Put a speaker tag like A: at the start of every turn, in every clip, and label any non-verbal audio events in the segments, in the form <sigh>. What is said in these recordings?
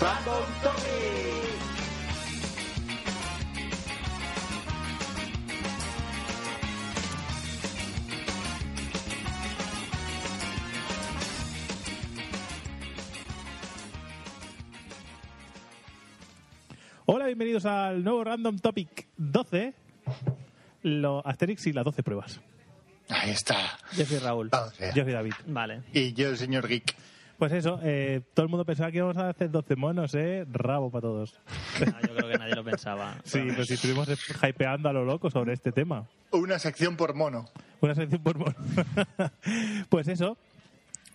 A: Random Topic.
B: Hola, bienvenidos al nuevo Random Topic 12. Lo Asterix y las 12 pruebas.
C: Ahí está.
D: Yo soy Raúl.
B: Ah.
C: O sea,
B: Yo soy David.
D: Vale.
C: Y yo, el señor Geek.
B: Pues eso, eh, todo el mundo pensaba que íbamos a hacer 12 monos, ¿eh? Rabo para todos.
D: No, Ah, yo creo que nadie lo pensaba.
B: <laughs> Sí, pues si estuvimos eh, hypeando a lo loco sobre este tema.
C: Una sección por mono.
B: Una sección por mono. <laughs> pues eso.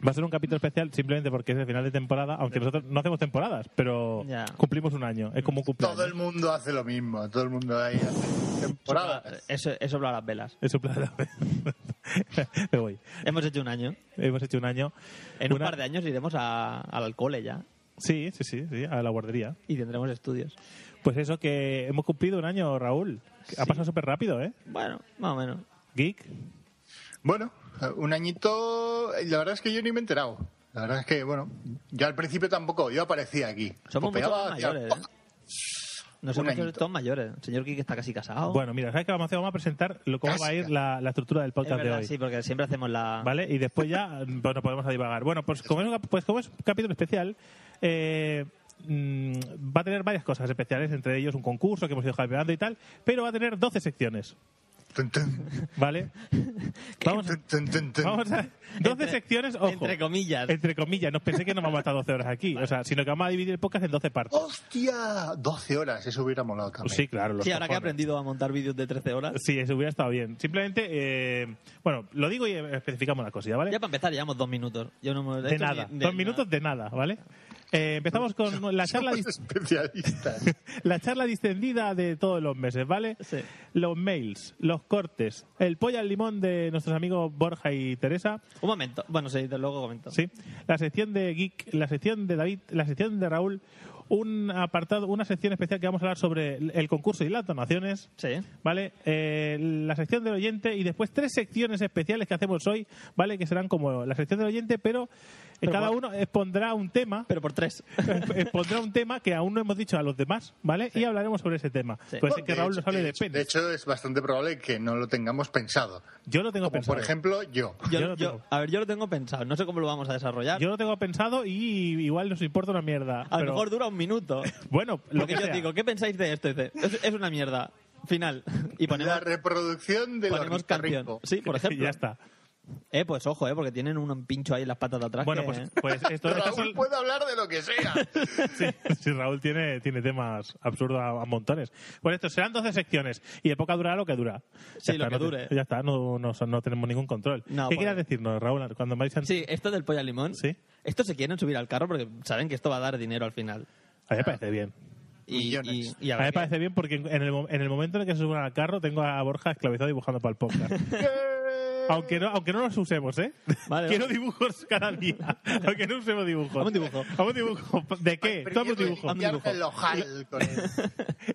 B: Va a ser un capítulo especial simplemente porque es el final de temporada, aunque nosotros no hacemos temporadas, pero
D: Ya.
B: cumplimos un año. Es como un cumpleaños.
C: Todo el mundo hace lo mismo. Todo el mundo ahí hace temporadas.
D: Eso, eso lo a las velas.
B: Eso, claro. <laughs> Me voy.
D: Hemos hecho un año.
B: Hemos hecho un año.
D: En un
B: Una-
D: par de años iremos a- al cole ya
B: Sí, sí, sí, sí, a la guardería.
D: y tendremos estudios.
B: Pues eso, que hemos cumplido un año, Raúl. Ha
D: Sí.
B: pasado súper rápido, ¿eh?
D: Bueno, más o menos.
B: Geek.
C: Bueno, eh, un añito. eh, La verdad es que yo ni me he enterado. La verdad es que, bueno, yo al principio tampoco. Yo aparecía aquí. Pues
D: Somos mucho
C: Popeaba,
D: más
C: hacía-
D: mayores. ¿eh?
C: Oh,
D: No somos
C: añito.
D: todos mayores. El señor Kik está casi casado.
B: Bueno, mira, ¿sabes qué vamos a hacer? Vamos a presentar lo, cómo
C: Casi.
B: va a ir la, la estructura del
D: es
B: podcast de
D: verdad,
B: hoy.
D: sí, porque siempre hacemos la.
B: ¿Vale? Y después ya
D: <laughs>
B: mm, pues, nos podemos a divagar. Bueno, pues como es un, cap- pues como es un capítulo especial, eh, mm, va a tener varias cosas especiales, entre ellos un concurso que hemos ido hypeando y tal, pero va a tener 12 secciones,
C: Tun, tun,
D: <laughs>
B: ¿vale? Vamos,
C: tun, tun, tun, tun.
B: vamos a... 12
D: Entre-
B: secciones, ojo.
D: Entre comillas.
B: Entre comillas, no pensé que nos vamos a estar 12 horas aquí, o sea, sino que vamos a dividir el podcast en 12 partes.
C: ¡Hostia! 12 horas. Eso hubiera molado también.
B: Pues Sí, claro. los
D: Sí, ahora que he
B: cojones.
D: aprendido a montar vídeos de 13 horas.
B: Sí, eso hubiera estado bien. Simplemente, eh, bueno, lo digo y especificamos la cosilla, ¿vale?
D: Ya para empezar, llevamos dos minutos. Yo no hemos
B: de
D: hecho ni-
B: nada. Dos minutos de nada, ¿vale? Eh, empezamos
D: <laughs>
B: con la charla,
C: Somos
B: dis-
C: especialistas.
B: la charla distendida de todos los meses, ¿vale?
D: Sí.
B: Los mails, los cortes, el pollo al limón de nuestros amigos Borja y Teresa,
D: Un momento. Bueno, sí, desde luego comento.
B: ¿sí? La sección de Geek, la sección de David, la sección de Raúl, un apartado, una sección especial que vamos a hablar sobre el el concurso y las donaciones.
D: Sí.
B: ¿Vale? Eh, la sección del oyente y después tres secciones especiales que hacemos hoy, ¿vale? Que serán como la sección del oyente, pero, eh,
D: Pero
B: cada
D: por-
B: uno expondrá un tema.
D: Pero
B: <laughs>
D: por tres.
B: expondrá un tema que aún no hemos dicho a los demás, ¿vale? Y hablaremos sobre ese tema.
D: Sí.
B: Pues es que
C: De
B: Raúl
C: hecho-
B: nos hable
C: de
B: de
C: hecho-
B: penes.
C: De hecho, es bastante probable que no lo tengamos pensado.
B: yo lo tengo
C: Como
B: pensado.
C: por ejemplo, yo.
B: Yo
D: Yo,
B: lo
D: yo-
B: tengo.
D: a ver, yo lo tengo pensado. No sé cómo lo vamos a desarrollar.
B: yo lo tengo pensado y igual nos importa una mierda.
D: a lo
B: pero-
D: mejor dura un minuto.
B: bueno, <laughs> lo
D: Porque
B: que
D: yo
B: sea.
D: digo, ¿qué pensáis de esto? Y dice, es, es una mierda. Final. <laughs> Y ponemos,
C: la reproducción del
D: ponemos canción.
C: ornitorrinco.
D: Sí, por ejemplo.
B: <laughs> ya está.
D: Eh, pues ojo, eh, porque tienen un pincho ahí en las patas de atrás.
B: Bueno,
D: que-
B: pues, pues
D: <laughs>
B: esto,
C: Raúl
B: estas son-
C: puede hablar de lo que sea.
B: Sí, <laughs> sí, Raúl tiene, tiene temas absurdos a, a montones. Pues esto, serán 12 secciones y de poca durará lo que dura.
D: Sí,
B: Ya
D: lo
B: está,
D: que
B: no te-
D: dure.
B: ya está, no, no, no tenemos ningún control.
D: No,
B: ¿Qué
D: porque-
B: quieras decirnos, Raúl, cuando me dicen...
D: Sí, esto del pollo al limón.
B: Sí.
D: Estos se quieren subir al carro porque saben que esto va a dar dinero al final.
B: A mí me parece bien.
D: Y,
C: Millones.
D: y- y
B: A
D: a
B: mí
D: ver
B: me
D: qué-
B: parece bien porque en el, mo- en el momento en el que se suban al carro tengo a Borja esclavizado dibujando para el podcast.
D: <laughs>
B: aunque, no, aunque no los usemos, ¿eh?
D: Vale,
B: Quiero
D: vale.
B: dibujos cada
D: <laughs>
B: día. aunque no usemos dibujos.
D: Hazme un dibujo.
B: Hazme un dibujo. ¿De qué? Tú hazme un dibujo.
C: Limpiarme el ojal con él.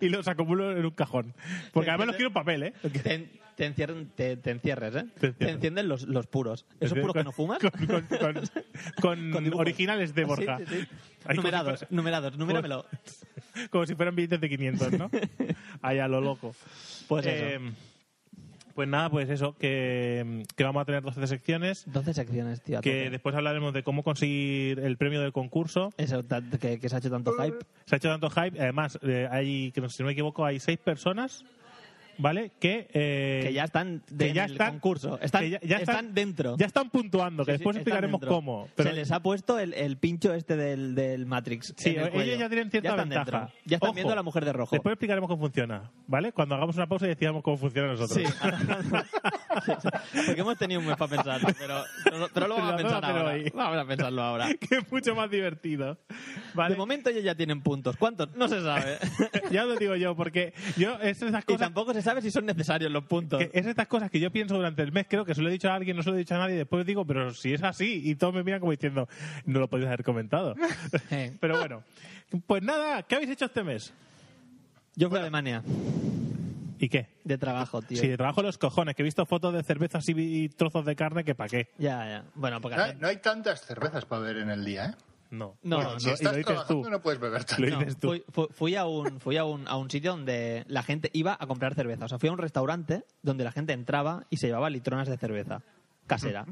B: Y los acumulo en un cajón. Porque además los quiero en papel, ¿eh?
D: Te, te encierran- te- te encierres, ¿eh?
B: Te encierro.
D: encienden los, los puros. ¿Esos puros que no fumas?
B: Con, con-
D: <laughs>
B: con- con
D: Con dibujos. Ah,
B: originales de Borja. Pues,
D: Sí, sí, sí.
B: Ahí
D: Numerados,
B: como si
D: numerados, numéramelo.
B: fuera- Como si fueran billetes de 500,
D: <laughs>
B: ¿no? Allá lo loco.
D: Pues
B: Eh,
D: eso.
B: pues nada, pues eso, que, que vamos a tener 12 secciones,
D: 12 secciones, tío. a
B: que
D: tope.
B: después hablaremos de cómo conseguir el premio del concurso.
D: Eso, ta- que, que se ha hecho tanto hype.
B: Se ha hecho tanto hype, además, eh, hay, que no- si no me equivoco, hay seis personas, ¿vale? Que, eh,
D: que ya están
B: que
D: de-
B: ya
D: en el
B: están-
D: concurso.
B: que
D: Están,
B: ya- ya
D: están,
B: están-
D: dentro.
B: ya están puntuando, que
D: Sí, sí,
B: después
D: están
B: explicaremos
D: dentro.
B: cómo. Pero
D: Se les ha puesto el, el pincho este del, del Matrix.
B: Sí,
D: en el
B: ellos
D: cuello.
B: ya tienen cierta
D: están
B: ventaja.
D: dentro. Ya están
B: Ojo,
D: viendo a la mujer de rojo.
B: Después explicaremos cómo funciona, ¿vale? Cuando hagamos una pausa y decíamos cómo funciona nosotros.
D: Sí. <laughs> Porque hemos tenido un mes para pensarlo, pero, pero, pero lo vamos a
B: Pero no,
D: pensar
B: pero
D: ahora.
B: ahí.
D: Vamos a pensarlo ahora.
B: <laughs> que es mucho más divertido. ¿vale?
D: De momento ellos ya tienen puntos. ¿Cuántos? No se
B: <laughs>
D: sabe. <laughs>
B: ya lo digo yo, porque yo es esas
D: y
B: cosas.
D: tampoco se sabe si son necesarios los puntos.
B: que es estas cosas que yo pienso durante el mes, creo que se lo he dicho a alguien, no se lo he dicho a nadie, después digo, pero si es así, y todos me miran como diciendo, no lo podéis haber comentado. <laughs>
D: Eh,
B: pero bueno, pues nada, ¿qué habéis hecho este mes?
D: Yo fui a Alemania
B: ¿Y qué?
D: de trabajo, tío.
B: Si de trabajo los cojones, que he visto fotos de cervezas y y trozos de carne, que pa' qué.
D: Ya, ya. Bueno, porque
C: Ah, No hay- No hay tantas cervezas para ver en el día, ¿eh?
B: No.
D: No,
B: Bueno,
D: no,
C: si
B: y
C: estás
B: lo dices
C: trabajando
B: tú.
C: no puedes beber tanto.
B: <laughs> Lo
D: No,
B: dices tú.
D: fui, fu- fui a un fui a un, a un sitio donde la gente iba a comprar cerveza. O sea, fui a un restaurante donde la gente entraba y se llevaba litronas de cerveza casera.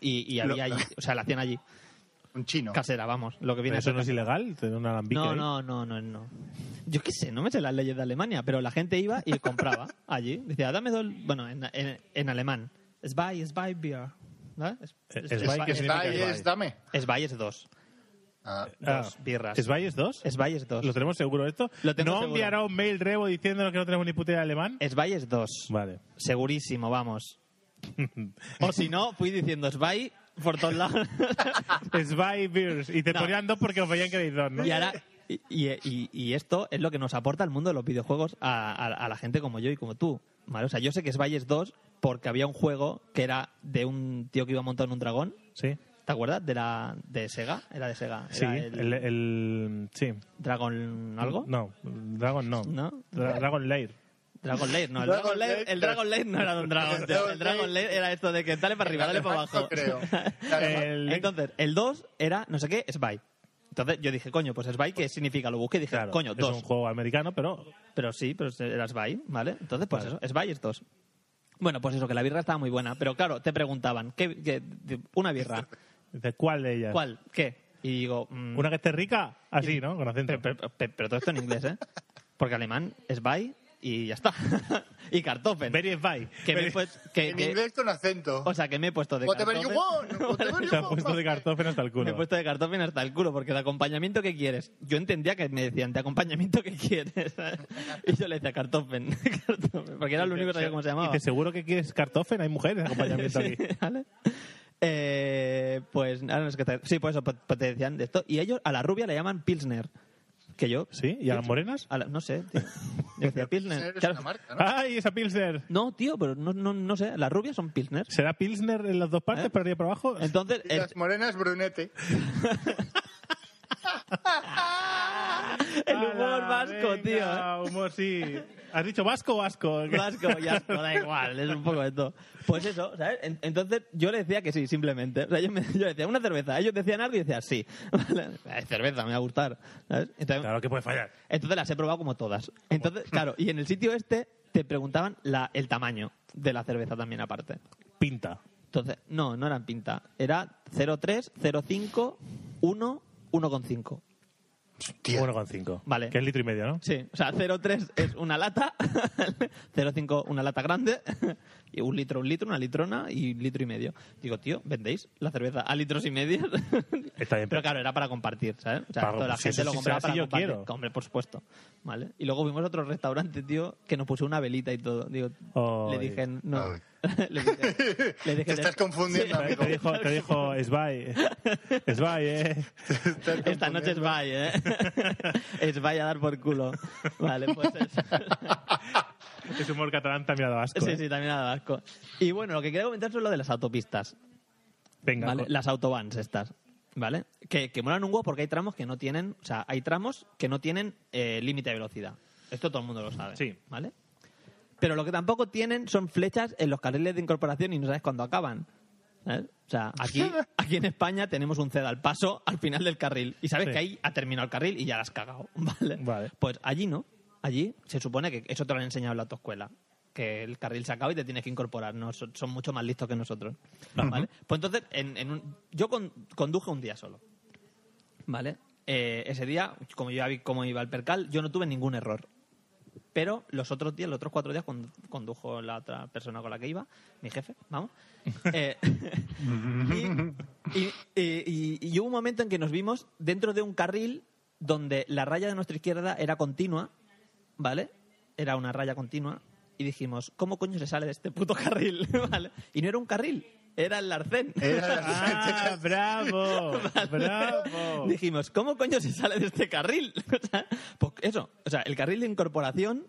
D: Y, y había
C: Lo-
D: allí, o sea, la hacían allí.
C: Un chino.
D: Casera, vamos, lo
B: Pero
D: que viene a
B: eso
D: ser
B: no es ilegal, tener un alambique.
D: No,
B: ahí.
D: no, no, no, no. Yo qué sé, no me sé las leyes de Alemania, pero la gente iba y compraba
B: <laughs>
D: allí. Decía, dame dos... Bueno, en, en, en alemán. Zwei, zwei Bier. ¿No? Es,
B: Eh,
D: es-
B: Zwei, ¿qué
D: es-
C: Está
B: significa
C: ahí,
B: Svay?
C: es dame.
D: Zwei es dos.
C: Ah,
B: Ah,
D: Dos birras.
B: ¿Es Valles 2?
D: Zwei es dos.
B: ¿Lo tenemos seguro esto?
D: Lo tengo
B: ¿No
D: seguro.
B: enviará un mail Rebo diciéndonos que no tenemos ni puta idea de alemán?
D: Zwei es dos.
B: Vale.
D: Segurísimo, vamos. <laughs> O si no, fui diciendo Zwei por todos lados.
B: Svai Beers. Y te
D: Ah. <laughs> No.
B: ponían dos porque os veían que erais dos, ¿no?
D: <laughs> y ahora... Y, y- y esto es lo que nos aporta el mundo de los videojuegos a, a- a la gente como yo y como tú. ¿vale? O sea, yo sé que es Valles 2 porque había un juego que era de un tío que iba montado en un dragón.
B: Sí.
D: ¿Te acuerdas? De la de Sega. Era de Sega.
B: Sí,
D: Era
B: el,
D: el
B: el- sí.
D: Dragon algo.
B: No, Dragon no.
D: ¿No?
B: Dra- Dragon Lair.
D: Dragon Lair, no. El
C: Dragon
D: Dragon Lair,
C: Lair,
D: el
C: claro.
D: Dragon Lair no era de un dragón. tío.
C: Dragon
D: El Dragon Lair era esto de que dale para arriba, dale para abajo. Eh,
C: No
D: <laughs>
C: creo. Además,
B: El-
D: Entonces, el 2 era no sé qué, Spy. Entonces yo dije, coño, pues Spy, ¿qué significa? Lo busqué y dije,
B: Claro,
D: coño,
B: es
D: 2.
B: un juego americano, pero
D: Pero sí, pero era Spy, ¿vale? Entonces, pues eso, Spy es 2. Bueno, pues eso, que la birra estaba muy buena. Pero claro, te preguntaban, ¿qué, qué- de- una birra?
B: <laughs> ¿de cuál de ellas?
D: ¿Cuál? ¿Qué? Y digo, mm,
B: Una que esté rica, así, ¿no? Con acento.
D: Pero, pero- pero- pero todo esto en inglés, ¿eh? Porque alemán es bye y ya está. <laughs> y Kartoffeln.
B: Very Svai.
D: que me he puesto- que-
C: en
D: que-
C: inglés con acento.
D: o sea, que me he puesto de
C: Whatever you
D: Kartoffeln.
C: want,
D: <laughs>
C: whatever you
B: Se ha
C: want.
B: puesto de cartón hasta el
D: Me he
B: culo.
D: puesto de Kartoffeln hasta el culo, porque de acompañamiento que quieres. Yo entendía que me decían, ¿de acompañamiento que quieres? <laughs> y yo le decía <laughs> Kartoffeln. Kartoffeln, porque era el único que sabía cómo se llamaba.
B: Y te seguro que quieres cartofen, hay mujeres de acompañamiento aquí.
D: <laughs> Sí, <laughs> ¿vale? Eh, pues ahora no sé qué te- Sí, pues eso, pues pues te decían de esto. Y ellos a la rubia le llaman Pilsner. Que yo.
B: ¿Sí? ¿Y a las morenas?
D: a la- no sé,
B: <laughs>
D: tío. Yo decía Pilsner.
C: Es
D: Claro,
C: una
D: Ah,
C: marca, ¿no?
B: <laughs> ¡Ay, esa Pilsner!
D: No, tío, pero no, no, no sé. Las rubias son Pilsner.
B: ¿Será Pilsner en las dos partes,
D: ¿Eh?
B: para arriba y para abajo?
D: Entonces,
C: Y <laughs>
D: el-
C: Las morenas brunete.
D: el humor
B: ¡Hala,
D: vasco, tío. ¿eh?
B: venga, Humor, sí. ¿Has dicho vasco o vasco?
D: <laughs> Vasco, ya no da igual, es un poco de todo. Pues eso, ¿sabes? En- Entonces yo le decía que sí, simplemente. O sea, yo, me- yo decía una cerveza, ellos decían algo y decía sí. <laughs> Vale, "Eh, cerveza, me va a gustar. ¿sabes? Entonces,
B: Claro que puede fallar.
D: entonces las he probado como todas.
B: <laughs>
D: Entonces, claro, y en el sitio este te preguntaban la- el tamaño de la cerveza también aparte.
B: Pinta.
D: Entonces, no, no eran pinta. Era 0,3, 0,5, 1, 1,5.
C: Tío,
B: 1,5.
D: Vale.
B: Que es litro y medio, ¿no?
D: Sí, o sea, 0,3 es una lata, <laughs> 0,5 una lata grande, y un litro, un litro, una litrona y litro y medio. Digo, tío, ¿vendéis la cerveza a litros y medio?
B: <laughs> Está bien.
D: Pero claro, era para compartir, ¿sabes? O sea,
B: Para-
D: toda la
B: si
D: gente
B: eso
D: lo
B: sí
D: compraba
B: sea
D: para
B: así, yo
D: compartir.
B: quiero.
D: Hombre, por supuesto. ¿Vale? Y luego vimos otro restaurante, tío, que nos puso una velita y todo. Digo,
B: Oy.
D: le dije, no.
C: Ay.
D: <laughs> le dije, le dije,
C: Te estás confundiendo,
D: Sí.
C: amigo.
B: Te dijo, te dijo
D: <laughs>
B: Svay. Svay, eh.
C: estás
D: Esta noche es
C: confundiendo.
D: valle, ¿eh? <laughs> es valle a dar por culo. Vale, pues
C: <laughs>
D: es.
B: Es humor catalán también a lo vasco.
D: Sí,
B: eh.
D: sí, también a Vasco. Y bueno, lo que quería comentar es lo de las autopistas,
B: Venga,
D: ¿vale?
B: co-
D: Las autobans estas, ¿vale? Que, que molan un huevo porque hay tramos que no tienen, o sea, hay tramos que no tienen eh, límite de velocidad. Esto todo el mundo lo sabe,
B: Sí.
D: ¿vale? Pero lo que tampoco tienen son flechas en los carriles de incorporación y no sabes cuándo acaban. ¿sabes? O sea,
B: <laughs>
D: aquí, aquí en España tenemos un ceda al paso al final del carril y sabes
B: Sí.
D: que ahí ha terminado el carril y ya la has cagado, <laughs> ¿vale?
B: Vale.
D: Pues allí no. Allí se supone que eso te lo han enseñado en la autoescuela. Que el carril se acaba y te tienes que incorporar. No, son, son mucho más listos que nosotros. ¿Vale? Pues entonces, en, en un- yo con- conduje un día solo. ¿Vale? Eh, ese día, como yo ya vi cómo iba el percal, yo no tuve ningún error. Pero los otros días, los otros cuatro días, cuando condujo la otra persona con la que iba, mi jefe, vamos. <laughs> eh, y, y- y- y- y hubo un momento en que nos vimos dentro de un carril donde la raya de nuestra izquierda era continua, ¿vale? Era una raya continua. Y dijimos, ¿cómo coño se sale de este puto carril? <laughs> ¿Vale? Y no era un carril, era el arcén.
B: <laughs> ¡Ah, bravo! ¡Bravo!
D: <laughs> Dijimos, ¿cómo coño se sale de este carril? <laughs> O sea, pues eso, o sea, el carril de incorporación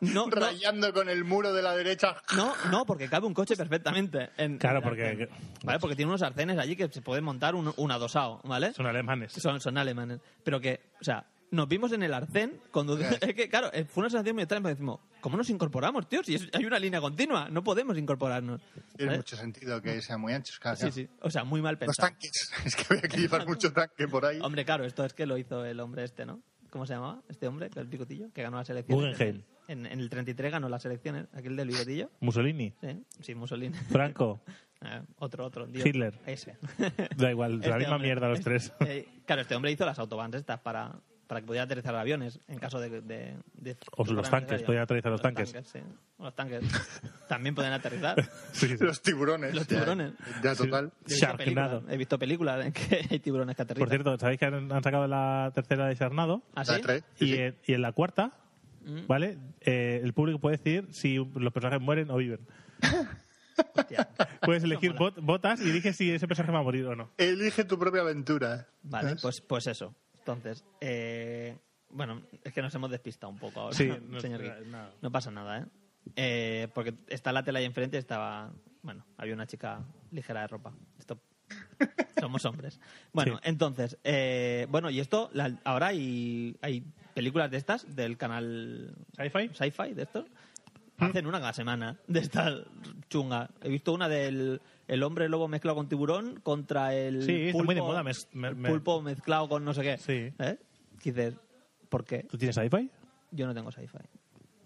D: no,
C: <laughs>
B: Ah,
D: no,
C: Rayando con el muro de la derecha.
D: no, no, porque cabe un coche perfectamente. en-
B: Claro,
D: en el
B: porque-
D: arcén. Vale, porque tiene unos arcenes allí que se pueden montar un, un adosado, ¿vale?
B: Son alemanes.
D: Son, son alemanes. Pero que, o sea, nos vimos en el Arcén. conduciendo- es que, claro, eh, fue una sensación muy extraña. porque Decimos, ¿cómo nos incorporamos, tío? Si es- hay una línea continua, no podemos incorporarnos.
C: Tiene
B: ¿Eh?
D: ¿Sabes?
C: mucho sentido que sean muy anchos. Claro,
D: Sí, sí. O sea, muy mal
C: Los
D: pensado.
C: tanques. <laughs> Es que había que llevar mucho tanque por ahí.
D: Hombre, claro, esto es que lo hizo el hombre este, ¿no? ¿Cómo se llamaba? Este hombre, el bigotillo, que ganó las elecciones.
B: Guggenheim.
D: En, en el 33 ganó las elecciones, aquel del bigotillo.
B: Mussolini,
D: Sí, sí Mussolini.
B: Franco,
D: Eh, otro, otro. Dios.
B: Hitler.
D: Ese.
B: <laughs> da igual, la
D: Este
B: misma
D: hombre.
B: mierda los tres.
D: <laughs> Eh, claro, este hombre hizo las autobans estas para, para que pudiera aterrizar aviones en caso de... de- de-
B: O
D: fuera
B: los tanques,
D: necesario.
B: podían aterrizar los tanques.
D: sí. O los tanques. También
B: <laughs>
D: pueden aterrizar.
B: Sí, sí.
C: Los tiburones.
D: Los
C: ya-
D: tiburones.
C: Ya, total.
D: He visto
B: Sharknado.
D: películas- He visto películas en que hay tiburones que aterrizan.
B: Por cierto, ¿sabéis que han, han sacado la tercera de Charnado?
D: ¿Ah, sí? Mm.
C: La tres, sí,
B: Y, eh,
C: sí.
B: en, y en la cuarta, ¿vale? Eh, el público puede decidir si los personajes mueren o viven.
D: Hostia. <laughs>
B: Puedes elegir bot- botas y eliges si ese personaje va a morir o no.
C: Elige tu propia aventura.
D: Vale,
C: ¿sabes?
D: pues, pues eso. Entonces, eh, bueno, es que nos hemos despistado un poco ahora,
B: Sí,
D: <laughs>
B: no,
D: no, señor
B: espera,
D: Gui.
B: nada.
D: No pasa nada, ¿eh? Eh, Porque está la tela ahí enfrente y estaba... Bueno, había una chica ligera de ropa. Esto... Somos hombres.
B: <laughs>
D: Bueno,
B: Sí.
D: entonces, eh, bueno, y esto, la- ahora hay, hay películas de estas del canal
B: ¿Sci-fi?
D: sci-fi de estos.
B: ¿Mm?
D: Hacen una cada semana de estas chunga. He visto una del el hombre lobo mezclado con tiburón contra el
B: Sí, está
D: pulpo,
B: muy de moda mez- me-
D: el
B: me-
D: pulpo mezclado con no sé qué.
B: Sí.
D: ¿Eh? Y dices, ¿por qué?
B: ¿Tú tienes sci-fi?
D: Yo no tengo sci-fi.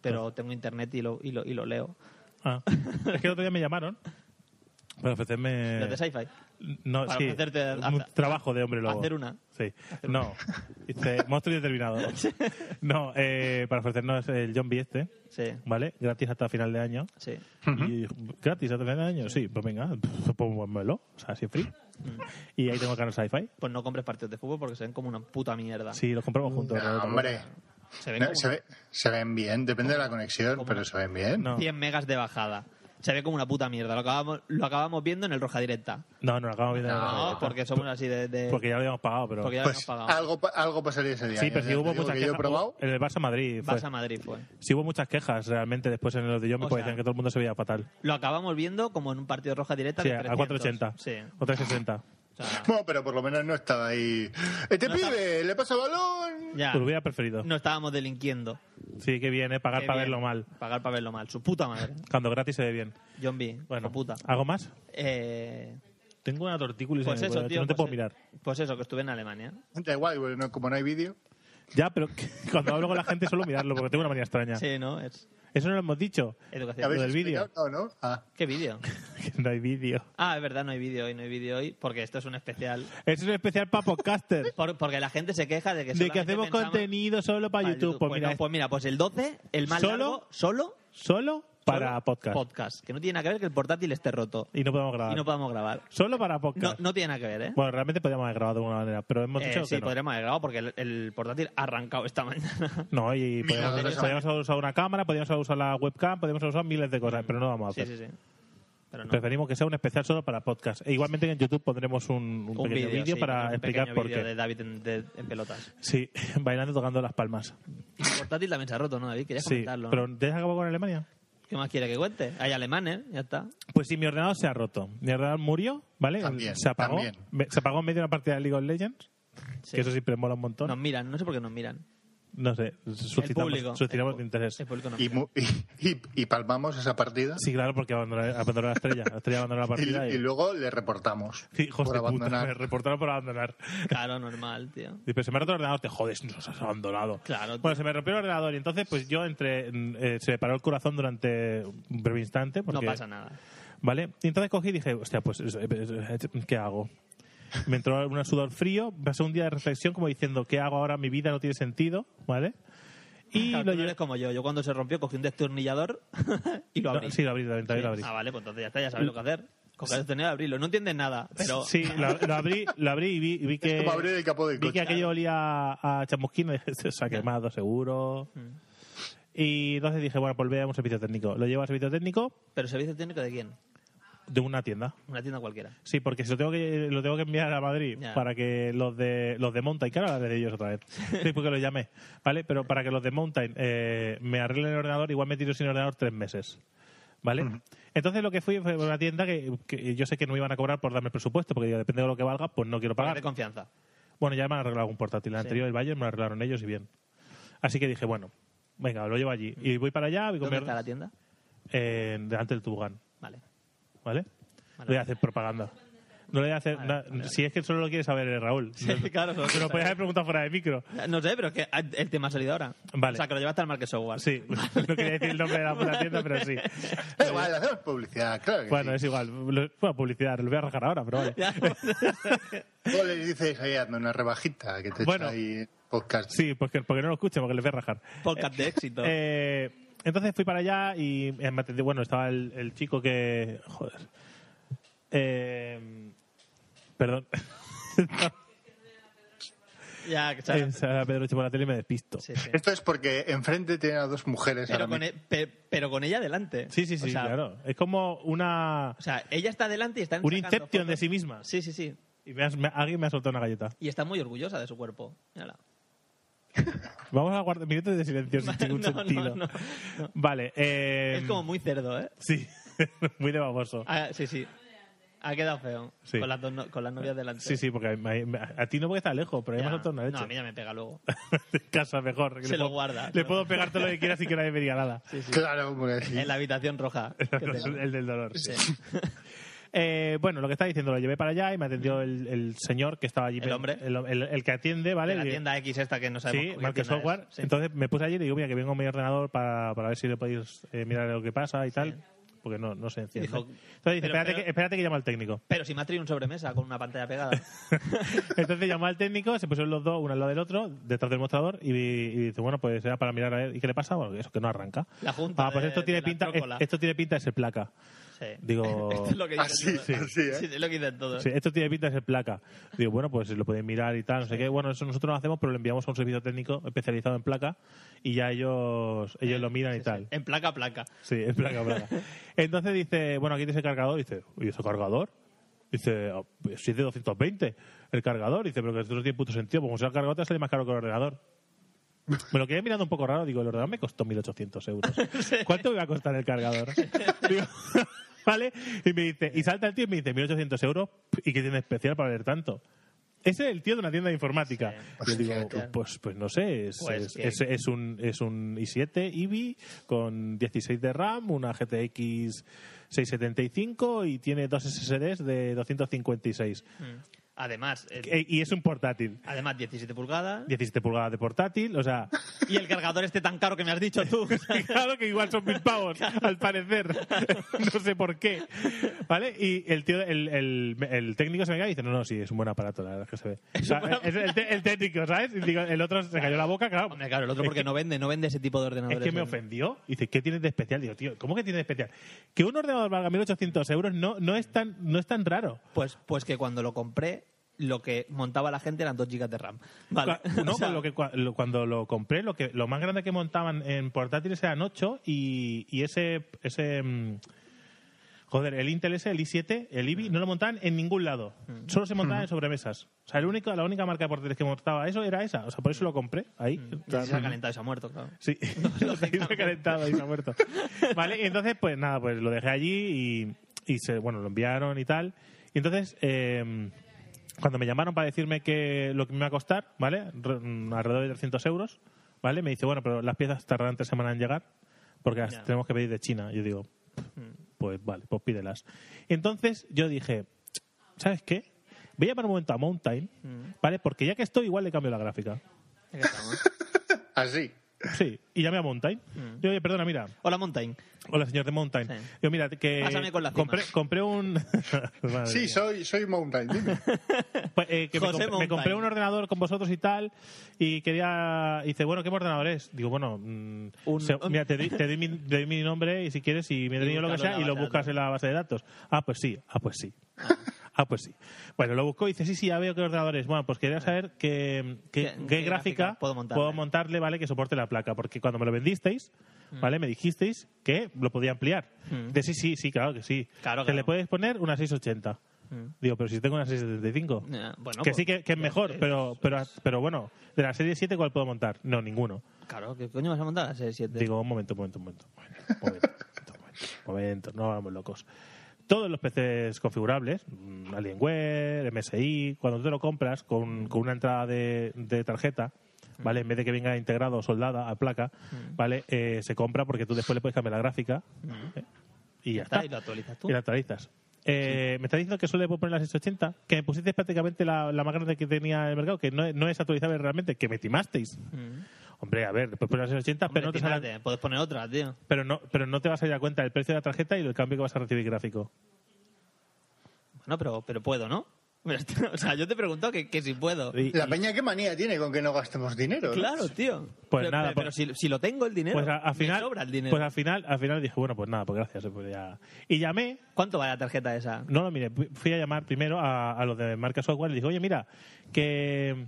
D: Pero
B: Pues-
D: tengo internet y lo, y lo, y lo leo. <laughs>
B: Ah. es que el otro día me llamaron para ofrecerme...
D: ¿Los de sci-fi?
B: No,
D: Para
B: sí.
D: ofrecerte a-
B: un
D: a-
B: trabajo de hombre lobo.
D: hacer una.
B: Sí. no. Dice, monstruo
D: <laughs>
B: indeterminado. no, eh, para ofrecernos el zombie este,
D: Sí,
B: ¿vale? Gratis hasta final de año.
D: sí.
B: Y gratis hasta final de año, sí, pues venga, pf, pónmelo, o sea, así free. Y ahí tengo el canal sci-fi.
D: Pues no compres partidos de fútbol porque se ven como una puta mierda.
B: Sí, los compramos juntos.
C: No, hombre.
D: Se ven
C: No,
D: como
C: se, ve- se ven bien, depende de la conexión, pero se ven bien.
B: No.
D: 100 megas de bajada. Se ve como una puta mierda. Lo acabamos, lo acabamos viendo en el Roja Directa.
B: No, no, lo acabamos
C: Ah,
B: viendo en la
D: No,
B: radio.
D: porque somos así de... de-
B: Porque ya lo habíamos pagado, pero.
D: porque ya lo hemos
C: Pues
D: pagado.
C: algo, pa- algo pasaría ese día.
B: Sí,
C: ya
B: pero
C: te
B: si hubo pues,
C: digo
B: muchas
C: que yo he
B: quejas.
C: probado.
B: En el Barça Madrid. Fue.
D: Vas a Madrid, fue.
B: Sí, hubo muchas quejas realmente después en los de Yomi,
D: O
B: porque
D: sea,
B: decían que todo el mundo se veía fatal.
D: Lo acabamos viendo como en un partido de roja directa
B: Sí,
D: de
B: a
D: 300.
B: 480.
D: Sí.
B: O 360.
D: O sea,
C: Bueno, pero por lo menos no estaba ahí. Este
D: No
C: pibe, le pasa balón.
D: ya.
B: Pues lo hubiera preferido.
D: No estábamos delinquiendo.
B: Sí, que viene, pagar
D: Qué
B: para
D: bien.
B: verlo mal.
D: Pagar para verlo mal. Su puta madre.
B: Cuando gratis se ve bien.
D: John B.
B: Bueno,
D: Bueno. puta.
B: ¿algo más?
D: Eh,
B: Tengo una tortícolis
D: pues
B: en el
D: eso,
B: cuello,
D: tío.
B: no te
D: pues
B: puedo
D: e-
B: mirar.
D: Pues eso, que estuve en Alemania.
C: Da igual, bueno, como no hay vídeo.
B: Ya, pero <laughs> cuando hablo con la gente suelo mirarlo porque tengo una manía extraña.
D: Sí, ¿no? Es
B: Eso no Eh, lo hemos dicho. <laughs>
C: ¿Ya
D: educación.
B: ver.
C: habéis
B: del vídeo.
C: explicado? No, no. Ah.
D: ¿Qué vídeo?
B: no hay vídeo.
D: Ah, es verdad, no hay vídeo hoy, no hay vídeo hoy, porque esto es un especial.
B: Es un especial para podcaster.
D: Por- porque la gente se queja de <laughs>
B: de
D: que
B: que
D: solamente
B: hacemos
D: pensamos-
B: contenido solo para, YouTube. Pues
D: Pues,
B: mira,
D: no, pues mira, pues el 12, el más
B: ¿Solo?
D: largo, solo
B: solo para
D: solo
B: podcast.
D: podcast. Que no tiene nada que ver que el portátil esté roto.
B: y no podemos grabar.
D: Y no podamos grabar.
B: Solo para
D: No,
B: podcast.
D: no tiene nada que ver, ¿eh?
B: Bueno, realmente podríamos haber grabado de alguna manera, pero hemos
D: Eh,
B: dicho
D: sí,
B: que no.
D: podríamos haber grabado porque el, el portátil ha arrancado esta <laughs> mañana.
B: No, y
C: Mira,
B: podríamos,
C: eso.
B: podríamos haber usado una cámara, podríamos haber usado la webcam, podríamos haber usado miles de cosas, pero no vamos a
D: Mm. sí,
B: hacer.
D: sí, sí. Pero no.
B: Preferimos que sea un especial solo para podcast. E igualmente en YouTube pondremos un, un
D: Un
B: pequeño vídeo
D: sí,
B: para
D: un
B: explicar
D: pequeño
B: por
D: vídeo
B: qué.
D: de David en, de- en pelotas.
B: Sí, <laughs> bailando tocando las palmas.
D: Y el portátil también se ha roto, ¿no, David? Querías
B: Sí,
D: comentarlo. ¿no?
B: pero ¿te has acabado con Alemania?
D: ¿Qué más quiere que cuente? Hay alemanes, ya está.
B: Pues sí, mi ordenador se ha roto. Mi ordenador murió, ¿vale?
C: También,
B: se apagó.
C: también.
B: Me- se apagó en medio de una partida de League of Legends,
D: Sí.
B: que eso siempre mola un montón.
D: Nos miran, no sé por qué nos miran.
B: No sé,
D: El
B: suscitamos,
D: público.
B: suscitamos
D: el, pu-
B: de interés.
D: El público nos
C: Y,
D: mira.
C: mu- y- y- y palmamos esa partida
B: Sí, claro, porque abandonó, abandonó la estrella. La estrella abandonó
C: <laughs>
B: la
C: y,
B: partida y...
C: y luego le reportamos
B: Sí, hijos
C: por
B: de puta,
C: abandonar.
B: me reportaron por abandonar.
D: Claro, normal, tío.
B: Dice, se me ha roto el ordenador, te jodes, nos has abandonado.
D: Claro, tío.
B: Bueno, se me rompió el ordenador y entonces pues yo entre... mm, eh, se me paró el corazón durante un breve instante.
D: No
B: Porque,
D: pasa nada.
B: ¿Vale? Y entonces cogí y dije, hostia, pues, es- es- es- ¿qué hago? Me entró un sudor frío, pasé un día de reflexión como diciendo, ¿qué hago ahora? Mi vida no tiene sentido, ¿vale? Y
D: Claro,
B: lo
D: tú no
B: llevé-
D: eres como yo. Yo cuando se rompió cogí un destornillador <laughs> y lo
B: No,
D: abrí.
B: sí, lo abrí, también, también lo abrí.
D: Ah, vale, pues entonces ya está, ya sabes lo que hacer. Coger el destornillador y abrirlo. No entiendes nada, pero...
B: Sí, lo, lo abrí, lo abrí y vi, y vi que.
C: como abrir el capó del
B: vi
C: coche.
B: que aquello olía a, a chamusquino y <laughs> dije, "Esto se ha quemado seguro.
D: Mm.
B: Y entonces dije, bueno, pues voy a un servicio técnico. Lo llevo al servicio técnico
D: ¿Pero servicio técnico de quién?
B: de una tienda.
D: Una tienda cualquiera.
B: Sí, porque si lo tengo que, lo tengo que enviar a Madrid
D: Ya.
B: para que los de los de Mountain, que ahora hablaré de ellos otra
D: <laughs>
B: vez, sí, porque los llamé, ¿vale? Pero para que los de Mountain eh, me arreglen el ordenador, igual me tiro sin ordenador tres meses, ¿vale? Entonces lo que fui fue a una tienda que, que yo sé que no me iban a cobrar por darme el presupuesto, porque digo, depende de lo que valga, pues no quiero
D: Para
B: pagar.
D: de confianza.
B: Bueno, ya me han arreglado un portátil. El
D: Sí.
B: anterior, el Bayern, me lo arreglaron ellos y bien. Así que dije, bueno, venga, lo llevo allí. Y voy para allá, voy a
D: Mm. ¿Dónde
B: comer
D: está la tienda?
B: eh, delante del Tubogán,
D: Vale.
B: ¿vale? No le voy a hacer propaganda. No le voy a hacer... na- Si es que solo lo quiere saber eh, Raúl.
D: Sí, <laughs> claro,
B: Pero
D: solo quiere
B: podías
D: saber.
B: haber preguntado fuera de micro.
D: No sé, pero es que ah, el tema ha salido ahora.
B: Vale.
D: O sea, que lo llevaste al Market Software.
B: Sí,
D: <laughs>
B: no quería decir el nombre de la puta tienda, pero sí.
C: Da igual, Eh, hacemos publicidad, claro que
B: Bueno,
C: sí.
B: es igual. Lo- Bueno, publicidad, lo voy a rajar ahora, pero vale.
D: Ya.
C: Luego le dices ahí, hazme una rebajita que te
B: Bueno.
C: echa ahí el podcast.
B: Sí, pues que- porque no lo escuchen, porque les voy a rajar.
D: Podcast de éxito.
B: Eh, entonces fui para allá y eh, me atendió- bueno, estaba el, el chico que... Joder. Eh, perdón.
D: ya,
B: <laughs>
D: que
B: Eh,
D: sabes.
B: Sara Pedro Chico por la tele y me despisto.
D: Sí, sí.
C: Esto es porque enfrente tienen a dos mujeres
D: Pero,
C: ahora
D: con
C: mismo.
D: e- pe- pero con ella delante.
B: Sí, sí, sí,
D: O sea,
B: claro. Es como una...
D: O sea, ella está delante y está
B: Un inception de sí misma.
D: Sí, sí, sí.
B: Y me has- me- alguien me ha soltado una galleta.
D: Y está muy orgullosa de su cuerpo. Mírala.
B: Vamos a guardar minutos de silencio sin ningún
D: <laughs> No, no,
B: sentido.
D: no, no.
B: Vale. eh,
D: Es como muy cerdo, ¿eh?
B: Sí, <laughs> muy de baboso.
D: Ah, sí, sí. Ha quedado feo.
B: Sí.
D: Con, las dos no- con las novias delante.
B: Sí, sí, porque a, mí- a ti no porque está lejos, pero a mí me
D: Ya.
B: ha soltado una
D: No,
B: leche.
D: a
B: <laughs>
D: mí ya me pega luego.
B: En casa mejor. que
D: Se
B: le
D: lo
B: puedo-
D: guarda.
B: Le puedo pegar todo lo que quiera sin que nadie me diga nada.
D: Sí, sí.
C: Claro, porque sí.
D: En la
B: <laughs>
D: habitación roja. <laughs> que te-
B: El del dolor. sí.
D: Sí.
B: Eh, bueno, lo que está diciendo, lo llevé para allá y me atendió el, el señor que estaba allí.
D: El hombre.
B: El, el- el que atiende, ¿vale?
D: De la
B: Y-
D: tienda X esta que no sabemos
B: Sí,
D: qué
B: Market
D: tienda
B: Software.
D: es. Sí.
B: Entonces me puse allí y le digo, mira, que vengo a mi ordenador para, para ver si le podéis eh, mirar lo que pasa y tal. Porque no, no se enciende.
D: Dijo,
B: Entonces dice,
D: pero-
B: espérate,
D: pero-
B: que, espérate que llamo al técnico. <laughs>
D: Pero si me ha traído un sobremesa con una pantalla pegada.
B: Entonces llamó al técnico, se pusieron los dos uno al lado del otro, detrás del mostrador, y, y dice, bueno, pues era para mirar a ver. ¿Y qué le pasa? Bueno, eso que no arranca.
D: La junta
B: Ah, pues
D: de-
B: esto tiene
D: de la
B: pinta, es-
D: trócola.
B: esto tiene pinta de ser placa.
D: Sí.
B: Digo-
D: <laughs> Esto es lo que dicen
C: Así,
D: todos.
C: sí, así, ¿eh?
D: Sí, es lo que dicen todos.
B: Sí, esto tiene pinta de ser placa. Digo, bueno, pues lo pueden mirar y tal, no sé qué. Bueno, eso nosotros no hacemos, pero lo enviamos a un servicio técnico especializado en placa y ya ellos, ellos lo miran y
D: Eh, Sí, sí.
B: tal.
D: En placa a placa.
B: Sí, es placa, placa. Entonces dice, bueno, aquí dice cargador. Dice, ¿y ese cargador? Dice, "Ah, pues si es de 220 el cargador. Dice, pero que esto no tiene puto sentido. Porque como sea el cargador, te va a salir más caro que el ordenador. Me lo quedé mirando un poco raro. Digo, el ordenador me costó 1.800 euros. ¿Cuánto me va a costar el cargador? Digo, <laughs> ¿vale? Y me dice, y salta el tío y me dice, 1.800 euros. ¿Y qué tiene especial para ver tanto? Ese es el tío de una tienda de informática.
C: Sí.
B: Yo digo,
C: Hostia,
D: claro.
B: pues, pues no sé, es,
D: Pues
B: es-
D: que-
B: es- es un, es un i7 IBI con 16 de RAM, una GTX 675 y tiene dos SSDs de 256.
D: Mm. Además, eh,
B: E- Y es un portátil.
D: además 17 pulgadas.
B: 17 pulgadas de portátil, o
D: <laughs>
B: sea, <laughs>
D: Y el cargador este tan caro que me has dicho tú.
B: claro que igual son mil pavos, al parecer. <laughs> No sé por qué. ¿Vale? Y el tío, el, el- el técnico se me cae y dice, no, no, sí, es un buen aparato, la verdad es que se ve. O sea,
D: un buen
B: es el, te- el técnico, ¿sabes? Y digo, el otro se cayó la boca, claro.
D: Hombre, claro, el otro
B: Es
D: porque
B: que-
D: no vende, no vende ese tipo de ordenadores.
B: Es que me
D: en-
B: ofendió. Dice, ¿qué tienes de especial? Digo, tío, ¿cómo que tienes de especial? Que un ordenador valga 1.800 euros no, no, es tan, no es tan raro.
D: Pues, pues que cuando lo compré, lo que montaba la gente eran 2 gigas de RAM. Vale.
B: Cua- No,
D: <laughs> O sea,
B: con lo que, cua- lo- cuando lo compré, lo, que, lo más grande que montaban en portátiles eran 8 y, y ese... ese mm, Joder, el Intel S, el i7, el IBI, no lo montaban en ningún lado.
D: Mm.
B: Solo se montaban en sobremesas. O sea, el único, la única marca de portátiles que montaba eso era esa. O sea, por eso lo compré ahí.
D: ya se ha calentado y se ha muerto, Mm. claro.
B: Sí, lo se ha calentado y se ha muerto. Vale, y entonces, pues nada, pues lo dejé allí y, y se, bueno, lo enviaron y tal. Y entonces, eh, cuando me llamaron para decirme que lo que me iba a costar, ¿vale? Re- mm, alrededor de 300 euros, ¿vale? Me dice, bueno, pero las piezas tardarán tres semanas en llegar porque las
D: Ya.
B: tenemos que pedir de China. Yo digo, pues vale, pues pídelas. Entonces yo dije, ¿sabes qué? Voy a llamar un momento a Mountain, ¿vale? Porque ya que estoy, igual le cambio la gráfica.
D: Ya
B: <laughs>
D: que estamos.
C: Así.
B: Sí, y llamé a Mountain. Yo, oye, perdona, mira,
D: Hola, Mountain.
B: Hola, señor de Mountain.
D: Sí.
B: Yo, mira, que.
D: Pásame con la cima.
B: compré, compré un. <laughs> Madre
C: Sí,
B: mía.
C: soy, soy Mountain,
B: <laughs>
C: dime.
B: Pues, eh, que me,
D: José
B: comp- me
D: Mountain.
B: compré un ordenador con vosotros y tal. Y quería. y dice, bueno, ¿qué ordenador es? Digo, bueno. mm,
D: Un-
B: se- mira, te, doy- te doy mi, te doy mi nombre y si quieres, y me doy lo que
D: búscalo en
B: sea,
D: la
B: y lo
D: base de
B: buscas
D: datos.
B: en la base de datos. Ah, pues sí. Ah, pues sí. Ah, pues sí. Bueno, lo buscó y dice, sí, sí, ya veo qué ordenador es. Bueno, pues quería saber qué, qué-
D: ¿Qué-
B: qué
D: qué
B: gráfica
D: gráfica puedo montarle?
B: montarle, ¿vale? Que soporte la placa. Porque cuando me lo vendisteis, ¿vale? Me dijisteis que lo podía ampliar.
D: Mm.
B: De sí, sí, sí, claro que sí.
D: Claro,
B: que
D: claro.
B: le puedes poner una 680.
D: Mm.
B: Digo, pero si tengo una 675.
D: Ya, bueno,
B: que
D: pues,
B: sí, que, que es mejor,
D: es-
B: pero, pero, pero bueno, de la serie 7, ¿cuál puedo montar? No, ninguno.
D: Claro, ¿qué coño vas a montar? La serie 7. <laughs>
B: Digo, un momento, un momento, un momento. Un momento, un momento, un momento, un momento, no vamos locos. todos los PCs configurables, mm, Alienware, MSI, cuando tú te lo compras con, con una entrada de, de tarjeta, ¿vale? En vez de que venga integrado o soldada a placa,
D: Mm.
B: ¿vale? Eh, se compra porque tú después le puedes cambiar la gráfica
D: Mm.
B: ¿eh? y ya
D: Está,
B: está.
D: y lo actualizas tú.
B: Y la actualizas. Eh, Me está diciendo que solo le puedo poner las 680, que me pusisteis prácticamente la, la más grande que tenía el mercado, que no, no es actualizable realmente, que me timasteis. Hombre, a ver, después poner las 680,
D: Mm. Hombre,
B: pero no te
D: tímate,
B: sale-
D: Puedes poner otra, tío.
B: pero no, pero no te vas a dar cuenta del precio de la tarjeta y del cambio que vas a recibir gráfico.
D: Bueno, pero, pero puedo, ¿no? <laughs> o sea, yo te pregunto que, que si puedo.
B: Y-
C: La peña qué manía tiene con que no gastemos dinero. ¿no?
D: Claro, tío.
B: Pues
D: pero,
B: nada,
D: pero- pero
B: pues-
D: si, si lo tengo el dinero,
B: Pues a- al final,
D: me sobra el dinero.
B: pues al final, al final dije, bueno, pues nada, pues gracias. pues ya. Y llamé,
D: ¿Cuánto vale la tarjeta esa? <laughs>
B: no lo miré, fui a llamar primero a, a los de marca software y dije, oye, mira, que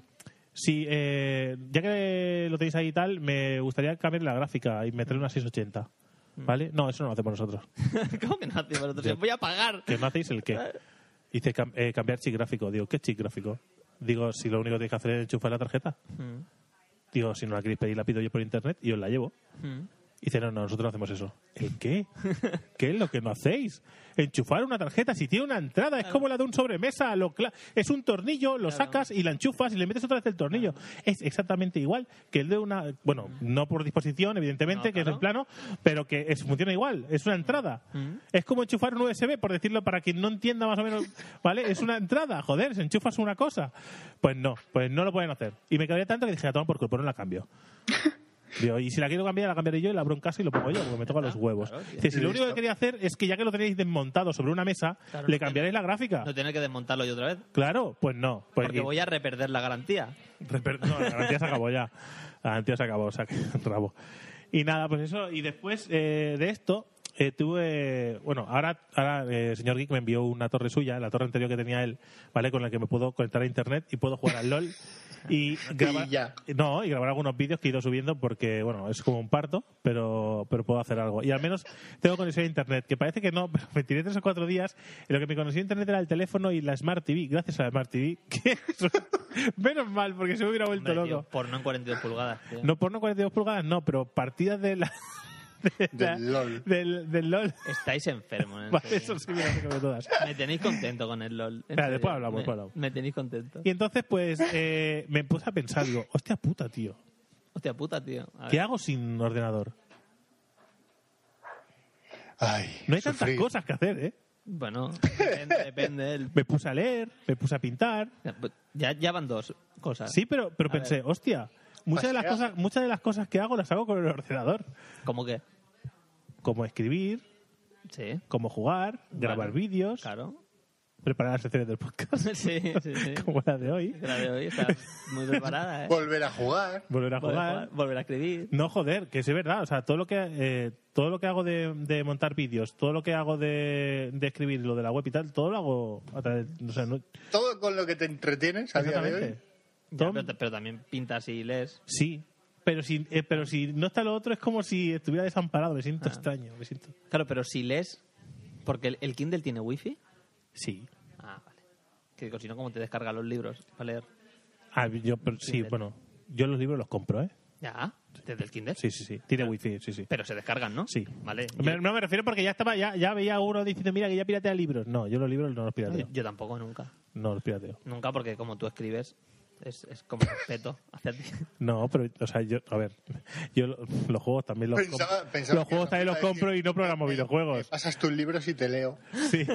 B: si eh, ya que lo tenéis ahí y tal, me gustaría cambiar la gráfica y meterle una 680. ¿Vale? No, eso no lo hacemos nosotros.
D: ¿Cómo que no hace para otros? Voy a pagar.
B: ¿Que no hacéis el qué? Dice cam- eh, cambiar chip gráfico. Digo, ¿qué chip gráfico? Digo, si lo único que tienes que hacer es enchufar la tarjeta.
D: Mm,
B: Digo, si no la queréis pedir, la pido yo por internet y os la llevo.
D: mm.
B: Y dice, no, no, nosotros no hacemos eso. ¿El qué? ¿Qué es lo que no hacéis? Enchufar una tarjeta, si tiene una entrada, es como la de un sobremesa. Lo cla- es un tornillo, lo sacas y la enchufas y le metes otra vez el tornillo. Es exactamente igual que el de una... Bueno, no por disposición, evidentemente,
D: Mm. No,
B: que es el
D: claro. Mm.
B: plano, pero que es- funciona igual. Es una entrada. Es como enchufar un USB, por decirlo para quien no entienda más o menos, ¿vale? Es una entrada, joder, se enchufas una cosa. Pues no, pues no lo pueden hacer. Y me cabría tanto que dije, a tomar por culo, pero no la cambio. Digo, y si la quiero cambiar, la cambiaré yo y la abro en casa y lo pongo yo, porque me toca los huevos.
D: claro, tío.
B: Dice, si lo único que
C: Listo.
B: quería hacer es que ya que lo tenéis desmontado sobre una mesa,
D: Claro,
B: le
D: no
B: cambiaréis la gráfica.
D: No tener que desmontarlo yo otra vez.
B: Claro, pues no. Pues
D: Porque
B: y-
D: voy a reperder la garantía.
B: <laughs> Reper- No, la garantía se acabó ya. La garantía se acabó, o sea que <laughs> rabo. Y nada, pues eso. Y después eh, de esto, eh, tuve. Bueno, ahora, ahora eh, el señor Geek me envió una torre suya, la torre anterior que tenía él, ¿vale? Con la que me puedo conectar a internet y puedo jugar al LOL. Y grabar,
C: ya.
B: no, y grabar algunos vídeos que he ido subiendo porque, bueno, es como un parto, pero, pero puedo hacer algo. Y al menos tengo conexión a internet, que parece que no, <laughs> pero me tiré tres o cuatro días en lo que mi conexión a internet era el teléfono y la Smart TV, gracias a la Smart TV. <laughs> que eso- menos mal, porque se me hubiera vuelto
D: Hombre, tío,
B: loco.
D: porno en 42 pulgadas. tío.
B: No porno 42 pulgadas, no, pero partidas de la. <laughs> de la-
C: Del LOL.
B: Del, del LOL.
D: Estáis enfermos.
B: <laughs>
D: en
B: Vale,
D: serio.
B: eso sí me lo tengo que ver todas.
D: Me tenéis contento con el LOL. en
B: Espera,
D: serio.
B: después hablamos,
D: Me-
B: después hablamos.
D: Me tenéis contento.
B: Y entonces, pues, eh, me puse a pensar, digo, hostia puta, tío,
D: Hostia puta, tío. A ver.
B: ¿qué hago sin ordenador?
C: Ay,
B: No hay
C: sufrir.
B: tantas cosas que hacer, ¿eh? <laughs>
D: Bueno, depende, depende del-
B: Me puse a leer, me puse a pintar.
D: Ya, ya van dos cosas.
B: Sí, pero, pero
D: A
B: pensé, hostia, muchas de, las
C: Pasear.
B: cosas, muchas de las cosas que hago las hago con el ordenador.
D: ¿Cómo que?
B: Como escribir,
D: Sí,
B: como jugar, grabar vídeos, <laughs>
D: claro.
B: preparar las secciones del podcast,
D: Sí, <laughs> sí,
B: <laughs>
D: sí.
B: como la de hoy,
D: La de hoy está muy preparada, ¿eh?
C: Volver a jugar.
B: volver a
D: Volver a
B: jugar.
D: jugar, volver a escribir.
B: No, joder, que sí es verdad. O sea, todo lo que, eh, todo lo que hago de, de montar vídeos, todo lo que hago de, de escribir lo de la web y tal, todo lo hago a través... O sea, no,
C: Todo con lo que te entretienes a día de hoy.
B: exactamente.
D: Ya,
B: Todo-
D: pero, pero también pintas y lees.
B: Sí, pero si, eh, pero si no está lo otro es como si estuviera desamparado. Me
D: Ah.
B: siento extraño, me siento...
D: Claro, pero si lees... Porque el, el Kindle tiene wifi.
B: Sí.
D: Ah, vale. Que digo, si no, ¿cómo te descarga los libros para leer?
B: Ah, yo, pero- sí,
D: Kindle.
B: bueno, yo los libros los compro, ¿eh?
D: Ya, desde el Kindle.
B: Sí, sí, sí. Tiene wifi, sí, sí.
D: Pero se descargan, ¿no?
B: Sí.
D: Vale.
B: Me- no me refiero porque ya estaba, ya, ya veía uno diciendo, mira, que ya piratea libros. No, yo los libros no los
D: Yo,
B: pirateo.
D: yo tampoco, nunca.
B: No los pirateo.
D: Nunca, porque como tú escribes, es, es como respeto hacia ti.
B: No, pero, o sea, yo, a ver, yo lo- los juegos también los
C: Pensaba-
B: compro.
C: pensaba
B: los
C: que
B: juegos
C: no
B: también
C: iba
B: los
C: a decir-
B: compro y no programo
C: me-
B: videojuegos.
C: me pasas tus libros y te leo. <laughs>
B: Sí.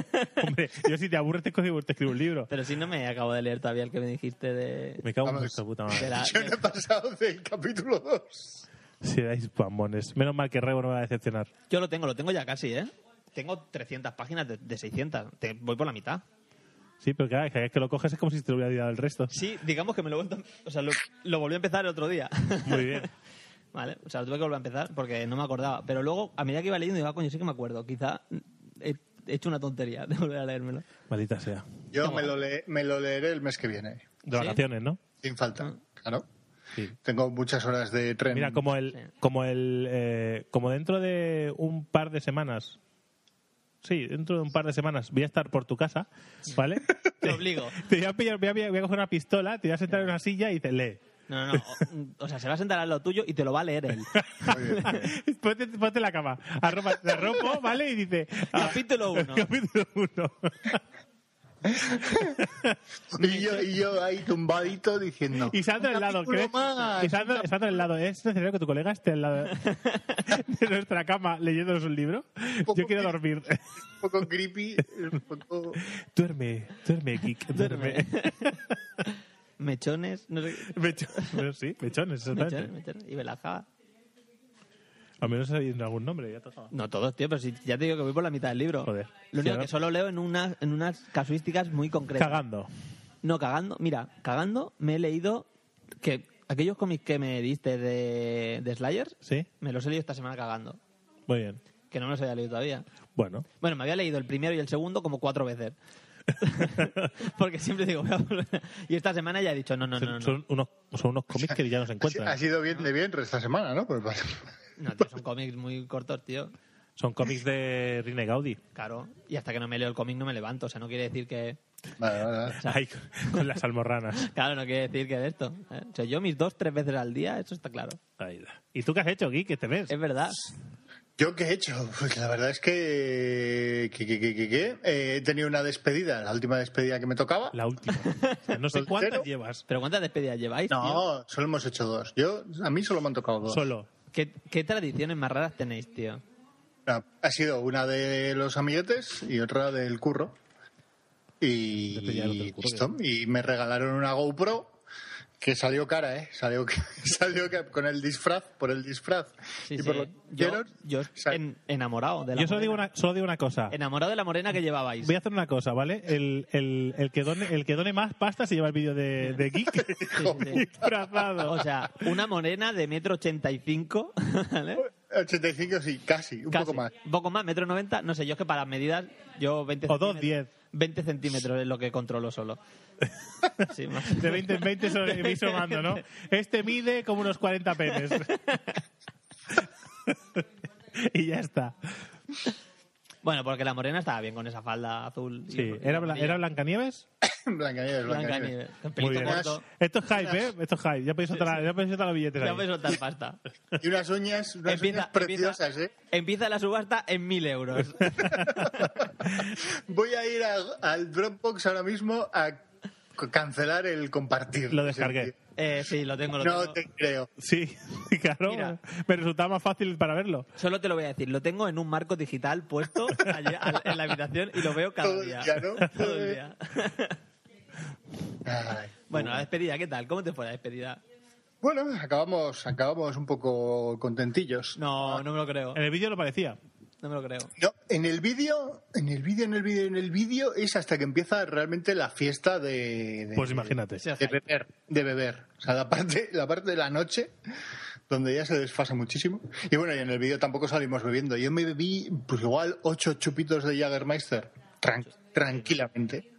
B: Hombre, yo si te aburres te, cojo y te escribo un libro.
D: <laughs> Pero si no me acabo de leer todavía el que me dijiste de...
B: Me cago en
C: Vamos.
B: vuestra puta
D: de
B: madre.
D: la-
C: <laughs> Yo no he pasado del capítulo 2.
B: Si dais pamones. Menos mal que Rebo no me va a decepcionar.
D: Yo lo tengo, lo tengo ya casi, ¿eh? Tengo 300 páginas de, de 600. Te- voy por la mitad.
B: Sí, pero cada vez que lo coges es como si te lo hubiera dado el resto.
D: Sí, digamos que me lo he vuelto... O sea, lo, lo volví a empezar el otro día. <laughs>
B: Muy bien.
D: Vale, o sea, lo tuve que volver a empezar porque no me acordaba. Pero luego, a medida que iba leyendo, digo, ah, coño, sí que me acuerdo. Quizá he he hecho una tontería de volver a leérmelo.
B: Maldita sea.
C: Yo me lo, le- me lo leeré el mes que viene,
B: De vacaciones, ¿no?
C: sin falta. Claro.
B: Sí. Em,
C: Tengo muchas horas de tren.
B: Mm. Mira, como el, como el, eh, como dentro de un par de semanas, sí, dentro de un par de semanas voy a estar por tu casa, ¿vale? <laughs>
D: Te obligo.
B: Te voy a pillar, voy a, voy a coger una pistola, te voy a sentar en una silla y te lee. <laughs>
D: No, no, no. O, o sea, se va a sentar al lado tuyo y te lo va a
B: <laughs>
D: leer él.
C: Muy bien, muy bien.
B: ponte, ponte en la cama. Arropa, te arropo, <laughs> ¿vale? Y dice. ah,
D: Capítulo 1.
B: Capítulo 1.
C: <laughs> Y yo, y yo ahí tumbadito diciendo.
B: <laughs> Y Sandra
C: "Un
B: al lado,
C: capítulo
B: ¿crees?
C: más,
B: Y Sandra,
C: un
B: Sandra al lado. ¿Es necesario que tu colega esté al <laughs> lado de nuestra cama leyéndonos un libro? Yo quiero dormir.
C: poco creepy, un poco.
B: <laughs> Duerme, duerme, geek, <laughs> duerme.
D: <laughs> Mechones, no sé.
B: <laughs> Mechones, bueno, sí, mechones, exactamente.
D: Mechones, mechones. Y Belajaba.
B: Al menos sabéis algún nombre, ya tocaba.
D: No todos, tío, pero si ya te digo que voy por la mitad del libro.
B: Joder.
D: Lo único
B: Sí,
D: que solo leo en unas, en unas casuísticas muy concretas.
B: Cagando.
D: No, cagando. Mira, cagando me he leído que aquellos cómics que me diste de, de Slayers,
B: Sí,
D: me los he leído esta semana cagando.
B: muy bien.
D: Que no me los había leído todavía.
B: Bueno,
D: Bueno, me había leído el primero y el segundo como cuatro veces. <laughs> Porque siempre digo, voy a volver. Y esta semana ya he dicho, no, no,
B: son,
D: no. No,
B: son unos, son unos cómics que ya
D: <laughs>
B: no se encuentran.
C: Ha sido bien de bien esta semana, ¿no? Pues, vale.
D: no tío, son cómics muy cortos, tío.
B: Son cómics de Rine Gaudi.
D: Claro. Y hasta que no me leo el cómic no me levanto. O sea, no quiere decir que.
C: Vale, vale, vale.
B: Ay, con las almorranas.
D: Claro, no quiere decir que de esto. ¿eh? O sea, yo mis dos, tres veces al día, eso está claro.
B: Ahí. ¿Y tú qué has hecho, Geek, este mes?
D: Es verdad.
C: ¿Yo qué he hecho? Pues la verdad es que. que, que, que, que- que, eh, he tenido una despedida, la última despedida que me tocaba.
B: La última. O sea, No sé
C: ¿Soltero?
B: cuántas llevas.
D: Pero ¿cuántas despedidas lleváis? tío?
C: No, solo hemos hecho dos. Yo, a mí solo me han tocado dos.
B: Solo.
D: ¿Qué, qué tradiciones más raras tenéis, tío?
C: Ah, Ha sido una de los amiguetes y otra del curro. Y,
B: Vete ya, no te lo juro
C: listo. y me regalaron una GoPro que salió cara, ¿eh? Salió, <laughs> salió ca- con el disfraz, por el disfraz.
D: Sí,
C: y
D: sí.
C: por lo que
D: Yo,
C: hicieron,
D: yo
C: sa-
D: en- enamorado de la
B: Yo solo digo,
D: morena.
B: una, solo digo una cosa.
D: Enamorado de la morena que llevabais.
B: Voy a hacer una cosa, ¿vale? El, el, el, que, done, el que done más pasta se lleva el vídeo de, de Geek
D: <laughs> Sí, sí, sí.
B: <laughs> disfrazado.
D: O sea, una morena de metro ochenta y cinco, <laughs> ¿vale?
C: 85 sí, casi, un
D: Casi.
C: poco más. <laughs>
D: Un poco más, metro noventa. No sé, yo es que para las medidas, yo 20
B: O dos,
D: centímetros-
B: diez.
D: 20 centímetros es lo que
B: <laughs>
D: controlo solo. Sí, más.
B: De 20 en 20 so- voy sumando, ¿no? Este mide como unos 40 penes. <laughs> y ya está.
D: Bueno, porque la morena estaba bien con esa falda azul. y-
B: Sí. ¿Era, Bla- ¿era Blancanieves?
C: Blancanieves, Blancanieves.
D: Blancanieves. Con pelito
B: Muy bien.
D: corto.
B: Esto es hype, ¿eh? Esto es hype. Ya podéis soltar, la- ya podéis soltar los billetes
D: Ya
B: ahí.
D: voy a soltar pasta.
C: <laughs> Y unas uñas, unas
D: Empieza,
C: uñas preciosas,
D: empieza,
C: ¿eh?
D: empieza la subasta en mil
C: <laughs>
D: euros.
C: ¿eh? Voy a ir a- al Dropbox ahora mismo a c- cancelar el compartir.
B: Lo descargué.
D: Eh, sí, lo tengo, lo tengo.
C: No te creo.
B: Sí, <laughs> claro.
D: Mira.
B: Me resultaba más fácil para verlo.
D: Solo te lo voy a decir, lo tengo en un marco digital puesto allí al- en la habitación y lo veo cada
C: Todo el
D: día.
C: día, ¿no?
D: <laughs> Todo el día.
C: Ay.
D: Bueno, la despedida, ¿qué tal? ¿Cómo te fue la despedida?
C: Bueno, acabamos, acabamos un poco contentillos.
D: No, no me lo creo.
B: En el vídeo lo parecía.
D: No me lo creo.
B: Eh,
C: No, en el vídeo, en el vídeo, en el vídeo, en el vídeo es hasta que empieza realmente la fiesta de, de-
B: Pues imagínate.
D: Ese
C: de
D: hype.
C: beber, de beber. O sea, la parte, la parte de la noche donde ya se desfasa muchísimo. Y bueno, y en el vídeo tampoco salimos bebiendo. Yo me bebí, pues igual, ocho chupitos de Jagermeister tran- tranquilamente.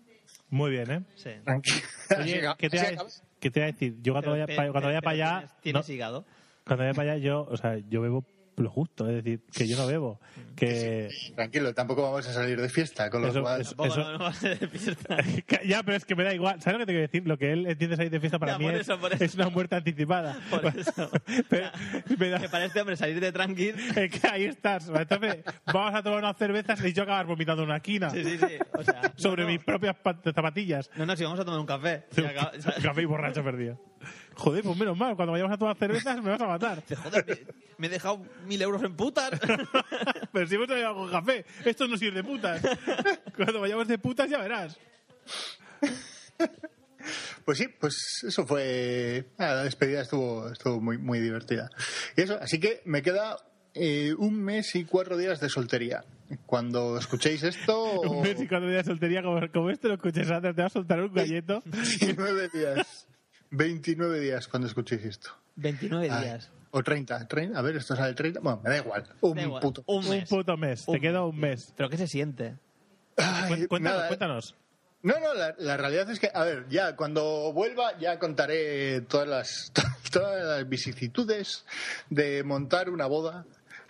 B: Muy bien, ¿eh?
D: Sí.
C: Tranqui- Así <laughs>
B: Oye,
C: acaba-
B: ¿qué te,
C: así
B: iba a
C: acaba.
B: decir? ¿qué te iba a decir? Yo cuando vaya,
D: Pero pe-
B: pa- cuando
D: pero-
B: vaya para
D: pero
B: allá...
D: ¿Tienes, tienes
B: no-
D: hígado?
B: Cuando vaya para allá, yo, o sea, yo bebo lo justo, es decir, que yo no bebo. Que.
C: Tranquilo, tampoco vamos a salir de fiesta, con lo
B: Eso-
C: cual-
B: eso-
D: Tampoco
B: eso-
D: no, no vas
B: <laughs>
D: a despierta.
B: que- ya, pero es que me da igual. ¿Sabes lo que te quiero decir? Lo que él entiende salir de fiesta para
D: Ya,
B: mí
D: por
B: es,
D: eso, por eso.
B: es una muerte anticipada.
D: <laughs> Por eso.
B: <laughs> Pero- me da- <laughs>
D: Que para este hombre salir de tranqui...
B: es que ahí estás. Entonces, vamos a tomar unas cervezas y yo acabas vomitando en una esquina
D: Sí, sí, sí. O sea, no,
B: sobre
D: no.
B: mis propias pa- zapatillas.
D: No, no, si vamos a tomar
B: <laughs>
D: un café. Se acaba- o sea,
B: Café y borracho perdido. Joder, pues menos mal, cuando vayamos a tomar cervezas me vas a
D: <laughs>
B: matar.
D: dice, joder, me, me he dejado mil euros en putas.
B: <laughs> Pero si hemos traído con café, esto no sirve de
D: <laughs>
B: putas. Cuando vayamos de putas ya verás.
C: Pues sí, pues eso fue. ah, la despedida estuvo, estuvo muy, muy divertida. Y eso, así que me queda eh, un mes y cuatro días de soltería. Cuando escuchéis esto.
B: <laughs>
D: Oh.
B: Un mes y cuatro días de soltería, como, como este lo escuches antes, te va a soltar un galleto.
C: 29 días. 29 días cuando escuchéis esto.
D: 29
C: Ay,
D: días.
C: o 30, 30. A ver, esto sale 30. Bueno, me da igual. Un
D: Da igual,
C: puto.
D: Un
B: Un
D: mes.
B: puto mes, te
D: Un
B: queda un mes.
D: ¿Pero qué se siente?
C: Ay,
B: Cuen- Cuéntanos,
C: nada.
B: cuéntanos.
C: No, no, la, la realidad es que, a ver, ya cuando vuelva ya contaré todas las, <laughs> todas las vicisitudes de montar una boda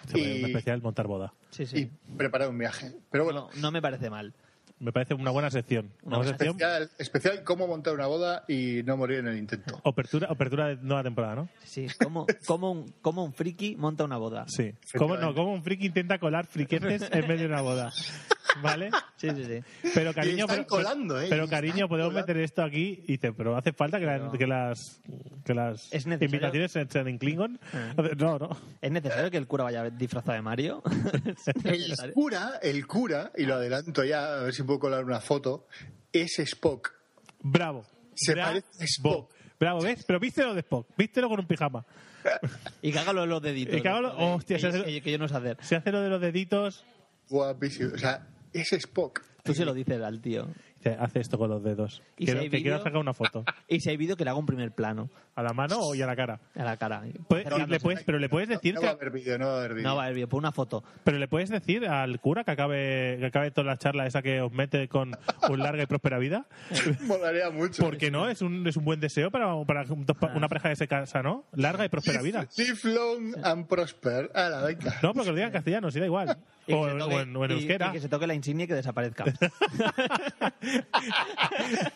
B: Se va a ir Un
C: y,
B: especial montar boda.
D: Sí, sí.
C: y preparar un viaje. Pero bueno,
D: No, no me parece mal.
B: Me parece una buena sección. Una
D: Una
B: buena
D: buena
B: sección.
C: Especial, especial cómo montar una boda y no morir en el
B: <laughs>
C: intento.
B: Apertura, apertura de nueva temporada, ¿no?
D: Sí, como, como, un, como un friki monta una boda.
B: Sí. ¿Cómo, no, cómo un friki intenta colar friquetes en medio de una boda? ¿Vale?
D: sí, sí. sí.
B: Pero cariño,
C: Y están
B: pero-
C: colando, ¿eh? Y
B: pero
C: están
B: cariño, podemos
C: colando.
B: meter esto aquí y te, pero hace falta que, la-
D: Pero-
B: que las que las
D: ¿Es necesario?
B: invitaciones sean en Klingon.
D: Eh.
B: No, no.
D: ¿Es necesario que el cura vaya disfrazado
B: <laughs>
D: de Mario? <laughs> ¿Es
C: El
D: necesario?
C: cura, el cura, y lo adelanto ya, a ver si puedo colar una foto, es Spock.
B: Bravo.
C: Se
B: Bravo.
C: parece a Spock.
B: Bravo, ¿ves? Pero vístelo de Spock, vístelo con un pijama.
D: y que haga lo de los deditos.
B: Y que haga lo-
D: ¿no?
B: hostia,
D: que,
B: se-
D: que- que yo no sé hacer.
B: Se hace lo de los deditos,
C: Guapísimo. O sea, es Spock.
D: Tú se lo dices al tío.
B: dice, hace esto con los dedos.
D: ¿Y
B: Quiero-
D: si hay
B: que quiero
D: vídeo?
B: sacar una foto.
D: Y si hay vídeo que le haga un primer plano
B: ¿A la mano o y a la cara?
D: a la cara.
B: Puede-
D: Acercándose.
B: le puedes- pero le puedes decir
C: No
B: que-
C: va a haber vídeo, no va a haber vídeo.
D: No va a haber vídeo, pon una foto.
B: Pero le puedes decir al cura que acabe, que acabe toda la charla esa que os mete con un larga y próspera vida.
C: <laughs> Molaría mucho.
B: Porque no, es un, es un buen deseo para, para un- dos pa- una pareja que se casa, ¿no? Larga y próspera vida.
C: Live long and prosper. Ala, venga.
B: No, porque lo diga en castellano, sí, da igual.
D: Y
B: O,
D: que se toque-
B: o en, o en
D: y-
B: euskera.
D: y que se toque la insignia y
B: <laughs>
D: que desaparezca.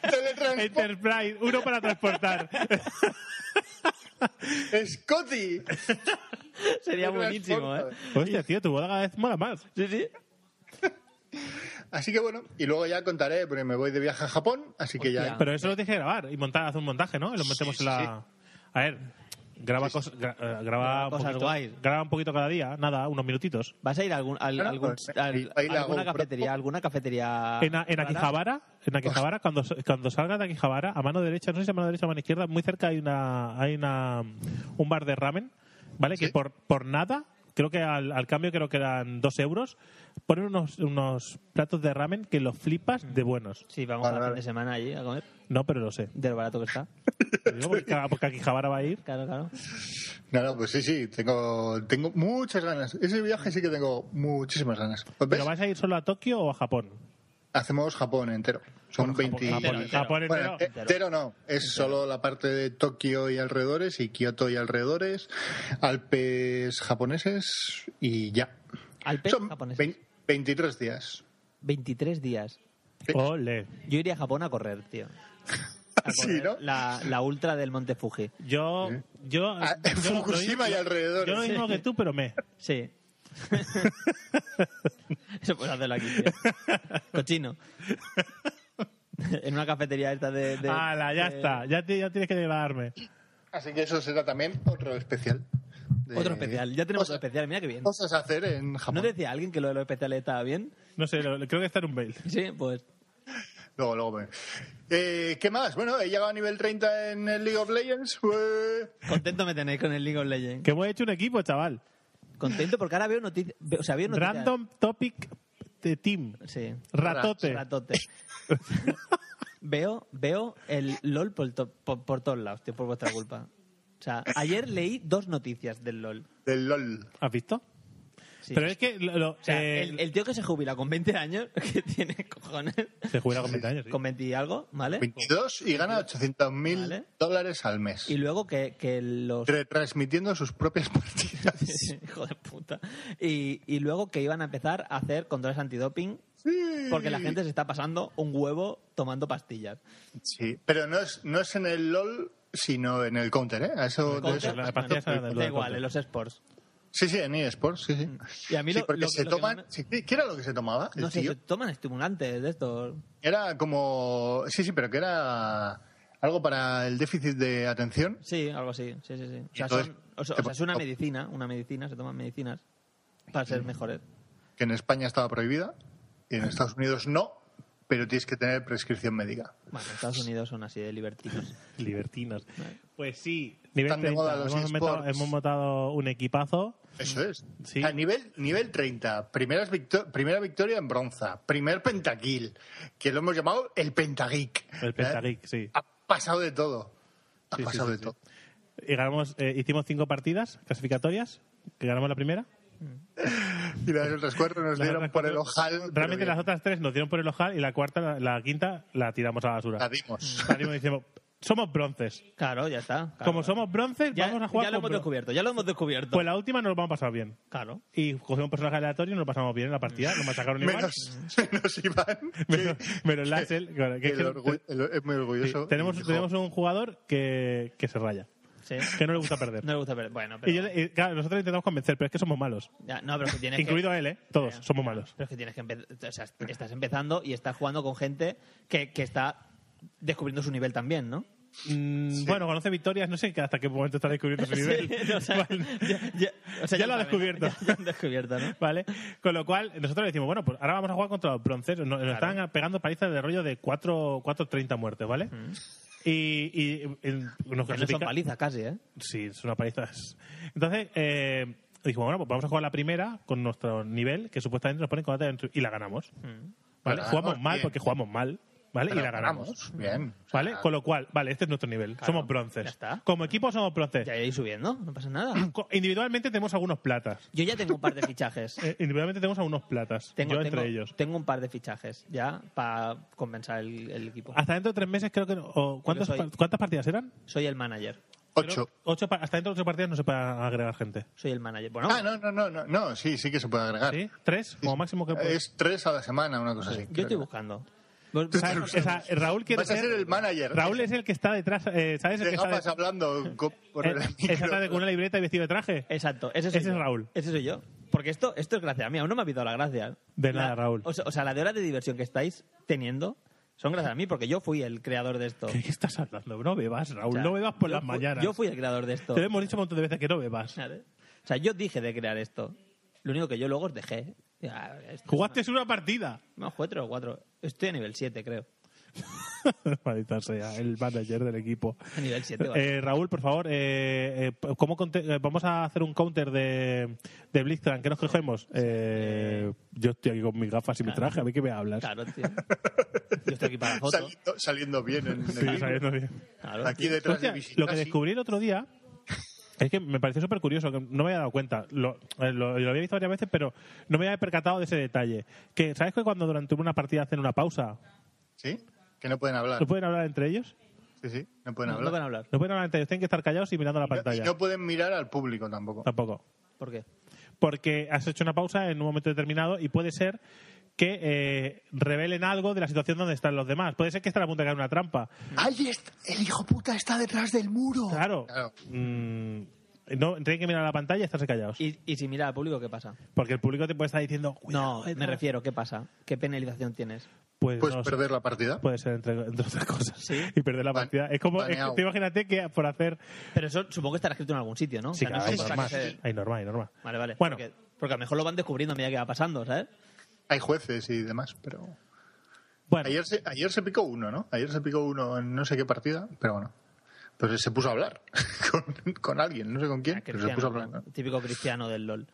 C: Teletransport.
B: Enterprise, uno para <laughs> transportar.
C: Scotty. Teletransporta.
D: Sería buenísimo, ¿eh?
B: Hostia, tío, tu boda cada vez mola más.
D: Sí, sí.
C: Así que bueno, y luego ya contaré, porque me voy de viaje a Japón, así que ya.
D: Hostia.
B: Pero eso lo tienes que grabar y montar, hacer un montaje, ¿no? Y lo
C: Ah,
B: metemos
C: sí,
B: en la. A ver, graba cosas. gra- eh, graba,
D: Graba
B: un
D: cosas
B: poquito-
D: guays.
B: graba un poquito cada día, nada, unos minutitos.
D: ¿Vas a ir a algún, al-
C: Bueno,
D: algún-
C: pues,
D: al-
C: ahí- ahí la
D: alguna
C: GoPro.
D: cafetería? ¿Alguna
C: Ah,
D: cafetería?
B: En, en
D: rara?
B: Akihabara,
C: <laughs>
B: en Akihabara cuando, cuando salgas de Akihabara, a mano derecha, no sé si a mano derecha o a mano izquierda, muy cerca hay una hay una un bar de ramen, ¿vale? Que por, por nada, creo que al, al cambio creo que eran dos euros, ponen unos, unos platos de ramen que los flipas
C: Mm.
B: de buenos.
D: Sí, vamos
C: Vale,
D: a la fin
C: vale.
D: de semana allí a comer.
B: No, pero lo sé.
D: De lo barato
C: <laughs>
D: que está.
B: Lo digo porque, claro, porque Akihabara va a ir.
D: Claro, claro.
C: No, no, pues sí, sí, tengo, tengo muchas ganas. Ese viaje sí que tengo muchísimas ganas. Pues ves,
B: ¿Pero vais a ir solo a Tokio o a Japón?
C: Hacemos Japón entero. Son
B: Bueno, Japón-
C: 20.
B: Japón-
D: Entero,
B: Japón
C: Bueno, eh,
B: entero.
C: entero, no, es solo la parte de Tokio y alrededores, y Kioto y alrededores, Alpes japoneses y ya.
D: Alpes
C: Son
D: japoneses.
C: 20 23 días.
D: 23 días.
B: Ole.
D: Yo iría a Japón a correr,
B: <laughs>
D: tío. A
C: Sí,
D: correr
C: ¿no?
D: la, la ultra del Monte Fuji.
B: Yo, yo,
C: Ah,
B: yo lo- lo-
C: Fukushima y alrededores.
B: Yo lo mismo que tú, pero me. <laughs>
D: Sí. Eso puedes hacerlo aquí, tío. Cochino. en una cafetería esta de... de-
B: Ala, ya
D: de-
B: está. Ya, te- ya tienes que llevarme.
C: Así que eso será también otro especial. de-
D: Otro especial. Ya tenemos
C: cosas-
D: otro especial. Mira qué bien.
C: Cosas a hacer en Japón.
D: ¿No decía alguien que lo de los especiales estaba bien?
B: No sé, lo- creo que está en un bail.
D: Sí, pues...
C: Luego, luego. bueno. Eh, ¿Qué más? Bueno, he llegado a nivel 30 en el League of Legends. eh,
D: Contento me tenéis con el League of Legends.
B: Que hemos hecho un equipo, chaval.
D: Contento porque ahora veo noticias... O sea, veo noticias...
B: Random Topic de Team.
D: Sí.
B: Ratote.
D: Ratote. veo, veo el LOL por, to- por, por todos lados, tío, por vuestra culpa. O sea, ayer leí dos noticias del LOL.
C: Del LOL.
D: ¿Eh?
B: ¿Has visto?
D: Sí.
B: Pero es que lo- lo-
D: O sea,
B: eh,
D: el, el tío que se jubila con 20 años, <laughs> que tiene cojones,
B: se juega con 20 años. sí.
D: con 20 y algo, ¿vale?
C: 22 y gana 800 mil
D: Vale.
C: dólares al mes.
D: Y luego que, que los...
C: Retransmitiendo sus propias <laughs> partidas.
D: <laughs> Hijo de puta. Y, y luego que iban a empezar a hacer controles antidoping
C: Sí.
D: porque la gente se está pasando un huevo tomando pastillas.
C: Sí, pero no es, no es en el LOL, sino en el Counter, ¿eh? A eso, de
D: Counter,
C: eso-
B: las partidas
C: a-
B: eran del-
D: Da igual, en los esports.
C: Sí, sí, en eSports, sí, sí.
D: Y Mm. a mí
C: Sí,
D: lo-
C: porque
D: lo-
C: se
D: lo que
C: toman...
D: más me-
C: sí, ¿Qué era lo que se tomaba? el
D: No sé,
C: tío?
D: se toman estimulantes de estos.
C: Era como... Sí, sí, pero que era algo para el déficit de atención.
D: Sí, algo así. Sí, sí, sí. O sea,
C: Entonces,
D: son- o sea-
C: te
D: o sea, es una
C: pones-
D: medicina, una medicina, se toman medicinas para ser
C: Mm.
D: mejores.
C: que en España estaba prohibida y en Estados Unidos no, pero tienes que tener prescripción médica.
D: Bueno, en Estados Unidos son así de libertinos.
B: Libertinos.
D: Vale.
B: ¿eh? Pues sí, nivel
C: Están de
B: 30.
C: moda los
B: hemos,
C: esports.
B: montado, hemos montado un equipazo.
C: Eso es.
B: Sí.
C: A nivel, nivel 30, primeras victo- primera victoria en bronza, primer pentakill, que lo hemos llamado el pentageek.
B: El Pentageek, sí.
C: Ha pasado de todo. Ha
B: Sí, sí,
C: pasado
B: sí,
C: de
B: sí.
C: todo.
B: Y ganamos, eh, hicimos cinco partidas clasificatorias, que ganamos la primera.
C: Y las otras cuatro nos
B: Las
C: dieron
B: otras
C: por el
B: cuatro-
C: ojal. pero
B: Realmente
C: bien,
B: las otras tres nos dieron por el ojal y la cuarta, la, la quinta, la tiramos a la basura.
C: La dimos.
B: Salimos y decimos, somos bronces.
D: Claro, ya está. claro.
B: Como somos bronces,
D: ya,
B: vamos a jugar
D: ya lo
B: con
D: hemos
B: bron-
D: descubierto, ya lo hemos descubierto.
B: Pues la última nos lo vamos a pasar bien.
D: Claro.
B: Y cogemos un personaje aleatorio y nos lo pasamos bien en la partida. Nos machacaron igual.
C: Menos, <laughs> menos Iván.
B: <laughs> menos,
C: que-
B: menos Lassel. claro, que
C: que
B: es que-
C: el orgu- el- es muy
B: sí,
C: orgulloso.
B: tenemos,
C: Y dijo,
B: tenemos un jugador que, que se raya. <laughs>
D: Sí.
B: Que no le gusta perder.
D: No le gusta ver. Bueno, pero.
B: y yo le- y, claro, nosotros le intentamos convencer, pero es que somos malos.
D: Ya, no, pero es que tienes
B: Incluido
D: que...
B: a él, ¿eh? Todos
D: Ya.
B: somos malos.
D: Pero es que tienes que empe- o sea, estás empezando y estás jugando con gente que, que está descubriendo su nivel también, ¿no? <laughs>
B: Mm, Bueno, conoce victorias, no sé qué- hasta qué momento está <laughs> descubriendo su nivel.
D: Sí, o sea,
B: Vale.
D: ya, ya- o sea,
B: Ya lo ha
D: saben,
B: descubierto.
D: ¿no? <laughs> Ya, ya lo
B: <laughs>
D: han descubierto, ¿no?
B: ¿Vale? Con lo cual, nosotros le decimos, bueno, pues ahora vamos a jugar contra los bronces. Nos, nos están pegando palizas de rollo de 4, 4.30 muertes, ¿vale? Y, y- y nos
D: Que no son
B: clasifica-
D: palizas casi, ¿eh?
B: Sí, es una paliza. Entonces, eh, dijimos, bueno, pues vamos a jugar la primera con nuestro nivel, que supuestamente nos ponen combate de aventura, y la ganamos. ¿Vale?
C: La
B: jugamos
C: ganamos,
B: mal
C: bien.
B: porque jugamos mal, ¿vale?
C: "Pero
B: y la ganamos.
C: Bien.
B: ¿Vale? Con lo cual, vale, este es nuestro nivel. somos bronces.
D: ya está.
B: Como equipo somos bronces.
D: Ya ir subiendo, no pasa nada.
B: Co- Individualmente tenemos algunos platas.
D: Yo ya tengo un
B: <laughs>
D: par de fichajes.
B: Eh, individualmente tenemos algunos platas.
D: Tengo,
B: yo
D: tengo-
B: entre ellos.
D: tengo un par de fichajes ya para compensar el, el equipo.
B: Hasta dentro de tres meses creo que... no- o ¿cuántas,
D: soy-
B: pa- ¿Cuántas partidas eran?
D: Soy el manager.
C: Ocho.
B: Creo- ocho pa- hasta dentro de ocho partidas no se puede agregar gente.
D: Soy el manager. Bueno,
C: Ah, no, no, no, no, no, sí, sí que se puede agregar. Eh,
B: ¿Sí? pues- ¿Tres? Como máximo que... puede-
C: Es tres a la semana, una cosa así.
D: yo
C: creo que.
D: estoy buscando.
B: O sea, o sea, Raúl quiere
C: Vas a ser el manager.
B: Raúl es el que está detrás, eh, ¿sabes? El
C: Te
B: que está
C: gafas
B: de-
C: hablando con- por
B: eh,
C: el
B: exactamente, con
C: micro.
B: una libreta y vestido de traje.
D: Exacto, ese soy
B: Ese es
D: yo.
B: Raúl.
D: Ese soy yo. Porque esto, esto es gracias a mí, aún no me ha pido la gracia.
B: De
D: La-
B: nada, Raúl.
D: O sea, o sea, la de horas de diversión que estáis teniendo son gracias a mí, porque yo fui el creador de esto.
B: ¿Qué, qué estás hablando? No bebas,
D: O
B: Raúl.
D: sea,
B: no bebas por
D: yo
B: las
D: fu-
B: mañanas.
D: Yo fui el creador de esto.
B: Te lo hemos dicho un montón de veces que no bebas.
D: Claro. O sea, yo dije de crear esto. Lo único que yo luego os dejé. Ya, esto-
B: Jugaste una partida.
D: No, jugué tres o cuatro. Estoy a nivel 7, creo.
B: <laughs> Maldita sea, el manager del equipo.
D: A nivel 7, vale.
B: Eh, Raúl, por favor, eh, eh, ¿cómo conte- eh, vamos a hacer un counter de, de Blitzcrank? ¿Qué nos cogemos? Eh, yo estoy aquí con mis gafas y mi traje, a ver qué me hablas. <laughs>
D: Claro, tío. Yo estoy aquí para la foto.
C: Saliendo, saliendo bien en
B: Sí,
C: el libro.
B: sabiendo bien.
D: Claro.
C: Aquí detrás
B: Hostia,
C: de visita,
B: lo que
C: sí.
B: descubrí el otro día es que me pareció súper curioso, que no me había dado cuenta. Lo, eh, lo- lo había visto varias veces, pero no me había percatado de ese detalle. Que, ¿Sabes que cuando durante una partida hacen una pausa,
C: ¿Sí? Que no pueden hablar.
B: no pueden hablar entre ellos?
C: Sí, sí, no pueden
D: No, no
C: hablar.
D: van a hablar.
B: No pueden hablar entre ellos, tienen que estar callados y mirando la
C: Y
B: pantalla.
C: no pueden mirar al público tampoco.
B: Tampoco.
D: ¿Por qué?
B: Porque has hecho una pausa en un momento determinado y puede ser que eh, revelen algo de la situación donde están los demás. Puede ser que estén a punto de caer en una trampa.
C: ¡Ay, es- el hijo puta está detrás del muro!
B: Claro.
C: Claro.
B: Mm, no, tienen que mirar la pantalla y estarse callados.
D: Y, y si mira al público, ¿qué pasa?
B: Porque el público te puede estar diciendo, "Cuidado,
D: No, me
B: cuidado".
D: refiero, ¿qué pasa? ¿Qué penalización tienes?
B: Pues,
C: Puedes
B: no pues- sé.
C: perder la partida.
B: puede ser entre, entre otras cosas.
D: Sí.
B: <laughs> Y perder la
C: Ban-
B: partida. Es como, es que
C: baneado.
B: te imagínate que por hacer.
D: Pero eso supongo que estará escrito en algún sitio, ¿no?
B: Sí,
D: O sea, no
B: claro,
D: es
C: sí,
D: cosa
B: normal.
D: que se-
B: Hay normal, hay normal.
D: Vale, vale.
B: Bueno,
D: Porque, porque a lo mejor lo van descubriendo a medida que va pasando, ¿sabes?
C: Hay jueces y demás, pero...
B: bueno
C: Ayer se, ayer se picó uno, ¿no? Ayer se picó uno en no sé qué partida, pero bueno. Pues se puso a hablar <laughs> con, con alguien, no sé con
B: Ah,
C: quién, pero se puso a hablar. ¿no?
D: Típico cristiano del LOL.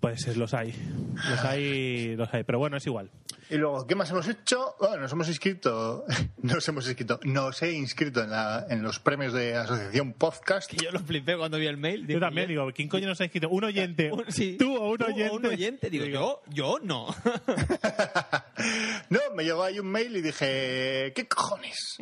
B: puede ser, pues los hay. Los hay, los hay. Pero bueno, es igual.
C: Y luego, ¿qué más hemos hecho? Bueno, nos hemos inscrito, <laughs> nos hemos inscrito, nos he inscrito en, la, en los premios de Asociación Podcast.
D: Que yo lo flipé cuando vi el mail.
B: Yo también digo, ¿quién coño nos ha escrito? ¿Un oyente?
D: <laughs> un- sí,
B: <laughs> ¿Tú o un oyente?
D: Digo, yo, yo
B: <laughs>
D: no.
C: No, me llegó ahí un mail y dije, ¿qué cojones?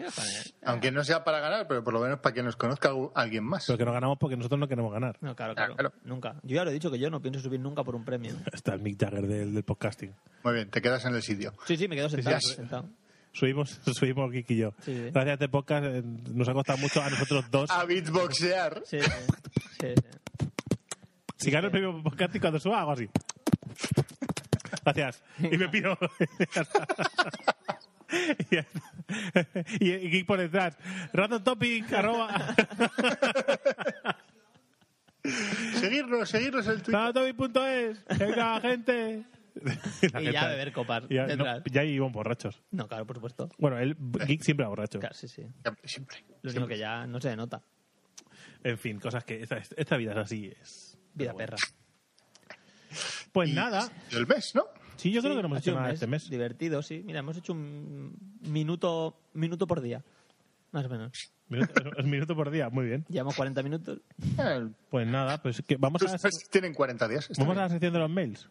C: Aunque no sea para ganar, pero por lo menos para que nos conozca algu- alguien más.
B: Pero que no ganamos porque nosotros no queremos ganar.
D: no, claro,
C: Ah,
D: claro,
C: claro.
D: Nunca. Yo ya lo he dicho que yo no pienso subir nunca por
B: <laughs>
D: un premio.
B: Está el Mick Jagger del, del podcasting.
C: Muy bien, te quedas en el sitio.
D: Sí, sí, me quedo sentado.
C: sí.
D: sentado.
B: eh, Subimos, <laughs> subimos Kiki y yo.
D: Sí, Ah, sí.
B: Gracias a este podcast eh, nos ha costado mucho a nosotros dos.
C: A beatboxear.
B: <laughs>
D: Sí, sí, sí, sí.
B: si gano el premio podcasting cuando suba, hago así. Gracias. Y me pido. <laughs> y, ya está. <laughs> y, y por detrás. Random topic,
D: <laughs>
B: arroba.
C: Seguirnos, seguirnos en Twitter.
B: randomtopic.es. Venga, gente. <laughs> La
D: Y
B: gente-
D: ya beber copas
B: y ya, no,
D: detrás.
B: ya iban borrachos.
D: No, claro, por supuesto.
B: Bueno, el geek siempre va borracho.
D: Claro, sí, sí.
C: Siempre, siempre.
B: Pues
D: Lo único que ya no se denota.
B: En fin, cosas que esta, esta vida es así. Es.
D: Vida perra.
B: Pues
C: Y-
B: nada.
C: y el mes, ¿no?
B: Sí, yo creo que no hemos
D: Ha sido
B: hecho
D: un
B: nada este mes.
D: Divertido, sí. Mira, hemos hecho un minuto, minuto por día. Más o menos.
B: Minuto, es minuto por día, muy bien.
D: Llevamos 40 minutos.
C: El-
B: Pues nada, pues que vamos a,
C: Tus meses tienen 40 días. está
B: vamos a
C: bien.
B: la sección de los mails.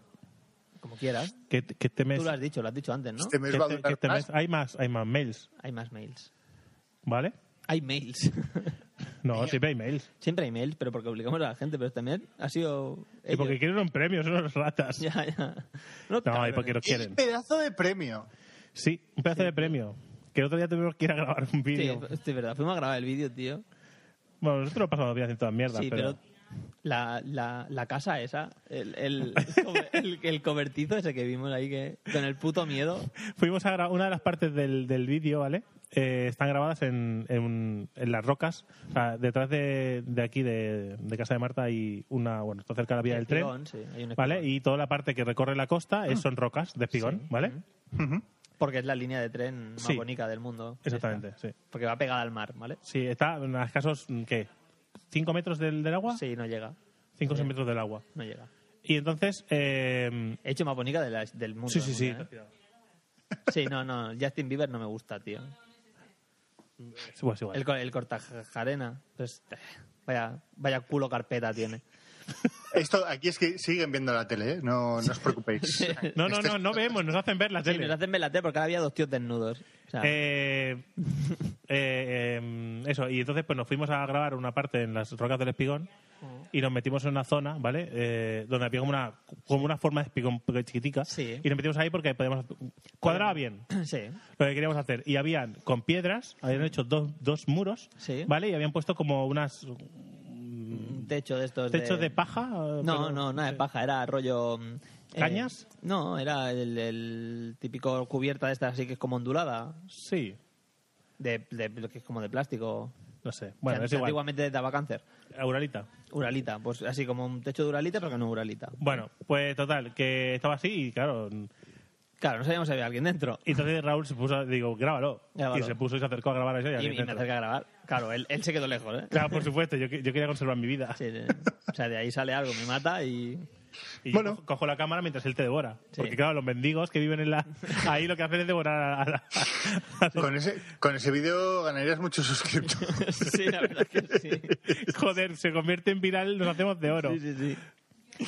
D: Como quieras.
B: Que, que este mes,
D: Tú lo has dicho, lo has dicho antes, ¿no?
C: Este mes
B: que
C: va a
B: este-
C: durar
B: que este
C: más.
B: mes hay más, hay más mails.
D: Hay más mails.
B: ¿Vale?
D: Hay mails. <laughs>
B: No, siempre hay mails.
D: Siempre hay mails, pero porque obligamos a la gente, pero también ha sido.
B: Y porque
D: ellos.
B: quieren un premio, son los ratas.
D: <laughs> Ya, ya.
B: No, y
D: cabrones.
B: porque lo
C: Es
B: quieren.
C: un pedazo de premio.
B: Sí, un pedazo de premio. Que el otro día tuvimos que ir a grabar un
D: Sí, pues.
B: vídeo.
D: es es verdad, fuimos a grabar el vídeo, tío.
B: Bueno, nosotros lo pasamos bien haciendo todas mierdas,
D: Sí,
B: pero...
D: pero la, la, la casa esa, el, el, <laughs> el, el cobertizo ese que vimos ahí, que con el puto miedo.
B: Fuimos a gra- una de las partes del, del vídeo, ¿vale? Eh, están grabadas en, en- en las rocas. O sea, detrás de, de aquí, de, de Casa de Marta, hay una... Bueno, está cerca de la vía del tren.
D: Espigón, sí, hay un
B: ¿Vale?
D: espigón. Ah.
B: Y toda la parte que recorre la costa es- son rocas de espigón,
D: Sí.
B: ¿vale?
D: Ujú.
C: Ujú.
D: Porque es la línea de tren más
B: Sí.
D: bonita del mundo.
B: Exactamente, sí.
D: Porque va pegada al mar, ¿vale?
B: Sí, está a escasos, ¿qué? ¿Cinco metros del, del agua?
D: Sí, no llega.
B: Cinco o seis metros del agua.
D: No llega.
B: Y entonces... eh,
D: He hecho más bonita de la- del mundo.
B: sí, sí, sí.
D: del mundo, ¿eh? Sí, no, no. Justin Bieber no me gusta, tío.
B: Pues igual.
D: El, co- el cortajarena. Pues, vaya, vaya culo carpeta tiene.
C: Esto aquí es que siguen viendo la tele, ¿eh? no, no os
B: <laughs>
C: preocupéis.
B: No, no, no, no vemos, nos hacen ver la
D: Sí,
B: tele.
D: nos hacen ver la tele porque ahora había dos tíos desnudos. O sea,
B: Eh, <laughs> eh, eh, eso, y entonces pues nos fuimos a grabar una parte en las rocas del espigón y nos metimos en una zona, ¿vale? Eh, donde había como una, como una forma de espigón chiquitica
D: Sí.
B: y nos metimos ahí porque podíamos... Cuadraba bien <clears throat>
D: Sí.
B: lo que queríamos hacer. Y habían, con piedras, habían hecho dos, dos muros,
D: Sí.
B: ¿vale? Y habían puesto como unas
D: Un techo de estos.
B: techos de paja. eh,
D: No,
B: pero-
D: no, nada de paja. Era rollo. mm, eh,
B: ¿Cañas?
D: no, era el, el típico cubierta de estas así que es como ondulada.
B: Sí,
D: De, de- que es como de plástico.
B: no sé. Bueno,
D: que
B: es igual.
D: Antiguamente daba cáncer.
B: Auralita.
D: Uralita, pues así como un techo de uralita, pero que no uralita.
B: Bueno, pues total, que estaba así y claro,
D: Claro, no sabíamos si había alguien dentro.
B: Y entonces Raúl se puso, digo, grábalo.
D: Grábalo.
B: Y se puso y se acercó a grabar eso. Y,
D: Y,
B: ahí
D: y me
B: dentro.
D: acerqué a grabar. Claro, él, él se quedó lejos,
B: <laughs>
D: ¿eh?
B: Claro, por supuesto, yo, que- yo quería conservar mi vida.
D: Sí, sí. O sea, de ahí sale algo, me
B: <laughs>
D: mata y. <laughs>
B: Y yo
C: Bueno.
B: cojo, cojo la cámara mientras él te devora.
D: Sí.
B: Porque claro, los mendigos que viven en la... Ahí lo que hacen es devorar a, a la- a los-
C: Con ese, con ese vídeo ganarías muchos
B: <laughs>
C: suscriptores.
D: sí, la verdad es que sí.
B: Joder, se convierte en viral, nos hacemos de oro.
D: Sí, sí, sí.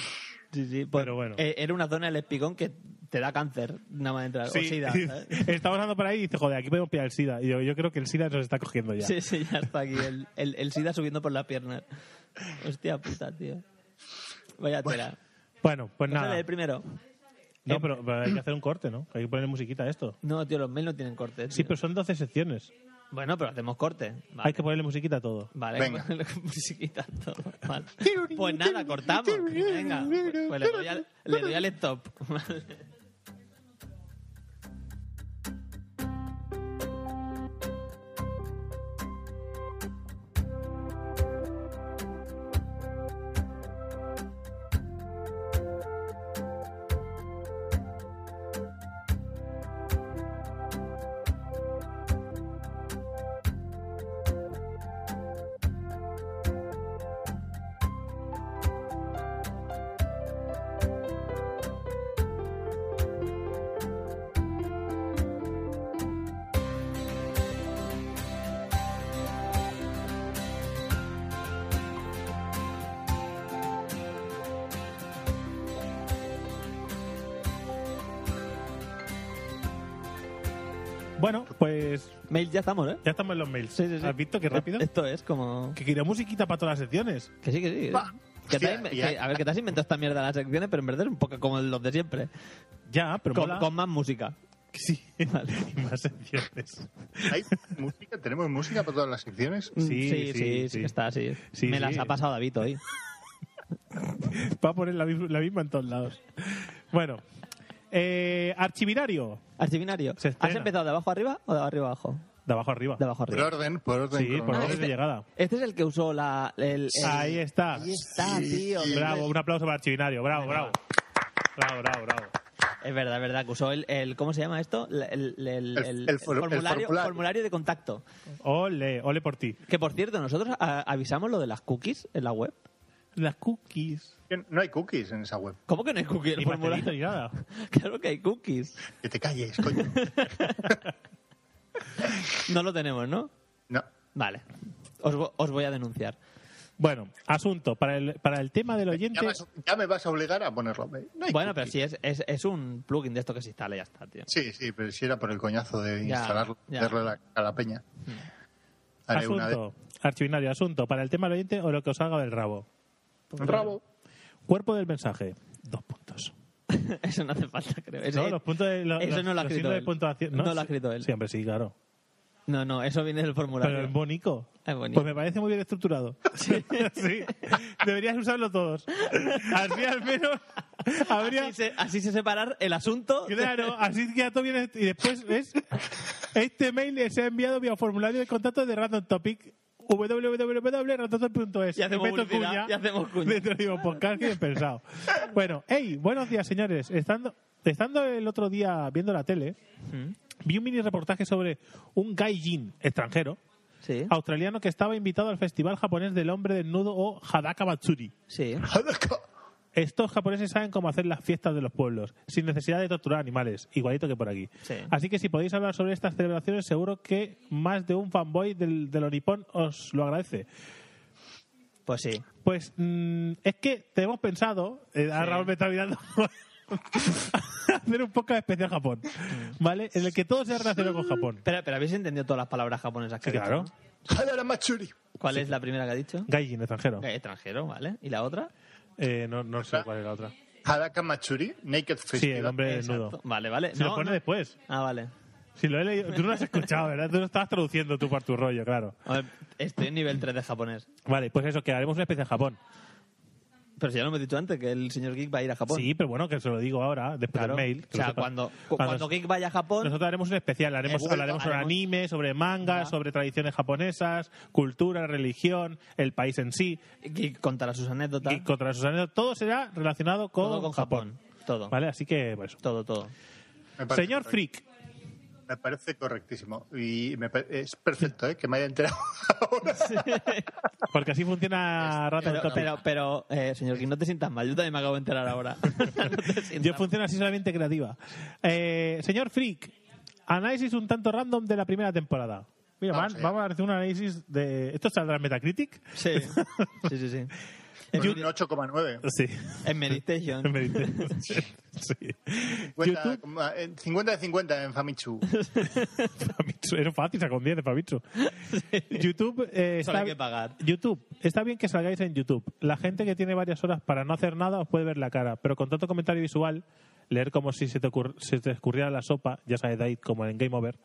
D: Sí, sí, pues,
B: Pero bueno.
D: eh, era una zona del espigón que te da cáncer, nada más entrar. O sida. ¿eh?
B: <laughs>
D: ¿sabes?
B: Estamos andando por ahí y dice, joder, aquí podemos pillar el SIDA. Y yo, yo creo que el SIDA nos está cogiendo ya.
D: Sí, sí, ya está aquí. El, el, el sida subiendo por las piernas. Hostia puta, tío. Vaya tela.
B: Bueno, pues
D: Pásale
B: nada.
D: el primero. eh,
B: No, pero, pero hay que hacer un corte, ¿no? Hay que poner musiquita a esto.
D: No, tío, los mails no tienen corte.
B: Sí,
D: tío.
B: pero son 12 secciones.
D: Bueno, pero hacemos corte. Vale.
B: Hay que ponerle musiquita a todo.
D: Vale,
C: Venga.
D: <laughs> con la musiquita todo.
B: <laughs>
D: Vale. Pues nada, cortamos. Venga, pues, pues le, doy al, le doy al stop. Vale.
B: Bueno, pues
D: Mail ya estamos, ¿eh?
B: ya estamos en los mails.
D: Sí, sí, Eh, sí.
B: ¿Has visto qué rápido?
D: Esto es como...
B: Que quería musiquita para todas las secciones.
D: Que sí, que sí.
C: Va.
D: Que te
C: Hostia,
D: has-
C: y ya-
D: que- a ver, que te has inventado esta mierda de las secciones, pero en verdad es un poco como los de siempre.
B: Ya, pero
D: Con,
B: mola.
D: con más música.
B: Sí,
D: <laughs> Vale.
B: <laughs> y más secciones.
C: ¿Hay música? ¿Tenemos música para todas las secciones?
B: Sí,
D: sí, sí,
B: sí,
D: sí
B: sí.
D: que está, sí.
B: Sí,
D: Me
B: sí.
D: las ha pasado David
B: <laughs>
D: hoy.
B: Va a poner la, mis- la misma en todos lados. Bueno, eh, archivinario.
D: Archivinario,
B: Se estrena.
D: ¿has empezado de abajo arriba o de arriba abajo?
B: De abajo arriba.
D: De abajo
C: Por
D: arriba.
C: orden, por orden.
B: Sí, por
C: cronológico.
B: orden de llegada.
D: Este es el que usó la... el- el-
B: Ahí está.
D: Ahí está, tío.
B: Bravo, un aplauso para archivinario. Bravo, bravo. Bravo, bravo, bravo.
D: Es verdad, es verdad, que usó el, el- ¿cómo se llama esto? El, el- el- el-
C: el
D: el
C: for- el
D: formulario,
C: formulario.
D: formulario de contacto.
B: Ole, ole por ti.
D: Que por cierto, nosotros a- avisamos lo de las cookies en la web.
B: Las cookies.
C: No hay cookies en esa web.
D: ¿Cómo que no hay cookies en el
B: Ni pastelito ni
D: formulario? <laughs>
B: nada.
D: Claro que hay cookies.
C: Que te calles, coño.
D: No lo tenemos, ¿no?
C: No.
D: Vale. Os, vo- os voy a denunciar.
B: Bueno, asunto. Para el, para el tema del
C: Ya,
B: <laughs> oyente.
C: vas- ya me vas a obligar a ponerlo. No hay
D: Bueno, pero
C: cookies.
D: sí, es, es, es un plugin de esto que se instala y ya está, tío.
C: Sí, sí, pero si era por el coñazo de
D: Ya,
C: instalarlo,
D: ya.
C: darle la- a la peña. Haré una de...
B: Mm. asunto, archivinario, asunto, para el tema del oyente o lo que os haga del rabo. <laughs>
C: Rabo.
B: Cuerpo del mensaje, dos puntos.
D: <laughs> Eso no hace falta, creo. Eso,
B: No, los puntos de, lo-
D: eso
B: los-
D: no lo ha
B: los
D: escrito
B: signos de
D: él.
B: puntuación,
D: No lo ha escrito él.
B: Sí, hombre, sí, claro.
D: No, no, eso viene del formulario.
B: Pero es bonito.
D: Es bonito.
B: Pues me parece muy bien
D: <laughs>
B: estructurado. <laughs> Sí. Deberías usarlo todos. Así al menos habría...
D: Así se, así se separar el asunto.
B: Claro, así que todo bien. Y después es. Este mail se ha enviado via formulario de contacto de Random Topic www.randomtopic.es
D: Y hacemos
B: Meto
D: publicidad, y hacemos cuña.
B: Dentro digo, podcast bien pensado. Bueno, hey, buenos días, señores. Estando, estando el otro día viendo la tele, vi un mini reportaje sobre un gaijin extranjero,
D: Sí,
B: australiano, que estaba invitado al Festival Japonés del Hombre Desnudo o Hadaka Matsuri.
D: sí.
B: Estos japoneses saben cómo hacer las fiestas de los pueblos, sin necesidad de torturar animales, igualito que por aquí.
D: Sí.
B: Así que si podéis hablar sobre estas celebraciones, seguro que más de un fanboy del, de lo nipón os lo agradece.
D: Pues sí.
B: Pues mm, es que tenemos pensado, eh, ahora
D: Sí.
B: Raúl me está mirando, <laughs> hacer un podcast especial Japón, ¿vale? En el que todo sea relacionado con Japón.
D: Pero, pero habéis entendido todas las palabras japonesas que
B: Sí,
D: ha dicho,
B: claro.
D: ¿no?
C: Hadaramatsuri.
D: ¿Cuál es la primera que ha dicho?
B: Gaijin, extranjero.
D: Eh, Extranjero, ¿vale? ¿Y la otra?
B: Eh, no, no sé cuál es la otra.
C: Eh, Hadakamatsuri, Naked
B: Sí,
C: Festival.
B: el hombre
D: Exacto.
B: desnudo.
D: Vale, vale.
B: Se lo pone después.
D: Ah, vale.
B: Si lo he leído, tú no lo has escuchado, ¿verdad? Tú lo estabas traduciendo tú por tu rollo, claro.
D: A ver, Estoy en nivel 3 de japonés.
B: Vale, pues eso, que haremos una especie de Japón.
D: Pero si ya lo hemos dicho antes, que el señor Geek va a ir a Japón.
B: Sí, pero bueno, que se lo digo ahora, después del
D: claro.
B: mail. que
D: o sea,
B: lo sepa.
D: cuando, cu- cuando Geek vaya a Japón,
B: Nosotros haremos un especial, haremos,
D: Eh,
B: hablaremos sobre
D: haremos-
B: anime, sobre mangas,
D: Ya.
B: sobre tradiciones japonesas, cultura, religión, el país en sí,
D: Geek contará sus anécdotas.
B: y contra sus anécdotas. Todo será relacionado con,
D: todo con Japón. Todo.
B: Vale, así que, pues.
D: Todo, todo.
C: Me parece
B: Señor
C: correcto.
B: Freak,
C: Me parece correctísimo. Y me pa- es perfecto, ¿eh? Que me haya
B: <laughs>
C: enterado.
B: porque así
D: <laughs>
B: funciona Rata
D: Pero,
B: en Topic.
D: pero, pero, eh, señor Geek, no te sientas mal. Yo también me acabo de enterar
B: <laughs>
D: ahora. <laughs> No te sientas
B: Yo
D: mal.
B: funciono así solamente creativa. Eh, señor Freak, análisis un tanto random de la primera temporada. Mira,
C: Vamos
B: man,
C: allá.
B: vamos a hacer un análisis de... ¿Esto saldrá en Metacritic?
D: Sí, sí,
B: <laughs>
D: sí. sí. En,
C: Con un 8,9.
B: Sí.
D: en Meditation.
B: Me dice. sí.
C: 50,
B: YouTube,
C: coma- en 50 eh, de 50 en Famitsu.
B: Famitsu, era fácil, sacó un 10 de Famitsu. YouTube, eh,
D: Solo
B: está,
D: hay que pagar.
B: YouTube, está bien que salgáis en YouTube. La gente que tiene varias horas para no hacer nada os puede ver la cara, pero con tanto comentario visual, leer como si se te, ocurr- se te escurriera la sopa, ya sabes, Dave, como en Game Over,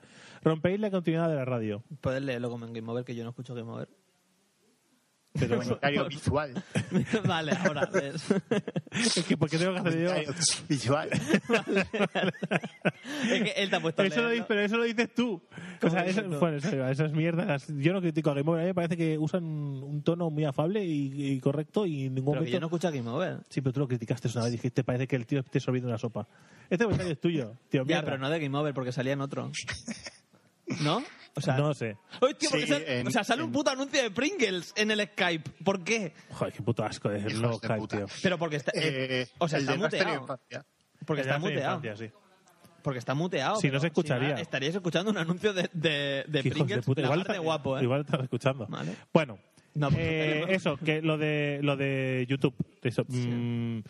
B: rompéis la continuidad de la radio. <laughs>
D: Puedes leerlo como en Game Over, que yo no escucho Game Over.
B: Pero,
C: Comentario
B: <laughs>
C: visual.
D: vale, ahora lees.
B: es que, ¿por qué tengo que hacer yo?
C: Comentario
B: <laughs>
C: visual.
D: es que él te ha puesto a
B: Eso lo,
D: leerlo.
B: dices, pero eso lo dices tú. O
D: ¿Cómo
B: sea,
D: dices
B: eso-
D: tú?
B: bueno, eso iba, esas mierdas. Yo no critico a Game Over. A mí me parece que usan un un tono muy afable y, y correcto y en ningún
D: Pero que
B: momento.
D: yo no escucho Game Over.
B: Sí, pero tú lo criticaste una vez. Dijiste, parece que el tío esté sorbiendo una sopa. Este comentario es tuyo, tío.
D: Ya,
B: mierda.
D: pero no de Game Over, porque salía en otro. ¿No? O sea,
B: No sé.
D: Hostia, porque
C: Sí,
D: sal-
C: en-
D: o sea, sale un
C: en-
D: puto anuncio de Pringles en el Skype. ¿Por qué?
B: Joder, qué puto asco es el
C: Hijos
B: nuevo
C: de
B: Skype,
C: puta.
B: tío.
D: Pero porque está,
C: Eh,
D: o sea,
C: el
D: está
C: de Master
D: muteado.
C: Infancia.
D: Porque está
B: Ya hace
D: muteado.
B: infancia, sí.
D: Porque está muteado.
B: Si no
D: pero
B: se escucharía.
D: nada, estarías escuchando un anuncio de, de, de
B: Qué hijos
D: Pringles.
B: de puta.
D: Igual
B: Igual
D: está
B: está-
D: guapo, ¿eh?
B: Igual estás escuchando.
D: Vale.
B: Bueno,
D: No, pues,
B: eh,
D: no.
B: eso, que lo de, lo de YouTube. Eso, mm,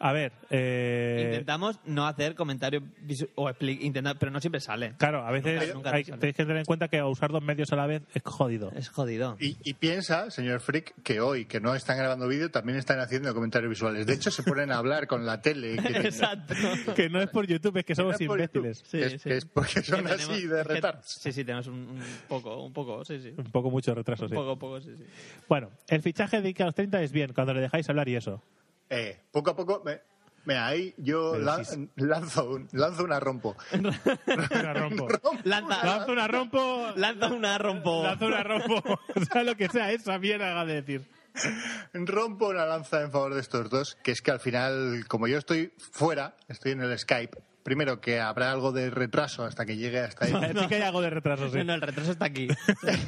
B: a ver. Eh,
D: Intentamos no hacer comentarios visu- o expli- intentar, pero no siempre sale.
B: Claro, a veces
D: Nunca- nunca
B: hay-
D: te sale.
B: tenéis que tener en cuenta que usar dos medios a la vez es jodido.
D: Es jodido. <laughs>
C: Y, y piensa, señor Frick, que hoy, que no están grabando vídeo, también están haciendo comentarios visuales. De hecho, se ponen a hablar con la tele. Que tienen- <laughs>
D: Exacto.
B: Que no es por YouTube, es que
C: que no
B: somos
C: es por
B: imbéciles.
C: YouTube,
D: Sí,
C: es,
D: sí.
C: que es porque son
D: Que tenemos-
C: así
D: es
C: de
D: que-
C: retards.
D: Sí, sí, tenemos un, un poco, un poco, sí, sí.
B: Un poco mucho retraso,
D: Un
B: sí.
D: poco, poco, sí, sí.
B: Bueno, el fichaje de Ike a los 30 es bien, cuando le dejáis hablar y
D: <laughs>
B: eso.
C: Eh, poco a poco, me- mira, ahí yo
B: Pero
C: lan-
B: sí
C: lanzo, un, lanzo una rompo.
B: Una rompo.
D: Lanza,
B: Lanza una rompo.
D: lanza una rompo.
B: Lanza una rompo. <laughs> O sea, lo que sea, esa mierda haga de decir.
C: rompo una lanza en favor de estos dos, que es que al final, como yo estoy fuera, estoy en el Skype, primero que habrá algo de retraso hasta que llegue hasta ahí.
D: <laughs>
B: Así que hay algo de retraso, sí.
D: No, no, el retraso está aquí. <laughs>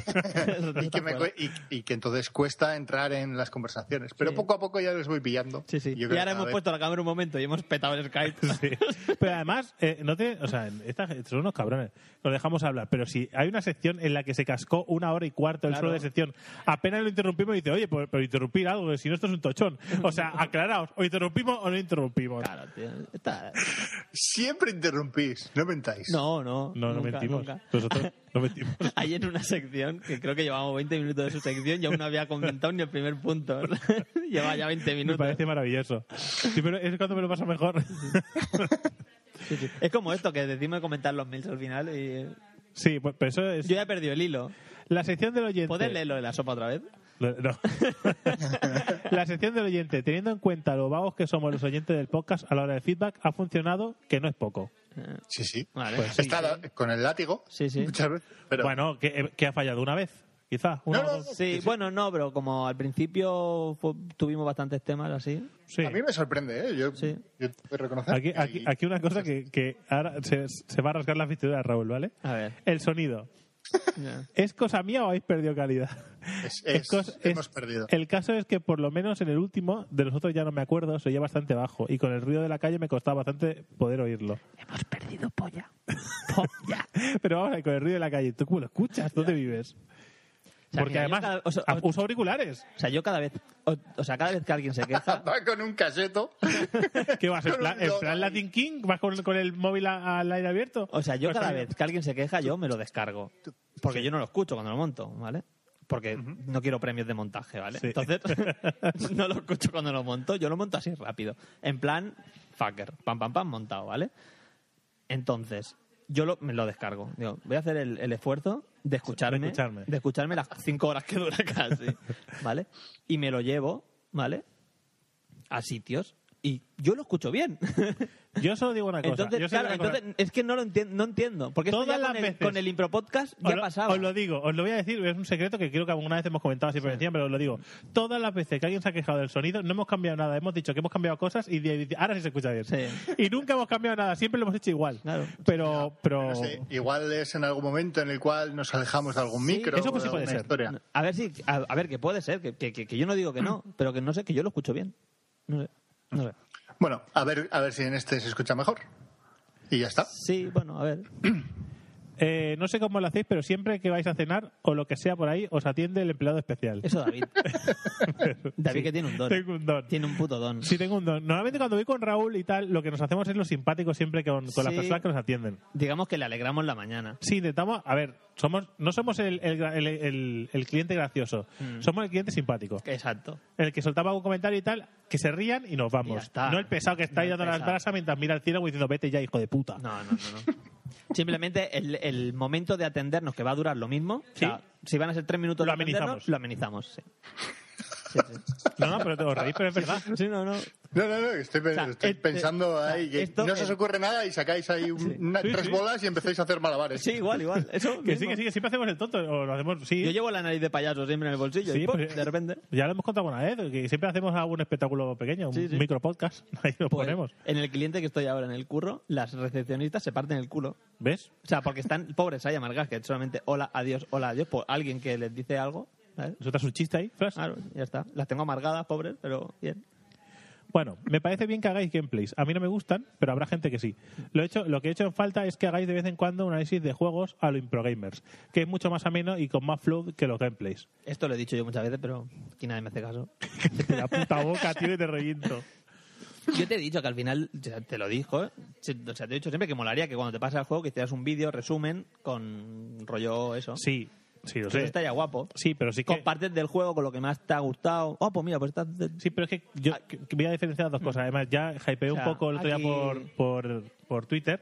C: y, que me cue- y- y que entonces cuesta entrar en las conversaciones. Pero
D: Sí.
C: poco a poco ya les voy pillando.
D: Sí, sí.
C: Yo
D: y
C: creo
D: ahora
C: que
D: hemos
C: cada
D: puesto la cámara un momento y hemos petado el Skype.
B: <laughs> Sí. Pero además, eh, no te, o sea, esta, gente son unos cabrones. Lo dejamos hablar. Pero si hay una sección en la que se cascó una hora y cuarto el
D: Claro.
B: solo de sección, apenas lo interrumpimos y dice, oye, pues- pero interrumpir algo, que si no esto
D: <laughs>
B: es un tochón. O sea, aclaraos, o interrumpimos o no interrumpimos.
D: Claro, tío. Está...
C: vez- Siempre interrumpís, no mentáis.
D: No, no.
B: No, no
D: nunca,
B: mentimos. Pues-
D: nunca. <laughs>
B: Nosotros no mentimos.
D: Hay en una sección, que creo que llevamos 20 minutos de su sección y aún no había comentado ni el primer punto. <laughs> Lleva ya 20
B: Me
D: minutos.
B: parece maravilloso. Sí, pero es cuando me lo pasa mejor. <laughs>
D: Sí, sí. Es como esto, que decimos de comentar los mails al final y... eh,
B: Sí, pues pero eso es.
D: Yo ya he perdido el hilo.
B: La sección del oyente.
D: ¿Puedes leer lo de la sopa otra vez?
B: No, no. <laughs> la sección del oyente, teniendo en cuenta lo vagos que somos los oyentes del podcast a la hora de feedback, ha funcionado, que no es poco.
D: Eh,
C: Sí, sí.
D: Vale.
B: Pues sí,
C: Está la- con el látigo.
D: Sí, sí.
C: Muchas veces. Pero
B: Bueno, que, que ha fallado una vez, quizá. Una
C: No,
B: o
C: no,
B: dos.
C: no.
D: Sí, bueno, no, pero como al principio fu- tuvimos bastantes temas así.
B: Sí.
C: a mí me sorprende, ¿eh? Yo,
D: Sí.
C: yo tengo que reconocer.
B: Aquí,
C: que-
B: aquí, aquí una cosa que, que ahora se, se va a rasgar la vestiduras, Raúl, ¿vale?
D: A ver.
B: El sonido.
D: ya.
B: ¿Es cosa mía o habéis perdido calidad?
C: es-
B: Es
C: es-
B: cos- es-
C: hemos perdido. <laughs>
B: El caso es que por lo menos en el último, de los otros ya no me acuerdo, se oía bastante bajo. Y con el ruido de la calle me costaba bastante poder oírlo.
D: Hemos perdido polla. <laughs> Polla.
B: Pero vamos a ver, con el ruido de la calle, ¿tú cómo lo escuchas? ¿Dónde vives?
D: O sea,
B: Porque
D: mira, yo
B: además
D: cada- o sea,
B: a-
D: o-
B: uso
D: <laughs>
B: auriculares.
D: O sea, yo cada vez, o, o sea, cada vez que alguien se
B: <laughs>
D: queja,
C: Va con un caseto.
B: ¿Qué vas? ¿En
C: Con
B: plan,
C: un
B: en
C: logo
B: plan
C: ahí.
B: Latin King? ¿Vas con, con el móvil a- al aire abierto?
D: o sea, yo
B: Pues
D: cada
B: también-
D: vez que alguien se queja, yo me lo descargo, porque yo no lo escucho cuando lo monto, ¿vale? Porque no quiero premios de montaje, ¿vale?
B: Sí. <laughs>
D: Entonces <laughs> no lo escucho cuando lo monto, yo lo monto así rápido, en plan fucker, pam pam pam montado, ¿vale? Entonces yo lo, me lo descargo. Digo, voy a hacer el, el esfuerzo de escucharme,
B: De escucharme.
D: de escucharme las cinco horas que dura casi,
B: <laughs>
D: ¿vale? Y me lo llevo, ¿vale? A sitios y yo lo escucho bien.
B: Yo solo digo una cosa. yo
D: Entonces,
B: solo
D: claro,
B: digo una cosa.
D: entonces es que no lo entiendo, no entiendo. Porque esto
B: Todas
D: ya con,
B: las
D: el,
B: veces.
D: con el impro podcast ya
B: os, lo-
D: pasaba.
B: os lo digo, os lo voy a decir, es un secreto que creo que alguna vez hemos comentado así por encima, pero os lo digo. Todas las veces que alguien se ha quejado del sonido, no hemos cambiado nada. Hemos dicho que hemos cambiado cosas y de- ahora sí se escucha bien.
D: Sí.
B: Y nunca hemos cambiado nada, siempre lo hemos hecho igual.
D: Claro.
B: Pero, pero...
C: No sé, igual es en algún momento en el cual nos alejamos de algún
D: Sí,
C: micro.
B: eso
C: o de
B: pues sí puede
C: alguna
B: ser.
C: historia.
D: A ver si, a, a ver, que puede ser, que, que- que- que yo no digo
B: <clears throat>
D: que no, pero que no sé, que yo lo escucho bien. No sé, no sé.
C: Bueno, a ver, a ver si en este se escucha mejor. Y ya está.
D: Sí, bueno, a ver.
B: Eh, no sé cómo lo hacéis, pero siempre que vais a cenar o lo que sea por ahí, os atiende el empleado especial.
D: Eso
B: <laughs>
D: David. David que tiene un don.
B: Tengo un don.
D: Tiene un puto don.
B: Sí, tengo un don. Normalmente cuando voy con Raúl y tal, lo que nos hacemos es lo simpático siempre con, con las
D: Sí.
B: personas que nos atienden.
D: Digamos que le alegramos la mañana.
B: Sí, intentamos, a ver, somos, no somos el, el gra- el- el- el cliente gracioso,
D: Mm.
B: somos el cliente simpático.
D: Exacto.
B: El que soltaba un comentario y tal, que se rían y nos vamos.
D: Y ya está.
B: No el pesado que está
D: No
B: ahí
D: el
B: dando las
D: pesado.
B: brasas mientras mira al cielo como diciendo, vete ya, hijo de puta.
D: No, no, no. no.
B: <laughs>
D: Simplemente el, el momento de atendernos, que va a durar lo mismo. O sea,
B: Sí.
D: si van a ser tres minutos
B: Lo
D: de atendernos,
B: amenizamos.
D: Lo amenizamos, sí. Sí, sí.
B: No, no, pero te os reís, pero es verdad.
D: Sí, no, no.
C: No, no, no, estoy, pe-
D: O sea,
C: estoy
D: este-
C: pensando
D: o sea,
C: ahí que
D: esto
C: no se os
D: es-
C: ocurre nada y sacáis ahí un- una-
B: Sí,
C: tres
B: sí.
C: bolas y empezáis a hacer malabares.
D: Sí, igual, igual. Eso
B: <laughs> Que sí,
D: mismo.
B: que sí, que siempre hacemos el tonto, o lo hacemos, sí.
D: Yo llevo la nariz de payaso siempre en el bolsillo
B: Sí,
D: y ¡pum!
B: pues,
D: de repente.
B: Ya lo hemos contado alguna vez, que siempre hacemos algún espectáculo pequeño, un
D: Sí, sí.
B: micro podcast, <laughs> ahí lo
D: pues,
B: ponemos.
D: en el cliente que estoy ahora, en el curro, las recepcionistas se parten el culo.
B: ¿Ves?
D: O sea, porque están <laughs> pobres ahí amargas, que solamente hola, adiós, hola, adiós, por alguien que les dice algo. ¿sabes?
B: Nosotras un chiste ahí, Fras.
D: Claro, ya está. Las tengo amargadas, pobres, pero bien.
B: Bueno, me parece bien que hagáis gameplays. A mí no me gustan, pero habrá gente que sí. Lo, he hecho, lo que he hecho en falta es que hagáis de vez en cuando un análisis de juegos a lo improgamers, que es mucho más ameno y con más flow que los gameplays. <laughs>
D: Esto lo he dicho yo muchas veces, pero aquí nadie me hace caso.
B: La puta boca, tío, y te reviento.
D: Yo te he dicho que al final, o sea, te lo dijo, ¿eh? Sí, o sea, te he dicho siempre que molaría que cuando te pasas el juego que hicieras un vídeo, resumen, con rollo eso.
B: Sí, sí, lo
D: Eso
B: sé.
D: estaría guapo.
B: Sí, pero sí que...
D: Compartes del juego con lo que más te ha gustado. Oh, pues mira, pues estás... de-
B: Sí, pero es que yo que- que voy a diferenciar dos cosas. Además, ya hypeé
D: O sea,
B: un poco el otro día
D: aquí-
B: por, por, por Twitter,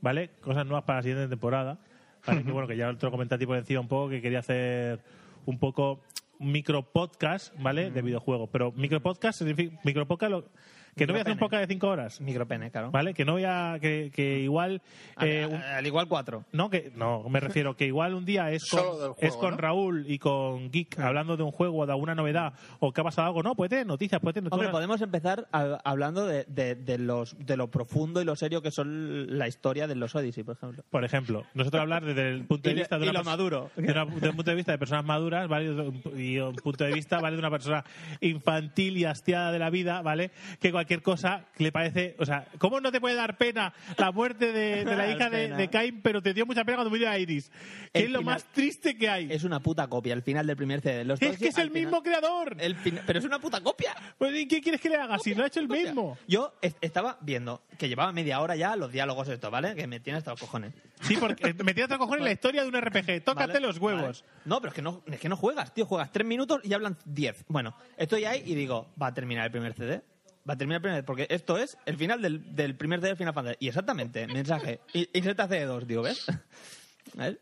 B: ¿vale? Cosas nuevas para la siguiente temporada. ¿vale? que bueno, que ya otro comenté a ti por encima un poco que quería hacer un poco un micro podcast, ¿vale? De videojuegos. Pero micro podcast significa micro podcast lo- que no voy a hacer un
D: Micropene.
B: podcast de cinco horas,
D: Micropene, claro.
B: ¿vale? Que no voy a que, que igual
D: Al-
B: eh,
D: al,
B: un-
D: al igual cuatro.
B: no, que no, me refiero que igual un día es con,
C: Solo del juego,
B: es con
C: ¿no?
B: Raúl y con Geek hablando de un juego, de alguna novedad o que ha pasado algo. No, puede tener noticias, puede tener
D: Hombre,
B: noticias.
D: podemos empezar a- hablando de, de- de los, de lo profundo y lo serio que son la historia de los Odyssey, por ejemplo.
B: Por ejemplo, nosotros hablar desde el punto de
D: Y le-
B: vista de
D: y
B: una
D: lo
B: pers-
D: maduro.
B: <laughs> de una- desde un punto de vista de personas maduras, ¿vale? Y un punto de vista, ¿vale? De una persona infantil y hastiada de la vida, ¿vale? Que cualquier cosa que le parece. O sea, ¿cómo no te puede dar pena la muerte de, de la
D: <laughs> Dar
B: hija de,
D: pena.
B: de Cain, pero te dio mucha pena cuando murió a Iris? Que
D: El
B: es lo
D: final-
B: más triste que hay. Es,
D: Es una puta copia, el final del primer CD. Los dos-
B: que es
D: al
B: el
D: final- Eh,
B: mismo creador.
D: el fin- Pero es una puta copia.
B: Pues, ¿y ¿Qué quieres que le haga? Si lo ha hecho el
D: Copia.
B: mismo.
D: Yo es- estaba viendo que llevaba media hora ya los diálogos estos, ¿vale? Que me tiene hasta los cojones.
B: Sí, porque metí a cojones en la historia de un RPG. Tócate
D: ¿Vale?
B: los huevos.
D: Vale. No, pero es que no, es que no juegas, tío. Juegas tres minutos y hablan diez. Bueno, estoy ahí y digo, va a terminar el primer CD. Va a terminar el primer porque esto es el final del, del primer CD del Final Fantasy. Y exactamente, mensaje. i- Inserta CD2, digo, ¿ves? <laughs> ¿Ves?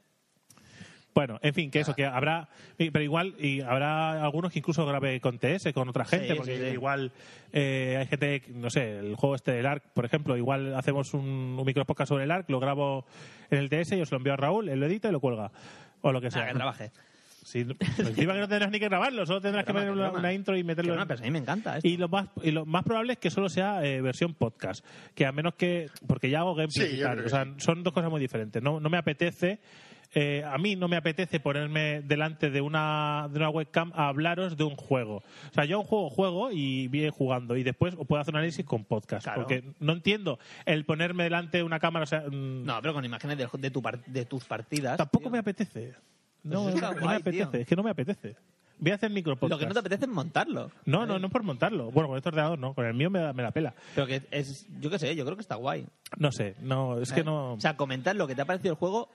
B: Bueno, en fin, que
D: Ah.
B: eso, que habrá, pero igual, y habrá algunos que incluso grabe con TS, con otra gente,
D: Sí,
B: porque
D: sí, sí.
B: igual eh, hay gente, que, no sé, el juego este del ARC, por ejemplo, igual hacemos un, un micropodcast sobre el ARC, lo grabo en el TS y os lo envío a Raúl, él lo edita y lo cuelga, o lo que sea.
D: Nada, Ah, que
B: <laughs>
D: trabaje.
B: Sí, pues encima que no tendrás ni que grabarlo, solo tendrás que
D: Broma,
B: poner
D: que
B: una,
D: broma.
B: una intro y meterlo
D: Que
B: en-
D: no, pero a mí me encanta esto.
B: y lo más y lo más probable es que solo sea eh, versión podcast que a menos que porque ya hago gameplay
C: Sí,
B: y
C: yo
B: tal,
C: creo
B: o
C: que
B: sea son dos cosas muy diferentes no, no me apetece eh, a mí no me apetece ponerme delante de una de una webcam a hablaros de un juego o sea yo un juego juego y bien jugando y después os puedo hacer un análisis con podcast
D: Claro.
B: porque no entiendo el ponerme delante de una cámara o sea mm,
D: No, pero con imágenes de, de tu par- de tus partidas.
B: tampoco
D: tío.
B: me apetece no,
D: eso está
B: no me
D: guay,
B: apetece
D: tío.
B: es que no me apetece voy a hacer micropodcast
D: Lo que no te apetece es montarlo.
B: no, no, no por montarlo. Bueno, con este ordenador no, con el mío me da- me la pela.
D: Pero que es, yo qué sé, yo creo que está guay.
B: No sé, no, es que no.
D: Eh, O sea, comentar lo que te ha parecido el juego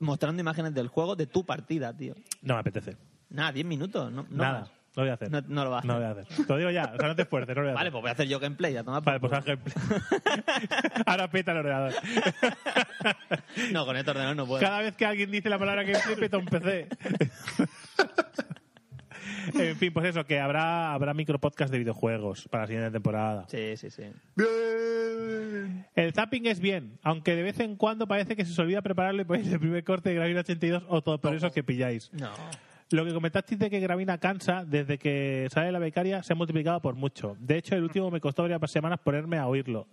D: mostrando imágenes del juego de tu partida, tío.
B: No me apetece.
D: Nada, 10 minutos, no, no
B: Nada.
D: más.
B: No voy a hacer.
D: No- no lo vas a
B: No voy
D: hacer.
B: a hacer. Te lo digo ya. O sea, no te esfuerces. No lo voy a
D: Vale,
B: hacer.
D: pues voy a hacer yo gameplay, ya toma. por
B: Vale, pues
D: culo.
B: Ángel.
D: pues.
B: Ahora peta el ordenador.
D: No, con este ordenador no puedo.
B: Cada vez que alguien dice la palabra que peta un PC. en fin, pues eso, que habrá, habrá micropodcast de videojuegos para la siguiente temporada.
D: Sí, sí, sí.
C: Bien.
B: El zapping es bien, aunque de vez en cuando parece que se os olvida prepararlo y ponéis el primer corte de Gravina 82 o todo por eso que pilláis.
D: No.
B: Lo que comentasteis de que Gravina cansa desde que sale la becaria se ha multiplicado por mucho. De hecho, el último me costó varias semanas ponerme a oírlo.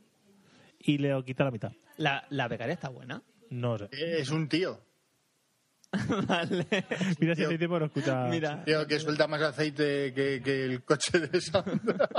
B: Y le quita la mitad.
D: La, la becaria está buena. <laughs>
B: No sé.
C: Es un tío.
D: vale.
B: Mira si hace tiempo no escucha.
D: Mira.
C: Tío, que suelta más aceite que, que el coche de Sandra.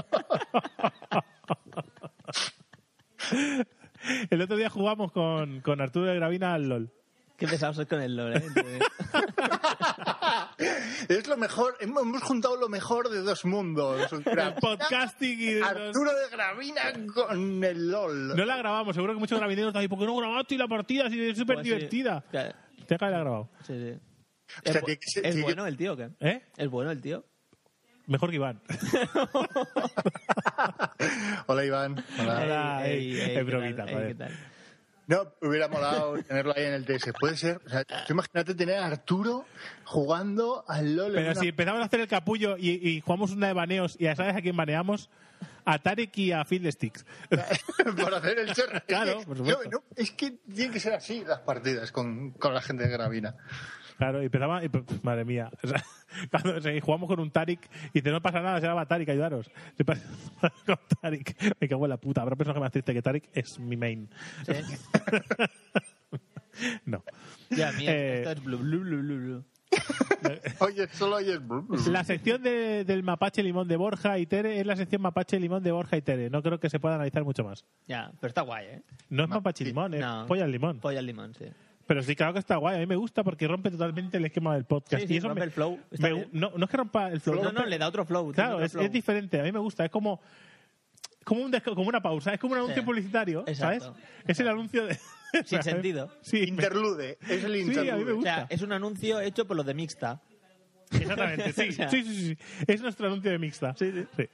B: El otro día jugamos con, con Arturo de Gravina al LOL.
D: Qué pesado sois con el
B: <laughs>
D: lore. ¿eh?
C: <laughs> es lo mejor. Hemos hemos juntado lo mejor de dos mundos.
B: El podcasting y.
C: Arturo de Gravina con el LOL.
B: No la grabamos, seguro que muchos gravineros están ahí, ¿por qué no grabaste la partida? Si es súper
D: Pues sí.
B: divertida.
D: Claro.
B: Te acabas de la grabado.
D: Sí, sí.
C: O sea,
D: ¿Es, bu-
C: tiene que ser- tiene
D: es
C: que-
D: bueno el tío o qué?
B: ¿Eh?
D: ¿Es bueno el tío?
B: Mejor que Iván.
C: <laughs> Hola, Iván. Hola.
B: Hola,
D: Ey,
B: ey,
D: ey,
B: es
D: ¿qué
B: bromita,
D: tal? Ey,
B: joder.
D: ¿qué tal?
C: No, hubiera molado tenerlo ahí en el TS. Puede ser. O sea, tú imagínate tener a Arturo jugando al LOL. en
B: Pero
C: una-
B: si empezamos a hacer el capullo y, y jugamos una de baneos y ya sabes a quién baneamos, a Tarek y a Field Sticks.
C: <laughs> para hacer el chorro.
B: Claro,
C: Es que-
B: por supuesto.
C: no, no, es que tienen que ser así las partidas con, con la gente de Gravina.
B: Claro, y empezaba, y, pf, madre mía. O sea, <laughs> cuando, o sea, y jugamos con un Tarik y te no pasa nada, se llama Tarik, ayudaros. Se pasa <laughs> con Tarik. Me cago en la puta. Habrá un personaje más triste que Tarik, es mi main.
D: Sí.
B: No.
D: Ya, mía,
B: <laughs> Eh,
D: esto es blu, blu, blu, blu, blu.
C: Oye, solo oyes.
B: La sección de- del mapache limón de Borja y Tere es la sección mapache limón de Borja y Tere. No creo que se pueda analizar mucho más.
D: Ya, pero está guay, ¿eh?
B: No es mapache limón, es
D: No.
B: polla al limón.
D: Polla al limón, sí.
B: Pero sí, claro que está guay. A mí me gusta porque rompe totalmente el esquema del podcast.
D: Sí, sí,
B: y eso
D: rompe
B: me-
D: el flow. Está
B: me-
D: bien.
B: no, no es que rompa el flow.
D: No,
B: rompe-
D: no, le da otro flow. tiene
B: Claro,
D: otro
B: es,
D: flow.
B: es diferente. A mí me gusta. Es como, como, un desca- como una pausa. Es como un anuncio
D: Sí.
B: publicitario, ¿sabes?
D: Exacto.
B: Es el anuncio de... <laughs>
D: Sin sentido. <laughs>
B: Sí, me-
C: Interlude. Es el
B: Sí, a mí me
C: interlude.
B: gusta.
D: O sea, es un anuncio hecho por los de Mixta.
B: <laughs> exactamente. Sí,
D: <laughs> O sea.
B: sí, sí, sí. Es nuestro anuncio de Mixta. Sí, sí.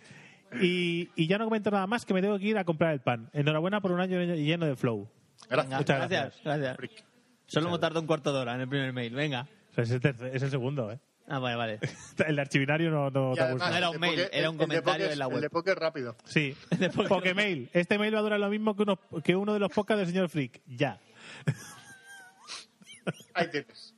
B: Y, y ya no comento nada más que me tengo que ir a comprar el pan. Enhorabuena por un año lleno de flow.
D: Venga,
C: Gracias.
B: Muchas
D: gracias. gracias. Solo hemos tardado un cuarto de hora en el primer mail. Venga.
B: O sea, es, el tercer- es el segundo, ¿eh?
D: Ah, vale, vale.
B: El archivinario no, no
C: Y
B: te ha
C: además,
B: gustado.
D: Era
C: el
D: un
C: de
D: mail,
C: poker-
D: era un
C: el de
D: comentario
C: poker-
D: en la web.
C: El de poker rápido.
D: <laughs>
B: Sí. Pokemail. Este mail va a durar lo mismo que uno, que uno de los podcasts del señor Freak. Ya.
C: Ahí tienes. Ahí
B: <laughs>
C: tienes.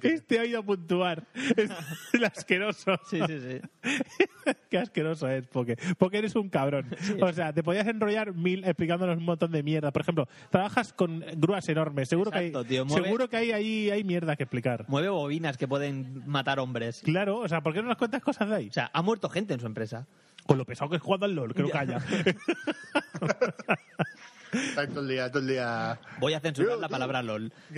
B: Este ha ido a puntuar. Es el asqueroso.
D: Sí, sí, sí.
B: Qué asqueroso es, porque porque eres un cabrón.
D: <laughs>
B: O sea, te podías enrollar mil explicándonos un montón de mierda. Por ejemplo, trabajas con grúas enormes. Seguro que hay,
D: Exacto, tío, mueve-
B: seguro que hay ahí hay mierda que explicar.
D: <laughs> Mueve bobinas que pueden matar hombres.
B: Claro, o sea, ¿por qué no nos cuentas cosas de ahí?
D: O sea, ha muerto gente en su empresa.
B: Con lo pesado que es jugando al LOL, creo que calla. <laughs>
C: Está todo el día, todo el día.
B: Pues
D: Voy a censurar
C: Yo,
D: la
C: tú.
D: palabra LOL. <laughs>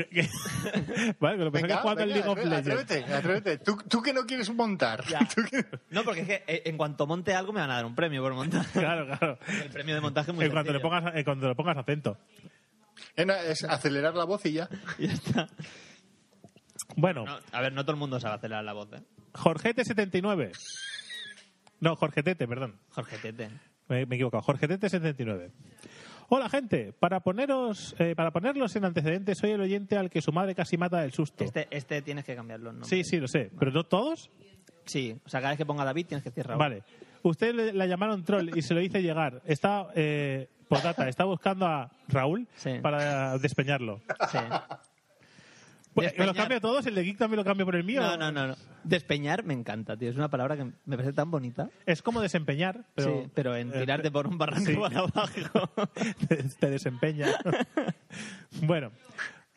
B: vale, con lo pesado que es
C: Venga,
B: jugando al
C: venga,
B: League of
C: atre-
B: Legends.
C: atrévete, atrévete. Tú, tú que no quieres montar.
D: Ya.
C: <laughs> Tú que-
D: No, porque es que eh, en cuanto monte algo me van a dar un premio por montar.
B: Claro, claro.
D: El premio de montaje es muy
B: en cuanto le
D: sencillo.
B: pongas, en cuanto le pongas acento.
C: Eh, no, Es acelerar la voz y ya.
D: Ya está.
B: Bueno,
D: No, a ver, no todo el mundo sabe acelerar la voz, ¿eh?
B: Jorgete79. No, Jorgetete, perdón.
D: Jorge Tete.
B: Me, me he equivocado. Jorgetete79. Hola, gente. Para poneros, eh, para ponerlos en antecedentes, soy el oyente al que su madre casi mata del susto.
D: Este, este tienes que cambiarlo, ¿no?
B: Sí, sí, lo sé. ¿Pero no todos?
D: Sí, o sea, cada vez que ponga David tienes que decir Raúl.
B: Vale. Usted le- la llamaron troll y se lo hice llegar. Está, eh, Potata, está buscando a Raúl
D: Sí.
B: para despeñarlo. <laughs>
D: Sí.
B: Pues, ¿Me
D: Despeñar.
B: lo cambia todos? ¿El de Geek también lo cambio por el mío?
D: No, no, no, no. Despeñar me encanta, tío. Es una palabra que me parece tan bonita.
B: Es como desempeñar, pero...
D: sí, pero en
B: eh,
D: tirarte por un barranco
B: sí.
D: para
B: <laughs>
D: abajo.
B: te, te
D: <laughs>
B: desempeña. bueno,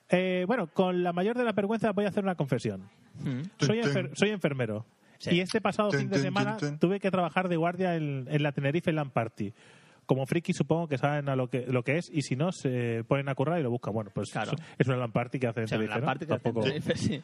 B: eh, bueno, con la mayor de las vergüenzas voy a hacer una confesión.
D: Mm.
B: Soy,
C: Tun,
B: enfer-
C: tun.
B: soy enfermero.
D: Sí.
B: Y este pasado
C: Tun,
B: fin de
C: tun,
B: semana
C: tun, tun.
B: tuve que trabajar de guardia en, en la Tenerife Land Party. Como friki supongo que saben a lo que, lo que es y si no se ponen a currar y lo buscan. Bueno, pues
D: Claro.
B: es una Land Party que hacen en
D: O sea,
B: Tenerife,
D: la
B: ¿no?
D: parte que
B: Tampoco-
D: hace- sí.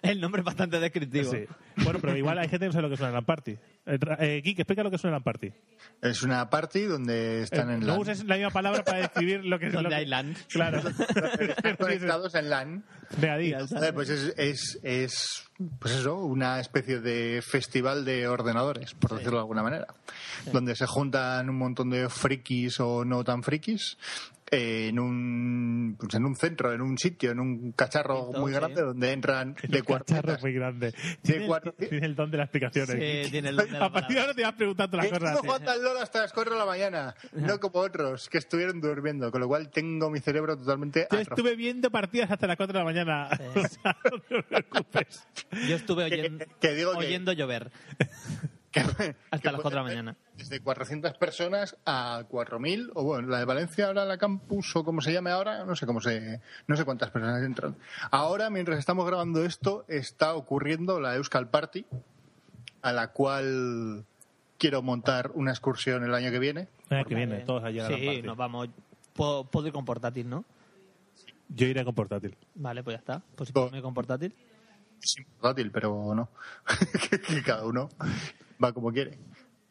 D: El nombre es bastante descriptivo.
B: Sí. Bueno, pero igual hay gente que no sabe lo que es una Land Party. Eh, tra- eh, Geek, explica lo que es una Land Party.
C: Es una party donde están
B: Eh,
C: en
B: no
C: LAN.
B: uses la misma palabra para describir lo que es
D: <laughs>
B: lo
D: Donde
B: que-
D: hay land.
B: <laughs> Claro.
C: Están conectados en LAN.
B: Megadí.
D: Ya está.
C: Eh, Pues es, es, es, pues eso, una especie de festival de ordenadores, por decirlo de alguna manera, donde se juntan un montón de frikis o no tan frikis eh, en un pues en un centro, en un sitio, en un cacharro
D: Entonces,
C: muy grande donde entran de
B: cacharro
C: cuartetas.
B: muy grande.
C: Tiene
B: Tiene,
C: cuatro-
B: <laughs> tiene el don de la explicación.
D: Sí,
B: eh. <laughs>
D: tiene el don de la
B: a partir de ahora te vas preguntando las
C: He
B: cosas.
C: estado jugando al LOL hasta las 4 de la mañana, no como otros que estuvieron durmiendo, con lo cual tengo mi cerebro totalmente
B: Yo
C: atrofiado.
B: estuve viendo partidas hasta las 4 de la mañana. <laughs> O sea, no te preocupes.
D: Eh, Yo estuve
C: Que-
D: oyen-
C: que- que digo que-
D: oyendo llover.
C: Que-
D: Hasta
C: que
D: las 4 de la
C: puede ser
D: mañana.
C: Desde 400 personas a 4.000, o bueno, la de Valencia ahora, la campus, o como se llame ahora, no sé cómo se, no sé cuántas personas entran. Ahora, mientras estamos grabando esto, está ocurriendo la Euskal Party, a la cual quiero montar una excursión el año que viene.
B: Ah, que viene, todos a llegar a la
D: Sí,
B: party.
D: nos vamos. Puedo, puedo ir con portátil, ¿no?
B: Yo iré con portátil.
D: Vale, pues ya está. Pues si
C: Go.
D: puedo ir con portátil.
C: Sin portátil, pero no. <laughs> que, que cada uno va como quiere.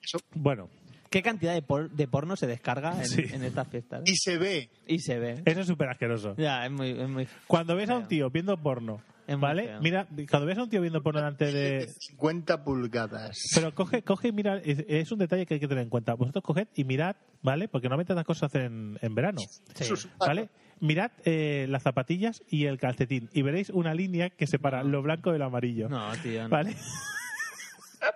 C: Eso.
B: Bueno,
D: ¿Qué cantidad de, por- de porno se descarga en,
B: Sí.
D: en estas fiestas?
C: Y se ve.
D: Y se ve.
B: eso es súper asqueroso.
D: Ya, es muy, es muy...
B: Cuando ves a un
D: Feo.
B: tío viendo porno,
D: Es muy
B: ¿vale?
D: feo.
B: Mira, cuando ves a un tío viendo porno delante <laughs> de...
C: 50 pulgadas.
B: Pero coge, coge y mira, es, es un detalle que hay que tener en cuenta. Vosotros coged y mirad, ¿vale? Porque normalmente estas cosas se hacen en, en verano.
D: Sí.
B: ¿Vale? Mirad eh, las zapatillas y el calcetín y veréis una línea que separa lo blanco del amarillo.
D: No, tío. No,
B: ¿Vale?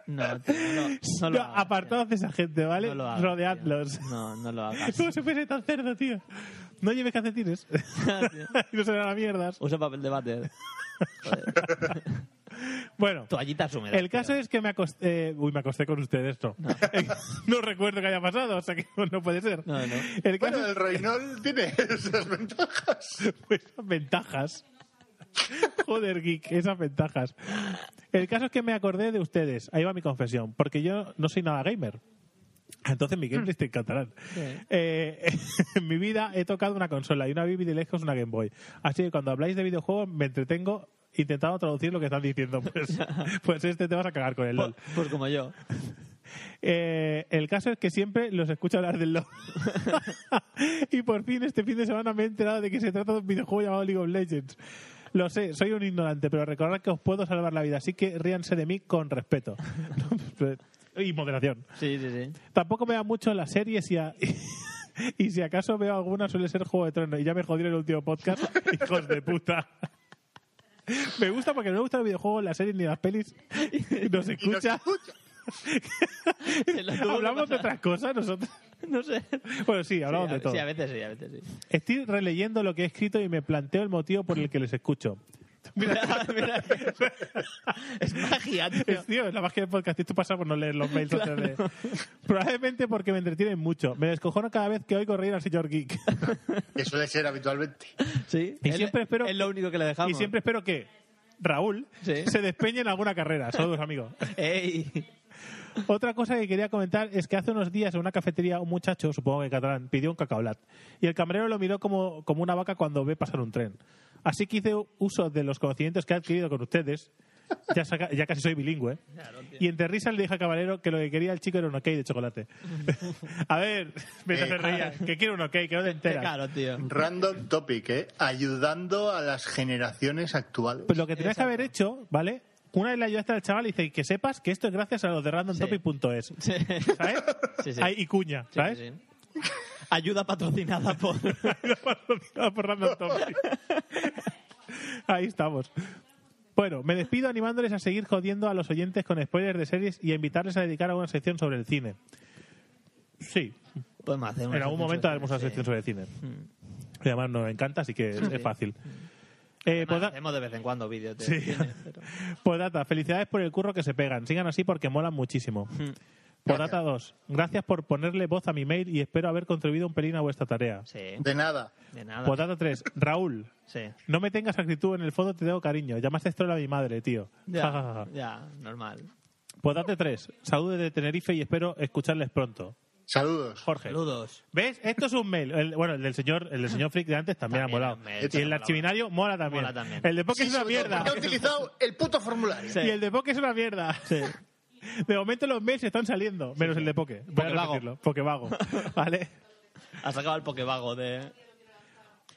D: no, tío, no, lo- no lo
B: No,
D: hagas, tío.
B: apartaos de esa gente, ¿vale?
D: No lo hagas,
B: Rodeadlos. <laughs>
D: tío. No, no lo hagas.
B: Como si fuese tan cerdo, tío. No lleves calcetines. <laughs> Y no se van a mierdas.
D: <laughs> Usa papel de váter.
B: Bueno,
D: Toallitas húmedas.
B: el caso es que me acosté... eh, uy, me acosté con ustedes, <laughs> no. No, recuerdo que haya pasado, o sea que <laughs> no, no puede ser.
D: No,
B: <laughs>
D: no.
B: El caso
C: Bueno, el Reynol tiene <laughs> esas ventajas.
B: <laughs> Pues esas ventajas. <laughs> Joder, geek, esas ventajas. El caso es que me acordé de ustedes. Ahí va mi confesión. Porque yo no soy nada gamer. Entonces mi gameplays te encantarán.
D: Sí.
B: Eh, <laughs> en mi vida he tocado una consola y una Bibi de lejos una Game Boy. Así que cuando habláis de videojuegos me entretengo intentando traducir lo que están diciendo. Pues, pues este te vas a cagar con el
D: Pues,
B: LOL.
D: pues como yo.
B: Eh, el caso es que siempre los escucho hablar del <laughs> LOL. y por fin este fin de semana me he enterado de que se trata de un videojuego llamado League of Legends. Lo sé, soy un ignorante, pero recordad que os puedo salvar la vida, así que ríanse de mí con <laughs> respeto. y moderación.
D: Sí,
B: <laughs>
D: sí, sí.
B: Tampoco veo mucho las series y, a- <laughs> y si acaso veo alguna suele ser Juego de Tronos. Y ya me jodieron el último <laughs> podcast, hijos de puta. Me gusta porque no me gustan los videojuegos, las series ni las <laughs> pelis. Nos
C: Y nos
B: escucha.
C: escucha.
D: Se lo tuvo que
B: Hablamos de
D: pasar.
B: otras cosas nosotros.
D: No sé.
B: <laughs> Bueno, sí, hablamos
D: sí, a-
B: de todo.
D: Sí, a veces sí, a
B: <laughs>
D: veces sí.
B: Estoy releyendo lo que he escrito y me planteo el motivo por el que les escucho.
D: Mira, <laughs> mira. Es magia, tío.
B: Es, tío, es la magia del podcast. Esto pasa por no leer los mails. antes de- Probablemente porque me entretienen mucho. Me descojono cada vez que oigo reír al señor Geek.
C: Que suele ser habitualmente.
D: Sí.
B: Y
D: Él-
B: siempre espero-
D: Es lo único que le dejamos.
B: Y siempre espero que Raúl
D: Sí.
B: <laughs> se despeñe en alguna carrera. Saludos, amigos.
D: <laughs> ¡Ey!
B: Otra cosa que quería comentar es que hace unos días en una cafetería un muchacho, supongo que catalán, pidió un cacaolat. Y el camarero lo miró como, como una vaca cuando ve pasar un tren. Así que hice uso de los conocimientos que he adquirido con ustedes. Ya, saca- ya casi soy bilingüe. y entre risas le dije al camarero que lo que quería el chico era un ok de chocolate. <laughs> a ver, me
C: Eh,
B: hace reír, que quiero un ok, que no te enteras. <laughs>
D: Claro, tío.
C: Random topic, ¿eh? Ayudando a las generaciones actuales.
B: Pues lo que tenías que haber hecho, ¿vale? Una vez le ayudaste al chaval y dice que sepas que esto es gracias a los de randomtopic.es.
D: Sí.
B: ¿Sabes?
D: Sí, sí.
B: Ahí, y cuña,
D: Sí,
B: ¿sabes?
D: sí, sí. Ayuda
B: <laughs>
D: patrocinada por.
B: por Random
D: <laughs>
B: Topic. Ahí estamos. Bueno, me despido animándoles a seguir jodiendo a los oyentes con spoilers de series y a invitarles a dedicar a una sección sobre el cine. Sí,
D: Podemos hacer una
B: en algún
D: sección
B: momento
D: sobre-
B: haremos una
D: sí.
B: sección sobre cine. Y además nos encanta, así que es, es fácil. Eh,
D: Hmm. Además,
B: pues da-
D: hacemos de vez en cuando vídeos. de
B: Sí.
D: cine, pero-
B: Pues data, felicidades por el curro que se pegan. Sigan así porque molan muchísimo.
D: Hmm.
B: Por data 2, gracias por ponerle voz a mi mail y espero haber contribuido un pelín a vuestra tarea. <laughs>
D: Sí,
C: De nada.
D: de nada.
B: Por data 3, Raúl,
D: Sí.
B: no me tengas actitud, en el fondo te tengo cariño. Llamaste esto a mi madre, tío. Ja, ja, ja, <laughs> Pues
D: Ya,
B: ja.
D: ya, normal.
B: Por data 3, saludos de Tenerife y espero escucharles pronto.
C: Saludos.
B: Jorge.
D: Saludos.
B: ¿Ves? Esto es un mail. El- bueno, el del señor, el del señor Freak de antes también,
D: También
B: ha
D: es un
B: molado.
D: mail,
B: y
D: también
B: el
D: mola.
B: archivinario mola también.
D: Mola también.
B: El de Poké
C: Sí,
B: es una
C: sobre todo
B: mierda.
C: porque ha utilizado el puto formulario.
D: Sí.
B: Y el de Poké es una mierda. De momento los mails están saliendo, menos el de Poké. Voy a
D: Pokevago.
B: repetirlo.
D: <laughs>
B: Pokevago. Vale.
D: Has sacado el Pokevago de.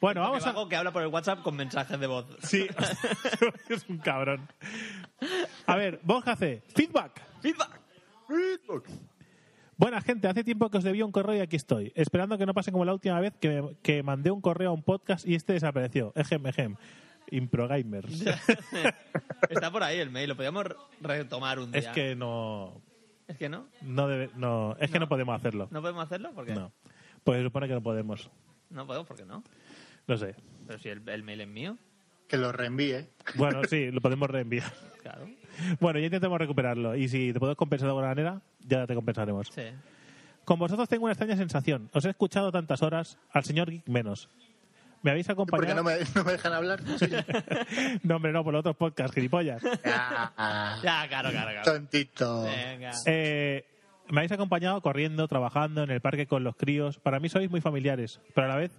B: Bueno, vamos a.
D: Pokevago que habla por el WhatsApp con mensajes de voz.
B: Sí, <laughs> es un cabrón. A ver, Borja C. Feedback.
D: ¡Feedback!
B: Buena gente, hace tiempo que os debía un correo y aquí estoy, esperando que no pase como la última vez que, me- que mandé un correo a un podcast y este desapareció. Ejem, ejem. Improgamers.
D: Está por ahí el mail, lo podíamos re- retomar un día.
B: Es que no.
D: ¿Es que no.
B: No debe- no, es que no podemos hacerlo.
D: ¿No podemos hacerlo? ¿Por qué?
B: No. Pues se supone que no podemos.
D: No podemos, ¿por qué no?
B: No sé.
D: Pero si el, el mail es mío,
C: Que lo reenvíe. ¿eh?
B: Bueno, sí, lo podemos reenviar. <laughs>
D: claro.
B: Bueno, ya intentemos recuperarlo. Y si te podemos compensar de alguna manera, ya te compensaremos. <laughs>
D: Sí.
B: Con vosotros tengo una extraña sensación. Os he escuchado tantas horas, al señor Geek menos. Me habéis
C: Porque
B: acompañado.
C: no me, no me dejan hablar.
B: <laughs>
C: Sí.
B: No, hombre, no, por los otros podcasts, gilipollas.
C: Ah,
D: Ya, claro, claro, claro.
C: tontito.
D: Venga.
B: Eh, me habéis acompañado corriendo, trabajando, en el parque con los críos. Para mí sois muy familiares, pero a la vez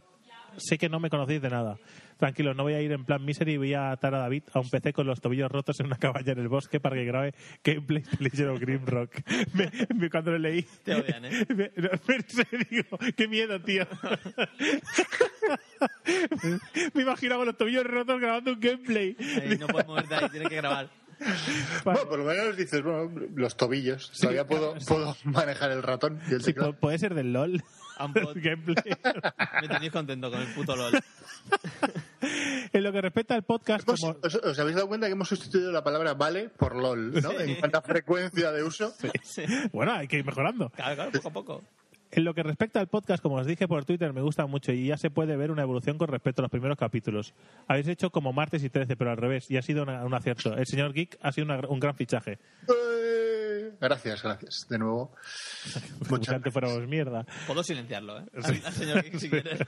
B: sé que no me conocéis de nada. Tranquilo, no voy a ir en plan misery y voy a atar a David a un PC con los tobillos rotos en una cabaña en el bosque para que grabe gameplay de Legend of Grimrock. <laughs> Me- me- cuando lo leí...
D: Te odian, ¿eh?
B: <laughs> me- no, en serio, digo, qué miedo, tío. <laughs> me imaginaba con los tobillos rotos grabando un gameplay.
D: Ahí no puedes moverte ahí, tienes que grabar.
C: Bueno, por lo menos dices, bueno, los tobillos. Todavía puedo, puedo manejar el ratón y el
B: Sí,
C: teclado.
B: pu- puede ser del LOL. <laughs>
D: Ampot.
B: gameplay.
D: Me tenéis contento con el puto LOL.
B: En lo que respecta al podcast,
C: Hemos-
B: como-
C: os, os habéis dado cuenta que hemos sustituido la palabra vale por lol, ¿no? En cuanto a frecuencia de uso.
B: bueno, hay que ir mejorando.
D: Claro, claro, poco a poco.
B: En lo que respecta al podcast, como os dije por Twitter, me gusta mucho y ya se puede ver una evolución con respecto a los primeros capítulos. Habéis hecho como martes y 13, pero al revés, y ha sido una- un acierto. El señor Geek ha sido una- un gran fichaje.
C: Eh, Gracias, gracias. De nuevo.
B: Aunque
C: Muchas
B: antes fuéramos mierda.
D: Puedo silenciarlo, ¿eh? Al, al señor Geek, si quieres.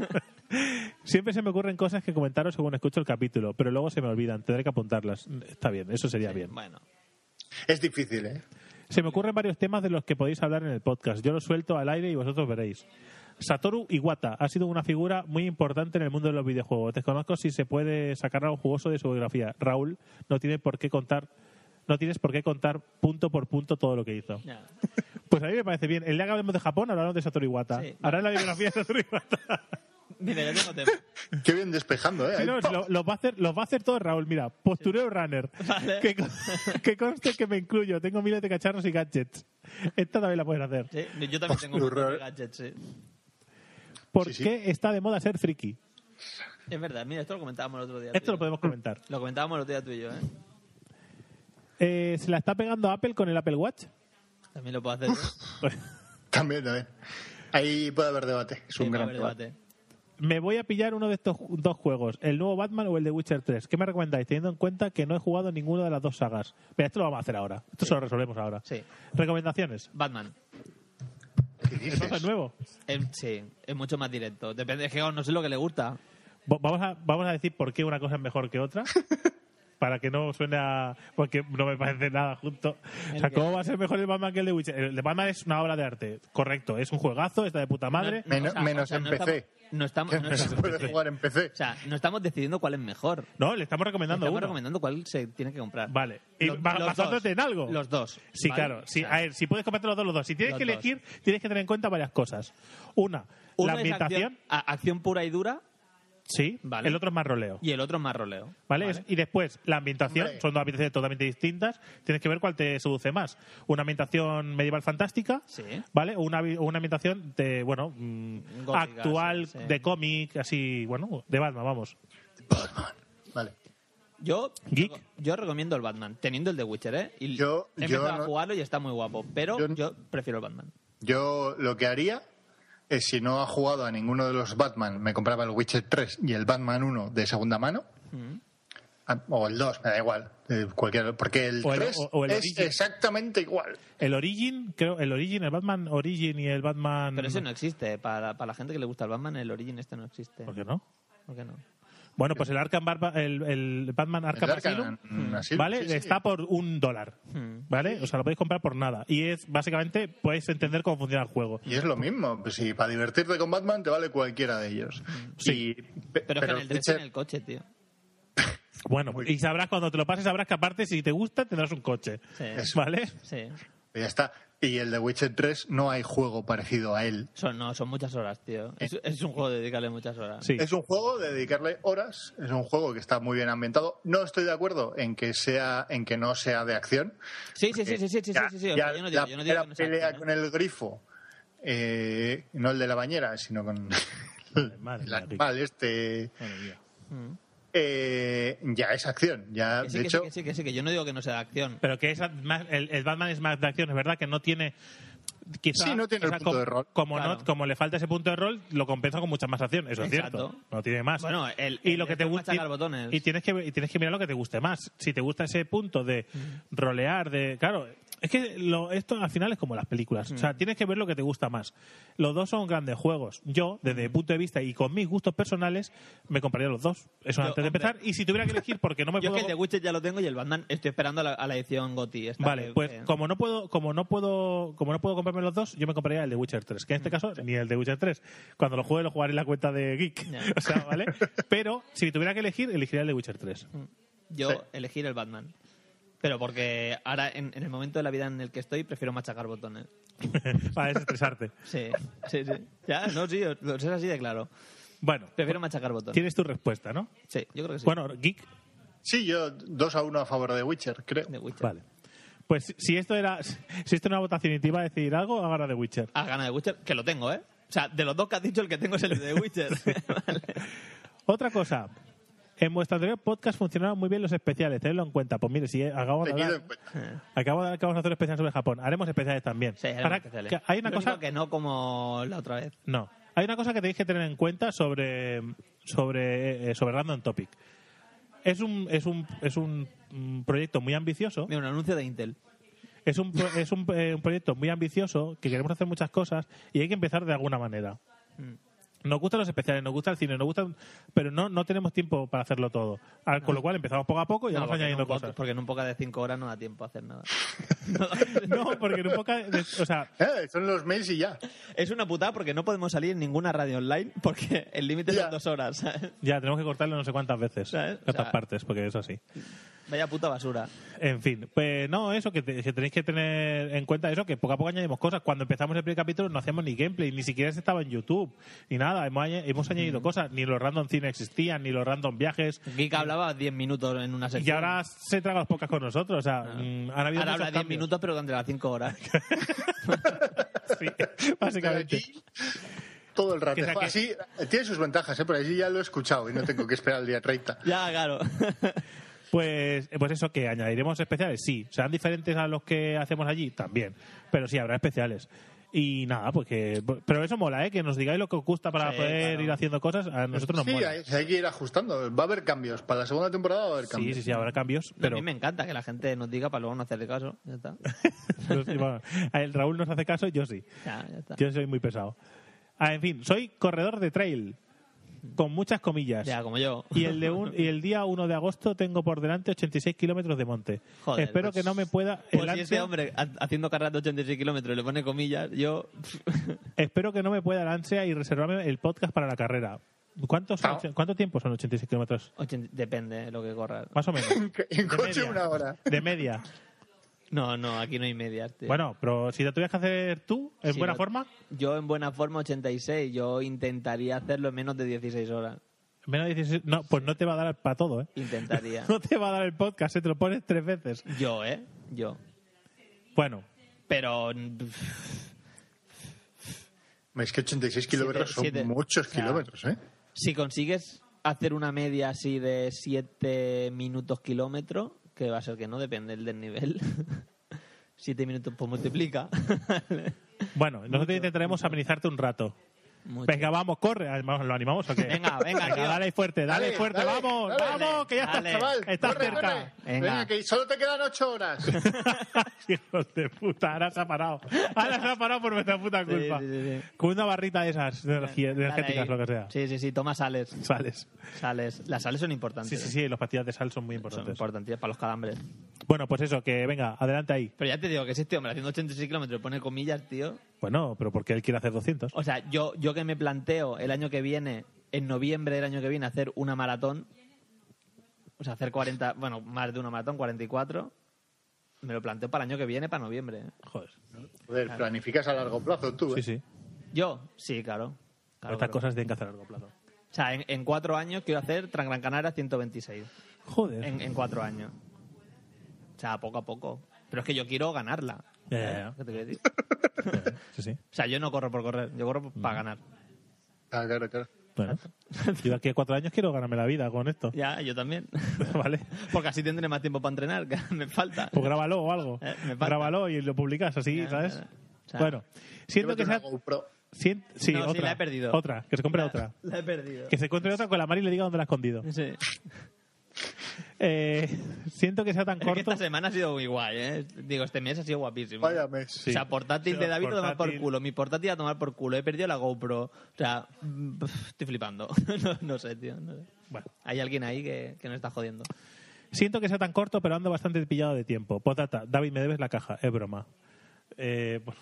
B: Siempre se me ocurren cosas que comentaros según escucho el capítulo, pero luego se me olvidan, tendré que apuntarlas. Está bien, eso sería bien.
D: Bueno,
C: Es difícil, ¿eh?
B: Se me ocurren varios temas de los que podéis hablar en el podcast. Yo los suelto al aire y vosotros veréis. Satoru Iwata ha sido una figura muy importante en el mundo de los videojuegos. Desconozco si se puede sacar algo jugoso de su biografía. Raúl, no tiene por qué contar, no tienes por qué contar punto por punto todo lo que hizo.
D: ya.
B: Pues a mí me parece bien. El día que hablemos de Japón, hablamos de Satoru Iwata.
D: Sí.
B: Ahora la biografía de Satoru
D: <laughs>
B: Iwata.
D: Mira, ya tengo tema.
C: Qué bien despejando, ¿eh?
B: Sí,
C: Ahí,
B: no,
C: ¡pum!
B: lo- los, va a hacer, los va a hacer todos, Raúl. Mira, postureo runner.
D: Vale.
B: Que, con- que conste que me incluyo. Tengo miles de cacharros y gadgets. Esta también la puedes hacer.
D: Sí, yo también
C: <laughs>
D: tengo
C: Hostia,
D: un
C: raro.
D: gadget, sí.
B: ¿Por
C: Sí, sí.
B: qué está de moda ser friki?
D: Es verdad, mira, esto lo comentábamos el otro día. tú y
B: Esto
D: yo.
B: lo podemos comentar.
D: Lo comentábamos el otro día tú y yo, ¿eh?
B: Eh, ¿Se la está pegando Apple con el Apple Watch?
D: También lo puedo hacer. ¿eh?
C: También, también. Ahí puede haber debate. <laughs> Es un
D: Sí, va a
C: gran
D: haber debate.
B: Me voy a pillar uno de estos ju- dos juegos, el nuevo Batman o el de Witcher 3. ¿Qué me recomendáis? Teniendo en cuenta que no he jugado ninguna de las dos sagas. Mira, esto lo vamos a hacer ahora. Esto se lo resolvemos ahora.
D: Sí.
B: ¿Recomendaciones?
D: Batman.
C: ¿Qué
B: ¿El Batman
C: dices?
B: nuevo?
D: Es- sí, es mucho más directo. oh, Depende, es que no sé lo que le gusta. <laughs>
B: Vo- Vamos a, vamos a decir por qué una cosa es mejor que otra. para que no suene a... porque no me parece nada junto. O sea,
D: El que-
B: ¿cómo va a ser mejor el Batman que el de Witcher? El de Batman es una obra de arte, correcto, es un juegazo, está de puta madre.
D: No, no,
C: Menos- menos en
D: no
C: PC.
D: estamos- No estamos, no
C: No <laughs> se
D: estamos-
C: puede jugar en PC.
D: O sea, no estamos decidiendo cuál es mejor.
B: No, le estamos recomendando
D: Estamos
B: uno.
D: recomendando cuál se tiene que comprar.
B: Vale. Y
D: Lo-
B: ba-
D: los
B: basándote
D: dos.
B: en algo.
D: Los dos.
B: Sí,
D: ¿vale?
B: claro. Sí,
D: O sea,
B: a ver, si puedes comparte los dos, los dos. Si tienes
D: Los
B: que
D: dos.
B: elegir, tienes que tener en cuenta varias cosas. Una,
D: uno
B: la
D: es
B: ambientación.
D: Acción, a- acción pura y dura
B: Sí.
D: Vale.
B: El otro es más roleo.
D: y el otro es más roleo.
B: ¿Vale? Es- y después, la ambientación,
C: Hombre.
B: son dos ambientaciones totalmente distintas, tienes que ver cuál te seduce más. Una ambientación medieval fantástica,
D: Sí.
B: ¿vale? O una, vi- o una ambientación de, bueno, mm,
D: Gótica,
B: actual,
D: sí, sí.
B: de cómic, así, bueno, de Batman, vamos.
C: Vale.
D: Yo,
B: Geek.
D: yo, yo recomiendo el Batman, teniendo el de Witcher, ¿eh? Y
C: Yo-
D: he empezado
C: yo
D: a
C: no-
D: jugarlo y está muy guapo, pero yo,
C: Yo-
D: prefiero el Batman.
C: Yo lo que haría es, si no ha jugado a ninguno de los Batman, me compraba el Witcher 3 y el Batman 1 de segunda mano.
D: Mm.
C: Ah, O el 2, me da igual. eh, cualquiera, porque el
B: O el-
C: 3
B: o- o el
C: es
B: Origin.
C: exactamente igual.
B: El Origin, creo, el Origin, el Batman Origin y el Batman...
D: Pero ese no existe. ¿eh? Para, para la gente que le gusta el Batman, el Origin este no existe.
B: ¿Por qué no?
D: ¿Por qué no?
B: Bueno, pues el Arkham Barba- el, el Batman Arkham,
C: El Arkham
B: Asylum,
C: Asylum,
B: ¿vale?
C: sí, sí.
B: Está por un dólar,
D: Hmm.
B: ¿vale? O sea, lo podéis comprar por nada. Y es, básicamente, puedes entender cómo funciona el juego.
C: Y es lo mismo. Pues si para divertirte con Batman te vale cualquiera de ellos.
B: Sí.
C: Y- pe-
D: Mm. Pero, es que en el 3
C: Witcher-
D: en el coche, tío.
B: Bueno, y sabrás cuando te lo pases, sabrás que aparte, si te gusta, tendrás un coche.
D: Sí. Eso.
B: ¿Vale?
D: Sí.
C: Ya está. Y el de Witcher 3 no hay juego parecido a él.
D: Son, no, son muchas horas,
C: Eh.
D: tío. Es, es un juego de dedicarle muchas horas.
B: Sí.
C: Es un juego de dedicarle horas, es un juego que está muy bien ambientado. No estoy de acuerdo en que sea en que no sea de acción.
D: Sí, sí, sí, sí, sí, sí,
C: Eh, Ya-
D: sí, sí, o
C: ya
D: sea, yo no digo,
C: la
D: yo no digo
C: primera
D: que no sea
C: pelea
D: acción,
C: con el grifo, eh, no el de la bañera, sino
D: <laughs>
C: con
B: madre
C: el
B: mía,
C: animal este,
B: Madre mía.
C: eh, ya es acción. Ya,
D: Que sí,
C: de
D: que
C: hecho,
D: sí, que sí, que sí, que yo no digo que no sea de acción.
B: Pero que es más, el, el Batman es más de acción, es verdad que no tiene. Quizá,
C: Sí, no tiene el
B: quizá
C: punto
B: com-
C: de rol.
B: Como,
D: Claro.
B: no, como le falta ese punto de rol, lo compensa con mucha más acción, eso
D: Exacto.
B: es cierto. No tiene más.
D: Bueno, el-
B: y
D: el-
B: lo que
D: el
B: te
D: de
B: gusta.
D: machacar botones.
B: Y tienes, que, y tienes que mirar lo que te guste más. Si te gusta ese punto de
D: Mm.
B: rolear, de. Claro. Es que lo- esto al final es como las películas. O sea,
D: Mm.
B: tienes que ver lo que te gusta más. Los dos son grandes juegos. Yo,
D: Mm.
B: desde mi punto de vista y con mis gustos personales, me compraría los dos. Eso
D: Yo,
B: antes de
D: hombre.
B: empezar. Y si tuviera que elegir, porque no me
D: <laughs> Yo es
B: puedo.
D: que el de Witcher ya lo tengo y el Batman estoy esperando a la, a la edición GOTY. esta
B: Vale,
D: que-
B: pues
D: que-
B: como no puedo, como no puedo, como no puedo comprarme los dos, yo me compraría el de Witcher 3, que en
D: Mm.
B: este caso ni el de Witcher 3. Cuando lo juegue lo jugaré en la cuenta de Geek.
D: Ya.
B: <laughs> O sea, ¿vale? Pero si me tuviera que elegir, elegiría el de Witcher 3.
D: yo
C: Sí.
D: elegir el Batman. Pero porque ahora, en, en el momento de la vida en el que estoy, prefiero machacar botones.
B: <laughs> Para desestresarte.
D: Sí, sí, sí. Ya, no, sí, os- os es así de claro.
B: Bueno, pues,
D: Prefiero machacar botones.
B: tienes tu respuesta, ¿no?
D: Sí, yo creo que sí.
B: Bueno, Geek,
C: sí, yo 2 a 1 a favor de Witcher, creo.
D: de Witcher.
B: vale. Pues si esto era, si esto era una votación y te iba a decidir algo, ahora de Witcher.
D: Ah, gana de Witcher, que lo tengo, ¿eh? O sea, de los dos que has dicho, el que tengo es el de Witcher.
B: <laughs>
D: Vale.
B: Otra cosa. En vuestro anterior podcast funcionaron muy bien los especiales, tenedlo en cuenta. Pues mire, si eh, acabamos de
C: Tenido
B: hablar,
C: en cuenta.
B: acabo de hablar que vamos a hacer especiales sobre Japón. Haremos especiales también.
D: Sí, haremos
B: Ahora,
D: especiales.
B: que hay una
D: Lo
B: cosa
D: único que no como la otra vez.
B: No. Hay una cosa que tenéis que tener en cuenta sobre, sobre, eh, sobre Random Topic. Es un, es un, es un mm, proyecto muy ambicioso.
D: Mira, un anuncio de Intel.
B: Es, un, pro- es un, eh, un proyecto muy ambicioso que queremos hacer muchas cosas y hay que empezar de alguna manera.
D: Mm.
B: Nos gustan los especiales, nos gusta el cine, nos gustan, pero no, no tenemos tiempo para hacerlo todo. Al- Con lo cual empezamos poco a poco y
D: No,
B: vamos
D: porque en
B: añadiendo
D: un poco-
B: cosas.
D: Porque en un poca de cinco horas no da tiempo a
B: <laughs>
D: hacer nada. <laughs>
B: No, porque en un poco, o sea,
C: Eh, son los mails y ya.
D: Es una putada porque no podemos salir en ninguna radio online porque el límite
C: Ya.
D: son dos horas. ¿sabes?
B: ya tenemos que cortarlo no sé cuántas veces,
D: ¿Sabes? O
B: en otras
D: sea-
B: partes, porque es así.
D: Vaya puta basura.
B: En fin, pues no, eso, que, te- que tenéis que tener en cuenta eso, que poco a poco añadimos cosas. Cuando empezamos el primer capítulo no hacíamos ni gameplay, ni siquiera estaba en YouTube, ni nada. Hemos, añe- hemos añadido cosas, ni los random cine existían, ni los random viajes.
D: Geek hablaba 10 minutos en una sección.
B: Y ahora se traga las pocas con nosotros. O sea, mm, han habido
D: Ah. Ahora
B: muchos
D: habla 10
B: cambios.
D: minutos, pero durante las 5 horas.
B: <laughs>
D: <laughs>
B: Sí, básicamente.
C: Pero aquí, Todo el rato.
B: Que saque-
C: Así, tiene sus ventajas, ¿eh? pero así ya lo he escuchado y no tengo que esperar el día
B: <laughs>
C: 30.
D: ya, claro. <laughs>
B: Pues, pues eso, que añadiremos especiales, sí. ¿Serán diferentes a los que hacemos allí? También. Pero sí, habrá especiales. Y nada, pues que... Pero eso mola, ¿eh? Que nos digáis lo que os gusta para
D: Sí,
B: poder
D: claro.
B: ir haciendo cosas. A nosotros nos
C: Sí,
B: mola.
C: hay, hay que ir ajustando. Va a haber cambios. Para la segunda temporada va a haber
B: Sí,
C: cambios.
B: sí, sí, habrá cambios. Pero
D: A mí me encanta que la gente nos diga para luego no hacerle caso. Ya está.
B: <laughs> No, sí, vamos. A el Raúl nos hace caso, yo sí.
D: Ya, ya está.
B: Yo soy muy pesado. Ah, en fin, soy corredor de trail. con muchas comillas.
D: Ya, como yo.
B: Y el, de un, y el día 1 de agosto tengo por delante 86 kilómetros de monte.
D: Joder,
B: Espero
D: pues-
B: que no me pueda... el
D: Pues si
B: ansia-
D: este hombre ha- haciendo carreras de 86 kilómetros le pone comillas, yo.
B: Espero que no me pueda el ansia y reservarme el podcast para la carrera. ¿Cuántos son-
C: Claro.
B: ¿Cuánto tiempo son 86 kilómetros?
D: 80 depende de lo que corras.
B: Más o menos.
C: En coche
B: media.
C: una hora.
B: De
D: <laughs>
B: media.
D: No, no, aquí no hay medias. tío.
B: Bueno, pero si lo tuvieras que hacer tú, en
D: Si
B: buena
D: no-
B: forma,
D: Yo en buena forma 86. Yo intentaría hacerlo en menos de 16 horas.
B: menos 16... No, pues no te va a dar para todo, ¿eh?
D: Intentaría.
B: <laughs> No te va a dar el podcast, se te lo pones tres veces.
D: yo, ¿eh? Yo.
B: Bueno,
D: Pero. mm,
C: Es que 86 kilómetros son
D: siete.
C: muchos
D: O sea,
C: kilómetros, ¿eh?
D: Si consigues hacer una media así de 7 minutos kilómetro, que va a ser que no, depende del desnivel. <laughs> 7 minutos, pues multiplica.
B: bueno, nosotros intentaremos amenizarte un rato.
D: Mucho. <laughs>
B: Venga, vamos, corre. Vamos, ¿Lo animamos o qué?
D: Venga, venga, tío.
B: dale ahí fuerte, dale,
C: Dale,
B: fuerte,
C: dale,
B: vamos,
C: dale.
B: vamos, que ya
D: Dale.
B: estás, chaval, estás
C: Ah, Corre,
B: cerca. <laughs>
C: corre.
D: Venga.
C: que solo te quedan 8 horas.
B: Hijos de puta, ahora se ha parado. Ahora se ha parado por nuestra puta
D: Sí,
B: culpa.
D: sí, sí, sí.
B: Con una barrita de esas de energía- de
D: Dale
B: energéticas,
D: ahí.
B: lo que sea.
D: Sí, sí, sí, toma sales.
B: Sales.
D: Sales. Las sales son importantes.
B: Sí, sí,
D: ¿eh?
B: sí, los pastillas de sal son muy
D: Son
B: importantes.
D: importantes para los calambres.
B: Bueno, pues eso, que venga, adelante ahí.
D: Pero ya te digo que si este hombre haciendo 86 kilómetros pone comillas, tío.
B: Bueno, pero porque él quiere hacer 200?
D: O sea, yo, yo que me planteo el año que viene, en noviembre del año que viene, hacer una maratón. O sea, hacer 40, bueno, más de una maratón, 44. Me lo planteo para el año que viene, para noviembre. ¿eh?
B: Joder.
C: Joder, planificas a largo plazo tú,
B: Sí,
C: ¿eh?
B: sí.
D: Yo, sí, claro. Claro,
B: Estas
D: claro.
B: cosas tienen que hacer a largo plazo.
D: O sea, en, en cuatro años quiero hacer Tran Gran Canaria 126.
B: Joder.
D: En, en cuatro años. O sea, poco a poco. Pero es que yo quiero ganarla.
B: Ya, ya, ya.
D: ¿Qué te quiero decir?
B: Sí,
D: <laughs>
B: sí.
D: O sea, yo no corro por correr, yo corro
B: Mm.
D: para ganar.
C: Ah, claro, claro.
B: Bueno. Yo de aquí a cuatro años quiero ganarme la vida con esto.
D: Ya, yo también.
B: <laughs>
D: <laughs>
B: ¿Vale?
D: Porque así tendré más tiempo para entrenar, que <laughs> me falta.
B: Pues grábalo o algo.
D: Eh, me falta.
B: grábalo y lo publicas así,
D: Ya,
B: ¿sabes?
D: ya, ya. O sea,
B: bueno, siento
C: Llévate
B: que sea.
C: una GoPro.
B: sien- sí,
D: No, sí,
B: otra.
D: la he perdido.
B: Otra, que se compre
D: La-
B: otra.
D: <laughs> La, he perdido.
B: Que se encuentre otra con la Mari y le diga dónde la ha escondido.
D: Sí.
B: <laughs> Eh, siento que sea tan
D: <laughs> Es que
B: corto.
D: esta semana ha sido muy guay, ¿eh? Digo, este mes ha sido guapísimo.
C: Vaya mes.
D: O sea, portátil de
B: Sí,
D: David a tomar por
B: portátil.
D: culo. Mi portátil a tomar por culo. He perdido la GoPro. O sea, mm, estoy flipando. <laughs> No, no sé, tío. no sé.
B: Bueno,
D: Hay alguien ahí que, que nos está jodiendo.
B: siento que sea tan corto, pero ando bastante pillado de tiempo. Potata, David, me debes la caja. Es broma. Eh, bueno,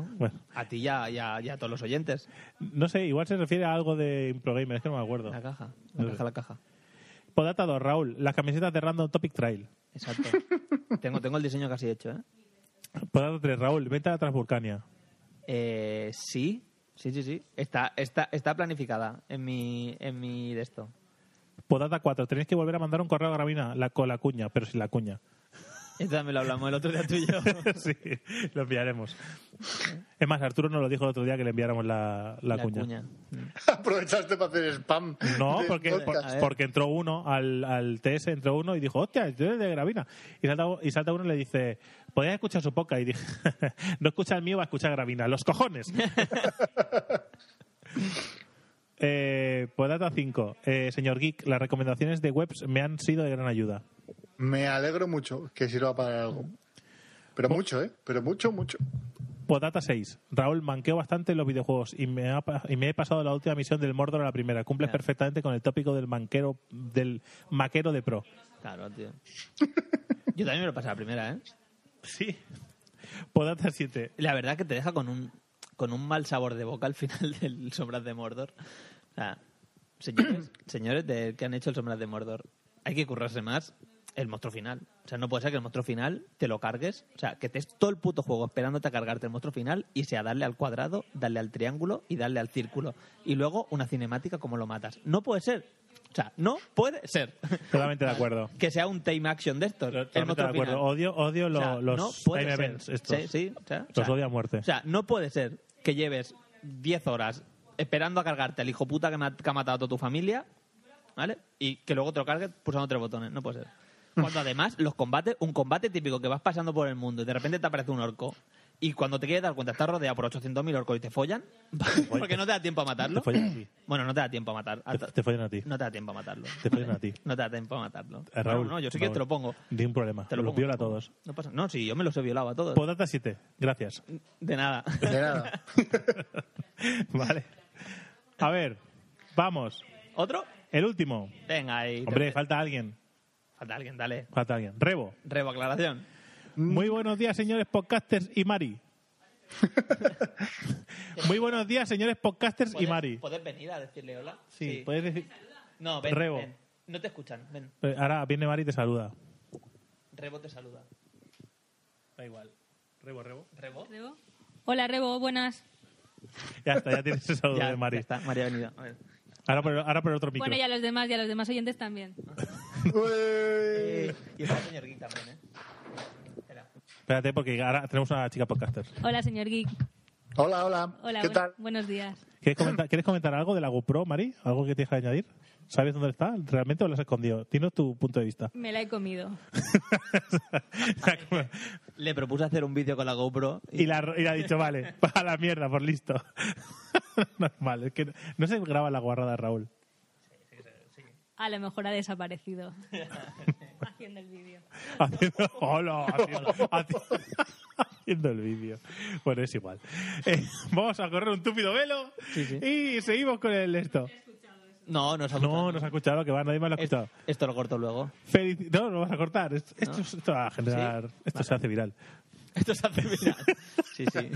D: Bueno,
B: Bueno.
D: a ti ya, ya, ya a todos los oyentes.
B: no sé, igual se refiere a algo de Improgamer, es que no me acuerdo.
D: La caja, la caja, la caja.
B: Podata 2, Raúl, las camisetas de Random Topic Trail. <laughs>
D: Exacto. tengo, tengo el diseño casi hecho, ¿eh?
B: Podata 3, Raúl, venta a la Transburcania.
D: Eh, sí, sí, sí, sí. Está, está, está planificada en mi, en mi de esto.
B: Podata 4, tenéis que volver a mandar un correo a Gravina la, con la cuña, pero sin la cuña.
D: Esto también lo hablamos el otro día tú y yo.
B: <laughs> sí, lo enviaremos. Es más, Arturo nos lo dijo el otro día que le enviáramos la, la cuña.
C: <laughs>
D: Mm,
C: Aprovechaste para hacer spam.
B: No,
C: de
B: porque,
C: podcast.
B: por-
D: A ver.
B: porque entró uno al, al TS, entró uno y dijo, hostia, tú eres de Gravina. Y salta, y salta uno y le dice, ¿podrías escuchar su poca? Y dije, <laughs> no escucha el mío, va a escuchar Gravina. ¡Los cojones! eh, pues data 5. Eh, señor Geek, las recomendaciones de webs me han sido de gran ayuda.
C: Me alegro mucho que sirva para algo. Pero mucho, ¿eh? Pero mucho, mucho.
B: Podata 6. Raúl, manqueo bastante en los videojuegos y me, ha pa- y me he pasado la última misión del Mordor a la primera. Cumples
D: Ya.
B: perfectamente con el tópico del manquero, del maquero de pro.
D: Claro, tío. Yo también me lo pasé a la primera, ¿eh?
B: Sí. Podata 7.
D: La verdad que te deja con un, con un mal sabor de boca al final <laughs> del Sombras de Mordor. O sea, señores, señores de, que han hecho el Sombras de Mordor, hay que currarse más el monstruo final. O sea, no puede ser que el monstruo final te lo cargues. O sea, que estés todo el puto juego esperándote a cargarte el monstruo final y sea darle al cuadrado, darle al triángulo y darle al círculo. Y luego una cinemática como lo matas. No puede ser. O sea, no puede ser. <laughs>
B: Totalmente de acuerdo.
D: que sea un time action de estos. el
B: Totalmente
D: monstruo
B: de acuerdo.
D: final.
B: Odio, odio lo-
D: O sea,
B: los
D: no puede
B: time
D: ser.
B: events estos.
D: Sí, sí, o sea,
B: Los
D: o sea,
B: odio a muerte.
D: O sea, no puede ser que lleves 10 horas esperando a cargarte al hijo puta que, ma- que ha matado a toda tu familia, ¿vale? Y que luego te lo cargues pulsando tres botones. No puede ser. Cuando además los combates, un combate típico que vas pasando por el mundo y de repente te aparece un orco. Y cuando te quieres dar cuenta, estás rodeado por 800.000 orcos y te follan, porque no te da tiempo a matarlo.
B: Te follan a ti.
D: Bueno, no te da tiempo a matar.
B: Te, te follan a ti.
D: No te da tiempo a matarlo.
B: Te follan a ti.
D: No te da tiempo a matarlo.
B: Eh, Raúl,
D: no, no, yo sí
B: por
D: que te lo
B: favor.
D: pongo.
B: Di un problema.
D: Te lo
B: Los
D: pongo,
B: viola a
D: te lo pongo.
B: todos.
D: No pasa. No, sí, yo me los he violado a todos.
B: Podata 7.
D: <laughs>
B: Gracias. <laughs>
D: De nada. <laughs>
C: De nada.
B: vale. A ver. Vamos.
D: ¿Otro?
B: El último.
D: Venga, ahí.
B: Hombre, falta alguien.
D: Falta alguien, dale.
B: Falta alguien. Rebo.
D: Rebo, aclaración.
B: Muy buenos días, señores podcasters y <laughs> Mari. Muy buenos días, señores podcasters y
D: ¿Puedes-
B: Mari.
D: ¿Puedes venir a decirle hola?
B: Sí, puedes decir.
D: No, ven,
B: Rebo.
D: ven. No te escuchan, ven.
B: Eh, Ahora viene Mari y te saluda.
D: Rebo te saluda.
B: Da igual. Rebo, rebo.
D: ¿Rebo?
E: Rebo. Hola, Rebo, buenas.
B: Ya está, <laughs> ya tienes el saludo de Mari.
D: está, María ha venido. A ver.
B: Ahora por, ahora por otro micro.
E: Bueno, y a los demás, y a los demás oyentes también.
C: Ué.
D: Eh, y está el señor Geek también, ¿eh? Espera.
B: Espérate, porque ahora tenemos una chica podcaster.
E: Hola, señor Geek.
C: Hola, hola.
E: Hola,
C: ¿Qué
E: buen-
C: tal?
E: buenos días.
B: ¿Quieres comentar, ¿Quieres comentar algo de la GoPro, Mari? ¿Algo que tienes que añadir? ¿Sabes dónde está realmente o la has escondido? Dinos tu punto de <laughs> vista.
E: Me la he comido.
D: Le propuse hacer un vídeo con la GoPro y,
B: y, la, y le ha dicho, vale, <laughs> a la mierda, por listo. <laughs> Normal, es que no, no se graba la guarrada, Raúl. <laughs>
E: A lo mejor
D: <laughs>
E: ha desaparecido. Haciendo el vídeo.
B: Haciendo, hola,
D: <laughs>
B: haciendo, <laughs> haci- haciendo el vídeo. Bueno, es igual. Eh, vamos a correr un túpido velo
D: Sí, sí.
B: y seguimos con el esto.
D: No, no se ha
B: No,
D: escuchado.
B: no se ha escuchado, que va, nadie más lo ha
D: Es-
B: escuchado.
D: Esto lo corto luego.
B: Felici- no, no vas a cortar. Esto, esto, es- esto va a generar. Esto se hace viral.
D: Esto se hace viral.
B: <laughs>
D: Sí, sí.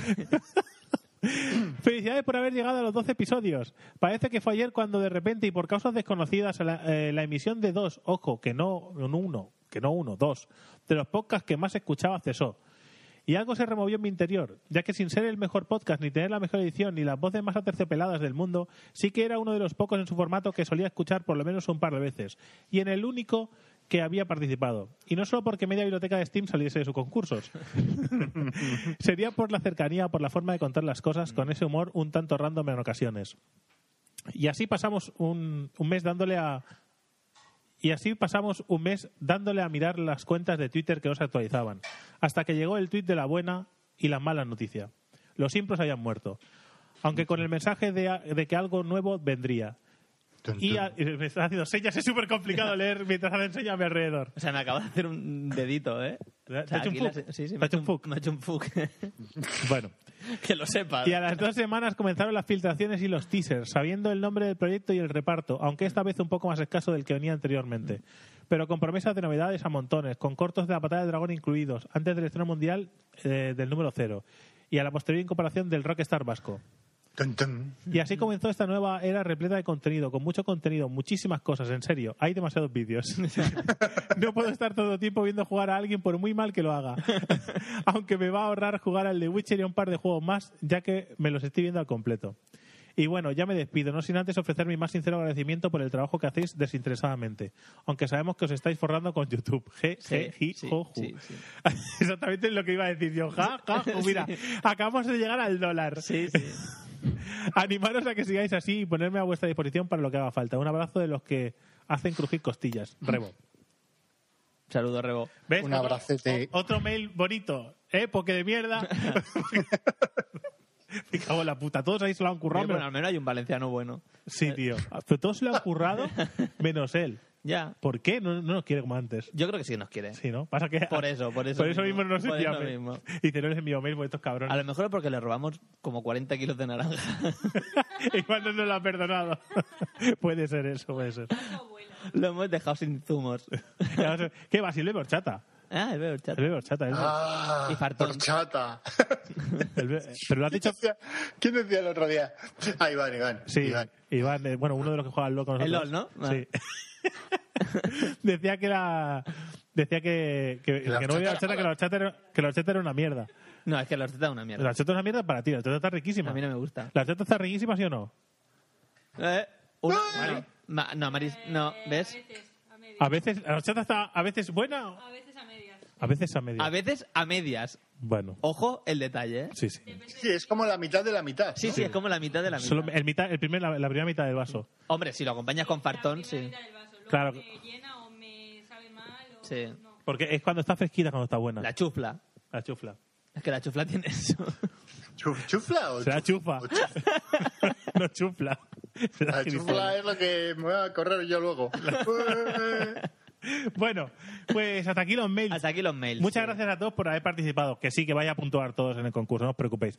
B: <clears throat> Felicidades por haber llegado a los 12 episodios. Parece que fue ayer cuando de repente y por causas desconocidas la, eh, la emisión de dos, ojo, que no no uno, que no uno, dos, de los podcasts que más escuchaba cesó. Y algo se removió en mi interior, ya que sin ser el mejor podcast, ni tener la mejor edición, ni las voces más aterciopeladas del mundo, sí que era uno de los pocos en su formato que solía escuchar por lo menos un par de veces. Y en el único que había participado. Y no solo porque media biblioteca de Steam saliese de sus concursos. Sería por la cercanía, por la forma de contar las cosas, con ese humor un tanto random en ocasiones. Y así pasamos un, un mes dándole a. Y así pasamos un mes dándole a mirar las cuentas de Twitter que no se actualizaban. Hasta que llegó el tweet de la buena y la mala noticia. Los impros habían muerto. Aunque con el mensaje de, a- de que algo nuevo vendría.
C: Tun,
B: Y,
C: tun.
B: a- y me están haciendo señas, es súper complicado leer mientras hacen señas a mi alrededor.
D: O sea, me acabas de hacer un dedito, ¿eh?
B: ¿Te ha-
D: O sea,
B: te ha hecho un
D: aquí la
B: fuck?
D: se- Sí, sí,
B: ¿Te
D: me
B: ha hecho un fuck?
D: Me ha hecho un fuck.
B: Bueno.
D: <laughs> que lo sepa.
B: Y a las dos semanas comenzaron las filtraciones y los teasers, sabiendo el nombre del proyecto y el reparto, aunque esta vez un poco más escaso del que venía anteriormente. Pero con promesas de novedades a montones, con cortos de la patada de dragón incluidos, antes del estreno mundial eh, del número cero, y a la posterior incorporación del rockstar vasco.
C: Tun, tun.
B: Y así comenzó esta nueva era repleta de contenido, con mucho contenido, muchísimas cosas, en serio. Hay demasiados vídeos. <laughs> no puedo estar todo el tiempo viendo jugar a alguien por muy mal que lo haga. <laughs> Aunque me va a ahorrar jugar al The Witcher y a un par de juegos más, ya que me los estoy viendo al completo. Y bueno, ya me despido, no sin antes ofrecer mi más sincero agradecimiento por el trabajo que hacéis desinteresadamente. Aunque sabemos que os estáis forrando con YouTube. Je, je,
D: Sí,
B: ji,
D: sí,
B: jo, eh, ju.
D: sí, sí.
B: <laughs> Exactamente lo que iba a decir yo. Ja, ja,
D: <laughs>
B: ju. Mira, acabamos de llegar al dólar.
D: Sí, sí.
B: <laughs> Animaros a que sigáis así y ponerme a vuestra disposición para lo que haga falta. Un abrazo de los que hacen crujir costillas. Rebo.
D: Saludo, Rebo.
B: ¿Ves?
C: Un
B: Otro-
C: abracete.
B: o- Otro mail bonito. ¿Eh? Porque de mierda. Me cago en la puta. Todos ahí se lo han currado.
D: Oye, bueno,
B: menos-
D: al menos hay un valenciano bueno. eh.
B: Sí, tío. Ah, Pero todos se lo han currado menos él.
D: Ya.
B: ¿Por qué? No, no nos quiere como antes.
D: Yo creo que sí nos quiere.
B: Sí, ¿no? Pasa que...
D: Por eso, por eso
B: Por eso
D: mismo.
B: mismo, no se
D: Por eso
B: llama.
D: mismo.
B: Y te no les envío mail por estos
D: A
B: cabrones.
D: lo mejor es porque le robamos como 40 kilos de naranja. <laughs>
B: <laughs> Igual no nos lo ha perdonado. <laughs> puede ser eso, puede ser.
D: lo hemos dejado sin
B: <laughs>
D: zumos.
B: Ya no sé. ¿Qué va? Si le chata.
D: ah, el bebé
B: El bebé horchata, el-
C: Ah,
D: Y fartón. <laughs>
C: horchata. <laughs>
B: el be- pero lo has dicho.
C: ¿Quién decía el otro día? Ah, Iván, Iván.
B: Sí,
C: Iván.
B: Iván, eh, bueno, uno de los que juega al LOL con
D: El
B: nosotros.
D: LOL, ¿no? Vale.
B: Sí. <laughs> decía que la. Decía que, que,
C: la
B: que no voy a la
C: horchata
B: horchata, que la horchata, era, que la horchata era una mierda.
D: No, es que la hortata es una
B: La
D: mierda.
B: horchata es una mierda para ti, la horchata está riquísima.
D: A mí no me gusta.
B: ¿La horchata está riquísima, sí o no?
D: Eh, una- bueno, ma- no, Maris, no, ¿ves?
E: a
B: A veces, la horchata está a veces buena,
E: veces a medias.
B: a veces a media.
D: A veces a medias.
B: Bueno,
D: Ojo el detalle, ¿eh?
B: sí, sí.
C: Sí, es como la mitad de la mitad.
D: Sí, sí, es como la mitad de la mitad.
B: Solo el mitad, el primer, la, la primera mitad del vaso.
D: Hombre, si lo acompañas con fartón, sí.
B: Claro.
E: Me llena o me sabe mal o
D: Sí.
E: no.
B: Porque es cuando está fresquita, cuando está buena.
D: La chufla.
B: La chufla.
D: Es que la chufla <laughs> tiene eso.
C: Chuf- ¿Chufla o
B: Será chufa.
C: o chufla?
B: <laughs> no chufla.
D: <laughs>
B: Será
C: La
B: gilipollas.
C: chufla es lo que me voy a correr yo luego.
B: <laughs> Bueno, pues hasta aquí los mails.
D: Hasta aquí los mails.
B: Muchas
D: sí.
B: gracias a todos por haber participado. Que sí, que vaya a puntuar todos en el concurso, no os preocupéis.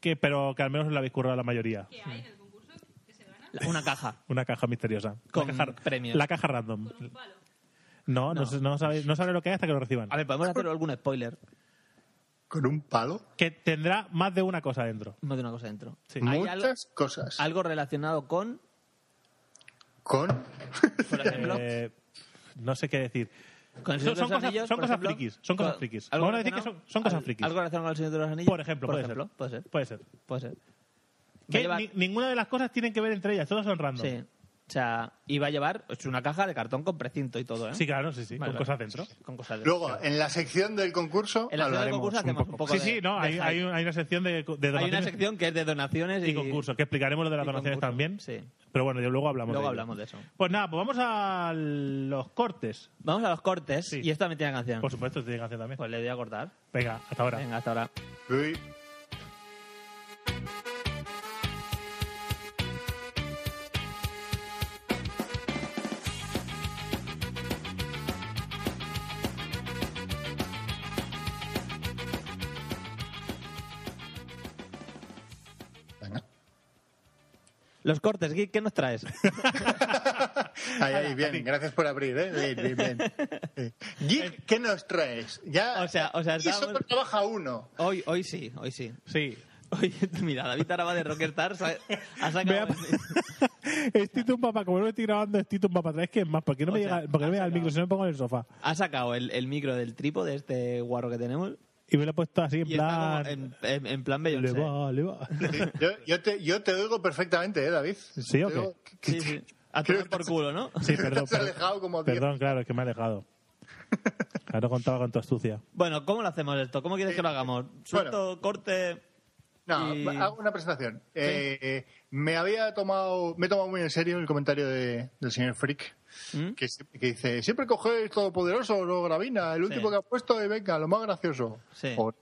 B: Que, pero que al menos os lo habéis currado la mayoría.
E: ¿Qué hay en el concurso? ¿Qué se gana?
D: Una caja.
B: Una caja misteriosa.
D: Con
B: la caja,
D: premios.
B: La caja random. No, no,
D: No.
B: se- no sabe, no sabe lo que hay hasta que lo reciban.
D: A ver, podemos hacer algún spoiler.
C: Con un palo.
B: Que tendrá más de una cosa dentro.
D: Más de una cosa dentro.
B: Sí.
D: Hay
C: Muchas
D: algo,
C: cosas.
D: algo relacionado con,
C: Con.
D: por ejemplo,
B: Eh, no sé qué decir.
D: con
B: son-
D: el Señor de
B: son
D: los
B: cosas-
D: Anillos,
B: son
D: por
B: cosas
D: ejemplo,
B: frikis, son cosas
D: con-
B: frikis.
D: algo
B: Vamos a decir que
D: relacionado-
B: son- son cosas
D: al-
B: frikis.
D: Algo relacionado con el Señor de los Anillos.
B: Por ejemplo, puede ser.
D: puede ser.
B: Puede ser.
D: Puede ser. Va a
B: Que
D: llevar-
B: ni- ninguna de las cosas tienen que ver entre ellas, todas son random.
D: Sí. O sea, iba a llevar es una caja de cartón con precinto y todo, ¿eh?
B: Sí, claro, sí, sí,
D: Vale,
B: con
D: vale.
B: cosas dentro.
D: Con cosas dentro.
C: Luego, en la sección del concurso
D: En la sección del
C: hablaremos
D: concurso hacemos
C: un
D: un
C: poco.
D: poco
B: Sí,
D: de-
B: sí, no,
D: de
B: hay,
D: hype.
B: hay un- hay una sección de, de
D: Hay una
B: donaciones
D: sección que es de donaciones y,
B: y concursos, que explicaremos lo de las
D: y
B: donaciones
D: concursos,
B: también.
D: sí.
B: Pero bueno, yo luego hablamos
D: Luego
B: de ello.
D: hablamos de eso.
B: Pues nada, pues vamos a los cortes.
D: Vamos a los cortes
B: Sí.
D: y esto también tiene canción.
B: Por supuesto, tiene canción también.
D: Pues le voy a cortar.
B: Venga, hasta ahora.
D: Venga, hasta ahora.
C: Uy, venga. <laughs>
D: Los cortes, Geek, ¿qué nos traes?
B: <laughs>
C: Ahí, ahí, bien, gracias por abrir, ¿eh? Bien, bien, bien. Sí. Geek, ¿qué nos traes? Ya,
D: O sea, o sea,
C: y
D: estábamos-
C: solo trabaja uno.
D: Hoy, hoy sí, hoy sí.
B: Sí.
D: Hoy, <laughs> mira, David ahora va de Rockstar, sa- ha
B: Me
D: sacado...
B: ha- <laughs> es Tito un papá, como no me estoy grabando, es Tito un papá. Es que es más, ¿por qué no
D: O
B: me
D: sea,
B: llega, por qué no me llega el micro si no me pongo en el sofá?
D: Ha sacado el, el micro del tripo de este guarro que tenemos
B: Y me lo he puesto así en
D: y está
B: plan.
D: como en, en- en plan
B: Le
D: Beyoncé.
B: va, le
D: <laughs>
B: va.
C: Sí, yo, yo te, yo te oigo perfectamente, ¿eh, David?
B: ¿Sí o
C: Te
B: qué?
C: oigo-
D: Sí, sí. A
C: Creo
D: tomar
C: que
D: por culo, ¿no?
B: Sí, perdón.
C: Te has
B: perdón.
C: alejado como diez.
B: Perdón, claro, es que me he alejado. Claro, no contaba con tu astucia.
D: Bueno, ¿cómo lo hacemos esto? ¿Cómo quieres que lo hagamos? Suelto, corte...
C: No,
D: Y-
C: hago una presentación. Eh, me había tomado, me he tomado muy en serio el comentario de- del señor Frick,
D: ¿Mm?
C: que, sie- que dice, siempre cogéis Todopoderoso o Gravina, el último que ha puesto y venga, lo más gracioso.
D: Sí.
C: Joder.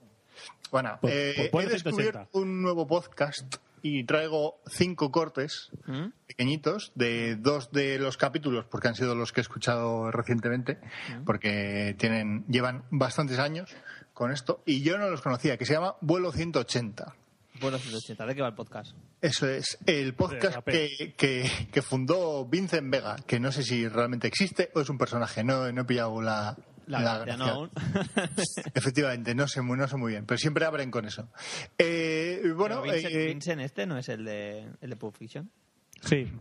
C: Bueno,
B: Pues-
C: eh,
B: pues ponle
C: he
B: 180.
C: descubierto un nuevo podcast y traigo cinco cortes
D: ¿Mm?
C: pequeñitos de dos de los capítulos, porque han sido los que he escuchado recientemente,
D: ¿Mm?
C: porque tienen, llevan bastantes años con esto, y yo no los conocía, que se llama Vuelo 180.
D: Bueno, 180, ¿de qué va el podcast?
C: Eso es, el podcast que, que, que fundó Vincent Vega, que no sé si realmente existe o es un personaje, no, no he pillado la...
D: La, gracia, no
C: gracia.
B: <laughs>
D: aún.
C: Efectivamente, no sé, muy- no sé muy bien, pero siempre abren con eso. Eh, bueno,
D: Pero Vincent,
C: eh,
D: Vincent este no es el de, el de Pulp Fiction.
B: Sí.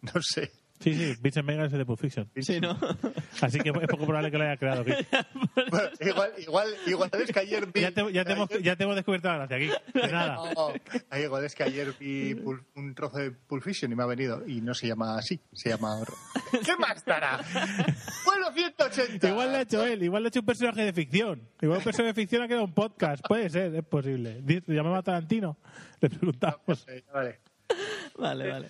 C: no sé.
B: Sí, sí, Vincent Megan es el de Pulp Fiction.
D: Sí, ¿no? <laughs>
B: Así que es poco probable que lo haya creado aquí. <laughs>
C: Bueno, igual, igual, igual es que ayer vi...
B: Ya te, ya te
C: <laughs>
B: hemos, ya te hemos descubierto la gracia aquí. De nada.
C: No, ahí igual es que ayer vi Pul- un trozo de Pulp Fiction y me ha venido. Y no se llama así, se llama. otro. ¿Qué más
B: <laughs>
C: dará? Vuelo 180.
B: Igual lo ha hecho él, igual lo ha hecho un personaje de ficción. Igual un personaje de ficción ha creado un podcast. Puede ser, es posible. Di- Llamamos a Tarantino, le preguntamos.
C: Eh, vale.
D: vale, vale.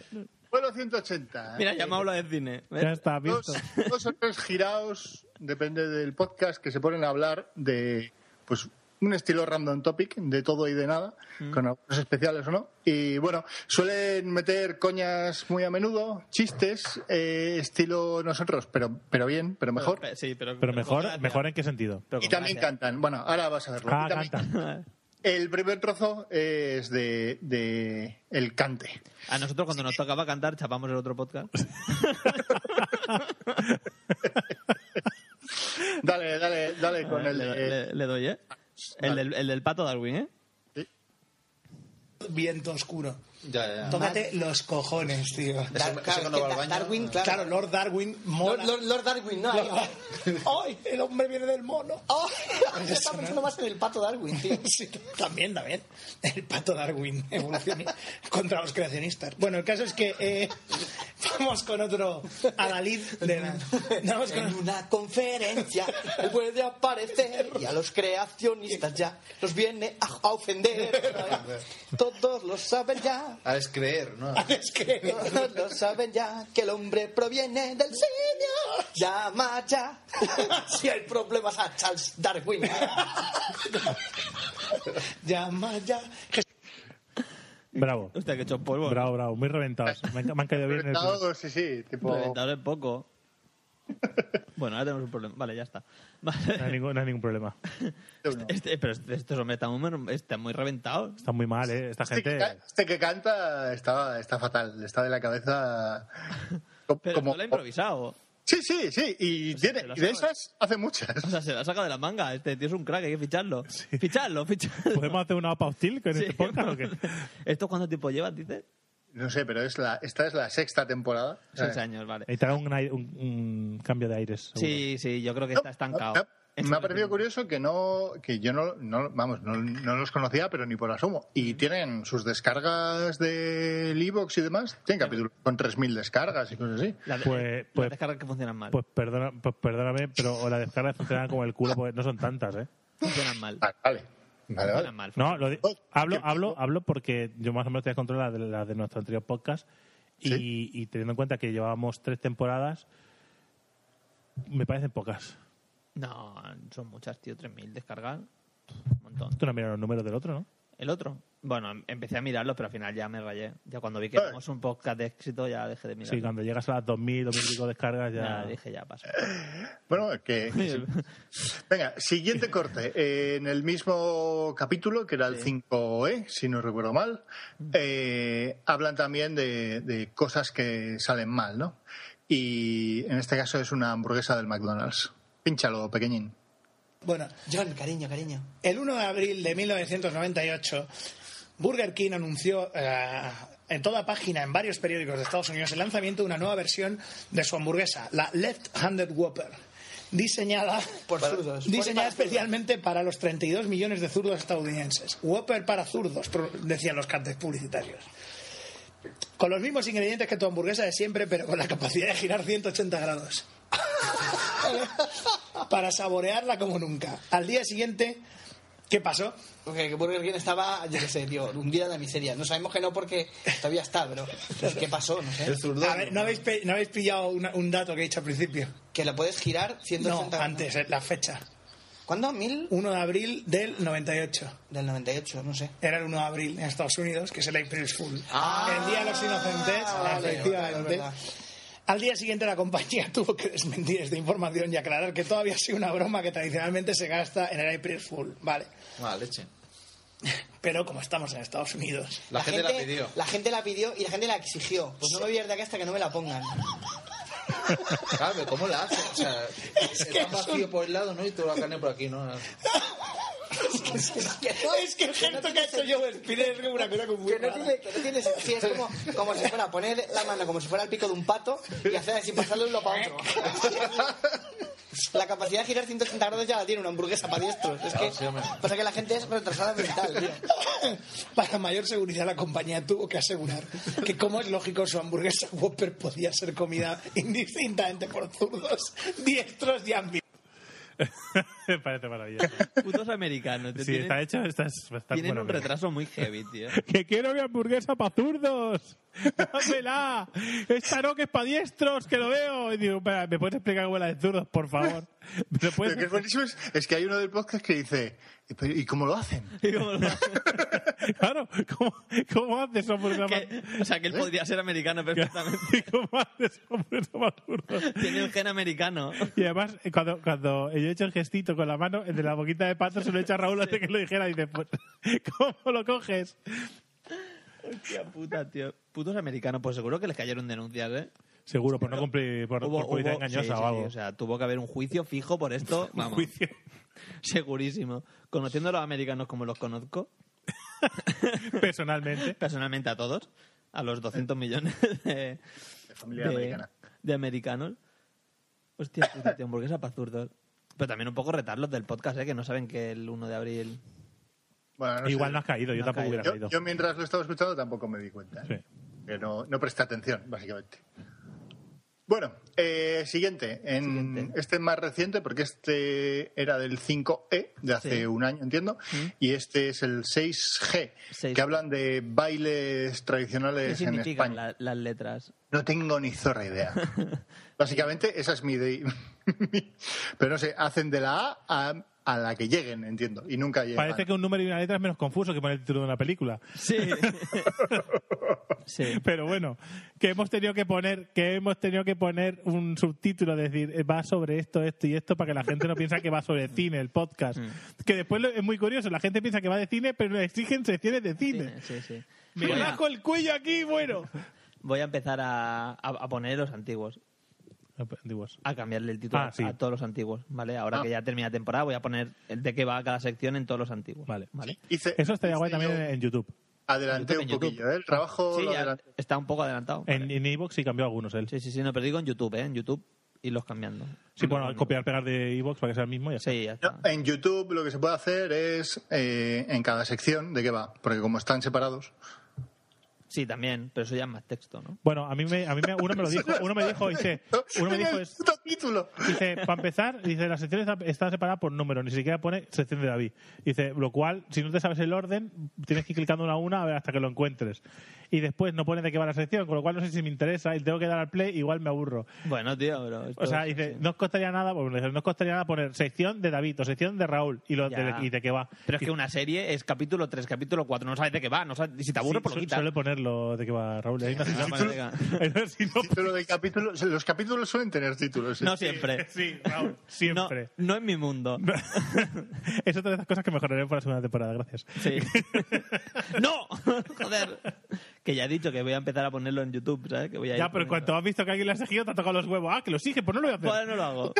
C: Vuelo 180.
D: Mira, ya me habla de cine. ¿ves?
B: Ya está,
C: ¿eh? dos,
B: visto.
C: <laughs> dos o tres girados, depende del podcast, que se ponen a hablar de pues un estilo random topic, de todo y de nada,
D: Mm.
C: con algunos especiales o no. Y bueno, suelen meter coñas muy a menudo, chistes, eh, estilo nosotros, pero, pero bien, pero mejor.
D: Pero- sí, pero,
B: Pero
D: con gracia.
B: mejor, mejor en qué sentido.
D: Pero
C: Y
D: con
C: también
D: gracia.
C: cantan. Bueno, ahora vas a verlo.
B: Ah,
C: Y también-
B: canta.
C: El primer trozo es de, de el cante.
D: A nosotros cuando nos tocaba cantar chapamos el otro podcast.
C: Dale, dale, dale con el.
D: Ah, le,
C: eh,
D: le- le doy, ¿eh? El,
C: Vale.
D: del, el del pato Darwin, ¿eh?
F: viento oscuro.
G: Ya, ya.
F: Tócate los cojones, tío.
G: Eso-
H: Dar-
G: eso que
H: claro,
G: no va
H: que
G: al
H: Da-
G: baño.
H: Darwin, claro.
F: Claro, Lord Darwin mola.
H: Lord, Lord- Lord Darwin, no. ahí-
F: <laughs> ¡Ay, el hombre viene del
H: <laughs>
F: mono!
H: Oh,
F: <laughs>
H: yo estaba pensando más en el pato Darwin, tío.
F: Sí, también, también. El pato Darwin <laughs> evolucione contra los creacionistas. Bueno, el caso es que eh, <laughs> vamos con otro a la lid de
G: <laughs>
F: la- Vamos
H: En
F: con...
H: una conferencia él puede aparecer y a los creacionistas ya los viene a, a ofender. Todos lo saben ya,
G: Ah, es creer, ¿no?
F: Es que...
H: todos lo saben ya que el hombre proviene del Señor. Llama ya <laughs> si hay problemas a Charles Darwin.
F: Llama ya.
B: Bravo.
D: Hostia, que he hecho polvo.
B: Bravo, bravo. Muy reventados. Me han, me han caído bien. el-
C: apretado, sí, sí, tipo. <laughs>
D: Reventado es poco. Bueno, ahora tenemos un problema. Vale, ya está. Vale.
B: No hay ningún, no hay ningún problema.
D: Este- pero este- estos hombres están muy, están muy reventados.
B: Está muy mal, ¿eh? Esta
C: Este que,
B: gente...
C: ca- este que canta está, está fatal, está de la
B: <laughs>
C: cabeza. co-
D: Pero no lo ha improvisado.
C: sí, sí, sí. Y,
D: sea,
C: tiene,
D: te lo has
C: y de
D: sacado.
C: esas hace muchas. <laughs>
D: <laughs> O sea, se la saca de la manga. Este tío es un crack, hay que ficharlo. Ficharlo, ficharlo.
B: ¿Podemos hacer una OPA hostil con
D: Sí.
B: este podcast o qué?
D: <laughs> ¿Esto cuánto tiempo llevas, dices?
C: Eh. No sé, pero es la, esta es la sexta temporada.
D: Seis
C: Eh,
D: años, vale.
B: Necesitará un, ai- un- un cambio de aires. seguro.
D: Sí, sí, yo creo que
C: no,
D: está estancado.
C: no, no.
D: Está
C: Me ha parecido
D: metido-
C: curioso que no, que yo no, no- vamos, no, no los conocía, pero ni por asomo. Y tienen sus descargas de Evox y demás, tienen capítulos con 3.000 descargas y cosas así.
D: Las,
B: Pues-
D: las
B: pues-
D: descargas que funcionan mal.
B: Pues, perdona, pues perdóname, pero o las descargas funcionan como el culo, porque no son tantas, ¿eh?
D: funcionan mal.
C: Vale, Ah, vale. Vale, vale.
D: Funcionan mal.
B: No, lo di-
C: Oh,
B: hablo,
C: qué
B: hablo, hablo porque yo más o menos tenía control la de, la de nuestro anterior podcast y, y teniendo en cuenta que llevábamos tres temporadas, me parecen pocas.
D: No, son muchas, tío. 3.000 descargas. Un montón.
B: Tú no has mirado los números del otro, ¿no?
D: ¿El otro? Bueno, em- empecé a mirarlo, pero al final ya me rayé. Ya cuando
C: Eh.
D: vi que éramos un podcast de éxito, ya dejé de
B: Sí,
D: mirarlo.
B: cuando llegas a las 2.000, 2.000 y pico descargas ya...
D: Ya dije, ya pasa.
C: Bueno, que,
D: <laughs>
C: que sí. Venga, siguiente corte. Eh, en el mismo capítulo, que era el 5E, si no recuerdo mal,
B: Mm.
C: eh, hablan también de, de cosas que salen mal, ¿no? Y en este caso es una hamburguesa del McDonald's. Pínchalo, pequeñín.
F: Bueno,
H: John, cariño, cariño.
F: El 1 de abril de 1998, Burger King anunció eh, en toda página, en varios periódicos de Estados Unidos, el lanzamiento de una nueva versión de su hamburguesa, la Left-Handed Whopper, diseñada,
H: Por zurdos.
F: diseñada
H: Por- para
F: especialmente para los 32 millones de zurdos estadounidenses. Whopper para zurdos, pro- decían los cartes publicitarios. Con los mismos ingredientes que tu hamburguesa de siempre, pero con la capacidad de girar 180 grados <laughs> para saborearla como nunca. Al día siguiente, ¿qué pasó?
H: Porque que Burger King estaba, yo qué sé, tío, hundida en la miseria. No sabemos que no porque todavía está, pero pues, ¿qué pasó? No sé.
G: El zurdo.
F: A ver, ¿no, habéis, pe- no habéis pillado una- un dato que he dicho al principio?
H: Que la puedes girar
F: No,
H: 180
F: antes, eh, la fecha.
H: ¿Cuándo? ¿Mil?
F: 1 de abril del 98.
H: Del 98, no sé.
F: Era el 1 de abril en Estados Unidos, que es el April Fool.
G: Ah.
F: el Día de los Inocentes,
H: Ah, vale, vale,
F: efectivamente.
H: es verdad.
F: al día siguiente la compañía <laughs> tuvo que desmentir esta información y aclarar que todavía ha sido una broma que tradicionalmente se gasta en el April Fool, ¿vale?
G: Mala leche.
F: Pero como estamos en Estados Unidos,
G: La, gente, la pidió.
H: La gente la pidió y la gente la exigió. Pues no me voy a ir de aquí hasta que no me la pongan.
G: Claro, pero ¿cómo la hace? O <laughs> sea, está vacío por el lado, ¿no? Y toda la carne por aquí, ¿no?
F: <laughs> es que el gesto que ha hecho yo Spinner es como una cosa con muy
H: Que no
F: rara.
H: tiene, que no tiene sí, es como, como si fuera poner la mano como si fuera el pico de un pato y hacer así, pasarlo de uno para otro. La capacidad de girar 180 grados ya la tiene una hamburguesa para diestros. Es que
G: Claro, sí, hombre.
H: pasa que la gente es retrasada mental, tío.
F: <laughs> Para mayor seguridad, la compañía tuvo que asegurar que, como es lógico, su hamburguesa Whopper podía ser comida indistintamente por zurdos, diestros y ambidextros.
B: <laughs> Me parece
D: <laughs>
B: maravilloso.
D: Putos americanos. tío,
B: Sí,
D: tienen
B: está hecho, está, está
D: tienen
B: bueno,
D: un
B: mira.
D: retraso muy heavy,
B: <laughs>
D: tío.
B: ¡Que quiero mi hamburguesa para zurdos! <laughs> ¡Dámela! ¡Esta no que es para diestros, que lo veo! Y digo, "Espera, ¿me puedes explicar cómo es la de zurdos, por favor? <laughs> ¿Me lo
C: Lo
B: puedes
C: que es buenísimo es, es que hay uno del podcast que dice, "Eh, "Pero, ¿y cómo lo hacen?
D: Y como lo-
B: claro, ¿cómo, cómo haces eso por
D: que- o sea, que él podría ser <laughs> americano perfectamente.
B: <laughs> ¿Cómo haces eso por
D: Tiene el gen americano.
B: Y además, eh, cuando, cuando yo he hecho el gestito con la mano, el de la boquita de pato se lo he hecho a Raúl antes que lo dijera y dice, pues, ¿cómo lo coges?
D: Hostia puta, tío. Putos americanos, pues seguro que les cayeron denuncias, ¿eh?
B: Seguro, por no cumplir, por, por publicidad engañosa
D: sí, sí,
B: o algo.
D: sí, o sea, tuvo que haber un juicio fijo
B: <laughs>
D: por esto. Vamos,
B: Juicio.
D: Segurísimo. Conociendo a los americanos como los conozco,
B: Personalmente.
D: personalmente a todos, a los 200 millones
B: <laughs>
D: de,
C: familia americana.
D: de americanos. Hostia, puta, tío, hamburguesa para zurdos. Pero también un poco retarlos del podcast, ¿eh? que no saben que el 1 de abril...
C: Bueno, no
B: Igual
C: sé.
B: no has caído, yo
D: No ha
B: tampoco hubiera
C: Yo-
B: caído.
C: yo, mientras lo estaba escuchando tampoco me di cuenta. ¿eh?
B: Sí.
C: Que no, no presté atención, básicamente. Bueno, eh, siguiente. En
D: Siguiente.
C: Este es más reciente porque este era del 5E de hace
D: Sí.
C: un año, entiendo.
B: Mm.
C: Y este es el 6G,
D: 6G.
C: que hablan de bailes
D: ¿Qué
C: tradicionales en
D: significan
C: España.
D: la- las letras?
C: No tengo ni zorra
B: <laughs>
C: idea. <laughs> Básicamente, esa es mi idea. Pero no sé, hacen de la A a, a la que lleguen, entiendo. Y nunca llegan.
B: Parece que un número y una letra es menos confuso que poner el título de una película.
D: Sí. <laughs> sí.
B: Pero bueno, que hemos tenido que poner, que hemos tenido que poner un subtítulo, decir, eh, va sobre esto, esto y esto, para que la gente no piensa que va sobre cine, el podcast.
D: Mm.
B: Que después lo- es muy curioso, la gente piensa que va de cine, pero le exigen secciones de cine.
D: Sí, sí.
B: Me
D: Voy a-
B: rajo el cuello aquí, bueno.
D: Voy a empezar a, a- a poner los antiguos.
B: Antiguos.
D: A cambiarle el título
B: Ah, sí. Ah.
D: a todos los antiguos, ¿vale? Ahora que ya termina la temporada, voy a poner el de qué va cada sección en todos los antiguos.
B: Vale.
D: ¿Vale?
C: Hice-
B: Eso estaría guay
C: hice yo-
B: también en YouTube.
C: Adelanté
D: YouTube,
C: un
D: en YouTube.
C: poquillo, ¿eh? El trabajo
D: Sí,
C: lo
D: ya
C: adelanté.
D: está un poco adelantado.
B: En
D: Vale.
B: en Evox sí cambió algunos él.
D: Sí, sí, sí, no, pero digo en YouTube, ¿eh? En YouTube, irlos cambiando.
B: Sí,
D: No,
B: bueno,
D: no, no.
B: copiar, pegar de Evox para que sea el mismo y así.
D: Sí, ya
C: No,
D: está.
C: en YouTube lo que se puede hacer es eh, en cada sección de qué va, porque como están separados,
D: Sí, también, pero eso ya es más texto, ¿no?
B: Bueno, a mí, me, a mí me- uno me
D: <laughs>
B: lo dijo, uno me dijo,
C: <laughs>
B: dice, uno me
C: Tenía
B: dijo,
C: el
B: es,
C: puto título.
B: Dice, para empezar, dice, la sección está, está separada por número, ni siquiera pone sección de David. Dice, lo cual, si no te sabes el orden, tienes que ir clicando una a una a ver hasta que lo encuentres. Y después no pone de qué va la sección, con lo cual no sé si me interesa y tengo que dar al play, igual me aburro.
D: Bueno, tío, pero... esto
B: O sea,
D: es
B: dice,
D: así.
B: no os costaría nada, bueno, dice, no os costaría nada poner sección de David o sección de Raúl y, lo, de,
D: Ya.
B: y de qué va.
D: Pero es que una serie es capítulo 3, capítulo 4, no sabes de qué va, no sabes, si te aburre,
B: Sí,
D: por lo
B: su-
D: quitas.
B: Suele ponerlo de qué va Raúl. y Hay una <laughs>
D: Ah,
B: sinopsis.
D: vale, venga.
B: Hay una sinopsis.
C: Título del capítulo, los capítulos suelen tener títulos. ¿eh?
D: pues- No siempre.
B: Sí, Raúl, siempre. <laughs>
D: No, no en mi mundo.
B: es otra de las cosas que mejoraré para la segunda temporada, gracias.
D: Sí. <laughs> ¡No! Joder. Que ya he dicho que voy a empezar a ponerlo en YouTube, ¿sabes? Que voy a ir
B: Ya, pero en
D: poniendo.
B: cuanto has visto que alguien le ha exigido, te ha tocado los huevos. Ah, que lo exige, pues no lo voy a hacer.
D: Joder, no lo hago.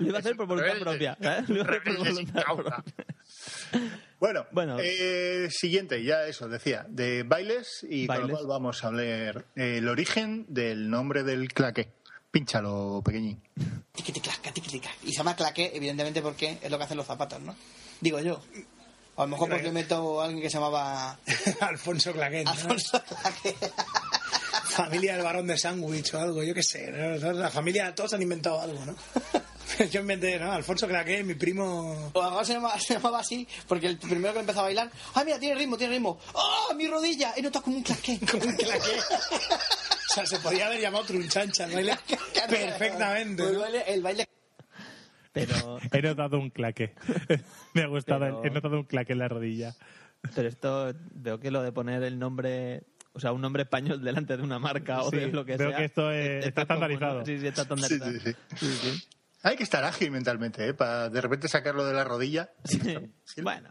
D: Lo iba a hacer por voluntad
C: Rebelde.
D: propia. ¿sabes? Lo iba a hacer por
C: Rebelde sin
D: voluntad
C: causa.
D: propia.
C: Bueno,
D: Bueno.
C: eh, siguiente, ya eso, decía, de bailes y con
D: Bailes.
C: lo cual vamos a leer eh, el origen del nombre del claqué. Pínchalo, pequeñín.
H: Tiquiticlasca, tiquitica. Y se llama claque, evidentemente, porque es lo que hacen los zapatos, ¿no? Digo yo. O a lo mejor porque meto a alguien que se llamaba
F: <laughs> Alfonso Claquet. ¿no? <laughs>
H: Alfonso Claque.
F: familia del varón de sándwich o algo, yo qué sé. ¿no? Toda La familia, todos han inventado algo, ¿no? <laughs> Yo inventé, ¿no? Alfonso Claqué, mi primo.
H: O a lo mejor se llamaba, se llamaba así porque el primero que empezó a bailar. ¡Ah, mira, tiene ritmo, tiene ritmo! ¡Ah, mi rodilla! He notado como un claqué.
F: Como un claqué.
H: <laughs>
F: O sea, se podía haber llamado trunchancha el baile perfectamente.
H: El
F: ¿no?
H: baile, el baile
D: Pero,
B: He notado un claque. <laughs> Me ha gustado.
D: Pero-
B: el- He notado un claque en la rodilla.
D: pero esto, veo que lo de poner el nombre... O sea, un nombre español delante de una marca o
B: Sí,
D: de lo que
B: veo
D: sea. eh,
B: que esto es- está
D: como, ¿no?
B: estandarizado.
D: Sí, sí, está estandarizado.
C: Sí, sí,
D: Sí, sí.
C: Hay que estar ágil mentalmente, ¿eh? Para de repente sacarlo de la rodilla.
D: Sí. Bueno,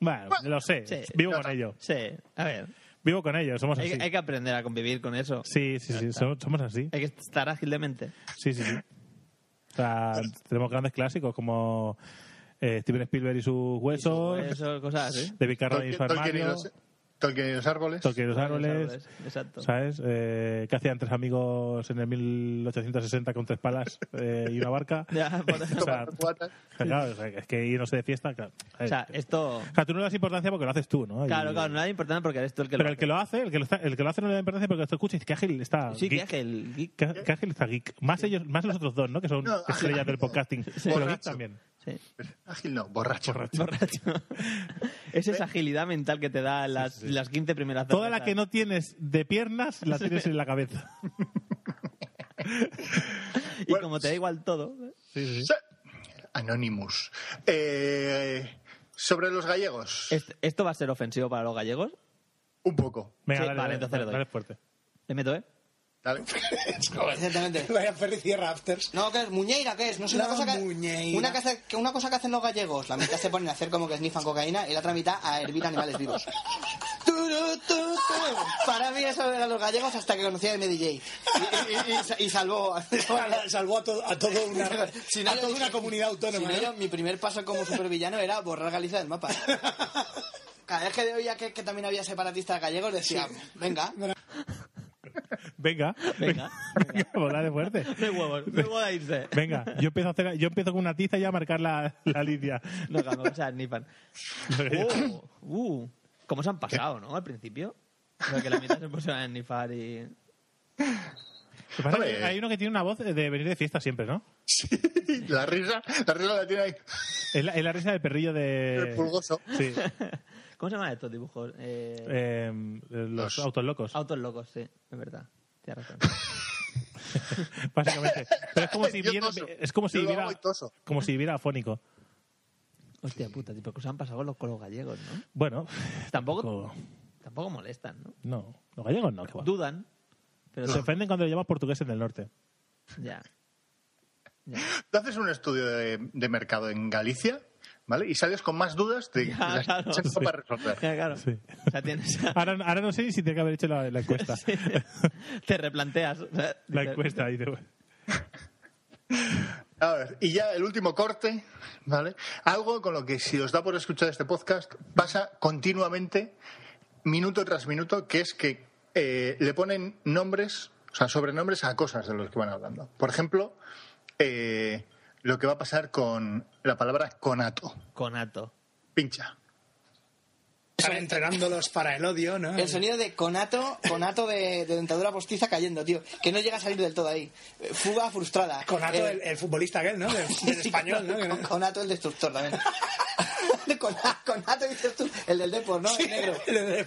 B: Bueno, lo sé.
D: Sí.
B: Vivo con ello.
D: sí. A ver,
B: Vivo con ello. Somos
D: hay,
B: Pues así.
D: hay que aprender a convivir con eso.
B: Sí, sí, sí. Somos, somos así.
D: Hay que estar ágil de mente.
B: Sí, sí, sí. O sea, tenemos grandes clásicos como eh, Steven Spielberg y sus huesos,
D: Eso, cosas así.
B: David Carradine y su
C: Tolkien, Tolkien y
B: armario,
C: los, Tolkien y los árboles.
B: Tolkien y los árboles.
D: árboles, Exacto.
B: ¿Sabes? Eh, ¿Qué hacían tres amigos en el 1860 con tres palas eh, y una barca? <laughs>
D: Ya, por-
B: O sea,
C: Tomando cuatas.
B: claro, o sea, es que irnos de fiesta, claro.
D: O sea,
B: eh,
D: esto...
B: O sea, tú no le das importancia porque lo haces tú, ¿no? Y-
D: Claro, claro, no es importante porque eres tú el que
B: Pero
D: lo
B: el que lo hace, el que lo, está- el que lo hace no le da importancia porque lo escucha y dice que ágil está.
D: Sí, que
B: geek.
D: hace el geek.
B: Que- que ágil está geek. Más ellos, más los otros dos, ¿no? Que son
C: No,
B: estrellas
C: <laughs> ágil.
B: del podcasting. Pero geek
C: Borracho.
B: también.
D: Sí.
C: Ágil no, borracho.
B: <laughs>
D: Borracho. es esa agilidad mental que te da las, las 15 primeras
B: Toda la
D: cervezas.
B: que no tienes de piernas, la tienes en la cabeza.
D: Y
C: Bueno.
D: como te da igual todo.
C: Sí. Anonymous. Eh, sobre los gallegos.
D: ¿est- ¿Esto va a ser ofensivo para los gallegos?
C: Un poco.
B: Venga, dale,
D: Sí, vale,
B: dale,
D: entonces le
B: dale,
D: doy.
B: dale fuerte.
D: ¿Le meto, eh?
C: Dale.
H: Exactamente.
F: Vaya Ferri Cierra Afters.
H: No, que es muñeira, que es, no sé, una
F: La
H: cosa que,
F: muñeira.
H: una, cosa, que una cosa que hacen los gallegos, la mitad se ponen a hacer como que snifan cocaína y la otra mitad a hervir
F: <laughs>
H: animales vivos. Turu, tu, tu. Para mí eso eran los gallegos hasta que conocí a MDJ y, y, y- y- y salvó a
F: Salvó a, todo a todo una,
H: <laughs> Si no,
F: a
H: yo-
F: toda una comunidad
H: Si
F: autónoma. ¿eh?
H: no,
F: ¿no?
H: yo, mi primer paso como supervillano era borrar Galicia
F: <laughs>
H: del mapa. Cada vez que oía que, que también había separatistas gallegos decía, venga,
B: Venga. <laughs>
D: Venga,
B: Venga, pues dale
D: <laughs>
B: fuerte.
D: No hay huevos, no hay huevos a irse.
B: Venga, yo empiezo, a hacer, yo empiezo con una tiza y a marcar la, la línea.
D: No, calma, o sea, ni pan. Oh, uh, ¿Cómo se han pasado, no? Al principio. Lo que la mitad se pusieron a nifar y...
B: Lo que pasa es que
C: Hombre.
B: hay uno que tiene una voz de venir de fiesta siempre, ¿no?
C: La risa, la risa la tiene ahí.
B: Es la, es la risa del perrillo de...
C: El pulgoso.
D: <laughs>
B: Sí.
D: ¿Cómo se llaman estos dibujos? Eh,
B: Eh, los
C: Los-
B: autos locos,
D: Autos locos, sí, es verdad. Tienes razón.
B: básicamente. Pero es como si
C: <laughs> Yo
B: viera,
C: toso.
B: es como si
C: Yo lo
B: viera,
C: hago y toso.
B: como si viera afónico.
D: Hostia puta, tío, pero que os han pasado los, con los gallegos, ¿no?
B: Bueno,
D: Tampoco,
B: Tampoco.
D: tampoco molestan, ¿no?
B: no. Los gallegos no, que va.
D: Dudan, pero
B: Se
D: se
B: ofenden cuando le llamas portugueses del norte.
D: Ya.
B: <laughs>
C: Tú haces un estudio de, de mercado en Galicia, ¿vale? Y sales con más dudas de, de
D: Ya,
C: las
D: claro.
C: que
D: Sí.
C: para resolver.
D: Ya, claro.
B: Sí.
D: O sea, tienes.
B: Ahora, ahora no sé ni si tiene que haber hecho la, la
D: <laughs>
B: encuesta.
D: te replanteas. o sea,
B: La
D: dices,
B: encuesta, dice.
C: A ver, y ya el último corte, ¿vale? Algo con lo que si os da por escuchar este podcast pasa continuamente, minuto tras minuto, que es que eh, le ponen nombres, o sea, sobrenombres a cosas de los que van hablando. Por ejemplo, eh, lo que va a pasar con la palabra conato,
D: Conato.
C: pincha.
F: Están entrenándolos para el odio, ¿no?
H: El sonido de conato, conato de, de dentadura postiza cayendo, tío. Que no llega a salir del todo ahí. Eh, Fuga frustrada.
F: Conato,
H: Eh,
F: el, el futbolista aquel, ¿no? Del, del
H: <laughs> sí,
F: español, ¿no? Que <laughs>
H: con-
F: no-
H: Conato el destructor también. <laughs> Cona- conato dices tú, el del Depor, ¿no? El negro,
F: El de-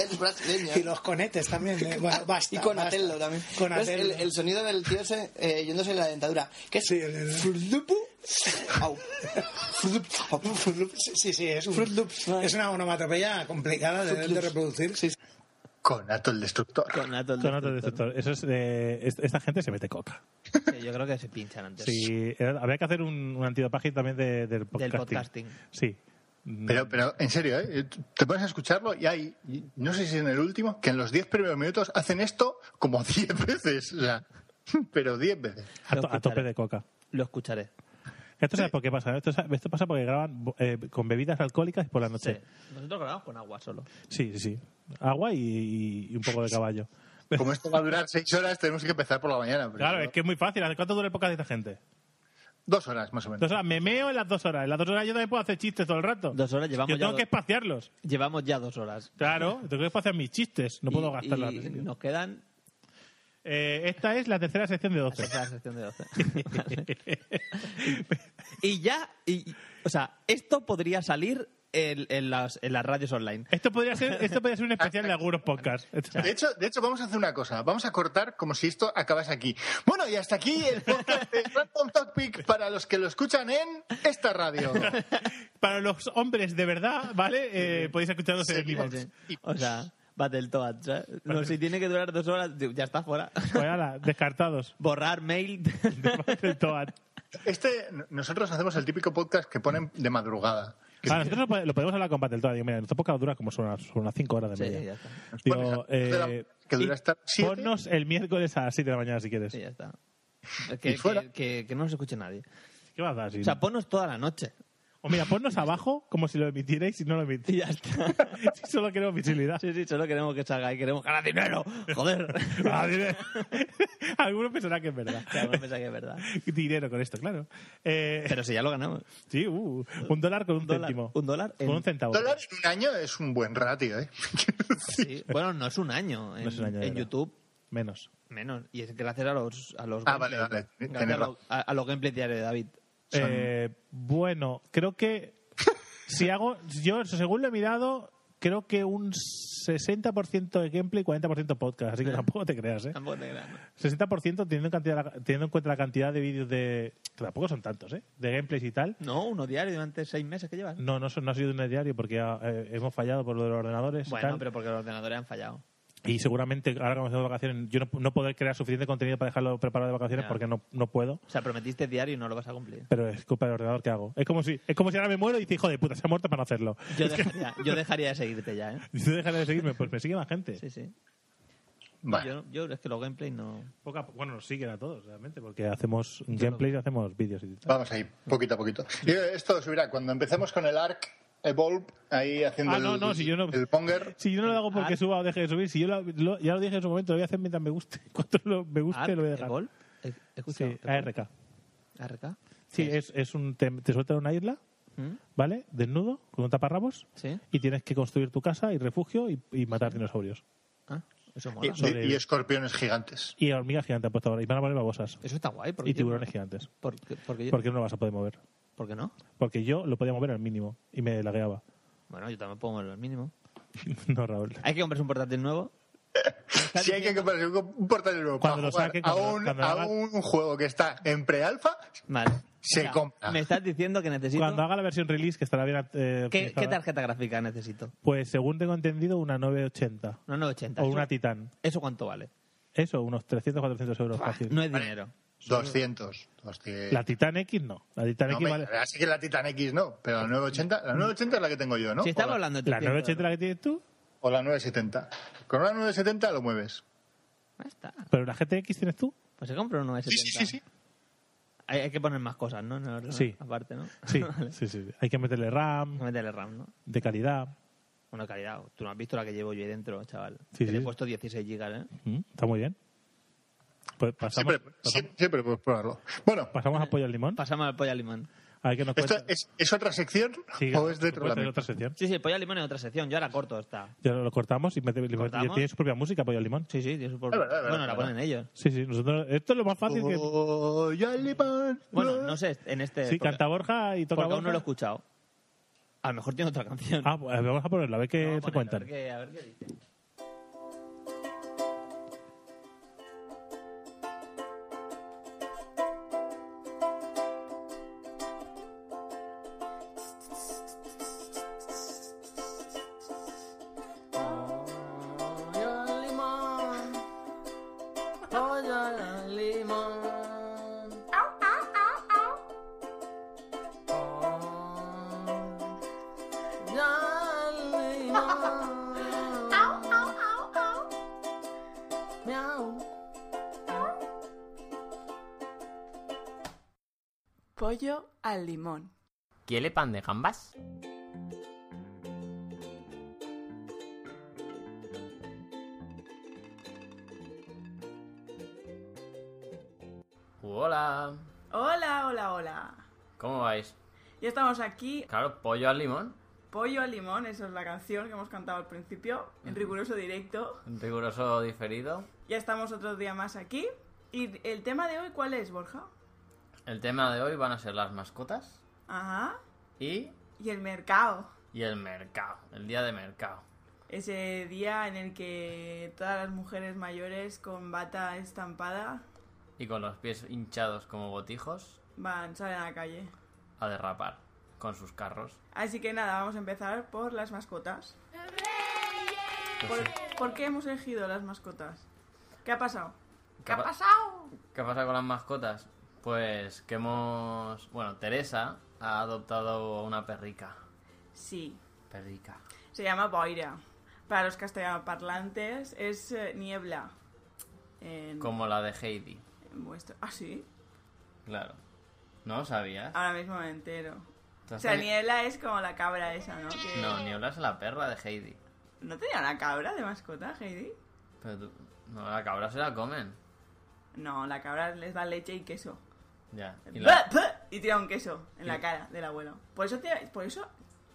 H: el brasileño. Ah,
F: Y los conetes también. ¿eh? Bueno, basta.
H: <laughs> y Conatello
F: basta.
H: también.
F: Conatello.
H: ¿Ves? El, el sonido del tío ese, eh, yéndose en la dentadura. Que es
F: Sí, el- el-
H: Frudupu.
F: <laughs>
H: Au. Frudupu. Au.
F: Fruit Loops, Sí, sí, es, un-
H: Fruit Loops, ¿no?
F: es una onomatopea complicada de,
H: Fruit
F: de
H: Loops.
F: reproducir.
H: Sí, sí.
C: Conato el destructor.
D: Conato. el
B: Conato
D: destructor.
B: destructor. Eso es, eh, est- esta gente se mete coca.
D: Sí, yo creo que se pinchan antes.
B: Sí, era- habría que hacer un, un antidopaging también de- del podcasting.
D: podcasting.
B: Sí.
C: Pero, pero en serio, ¿eh? te pones a escucharlo y hay, y no sé si en el último, que en los 10 primeros minutos hacen esto como <laughs> 10 veces, o sea, pero 10 veces.
B: A,
D: Lo
B: to- a tope
D: escucharé.
B: de coca.
D: Lo escucharé.
B: Esto sabes por qué pasa. Esto, sa- esto pasa porque graban eh, con bebidas alcohólicas por la
D: Sí.
B: noche.
D: Nosotros grabamos con agua solo.
B: Sí, sí, sí. Agua y, y un poco de caballo.
C: Como esto va a durar 6 horas, tenemos que empezar por la mañana. pero
B: <laughs> Claro, es que es muy fácil. ¿Cuánto dura el podcast de esta gente?
C: Dos horas más o menos.
B: Dos horas. Me meo en las dos horas. En las dos horas yo también puedo hacer chistes todo el rato.
D: Dos horas llevamos
B: Yo
D: ya
B: tengo
D: dos-
B: que espaciarlos.
D: Llevamos ya dos horas.
B: Claro, tengo que espaciar mis chistes. No puedo
D: Y-
B: gastarla.
D: y Nos quedan
B: Eh, esta es la tercera sección de 12.
D: Esa es la sección de 12. <laughs> y ya, y- o sea, esto podría salir en, en las, en las radios online.
B: Esto podría ser, esto podría ser un especial de algunos podcasts. Esto-
C: De hecho, de hecho, vamos a hacer una cosa. Vamos a cortar como si esto acabase aquí. Bueno, y hasta aquí el podcast de Random Topic para los que lo escuchan en esta radio.
B: Para los hombres de verdad, ¿vale? Eh, podéis escucharlos en
C: Sí,
B: vivo.
D: O sea, Battletoads, ¿sabes? No, si tiene que durar dos horas, digo, ya está fuera.
B: Pues ala,
C: <laughs>
B: descartados.
D: Borrar mail. <laughs>
B: Del Toad.
C: Este, nosotros hacemos el típico podcast que ponen de madrugada.
B: Ah, nosotros lo pode- lo podemos hablar con Battletoad. Digo, mira, nuestro podcast dura como son unas, son unas cinco horas de
D: Sí,
B: media.
D: ya está.
B: Digo,
C: Pones a- de
B: eh,
C: la- que dura hasta las siete.
B: ponnos el miércoles a las 7 de la mañana si quieres.
D: Sí, ya está. Que,
C: Y fuera.
D: que- que- que no nos escuche nadie.
B: ¿Qué vas a dar? si
D: O sea,
B: no?
D: ponnos toda la noche.
B: O mira, ponnos abajo como si lo emitierais y no lo
D: <laughs> Y
B: emitís.
D: ya está.
B: <laughs> Si solo queremos visibilidad.
D: Sí, sí, solo queremos que salga y queremos ganar dinero. Joder. <laughs>
B: Ah, dime. <laughs> Alguno pensará que es verdad.
D: Claro, no pensaba que es verdad.
B: Dinero con esto, claro. Eh,
D: Pero si ya lo ganamos.
B: sí, uh, un dólar con un,
D: dólar-
B: céntimo.
D: un dólar
B: Con
D: en-
B: un centavo.
C: dólar en un año es un buen ratio, ¿eh?
D: Sí. Bueno, no es un año. En,
B: es un año, de
D: en
B: verdad.
D: YouTube
B: Menos.
D: Menos. Y es gracias a los. A los
C: Ah, vale,
D: gameplays,
C: vale.
D: ¿no?
C: Tenés
D: Gracias a, lo- a- a los gameplays diarios de David.
B: Eh, bueno, creo
D: <laughs>
B: que si hago, yo según lo he mirado, creo que un 60% de gameplay y 40% podcast, así que tampoco te creas, ¿eh?
D: Tampoco te creas, ¿no?
B: 60% teniendo, en cantidad- teniendo en cuenta la cantidad de vídeos de... que tampoco son tantos, ¿eh? De gameplays y tal.
D: No, uno diario durante seis meses que llevas.
B: No, no, son- no ha sido un diario porque ya, eh, hemos fallado por lo de los ordenadores y
D: bueno,
B: tal.
D: pero porque los ordenadores han fallado.
B: Y seguramente ahora que vamos de vacaciones yo no, no podré crear suficiente contenido para dejarlo preparado de vacaciones
D: Ya.
B: porque no, no puedo.
D: O sea, prometiste diario y no lo vas a <laughs> cumplir.
B: Pero es culpa del ordenador que hago. Es como si, es como si ahora me muero y dices, hijo de puta, se ha muerto para no hacerlo.
D: Yo dejaría, yo dejaría de seguirte
B: <laughs>
D: ya, ¿eh?
B: Y tú dejas de seguirme, pues me sigue más gente.
D: Sí, sí.
C: Vale.
D: Yo, yo es que los gameplays no.
B: Poca- bueno, nos siguen a todos, realmente, porque hacemos gameplays y hacemos vídeos y tal.
C: Vamos ahí, poquito a poquito. Y esto subirá cuando empecemos con el ARC Evolve, ahí haciendo
B: Ah, no,
C: el,
B: no, si yo no-
C: el Ponger.
B: Si yo no lo hago porque
D: Ah.
B: suba o deje de subir, si yo lo- lo- ya lo dije en su momento, lo voy a hacer mientras me guste. <laughs> Cuando lo- me guste,
D: Arc,
B: lo voy a dejar.
D: Evolve, ¿He- he
B: Sí,
D: escuchado?
B: ARK.
D: ARK.
B: Sí, es, es un. Te, te sueltan en una isla,
D: ¿Mm?
B: ¿vale? Desnudo, con un taparrabos,
D: Sí.
B: y tienes que construir tu casa y refugio y, y matar dinosaurios.
D: Ah, eso
C: Y,
D: mola.
C: y- y escorpiones
B: <laughs>
C: gigantes.
B: Y hormigas gigantes han puesto ahora, y van a poner babosas.
D: Eso está guay. Porque
B: Y tiburones gigantes.
D: Porque, porque yo-
B: Porque no lo vas a poder mover.
D: ¿por qué no?
B: Porque yo lo podía mover al mínimo y me lagueaba. <laughs>
D: Bueno, yo también puedo moverlo al mínimo.
B: No, Raúl.
D: Hay que comprarse un portátil nuevo.
C: Si hay que comprarse un portal nuevo
B: Cuando
C: para
B: lo
C: jugar
B: saquen,
C: a,
B: cuando-
C: un,
B: cuando
C: a
B: hagan-
C: un juego que está en pre-alfa,
D: Vale.
C: se
D: O sea,
C: compra.
D: Me estás diciendo que necesito.
B: Cuando haga la versión release, que estará bien. eh,
D: ¿Qué,
B: optimizada,
D: qué tarjeta gráfica necesito?
B: Pues según tengo entendido, una 980
D: Una 980.
B: o
D: ¿Eso-
B: una Titan.
D: ¿Eso cuánto vale?
B: Eso, unos 300, 400 euros Pues fácil.
D: No es dinero.
C: 200. 200.
B: La Titan X no. La Titan
C: No,
B: X
C: me-
B: vale.
C: Así que la Titan X no, pero la 980, la 980 es la que tengo yo, ¿no? o,
D: Si estamos
C: la,
D: hablando de
B: La 980
D: 300
B: la que tienes tú,
C: o la 970. Con una 970 lo mueves.
D: euros. Ah, está.
B: pero la GTX tienes tú.
D: Pues se compra una 970. Hay, hay que poner más cosas, ¿no? En el ordenador,
B: Sí.
D: Aparte, ¿no? <laughs>
B: Sí,
D: Vale.
B: sí, sí. Hay que meterle RAM,
D: Hay que meterle RAM, ¿no?
B: de calidad.
D: Una calidad. Tú no has visto la que llevo yo ahí dentro, chaval.
B: Sí,
D: Que Le he
B: sí.
D: puesto 16 gigas, ¿eh?
B: Mm, Está muy bien. Pues pasamos,
C: Siempre, siempre, siempre puedes probarlo. Bueno,
B: pasamos a pollo al limón.
D: Pasamos al pollo limón.
B: A ver qué nos
C: ¿esto
B: cuenta.
C: es, es otra sección
B: pues Sí,
C: o es dentro de la
B: puede ser
C: misma?
B: otra sección.
D: Sí, sí, el pollo limón es otra sección. Yo ahora corto esta.
B: Ya lo cortamos y mete-
D: ¿Cortamos?
B: tiene su propia música, pollo al limón.
D: Sí, sí, tiene su por-
C: Es verdad, es
D: Bueno,
C: verdad,
D: la
C: es
D: ponen ellos.
B: Sí, sí. Nosotros, esto es lo más fácil que.
C: Oh, ya le van-
D: Bueno, no sé, en este.
B: Sí,
D: porque-
B: canta Borja y toca
D: Porque aún no
B: Borja.
D: lo he escuchado. A lo mejor tiene otra canción.
B: Ah, pues vamos a ponerlo, a ver qué
D: Vamos a
B: te
D: poner,
B: cuentan.
D: A ver qué, a ver qué dice.
I: Pollo al limón.
J: ¿Quiere pan de gambas? Hola,
I: Hola, hola, hola.
J: ¿cómo vais?
I: Ya estamos aquí.
J: Claro, pollo al limón,
I: Pollo al limón, esa es la canción que hemos cantado al principio, en riguroso directo.
J: riguroso diferido.
I: Ya estamos otro día más aquí. ¿Y el tema de hoy cuál es, Borja?
J: El tema de hoy van a ser las mascotas
I: Ajá.
J: y,
I: Y el mercado.
J: y el mercado, el día de mercado.
I: Ese día en el que todas las mujeres mayores con bata estampada
J: Y con los pies hinchados como botijos
I: van, salen a la calle.
J: a derrapar con sus carros.
I: Así que nada, vamos a empezar por las mascotas.
J: Pues
I: ¿Por,
J: sí.
I: por qué hemos elegido las mascotas? ¿Qué ha pasado?
J: ¿Qué ha pa-
I: pasado?
J: ¿Qué pasa con las mascotas? Pues que hemos... Bueno, Teresa ha adoptado a una perrica.
I: Sí,
J: Perrica.
I: se llama Boira. Para los castellanoparlantes es eh, niebla. En,
J: Como la de Heidi.
I: en vuestro- Ah, sí,
J: Claro. ¿No lo sabías?
I: ahora mismo me entero.
J: ¿Tú
I: O
J: has
I: sea,
J: teni-
I: niebla es como la cabra esa, ¿no? Que-
J: No, Niebla es la perra de Heidi.
I: ¿No tenía una cabra de mascota, Heidi?
J: Pero tú... No, la cabra se la comen.
I: No, la cabra les da leche y queso.
J: Ya.
I: Y,
J: Y la-
I: tira un queso en la
J: Y-
I: cara del abuelo. Por eso, te- por eso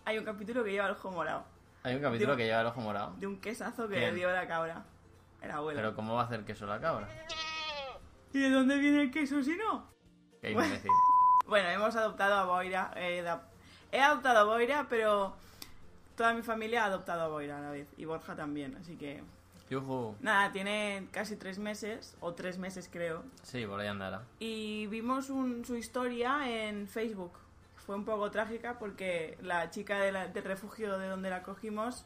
I: hay un capítulo que lleva el ojo morado.
J: Hay un capítulo
I: Digo-
J: que lleva el ojo morado.
I: De un quesazo que
J: Bien.
I: le dio la cabra. El abuelo.
J: Pero ¿cómo va a hacer queso la cabra?
I: ¿Y de dónde viene el queso si no?
J: Qué
I: Bueno. <laughs>
J: imbécil.
I: Bueno, hemos adoptado a Boira. eh, da- He adoptado a Boira, pero toda mi familia ha adoptado a Boira a la vez. Y Borja también. Así que,
J: Yujú.
I: nada, tiene casi tres meses, o tres meses creo.
J: Sí, por ahí andará.
I: Y vimos un- su historia en Facebook. Fue un poco trágica porque la chica de la- del refugio de donde la cogimos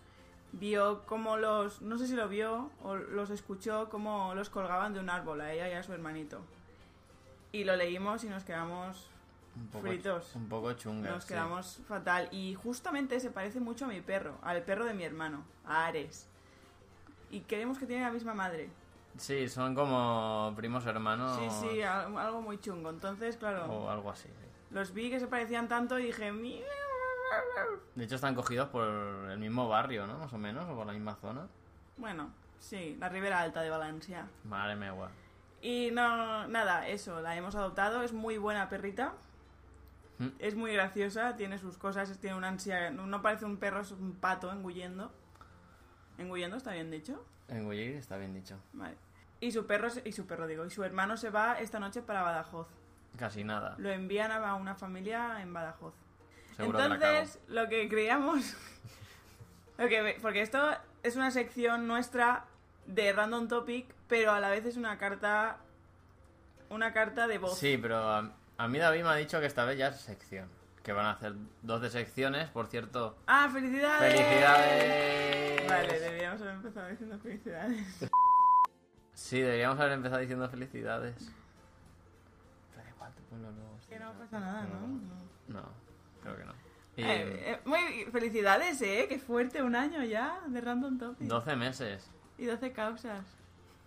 I: vio cómo los, no sé si lo vio o los escuchó, cómo los colgaban de un árbol a ella y a su hermanito. Y lo leímos y nos quedamos,
J: Un poco,
I: Fritos.
J: Un poco chunga.
I: nos
J: sí.
I: quedamos fatal. Y justamente se parece mucho a mi perro, al perro de mi hermano, a Ares. Y creemos que tiene la misma madre.
J: Sí, son como primos hermanos.
I: Sí, sí, al- algo muy chungo. Entonces, claro.
J: O algo así. sí.
I: Los vi que se parecían tanto y dije, "Mira".
J: De hecho, están cogidos por el mismo barrio, ¿no? Más o menos, o por la misma zona.
I: bueno, sí, la Ribera Alta de Valencia.
J: Madre mía, guau.
I: Y no, nada, eso, la hemos adoptado, es muy buena perrita.
J: Mm.
I: Es muy graciosa, tiene sus cosas, tiene una ansia, no, no parece un perro, es un pato engullendo. Engullendo está bien dicho.
J: Engullir está bien dicho.
I: Vale. Y su perro, se- y su perro digo, y su hermano se va esta noche para Badajoz.
J: Casi nada.
I: Lo envían a una familia en Badajoz.
J: Seguro que la
I: Entonces,
J: cago.
I: lo que creíamos. <laughs> lo que- porque esto es una sección nuestra de Random Topic, pero a la vez es una carta. Una carta de voz.
J: Sí, pero um, A mí David me ha dicho que esta vez ya es sección. Que van a hacer 12 secciones, por cierto.
I: ¡Ah, felicidades!
J: ¡Felicidades!
I: Vale, deberíamos haber empezado diciendo felicidades. <laughs>
J: Sí, deberíamos haber empezado diciendo felicidades. Pero da igual, tú ponlo luego.
I: Que no pasa nada, ¿no? No.
J: No, creo que no. Y,
I: Eh, eh, muy felicidades, ¿eh? Qué fuerte, un año ya de Random Topic.
J: 12 meses.
I: Y 12 causas.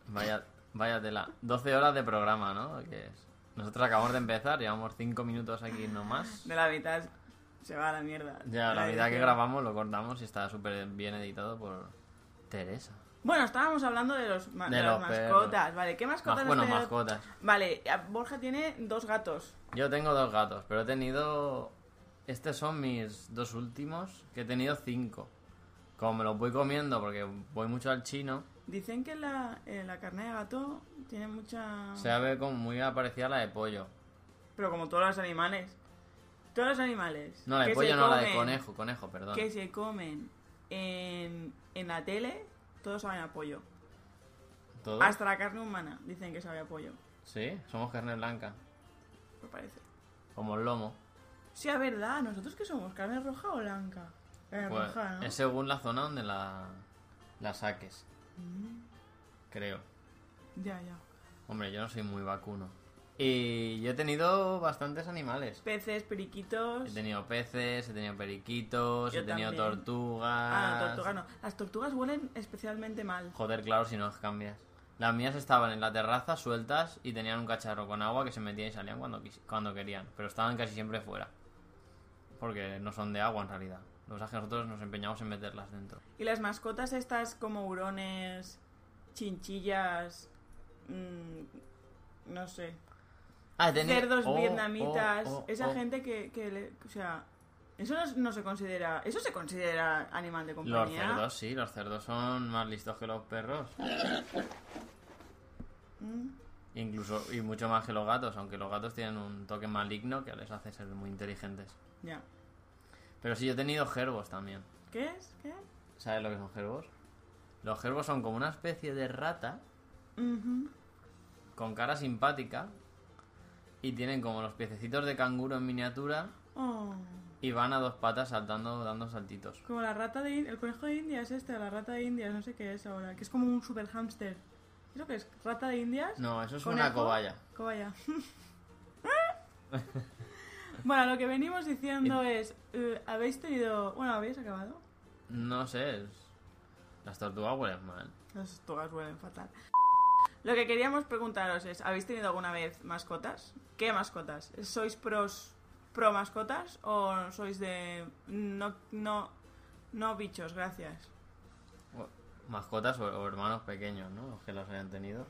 J: Vaya, vaya tela. 12 horas de programa, ¿no? Que es- Nosotros acabamos de empezar, llevamos 5 minutos aquí nomás.
I: De la mitad se va a la mierda.
J: Ya, la vida que
I: edición.
J: grabamos lo cortamos y está súper bien editado por Teresa.
I: Bueno, estábamos hablando de, los ma-
J: De
I: de las
J: los perros.
I: mascotas. Vale, ¿qué mascotas?
J: Mas-
I: has
J: bueno,
I: tenido?
J: mascotas.
I: Vale, a- Borja tiene dos gatos.
J: Yo tengo dos gatos, pero he tenido... Estos son mis dos últimos, que he tenido cinco. Como me los voy comiendo porque voy mucho al chino,
I: Dicen que la, eh, la carne de gato tiene mucha...
J: se ve como muy parecida a la de pollo.
I: Pero como todos los animales. Todos los animales.
J: No, la de
I: que
J: pollo
I: se
J: no, la de
I: comen-
J: conejo, conejo, perdón.
I: Que se comen en, en la tele, todos saben a pollo.
J: ¿Todo?
I: Hasta la carne humana dicen que sabe a pollo,
J: Sí, somos carne blanca,
I: me parece.
J: como el lomo.
I: Sí, es verdad. ¿Nosotros qué somos? ¿Carne roja o blanca? Carne
J: Pues,
I: roja, ¿no?
J: Es según la zona donde la, la saques,
I: Mm,
J: creo.
I: Ya, ya.
J: Hombre, yo no soy muy vacuno. Y yo he tenido bastantes animales.
I: Peces, periquitos...
J: He tenido peces, he tenido periquitos,
I: Yo
J: he tenido
I: también.
J: tortugas.
I: Ah, no, tortugas no. Las tortugas huelen especialmente mal.
J: Joder, claro, si no las cambias. Las mías estaban en la terraza sueltas y tenían un cacharro con agua que se metían y salían cuando, quis- cuando querían, pero estaban casi siempre fuera. Porque no son de agua en realidad. Lo que pasa es que nosotros nos empeñamos en meterlas dentro.
I: Y las mascotas estas como hurones, chinchillas... mm, no sé.
J: Ah, he tenido-
I: Cerdos
J: oh,
I: vietnamitas.
J: oh, oh,
I: esa
J: oh.
I: gente que... que le- o sea... Eso no, no se considera... Eso se considera animal de
J: Los
I: compañía.
J: cerdos, sí, los cerdos son más listos que los perros.
I: Mm.
J: Incluso, y mucho más que los gatos, aunque los gatos tienen un toque maligno que les hace ser muy inteligentes.
I: Ya.
J: Pero sí, yo he tenido gerbos también.
I: ¿Qué es? ¿Qué?
J: ¿Sabes lo que son gerbos? Los gerbos son como una especie de rata
I: Ujú.
J: con cara simpática y tienen como los piececitos de canguro en miniatura
I: Oh,
J: y van a dos patas saltando, dando saltitos.
I: como la rata de In- El conejo de India es este, la rata de India, no sé qué es ahora. Que es como un super hámster. ¿Eso qué es? ¿Rata de Indias?
J: No, eso es
I: ¿Conejo?
J: una cobaya.
I: Cobaya. <laughs> bueno, lo que venimos diciendo es... eh, ¿Habéis tenido...? Bueno, ¿habéis acabado?
J: No sé, es- las tortugas huelen mal.
I: Las togas huelen fatal. Lo que queríamos preguntaros es, ¿habéis tenido alguna vez mascotas? ¿Qué mascotas? ¿Sois pros pro mascotas o sois de no no no bichos, gracias?
J: O- Mascotas o, o hermanos pequeños, ¿no? Los que los hayan tenido.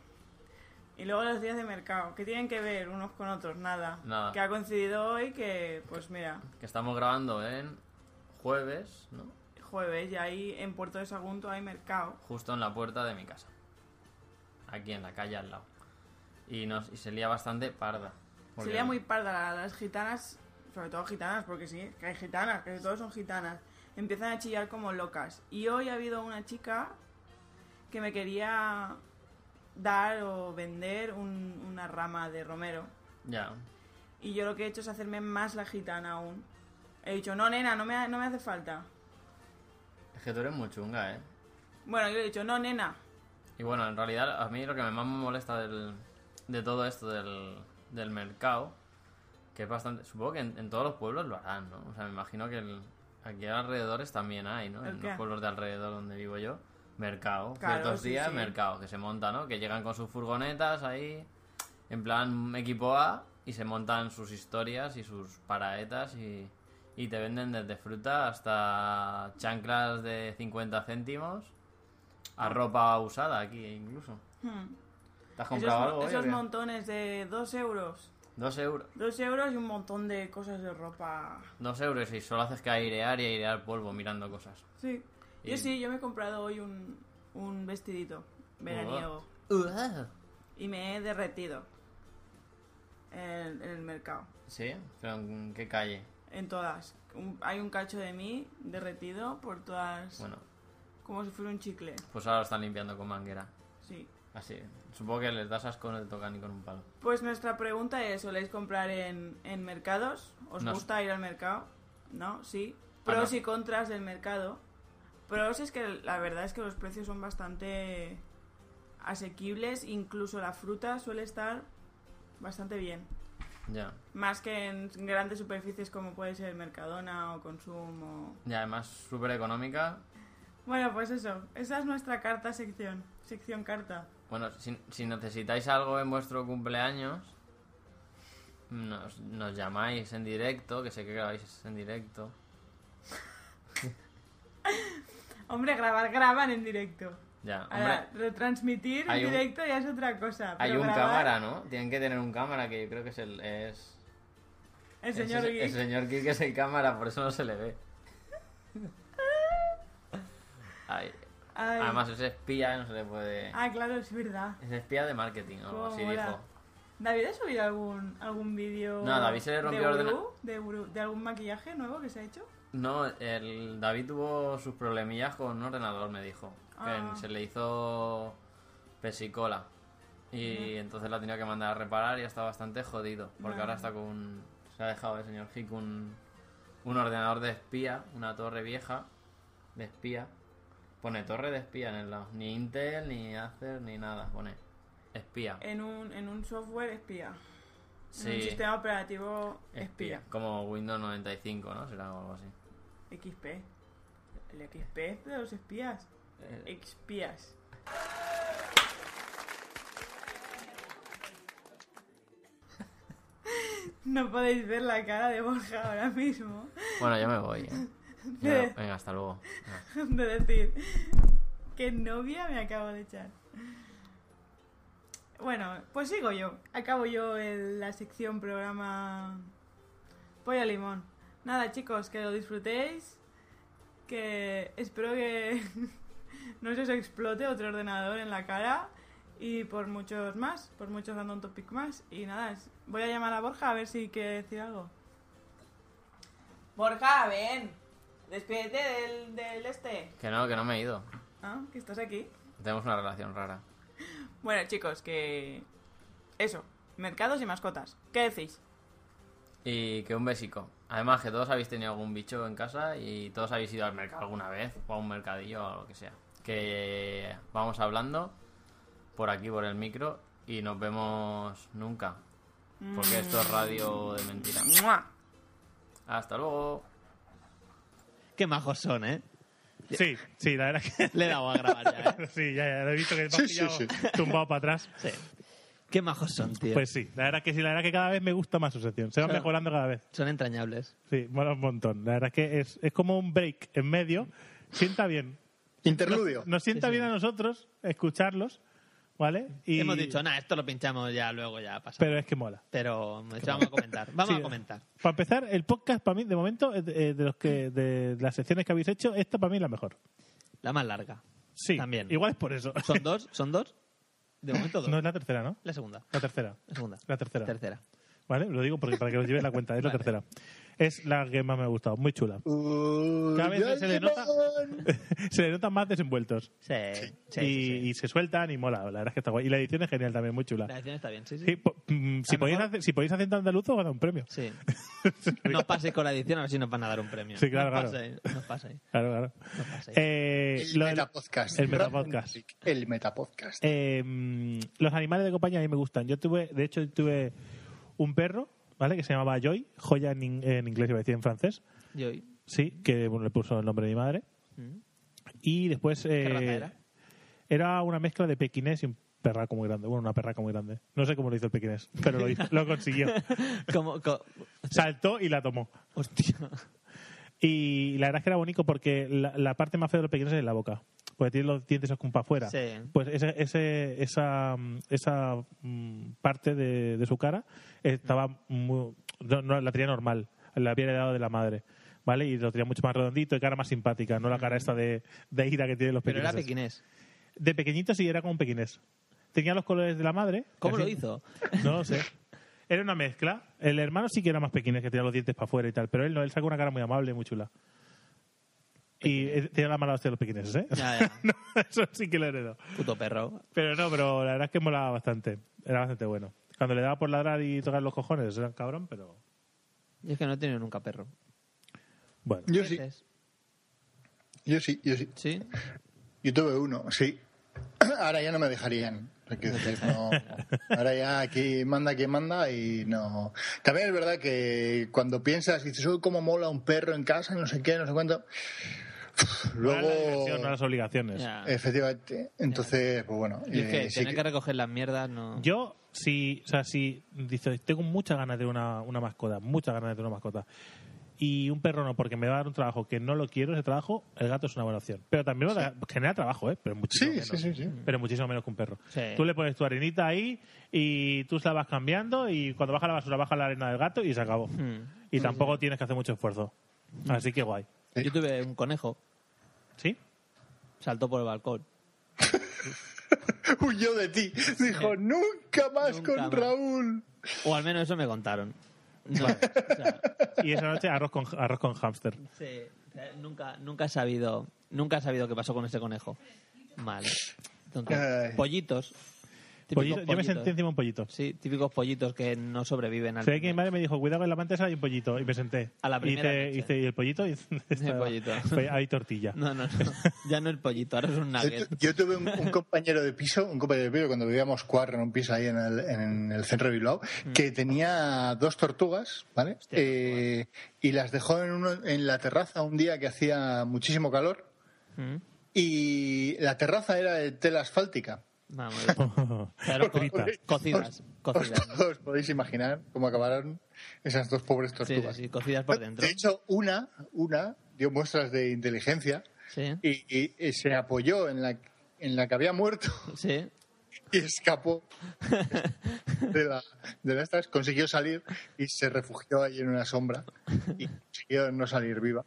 I: Y luego los días de mercado, ¿qué tienen que ver unos con otros? Nada.
J: Nada.
I: Que ha coincidido hoy que pues mira,
J: Que estamos grabando en jueves, ¿no?
I: jueves y ahí en Puerto de Sagunto hay mercado.
J: Justo en la puerta de mi casa. Aquí en la calle al lado. Y, nos, y se lía bastante parda. porque-
I: Sería muy parda la- las gitanas, sobre todo gitanas, porque sí, que hay gitanas, que todos son gitanas. Empiezan a chillar como locas. Y hoy ha habido una chica que me quería dar o vender un- una rama de romero.
J: Ya.
I: Y yo lo que he hecho es hacerme más la gitana aún. He dicho, no, nena, no me, ha- no me hace falta.
J: Es que tú eres muy chunga, ¿eh?
I: Bueno, yo le he dicho, no, nena.
J: Y bueno, en realidad a mí lo que más me molesta del, de todo esto del, del mercado, que es bastante... Supongo que en, en todos los pueblos lo harán, ¿no? O sea, me imagino que el- aquí alrededores también hay, ¿no?
I: ¿El
J: En
I: qué?
J: los pueblos de alrededor donde vivo yo, mercado.
I: Claro,
J: Ciertos
I: sí,
J: días,
I: sí.
J: mercado, que se monta, ¿no? Que llegan con sus furgonetas ahí, en plan equipo A, y se montan sus historias y sus paraetas y... Y te venden desde fruta hasta chanclas de 50 céntimos a ropa usada aquí incluso.
I: Ah. Hmm.
J: ¿Te
I: Esos,
J: has comprado algo?
I: esos montones de dos euros.
J: Dos euros.
I: Dos euros y un montón de cosas de ropa.
J: Dos euros y solo haces que airear y airear polvo mirando cosas.
I: Sí. Yo
J: Y-
I: sí, yo me he comprado hoy un, un vestidito veraniego y me he derretido en, en el mercado,
J: ¿Sí? ¿Pero en qué calle?
I: en todas. Un- hay un cacho de mí derretido por todas,
J: Bueno,
I: como si fuera un chicle.
J: pues ahora lo están limpiando con manguera.
I: Sí.
J: Así. Supongo que les das asco, no te tocan ni con un palo.
I: Pues nuestra pregunta es, ¿soléis comprar en, en mercados? ¿Os
J: No.
I: gusta ir al mercado? ¿No? Sí.
J: Ah,
I: Pros
J: no.
I: y contras del mercado. Pros es que la verdad es que los precios son bastante asequibles, incluso la fruta suele estar bastante bien.
J: Ya.
I: Más que en grandes superficies como puede ser Mercadona o Consumo.
J: Y además, súper económica.
I: Bueno, pues eso. Esa es nuestra carta sección. Sección carta.
J: Bueno, si, si necesitáis algo en vuestro cumpleaños, nos, nos llamáis en directo, que sé que grabáis en directo.
I: Hombre, grabar, graban en directo.
J: Ya,
I: Ahora,
J: hombre.
I: retransmitir
J: Hay
I: en
J: un-
I: directo ya es otra cosa.
J: Hay
I: pero
J: un
I: grabar-
J: cámara, ¿no? Tienen que tener un cámara, que yo creo que es el... Es,
I: El
J: es
I: señor
J: el,
I: Geek.
J: el señor Geek es el cámara, por eso no se
I: <laughs>
J: le ve. Ay.
I: Ay.
J: Además, eh. es espía, no se le puede...
I: Ah, claro, es verdad.
J: Es espía de marketing o algo
I: Cómo
J: así,
I: mola.
J: dijo.
I: ¿David ha subido algún, algún vídeo
J: No, a David se le rompió
I: de,
J: el ordena-
I: gurú? de, gurú- de algún maquillaje nuevo que se ha hecho?
J: No, el David tuvo sus problemillas con un ordenador, me dijo. Que
I: Ah.
J: se le hizo pesicola. Y entonces la tenía que mandar a reparar y está bastante jodido. Porque
K: Vale.
J: ahora está con... un- Se ha dejado el señor Hick un, un ordenador de espía, una torre vieja de espía. Pone torre de espía en el lado. Ni Intel, ni Acer, ni nada. Pone espía.
I: En un, en un software espía. En Eh, un
J: Sí.
I: sistema operativo espía.
J: Como Windows 95, ¿no? Será algo así.
I: XP. El XP es de los espías.
J: Eh.
I: Expías. <laughs> No podéis ver la cara de Borja ahora mismo.
J: Bueno, yo me voy. ¿eh?
I: De-
J: Ya, venga, hasta luego. Ah.
I: <laughs> de decir que novia me acabo de echar. Bueno, pues sigo yo. Acabo yo el- la sección programa Pollo Limón. Nada, chicos, que lo disfrutéis. Que espero que <laughs> no se os explote otro ordenador en la cara. Y por muchos más, por muchos random topic más. Y nada, es- voy a llamar a Borja a ver si quiere decir algo. Borja, ven. Despídete del, del este.
J: Que no, que no me he ido.
I: Ah, que estás aquí.
J: Tenemos una relación rara.
I: Bueno, chicos, que. Eso, mercados y mascotas. ¿Qué decís?
J: Y que un bésico. Además, que todos habéis tenido algún bicho en casa y todos habéis ido al mercado alguna vez, o a un mercadillo o lo que sea. Que vamos hablando por aquí, por el micro, y nos vemos nunca. Porque esto es radio de mentira.
I: ¡Mua!
J: Hasta luego.
D: Qué majos son, ¿eh?
B: Sí, sí, la verdad que... <laughs>
D: Le he dado a grabar <laughs> ya, ¿eh?
B: Sí, ya, ya, lo he visto que me has
D: Sí, sí,
B: pillado
D: sí.
B: tumbado para atrás.
D: Qué majos son, tío.
B: Pues sí, la verdad que sí, la verdad que cada vez me gusta más su sección. Se va
D: Son-
B: mejorando cada vez.
D: Son entrañables.
B: Sí, mola un montón. La verdad que es, es como un break en medio. Sienta bien. Interludio. Nos, nos sienta bien a nosotros escucharlos, ¿vale? Y,
D: Hemos dicho, nada, esto lo pinchamos ya, luego ya pasa.
B: Pero es que mola.
D: Pero de hecho, vamos a comentar. Vamos
B: Sí.
D: a comentar.
B: Para empezar, el podcast para mí, de momento, eh, de, de los que, de las secciones que habéis hecho, esta para mí es la mejor.
D: La más larga.
B: Sí. También. Igual es por eso.
D: ¿Son dos? ¿Son dos? De
B: <laughs>
D: momento dos.
B: No es la tercera, ¿no?
D: La segunda.
B: La tercera.
D: La segunda.
B: La tercera.
D: Tercera.
B: ¿Vale? Lo digo porque para que os llevéis la cuenta, es la tercera. Es la que más me ha gustado, muy
D: <laughs>
B: chula. Cada vez se le nota, se le notan más desenvueltos.
D: Sí, sí,
B: y, y se sueltan y mola, la verdad es que está guay. Y la edición es genial también, muy chula.
D: La edición está bien, sí, sí.
B: Sí, po- mm, si, podéis hacer, si podéis acento andaluz, os va a dar un premio.
D: Sí.
B: <laughs>
D: No paséis con la edición, a ver si nos van a dar un premio.
B: Sí, claro, claro.
D: No paséis, no paséis.
B: Claro, claro. Eh,
C: El
B: lo del-
C: Metapodcast.
B: El Metapodcast.
C: El Metapodcast.
B: Eh, mm, los animales de compañía a mí me gustan. Yo tuve, de hecho, tuve un perro, ¿vale? Que se llamaba Joy, joya en, in- en inglés, iba a decir en francés.
D: Y hoy,
B: Sí, que bueno, le puso el nombre de mi madre. Y después. eh,
D: Mm. raza era?
B: era una mezcla de pequinés y un perraco muy grande. Bueno, una perraca muy grande. No sé cómo lo hizo el pequinés, pero lo, hizo- lo consiguió.
D: <laughs> ¿Cómo, co-
B: Saltó y la tomó. <laughs>
D: Hostia.
B: Y la verdad es que era bonito porque la, la parte más fea de los pequeños es la boca. Porque tiene los dientes esos para afuera.
D: Sí.
B: Pues ese, ese- esa, mm, esa mm, parte de, de su cara estaba muy- no, no, la tenía normal. La había heredado de la madre. ¿Vale? Y lo tenía mucho más redondito y cara más simpática, no la cara esta de, de ira que tienen los
D: Pero
B: pequeños.
D: era pequinés.
B: De pequeñito sí era como un pequinés. Tenía los colores de la madre.
D: ¿Cómo
B: así-
D: lo
B: <laughs>
D: hizo?
B: No lo sé. Era una mezcla. El hermano sí que era más pequinés, que tenía los dientes para afuera y tal. Pero él no, él sacó una cara muy amable, muy chula. Y eh, tenía la mala hostia de los pequeños, ¿eh?
D: Ya, ya.
B: <laughs> No, eso sí que lo heredó.
D: Puto perro.
B: Pero no, pero la verdad es que molaba bastante. Era bastante bueno. Cuando le daba por ladrar y tocar los cojones, era un cabrón, pero
D: Yo es que no he tenido nunca perro.
B: bueno.
C: Yo sí. Yo sí, yo sí.
D: ¿Sí?
C: Yo tuve uno, sí. <clears throat> Ahora ya no me dejarían. hay que decir, no. Ahora ya aquí manda quien manda y no. También es verdad que cuando piensas, dices, uy, cómo mola un perro en casa, no sé qué, no sé cuánto.
B: No era la
C: Luego,
B: diversión, no las obligaciones.
D: Ya.
C: efectivamente, entonces, pues bueno.
D: Yo es que
C: eh, sí
D: tener
C: que- <laughs>
D: que recoger las mierdas no...
B: Yo, si, o sea, si dices, tengo muchas ganas de una, una mascota, muchas ganas de tener una mascota, y un perro no, porque me va a dar un trabajo que no lo quiero, ese trabajo, el gato es una buena opción. Pero también lo da- genera trabajo, ¿eh? Pero muchísimo
C: Sí,
B: menos.
C: sí, sí, sí.
B: Pero muchísimo menos que un perro.
D: Sí.
B: Tú le pones tu arenita ahí y tú se la vas cambiando y cuando baja la basura baja la arena del gato y se acabó.
D: Hmm.
B: Y tampoco tienes que hacer mucho esfuerzo. Así que guay.
D: Yo tuve un conejo,
B: ¿Sí?
D: saltó por el balcón.
C: Huyó de ti. Dijo, nunca más
D: Nunca
C: con
D: más.
C: Raúl.
D: O al menos eso me contaron. No, o sea,
B: Y esa noche arroz con, arroz con hámster.
D: sí, o sea, nunca, nunca he sabido, nunca he sabido qué pasó con ese conejo. Vale. Entonces,
C: Ay.
B: Pollito-
D: pollitos. Típicos
B: Yo me
D: pollitos.
B: senté encima de un pollito.
D: Sí, típicos pollitos que no sobreviven al
B: Se ve que mi madre me dijo, cuidado con la manta esa, hay un pollito. Y me senté.
D: A la primera
B: Hice-
D: leche.
B: hice- y el pollito, y <laughs> estaba-
D: pollito.
B: fue- hay
D: <laughs>
B: tortilla.
D: No, no, no.
B: <laughs>
D: Ya no el pollito, ahora es un
C: Yo,
D: nugget.
C: tu- yo tuve un, un compañero de piso, un compañero de piso cuando vivíamos cuatro en un piso ahí en el, en el centro de Bilbao,
D: Mm.
C: que tenía dos tortugas, ¿vale? Eh, y las dejó en, uno- en la terraza un día que hacía muchísimo calor
D: Mm.
C: y la terraza era de tela asfáltica.
D: Vamos.
B: <laughs>
D: <laughs> Claro, co-
B: Frita.
D: cocidas,
C: Os,
D: cocidas.
C: <laughs>
B: <laughs>
D: ¿no?
C: os podéis imaginar cómo acabaron esas dos pobres
D: Sí, sí,
C: tortugas.
D: sí, cocidas por dentro.
C: De hecho, una, una dio muestras de inteligencia
D: Sí,
C: y, y- y se apoyó en la, en la que había muerto
D: sí.
C: y escapó de la, de la estas, consiguió salir y se refugió ahí en una sombra y consiguió no salir viva.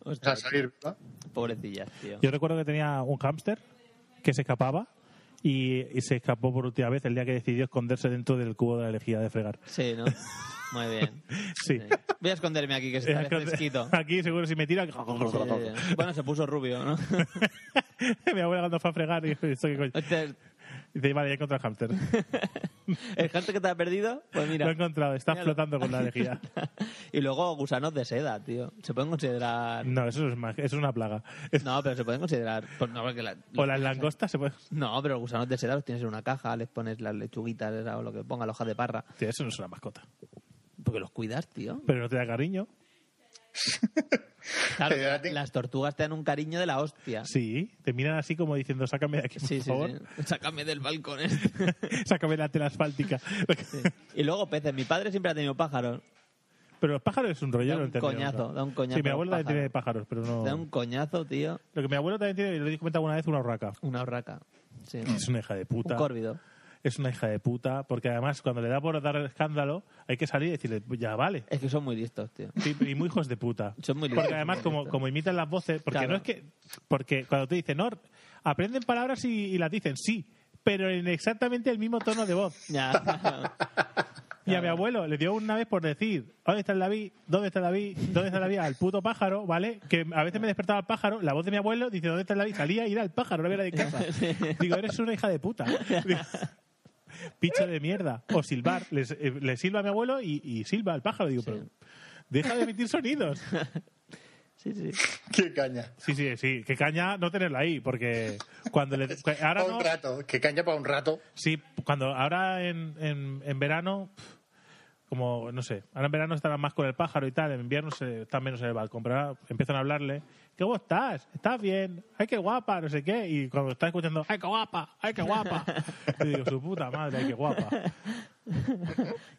C: O sea,
D: Ostras,
C: salir viva.
D: pobrecillas, tío.
B: Yo recuerdo que tenía un hámster que se escapaba y, y se escapó por última vez el día que decidió esconderse dentro del cubo de la lejía de fregar.
D: Sí, ¿no? Muy bien.
B: Sí.
D: Sí. Voy a esconderme aquí, que se está fresquito.
B: <laughs> Aquí seguro si me tira...
D: Sí. Bueno, se puso rubio, ¿no?
B: mi abuela cuando fue a fregar y ¿esto
D: <laughs>
B: qué coño?
D: Entonces,
B: Dice, vale, ya he encontrado el hámster.
D: el hámster que te ha perdido, pues <laughs> mira.
B: Lo he encontrado, está
D: Míralo.
B: flotando con la
D: <laughs>
B: lejía.
D: y luego gusanos de seda, tío. Se pueden considerar.
B: No, eso es, ma- eso es una plaga. Es-
D: No, pero se pueden considerar. pues no, porque la-
B: O las langostas se puede...
D: No, pero los gusanos de seda los tienes en una caja, les pones las lechuguitas esa, o lo que ponga, la hoja de parra.
B: Tío, eso no es una mascota.
D: Porque los
B: <laughs>
D: cuidas, tío.
B: Pero no te da cariño.
D: Claro,
C: Pero ya te-
D: las tortugas te dan un cariño de la hostia.
B: Sí, te miran así como diciendo, sácame de aquí, por
D: sí, sí,
B: favor.
D: sí. <laughs> Sácame del balcón este.
B: <laughs> Sácame la tela asfáltica.
D: Sí. Y luego peces. Mi padre siempre ha tenido pájaros.
B: Pero los pájaros es un rollo,
D: Da
B: no
D: un
B: entiendo,
D: coñazo,
B: ¿no?
D: da un coñazo
B: Sí, mi
D: a los
B: abuelo también tiene pájaros, pero no.
D: Te da un coñazo, tío.
B: Lo que mi abuelo también tiene, lo he comentado alguna vez, una urraca.
D: Una horraca. Sí.
B: Es una hija de puta.
D: Mm. Un córvido.
B: Es una hija de puta, porque además cuando le da por dar escándalo, hay que salir y decirle, ya vale.
D: Es que son muy listos, tío.
B: Sí, y muy hijos de puta.
D: <laughs> Son muy listos,
B: Porque además,
D: son muy
B: como,
D: listos.
B: como imitan las voces, porque
D: Claro.
B: no es que. Porque cuando te dicen, no, aprenden palabras y, y las dicen, sí, pero en exactamente el mismo tono de voz.
D: Ya.
B: Y a mi abuelo le dio una vez por decir, ¿dónde está el David? ¿Dónde está el David? ¿Dónde está el David? Al puto pájaro, ¿vale? Que a veces me despertaba el pájaro, la voz de mi abuelo dice, ¿dónde está el David? Salía y era el pájaro, no había nadie en casa. Digo, eres una hija de puta. Digo, Picho de mierda. O silbar. Le, eh, le silba a mi abuelo y, y silba al pájaro. Digo, pero deja de emitir sonidos.
D: sí, sí.
C: Qué caña.
B: Sí, sí, sí. Que caña no tenerlo ahí, porque cuando le... Ahora
C: Para
B: no,
C: un rato, que caña para un rato.
B: Sí, cuando ahora en, en, en verano, pf, como no sé, ahora en verano estarán más con el pájaro y tal, en invierno se, están menos en el balcón, pero ahora empiezan a hablarle, ¿qué vos estás? ¿Estás bien? ¡Ay, qué guapa! No sé qué. Y cuando está escuchando, ¡ay, qué guapa! ¡Ay, qué guapa! <laughs> y digo, su puta madre, ¡ay, qué guapa!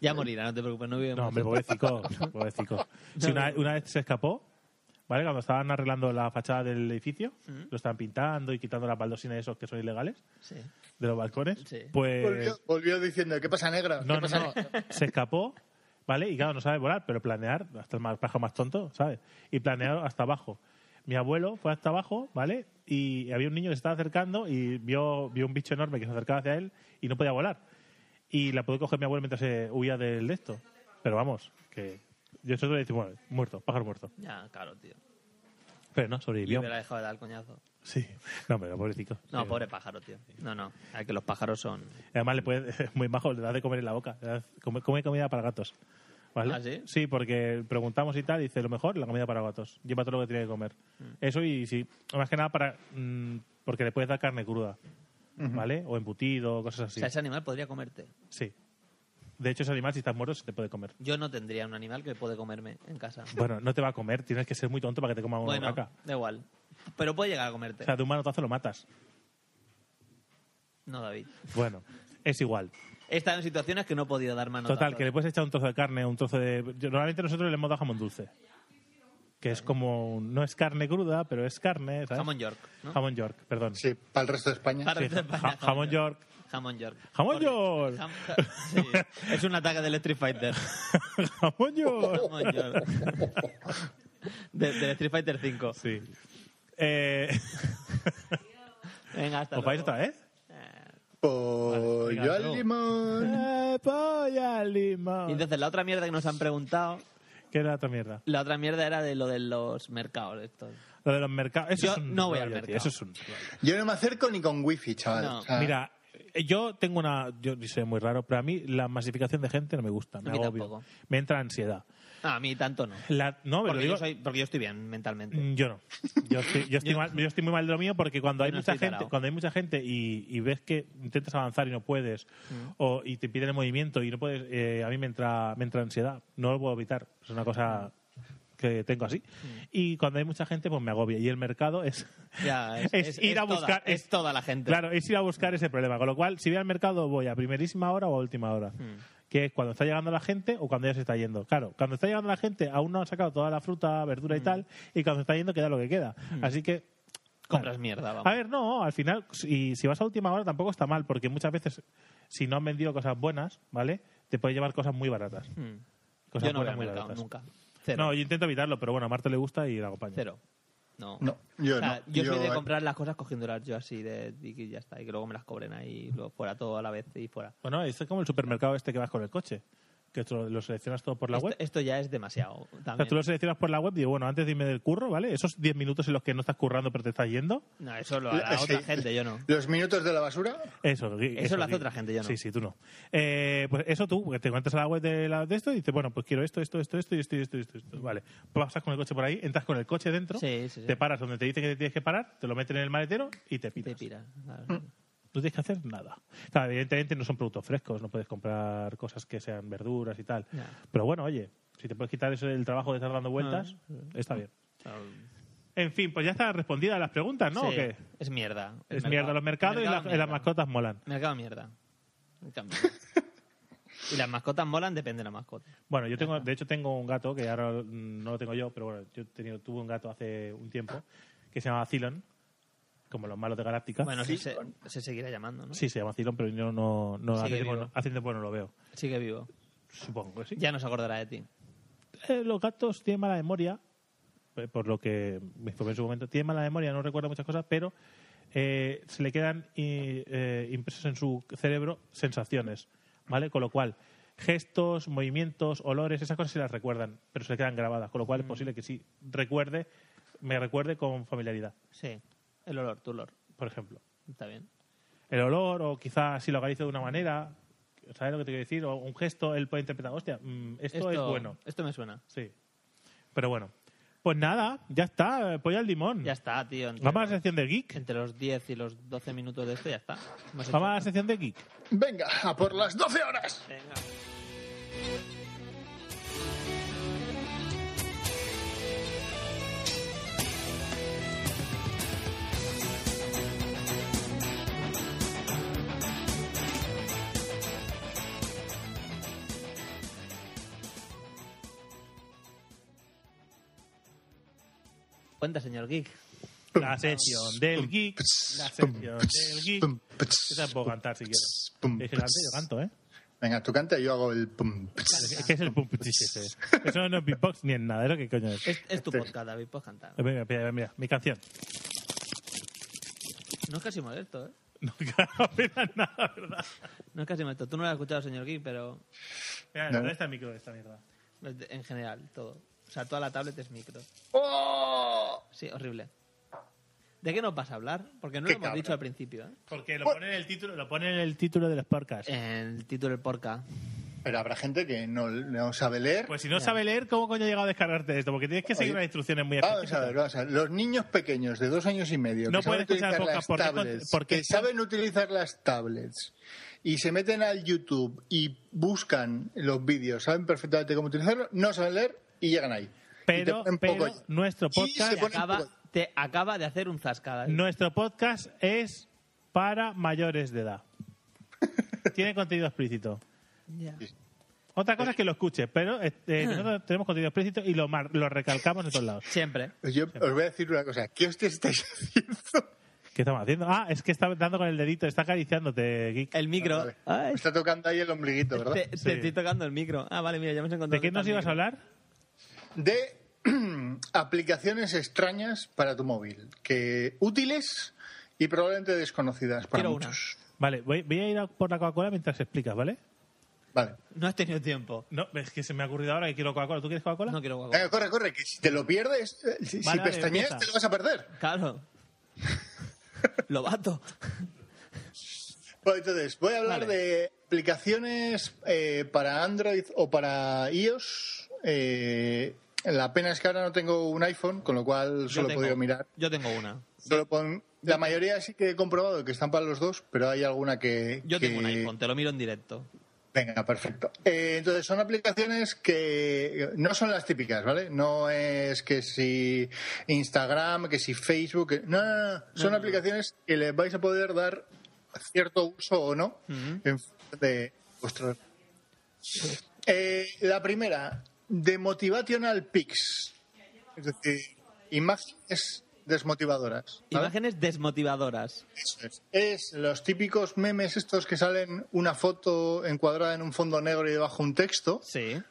D: Ya morirá, no te preocupes, no vive
B: No,
D: más.
B: hombre, pobrecico, pobrecico. Si una, una vez se escapó, ¿vale? Cuando estaban arreglando la fachada del edificio, lo estaban pintando y quitando las baldosinas esos que son ilegales
D: Sí.
B: de los balcones,
D: Sí.
B: pues...
C: Volvió, volvió diciendo, ¿qué pasa, negra?
B: No,
C: ¿Qué
B: no,
C: pasa,
B: no.
C: negra?".
B: Se escapó, ¿vale? Y claro, no sabe volar, pero planear, hasta el más pájaro más tonto, ¿sabes? Y planear hasta abajo. Mi abuelo fue hasta abajo, ¿vale? Y había un niño que se estaba acercando y vio, vio un bicho enorme que se acercaba hacia él y no podía volar. Y la pudo coger mi abuelo mientras se huía del de esto. Pero vamos, que yo solo le decimos, bueno, muerto, pájaro muerto.
D: Ya, claro, tío.
B: Pero no,
D: Y
B: sobrevivió.
D: hubiera dejado de dar el coñazo.
B: Sí. No, pero pobrecito.
D: No,
B: Eh,
D: pobre pájaro, tío. No, no. Es que los pájaros son.
B: Además, le puede, <laughs> es muy majo, le das de comer en la boca. le das- come, come comida para gatos. ¿Vale?
D: ¿Ah, sí?
B: porque preguntamos y tal, y dice lo mejor, la comida para gatos. Lleva todo lo que tiene que comer.
D: Mm.
B: Eso y sí, más que nada para mm, porque le puedes dar carne cruda, ¿vale? O embutido, cosas
D: O
B: así.
D: sea, ese animal podría comerte.
B: Sí. De hecho, ese animal, si estás muerto, se te puede comer.
D: Yo no tendría un animal que puede comerme en casa.
B: Bueno, no te va a comer, tienes que ser muy tonto para que te coma una
D: Bueno,
B: vaca.
D: da igual. Pero puede llegar a comerte.
B: O sea, de un manotazo lo matas.
D: No, David.
B: Bueno, es igual.
D: He estado en situaciones que no ¿eh? he podido dar mano.
B: Total, que le puedes echar un trozo de carne, un trozo de... yo- Normalmente nosotros le hemos dado jamón dulce. Que es como... No es carne cruda, pero es carne, ¿sabes?
D: Jamón York, ¿no?
B: ¿eh? Jamón York, perdón.
C: Sí, para el resto de España.
D: Para el
B: Sí,
D: resto de <laughs>
B: ja-
D: España,
B: jamón York. <laughs>
D: Jamón York.
B: ¡Jamón York!
D: Jam- ja- sí. Es un ataque del Street Fighter.
B: <laughs> ¡Jamón York!
D: Jamón York. De- del Street Fighter 5.
B: Sí. Eh, <laughs>
D: Venga, hasta
B: ¿Os vais
D: luego.
B: otra vez?
C: Pollo
B: Venga,
C: Pues, al
B: no.
C: limón.
B: Eh, polla
D: Y
B: limón.
D: entonces la otra mierda que nos han preguntado,
B: ¿Qué era otra mierda?
D: la otra mierda era de lo de los mercados estos.
B: Lo de los mercados. Eso
D: Yo
B: es un
D: no voy al
B: rollo, tío,
D: mercado. Ah.
B: Eso es un
C: Yo no me acerco ni con wifi, chaval.
D: No.
C: O sea,
B: Mira, yo tengo una. Yo soy muy raro, pero a mí la masificación de gente no me gusta. Me
D: A mí
B: agobio.
D: tampoco.
B: Me entra ansiedad.
D: Ah, a mí tanto no.
B: La- no, pero
D: Porque,
B: digo-
D: yo soy- porque yo estoy bien mentalmente.
B: Mm, Yo no. Yo estoy, yo estoy mal- yo estoy muy mal de lo mío porque cuando hay
D: no
B: mucha
D: estoy
B: gente,
D: tarao.
B: cuando hay mucha gente y, y ves que intentas avanzar y no puedes,
D: Mm.
B: o, y te piden el movimiento y no puedes, eh, a mí me entra, me entra ansiedad. No lo puedo evitar. Es una cosa que tengo así.
D: Mm.
B: Y cuando hay mucha gente, pues me agobia. Y el mercado es,
D: Ya, es- es-
B: ir
D: es
B: a
D: toda-
B: buscar.
D: es toda la gente.
B: Claro, es ir a buscar ese problema. Con lo cual, si voy al mercado, voy a primerísima hora o a última hora.
D: Mm.
B: Que es cuando está llegando la gente o cuando ya se está yendo. Claro, cuando está llegando la gente, aún no han sacado toda la fruta,
D: Mm.
B: verdura y tal. Y cuando se está yendo, queda lo que queda. Así que.
D: Compras mierda, vamos.
B: A ver, no, al final, si, si vas a última hora tampoco está mal, porque muchas veces, si no han vendido cosas buenas, ¿vale? Te puedes llevar cosas muy baratas.
D: Mm.
B: Cosas
D: yo no
B: buenas
D: voy
B: Pues
D: al
B: muy
D: mercado
B: baratas.
D: nunca. Cero.
B: No, yo intento evitarlo, pero bueno, a Marta le gusta y la acompaño.
D: Cero. No.
C: No, yo
D: O sea,
C: no.
D: Yo, soy
C: Yo-
D: de comprar las cosas cogiéndolas yo así de y que ya está. Y que luego me las cobren ahí lo- fuera todo a la vez y fuera.
B: Bueno, esto es como el supermercado este que vas con el coche, que esto lo seleccionas todo por la
D: esto,
B: web.
D: esto ya es demasiado.
B: O sea,
D: También.
B: tú lo seleccionas por la web y digo, bueno, antes de irme del curro, ¿vale? Esos 10 minutos en los que no estás currando pero te estás yendo.
D: No, eso lo hará
C: Sí.
D: otra gente,
C: <laughs>
D: yo no.
C: Los minutos de la basura.
B: Eso, gui-
D: Eso lo hace
B: gui-
D: otra gente, yo no.
B: Sí, sí, tú no. Eh, pues eso tú, que te cuentas a la web de, la- de esto y dices, bueno, pues quiero esto, esto, esto, esto y esto, y esto, y esto, y esto. Vale. Pasas con el coche por ahí, entras con el coche dentro,
D: Sí, sí, sí.
B: te paras donde te dicen que te tienes que parar, te lo meten en el maletero y te
D: Y
B: pitas.
D: Te pira. claro.
C: Mm.
B: No tienes que hacer nada. Claro, evidentemente no son productos frescos, no puedes comprar cosas que sean verduras y tal.
D: Ya.
B: Pero bueno, oye, si te puedes quitar eso del trabajo de estar dando vueltas,
D: Ah,
B: está bien. En fin, pues ya están respondidas las preguntas, ¿no? ¿O
D: Sí,
B: qué?
D: Es mierda. El
B: Es mierda los mercados y,
D: Mercado
B: las- y las
D: mierda.
B: mascotas molan.
D: Mercado mierda. En
C: <laughs>
D: cambio. y las mascotas molan, depende de la mascota.
B: Bueno, yo tengo, de hecho tengo un gato que ahora mm, no lo tengo yo, pero bueno, yo he tenido- tuve un gato hace un tiempo que se llamaba Cylon, como los malos de Galáctica.
D: Bueno, se, se, se seguirá llamando, ¿no?
B: Sí, se llama Cylon, pero yo no, no hace,
D: Sigue
B: tiempo,
D: vivo.
B: no- hace tiempo no lo veo.
D: Sigue vivo.
B: Supongo que sí.
D: Ya no se acordará de ti.
B: Eh, los gatos tienen mala memoria, eh, por lo que me informé en su momento, tienen mala memoria, no recuerda muchas cosas, pero eh, se le quedan eh, eh, impresas en su cerebro sensaciones, ¿vale? Con lo cual, gestos, movimientos, olores, esas cosas se las recuerdan, pero se le quedan grabadas, con lo cual es posible que sí recuerde, me recuerde con familiaridad,
D: Sí. El olor, tu olor.
B: por ejemplo.
D: Está bien.
B: El olor, o quizás si lo acaricio de una manera, ¿sabes lo que te quiero decir? O un gesto, él puede interpretar, hostia, mm, esto es bueno.
D: Esto me suena.
B: Sí. Pero bueno. Pues nada, ya está, eh, pollo al limón.
D: Ya está, tío. Entre,
B: Vamos a la sección de geek.
D: entre los 10 y los 12 minutos de esto ya está. Hemos hecho-
B: Vamos a la sección de geek.
C: Venga, a por las 12 horas.
D: Venga. Cuenta, señor Geek.
B: La sección del geek. La sección del geek. Yo también puedo cantar si quiero. Es que canto, yo canto, ¿eh?
C: Venga, tú canta y yo hago el pum. pts.
B: Es que es el pum pum, tsh, ese. Eso no es beatbox ni es nada, ¿eso qué coño es?
D: Es, es tu
C: Este-
D: podcast, David, puedes cantar.
B: Mira, mira, mira, mi canción. <laughs>
D: No es casi modesto, ¿eh?
B: No <laughs> apenas nada, ¿verdad?
D: No es casi modesto. Tú no lo has escuchado, señor Geek, pero
B: Mira, ¿dónde está el micro de esta mierda?
D: en general, todo. O sea, toda la tablet es micro.
C: ¡Oh!
D: Sí, horrible. ¿De qué nos vas a hablar? Porque no
B: Qué
D: lo hemos
B: cabrón.
D: dicho al principio. ¿eh?
B: Porque lo ponen en el título, lo ponen en el título de los podcasts.
D: El título del podcast.
C: Pero habrá gente que no, no sabe leer.
B: Pues si no sabe leer, ¿cómo coño ha llegado a descargarte esto? Porque tienes que seguir
C: Oye,
B: unas instrucciones muy
C: Ah, Vamos a
B: específicas.
C: ver, vamos a ver. Los niños pequeños de dos años y medio
B: No
C: que saben
B: pueden escuchar
C: utilizar
B: podcast
C: las
B: porque con-
C: tablets,
B: porque
C: que saben utilizar las tablets y se meten al YouTube y buscan los vídeos, saben perfectamente cómo utilizarlo, no saben leer y llegan ahí. Y te
B: Pero,
C: ponen
B: pero
C: poco-
B: nuestro podcast,
D: Te acaba, te acaba de hacer un zascada.
B: nuestro podcast es para mayores de <laughs> edad. Tiene contenido explícito.
D: Ya.
B: Otra cosa es que lo escuches, pero eh, <clears throat> eh, nosotros tenemos contenido explícito y lo, mar- lo recalcamos en todos lados.
D: Siempre.
C: Yo os voy a decir una cosa, ¿qué os estáis <laughs> haciendo?
B: ¿Qué estamos haciendo? Ah, es que está dando con el dedito, está acariciándote, Geek.
D: El micro.
C: Ah, Vale.
D: Ay, Este,
C: Me está tocando ahí el ombliguito, ¿verdad?
D: te, te
B: Sí.
D: estoy tocando el micro. Ah, vale, mira, ya hemos
B: ¿De
D: encontrado.
B: qué
D: dónde
B: nos
D: está el
B: ibas a
D: micro.
B: hablar?
C: de <clears throat> aplicaciones extrañas para tu móvil, que útiles y probablemente desconocidas para
D: Quiero una.
C: muchos.
B: Vale, voy, voy a ir a por la Coca-Cola mientras explicas, ¿vale?
C: Vale.
D: No has tenido tiempo.
B: No, es que se me ha ocurrido ahora que quiero Coca-Cola. ¿Tú quieres Coca-Cola?
D: No quiero guapo.
C: Venga, corre, corre, que si te lo pierdes, eh, si,
B: Vale,
C: si
B: vale,
C: pestañeas
B: empieza.
C: te lo vas a perder. <laughs>
D: Claro. Lo bato.
C: Bueno, entonces, voy a hablar
D: Vale.
C: de aplicaciones eh, para Android o para iOS. Eh, la pena es que ahora no tengo un iPhone, con lo cual solo he podido mirar.
D: Yo tengo una.
C: Solo pon- La mayoría sí que he comprobado que están para los dos, pero hay alguna que...
D: Yo
C: que-
D: tengo un iPhone, te lo miro en directo.
C: Venga, perfecto. Eh, entonces, son aplicaciones que no son las típicas, ¿vale? No es que si Instagram, que si Facebook. que- No, no, no. Son aplicaciones que les vais a poder dar cierto uso o no en función de vuestro. Eh, la primera, de Motivational Pics. Es decir, imágenes desmotivadoras. ¿vale?
D: Imágenes desmotivadoras.
C: Eso es. Es los típicos memes estos que salen una foto encuadrada en un fondo negro y debajo un texto
D: Sí.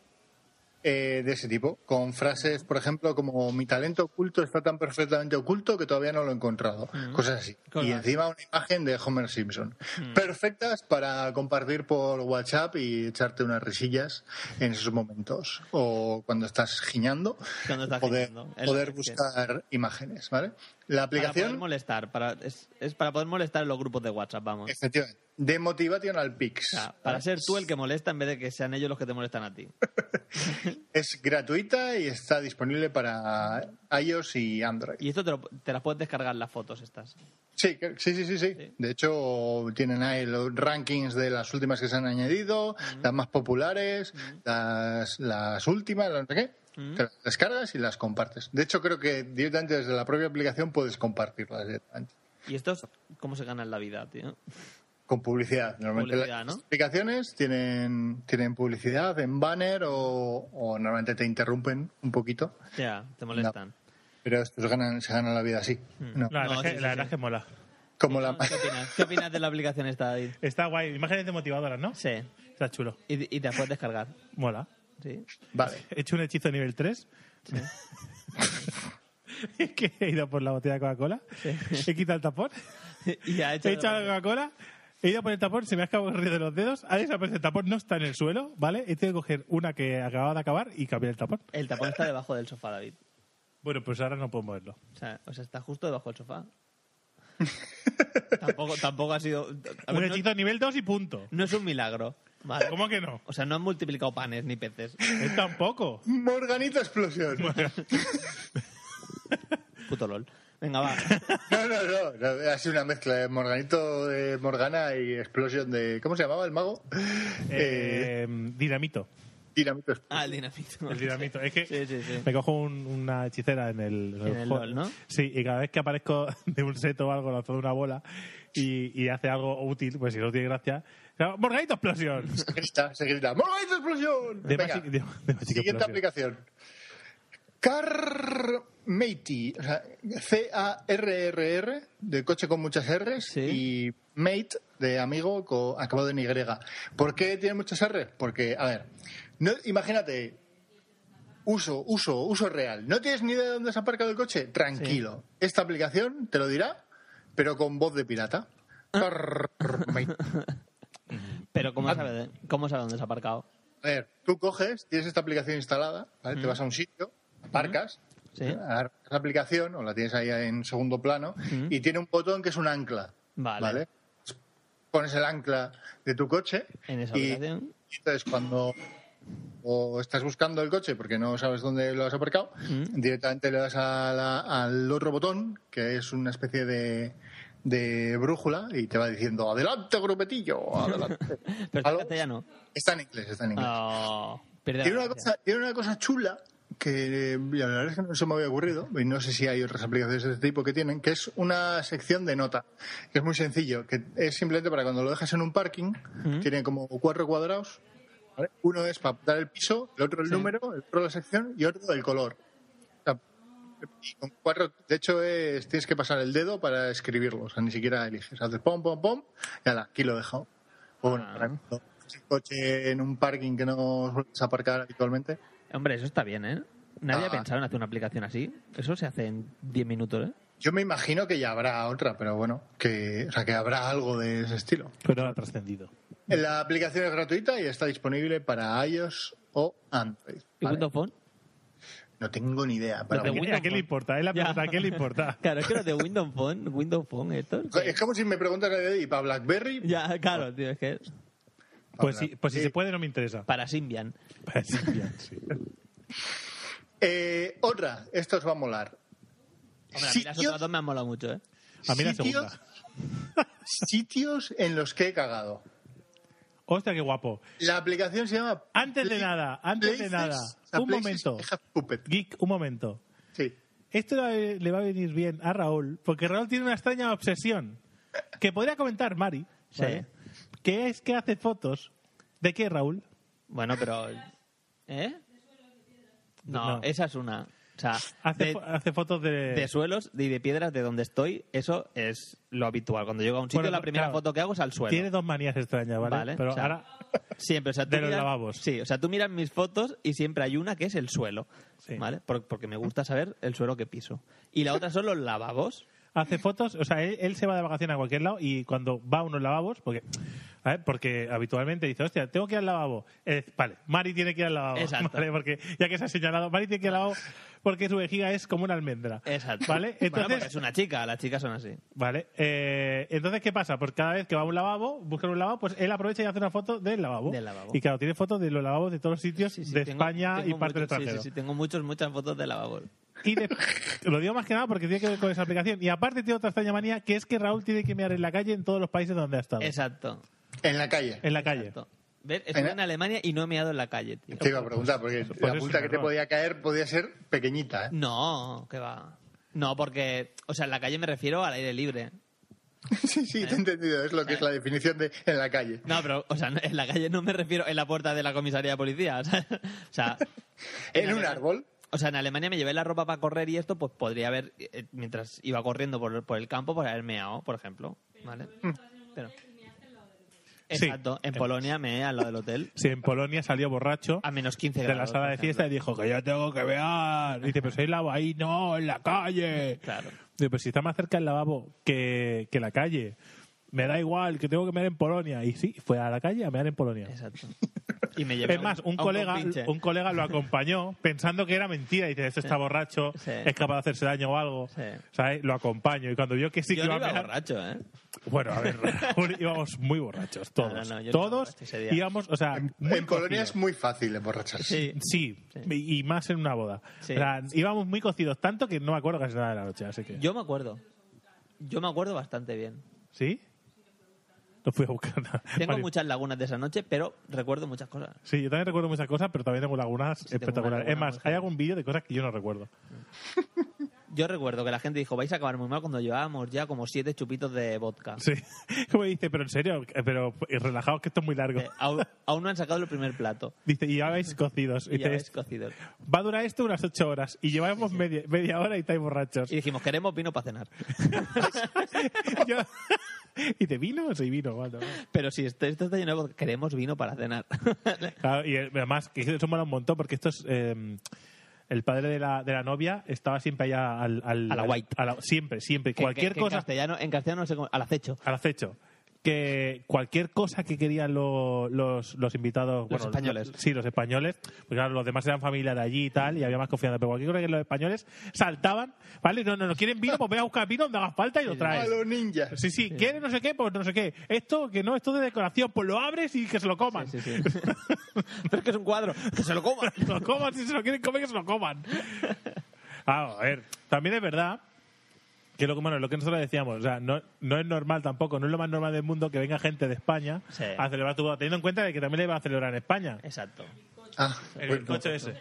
C: eh, de ese tipo, con frases, por ejemplo, como mi talento oculto está tan perfectamente oculto que todavía no lo he encontrado,
D: Mm.
C: cosas así.
D: Cosas
C: Y
D: así.
C: encima una imagen de Homer Simpson.
D: Mm.
C: Perfectas para compartir por WhatsApp y echarte unas risillas en esos momentos, o cuando estás giñando,
D: Cuando estás
C: poder,
D: giñando, es lo
C: poder
D: que es.
C: buscar imágenes, ¿vale? La
D: Para poder
C: aplicación...
D: molestar. Para, es, es para poder molestar en los grupos de WhatsApp, vamos.
C: Efectivamente. De Motivational Pics.
D: O sea, para ser tú el que molesta en vez de que sean ellos los que te molestan a ti.
C: Es gratuita y está disponible para iOS y Android.
D: Y esto te, lo- te las puedes descargar las fotos estas.
C: Sí, que- sí, sí, sí, sí. De hecho, tienen ahí los rankings de las últimas que se han añadido, las más populares, las, las últimas, las no sé qué. Te las descargas y las compartes. De hecho, creo que directamente desde la propia aplicación puedes compartirlas directamente.
D: Y esto es cómo se ganan la vida, tío.
C: Con publicidad. Normalmente
D: Publicidad,
C: las
D: ¿no?
C: aplicaciones tienen, tienen publicidad en banner o, o normalmente te interrumpen un poquito.
D: Ya, te molestan.
C: Pero estos ganan, se ganan la vida así. No.
B: La verdad,
D: No,
B: es que,
D: sí, sí,
B: la verdad
D: sí.
B: es que mola.
C: Como la...
D: ¿Qué opinas? ¿Qué opinas de la aplicación esta, David?
B: Está guay. Imágenes de motivadoras, ¿no?
D: Sí.
B: Está chulo.
D: Y, y te las puedes descargar.
B: Mola.
D: Sí. <laughs>
C: Vale.
B: He hecho un hechizo nivel 3. <laughs> Es que he ido por la botella de Coca-Cola, he quitado el tapón,
D: Y ha hecho.
B: he echado la Coca-Cola, he ido por el tapón, se me ha escapado de los dedos, ha desaparecido el tapón, no está en el suelo, ¿vale? He tenido que coger una que acababa de acabar y cambiar el tapón.
D: El tapón está debajo del sofá, David.
B: Bueno, pues ahora no puedo moverlo.
D: O sea, o sea, está justo debajo
C: <laughs>
D: del sofá. tampoco, tampoco ha sido. a ver,
B: Un
D: no,
B: hechizo nivel 2 y punto.
D: no es un milagro. Vale.
B: ¿Cómo que no?
D: O sea, no han multiplicado panes ni peces.
B: Él tampoco.
C: Morganita explosión.
D: Puto LOL. Venga,
C: <laughs>
D: va.
C: No, no, no, no, Ha sido una mezcla de Morganito de Morgana y explosión de. ¿Cómo se llamaba el mago? Eh,
B: <laughs> Eh, dinamito.
C: dinamito.
D: Ah, el dinamito.
B: El dinamito.
C: eh.
B: Es que
D: Sí, sí, sí.
B: me cojo un- una hechicera en el,
D: En el
B: juego.
D: LOL, ¿no?
B: Sí, y cada vez que aparezco <laughs> de un seto o algo lanzando una bola y, y hace algo útil, pues si no tiene gracia. claro, ¡Morganito explosión!
C: Se grita, se grita. ¡Morganito explosión! <laughs>
B: De
C: Venga,
B: Magic- de- <laughs> de Magic
C: siguiente
B: Explosion.
C: aplicación. Carmatey, o sea, C-A-R-R-R, de coche con muchas R's,
D: Sí.
C: y mate, de amigo, co- acabado en Y. ¿Por qué tiene muchas R's? Porque, a ver, no, imagínate, uso, uso, uso real. ¿No tienes ni idea de dónde se ha aparcado el coche? Tranquilo. Esta aplicación te lo dirá, pero con voz de pirata. Carmatey.
D: Pero ¿cómo
C: Ah.
D: sabe, de- ¿cómo sabe dónde se ha aparcado?
C: A ver, tú coges, tienes esta aplicación instalada, ¿vale? te vas a un sitio, aparcas, Agarras la aplicación o la tienes ahí en segundo plano y tiene un botón que es un ancla.
D: Vale.
C: Pones el ancla de tu coche
D: En esa
C: y,
D: aplicación.
C: y entonces cuando o estás buscando el coche porque no sabes dónde lo has aparcado, directamente le das a la- al otro botón, que es una especie de, de brújula, y te va diciendo, adelante, grupetillo,
D: <laughs>
C: adelante.
D: Pero está en castellano.
C: Está en inglés, está en inglés.
D: Oh, pierde la
C: Tiene una,
D: gracia.
C: cosa, tiene una cosa chula que eh, la verdad es que no se me había ocurrido y no sé si hay otras aplicaciones de este tipo que tienen, que es una sección de nota, que es muy sencillo, que es simplemente para cuando lo dejas en un parking, tiene como cuatro cuadrados, ¿vale? uno es para dar el piso, el otro el número, el otro la sección y otro el color. O sea, y con cuatro, de hecho, es, tienes que pasar el dedo para escribirlo, o sea, ni siquiera eliges, haces pom, pom, pom, y ala, aquí lo he dejado. O bueno, para mí, no. Si el coche en un parking que no sueles aparcar habitualmente.
D: Hombre, eso está bien, ¿eh? No había
C: Ah.
D: pensado en hacer una aplicación así. Eso se hace en 10 minutos, ¿eh?
C: Yo me imagino que ya habrá otra, pero bueno, que, o sea, que habrá algo de ese estilo.
B: Pero no ha trascendido.
C: La aplicación es gratuita y está disponible para iOS o Android.
D: ¿Y Windows Phone?
C: No tengo ni idea. Para
B: ¿A qué- ¿A qué le importa? Es la pregunta, ¿a qué le
D: <laughs>
B: importa?
D: Claro, es que los de Windows Phone, Windows Phone, Héctor.
C: Es como si me preguntas ¿y para BlackBerry?
D: Ya, claro, tío, es que.
B: Pues, sí, pues si se puede, no
C: <laughs>
B: me interesa.
D: Para Symbian.
B: Para Symbian, sí.
C: Eh, otra, esto os va a molar.
D: Hombre, a mí las otras dos me han molado mucho, ¿eh?
B: A mí la
C: Sitios- Sitios en los que he cagado.
B: Hostia, qué guapo.
C: La aplicación se llama.
B: Antes de nada, antes de
C: Places-
B: nada,
C: o sea,
B: un
C: Places
B: momento. Geek, un momento.
C: Sí.
B: Esto le le va a venir bien a Raúl, porque Raúl tiene una extraña obsesión que podría comentar Mari,
D: Sí.
B: ¿vale? que es que hace fotos. ¿De qué, Raúl?
D: Bueno, pero. ¿Eh? No,
B: No.
D: esa es una. O sea,
B: Hace,
D: de-
B: fo- hace fotos de...
D: de suelos y de piedras de donde estoy, eso es lo habitual. Cuando llego a un sitio,
B: Bueno,
D: la primera
B: claro.
D: foto que hago es al suelo.
B: Tiene dos manías extrañas, ¿vale?
D: Vale,
B: Pero
D: o sea,
B: ahora...
D: Siempre,
B: <laughs>
D: o sea, tú
B: De los
D: miras-
B: lavabos.
D: Sí, o sea, tú miras mis fotos y siempre hay una que es el suelo, ¿vale? Por- porque me gusta saber el suelo que piso. Y la otra son los lavabos.
B: hace fotos, o sea, él, él se va de vacaciones a cualquier lado y cuando va a unos lavabos, porque, a ver, porque habitualmente dice, hostia, tengo que ir al lavabo. Eh, vale, Mari tiene que ir al lavabo.
D: Exacto.
B: <laughs> ¿vale? Porque ya que se ha señalado, Mari tiene que ir al lavabo porque su vejiga es como una almendra.
D: Exacto.
B: Vale,
D: Bueno, pues
B: entonces,
D: porque es una chica, las chicas son así.
B: vale, eh, entonces ¿qué pasa? Pues cada vez que va a un lavabo, busca un lavabo, pues él aprovecha y hace una foto del lavabo.
D: Del lavabo.
B: Y claro, tiene fotos de los lavabos de todos los sitios de
D: Tengo-
B: España
D: tengo
B: y parte del
D: muchos- sí,
B: extranjero.
D: Sí, sí, tengo muchos, muchas fotos de lavabos.
B: Y de- <laughs> lo digo más que nada porque tiene que ver con esa aplicación. Y aparte tiene otra extraña manía que es que Raúl tiene que mirar en la calle en todos los países donde ha estado.
D: Exacto.
C: En la calle.
B: En la calle.
D: ¿Ves? Estuve en Alemania y no he meado en la calle, tío.
C: Te iba a preguntar, porque
B: pues
C: la
B: es
C: punta
B: un
C: que te
B: error.
C: podía caer podía ser pequeñita, ¿eh? <laughs>
D: No, que va. No, porque, o sea, en la calle me refiero al aire libre.
C: Sí, sí,
D: Eh.
C: te he entendido. Es lo que es la definición de en la calle.
D: No, pero, o sea, en la calle no me refiero en la puerta de la comisaría de policía. <laughs> O sea, o sea,
C: En un
D: Alemania-
C: árbol.
D: O sea, en Alemania me llevé la ropa para correr y esto, pues podría haber, eh, mientras iba corriendo por, por el campo, por haber meado, por ejemplo. ¿Vale?
C: Mm.
D: Pero-
B: Sí.
D: Exacto. En Polonia me he al lado del hotel.
B: Si en Polonia salió borracho
D: A menos 15
B: de
D: grados.
B: la sala
D: Ah, por
B: de fiesta y dijo que yo tengo que ver. Dice, pero si hay lavabo ahí, no, en la calle.
D: Claro.
B: Dice, pero si está más cerca el lavabo que, que la calle. Me da igual, que tengo que mear en Polonia. Y sí, fue a la calle a mear en Polonia. <laughs>
D: Exacto. Y me llevé
B: Es más,
D: a
B: un
D: a
B: colega,
D: compinche.
B: un colega lo acompañó pensando que era mentira. Dice, este está borracho,
D: Sí.
B: es capaz de hacerse daño o algo.
D: Sí.
B: ¿Sabes? Lo acompaño. Y cuando vio que sí
D: Yo
B: que
D: no
B: iba a
D: iba
B: mear,
D: borracho, ¿eh?
B: Bueno, a ver, <laughs> Raúl, íbamos muy borrachos, todos.
D: No, no, no, yo no iba
B: todos
D: borracho ese día.
B: íbamos, o sea,
C: En,
B: muy
C: en Polonia
B: cogidos.
C: es muy fácil emborracharse.
D: Sí.
B: Sí, y y más en una boda.
D: Sí.
B: O sea, íbamos muy cocidos, tanto que no me acuerdo casi nada de la noche, así que...
D: Yo me acuerdo. Yo me acuerdo
B: <laughs>
D: bastante bien.
B: ¿Sí? No fui a buscar nada.
D: Tengo
B: Vale.
D: muchas lagunas de esa noche, pero recuerdo muchas cosas.
B: Sí, yo también recuerdo muchas cosas, pero también tengo lagunas
D: tengo
B: espectaculares.
D: una
B: Es
D: laguna
B: más,
D: muy
B: hay algún vídeo de cosas que yo no recuerdo.
D: Yo recuerdo que la gente dijo, vais a acabar muy mal cuando llevábamos ya como siete chupitos de vodka.
B: Sí. <laughs> Como dice, pero en serio, eh, pero eh, relajaos que esto es muy largo.
D: Eh, aún, aún no han sacado el primer plato.
B: Dice, <laughs> y ya
D: <laughs>
B: habéis cocidos.
D: Y ya
B: Dice,
D: habéis cocido.
B: va a durar esto unas ocho horas y llevamos Media, media hora y estáis borrachos.
D: Y dijimos, queremos vino
B: <laughs>
D: para cenar.
B: Yo- y de vino, sí, vino. vale,
D: <laughs>
B: vale.
D: Pero si esto, esto está lleno de vodka, queremos vino para cenar. <laughs>
B: Claro, y eh, además, que eso mola un montón porque esto es. eh, el padre de la, de la novia estaba siempre allá al. al-
D: A la
B: al-
D: white.
B: a la- siempre, siempre.
D: Que-
B: cualquier
D: que- que
B: cosa.
D: En castellano, en castellano no sé cómo- al acecho.
B: al acecho. que cualquier cosa que querían lo- los, los invitados... Los
D: españoles.
B: sí, los españoles, porque claro, los demás eran familia de allí y tal, y había más confianza, pero cualquier cosa que los españoles saltaban, ¿vale? No, no, no quieren vino, pues ve a buscar vino donde haga falta y lo traes.
C: A los ninjas.
B: Sí, sí, quieren no sé qué, pues no sé qué. Esto, que no, esto de decoración, pues lo abres y que se lo coman.
D: <laughs> Pero es que es un cuadro, que se
B: <laughs>
D: lo coman.
B: se lo coman, si se lo quieren comer, que se lo
D: <laughs>
B: coman. Ah, a ver, también es verdad que lo que, bueno, lo que nosotros decíamos, o sea, no, no es normal tampoco, no es lo más normal del mundo que venga gente de España
D: Sí.
B: a celebrar tu boda, teniendo en cuenta de que también le iban a celebrar en España.
D: Exacto.
C: Ah,
B: El
D: Pues,
C: bueno.
B: bizcocho ese.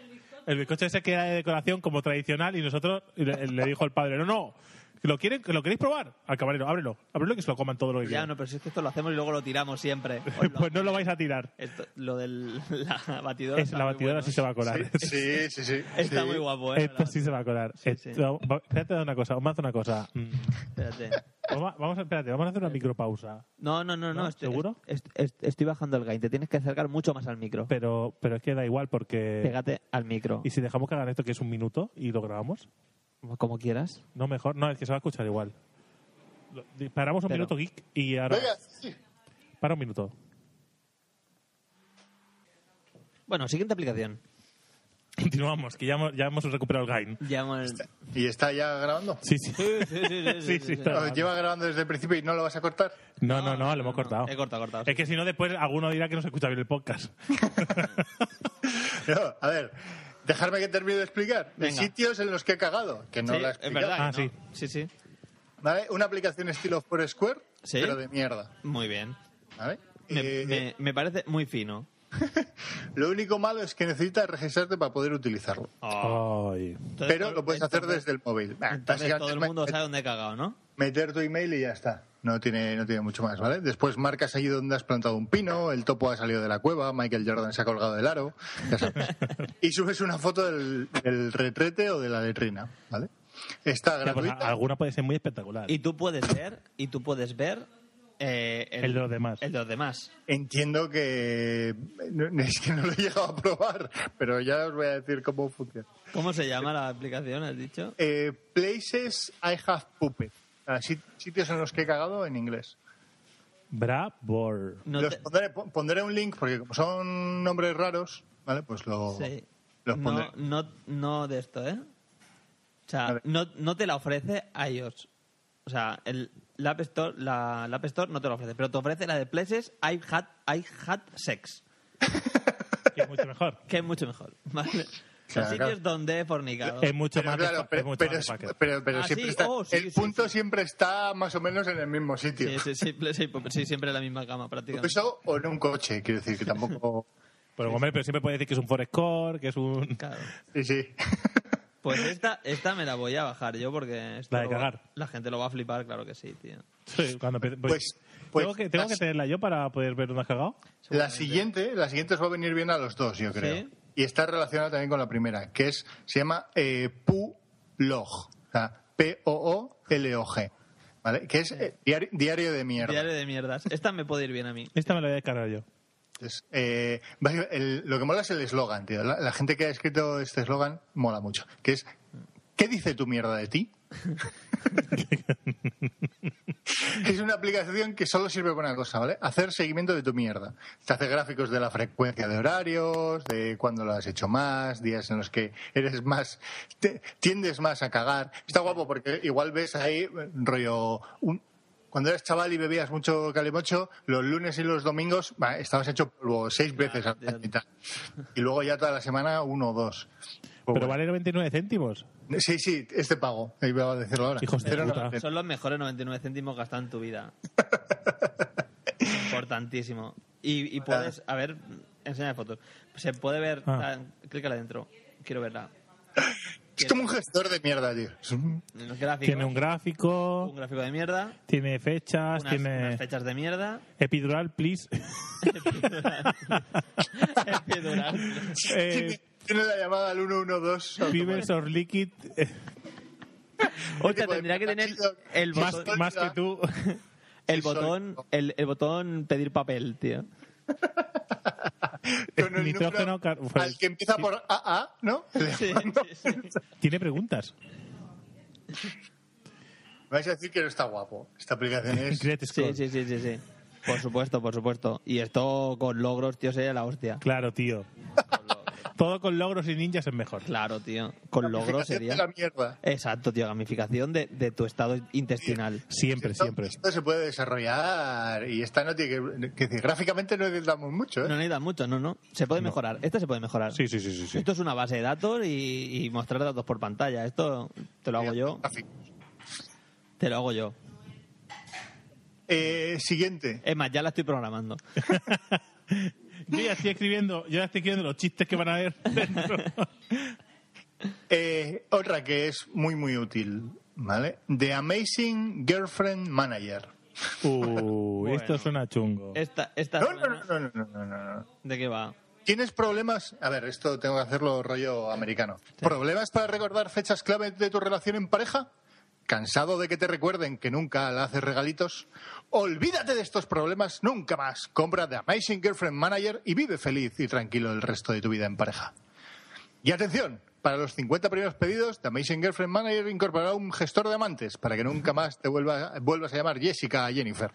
B: El bizcocho ese que era de decoración como tradicional y nosotros y le, le dijo el padre, no, no, que lo quieren, que lo queréis probar. Al camarero, ábrelo, ábrelo y que se lo coman todo lo que
D: Ya,
B: quieran. <laughs>
D: no, pero si es que esto lo hacemos y luego lo tiramos siempre. Os lo-
B: Pues no lo vais a tirar.
D: esto- lo de <laughs> la batidora.
B: Es,
D: está
B: la
D: muy
B: batidora
D: bueno.
B: sí se va a colar.
C: Sí, sí, sí.
D: <laughs> Está
C: sí.
D: muy guapo, ¿eh?
B: Esto sí se va a colar.
D: sí.
B: Esto- va- Espérate una cosa, vamos a hacer una cosa. Mm,
D: Espérate.
B: Vamos, a- vamos a, espérate, vamos a hacer una micropausa.
D: No, no, no, no.
B: ¿No?
D: estoy-
B: ¿Seguro?
D: est- est- estoy bajando el gain. Te tienes que acercar mucho más al micro.
B: Pero, pero es que da igual porque...
D: Pégate al micro.
B: ¿Y si dejamos que hagan esto que es un minuto y lo grabamos?
D: Como quieras.
B: No, mejor. No, es que se va a escuchar igual. Lo- Paramos un
D: Pero-
B: minuto, geek, y ahora...
C: Venga, sí.
B: Para un minuto.
D: Bueno, siguiente aplicación.
B: Continuamos, que ya hemos, ya hemos recuperado el gain.
D: Llamo el...
C: ¿Y está ya grabando?
B: Sí, sí. Sí, sí, está
C: ¿O
B: grabando.
C: Lleva grabando desde el principio y no lo vas a cortar. <laughs>
B: No, no, no, lo hemos cortado. Eh,
D: He cortado, he cortado.
B: Es que si no, después alguno dirá que no se escucha bien el podcast.
C: No, a ver, dejarme que termine de explicar. De
D: Venga.
C: sitios en los que he cagado, que no
D: Sí,
C: la he
D: es
C: explicado.
D: verdad.
B: Ah,
D: que no.
B: sí.
D: Sí, sí.
C: ¿Vale? Una aplicación estilo Foursquare,
D: Sí.
C: pero de mierda.
D: Muy bien.
C: ¿Vale?
D: Me,
C: Eh,
D: me- me parece muy fino.
C: Lo único malo es que necesitas registrarte para poder utilizarlo.
B: Oh.
C: Ah.
B: Ay.
D: Entonces,
C: pero lo puedes hacer
D: entonces-
C: desde el móvil. Ah,
D: Entonces todo el
C: básicamente
D: mundo
C: me-
D: sabe dónde he cagado, ¿no?
C: meter tu email y ya está. No tiene, no tiene mucho más, ¿vale? Después marcas allí donde has plantado un pino, el topo ha salido de la cueva, Michael Jordan se ha colgado del aro, ya sabes. y subes una foto del, del retrete o de la letrina, ¿vale? Está
B: Ya, pues,
C: gratuita.
B: a- alguna puede ser muy espectacular.
D: Y tú puedes ver, y tú puedes ver eh,
B: El de los demás.
D: El de los demás.
C: Entiendo que no- <laughs> es que no lo he llegado a probar, pero ya os voy a decir cómo funciona.
D: ¿Cómo se llama la aplicación, has dicho?
C: Eh, places I have pooped. Ah, sit- Sitios en los que he cagado en inglés.
B: Bravo.
D: No
C: Los
D: te-
C: pondré, pon- pondré un link porque como son nombres raros, ¿vale? Pues lo,
D: sí.
C: los pondré.
D: no, no, no de esto, ¿eh? O
C: A
D: sea,
C: ver.
D: no, no te la ofrece iOS. O sea, el, la, App Store, la, la App Store no te la ofrece, pero te ofrece la de Places I Had, I had Sex.
B: Es mucho mejor.
D: Que es mucho mejor. <laughs> ¿vale?
C: Claro,
D: Los sitios
C: claro. Eh,
D: donde he fornicado.
B: Es mucho
C: Pero
B: más
C: claro,
B: defa-
C: pero-
B: es mucho
C: pero
B: más
C: es-
B: defacker.
C: pero- pero
D: Ah,
C: siempre
D: sí,
C: está-
D: oh, sí,
C: el
D: sí,
C: punto
D: sí.
C: siempre está más o menos en el mismo sitio.
D: Sí, sí, sí, Places I Pop- sí, siempre en la misma cama prácticamente.
C: Pues Eso o en un coche, quiero decir que
D: <laughs>
C: tampoco.
B: Pero, hombre, pero siempre puede decir que es un Forescore, que es un.
D: Claro.
C: Sí, sí.
D: Pues esta, esta me la voy a bajar yo porque... esto
B: La de
D: lo va-
B: cagar.
D: La gente lo va a flipar, claro que sí, tío.
B: <laughs> Sí, cuando empiece-
C: Pues- pues-
B: tengo, que, tengo que
C: las-
B: tenerla yo para poder ver una cagado.
C: La siguiente, la siguiente os va a venir bien a los dos, yo creo.
D: Sí.
C: Y está relacionada también con la primera, que es se llama eh, Pulog, o sea, P-O-O-L-O-G, ¿vale? Que es eh, diario, diario de mierda.
D: Diario de mierdas. Esta me puede ir bien a mí.
B: Esta me la voy a descargar yo.
C: Pues Entonces, eh, básicamente, el- lo que mola es el eslogan, tío. La, la gente que ha escrito este eslogan mola mucho, que es ¿qué dice tu mierda de ti? es una aplicación que solo sirve para una cosa, ¿vale? Hacer seguimiento de tu mierda. Te hace gráficos de la frecuencia de horarios, de cuándo lo has hecho más, días en los que eres más, te- tiendes más a cagar. Está guapo porque igual ves ahí eh, rollo un- cuando eras chaval y bebías mucho calimocho, los lunes y los domingos bah, estabas hecho polvo seis veces al
D: tío.
C: año y tal. Y luego ya toda la semana uno o dos. Pues bueno.
B: Pero vale 99 céntimos.
C: Sí, sí, este pago. Iba a decirlo ahora.
B: Hijos de
C: Pero no
B: puta.
C: lo hacen.
D: Son los mejores 99 céntimos gastados en tu
C: <laughs>
D: vida. Importantísimo. Y, y puedes, a ver, enseña fotos. Se puede ver,
B: Ah.
D: ah, clícala dentro. Quiero verla.
C: Es como un gestor de mierda, tío. Es un-
D: Los gráficos,
B: Tiene
C: eh,
B: un gráfico,
D: un gráfico de mierda,
B: tiene fechas,
D: unas,
B: tiene
D: unas fechas
B: <laughs>
D: de mierda.
B: epidural,
C: <laughs>
B: please.
D: Epidural.
B: eh,
C: <laughs> Tiene la llamada al 112.
B: Pibes or liquid, eh,
D: Hostia, tendría que tener el
B: más,
D: botón,
B: más que tú. <laughs>
D: el
C: soy.
D: botón, el, el botón pedir papel,
C: <laughs>
D: tío.
C: Con el
B: nitrógeno,
C: número
B: car- pues,
C: al que empieza por AA,
B: <laughs>
C: ¿no? <laughs>
D: Sí, sí, sí.
B: tiene preguntas.
C: Me vais a decir que no está guapo. Esta aplicación es...
B: Great
D: Sí,
B: Scott.
D: sí, sí, sí, sí. Por supuesto, por supuesto. Y esto con logros, tío, sería la hostia.
C: <laughs>
B: Claro, tío. Todo con logros y ninjas es mejor.
D: Claro, tío. Con logros
C: Gamificación
D: sería.
C: de la mierda.
D: Exacto, tío. Gamificación de, de tu estado intestinal.
B: Siempre, siempre.
C: Esto se puede desarrollar y esta no tiene que, que decir. Gráficamente no necesitamos mucho, ¿eh?
D: No necesitas mucho, no, no. Se puede mejorar. Esta se puede mejorar.
B: Sí, sí, sí, sí. sí.
D: Esto es una base de datos y, y mostrar datos por pantalla. Esto te lo hago yo. Te lo hago yo.
C: Eh, siguiente.
D: Es más, ya la estoy programando.
B: Yo ya estoy escribiendo, yo ya estoy escribiendo los chistes que van a haber <laughs> dentro.
C: Eh, otra que es muy, muy útil, ¿vale? The Amazing Girlfriend Manager.
B: Uh, esto suena chungo.
D: Esta, esta
C: No, no,
D: semana-
C: no, no, no, no, no, no.
D: ¿De qué va?
C: ¿Tienes problemas? A ver, esto tengo que hacerlo rollo americano. ¿Problemas para recordar fechas clave de tu relación en pareja? ¿Cansado de que te recuerden que nunca le haces regalitos? Olvídate de estos problemas nunca más. Compra The Amazing Girlfriend Manager y vive feliz y tranquilo el resto de tu vida en pareja. Y atención, para los 50 primeros pedidos, The Amazing Girlfriend Manager incorporará un gestor de amantes para que nunca más te vuelva- vuelvas a llamar Jessica a Jennifer.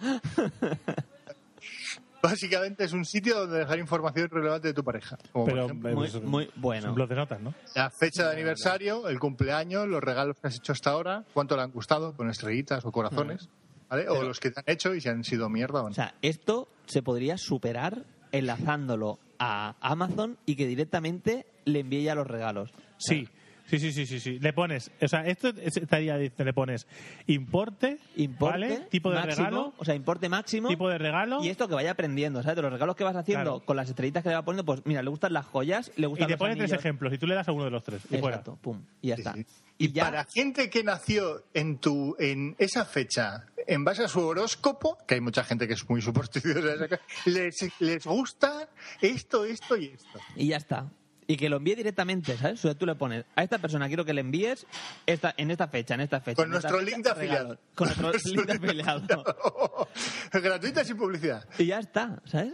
C: Básicamente es un sitio donde dejar información relevante de tu pareja. Como por
B: Pero
C: ejemplo,
B: eh,
D: Muy-
B: pues,
D: muy bueno.
B: son blocs de notas, ¿no?
C: la fecha de aniversario, el cumpleaños, los regalos que has hecho hasta ahora, cuánto le han gustado, con estrellitas o corazones, ¿vale? O los que te han hecho y si han sido mierda o
D: Mm. O
C: no.
D: sea, esto se podría superar enlazándolo a Amazon y que directamente le envíe ya los regalos.
B: Sí. Sí, sí, sí, sí, sí. Le pones, o sea, esto es- estaría, dice, le pones importe,
D: Importe,
B: ¿vale? tipo de
D: máximo,
B: regalo,
D: o sea, importe máximo.
B: tipo de regalo,
D: Y esto que vaya aprendiendo, ¿sabes? De los regalos que vas haciendo
B: Claro.
D: con las estrellitas que le va poniendo, pues mira, le gustan las joyas, le
B: y
D: gustan
B: te
D: los
B: pone tres
D: anillos.
B: ejemplos y tú le das a uno de los tres. Y fuera.
D: Exacto, pum, y ya está.
C: sí.
D: Y, ya,
C: Para gente que nació en tu en esa fecha, en base a su horóscopo, que hay mucha gente que es muy supersticiosa,
D: <laughs>
C: les, les gusta esto, esto y esto.
D: y ya está. Y que lo envíe directamente, ¿sabes? O sea, tú le pones a esta persona quiero que le envíes esta, en esta fecha, en esta fecha.
C: Con
D: en esta
C: nuestro
D: fecha,
C: link de
D: regalos.
C: afiliado.
D: Con
C: <laughs>
D: nuestro link de afiliado.
C: Gratuita sin publicidad.
D: Y ya está, ¿sabes?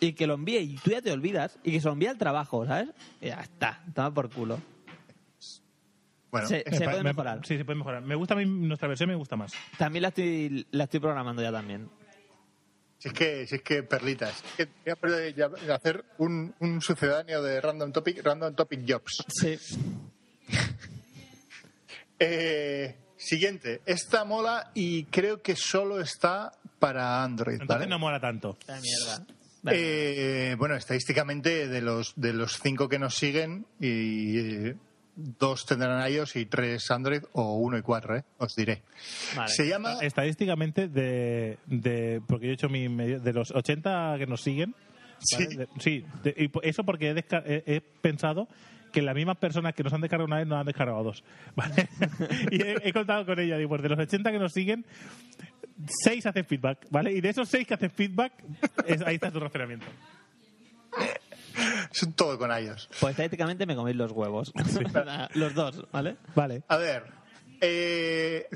D: Y que lo envíe y tú ya te olvidas y que se lo envíe al trabajo, ¿sabes? Y ya está, toma por culo.
C: Bueno,
D: Sí.
B: Me
D: Se
B: pa-
D: puede
B: me-
D: mejorar.
B: Sí, se puede mejorar. Me gusta a mí, nuestra versión me gusta más.
D: También la estoy, la estoy programando ya también.
C: Si es que, si es que perlitas. Es que voy a poder ya- ya hacer un, un sucedáneo de Random Topic, Random Topic Jobs.
D: Sí.
C: Eh, siguiente. Esta mola y creo que solo está para Android,
B: Entonces
C: ¿vale?
B: no mola tanto.
D: La mierda.
C: Eh, bueno, estadísticamente de los de los cinco que nos siguen y eh, dos tendrán iOS y tres Android o uno y cuatro, ¿eh? os diré.
D: Vale.
C: Se llama
B: Estadísticamente, de, de- porque yo he hecho mi medio- de los 80 que nos siguen, ¿vale?
C: Sí.
B: De- sí, de- y po- eso porque he, desca- he- he pensado que las mismas personas que nos han descargado una vez nos han descargado dos. ¿vale? <laughs> y he, he contado con ella, digo, pues de los 80 que nos siguen, seis hacen feedback, ¿vale? Y de esos seis que hacen feedback, es- ahí está tu razonamiento.
C: es un todo con iOS.
D: Pues estéticamente me coméis los
C: <laughs>
D: huevos. <laughs> los dos, ¿vale?
B: Vale.
C: A ver, eh,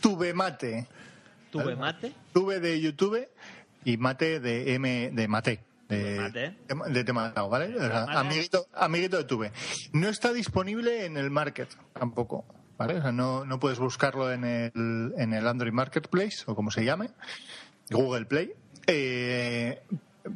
C: tuve mate,
D: Tuve mate.
C: tuve de YouTube y mate de M de mate. De,
D: Mate.
C: de- de tema atado, ¿vale? O sea,
D: Mate.
C: amiguito, amiguito de tuve. No está disponible en el market tampoco, ¿vale? O sea, no, no puedes buscarlo en el, en el Android Marketplace o como se llame, Google Play, eh,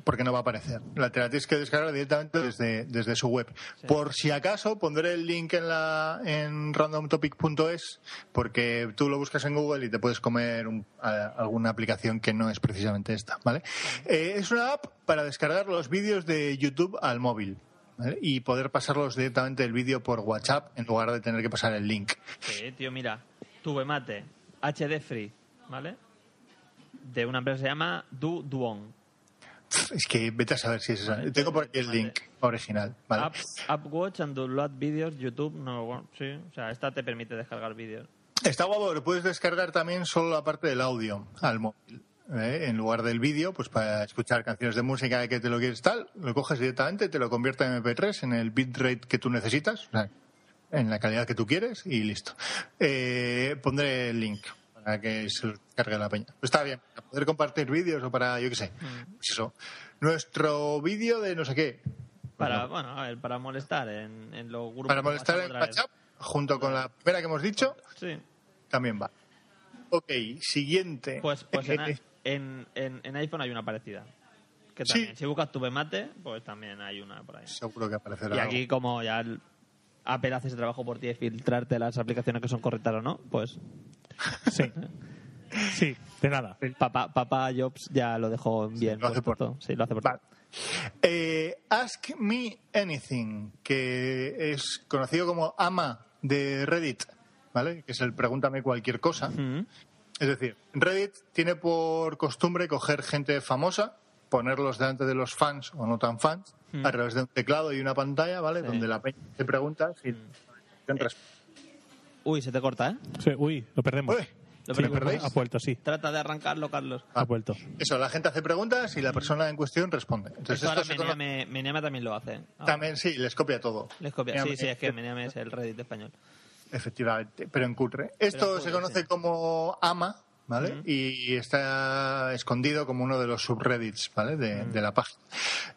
C: porque no va a aparecer. La te la tienes que descargar directamente desde, desde su web. Por si acaso pondré el link en, la, en randomtopic.es porque tú lo buscas en Google y te puedes comer un- a- alguna aplicación que no es precisamente esta, ¿vale? Eh, es una app para descargar los vídeos de YouTube al móvil. ¿vale? y poder pasarlos directamente el vídeo por WhatsApp en lugar de tener que pasar el link.
D: Sí, Eh, tío, mira. Tuve mate. HD Free, ¿vale? De una empresa que se llama Du Duong.
C: Pff, Es que vete a saber si es esa. Tengo por aquí el link original. ¿vale?
D: App, app Watch and Download Videos, YouTube, no, bueno, sí. O sea, esta te permite descargar vídeos.
C: Está guapo, lo puedes descargar también solo la parte del audio al móvil. ¿eh? En lugar del vídeo, pues para escuchar canciones de música que te lo quieres tal, lo coges directamente, te lo convierte en MP3 en el bitrate que tú necesitas, o sea, en la calidad que tú quieres y listo. Eh, pondré el link para que se lo cargue la peña. Pues está bien, para poder compartir vídeos o para, yo qué sé,
D: Mm.
C: pues eso. Nuestro vídeo de no sé qué,
D: Para, bueno, a ver, para molestar en, en los grupos.
C: para
D: de
C: molestar en
D: otra vez.
C: WhatsApp, junto con la primera que hemos dicho,
D: Sí.
C: también va. Ok, siguiente.
D: Pues, pues en,
C: <laughs> Eh,
D: a- En, en, en iPhone hay una parecida. Que
C: Sí.
D: también, Si buscas tu mate, pues también hay una por ahí.
C: Seguro que aparecerá.
D: Y aquí, como ya el- Apple hace ese trabajo por ti de filtrarte las aplicaciones que son correctas o no, pues.
B: Sí. Sí, de nada.
D: Papá, papá Jobs ya lo dejó bien.
C: lo hace por-
D: puesto. Sí, lo hace por
C: Vale. Eh, Ask Me Anything, que es conocido como AMA de Reddit, ¿vale? Que es el pregúntame cualquier cosa.
D: Mm-hmm.
C: Es decir, Reddit tiene por costumbre coger gente famosa, ponerlos delante de los fans o no tan fans,
B: Mm.
C: a través de un teclado y una pantalla, ¿vale? Donde la peña te pregunta si...
D: Uy, se te corta, ¿eh?
B: Sí, uy, lo perdemos.
C: Uy,
D: ¿lo
B: Sí,
D: perdéis?
B: Ha vuelto, sí.
D: Trata de arrancarlo, Carlos.
C: Pues
B: Ha vuelto.
C: Eso, la gente hace preguntas y la persona en cuestión responde. Entonces,
D: Esto ahora
C: esto se conoce-
D: Meneame, Meneame también lo hace. Ahora
C: También este- sí, les copia todo. eh,
D: Les copia.
C: Meneame.
D: Sí, sí, es que Meneame es el Reddit español.
C: Efectivamente, pero en cutre. Esto
D: Pero en
C: se
D: cutre,
C: conoce
D: sí.
C: como AMA, ¿vale?
D: Ujú.
C: Y está escondido como uno de los subreddits, ¿vale? De, de la página.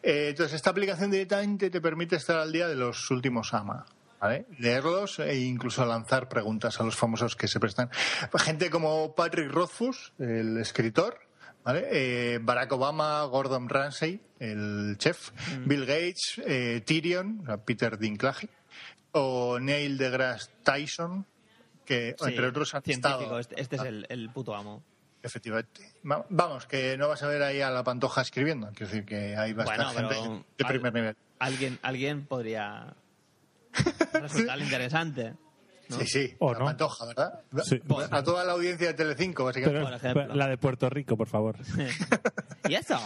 C: Eh, entonces, esta aplicación directamente te permite estar al día de los últimos AMA. ¿Vale? Leerlos e incluso lanzar preguntas a los famosos que se prestan. Pues Gente como Patrick Rothfuss, el escritor, ¿vale? Eh, Barack Obama, Gordon Ramsay, el chef, Bill Gates, eh, Tyrion, o sea, Peter Dinklage, o Neil deGrasse Tyson, que
D: Sí,
C: entre otros han
D: científico.
C: estado. Ah.
D: Este, este es el, el puto amo.
C: Efectivamente. Va- Vamos, que no vas a ver ahí a la pantoja escribiendo. Quiero decir que ahí va a
D: Bueno,
C: estar
D: pero
C: gente de
D: al-
C: primer nivel.
D: Alguien, alguien
C: <laughs>
D: podría resultar interesante. ¿no?
C: Sí, sí.
B: O
C: la
B: no.
C: pantoja, ¿verdad?
B: Sí.
C: A toda la audiencia de Telecinco, básicamente.
B: Pero-
D: por ejemplo.
B: pero la de Puerto Rico, por favor.
C: <laughs>
D: ¿Y eso?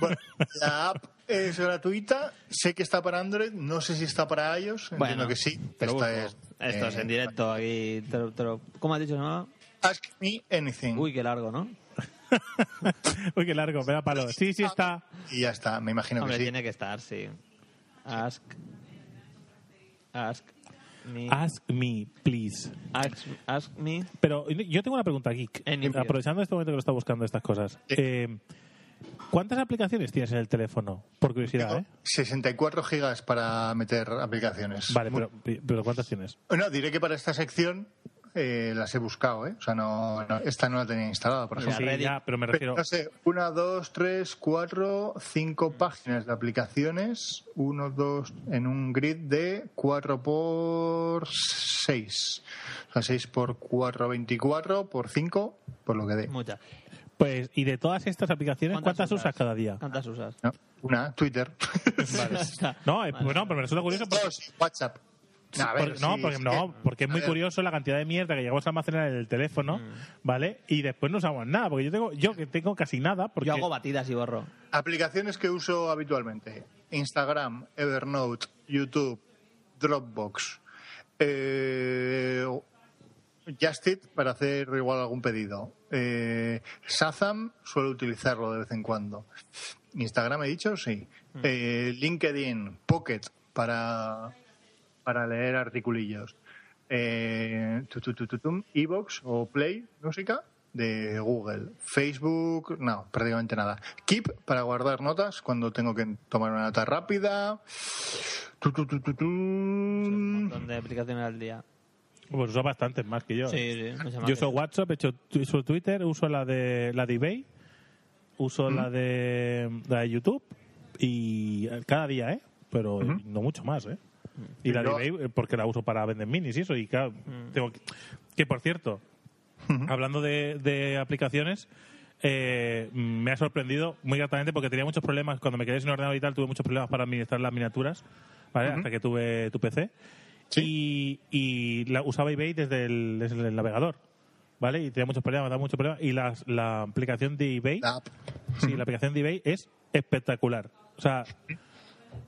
C: Bueno, la app es gratuita. Sé que está para Android. No sé si está para iOS. Entiendo
D: Bueno,
C: que sí.
D: te lo
C: Esta
D: busco. Esto es
C: eh,
D: en directo. Aquí, te lo- te lo- ¿Cómo has dicho? No?
C: Ask me anything.
D: Uy, qué largo, ¿no?
B: Uy, qué largo, me da palo. Sí, sí está.
C: Y ya está. Me imagino
D: Hombre,
C: que sí.
D: tiene que estar, sí. Ask. Ask me.
B: Ask me, please.
D: Ask, ask me.
B: Pero yo tengo una pregunta, Geek.
D: En inglés.
B: Aprovechando este momento que lo está buscando estas cosas. Eh, ¿Cuántas aplicaciones tienes en el teléfono? Por curiosidad,
C: Tengo
B: ¿eh?
C: 64 gigas para meter aplicaciones.
B: Vale,
C: Muy-
B: pero, pero ¿cuántas tienes?
C: No, diré que para esta sección eh, las he buscado, ¿eh? O sea, no, no- esta no la tenía instalada, por
D: O sea,
C: ejemplo.
B: Sí,
D: Reddit.
B: ya, pero me
C: Pero,
B: refiero...
C: No sé, una, dos, tres, cuatro, cinco páginas de aplicaciones, uno, dos, en un grid de cuatro por seis. O sea, seis por cuatro, veinticuatro, por cinco, por lo que dé.
D: Muchas.
B: Pues, y de todas estas aplicaciones, ¿cuántas, usas? cada día?
D: ¿Cuántas
C: <laughs>
D: usas?
C: ¿no? Una,
B: <laughs>
C: Twitter.
D: <laughs>
B: No, eh, bueno, pero me resulta curioso porque...
C: Dos, WhatsApp. A ver,
B: Porque- no,
C: sí,
B: porque,
C: es
B: no,
C: que-
B: porque es
C: a
B: muy
C: ver,
B: curioso la cantidad de mierda que llegamos a almacenar en el teléfono, ¿vale? Y después no usamos nada, porque yo tengo, yo que tengo casi nada, porque
D: Yo hago batidas y borro.
C: Aplicaciones que uso habitualmente. Instagram, Evernote, YouTube, Dropbox. Eh, Justit para hacer igual algún pedido. Eh, Shazam suelo utilizarlo de vez en cuando. Instagram he dicho, sí. Eh, LinkedIn, Pocket para, para leer articulillos. Eh, tu, tu, tu, tu, tum, Evox o Play, música de Google. Facebook, no, prácticamente nada. Keep para guardar notas cuando tengo que tomar una nota rápida. Tu, tu, tu, tu, Mm.
D: Un
C: tum.
D: montón de aplicaciones al día.
B: pues uso bastantes más que yo. ¿eh?
D: Sí, sí. muchas más
B: Yo
D: que
B: uso
D: tú.
B: WhatsApp, he hecho, tu- uso Twitter, uso la de la de eBay, uso la de la de YouTube y eh, cada día, ¿eh? Pero eh, no mucho más, ¿eh? Y la de
C: Pero-
B: eBay eh, porque la uso para vender minis y eso y claro, tengo que, que, por cierto, hablando de, de aplicaciones eh, me ha sorprendido muy gratamente porque tenía muchos problemas cuando me quedé sin ordenador y tal tuve muchos problemas para administrar las miniaturas ¿vale? hasta que tuve tu PC y, y la, usaba eBay desde el, desde el navegador, ¿vale? Y tenía muchos problemas, me daba muchos problemas. Y las- la aplicación de eBay,
C: La app.
B: sí, la aplicación de eBay es espectacular. O sea,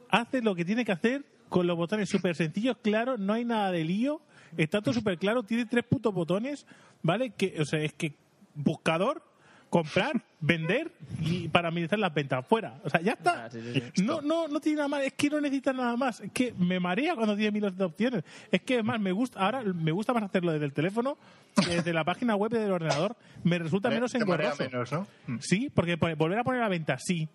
B: hace lo que tiene que hacer con los botones súper sencillos, claro, no hay nada de lío, está todo súper claro, tiene tres putos botones, ¿vale? Que, o sea, es que buscador, comprar, <laughs> vender y para administrar las ventas, fuera. O sea, ya está.
D: Ah, sí, sí, sí.
B: No, no, no tiene nada más, es que no necesita nada más, es que me marea cuando tiene miles de opciones. Es que es más, me gusta, ahora me gusta más hacerlo desde el teléfono que desde la página web y del ordenador, me resulta menos
C: Te marea
B: engorroso.
C: menos, ¿no?
B: Sí, porque po- volver a poner a venta, sí.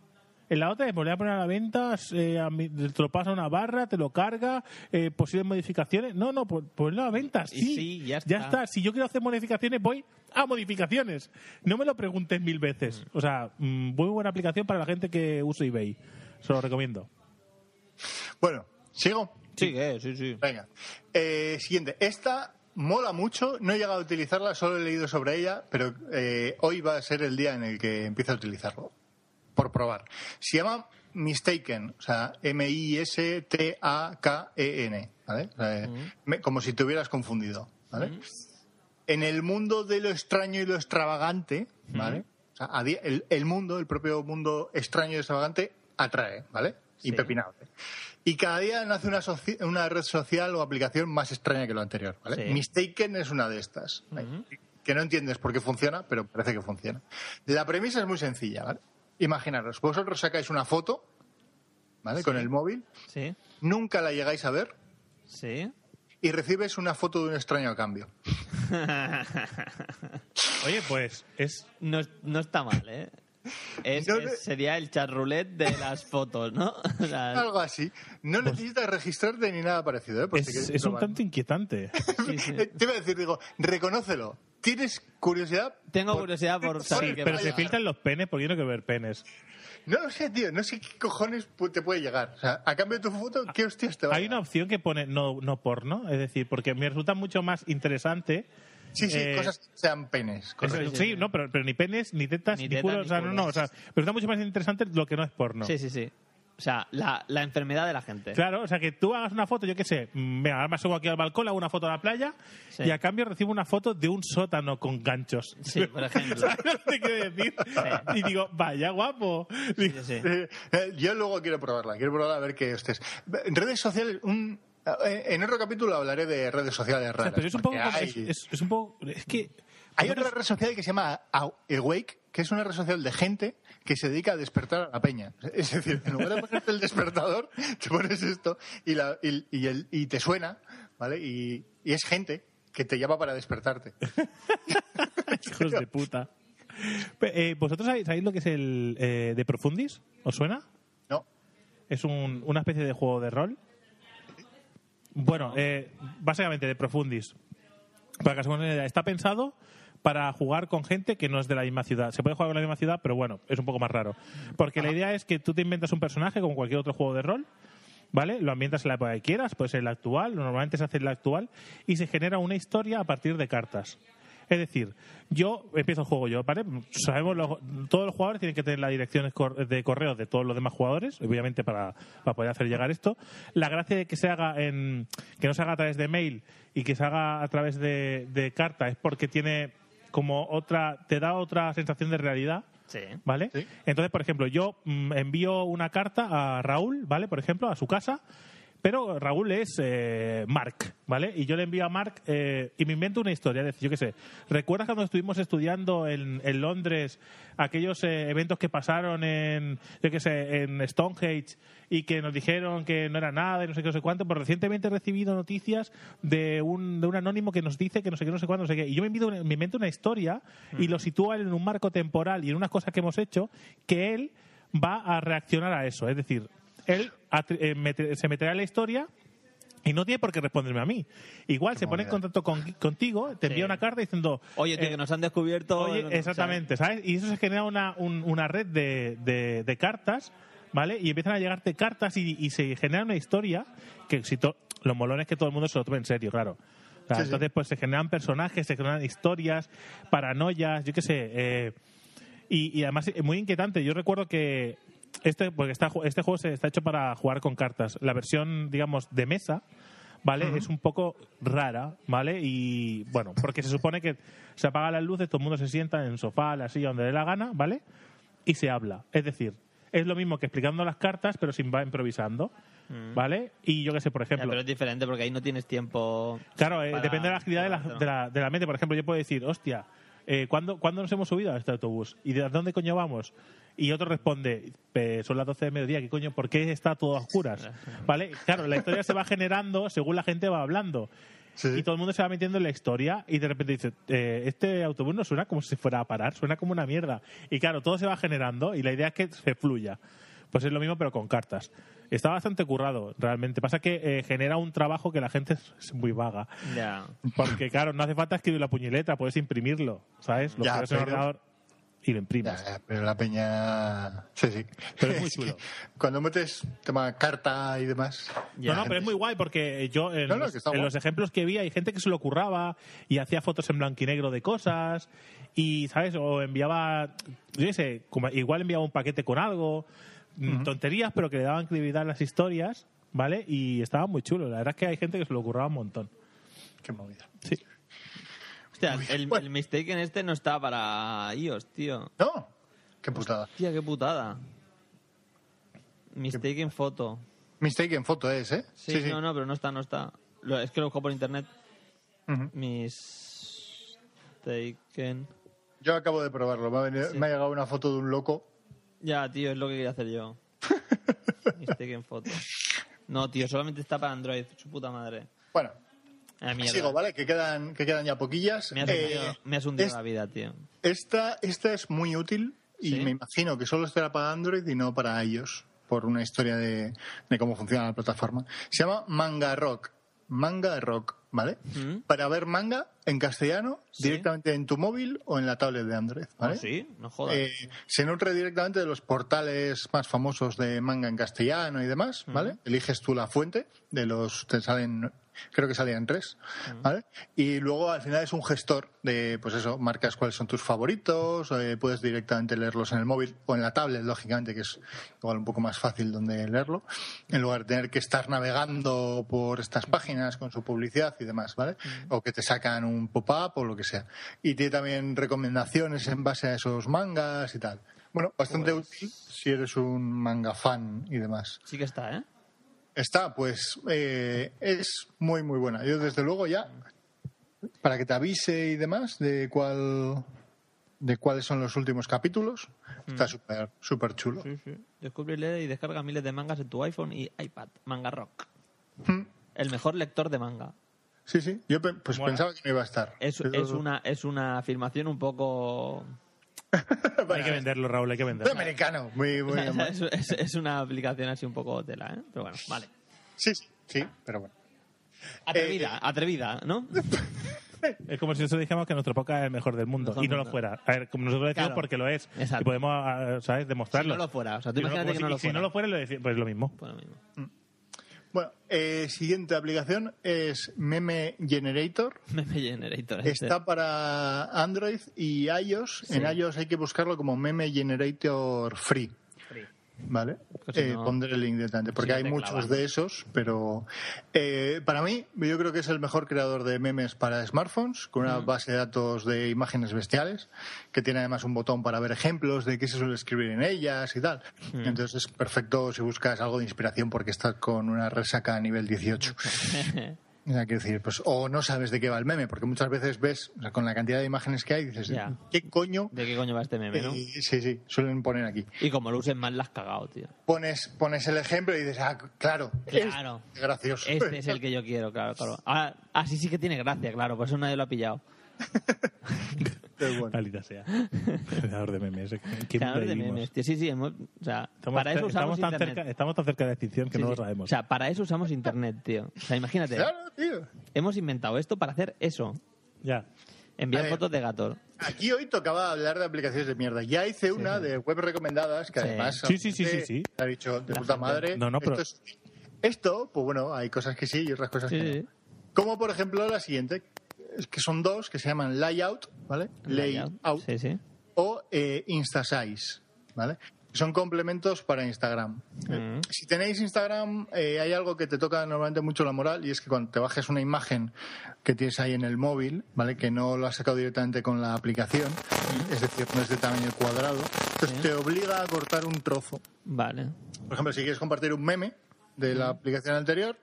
B: En la otra, te volver a poner a la venta, eh, a mi- te lo pasa a una barra, te lo carga, eh, posibles modificaciones. No, no, pon- ponlo a la venta,
D: Y
B: sí.
D: sí, ya
B: Ya
D: está.
B: está. Si yo quiero hacer modificaciones, voy a modificaciones. No me lo preguntes mil veces. O sea, mm, muy buena aplicación para la gente que usa eBay. Se lo recomiendo.
C: Bueno, ¿sigo?
D: Sí, sí, sí.
C: Venga. Eh, siguiente. Esta mola mucho. No he llegado a utilizarla, solo he leído sobre ella, pero eh, hoy va a ser el día en el que empiezo a utilizarlo. Por probar. Se llama Mistaken, o sea, M-I-S-T-A-K-E-N, E ¿vale? O sea, eh, me- como si te hubieras confundido, ¿vale? en el mundo de lo extraño y lo extravagante, ¿vale? O sea, a di- el, el mundo, el propio mundo extraño y extravagante, atrae, ¿vale? Impepinable. Y cada día nace una, soci- una red social o aplicación más extraña que lo anterior, ¿vale?
K: Sí.
C: Mistaken es una de estas, ¿vale? que no entiendes por qué funciona, pero parece que funciona. La premisa es muy sencilla, ¿vale? Imaginaros, vosotros sacáis una foto, ¿vale? Con el móvil,
D: Sí,
C: nunca la llegáis a ver
D: sí.
C: y recibes una foto de un extraño a cambio.
B: Oye, pues es...
D: No, es- no está mal,
C: <laughs>
D: ¿eh? Es-
C: No,
D: es-
C: no.
D: sería el chat roulette de las fotos, ¿no? <laughs> O sea,
C: Algo así. No necesitas registrarte ni nada parecido, ¿eh? Por si
B: Es,
C: quieres
B: es un
C: probar.
B: tanto inquietante.
C: <laughs> Te iba a decir, digo, reconócelo. ¿Tienes curiosidad?
D: Tengo curiosidad por
B: Sí, pero se filtran los penes porque yo no quiero ver penes.
C: No lo sé, tío. No sé qué cojones pu- te puede llegar. O sea, a cambio de tu foto, ¿qué hostias te va a
B: Hay una opción que pone no, no porno, es decir, porque me resulta mucho más interesante.
C: Sí, sí,
B: eh,
C: cosas que sean penes.
B: eso-
C: correcto.
B: sí, no, pero, pero ni penes, ni tetas, ni,
D: Ni tetas,
B: culo,
D: ni
B: o sea, no,
D: culos.
B: no, o sea, me resulta mucho más interesante lo que no es porno.
D: Sí, sí, sí. O sea, la, la enfermedad de la gente.
B: Claro, o sea, que tú hagas una foto, yo qué sé, mm, venga, ahora me subo aquí al balcón, hago una foto a la playa
D: Sí.
B: y a cambio recibo una foto de un sótano con ganchos.
D: Sí, por ejemplo.
B: <laughs> ¿Sabes lo que te quiero decir? Y digo, vaya guapo. Digo,
C: Eh, <laughs> eh, yo luego quiero probarla, quiero probarla a ver qué estés. En redes sociales, un, eh, en otro capítulo hablaré de redes sociales raras.
B: pero es un poco
C: porque
B: como-
C: hay,
B: es- es- es un poco es que
C: hay otra red social que se llama Aw- Awake, que es una red social de gente que se dedica a despertar a la peña. Es decir, en lugar de ponerte el despertador, <laughs> te pones esto y, la- y- y el- y te suena, ¿vale? Y, y es gente que te llama para despertarte.
B: Hijos de puta. Pe- eh, ¿Vosotros sabéis, sabéis lo que es el eh, de Profundis? ¿Os suena?
C: No.
B: Es un- una especie de juego de rol. Bueno, eh, básicamente de Profundis. Para que os hagáis una idea, está pensado para jugar con gente que no es de la misma ciudad. Se puede jugar con la misma ciudad, pero bueno, es un poco más raro. Porque la idea es que tú te inventas un personaje como cualquier otro juego de rol, ¿vale? Lo ambientas en la época que quieras, puede ser la actual, normalmente se hace en la actual, y se genera una historia a partir de cartas. Es decir, yo empiezo el juego yo, ¿vale? Sabemos, los- todos los jugadores tienen que tener las direcciones cor- de correo de todos los demás jugadores, obviamente para, para poder hacer llegar esto. La gracia de que se haga en, que no se haga a través de mail y que se haga a través de, de carta es porque tiene como otra, te da otra sensación de realidad.
D: Sí.
B: ¿Vale? Entonces, por ejemplo, yo mm, envío una carta a Raúl, ¿vale? Por ejemplo, a su casa. Pero Raúl es eh, Mark, ¿vale? Y yo le envío a Mark eh, y me invento una historia. Es decir, yo qué sé. ¿Recuerdas cuando estuvimos estudiando en, en Londres aquellos eh, eventos que pasaron en, yo qué sé, en Stonehenge y que nos dijeron que no era nada y no sé qué, no sé cuánto? Pues recientemente he recibido noticias de un, de un anónimo que nos dice que no sé qué, no sé cuánto, no sé qué. Y yo me invento una, me invento una historia y lo sitúa él en un marco temporal y en unas cosas que hemos hecho que él va a reaccionar a eso. Es decir, él atri- eh, mete- se meterá en la historia y no tiene por qué responderme a mí. Igual se pone en contacto con- contigo, te envía una carta diciendo...
D: Oye, tío,
B: eh,
D: que nos han descubierto...
B: Oye,
D: ¿sabes?
B: exactamente, ¿sabes? Y eso se genera una, un- una red de, de- de cartas, ¿vale? Y empiezan a llegarte cartas y, y se genera una historia que si to- lo molón es que todo el mundo se lo tome en serio, claro. O sea,
K: Sí, sí.
B: entonces, pues se generan personajes, se generan historias, paranoias, yo qué sé. eh, y, y además es muy inquietante. Yo recuerdo que este, porque está, ju- este juego se está hecho para jugar con cartas. La versión, digamos, de mesa, ¿vale? Es un poco rara, ¿vale? Y bueno, porque se supone que se apaga las luces, todo el mundo se sienta en el sofá, la silla, donde le dé la gana, ¿vale? Y se habla. Es decir, es lo mismo que explicando las cartas, pero sin va improvisando,
D: Mm.
B: ¿vale? Y yo qué sé, por
D: Ya,
B: ejemplo.
D: pero es diferente porque ahí no tienes tiempo...
B: Claro, eh,
D: para-
B: depende de la actividad de la, de, la, de la mente. Por ejemplo, yo puedo decir, hostia, eh, ¿cuándo, cuándo nos hemos subido a este autobús? ¿Y de dónde coño vamos? Y otro responde, "Eh, son las 12 de mediodía, ¿qué coño? ¿Por qué está todo a oscuras?
D: <laughs>
B: ¿Vale? Claro, la historia se va generando según la gente va hablando. Y todo el mundo se va metiendo en la historia y de repente dice, "Eh, este autobús no suena como si fuera a parar, suena como una mierda. Y claro, todo se va generando y la idea es que se fluya. Pues es lo mismo, pero con cartas. Está bastante currado, realmente. Pasa que eh, genera un trabajo que la gente es es muy vaga.
D: Ya.
B: Porque, claro, no hace falta escribir la puñileta, puedes imprimirlo, ¿sabes? Lo
C: Ya,
B: pones en el
C: pero-
B: ordenador y lo imprimes.
C: Ya, ya, pero la peña. Sí, sí.
B: Pero es
C: <laughs>
B: muy
C: que
B: chulo.
C: Cuando metes tema carta y demás.
B: No, no, pero es muy guay porque yo en,
C: No, no,
B: los,
C: que está
B: en
C: guay.
B: los ejemplos que vi hay gente que se lo curraba y hacía fotos en blanco y negro de cosas y, ¿sabes? O enviaba, yo qué sé, como- igual enviaba un paquete con algo, mm, tonterías, pero que le daban credibilidad a las historias, ¿vale? Y estaba muy chulo. La verdad es que hay gente que se lo curraba un montón.
C: Qué movida.
B: Sí.
D: Hostia, el, el Mistaken este no está para iOS, tío.
C: No. Qué putada.
D: Hostia, qué putada. Mistaken foto.
C: Mistake en foto es, ¿eh?
D: Sí, no, no, pero no está, no está. Lo- es que lo busco por internet.
C: Ujú.
D: Mis... Taken.
C: Yo acabo de probarlo. Me ha, venido-
D: Sí.
C: me ha llegado una foto de un loco.
D: Ya, tío, es lo que quería
C: <laughs>
D: hacer yo. Mistaken foto. No, tío, solamente está para Android. Su puta madre.
C: Bueno,
D: Ah, mierda.
C: sigo, ¿vale? Que quedan, que quedan ya poquillas.
D: Me has
C: Eh,
D: hundido, me has hundido
C: es-
D: la vida, tío.
C: esta, esta es muy útil y
D: Sí.
C: me imagino que solo estará para Android y no para iOS, por una historia de, de cómo funciona la plataforma. Se llama Manga Rock. Manga Rock, ¿vale?
D: ¿Mm?
C: Para ver manga en castellano
D: Sí.
C: directamente en tu móvil o en la tablet de Android, ¿vale?
D: Ah, sí, no jodas.
C: Eh, se nutre directamente de los portales más famosos de manga en castellano y demás, ¿vale? Eliges tú la fuente, de los te salen, creo que salían tres, ¿vale? Y luego al final es un gestor de, pues eso, marcas cuáles son tus favoritos, eh, puedes directamente leerlos en el móvil o en la tablet, lógicamente, que es igual un poco más fácil donde leerlo, en lugar de tener que estar navegando por estas páginas con su publicidad y demás, ¿vale? O que te sacan un pop-up o lo que sea. Y tiene también recomendaciones en base a esos mangas y tal. Bueno, bastante útil si eres un manga fan y demás.
D: Sí que está, ¿eh?
C: Está, pues eh, es muy, muy buena. Yo, desde luego, ya, para que te avise y demás de cuál de cuáles son los últimos capítulos, está súper, súper chulo.
D: Sí, sí. Descubre, lee y descarga miles de mangas en tu iPhone y iPad. Manga Rock.
C: Mm.
D: El mejor lector de manga.
C: Sí, sí. Yo pe- pues
B: Mola.
C: pensaba que no iba a estar.
D: Es,
C: Pero-
D: es,
C: <laughs>
D: una, es una afirmación un poco...
B: Hay que venderlo, Raúl, hay que
C: Muy
B: venderlo.
C: americano, muy,
D: <laughs>
C: muy
D: es, es- es una aplicación así un poco tela, ¿eh? Pero bueno, vale.
C: Sí, sí, sí, pero bueno. Eh,
D: Atrevida, atrevida, ¿no? Pues
B: Es como si nosotros dijéramos que nuestro podcast es el mejor del mundo
D: Mejor
B: y no
D: mundo.
B: lo fuera. A ver, como nosotros decimos
D: Claro.
B: porque lo es
D: Exacto.
B: y podemos, ah, ¿sabes?,
D: Si
B: demostrarlo.
D: no lo fuera. O sea, tú
B: Y no lo-
D: imagínate que
B: si-
D: no lo
B: si
D: fuera.
B: no lo fuera, lo deci- pues lo mismo.
D: Por lo mismo. <laughs>
C: Bueno, eh, siguiente aplicación es Meme Generator.
D: Meme Generator. este.
C: Está para Android y iOS. En iOS hay que buscarlo como Meme Generator Free. ¿Vale?
D: Pues si
C: Eh,
D: no-
C: pondré el link delante, porque
D: no
C: hay
D: te
C: muchos
D: clavas.
C: de esos, pero eh, para mí yo creo que es el mejor creador de memes para smartphones, con
D: Mm.
C: una base de datos de imágenes bestiales, que tiene además un botón para ver ejemplos de qué se suele escribir en ellas y tal.
D: Mm.
C: Entonces es perfecto si buscas algo de inspiración porque estás con una resaca a nivel 18. O sea, quiero decir, pues, o no sabes de qué va el meme, porque muchas veces ves, o sea, con la cantidad de imágenes que hay, dices,
D: Ya.
C: ¿qué coño?
D: ¿De qué coño va este meme, no?
C: Eh, sí, sí, suelen poner aquí.
D: Y como lo uses mal, la has cagado, tío.
C: Pones, pones el ejemplo y dices, ah, claro,
D: Claro.
C: es gracioso.
D: Este es el que yo quiero,
B: <laughs>
D: claro, claro. Ahora, así sí que tiene gracia, claro, por eso nadie lo ha pillado.
C: <laughs> Pero bueno.
B: Maldita
D: <laughs>
B: sea. Creador de memes. ¿en ¿Qué
D: Creador
B: mundo
D: de
B: vivimos?
D: memes, tío. Sí, sí, hemos- o sea,
B: Estamos,
D: para eso usamos
B: estamos tan
D: internet.
B: cerca, estamos tan cerca de la extinción que
D: Sí,
B: no lo
D: sí.
B: sabemos.
D: O sea, para eso usamos internet, tío. O sea, imagínate,
C: Claro, tío.
D: hemos inventado esto para hacer eso.
B: ya.
D: Enviar
B: Eh,
C: A ver.
D: fotos de gatos.
C: Aquí hoy tocaba hablar de aplicaciones de mierda. Ya hice una de web recomendadas que
D: Sí.
C: además...
B: Sí, sí, sí, sí, sí.
C: Ha dicho, de
D: La
C: puta
D: gente-
C: madre.
B: No, no, pero-
C: Esto, es- esto, pues bueno, hay cosas que sí y otras cosas
D: Sí,
C: que no.
D: sí.
C: Como por ejemplo la siguiente, que son dos, que se llaman layout, ¿vale? Layout.
D: Sí, sí.
C: o eh, InstaSize, ¿vale? Son complementos para Instagram.
D: Mm.
B: Eh.
C: Si tenéis Instagram, eh, hay algo que te toca normalmente mucho la moral y es que cuando te bajes una imagen que tienes ahí en el móvil, ¿vale? Que no lo has sacado directamente con la aplicación, es decir, no es de tamaño cuadrado, entonces
D: Sí.
C: te obliga a cortar un trozo.
D: Vale.
C: Por ejemplo, si quieres compartir un meme de la aplicación anterior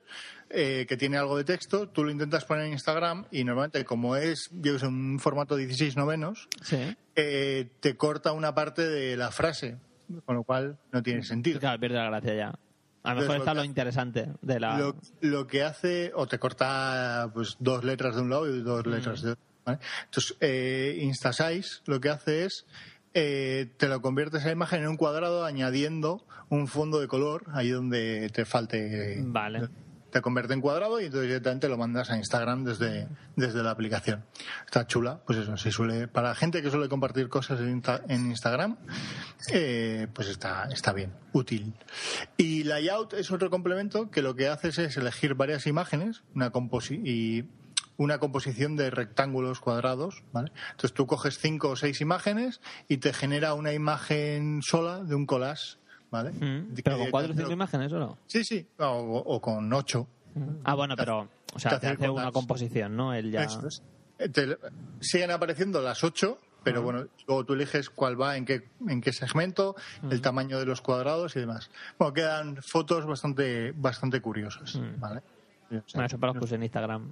C: eh, que tiene algo de texto, tú lo intentas poner en Instagram y normalmente como es, yo que sé, un formato 16 novenos,
D: Sí.
C: eh, te corta una parte de la frase, con lo cual no tiene sentido.
D: Claro, pierde la gracia ya.
B: Pues
D: A lo mejor
C: Desbloquea-
D: está lo interesante de la...
C: Lo, lo que hace, o te corta pues, dos
D: Mm.
C: letras de un lado y dos letras de otro. ¿vale? Entonces, eh, InstaSize lo que hace es eh, te lo conviertes esa imagen en un cuadrado añadiendo un fondo de color ahí donde te falte.
D: Vale.
C: Te convierte en cuadrado y entonces directamente lo mandas a Instagram desde, desde la aplicación. Está chula, pues eso, si suele, para gente que suele compartir cosas en, Insta- en Instagram, eh, pues está, está bien, útil. Y layout es otro complemento que lo que haces es elegir varias imágenes, una composi y una composición de rectángulos cuadrados, ¿vale? Entonces tú coges cinco o seis imágenes y te genera una imagen sola de un collage, ¿vale? De-
D: Mm. Pero
C: que-
D: con cuatro o
C: te-
D: cinco imágenes, ¿o no?
C: Sí, sí, o, o con ocho.
D: Ah, bueno, pero. O sea,
C: Te hace
D: te,
C: el
D: hace una
C: collage.
D: composición, ¿no? Él ya.
C: Eso es. Eh, te- siguen apareciendo las ocho, pero bueno, luego tú eliges cuál va, en qué, en qué segmento, el tamaño de los cuadrados y demás. Bueno, quedan fotos bastante, bastante curiosas, ¿vale?
D: Bueno, eso para los que usen Instagram.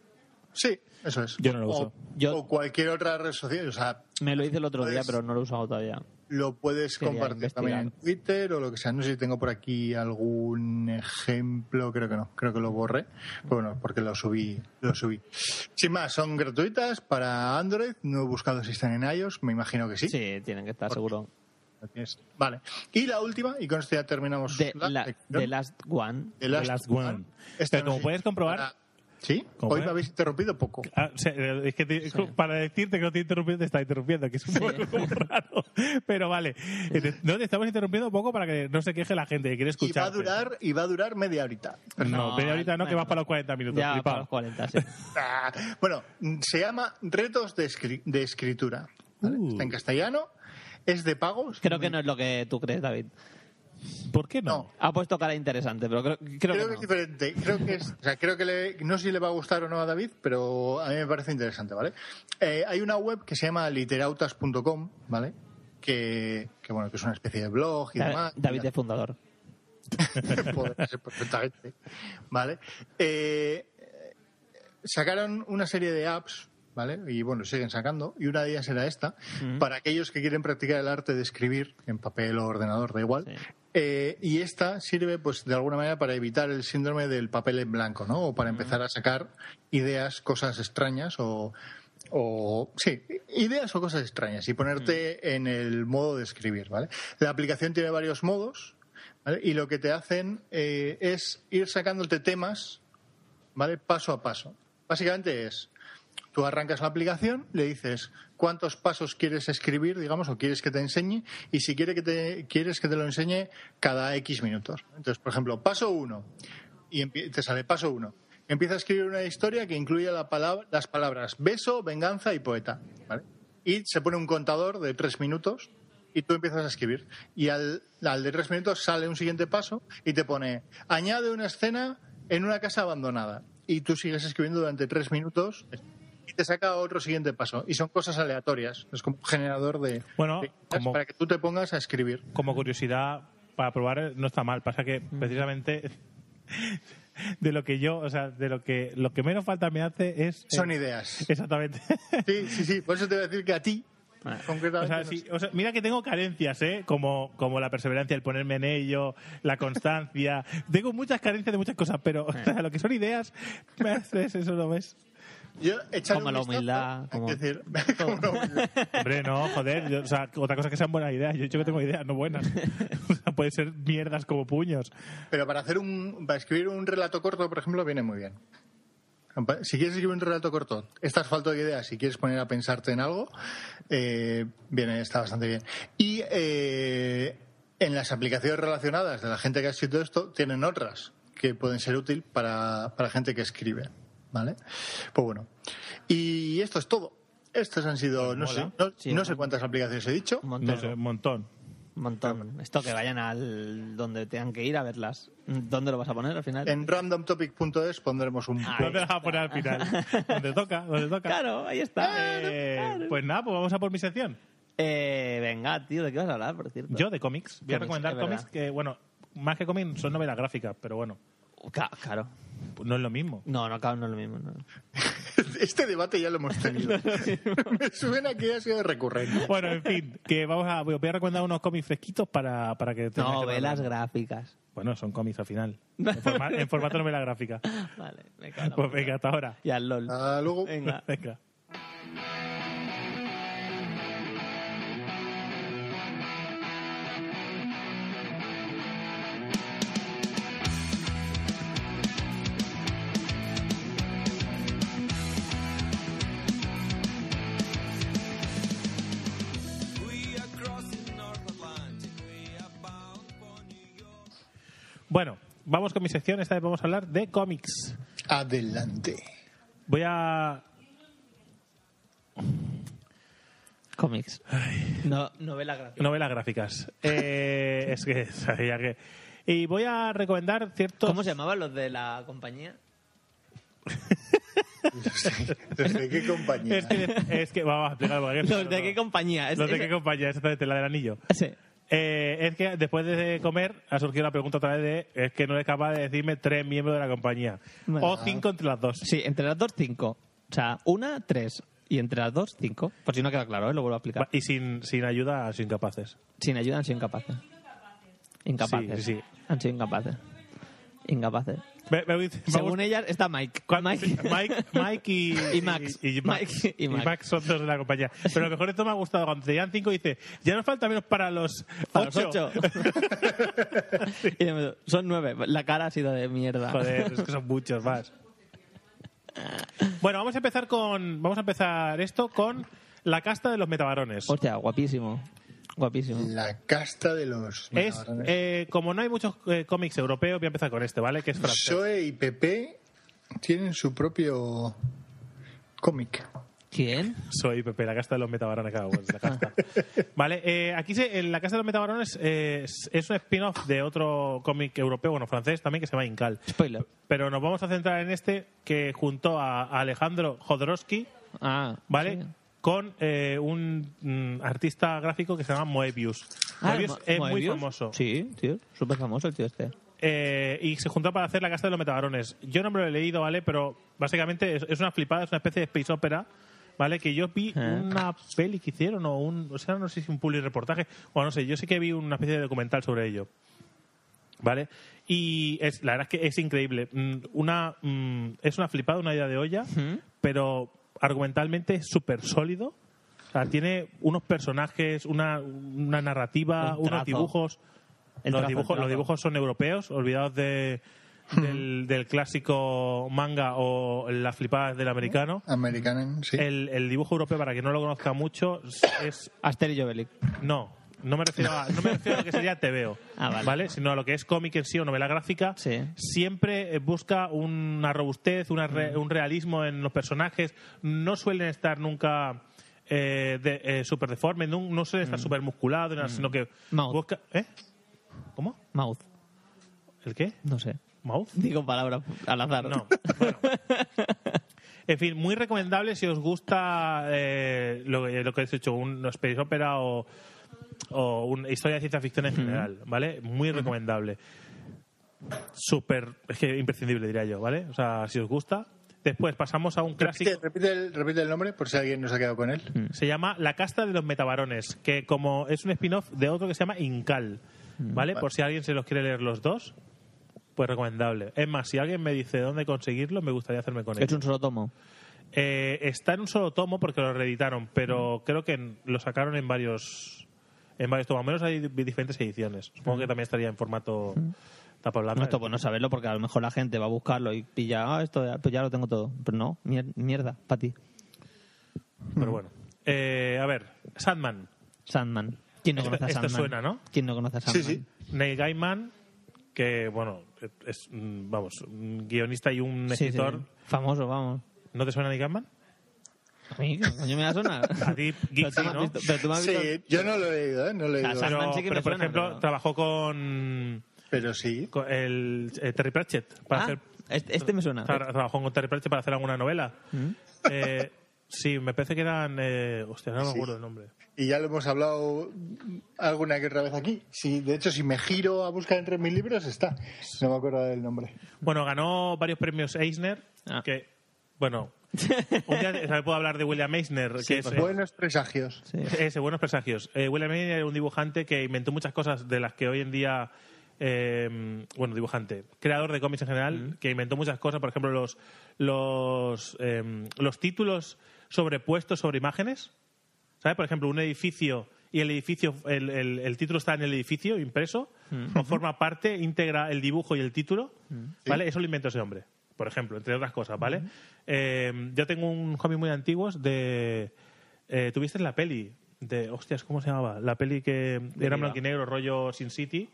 C: Sí, eso es.
B: Yo no lo
C: O-
B: uso.
C: O cualquier otra red social, o sea,
D: Me lo hice el otro día,
C: Puedes-
D: pero no lo he usado todavía.
C: lo puedes
D: Quería
C: compartir
D: investigar.
C: también en Twitter o lo que sea. No sé si tengo por aquí algún ejemplo, creo que no, creo que lo borré. Pero bueno, porque lo subí, lo subí. Sin más, son gratuitas para Android. No he buscado si están en iOS, me imagino que sí.
D: Sí, tienen que estar
C: Por-
D: seguro.
C: Lo tienes. Vale. Y la última, y con esto ya terminamos.
D: De
C: la
D: la,
C: sección.
D: The Last One.
C: The
B: The Last One.
C: Esta
B: Pero
C: no
B: como
C: sé-
B: puedes comprobar-
C: para- Sí,
B: Como
C: hoy
B: puedes-
C: me habéis interrumpido poco.
B: Ah, o sea, es que te- para decirte que no te interrumpiendo te está interrumpiendo, que es un poco
D: <laughs>
B: raro. Pero vale, Eh, no te estamos interrumpiendo un poco para que no se queje la gente que quiere
C: Y va
B: escuchar.
C: a durar, y va a durar media horita.
B: No,
D: No,
B: pero ahorita no, que
D: bueno.
B: vas para los 40 minutos.
D: Ya,
B: flipado.
D: para los 40, sí.
C: Ah, Bueno, mm, se llama Retos de, Escri- de Escritura. ¿vale?
B: Uh.
C: Está en castellano, es de pagos.
D: Creo que no es lo que tú crees, David.
B: ¿Por qué no?
C: No.
D: Ha puesto cara interesante, pero creo, creo,
C: Creo que,
D: que,
C: es
D: no.
C: diferente. Creo que es, o sea, creo que le- no sé si le va a gustar o no a David, pero a mí me parece interesante, ¿vale? Eh, hay una web que se llama literautas.com, ¿vale? Que, que, bueno, que es una especie de blog y
D: Da-
C: demás.
D: David es fundador.
C: <laughs> Podría ser perfectamente. ¿Vale? Eh, sacaron una serie de apps, ¿vale? Y bueno, siguen sacando. Y una de ellas era esta. Para aquellos que quieren practicar el arte de escribir, en papel o ordenador, da igual.
D: Sí.
C: Eh, y esta sirve, pues, de alguna manera para evitar el síndrome del papel en blanco, ¿no? O para empezar a sacar ideas, cosas extrañas o. O, sí, ideas o cosas extrañas y ponerte en el modo de escribir, ¿vale? La aplicación tiene varios modos, ¿vale? Y lo que te hacen eh, es ir sacándote temas, ¿vale? Paso a paso. Básicamente es, tú arrancas la aplicación, le dices cuántos pasos quieres escribir, digamos, o quieres que te enseñe, y si quiere que te, quieres que te lo enseñe cada X minutos. Entonces, por ejemplo, paso uno, y empie- te sale paso uno. Empieza a escribir una historia que incluya la palabra- las palabras beso, venganza y poeta. ¿vale? Y se pone un contador de tres minutos y tú empiezas a escribir. Y al, al de tres minutos sale un siguiente paso y te pone, añade una escena en una casa abandonada. Y tú sigues escribiendo durante tres minutos y te saca otro siguiente paso. Y son cosas aleatorias. Es como un generador de...
B: Bueno,
C: de-
B: como-
C: para que tú te pongas a escribir.
B: Como curiosidad, para probar eh, no está mal. Pasa que precisamente <laughs> de lo que yo, o sea, de lo que lo que menos falta me hace es. eh,
C: Son ideas.
B: Exactamente. <laughs>
C: Sí, sí, sí. Por eso te voy a decir que a ti,
B: O
C: concretamente...
B: sea,
C: no
B: sí, Ah. o sea, mira que tengo carencias, ¿eh? Como, como la perseverancia, el ponerme en ello, la constancia. <laughs> tengo muchas carencias de muchas cosas, pero o sea, lo que son ideas, me haces eso, ¿no ves?
C: Yo echarle
D: Como
C: un vistazo,
D: la humildad,
C: hay
D: como-
C: que
D: <laughs>
C: decir, <laughs> como la humildad.
B: Hombre, no, joder. yo- o sea, otra cosa que sean buenas ideas. Yo he dicho que tengo ideas, no buenas. <laughs> O sea, pueden ser mierdas como puños.
C: Pero para hacer un, para escribir un relato corto, por ejemplo, viene muy bien. Si quieres escribir un relato corto, estás falto de ideas, si quieres poner a pensarte en algo, eh, viene, está bastante bien. Y eh, en las aplicaciones relacionadas de la gente que ha escrito esto, tienen otras que pueden ser útil para, para gente que escribe. ¿Vale? Pues bueno. Y esto es todo. Estas han sido, no sé, no,
D: Sí,
C: no sé
D: Pues mola.
C: cuántas aplicaciones he dicho.
D: Un montón.
B: No sé, un montón.
D: Un montón. Esto que vayan al donde tengan que ir a verlas. ¿Dónde lo vas a poner al final?
C: En randomtopic.es pondremos un
D: Ahí
B: ¿Dónde la vas a poner al final? ¿Dónde toca? ¿Dónde toca?
D: Claro, ahí está.
B: Eh,
D: Claro.
B: Pues nada, pues vamos a por mi sección.
D: Eh, venga, tío, ¿de qué vas a hablar, por cierto?
B: Yo de cómics. Voy a
D: Cómics,
B: recomendar
D: es verdad.
B: cómics que, bueno, más que cómics son novelas gráficas, pero bueno,
D: Ca- claro.
B: pues no es lo mismo.
D: No, no, claro, no es lo mismo. no.
C: <laughs> Este debate ya lo hemos tenido. Me suena que ha sido recurrente.
B: Bueno, en fin, que vamos a, voy a recomendar unos cómics fresquitos para, para que... tengáis que
D: Novelas
B: probarlo.
D: gráficas.
B: Bueno, son cómics al final. En, forma- en
D: <laughs>
B: formato novela gráfica.
D: Vale, me cago en la
B: Pues
D: puta.
B: venga, hasta ahora.
D: Y al LOL.
C: Hasta Ah, luego. <laughs>
D: <laughs> Venga.
B: Venga. Bueno, vamos con mi sección. Esta vez vamos a hablar de cómics.
C: Adelante.
B: Voy a.
D: Cómics. No, novelas gráficas.
B: Novelas gráficas. Eh, es que sabía que. Y voy a recomendar ciertos.
D: ¿Cómo se llamaban los de la compañía?
C: ¿Desde qué compañía?
B: Es que, es que vamos a explicar porque es-
D: ¿Los de qué compañía? Es-
B: Los de
D: es-
B: qué compañía, exactamente, la del anillo.
D: Sí.
B: Eh, es que después de comer ha surgido la pregunta otra vez de es que no eres capaz de decirme tres miembros de la compañía.
D: Bueno.
B: o cinco entre las dos.
D: Sí, entre las dos, cinco. O sea, una, tres. Y entre las dos, cinco. Por si no queda claro, ¿eh? lo vuelvo a explicar.
B: Va, Y sin, sin ayuda, sin capaces.
D: Sin ayuda han sido incapaces. Incapaces.
B: Sí, sí, sí.
D: Han sido incapaces. Incapaces.
B: Ve- ve- vamos-
D: Según ellas está Mike. Mike.
B: Sí, Mike, Mike y,
D: <laughs> Y Max.
B: Y, y Max.
D: Mike y
B: Y
D: Max.
B: Max son dos de la compañía. Pero lo mejor de esto me ha gustado. Cuando te llegan cinco, dice: Ya nos falta menos para los
D: Para los
B: ocho.
D: <laughs>
B: <laughs>
D: ocho. Y yo me digo, Son nueve. La cara ha sido de mierda.
B: Joder, es que son muchos más. Bueno, vamos a empezar con. Vamos a empezar esto con la casta de los metabarones.
D: Hostia, guapísimo. Guapísimo.
C: La casta de los.
B: Es,
C: Bueno, ahora-
B: eh, como no hay muchos eh, cómics europeos, voy a empezar con este, ¿vale? Que es francés.
C: PSOE y PP tienen su propio cómic.
D: ¿Quién?
B: Soy Pepe, la casta de los metabarones, claro, pues, la
D: <laughs>
B: casta. vale, eh, aquí se, en la casta de los metabarones eh, es, es un spin-off de otro cómic europeo, bueno, francés también, que se llama Incal.
D: Spoiler.
B: Pero nos vamos a centrar en este que juntó a, a Alejandro Jodorowsky,
D: Ah.
B: ¿vale?
D: sí.
B: Con eh, un mm, artista gráfico que se llama Moebius.
D: Ah,
B: Moebius
D: Mo-
B: es muy
D: Moebius.
B: famoso.
D: Sí, tío. Súper famoso el tío este.
B: Eh, y se juntó para hacer La Casa de los Metabarones. Yo no me lo he leído, ¿vale? Pero básicamente es, es una flipada, es una especie de space opera, ¿vale? Que yo vi
D: Ah.
B: una peli que hicieron o un... O sea, no sé si un public reportaje o no sé. Yo sí que vi una especie de documental sobre ello. ¿Vale? Y es, la verdad es que es increíble. Mm, Una, mm, es una flipada, una idea de olla, pero argumentalmente es súper sólido. O sea, tiene unos personajes, una, una narrativa,
D: Un trazo.
B: unos dibujos.
D: El
B: los,
D: trazo, el
B: dibujos
D: trazo.
B: los dibujos son europeos, olvidados de,
D: Hmm.
B: del, del clásico manga o las flipadas del americano.
D: Ah,
C: American, sí.
B: El, el dibujo europeo, para que no lo conozca mucho, es
D: Aster y Jovelik.
B: no, no me refiero a, no me refiero a lo que sería TVO,
D: <laughs> Ah, vale.
B: Sino a lo que es cómic en sí o novela gráfica.
D: Sí.
B: Siempre eh, busca una robustez, una re-
D: Hmm.
B: un realismo en los personajes. No suelen estar nunca eh, de- eh, súper deformes, no, no suelen estar súper musculados, sino que
D: Hmm. Mouth.
B: busca... ¿Eh? ¿Cómo?
D: Mouth.
B: ¿El qué?
D: No sé.
B: ¿Mouth?
D: Digo palabras al azar.
B: Ah, No. Bueno. En fin, muy recomendable si os gusta eh, lo, que- lo que he hecho, un space opera o, o una historia de ciencia ficción en general, ¿vale? Muy recomendable. Súper, es que imprescindible diría yo, ¿vale? O sea, si os gusta. Después pasamos a un clásico. Mm.
C: Repite, Este, repite el, repite el nombre por si alguien nos ha quedado con él.
B: Se llama La casta de los metabarones, que como es un spin-off de otro que se llama Incal, Mm, ¿vale? Por si alguien se los quiere leer los dos, pues recomendable. Es más, si alguien me dice dónde conseguirlo, me gustaría hacerme con
D: <laughs> Es
B: ello.
D: un solo tomo.
B: Eh, está en un solo tomo porque lo reeditaron, pero creo que en- lo sacaron en varios en varios tomos. Al menos hay di- diferentes ediciones. Supongo que también estaría en formato tapa blanda.
D: No, esto pues no saberlo porque a lo mejor la gente va a buscarlo y pilla, ah, esto ya- pues ya lo tengo todo. Pero no, mier- mierda, para ti.
B: Pero bueno. Eh, a ver, Sandman,
D: Sandman. ¿Quién no
B: Esto-
D: conoce a
B: esto
D: Sandman?
B: suena, ¿no?
D: ¿Quién no conoce a Sandman?
C: sí.
B: Neil Gaiman, que bueno, es mm, vamos, un guionista y un
D: Sí, sí.
B: escritor.
D: Famoso, vamos.
B: ¿No te suena Neil Gaiman?
D: A mí, ¿qué coño me va a sonar.
B: A ti,
D: pero, tú
B: Gipsy,
D: me has
B: ¿no?
D: visto- pero tú me has visto-
C: Sí, yo no lo he leído, ¿eh? No lo he
D: Ah,
C: leído.
D: Sandman
B: Pero,
D: sí que me
B: pero, por
D: suena,
B: ejemplo,
D: pero-
B: trabajó con,
C: Pero sí.
B: con el eh, Terry Pratchett para
D: Ah,
B: hacer
D: este, este me suena.
B: Tra- trabajó con Terry Pratchett para hacer alguna novela.
D: ¿Mm?
B: Eh, sí, me parece que eran. Eh, hostia, no me acuerdo el nombre.
C: Y ya lo hemos hablado alguna que otra vez aquí. Sí, de hecho, si me giro a buscar entre mis libros, está. No me acuerdo del nombre.
B: Bueno, ganó varios premios Eisner.
D: Ah.
B: Que, bueno, un día o sea, puedo hablar de William Eisner, que es, eh,
C: Buenos presagios.
D: Sí.
B: Ese, buenos presagios. Eh, William Eisner era un dibujante que inventó muchas cosas de las que hoy en día. eh, bueno, dibujante, creador de cómics en general,
D: ¿Mm?
B: que inventó muchas cosas, por ejemplo, los, los, eh, los títulos sobrepuestos sobre imágenes. ¿Sabes? Por ejemplo, un edificio y el edificio, el, el- el título está en el edificio impreso,
D: Mm.
B: o forma parte, integra el dibujo y el título, ¿vale? Eso lo inventó ese hombre, por ejemplo, entre otras cosas, ¿vale?
D: Mm.
B: Eh, yo tengo un cómic muy antiguo de... eh, ¿Tuviste la peli? De, hostias, ¿cómo se llamaba? La peli que era en
D: Deriva.
B: blanco y negro, rollo Sin City.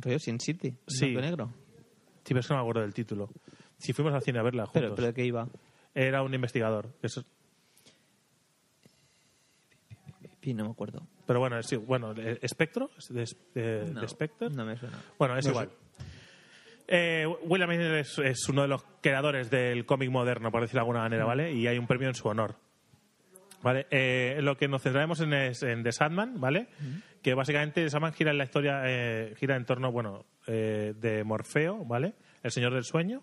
D: Rollo Sin City, en
B: Sí.
D: blanco y negro.
B: Sí, pero es que no me acuerdo del título. Si fuimos al cine a verla juntos.
D: Pero, pero ¿de qué iba?
B: Era un investigador. Eso-
D: Pi, no me acuerdo.
B: pero bueno, sí, bueno, eh, ¿Espectro? ¿Es ¿De, es- de-
D: No,
B: de Spectre?
D: no me suena.
B: Bueno, es
D: No
B: igual. Eh, William Eisner es, es uno de los creadores del cómic moderno, por decirlo de alguna manera, ¿vale? Y hay un premio en su honor. ¿Vale? Eh, lo que nos centraremos en es en The Sandman, ¿vale? Que básicamente The Sandman gira en la historia, eh, gira en torno, bueno, eh, de Morfeo, ¿vale? El señor del sueño,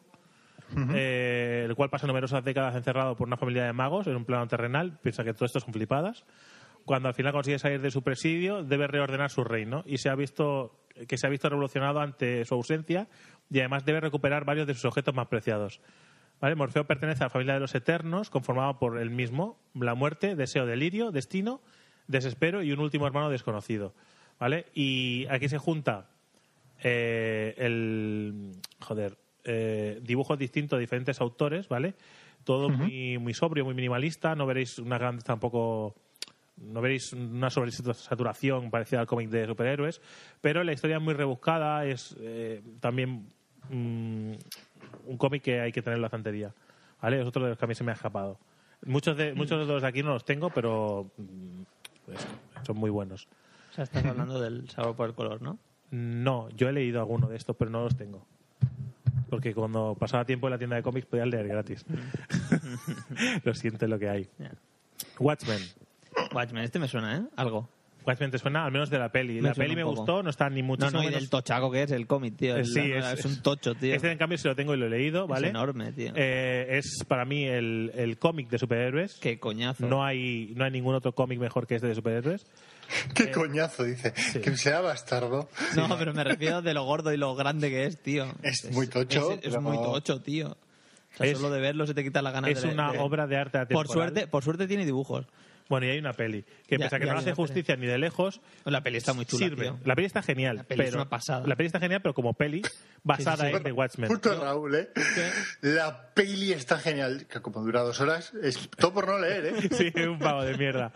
B: eh, el cual pasa numerosas décadas encerrado por una familia de magos en un plano terrenal, piensa que todo esto son flipadas. Cuando al final consigue salir de su presidio, debe reordenar su reino y se ha visto que se ha visto revolucionado ante su ausencia y además debe recuperar varios de sus objetos más preciados. ¿Vale? Morfeo pertenece a la familia de los Eternos, conformada por él mismo, la muerte, deseo, delirio, destino, desespero y un último hermano desconocido. ¿Vale? Y aquí se junta eh, el joder eh, dibujos distintos de diferentes autores vale todo muy, muy sobrio muy minimalista no veréis una gran tampoco no veréis una sobresaturación parecida al cómic de superhéroes pero la historia es muy rebuscada es eh, también mm, un cómic que hay que tener en la estantería vale es otro de los que a mí se me ha escapado muchos de muchos de los de aquí no los tengo pero mm, pues, son muy buenos
D: O sea, estás hablando del sabor por el color, ¿no?
B: no, yo he leído alguno de estos, pero no los tengo. Porque cuando pasaba tiempo en la tienda de cómics podía leer gratis. <laughs> lo siento es lo que hay.
D: Ya.
B: Watchmen.
D: Watchmen, este me suena, ¿eh? Algo.
B: Watchmen te suena al menos de la peli.
D: Me
B: la
D: suena
B: peli
D: un
B: me
D: poco.
B: gustó, no está ni muchísimo
D: no, no, y
B: menos-
D: del tochaco que es el cómic, tío.
B: Eh,
D: El-
B: sí,
D: la- es, un tocho, tío.
B: Este en cambio sí lo tengo y lo he leído, ¿vale?
D: enorme, tío.
B: Eh, es para mí el, el cómic de superhéroes.
D: Qué coñazo.
B: No hay, no hay ningún otro cómic mejor que este de superhéroes. Eh,
C: Qué coñazo, dice. Que sea bastardo.
D: No, pero me refiero de lo gordo y lo grande que es, tío.
C: Es muy tocho,
D: Es, es
C: pero-
D: muy tocho, tío. O sea,
B: Es-
D: solo de verlo se te quita la gana
B: es
D: Ah, de
B: una
D: de-
B: obra de arte atemporal.
D: Por suerte, por suerte tiene dibujos.
B: Bueno, y hay una peli que
D: Ya,
B: pese a que
D: ya
B: no
D: hay
B: hace
D: una peli.
B: justicia ni de lejos,
D: La peli está muy chula,
B: sirve.
D: tío.
B: La peli está genial.
D: La peli es
B: pero-
D: una pasada.
B: La peli está genial, pero como peli basada
D: <laughs> sí.
B: en The Watchmen.
C: Puto Raúl, ¿eh? La peli está genial, que como dura dos horas, es todo por no leer, ¿eh?
B: <laughs> Sí, un pavo de mierda.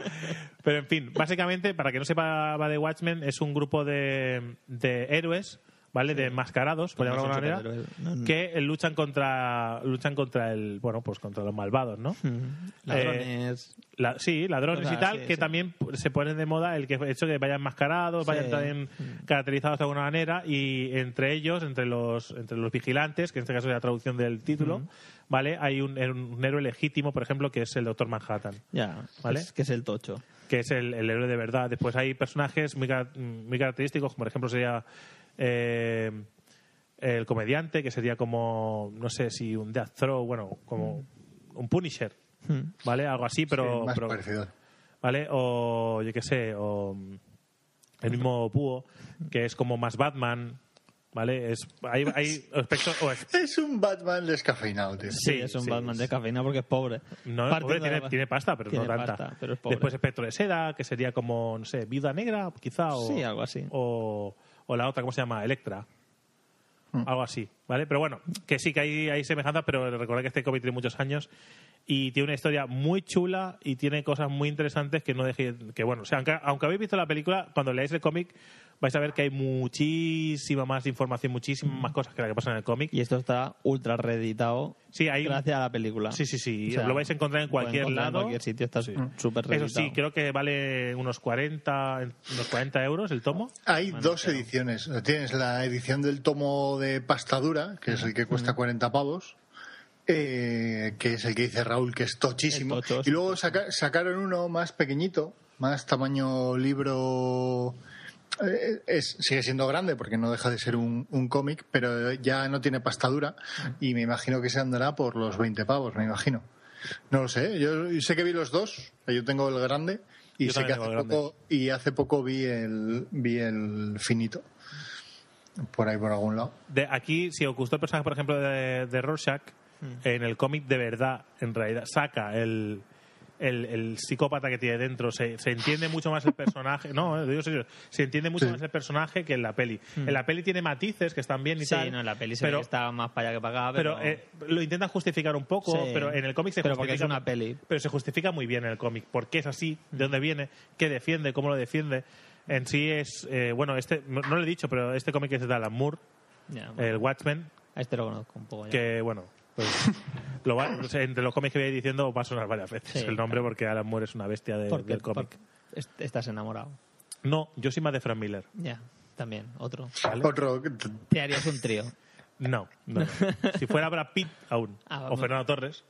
B: Pero en fin, básicamente, para que no sepa va de Watchmen, es un grupo de, de héroes, ¿vale? De enmascarados, por
D: No
B: llamarlo de
D: son
B: alguna manera,
D: superhéroes, no, no.
B: que eh, luchan contra luchan contra el, bueno, pues contra los malvados, ¿no?
D: Mm. Ladrones.
B: La- sí, ladrones
D: Cosas
B: y tal,
D: así,
B: que
D: sí.
B: también p- se ponen de moda el que el hecho de que vayan mascarados,
D: Sí. Mm.
B: vayan también caracterizados de alguna manera y entre ellos, entre los entre los vigilantes, que en este caso es la traducción del título,
D: Mm.
B: ¿vale? Hay un, un héroe legítimo, por ejemplo, que es el Doctor Manhattan
D: Ya,
B: ¿Vale?
D: es que es el tocho.
B: que es el, el héroe de verdad. Después hay personajes muy, car- muy característicos, como por ejemplo sería eh, el comediante, que sería como, no sé si un Death Throw, bueno, como un Punisher,
D: Hmm.
B: ¿vale? Algo así, pero...
C: Sí, más
B: pero-
C: parecido.
B: ¿Vale? O yo qué sé, o mm, el mismo Búho, que es como más Batman, ¿vale? Es, hay,
D: <laughs>
B: hay aspectos... o es-
C: Es un Batman descafeinado, tío.
D: Sí, es un
B: sí,
D: Batman
B: sí.
D: de cafeína porque es pobre.
B: No,
D: Parte
B: pobre,
D: de la-
B: tiene, tiene pasta, pero
D: tiene
B: no tanta.
D: pasta, pero es pobre.
B: Después Espectro de Seda, que sería como, no sé, Viuda Negra, quizá. O,
D: Sí, algo así.
B: O, o la otra, ¿cómo se llama? Electra.
D: Mm.
B: Algo así, ¿vale? Pero bueno, que sí que hay, hay semejanzas, pero recordad que este cómic tiene muchos años y tiene una historia muy chula y tiene cosas muy interesantes que no dejéis... Que bueno, o sea, aunque, aunque habéis visto la película, cuando leáis el cómic vais a ver que hay muchísima más información,
D: Mm.
B: muchísimas más cosas que la que pasa en el cómic.
D: Y esto está ultra reeditado
B: Sí, hay...
D: gracias a la película.
B: Sí, sí, sí.
D: O sea,
B: lo vais a encontrar en
D: lo
B: cualquier
D: encontrar
B: lado.
D: En cualquier sitio está
B: Sí.
D: súper reeditado.
B: Eso sí, creo que vale unos 40, unos 40 euros el tomo.
C: Hay dos ediciones. Tienes la edición del tomo de pastadura, que es el que cuesta 40 pavos, eh, que es el que dice Raúl, que es tochísimo.
D: El tocho,
C: y luego saca- sacaron uno más pequeñito, más tamaño libro. eh, es, sigue siendo grande porque no deja de ser un, un cómic, pero ya no tiene pastadura y me imagino que se andará por los 20 pavos, me imagino. No lo sé, yo sé que vi los dos, yo tengo el grande y
B: Yo
C: sé que hace
B: también tengo el grande.
C: poco y hace poco vi el vi el finito por ahí por algún lado.
B: De aquí, si os gustó el personaje, por ejemplo, de, de Rorschach,
D: Mm.
B: en el cómic de verdad, en realidad, saca el, el, el psicópata que tiene dentro. Se, se entiende mucho más el personaje. no, eh, lo digo en serio. Se entiende mucho
C: Sí.
B: más el personaje que en la peli. En la peli tiene matices que están bien y
D: Mm. Sí,
B: tal.
D: no, la peli se ve
B: pero,
D: que está más para allá que para acá, pero...
B: pero eh, lo intentan justificar un poco,
D: Sí.
B: pero en el cómic se
D: Pero porque
B: justifica.
D: es una peli. Mm.
B: Pero se justifica muy bien en el cómic. ¿Por qué es así? ¿De dónde viene? ¿Qué defiende? ¿Cómo lo defiende? en sí es. eh, bueno, este no lo he dicho, pero este cómic es de Alan Moore,
D: Ya, bueno.
B: el Watchmen,
D: A este lo conozco un poco ya.
B: eh, que bueno
D: <laughs>
B: pues, lo va- o sea, entre los cómics que voy a ir diciendo va a sonar varias veces
D: Sí,
B: el nombre porque Alan Moore es una bestia de-
D: Porque-
B: del cómic
D: porque est- estás enamorado.
B: no yo soy más de Frank Miller
D: Ya, también, otro.
C: Otro.
D: Te harías un trío.
B: no, no,
D: <laughs>
B: no. si fuera Brad Pitt aún
D: Ah,
B: o
D: vamos.
B: Fernando Torres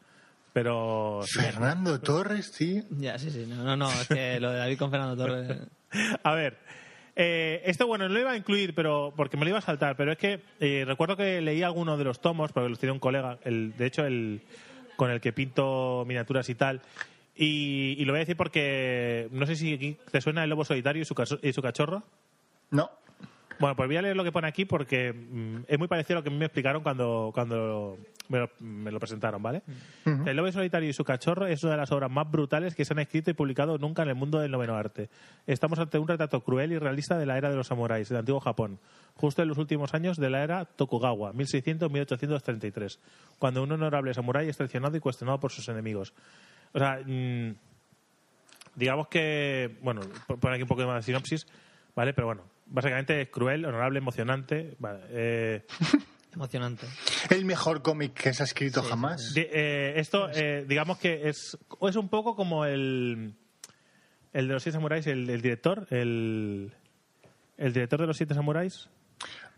B: pero
C: Fernando Torres, tío.
D: Ya, sí, sí. No, no, no, es que lo de David con Fernando Torres.
B: A ver, eh, esto bueno, no lo iba a incluir, pero porque me lo iba a saltar, pero es que eh, recuerdo que leí algunos de los tomos, porque los tiene un colega, el, de hecho, el con el que pinto miniaturas y tal. Y, y lo voy a decir porque no sé si aquí te suena el lobo solitario y su, caso- y su cachorro.
C: No.
B: Bueno, pues voy a leer lo que pone aquí porque mm, es muy parecido a lo que a mí me explicaron cuando, cuando me, lo, me lo presentaron, ¿vale? El Lobo Solitario y su cachorro es una de las obras más brutales que se han escrito y publicado nunca en el mundo del noveno arte. Estamos ante un retrato cruel y realista de la era de los samuráis, del antiguo Japón, justo en los últimos años de la era Tokugawa, 1600-1833, cuando un honorable samurái es traicionado y cuestionado por sus enemigos. O sea, mm, digamos que, bueno, por- poner aquí un poco más de sinopsis, ¿vale? Pero bueno, básicamente es cruel, honorable, emocionante. Vale, eh,
D: Emocionante.
C: El mejor cómic que se ha escrito jamás.
B: Di- eh, esto, eh, digamos que es, es un poco como el, el de los siete samuráis, el, el director, el, el director de los siete samuráis.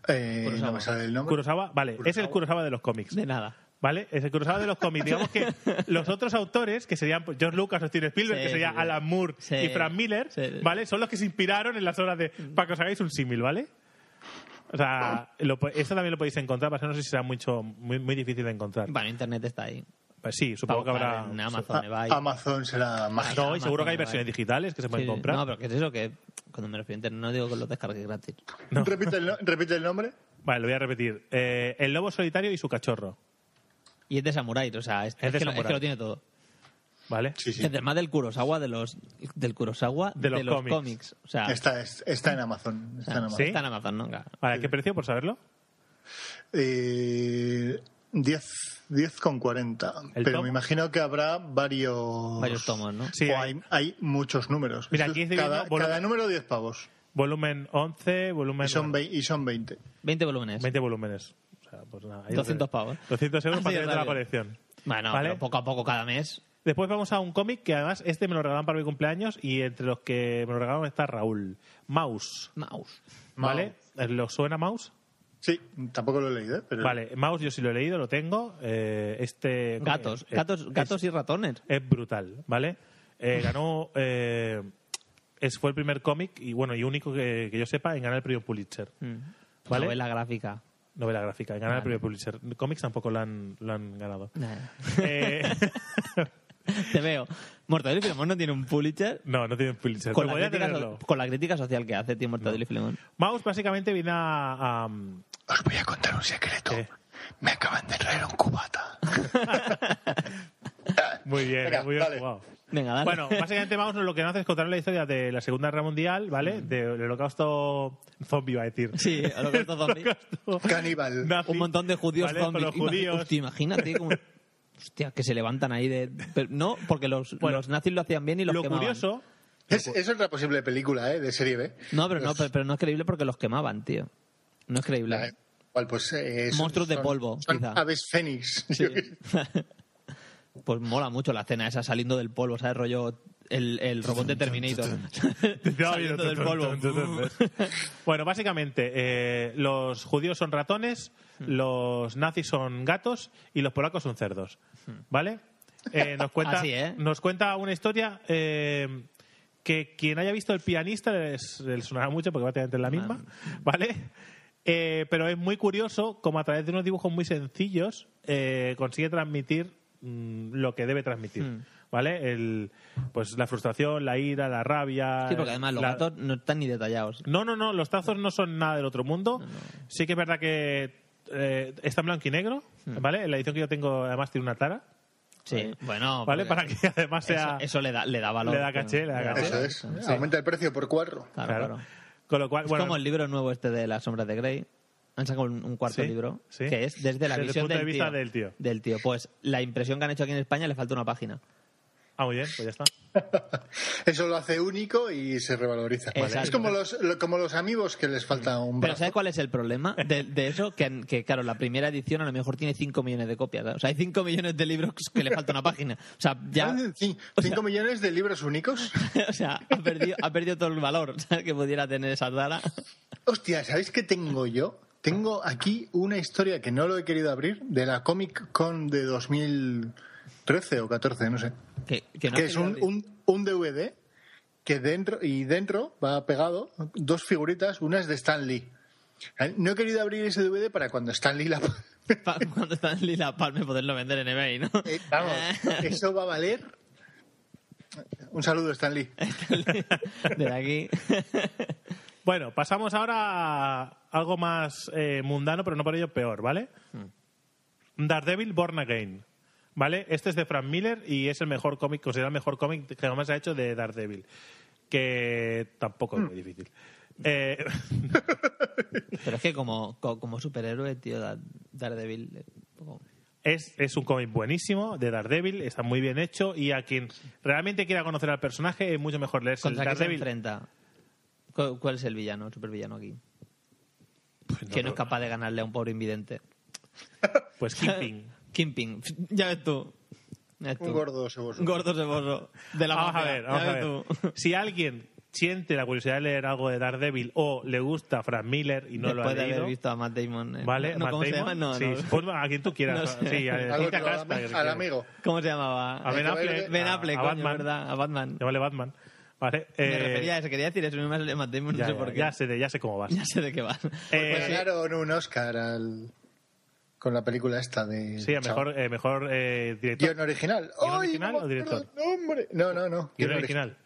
C: Eh, no me sale el nombre.
B: Kurosawa, vale, es el Kurosawa de los cómics.
D: De nada.
B: ¿Vale? Es el Kurosawa de los cómics. Digamos que los otros autores, que serían pues, George Lucas o Steven Spielberg,
D: Sí,
B: que serían
D: sí, sí.
B: Alan Moore
D: Sí.
B: y Frank Miller,
D: Sí. Mm.
B: ¿vale? Son los que se inspiraron en las obras de... Para que os hagáis un símil, ¿vale? O sea, lo po- esto también lo podéis encontrar, pero no sé si será mucho, muy, muy difícil de encontrar.
D: Bueno, internet está ahí.
B: Pues sí, supongo que
D: Para buscar
B: habrá...
D: En
C: Ah,
D: Amazon, Ebay.
C: Amazon
B: Ah,
C: será mágico.
B: No, y seguro que hay
D: Amazon,
B: versiones
D: Ebay.
B: digitales que se pueden
D: Sí,
B: comprar.
D: No, pero que es eso que cuando me refiero a internet no digo que lo descargues gratis.
B: No.
C: Repite, el, no- repite el nombre.
B: Vale, lo voy a repetir. Eh, el lobo solitario y su cachorro,
D: Y es de samuráis, o sea, es,
B: de
D: es que, lo, es que
B: samurái.
D: lo tiene todo.
B: ¿vale?
C: Sí, sí.
D: Es Además del Kurosawa de los del Kurosawa
B: De los cómics.
D: cómics. O sea,
C: Está, es- está en Amazon. Está en Amazon.
B: ¿Sí?
D: está en Amazon, ¿no? Claro.
B: Vale, ¿qué precio, por saberlo?
C: Eh, 10, 10 con 40.
B: El
C: Pero
B: tomo.
C: me imagino que habrá varios.
D: Varios tomos, ¿no?
B: Sí,
C: o
B: hay-
C: hay, hay muchos números.
B: Mira,
C: Esto
B: aquí
C: es
B: estoy
C: cada,
B: viendo volumen-
C: cada número 10 pavos.
B: Volumen 11,
C: Y
B: volumen...
C: son, vei- y son 20.
D: 20 volúmenes.
B: 20 volúmenes. O sea, pues nada, ahí
D: 200
B: lo tenéis.
D: pavos.
B: 200 euros
D: Así
B: para
D: de
B: tener toda la
D: rápido.
B: colección.
D: Bueno,
B: ¿Vale?
D: pero poco a poco cada mes.
B: Después vamos a un cómic que además este me lo regalaron para mi cumpleaños y entre los que me lo regalaron está Raúl. Mouse.
D: Mouse.
B: ¿Vale? ¿Lo suena Mouse?
C: Sí, tampoco lo he leído, ¿eh?
D: Mm.
C: pero.
B: Vale, Mouse yo sí lo he leído, lo tengo. Eh, este
D: Gatos,
B: eh,
D: gatos,
B: es-
D: gatos y ratones.
B: es brutal, ¿vale? Eh, ganó. eh, es, fue el primer cómic y bueno, y único que, que yo sepa en ganar el premio Pulitzer. ¿Vale?
D: Novela gráfica.
B: Novela gráfica, en ganar el
D: Mm. Vale.
B: premio Pulitzer. Cómics tampoco lo han, lo han
D: <laughs>
B: ganado.
D: Nada.
B: Eh,
D: <laughs> Te veo. Mortadelo y Filemón no tiene un Pulitzer
B: no, no tienen Pulitzer.
D: con
B: pero
D: la,
B: podría
D: crítica,
B: tenerlo.
D: so- con la crítica social que hace, tío, Mortadelo y Filemón.
B: Mouse básicamente viene a. a-
C: Os voy a contar un secreto.
B: ¿Qué?
C: Me acaban de traer un cubata.
B: muy bien, eh,
C: Venga,
B: muy bien
C: dale.
B: jugado.
D: Venga, dale.
B: Bueno, básicamente Mouse lo que no hace es contar la historia de la Segunda Guerra Mundial, ¿vale? Del holocausto zombie, iba <laughs> a decir.
D: <laughs> Sí, holocausto zombie.
B: Holocausto
D: <laughs>
C: Caníbal.
B: nazi,
D: un montón de judíos
B: ¿vale?
D: zombies.
B: Con los
D: Ima-
B: judíos. <laughs>
D: Hostia, imagínate como... Hostia, que se levantan ahí de... pero no, porque los,
B: Bueno,
D: los nazis lo hacían bien y los
B: Lo
D: quemaban.
B: curioso
C: Es, es otra posible película, ¿eh? De serie B.
D: No, pero no,
B: Pues-
D: pero, pero no es creíble porque los quemaban, tío. No es creíble.
C: Eh, igual, pues, eh, son-
D: Monstruos de
C: son-
D: polvo,
C: son
D: quizá.
C: Aves fénix.
D: Sí. pues mola mucho la escena esa saliendo del polvo, ¿sabes? Rollo el, el robot de Terminator.
B: Ya,
D: saliendo
B: oye,
D: del
B: tun, tun, tun, tun,
D: polvo.
B: tun. <laughs> bueno, básicamente, eh, los judíos son ratones, los nazis son gatos y los polacos son cerdos. ¿Vale? Eh, nos, cuenta,
D: <laughs> Así, ¿eh?
B: nos cuenta una historia eh, que quien haya visto el pianista les, les sonará mucho porque básicamente es la misma. ¿Vale? Eh, pero es muy curioso como a través de unos dibujos muy sencillos eh, consigue transmitir mm, lo que debe transmitir.
D: Mm.
B: ¿Vale? El, pues la frustración, la ira, la rabia.
D: <laughs> Sí, porque además los
B: la-
D: gatos no están ni detallados.
B: no, no, no, los tazos no son nada del otro mundo. Sí que es verdad que eh, está en blanco y negro,
D: Hmm.
B: ¿vale? La edición que yo tengo además tiene una tara,
D: Sí, bueno.
B: ¿vale?
D: porque
B: Para que además sea...
D: eso, eso le da, le da valor.
B: le da caché, le da caché.
C: Eso es. Aumenta el precio por cuatro.
D: Claro,
B: Claro.
D: claro.
B: Con lo cual,
D: Es
B: bueno,
D: como el libro nuevo este de Las sombras de Grey. Han sacado un, un cuarto
B: Sí,
D: libro
B: sí.
D: que es desde la
B: Desde el
D: visión
B: punto
D: del
B: de vista
D: tío,
B: del tío.
D: Del tío. Pues la impresión que han hecho aquí en España le falta una página.
B: Ah, muy bien, pues ya está.
C: Eso lo hace único y se revaloriza. Vale.
D: Exacto.
C: Es como los, lo- como los amigos que les falta un
D: Pero
C: brazo.
D: ¿sabes cuál es el problema de, de eso? Que, que, claro, la primera edición a lo mejor tiene 5 millones de copias. ¿sabes? O sea, hay 5 millones de libros que le falta una página. O sea,
C: <laughs>
D: ya... <laughs>
C: ¿Cinco millones de libros únicos?
D: o sea, ha perdido, ha perdido todo el valor ¿sabes? que pudiera tener esa tala.
C: Hostia, ¿sabéis qué tengo yo? Tengo aquí una historia que no lo he querido abrir de la Comic Con de 2013 o 14, no sé.
D: Que,
C: Que,
D: no
C: es un, un- un DVD que dentro y dentro va pegado dos figuritas, una es de Stan Lee. No he querido abrir ese DVD para cuando Stan Lee la... <laughs>
D: Pa- <laughs> cuando está en Lila Palme poderlo vender en eBay, ¿no?
C: Eh, vamos,
B: Ah.
C: <laughs> eso va a valer. Un saludo, Stan Lee.
B: Eh,
D: Desde aquí.
B: Bueno, pasamos ahora a algo más eh, mundano, pero no por ello peor, ¿vale?
D: Hmm.
B: Daredevil Born Again. ¿Vale? Este es de Frank Miller y es el mejor cómic, considera el mejor cómic que jamás se ha hecho de Daredevil. Que tampoco
D: Hmm.
B: es muy difícil. Eh,
D: <laughs>
B: <laughs>
D: Pero es que como, co- como superhéroe, tío, Da- Daredevil... eh, como-
B: Es, es un cómic buenísimo de Daredevil, está muy bien hecho y a quien realmente quiera conocer al personaje es mucho mejor leerse el
D: ¿Contra qué se
B: Daredevil.
D: enfrenta? ¿Cu- ¿Cuál es el villano, el supervillano aquí?
B: Pues no,
D: que no
B: pero-
D: es capaz de ganarle a un pobre invidente. <laughs>
B: Pues Kingpin.
D: Kimping. Ya ves tú. Ya ves
C: Un
D: tú.
C: gordo ceboso.
D: Gordo ceboso. De la
B: vamos
D: mafia.
B: a ver, vamos
D: Ya
B: a
D: ves
B: ver.
D: tú.
B: Si alguien siente la curiosidad de leer algo de Daredevil o le gusta Frank Miller y no
D: Después
B: lo ha
D: de
B: leído,
D: haber visto a Matt Damon. eh,
B: ¿vale?
D: No, no,
B: Matt
D: ¿Cómo se
B: Damon,
D: llama? No,
B: sí,
D: no. <laughs>
B: pon a quien tú quieras.
D: No sé.
B: sí, a-
D: Al
C: Al,
B: Jessica
C: otro, al-
B: Chastain, si
C: al
B: quieres.
C: amigo.
D: ¿Cómo se llamaba?
B: A Ben
C: que vale
B: Affleck.
C: de-
D: Ben
B: a-
D: Affleck,
B: a
D: coño,
B: Batman.
D: ¿verdad? A Batman.
B: Llámale Batman. Vale. eh,
D: Me refería a eso. Quería decir eso. Me sale Matt Damon,
B: ya,
D: no sé
B: ya,
D: por qué. <laughs> Pues
B: ya sé, de- ya sé cómo vas.
D: Ya sé de qué va.
B: Eh,
C: Pues ganaron un Oscar al- con la película esta de.
B: sí, a mejor, eh, mejor eh, director.
C: Guión original.
B: ¿Guion
C: ¡Ay,
B: original
C: no me
B: o
C: acuerdo
B: director?
C: el nombre! No, no, no.
B: Guion original.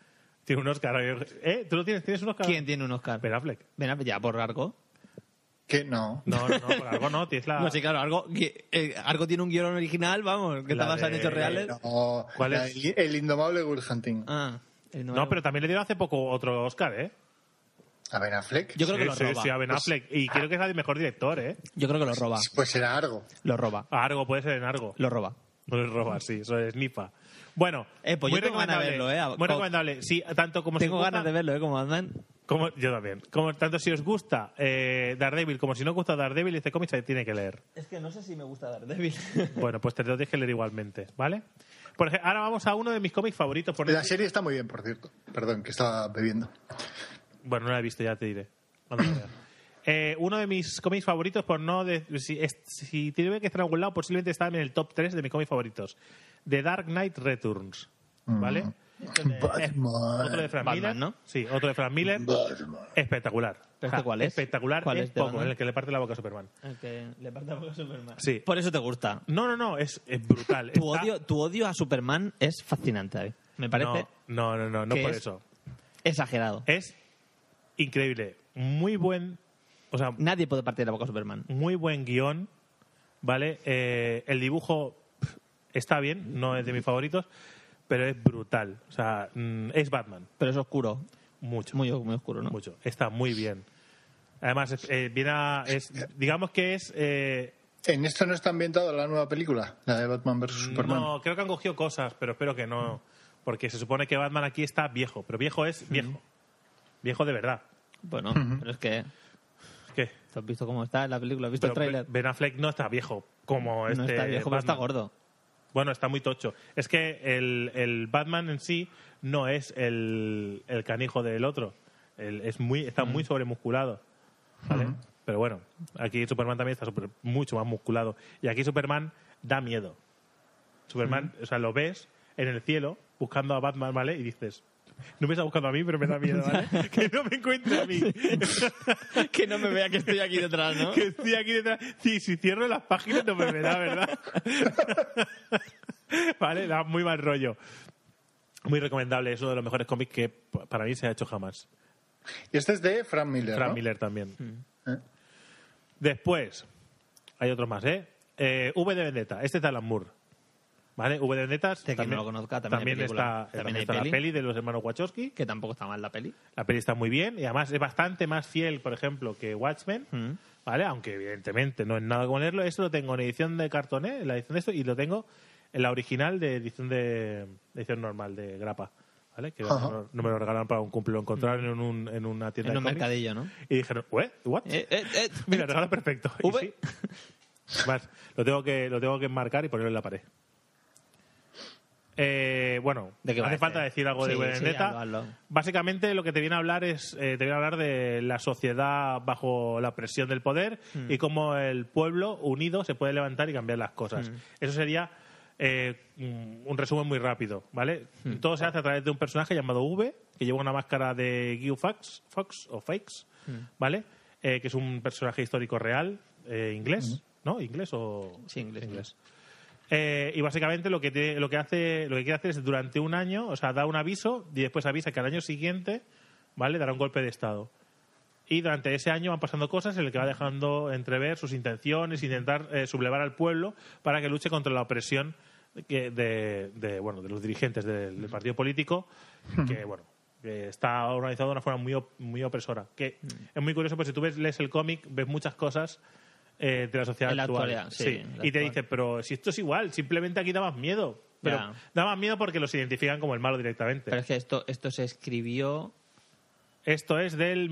B: Tiene un Oscar. ¿Eh? ¿Tú lo tienes? ¿Tienes un Oscar?
D: ¿Quién tiene un Oscar?
B: Ben Affleck.
D: Ben Affleck, ya, por Argo.
C: Que no.
B: No, no, por algo no, tienes la...
D: <laughs> No, sí, claro, Argo, que- eh, Argo tiene un guión original, vamos, que
B: La
D: está basado en
B: de-
D: hechos reales.
C: No,
B: ¿Cuál
C: la-
B: es?
C: El indomable Will Hunting.
D: Ah, el
B: No, pero también le dieron hace poco otro Oscar, ¿eh?
C: A Ben Affleck.
D: Yo creo que
B: Sí,
D: lo
B: sí,
D: roba. Pues-
B: sí, a Ben Affleck. Y creo que es el mejor director, ¿eh?
D: Yo creo que lo roba.
C: Pues será Argo.
D: Lo roba.
B: A Argo, puede ser en Argo.
D: Lo roba.
B: No es roba, sí, eso es nipa. Bueno,
D: Eh, pues yo
B: muy
D: tengo ganas de
B: recomendable.
D: verlo,
B: Muy
D: ¿eh? Co-
B: recomendable. Sí, tanto como si
D: Tengo ganas de verlo, ¿eh? Como andan.
B: Como, yo también. Como, tanto si os gusta eh, Daredevil como si no os gusta Daredevil, este cómic se tiene que leer.
D: Es que no sé si me gusta <laughs> Daredevil.
B: Bueno, pues te lo tienes que leer igualmente, ¿vale? Por ejemplo, ahora vamos a uno de mis cómics favoritos. Por
C: La serie está muy bien, por cierto. Perdón, que estaba bebiendo.
B: Bueno, no la he visto, ya te diré. Cuando
D: <clears throat>
B: la vea. Eh, uno de mis cómics favoritos, por no. de- si, es- si tiene que estar en algún lado, posiblemente está en el top 3 de mis cómics favoritos: The Dark Knight Returns. ¿Vale?
C: Batman.
B: Otro de Frank
D: Batman,
B: Miller.
D: ¿no?
B: Sí, otro de Frank Miller.
C: Batman.
B: Espectacular.
D: ¿Pero este cuál es?
B: Espectacular
D: ¿Cuál
B: es
D: es de
B: poco,
D: Batman?
B: en el que le parte la boca a Superman.
D: El que le parta a Superman.
B: Sí.
D: Por eso te gusta.
B: No, no, no, es, es brutal.
D: Tu
B: Está-
D: odio, tu odio a Superman es fascinante, David. Me parece
B: No, Eh. no, no, no, no
D: que
B: por
D: es-
B: eso.
D: exagerado.
B: Es increíble. Muy buen. O sea,
D: Nadie puede partir la boca a Superman.
B: muy buen guión, ¿vale? Eh, el dibujo pf, está bien, no es de mis favoritos, pero es brutal. O sea, mm, es Batman,
D: Pero es oscuro.
B: mucho,
D: Muy, muy oscuro, ¿no?
B: mucho. Está muy bien. Además, es- eh, viene a- es- digamos que es... eh,
C: En esto no está ambientada la nueva película, la de Batman vs. Superman.
B: no, creo que han cogido cosas, pero espero que no. Porque se supone que Batman aquí está viejo, pero viejo es viejo. Viejo de verdad.
D: Bueno, pero es que...
B: ¿Qué?
D: ¿Tú has visto cómo está la película? ¿Has visto el
B: Pero
D: tráiler?
B: Ben Affleck no está viejo como este
D: no está viejo, pero está
B: Batman. <laughs>
D: gordo.
B: Bueno, está muy tocho. Es que el, el Batman en sí no es el, el canijo del otro. El- es muy, está muy sobremusculado. ¿vale? Pero bueno, aquí Superman también está super- mucho más musculado. Y aquí Superman da miedo. Superman, o sea, lo ves en el cielo buscando a Batman, ¿vale? Y dices, no me está buscando a mí, pero me da miedo, ¿vale? <laughs> que no me encuentre a mí.
D: que no me vea <laughs> que estoy aquí detrás, ¿no?
B: que estoy aquí detrás. Sí, si cierro las páginas no me verá, ¿verdad? <laughs> vale, da muy mal rollo. Muy recomendable, es uno de los mejores cómics que p- para mí se ha hecho jamás.
C: Y este es de Frank Miller.
B: Frank
C: ¿no?
B: Miller también.
D: Hmm.
C: ¿Eh?
B: Después, hay otros más, ¿eh? Eh, V de Vendetta, este es de Alan Moore. ¿Vale? V de Vendetta
D: quien no lo conozca, también hay película.
B: está,
D: También
B: también
D: hay
B: está
D: peli.
B: la peli de los hermanos Wachowski.
D: Que tampoco está mal la peli.
B: La peli está muy bien y además es bastante más fiel, por ejemplo, que Watchmen,
D: Mm.
B: ¿eh? ¿vale? Aunque evidentemente no es nada como leerlo. Esto lo tengo en edición de cartoné, en la edición de esto, y lo tengo en la original de edición, de, edición normal de grapa. ¿Vale? Que
D: Ajá.
B: no, no me lo regalaron para un cumple, lo encontraron en, un- en una tienda
D: En
B: de
D: un
B: cómics. <laughs>
D: mercadillo, ¿no? Eh,
B: Y dijeron, ¿what? what? Mira, regalo perfecto. Y
D: V.
B: sí. Además, lo tengo que lo tengo que enmarcar y ponerlo en la pared. Eh, bueno,
D: ¿De qué va
B: hace
D: este?
B: falta decir algo de
D: Sí, sí,
B: Benedetta.
D: hazlo, hazlo.
B: Básicamente lo que te viene a hablar es eh, te viene a hablar de la sociedad bajo la presión del poder
D: Mm.
B: y cómo el pueblo unido se puede levantar y cambiar las cosas.
D: Mm.
B: Eso sería eh, mm, un resumen muy rápido, ¿vale?
D: Mm.
B: Todo se hace a través de un personaje llamado V que lleva una máscara de Guy Fawkes, Fox o Fakes.
D: Mm.
B: ¿vale? Eh, que es un personaje histórico real, eh, inglés, ¿no? ¿Inglés o...?
D: Mm. Sí, inglés.
B: Eh, y básicamente lo que, tiene- lo, que hace, lo que quiere hacer es durante un año, o sea, da un aviso y después avisa que al año siguiente, ¿vale? Dará un golpe de Estado. Y durante ese año van pasando cosas en el que va dejando entrever sus intenciones, intentar eh, sublevar al pueblo para que luche contra la opresión que- de, de, bueno, de los dirigentes del, del partido político,
D: Hmm.
B: que bueno, que está organizado de una forma muy, op- muy opresora. Que
D: Hmm.
B: es muy curioso, porque si tú ves, lees el cómic, ves muchas cosas eh, de la sociedad
D: En la
B: actual.
D: actualidad, sí, en la
B: Y te
D: actual.
B: dice, pero si esto es igual, simplemente aquí da más miedo. Pero
D: Ya.
B: da más miedo porque los identifican como el malo directamente.
D: Pero es que esto, esto se escribió
B: Esto es del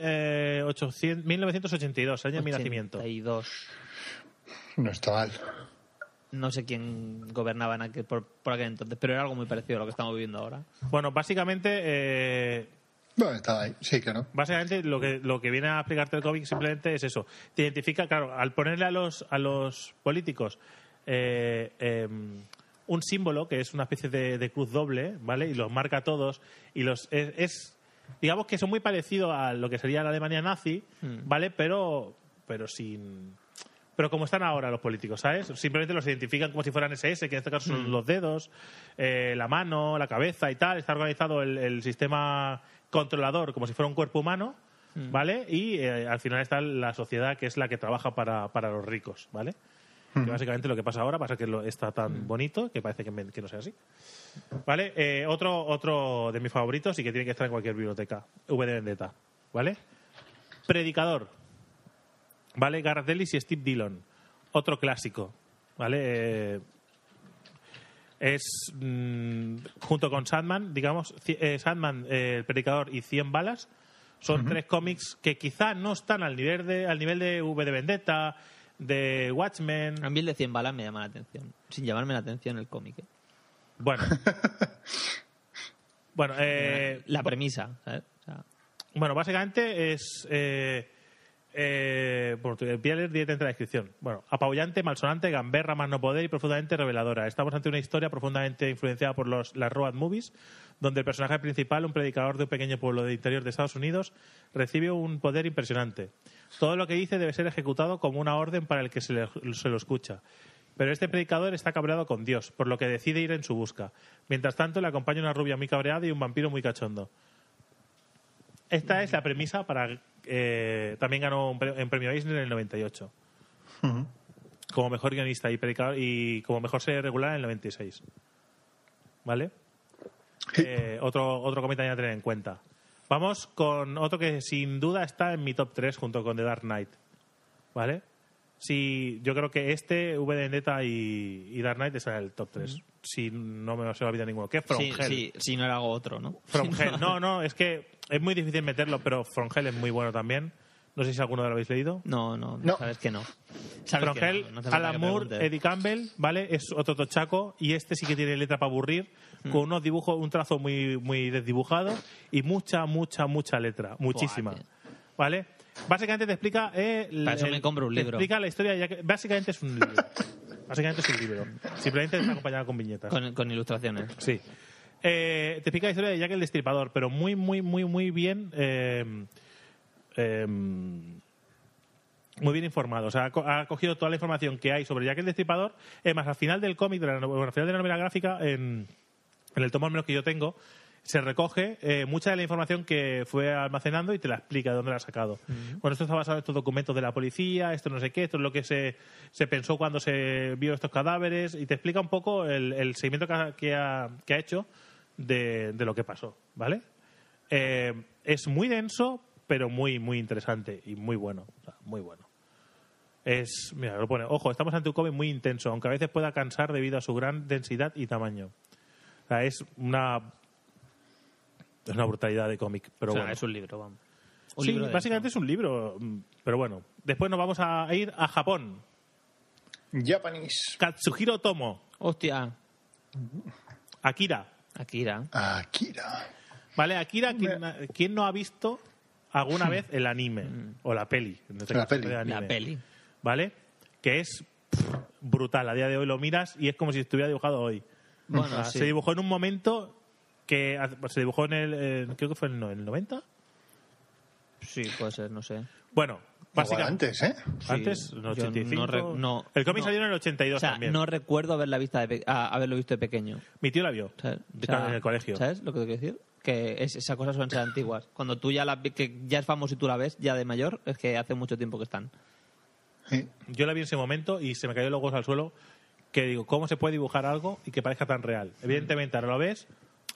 B: eh, 1800, 1982, año de mi nacimiento.
D: 82.
C: No está mal.
D: No sé quién gobernaba en aquel- por, por aquel entonces, pero era algo muy parecido a lo que estamos viviendo ahora.
B: Bueno, básicamente, eh,
C: Bueno, estaba ahí, sí que no.
B: básicamente lo que lo que viene a explicarte el cómic simplemente es eso. Te identifica, claro, al ponerle a los a los políticos eh, eh, un símbolo que es una especie de, de cruz doble, ¿vale? Y los marca a todos y los es, es- digamos que son muy parecido a lo que sería la Alemania nazi,
D: Hmm.
B: ¿vale? Pero pero sin pero como están ahora los políticos, ¿sabes? Simplemente los identifican como si fueran SS, que en este caso son los dedos, eh, la mano, la cabeza y tal. Está organizado el, el sistema controlador como si fuera un cuerpo humano, ¿vale? Y eh, al final está la sociedad que es la que trabaja para, para los ricos, ¿vale? Que básicamente lo que pasa ahora pasa que lo- está tan bonito que parece que, me- que no sea así. ¿Vale? Eh, otro, otro de mis favoritos y que tiene que estar en cualquier biblioteca. V de Vendetta. ¿Vale? Predicador. ¿Vale? Gareth Ellis y Steve Dillon. Otro clásico. ¿Vale? Eh, es mm, junto con Sandman, digamos, ci- eh, Sandman, eh, el predicador y 100 balas son tres cómics que quizá no están al nivel de al nivel de V de Vendetta, de Watchmen.
D: A mí el de 100 balas me llama la atención, sin llamarme la atención el cómic. ¿eh?
B: Bueno. bueno, eh,
D: la premisa, ¿sabes? O sea,
B: Bueno, básicamente es. Eh, eh, bueno, te voy a leer directamente la descripción. Bueno, apabullante, malsonante, gamberra, más no poder y profundamente reveladora. Estamos ante una historia profundamente influenciada por los, las road movies, donde el personaje principal, un predicador de un pequeño pueblo de interior de Estados Unidos, recibe un poder impresionante. Todo lo que dice debe ser ejecutado como una orden para el que se, le- se lo escucha. Pero este predicador está cabreado con Dios, por lo que decide ir en su busca. Mientras tanto, le acompaña una rubia muy cabreada y un vampiro muy cachondo. Esta es la premisa para. eh, también ganó un pre- en premio Eisner en el 98. Como mejor guionista y predicador y como mejor serie regular en el 96. ¿Vale? Eh, otro otro cómic también a tener en cuenta. Vamos con otro que sin duda está en mi top 3 junto con The Dark Knight. ¿Vale? Sí, yo creo que este, V de Vendetta y, y Dark Knight están en el top 3. Si no me se me olvida ninguno. ¿Qué? From
D: sí,
B: Hell.
D: sí, si no era algo otro, ¿no? <laughs>
B: From Hell. No, no, es que es muy difícil meterlo, pero From Hell es muy bueno también. No sé si alguno lo habéis leído.
D: No, no,
C: No.
D: sabes que no. Sabes que
B: Frongel,
D: no, no hace falta que
B: Alan Moore,
D: preguntes.
B: Eddie Campbell, ¿vale? Es otro tochaco y este sí que tiene letra para aburrir,
D: Mm.
B: con unos dibujos, un trazo muy, muy desdibujado y mucha, mucha, mucha letra, muchísima,
D: Joder.
B: ¿vale? Básicamente te explica... eh, el-
D: Para eso
B: el-
D: me compro un
B: te
D: libro.
B: explica la historia, ya que básicamente es un libro. básicamente es un libro. Simplemente está acompañado con viñetas.
D: Con, con ilustraciones.
B: Sí. Eh, te explica la historia de Jack el Destripador, pero muy, muy, muy, muy bien. eh, eh, muy bien informado. O sea, ha co- ha cogido toda la información que hay sobre Jack el Destripador. Es más, al final del cómic, de la no- bueno, al final de la novela gráfica, en, en el tomo al menos que yo tengo, se recoge eh, mucha de la información que fue almacenando y te la explica de dónde la ha sacado. Bueno, esto está basado en estos documentos de la policía, esto no sé qué, esto es lo que se, se pensó cuando se vio estos cadáveres y te explica un poco el, el seguimiento que ha, que ha- que ha hecho de, de lo que pasó, ¿vale? Eh, es muy denso, pero muy, muy interesante y muy bueno. o sea, muy bueno. Es, mira, lo pone, ojo, estamos ante un cómic muy intenso, aunque a veces pueda cansar debido a su gran densidad y tamaño. O sea, es una es una brutalidad de cómic, pero
D: O sea,
B: bueno.
D: es un libro, vamos. Un
B: sí,
D: libro de
B: básicamente es un libro, mm, pero bueno. Después nos vamos a ir a Japón.
C: Japanese.
B: Katsuhiro Tomo.
D: Hostia.
B: Akira.
D: Akira.
C: Akira.
B: Vale, Akira, ¿quién, quién no ha visto
C: <laughs>
B: alguna vez el anime? o la peli. en este
C: Mm. La
B: caso,
C: peli.
B: de anime,
D: La
B: <laughs>
D: peli.
B: ¿Vale? Que es pff, brutal. A día de hoy lo miras y es como si estuviera dibujado hoy.
D: Bueno,
B: O sea,
D: sí.
B: Se dibujó en un momento que ha- se dibujó en el. eh, creo que fue en el 90.
D: Sí, puede ser, no sé.
B: Bueno, básicamente.
C: antes, ¿eh?
D: Sí,
B: Antes, en
D: yo
B: 85.
D: no re- no,
B: el cómic
D: no.
B: salió en el 82
D: o sea,
B: también.
D: no recuerdo haberla vista de pe- ah, haberlo visto de pequeño.
B: Mi tío la vio.
D: ¿sabes? O
B: Claro,
D: sea,
B: en el colegio.
D: ¿Sabes lo que te quiero decir? Que es- esas cosas suelen ser antiguas. Cuando tú ya las vi- que ya es famoso y tú la ves, ya de mayor, es que hace mucho tiempo que están.
B: Yo la vi en ese momento y se me cayó los huevos al suelo. Que digo, ¿cómo se puede dibujar algo y que parezca tan real? Evidentemente, ahora lo ves,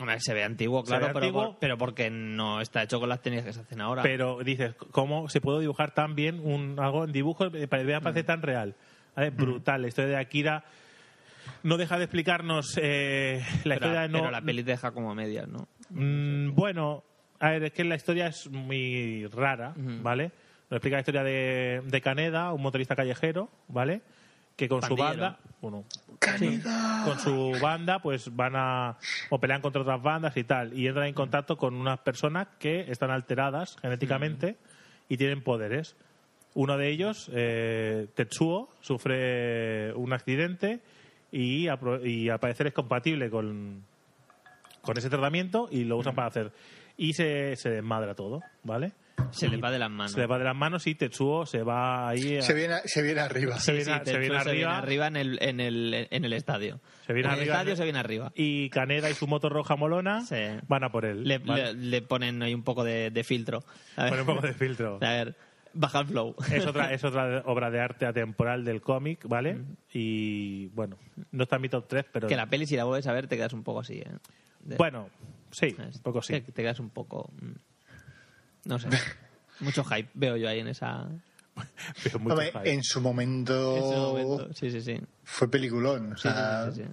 D: Hombre, se ve antiguo,
B: Se
D: claro,
B: ve
D: pero,
B: antiguo.
D: por- pero porque no está hecho con las técnicas que se hacen ahora.
B: pero dices, ¿cómo se puede dibujar tan bien un, algo en dibujo eh, que parece
D: Mm.
B: parece tan real? ¿Vale? Brutal. La historia de Akira no deja de explicarnos eh, la
D: Pero-
B: historia de no,
D: pero la peli te deja como a medias, ¿no?
B: Mm, bueno, a ver, es que la historia es muy rara, ¿vale? Nos explica la historia de, de Caneda, un motorista callejero, ¿vale? Que con
D: Pandillero.
B: su banda. Bueno, con su banda, pues van a. o pelean contra otras bandas y tal. Y entran en contacto con unas personas que están alteradas
D: Mm.
B: genéticamente y tienen poderes. Uno de ellos, eh, Tetsuo, sufre un accidente y, apro- y al parecer es compatible con, con ese tratamiento y lo
D: Mm.
B: usan para hacer. Y se, se desmadra todo, ¿vale?
D: Se le va de las manos.
B: Se le va de las manos y Tetsuo se va ahí. a-
C: Se viene, a- se viene arriba.
B: se viene
D: Sí,
B: a-
D: te-
B: se viene
D: se viene
B: arriba.
D: arriba en el, en el, en el estadio.
B: Se viene
D: en el
B: arriba.
D: estadio se viene arriba.
B: Y Caneda y su moto roja molona
D: Sí.
B: van a por él.
D: Le,
B: Vale.
D: le- le ponen ahí un poco de, de filtro. A ver,
B: Pon un poco de filtro.
D: <laughs> a ver, baja el flow.
B: Es otra, es otra obra de arte atemporal del cómic, ¿vale? Y bueno, no está en mi top 3, pero.
D: que la peli, si la vuelves a ver, te quedas un poco así, ¿eh? De-
B: Bueno, sí,
D: ¿sabes?
B: un poco sí.
D: Que Te, quedas un poco... mm, No sé. Mucho hype veo yo ahí en esa...
B: <laughs> Pero mucho
C: Hombre,
B: hype.
C: en su momento,
D: ese momento. Sí, sí, sí.
C: fue peliculón. O
D: Sí, sí,
C: sea,
D: sí, sí, sí.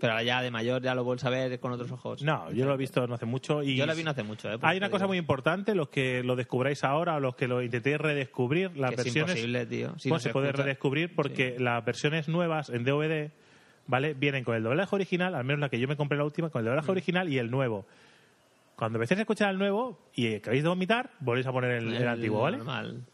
D: Pero ahora ya de mayor ya lo vuelves a ver con otros ojos.
B: No, yo lo he visto no hace mucho. Y
D: Yo la vi no hace mucho, ¿eh? Por
B: Hay
D: eso
B: una cosa
D: digo
B: muy importante, los que lo descubráis ahora o los que lo intentéis redescubrir, las
D: que es
B: versiones.
D: imposible, tío. Si
B: bueno,
D: nos
B: se puede
D: escucha-
B: redescubrir porque las versiones nuevas en DVD, ¿vale? Vienen con el doblaje original, al menos la que yo me compré la última, con el
D: Mm.
B: doblaje original y el nuevo. Cuando empecéis a escuchar el nuevo y eh, acabéis de vomitar, volvéis a poner el, el antiguo, ¿vale?
D: Normal.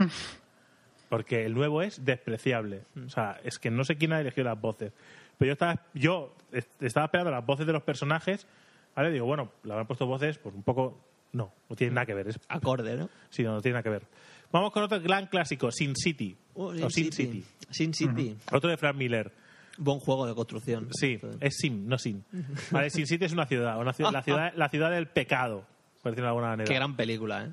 B: Porque el nuevo es despreciable. O sea, es que no sé quién ha elegido las voces. Pero yo estaba, yo est- estaba esperando las voces de los personajes, ¿vale? Digo, bueno, le habrán puesto voces, pues un poco. No, no tiene nada que ver. Es
D: Acorde, ¿no?
B: Sí, no, no tiene nada que ver. Vamos con otro gran clásico, Sin City.
D: Oh,
B: o Uh, Sin City.
D: Sin City.
B: Otro de Frank Miller.
D: Buen juego de construcción.
B: Sí, es Sim, no Sin. Vale, Sin City es una ciudad, una ciudad- la, ciudad la ciudad del pecado, por decirlo de alguna manera.
D: Qué gran película, ¿eh?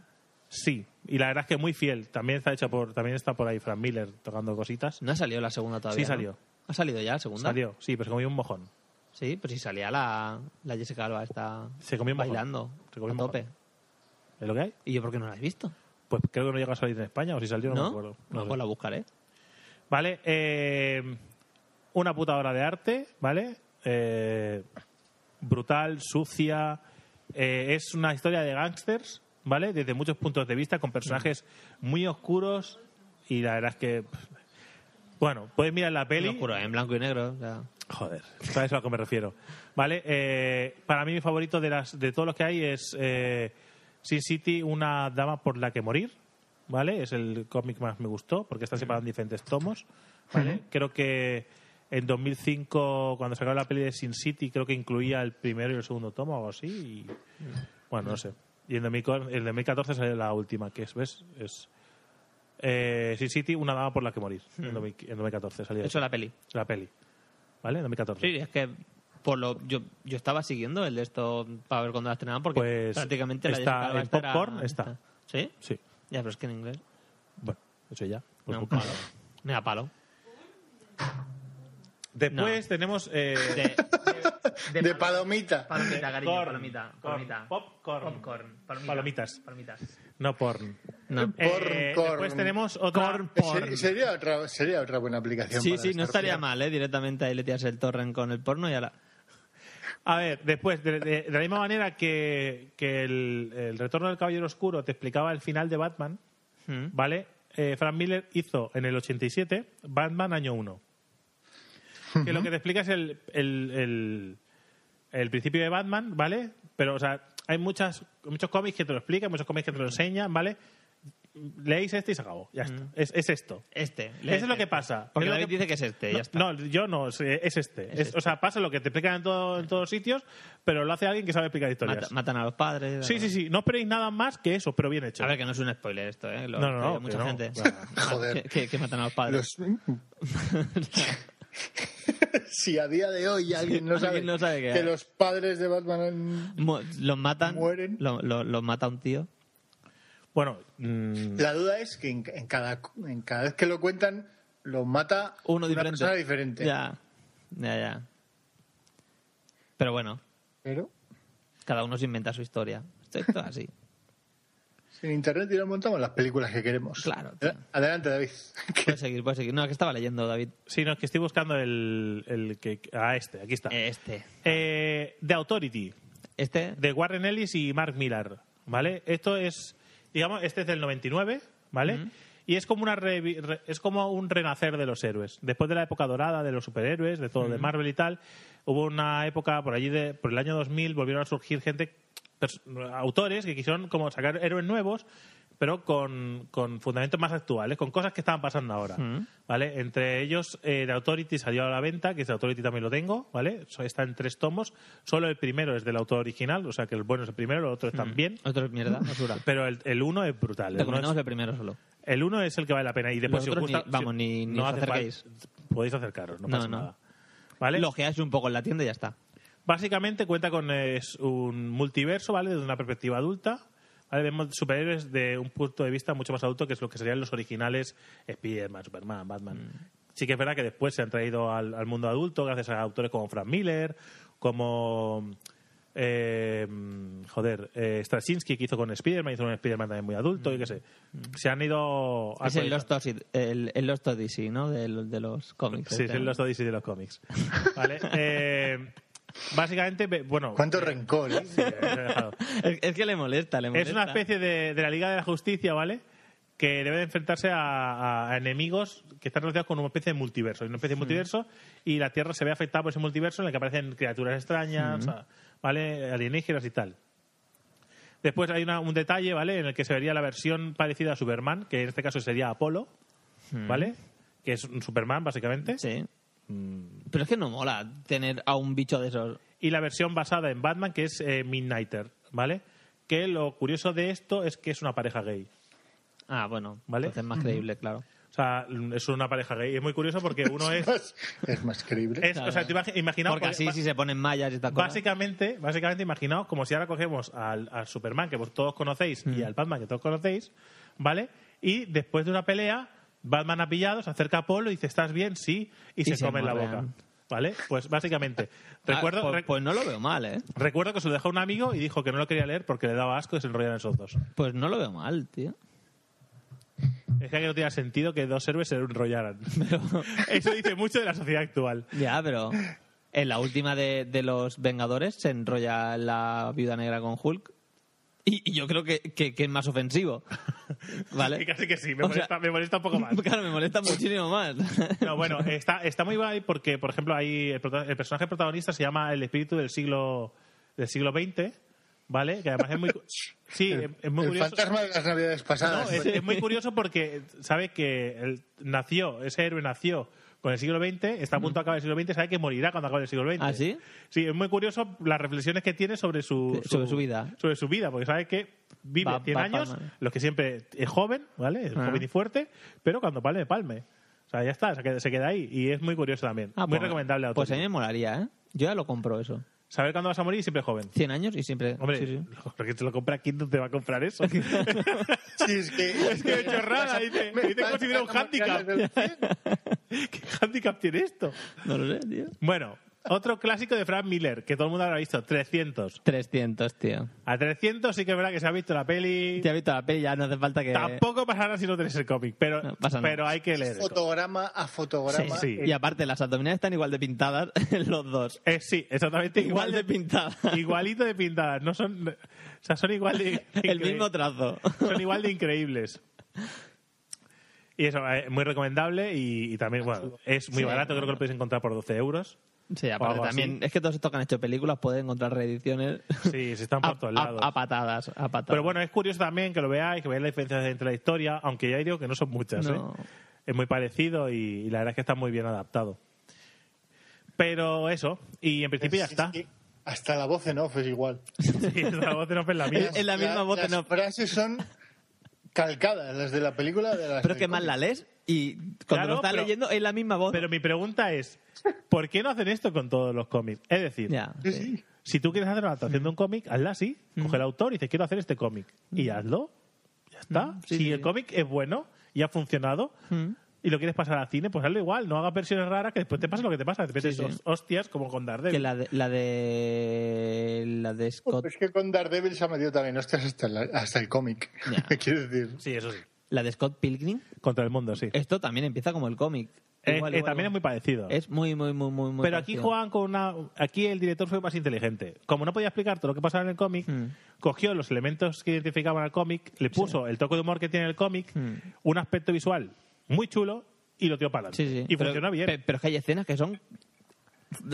B: Sí, y la verdad es que muy fiel. También está hecha por, también está por ahí Frank Miller tocando cositas.
D: No ha salido la segunda todavía.
B: Sí,
D: ¿no?
B: salió.
D: ¿Ha salido ya la segunda?
B: Salió, sí, pero se comió un mojón.
D: Sí, pero si salía la, la Jessica Alba está
B: Se comió un mojón.
D: bailando
B: Se comió
D: a
B: un
D: tope.
B: mojón. ¿Es lo que hay?
D: ¿Y yo por qué no la he visto?
B: Pues creo que no llega a salir en España, o si salió no, me
D: ¿No?
B: acuerdo.
D: Ah,
B: No sé.
D: pues la buscaré.
B: Vale, eh, una puta obra de arte, ¿vale? Eh, brutal, sucia. eh, es una historia de gángsters, ¿vale? Desde muchos puntos de vista, con personajes muy oscuros. Y la verdad es que. pff, Bueno, puedes mirar la
D: Muy
B: peli.
D: oscuro, ¿eh? en blanco y negro. o sea.
B: Joder, sabes a lo que me refiero. Vale, eh, para mí mi favorito de las de todos los que hay es eh, Sin City, una dama por la que morir. Vale, es el cómic más me gustó porque está separado en diferentes tomos. Vale, creo que en 2005 cuando sacaron la peli de Sin City creo que incluía el primero y el segundo tomo o algo así. y- bueno, no sé. Y en 2014 en 2014 salió la última que es ves es eh, Sin City, una dama por la que morir. En 2000 en 2014 salió
D: Eso es la peli.
B: la peli. ¿Vale? En 2014.
D: Sí, es que por lo, yo, yo estaba siguiendo el de esto para ver cuándo la estrenaban porque
B: Pues
D: prácticamente la
B: está
D: Jessica Alba
B: en
D: esta era-
B: Popcorn, está.
D: ¿Sí?
B: Sí.
D: Ya, pero es que en inglés.
B: Bueno, eso ya. Pues
D: Me da un palo. Me da palo.
B: Después
D: No.
B: tenemos. eh,
D: De, de-
C: de,
D: de
C: palomita.
D: Palomita, cariño,
B: Corn.
D: palomita.
B: Corn.
D: Palomita.
B: Popcorn.
D: Popcorn. palomita,
B: Palomitas.
D: Palomitas.
B: No porn.
D: No.
B: Eh, después tenemos otra-
C: Ser- Sería otra, sería otra buena aplicación.
D: Sí,
C: para
D: sí, no
C: estar-
D: estaría mal, ¿eh? Directamente ahí le tiras el torrent con el porno y ahora...
B: A ver, después, de, de- de la misma manera que, que el, el Retorno del Caballero Oscuro te explicaba el final de Batman, ¿vale? Eh, Frank Miller hizo en el 87 Batman Año 1. Que lo que te explica es el, el, el- el principio de Batman, ¿vale? Pero, o sea, hay muchas, muchos cómics que te lo explican, muchos cómics que te lo enseñan, ¿vale? Leéis este y se acabó. Ya está. Es, es esto.
D: Este.
B: Eso es lo que pasa.
D: Porque
B: Es lo
D: David
B: que-
D: dice que es este,
B: no,
D: ya está.
B: No, yo no, es es este. Es- o sea, pasa lo que te explican en, todo- en todos sitios, pero lo hace alguien que sabe explicar historias.
D: Mata- matan a los padres...
B: sí, sí, sí. No esperéis nada más que eso, pero bien hecho.
D: A ver, que no es un spoiler esto, ¿eh? Lo-
B: No, no,
D: lo digo
B: no,
D: Mucha
B: que no.
D: gente.
C: <laughs> Joder.
D: <laughs> Que, que- que matan a los padres.
C: <laughs> si a día de hoy alguien no
D: Alguien
C: sabe,
D: no sabe qué
C: que
D: hay.
C: los padres de Batman han-
D: Mu- Los matan. Mueren. Los mata un tío.
B: Bueno, Mm.
C: La duda es que en, en cada, en cada vez que lo cuentan, lo mata
D: uno
C: una
D: diferente.
C: persona diferente.
D: Ya, ya, ya. Pero bueno,
C: Pero
D: cada uno se inventa su historia. Esto esto es
C: <laughs>
D: así.
C: en internet y nos montamos las películas que queremos. ¿Eh?
D: Claro.
C: Adelante, David. <laughs>
D: Puedes seguir, puedes seguir. No, que estaba leyendo, David.
B: Sí, no, es que estoy buscando el, el que... Ah, este, aquí está.
D: Este.
B: Eh, The Authority.
D: Este.
B: De Warren Ellis y Mark Millar, ¿vale? Esto es, digamos, este es del 99, ¿vale? Y es como, una revi- re- es como un renacer de los héroes. Después de la época dorada de los superhéroes, de todo, de Marvel y tal, hubo una época por allí, de, por el año 2000, volvieron a surgir gente, pers- autores que quisieron como sacar héroes nuevos, pero con, con fundamentos más actuales, con cosas que estaban pasando ahora. ¿vale? Entre ellos, eh, The Authority salió a la venta, que The Authority también lo tengo, ¿vale? So- Está en tres tomos. Solo el primero es del autor original, o sea que el bueno es el primero, el otro también.
D: Otro es mierda, basura.
B: Pero el, el uno es brutal. El uno
D: Recomendamos
B: es,
D: el primero solo.
B: el uno es el que vale la pena. Y después,
D: Los
B: si os
D: otros ni-
B: gusta. si-
D: vamos, ni- ni os
B: hace falta-
D: acerquéis.
B: Podéis acercaros, no,
D: No,
B: pasa
D: no.
B: nada. ¿Vale?
D: Lo ojeáis un poco en la tienda y ya está.
B: Básicamente cuenta con eh, es un multiverso, ¿vale? Desde una perspectiva adulta. ¿vale? Vemos superhéroes de un punto de vista mucho más adulto que es lo que serían los originales Spider-Man, Superman, Batman.
D: Mm.
B: Sí que es verdad que después se han traído al, al mundo adulto gracias a autores como Frank Miller, como... eh, joder, eh, Straczynski que hizo con Spider-Man, hizo un Spider-Man también muy adulto, y qué sé. Se han ido...
D: Mm. Es
B: actualizando.
D: el Lost, Odyssey, el, el Lost Odyssey, ¿no? De, lo- de los cómics.
B: Sí, es
D: este,
B: el
D: ¿no?
B: Lost Odyssey de los cómics.
D: <laughs>
B: Vale, eh, básicamente, ve- bueno...
C: ¿Cuánto rencor? eh?
D: es, es que le molesta, le molesta.
B: Es una especie de, de la Liga de la Justicia, ¿vale? Que debe de enfrentarse a, a- a enemigos que están relacionados con una especie de multiverso. Hay Una especie de
D: Mm.
B: multiverso y la Tierra se ve afectada por ese multiverso en el que aparecen criaturas extrañas,
D: Mm.
B: o sea, ¿vale? Alienígenas y tal. Después hay una- un detalle, ¿vale? En el que se vería la versión parecida a Superman, que en este caso sería Apolo, ¿vale? Que es un Superman, básicamente.
D: Mm. Sí. Pero es que no mola tener a un bicho de esos.
B: y la versión basada en Batman, que es eh, Midnighter, ¿vale? Que lo curioso de esto es que es una pareja gay.
D: Ah, bueno,
B: ¿Vale?
D: entonces es más creíble, claro.
B: O sea, es una pareja gay. Y es muy curioso porque uno es...
C: Más- <laughs> es más creíble.
B: es- o sea, te imagi- imaginaos...
D: Porque así,
B: ba-
D: si se ponen mallas y estas cosas.
B: Básicamente, básicamente imaginaos como si ahora cogemos al, al Superman, que vos todos conocéis,
D: Mm.
B: y al Batman, que todos conocéis, ¿vale? Y después de una pelea, Batman ha pillado, se acerca a Apolo y dice, ¿estás bien? Sí, y, se,
D: se
B: come en la boca.
D: morrean.
B: ¿Vale? Pues básicamente,
D: <laughs> Ah,
B: recuerdo,
D: pues,
B: re-
D: pues no lo veo mal, ¿eh?
B: recuerdo que se lo dejó un amigo y dijo que no lo quería leer porque le daba asco y se enrollaran esos dos.
D: Pues no lo veo mal, tío.
B: Es que no tiene sentido que dos héroes se
D: <laughs>
B: enrollaran. Eso dice mucho de la sociedad actual.
D: Ya, pero en la última de, de los Vengadores se enrolla la Viuda Negra con Hulk. Y, y yo creo que, que- que es
B: <laughs>
D: más ofensivo. ¿Vale?
B: Y <laughs> casi que sí, me
D: O sea-
B: molesta, me molesta un poco
D: <laughs>
B: más.
D: Claro, me molesta
B: <laughs>
D: muchísimo más.
B: No, bueno, está, está muy guay porque, por ejemplo, ahí el, prota- el personaje protagonista se llama el espíritu del siglo del siglo XX, ¿vale? Que además es
D: <laughs>
B: muy cu- sí, es, es muy
C: el
B: curioso.
C: fantasma de las navidades pasadas.
B: No, es, es muy curioso porque sabe que él nació, ese héroe nació con el siglo XX, está a punto de acabar el siglo XX, sabe que morirá cuando acabe el siglo XX.
D: ¿Ah, sí?
B: Sí, es muy curioso las reflexiones que tiene sobre su,
D: Sí, sobre su vida.
B: Sobre su vida, porque sabe que vive
D: Va-
B: 100
D: va
B: años,
D: palmando.
B: los que siempre es joven, ¿vale? Es
D: Ah.
B: joven y fuerte, pero cuando palme, palme. O sea, ya está, se queda, se queda ahí. Y es muy curioso también.
D: Ah,
B: muy
D: pues-
B: recomendable. autor.
D: Pues a mí me molaría, ¿eh? Yo ya lo compro eso.
B: Saber cuándo vas a morir y siempre joven.
D: 100 años y siempre...
B: Hombre,
D: sí, sí.
B: <laughs> porque te lo compra aquí, no te va a comprar eso. <laughs>
D: <laughs>
B: es
C: Sí, es que...
B: que chorrada, dice, dice
C: Me-
B: considera un handicap. ¿Qué handicap tiene esto?
D: No lo sé, tío.
B: Bueno, Otro clásico de Frank Miller, que todo el mundo habrá visto, 300.
D: 300, tío.
B: A 300 sí que es verdad que se ha visto la peli.
D: Te ha visto la peli, ya no hace falta que.
B: Tampoco pasa nada si no tienes el cómic, pero,
D: No pasa nada.
B: <laughs> pero hay que leer.
C: Fotograma a fotograma.
B: Sí, sí.
D: Y aparte, las abdominales están igual de pintadas <laughs>
B: <laughs>
D: los dos.
B: Eh, sí, exactamente
D: Igual
B: igual,
D: de pintadas.
B: <laughs> Igualito de pintadas. No son, o sea, son igual de.
D: <laughs> El
B: incre-
D: mismo trazo.
B: Son igual de increíbles. Y eso, eh, muy recomendable y, y también, bueno, es muy
D: Sí.
B: barato, creo que lo podéis encontrar por 12 euros.
D: Sí,
B: O
D: aparte
B: algo así.
D: también. Es que todos estos que han hecho películas pueden encontrar reediciones
B: <laughs> Sí, se están
D: a,
B: por todos
D: a-
B: lados.
D: a patadas. A patadas.
B: Pero bueno, es curioso también que lo veáis, que veáis las diferencias entre la historia, aunque ya digo que no son muchas.
D: No.
B: ¿eh? Es muy parecido y, y la verdad es que está muy bien adaptado. Pero eso, y en principio ya
C: Sí,
B: está.
C: sí. Hasta la voz en off es igual.
B: <laughs> Sí, la voz de no es la
C: <laughs>
B: mía.
C: Eh,
D: Es la misma voz
C: las
D: en off.
C: frases son calcadas, las de la película. De las
D: Pero
C: del
D: es que más
C: cómic.
D: la lees y cuando
B: Claro,
D: lo estás
B: pero-
D: leyendo es la misma voz.
B: Pero mi pregunta es, ¿por qué no hacen esto con todos los cómics? Es decir,
D: Ya, sí. Mm.
B: si tú quieres hacer una adaptación de un cómic, hazla así, coge el autor y dice, quiero hacer este cómic. Y hazlo, ya está.
D: Mm, sí,
B: si
D: sí,
B: el
D: sí.
B: cómic es bueno y ha funcionado
D: Hmm.
B: y lo quieres pasar al cine, pues hazlo igual. No hagas versiones raras que después te pasa lo que te pasa. Te metes
D: sí.
B: hos- hostias como con Daredevil.
D: Que la de, la de. La de Scott.
C: Es que con Daredevil se ha metido también hostias hasta, la- hasta el cómic.
D: Ya.
C: <laughs> ¿Qué quiero decir?
B: Sí, eso sí.
D: La de Scott Pilgrim.
B: Contra el mundo, sí.
D: Esto también empieza como el cómic.
B: Eh,
D: Igual,
B: eh,
D: igual,
B: también es muy parecido.
D: Es muy, muy, muy, muy. muy
B: Pero aquí
D: parecido.
B: juegan con una. Aquí el director fue más inteligente. Como no podía explicar todo lo que pasaba en el cómic,
D: Mm.
B: cogió los elementos que identificaban al cómic, le puso el toque de humor que tiene el cómic,
D: Mm.
B: un aspecto visual muy chulo y lo tiró para adelante.
D: Sí, sí.
B: Y
D: Pero-
B: funcionó bien.
D: pe- Pero es que hay escenas que son.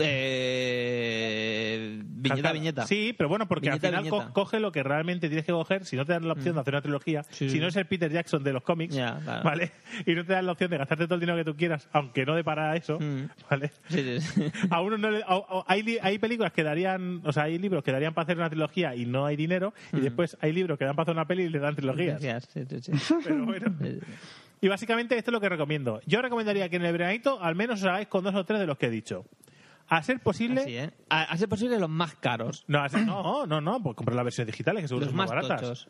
D: De. eh, Viñeta a
B: Calcada.
D: viñeta.
B: Sí, pero bueno, porque
D: Viñeta a
B: al final co-
D: viñeta. Mm.
B: coge lo que realmente tienes que coger. Si no te dan la opción de hacer una trilogía,
D: Sí,
B: si
D: sí.
B: no es el Peter Jackson de los cómics,
D: Ya, claro.
B: ¿vale? <laughs> Y no te dan la opción de gastarte todo el dinero que tú quieras, aunque no de para eso,
D: Mm.
B: ¿vale?
D: Sí, sí, sí.
B: <laughs> a uno no le- a- a- hay, li- hay películas que darían, o sea, hay libros que darían para hacer una trilogía y no hay dinero, y después hay libros que dan para hacer una peli y le dan trilogías.
D: Gracias, Mm. sí, sí, sí.
B: <laughs> Pero bueno.
D: Sí, sí.
B: Y básicamente esto es lo que recomiendo. Yo recomendaría que en el veranito al menos os hagáis con dos o tres de los que he dicho. A ser posible.
D: Así, ¿eh? A, a ser posible, los más caros.
B: No, a ser- no, no, no, pues comprar las versiones digitales que seguro
D: los
B: son más
D: más
B: baratas.
D: tochos.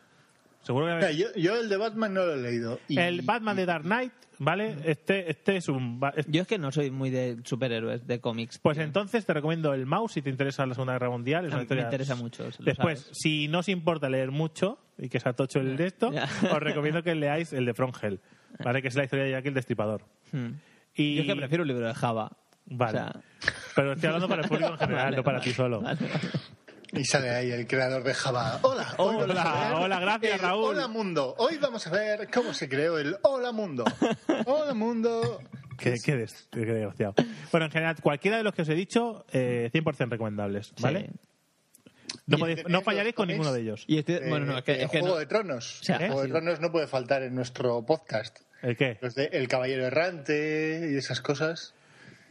B: Seguro que la
C: O sea, yo, yo el de Batman no lo he leído. Y-
B: El Batman de Dark Knight, ¿vale? Este, este es un... ba- es-
D: Mm. Yo es que no soy muy de superhéroes, de cómics.
B: Pues
D: tío.
B: entonces te recomiendo el Mouse si te interesa la Segunda Guerra Mundial. Es una
D: A mí me
B: historia-
D: interesa mucho, lo
B: Después,
D: sabes.
B: si no os importa leer mucho y que sea tocho el de esto,
D: Ya.
B: <laughs> os recomiendo que leáis el de From Hell, ¿vale? Que es la historia de Jack el Destripador.
D: Hmm.
B: Y...
D: Yo es que prefiero un libro de Java.
B: Vale.
D: O sea-
B: Pero estoy hablando para el público en general,
D: <laughs> Vale,
B: no para
D: vale.
B: ti solo.
D: Vale, vale.
C: Y sale ahí el creador de Java. Hola, hoy
B: Hola,
C: vamos a ver
B: hola, gracias,
C: el
B: Raúl.
C: Hola Mundo. Hoy vamos a ver cómo se creó el Hola
D: <laughs>
C: Mundo. Hola Mundo.
B: Qué, qué des- qué desgraciado. Bueno, en general, cualquiera de los que os he dicho, eh, 100% recomendables, ¿vale?
D: Sí.
B: No,
C: Y
B: podéis-
C: tenéis
B: no
C: los
B: fallaréis con
C: cómics
B: ninguno de ellos.
D: Y estoy- bueno,
C: Eh,
D: no, es que,
C: eh,
D: es que
C: Juego
D: no-
C: de Tronos.
D: sea,
C: Juego de
D: sí.
C: Tronos no puede faltar en nuestro podcast.
B: ¿El qué?
C: Los de El Caballero Errante y esas cosas.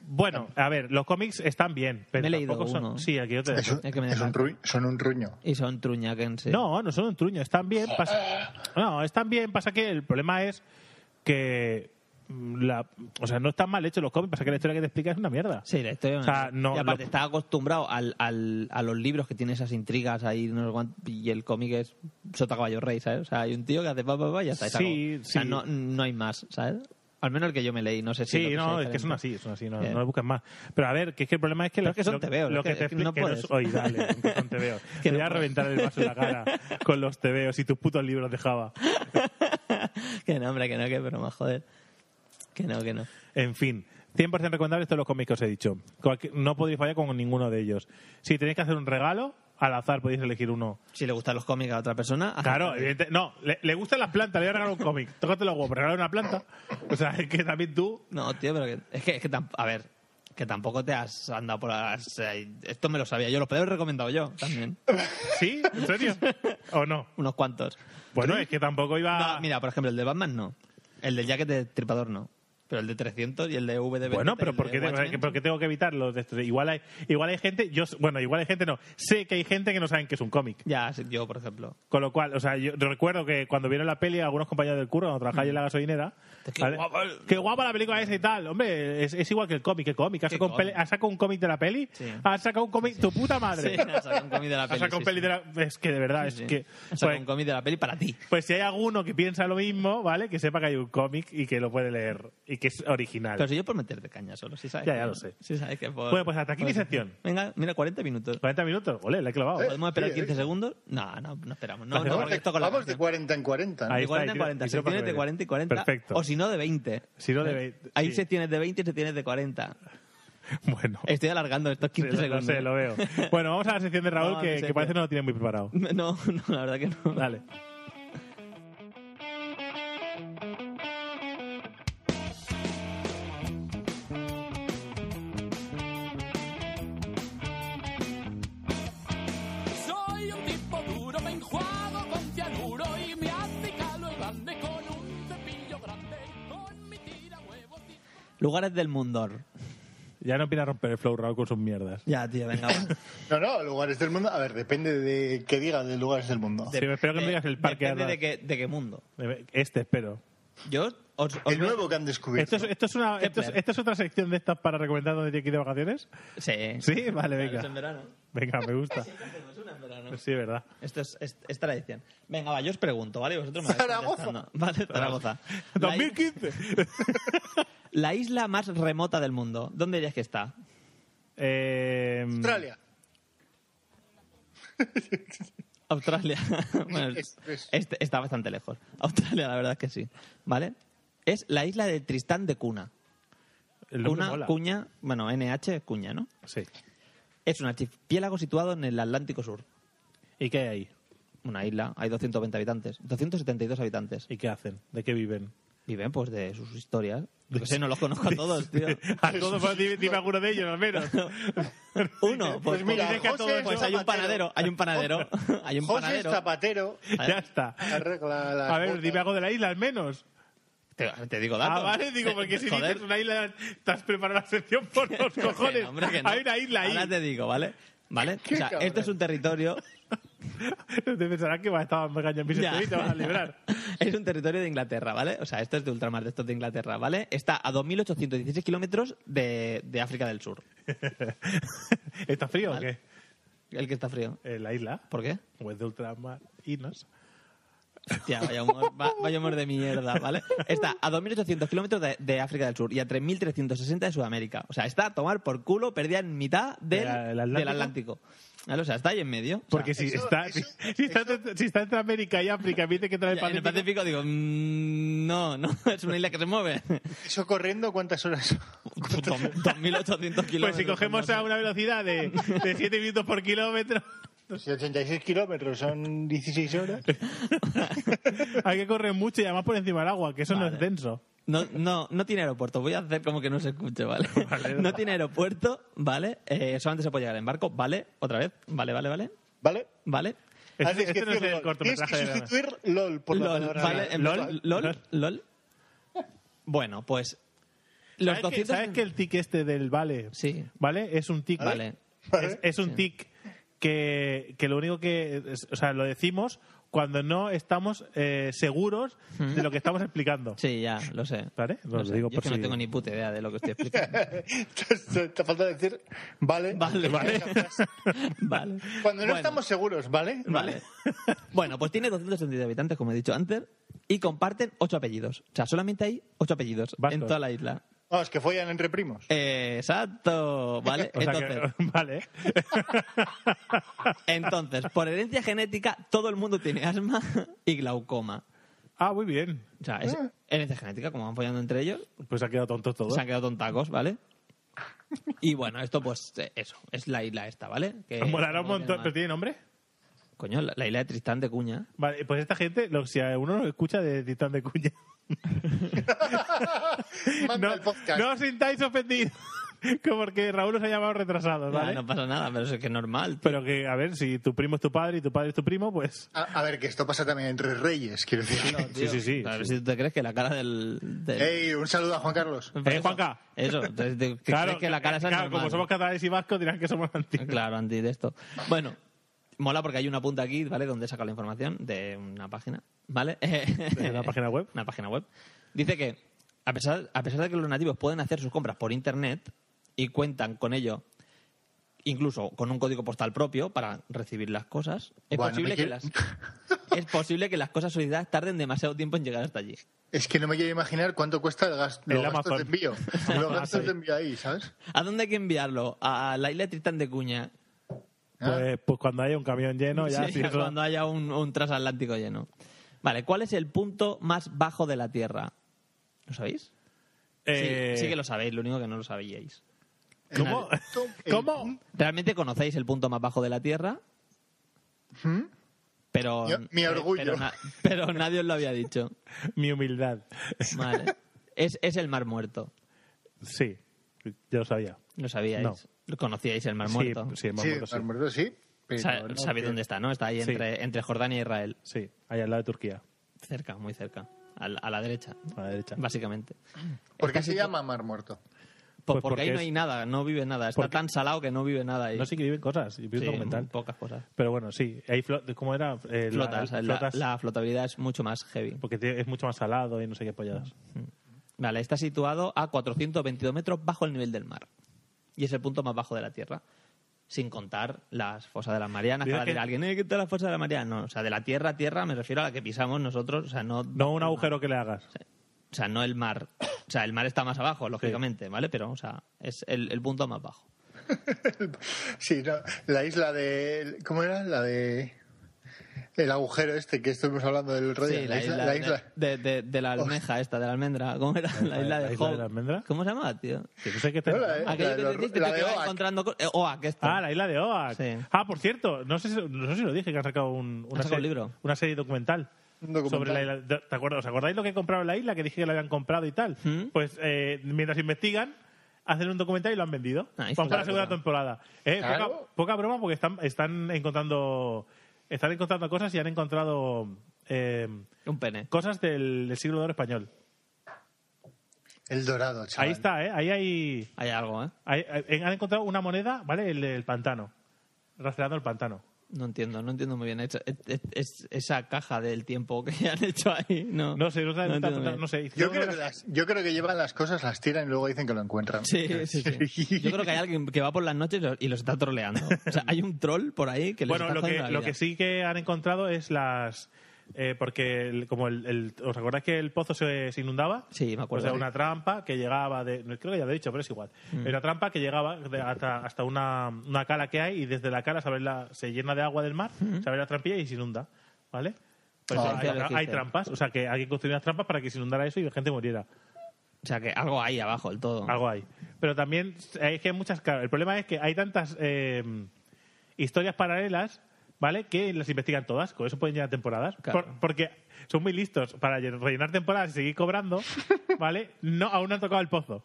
B: Bueno, a ver, los cómics están bien, pero
D: Me he leído
B: tampoco son...
D: uno.
B: Sí, aquí yo
D: <laughs>
B: te
C: Es un-
D: Es que me
C: es un
D: deja.
C: ruin- son un ruño.
D: Y son truñaquense.
B: No, no son un truño, están bien. Pasa... No, están bien, pasa que el problema es que... mm, La... O sea, no están mal hechos los cómics, pasa que la historia que te explica es una mierda.
D: Sí, la historia-
B: O sea, no,
D: y aparte
B: lo-
D: está acostumbrado al, al- a los libros que tiene esas intrigas ahí no sé cuánto, y el cómic es Sota Caballo Rey, ¿sabes? O sea, hay un tío que hace pa, pa, pa y ya está. y
B: Sí,
D: se acabó. O sea,
B: sí.
D: no, no hay más, ¿sabes? Al menos el que yo me leí, no sé si... lo
B: Sí,
D: que sea
B: no, es que
D: diferente.
B: son así, son así, no,
D: Bien.
B: no le busques más. Pero a ver, que es que el problema es que...
D: Pero
B: lo-
D: es que son
B: lo-
D: tebeos,
B: Lo
D: es
B: que,
D: que-
B: te
D: es que no
B: explica-
D: puedes.
B: es- Oye,
D: <laughs>
B: dale, que son tebeos. Te
D: Que no
B: voy a
D: puedes.
B: reventar el vaso en la
D: <laughs>
B: cara con los tebeos y tus putos libros de Java.
D: Que no, hombre, que no, que broma, joder. Que no, que no.
B: En fin, 100% recomendable estos los cómics que os he dicho. Cualquier- no podéis fallar con ninguno de ellos. Si tenéis que hacer un regalo, al azar podéis elegir uno.
D: Si le gustan los cómics a otra persona... ah, ajá.
B: Claro, evidente- no, le, le gustan las plantas, le voy a regalar un cómic. Tócate los huevos, pero regalar una planta. O sea, es que también tú...
D: No, tío, pero que, es que, es que tam- a ver, que tampoco te has andado por... las- o sea, esto me lo sabía yo, los podría haber recomendado yo también.
B: ¿Sí? ¿En serio? ¿O no?
D: Unos cuantos.
B: Bueno, es que tampoco iba...
D: No, mira, por ejemplo, el de Batman no. El del jacket de Tripador no. Pero el de 300 y el de V de
B: Bueno,
D: Vendetta y
B: pero
D: el
B: ¿por
D: de
B: qué, tengo,
D: Watchmen.
B: por qué tengo que evitarlo? Igual hay, igual hay gente, yo, bueno, igual hay gente no. Sé que hay gente que no saben que es un cómic.
D: Ya, sí, yo, por ejemplo.
B: Con lo cual, o sea, yo recuerdo que cuando vieron la peli, algunos compañeros del curro, cuando trabajaba yo en la gasolinera.
D: Mm. Qué guapa el-
B: qué guapa la película esa y tal. Hombre, es, es igual que el cómic, el cómic. ¿Has
D: Qué
B: sacado, un peli-
D: cómic.
B: has sacado un cómic de la peli?
D: Sí.
B: ¿Has sacado un cómic? ¡Tu puta madre!
D: Sí, <laughs> ha sacado un cómic de la
B: Has
D: peli.
B: sacado un
D: sí,
B: peli
D: sí.
B: de la- Es que de verdad,
D: Sí,
B: es
D: sí.
B: que.
D: Ha sacado
B: pues,
D: un cómic de la peli para ti.
B: pues si hay alguno que piensa lo mismo, ¿vale? Que sepa que hay un cómic y que lo puede leer. Y que es original.
D: Pero si yo por meterte caña solo, si sabes.
B: Ya,
D: que-
B: ya lo sé.
D: Si sabes que por-
B: Bueno, pues hasta aquí mi
D: por-
B: sección.
D: Venga, mira, 40 minutos.
B: 40 minutos, ole, la he clavado.
D: ¿Podemos esperar 15 segundos? No, no, no esperamos. No, no,
C: vamos
D: porque
C: de,
D: esto con la
C: vamos de
D: canción.
C: 40 en 40. ¿no?
B: Ahí
D: de
B: está,
D: 40
B: y
D: en
B: tiro-
D: 40,
B: y tiro para
D: secciones de
B: arriba.
D: 40 y 40.
B: Perfecto.
D: O si no, de 20.
B: Si no, de 20,
D: Hay
B: sí.
D: secciones de 20 y secciones de 40.
B: <laughs> Bueno.
D: Estoy alargando estos 15
B: Sí, lo-
D: segundos.
B: Lo sé, lo veo. Bueno, vamos a la sección de Raúl,
D: Vamos a la
B: que, que
D: sección.
B: parece no lo tiene muy preparado.
D: <laughs> No, no, la verdad que no.
B: Dale.
K: Soy un tipo duro, me enjuago con cianuro y me acicalo el grande con un cepillo grande, con mi tira huevos y...
D: Lugares del mundor.
B: Ya no empieza a romper el flow Raúl con sus mierdas.
D: Ya, tío, venga. va.
C: No, no, lugares del mundo. A ver, depende de qué digas de lugares del mundo.
B: Sí, espero que me digas el parque.
D: Depende
B: ahora.
D: de qué, de qué mundo.
B: Este, espero.
D: Yo os, os
C: El
D: voy-
C: nuevo que han descubierto.
B: Esto es, esto es una,
D: Qué
B: esto es-
D: perro.
B: esto es otra sección de estas para recomendar donde tiene que ir de vacaciones.
D: Sí.
B: Sí, vale,
D: Claro, es
B: venga.
D: en verano.
B: Venga, me
D: <laughs>
B: gusta.
D: Es una en verano.
B: Sí, es verdad.
D: Esto es, es- es tradición. Venga, va, yo os pregunto, ¿vale? Vosotros me vais
C: Zaragoza.
D: contestando. Vale,
B: <laughs>
D: Zaragoza. La, is- <laughs>
B: 2015.
D: la isla más remota del mundo. ¿Dónde dirías que está?
B: Eh,
C: Australia.
D: Australia. <laughs> bueno,
C: Es- es-
D: este- está bastante lejos. Australia, la verdad es que sí. ¿Vale? Es la isla de Tristán de Cuna.
B: el nombre
D: Cuna,
B: mola.
D: cuña, bueno, NH es cuña, ¿no?
B: Sí.
D: Es un archipiélago situado en el Atlántico Sur.
B: ¿Y qué hay ahí?
D: Una isla, hay 220 habitantes, 272 habitantes.
B: ¿Y qué hacen? ¿De qué <laughs> viven?
D: Viven, pues, de sus historias. Yo qué sé, no los conozco a todos,
B: <laughs>
D: tío.
B: A todos, pues, dime, dime alguno de ellos, al menos.
D: <laughs> Uno, pues,
C: Pues mira,
D: pues,
B: Dice que a
C: José
B: todos-
C: es
D: pues hay un panadero, hay
B: <laughs>
D: un panadero, hay un
C: José es
D: panadero.
C: zapatero.
B: ya está.
C: Arregla las
B: A ver,
C: botas.
B: dime algo de la isla, al menos.
D: Te, te digo datos.
B: Ah, vale, digo, porque si
D: Joder.
B: dices una isla, te has preparado la sección por
D: <laughs>
B: los
D: Que no,
B: cojones.
D: hombre, que no.
B: Hay una isla ahí.
D: Ahora te digo, ¿vale? ¿Vale? O sea,
C: cabrón.
D: esto es un territorio...
B: Te pensarás que va a estar dando caña en mi
D: Ya.
B: sección y te vas a
D: <laughs>
B: librar.
D: es un territorio de Inglaterra, ¿vale? O sea, esto es de ultramar, de esto es de Inglaterra, ¿vale? Está a 2.816 kilómetros de, de África del Sur.
B: ¿Está frío
D: Vale. El que está frío.
B: o qué? Eh, la isla.
D: ¿Por qué?
B: Pues de ultramarinos.
D: Hostia,
B: <laughs>
D: vaya humor, va- vaya humor de mierda, ¿vale? Está a 2.800 kilómetros de, de África del Sur y a 3.360 de Sudamérica. O sea, está a tomar por culo, perdida en mitad del,
B: ¿El Atlántico?
D: del Atlántico. ¿Vale? O sea, está ahí en medio. O sea,
B: Porque si,
C: eso-
B: está,
C: eso-
B: <laughs> si, está, si está entre América y África, me dice que trae el
D: en el
B: Pacífico.
D: Pacífico digo, mm, no, <laughs> no, es una isla que
B: <laughs>
D: se mueve.
C: Eso corriendo, ¿cuántas horas?
D: Dos- 2.800 kilómetros.
B: Pues si cogemos a una velocidad de, de 7 minutos por kilómetro,
C: Pues Si 86 kilómetros son 16 horas.
B: <laughs> hay que correr mucho y además por encima del agua, que eso no
D: Vale.
B: es denso.
D: No, no, no tiene aeropuerto. Voy a hacer como que no se
B: <laughs>
D: escuche, ¿vale? No tiene aeropuerto, ¿vale? Eh, solamente se puede llegar en barco, ¿vale? Otra vez, ¿vale, vale, vale.
C: ¿Vale.
D: ¿Vale?
B: Este,
C: Haces
B: este no es
C: decir
B: el
C: LOL.
B: cortometraje de
C: Tienes
B: la-
C: que sustituir LOL por la
D: LOL,
C: palabra
D: ¿vale? En
B: LOL, em-
D: plan, LOL,
B: LOL.
D: LOL, Bueno, pues. Los
B: ¿Sabes, que,
D: 200.
B: sabes que el tic este del vale?
D: Sí.
B: ¿Vale? Es un tic.
D: Vale.
B: Es, es un tic que, que lo único que. es- o sea, lo decimos cuando no estamos eh, seguros de lo que estamos explicando.
D: Sí, ya, lo sé.
B: ¿Vale? pues
D: Lo
B: Lo
D: sé.
B: digo
D: Yo
B: por
D: es que
B: si-
D: no tengo ni puta idea de lo que
B: <laughs>
D: estoy explicando.
C: <laughs> Te- Te falta decir, vale.
D: Vale, vale. <laughs> vale.
C: Cuando no
D: Bueno.
C: estamos seguros, ¿vale?
D: Vale. bueno, pues tiene 272 habitantes, como he dicho antes, y comparten ocho apellidos. O sea, solamente hay ocho apellidos
B: Vascos.
D: en toda la isla.
C: Vamos, que follan entre
D: <laughs>
C: primos.
D: Eh, Exacto, ¿vale?
B: <laughs> O sea que-
D: entonces,
B: vale. <laughs>
D: entonces, por herencia genética, todo el mundo tiene asma y glaucoma.
B: ah, muy bien.
D: O sea, es herencia genética, como van follando entre ellos,
B: Pues ha quedado tonto Ah. todo.
D: se han quedado tontacos, ¿vale? Y bueno, esto pues, eh, eso, es la isla esta, ¿vale? Que
B: Molará un
D: tampoco
B: montón.
D: tiene
B: ¿Pero
D: más.
B: tiene nombre?
D: Coño, la, la isla de Tristán de Cuña.
B: Vale, pues esta gente, lo, si a uno nos escucha de Titán de Cuña.
C: Manda
B: no,
C: el podcast.
B: no os sintáis ofendidos <laughs> como porque Raúl os ha llamado retrasados,
D: Ya,
B: Pues ¿vale? Pues
D: no pasa nada, pero eso es que es normal.
B: Pero que, a ver, si tu primo es tu padre y tu padre es tu primo, pues.
C: A, a ver, que esto pasa también entre reyes, quiero decir.
B: Sí, sí, sí.
D: A ver
B: sí.
D: si tú te crees que la cara del... del-
C: Ey, un saludo a Juan Carlos.
D: Pues eso,
B: Juanca.
D: Eso, te- te- que
B: Claro, eh,
D: crees que la cara esa es
B: claro, como
D: normal.
B: somos catalanes y vascos, dirán que somos antiguos.
D: <laughs> Claro, antes de esto. Bueno, mola porque hay una punta aquí, ¿vale? Donde he sacado la información de una página, ¿vale? <laughs>
B: ¿De una página web?
D: Una página web. Dice que, a pesar, a pesar de que los nativos pueden hacer sus compras por internet y cuentan con ello, incluso con un código postal propio para recibir las cosas, es
C: Bueno,
D: posible
C: me
D: que
C: quiero-
D: las. es posible que las cosas solidarias tarden demasiado tiempo en llegar hasta allí.
C: Es que no me quiero imaginar cuánto cuesta el gas,
D: El
C: los gastos
D: Amazon.
C: de envío. Los gastos de envío ahí, ¿sabes?
D: ¿A dónde hay que enviarlo? ¿A la isla de Tristán de Cuña?
C: Ah.
B: Pues, pues cuando haya un camión lleno, ya
D: Sí,
B: sí, eso-
D: cuando haya un, un transatlántico lleno. Vale, ¿cuál es el punto más bajo de la Tierra? ¿Lo sabéis?
B: Eh,
D: Sí, sí que lo sabéis, lo único que no lo sabíais.
B: ¿Cómo? <laughs> ¿Cómo?
D: ¿Realmente conocéis el punto más bajo de la Tierra? Pero,
B: ¿Mm? Yo- mi
D: eh,
B: orgullo.
D: Pero, na- pero nadie os lo había dicho.
B: Mi humildad.
D: Vale. Es, es el Mar Muerto.
B: Sí, yo lo sabía.
D: Lo sabíais.
B: No.
D: Lo conocíais el Mar
B: Sí,
D: Muerto.
B: sí, el Mar Sí, Muerto, sí. el Mar Muerto, sí, pero
D: Sa-
B: no
D: sabéis
B: que-
D: dónde está, ¿no? Está ahí
B: Sí.
D: entre, entre Jordania e Israel.
B: Sí, ahí al lado de Turquía.
D: Cerca, muy cerca. Al- A, la derecha.
B: A la derecha.
D: Básicamente.
C: ¿Por qué
D: Está
C: se
D: situ-
C: llama Mar Muerto?
D: Pues
B: Pues
D: porque,
B: porque
D: ahí no
B: es-
D: hay nada, no vive nada. Está tan salado que no vive nada ahí.
B: No sé que viven cosas, y vi un
D: Sí,
B: documental.
D: muy pocas cosas.
B: Pero bueno, sí, ahí flo- ¿cómo era? Eh, la-
D: Flotas, la,
B: flotas,
D: la flotabilidad es mucho más heavy.
B: Porque te- es mucho más salado y no sé qué polladas.
D: Vale, está situado a 422 metros bajo el nivel del mar. Y es el punto más bajo de la Tierra. Sin contar las fosas de las Marianas.
B: Mira
D: Para
B: que-
D: decir, alguien, ¿eh? ¿Qué tal las fosas de las Marianas? No, o sea, de la Tierra a Tierra me refiero a la que pisamos nosotros. O sea, no,
B: No un agujero que le hagas.
D: o sea, no el mar. O sea, el mar está más abajo, lógicamente, ¿vale? Pero, o sea, es el, el punto más bajo.
C: Sí, no, la isla de... ¿Cómo era? La de... El agujero este que estuvimos hablando del otro día.
D: Sí, la isla,
C: La isla. Oh.
D: De, de- de la almeja esta, de la almendra. ¿Cómo era? La, isla de Hope. ¿Cómo se llama, tío?
B: Que no sé qué te-
D: Aquello que decís que te vas encontrando... co- eh, Oak, esto.
B: Ah, la isla de Oak. Ah, por cierto, no sé, si- no sé si lo dije que han sacado un, una,
D: sacado
B: serie,
D: un libro.
B: una serie documental.
D: documental.
B: Sobre la isla, de- ¿te acuerdas? ¿Os acordáis lo que compraron en la isla? Que dije que lo habían comprado y tal.
D: ¿Mm?
B: Pues eh, mientras investigan, hacen un documental y lo han vendido.
D: Ah,
B: Van
D: esto
B: para la
D: es
B: segunda
D: bueno.
B: temporada. Eh,
D: Claro.
B: poca, poca broma porque están, están encontrando están encontrando cosas y han encontrado eh,
D: un pene.
B: cosas del, del siglo de oro español.
C: El dorado, chaval.
B: Ahí está, ¿eh? Ahí hay...
D: Hay algo, ¿eh?
B: han encontrado una moneda, ¿vale? El, el pantano. Rastreando el pantano.
D: No entiendo, no entiendo muy bien. Es- es- es- esa caja del tiempo que <laughs> han hecho ahí, no.
B: No sé, no, sé,
D: entiendo muy bien.
C: Yo creo, que las- yo creo que llevan las cosas, las tiran y luego dicen que lo encuentran.
D: Sí, sí, sí. Yo creo que hay alguien que va por las noches y los- y los está troleando. O sea, hay un troll por ahí que les
B: Bueno,
D: está
B: lo que,
D: jodiendo la
B: lo
D: vida.
B: que sí que han encontrado es las... eh, porque el- como el, el- ¿Os acordáis que el pozo se, se inundaba?
D: Sí, me acuerdo.
B: O sea, una trampa que llegaba de... no, Creo que ya lo he dicho, pero es igual.
D: Mm.
B: Una trampa que llegaba de- hasta, hasta una, una cala que hay y desde la cala se, abre la- se llena de agua del mar, se abre la trampilla y se inunda. ¿Vale? Pues
D: Mm. Ah,
B: hay,
D: ya lo
B: hay
D: dijiste.
B: trampas. O sea, que hay que construir unas trampas para que se inundara eso y la gente muriera.
D: O sea, que algo hay abajo del todo.
B: Algo hay. Pero también hay que hay muchas. claro, el problema es que hay tantas eh, historias paralelas, ¿vale? Que las investigan todas. Con eso pueden llenar temporadas.
D: Claro.
B: Por- porque son muy listos para llen- rellenar temporadas y seguir
D: <laughs>
B: cobrando, ¿vale? No, aún no han tocado el pozo.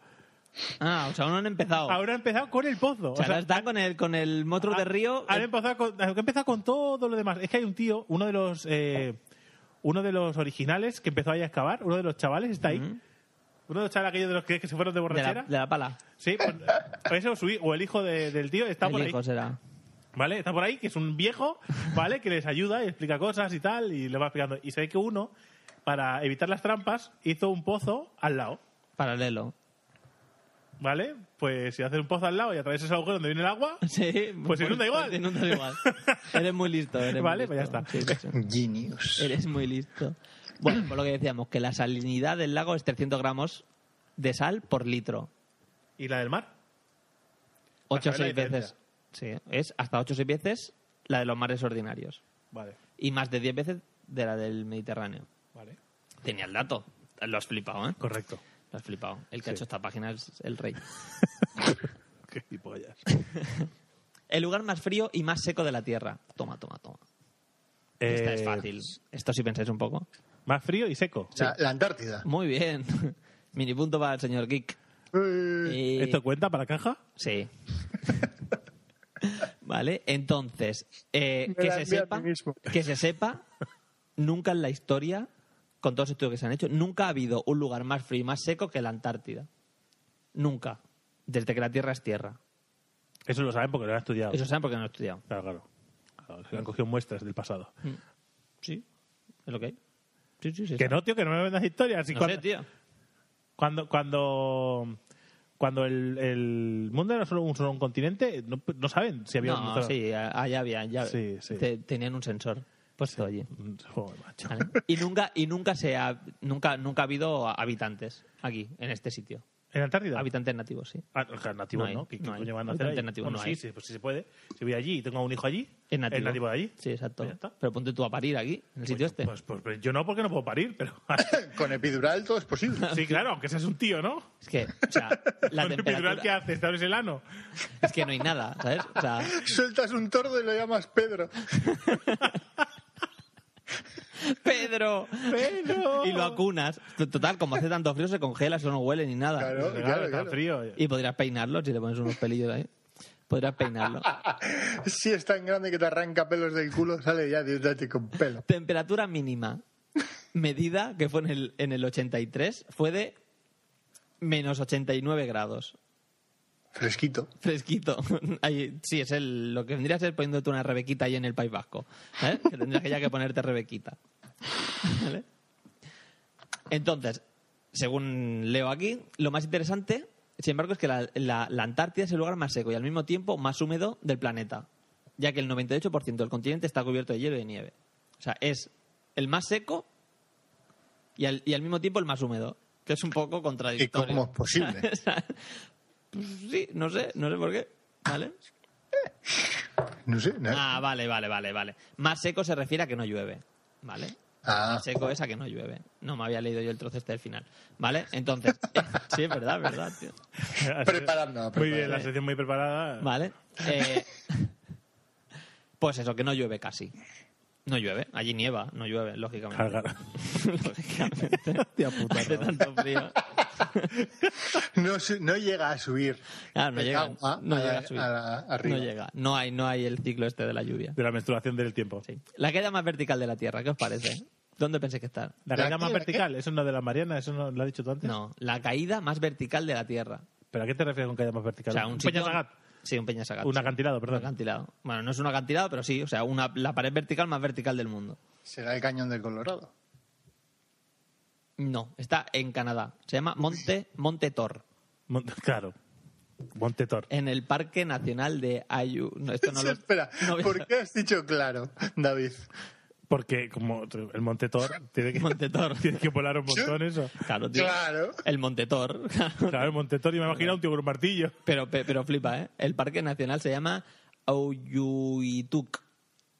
D: Ah, o sea, aún no han empezado.
B: Ahora han empezado con el pozo.
D: O sea, ahora están con el, con el motro de río. eh,
B: Han empezado con, han empezado con todo lo demás. Es que hay un tío, uno de los eh, uno de los originales que empezó ahí a excavar, uno de los chavales está ahí. Uno de los chavales aquellos de los que, que se fueron de
D: de, la,
B: borrachera.
D: de la pala.
B: Sí, pues, eh, ese o, su hi- o el hijo de- del tío está
D: El
B: por ahí.
D: hijo será.
B: ¿Vale? Está por ahí, que es un viejo, ¿vale? Que les ayuda y explica cosas y tal, y le va explicando. Y se ve que uno, para evitar las trampas, hizo un pozo al lado, <laughs>
D: Paralelo.
B: ¿vale? Pues si haces un pozo al lado y atraviesas el agujero donde viene el agua,
D: Sí,
B: pues se inunda igual.
D: Te inundas
B: <laughs>
D: igual. eres muy listo. Eres
B: Vale,
D: muy
B: pues ya
D: listo.
B: está.
D: Sí, <laughs> sí, sí.
C: Genius.
D: Eres muy listo. Bueno, por lo que decíamos, que la salinidad del lago es 300 gramos de sal por litro.
B: ¿Y la del mar?
D: 8 o
B: saber la
D: 6 veces. Sí, es hasta 8 o 6 veces la de los mares ordinarios.
B: Vale,
D: Y más de 10 veces de la del Mediterráneo.
B: vale.
D: Tenía el dato. Lo has flipado, ¿eh?
B: Correcto.
D: Lo has flipado. El que
B: Sí.
D: ha hecho esta página es el rey.
B: Qué gilipollas.
D: El lugar más frío y más seco de la Tierra. Toma, toma, toma. Esta es
B: Eh,
D: fácil. Esto si pensáis un poco.
B: Más frío y seco.
C: La, la Antártida.
D: Muy bien. <laughs> Mini punto para el señor Geek. Eh,
B: ¿Esto cuenta para caja?
D: Sí. <laughs> vale, entonces, eh,
B: Me
D: que,
B: la
D: se
B: envío a
D: sepa,
B: mí mismo.
D: que se sepa, nunca en la historia, con todos los estudios que se han hecho, nunca ha habido un lugar más frío y más seco que la Antártida. Nunca. Desde que la Tierra es Tierra.
B: Eso lo saben porque lo han estudiado.
D: Eso saben porque no lo han estudiado.
B: Claro, claro. Claro, se han cogido muestras del pasado.
D: Sí, es lo que hay. Sí, sí, sí.
B: Que
D: sabe.
B: no, tío, que no me vendas historias. Y
D: No
B: cuando,
D: sé, tío.
B: cuando cuando cuando el, el mundo era solo un, solo un continente, no, no saben si había
D: No,
B: un solo-
D: sí, allá había. ya-
B: Sí, sí.
D: te- tenían un sensor.
B: <laughs>
D: Pues oye. Vale. Y nunca, y nunca se ha, nunca, nunca ha habido habitantes aquí, en este sitio.
B: ¿En Antártida?
D: Habitantes nativos, sí.
B: Ah, o sea, nativos,
D: No
B: ¿no?
D: hay,
B: ¿Qué, qué
D: no hay.
B: coño van a hacer
D: Habitantes
B: ahí?
D: nativos
B: Bueno,
D: no
B: sí,
D: hay.
B: sí, pues si se puede. Si voy allí y tengo un hijo allí,
D: Es nativo.
B: es nativo de allí.
D: Sí, exacto.
B: Pues ya está.
D: Pero ponte tú a parir aquí, en el sitio este.
B: Pues, pues, pues yo no, porque no puedo parir, pero... <laughs>
C: Con epidural todo es
D: <laughs>
C: posible.
B: Sí, claro, aunque seas un tío, ¿no?
D: Es que,
B: <laughs>
D: o sea, la
B: Con epidural, ¿qué
D: temperatura...
B: haces? ¿Te abres el ano?
D: Es que no hay nada, ¿sabes? O sea,
B: <laughs>
C: Sueltas un tordo y lo llamas Pedro.
D: Pedro. Y lo acunas. T- Total, como hace tanto frío, se congela, eso no huele ni nada.
C: Claro,
B: claro, Claro, está claro. frío.
D: Y podrías peinarlo si le pones unos pelillos ahí. Podrías peinarlo.
C: Si es tan grande que te arranca pelos del culo, sale ya diurético con pelo.
D: Temperatura mínima medida, que fue en el, en el 83, fue de menos 89 grados.
C: Fresquito.
D: Fresquito. <laughs> Ahí, sí, es el, lo que vendría a ser poniéndote una rebequita ahí en el País Vasco. ¿eh? Que tendrías que ya que ponerte rebequita. <laughs> ¿Vale? Entonces, según leo aquí, lo más interesante, sin embargo, es que la, la- la Antártida es el lugar más seco y al mismo tiempo más húmedo del planeta, ya que el 98% del continente está cubierto de hielo y de nieve. O sea, es el más seco y al, y al mismo tiempo el más húmedo, que es un poco contradictorio.
C: cómo es posible?
D: <laughs> O sea, pues sí, no sé, no sé por qué. ¿Vale?
C: No sé. no-
D: Ah, vale, vale, vale, vale. Más seco se refiere a que no llueve. ¿Vale?
C: Ah,
D: Más seco es a que no llueve. No me había leído yo el trozo este del final. ¿Vale? Entonces, <laughs> sí, es verdad, es verdad, tío.
C: preparando.
B: Muy bien,
C: preparando.
B: la sección muy preparada.
D: ¿Vale? Eh, <laughs> pues eso, que no llueve casi. No llueve. Allí nieva, no llueve, lógicamente.
B: Claro, claro.
D: <laughs>
C: <laughs>
D: lógicamente.
B: Hostia puta,
D: Hace
B: cabrón.
D: tanto frío.
C: No, su- no llega a subir.
D: Claro, no
C: Me
D: llega,
C: cago, ah,
D: no
C: a
D: llega
C: la-
D: a subir.
C: a la- arriba.
D: No llega. No hay, no hay el ciclo este de la lluvia.
B: De la menstruación del tiempo.
D: Sí. La caída más vertical de la Tierra, ¿qué os parece? ¿Dónde penséis que está?
B: La
C: ¿La
B: caída
C: qué,
B: más
C: la
B: vertical, eso no de la Mariana, eso no lo has dicho tú antes.
D: No, la caída más vertical de la Tierra.
B: ¿Pero a qué te refieres con caída más vertical?
D: O sea, un sitio-
B: Peñasagat.
D: Sí, un peñasagat.
B: Un
D: sí.
B: acantilado,
D: Un
B: perdón.
D: acantilado. Bueno, no es un acantilado, pero sí, o sea, una, la pared vertical más vertical del mundo.
C: Será el cañón del Colorado.
D: No, está en Canadá. Se llama Monte, Monte Tor,
B: Mon- <laughs> claro. Monte Tor.
D: en el Parque Nacional de Ayu. No, esto no lo-
C: Espera,
D: no voy a-
C: ¿por qué has dicho claro, David?
B: Porque como el Monte Tor tiene que,
D: <laughs> Monte Tor.
B: <laughs> tiene que volar un montón eso.
D: Claro, tío.
C: Claro.
D: El Monte Tor. <laughs>
B: Claro, el Monte Tor, y me imagino a un tío con un martillo. <laughs>
D: Pero, pe- pero flipa, ¿eh? El parque nacional se llama Auyuituk.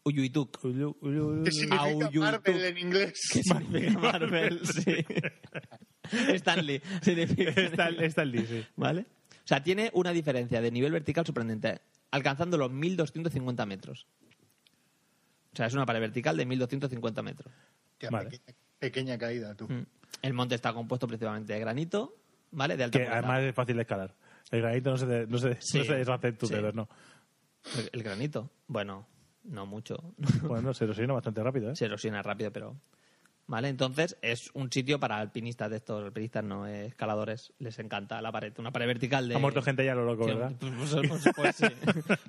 D: Uyuituk.
C: ¿Qué significa
D: Auyuituk.
C: Marvel en inglés?
D: Mm, ¿Qué significa Marvel? <laughs> Sí. Stanley. Significa...
B: Está, está el D, sí.
D: ¿Vale? O sea, tiene una diferencia de nivel vertical sorprendente, alcanzando los 1250 metros. O sea, es una pared vertical de 1250 metros.
C: Hostia,
B: Vale.
C: pequeña, pequeña caída, tú.
B: Hmm.
D: Mm. El monte está compuesto principalmente de granito, ¿vale? De alta
B: Que
D: montaña.
B: además es fácil de escalar. El granito no se, de- no se,
D: Sí.
B: no se deshace en tus
D: Sí.
B: dedos, no.
D: El- El granito. Bueno, no mucho.
B: <laughs> Bueno, se erosiona bastante rápido, ¿eh?
D: se erosiona rápido, pero. Vale, entonces es un sitio para alpinistas de estos, alpinistas no eh, escaladores, les encanta la pared, una pared vertical de...
B: Ha muerto gente ya lo loco,
D: Sí,
B: ¿verdad?
D: Pues, pues-
B: <laughs>
D: pues sí.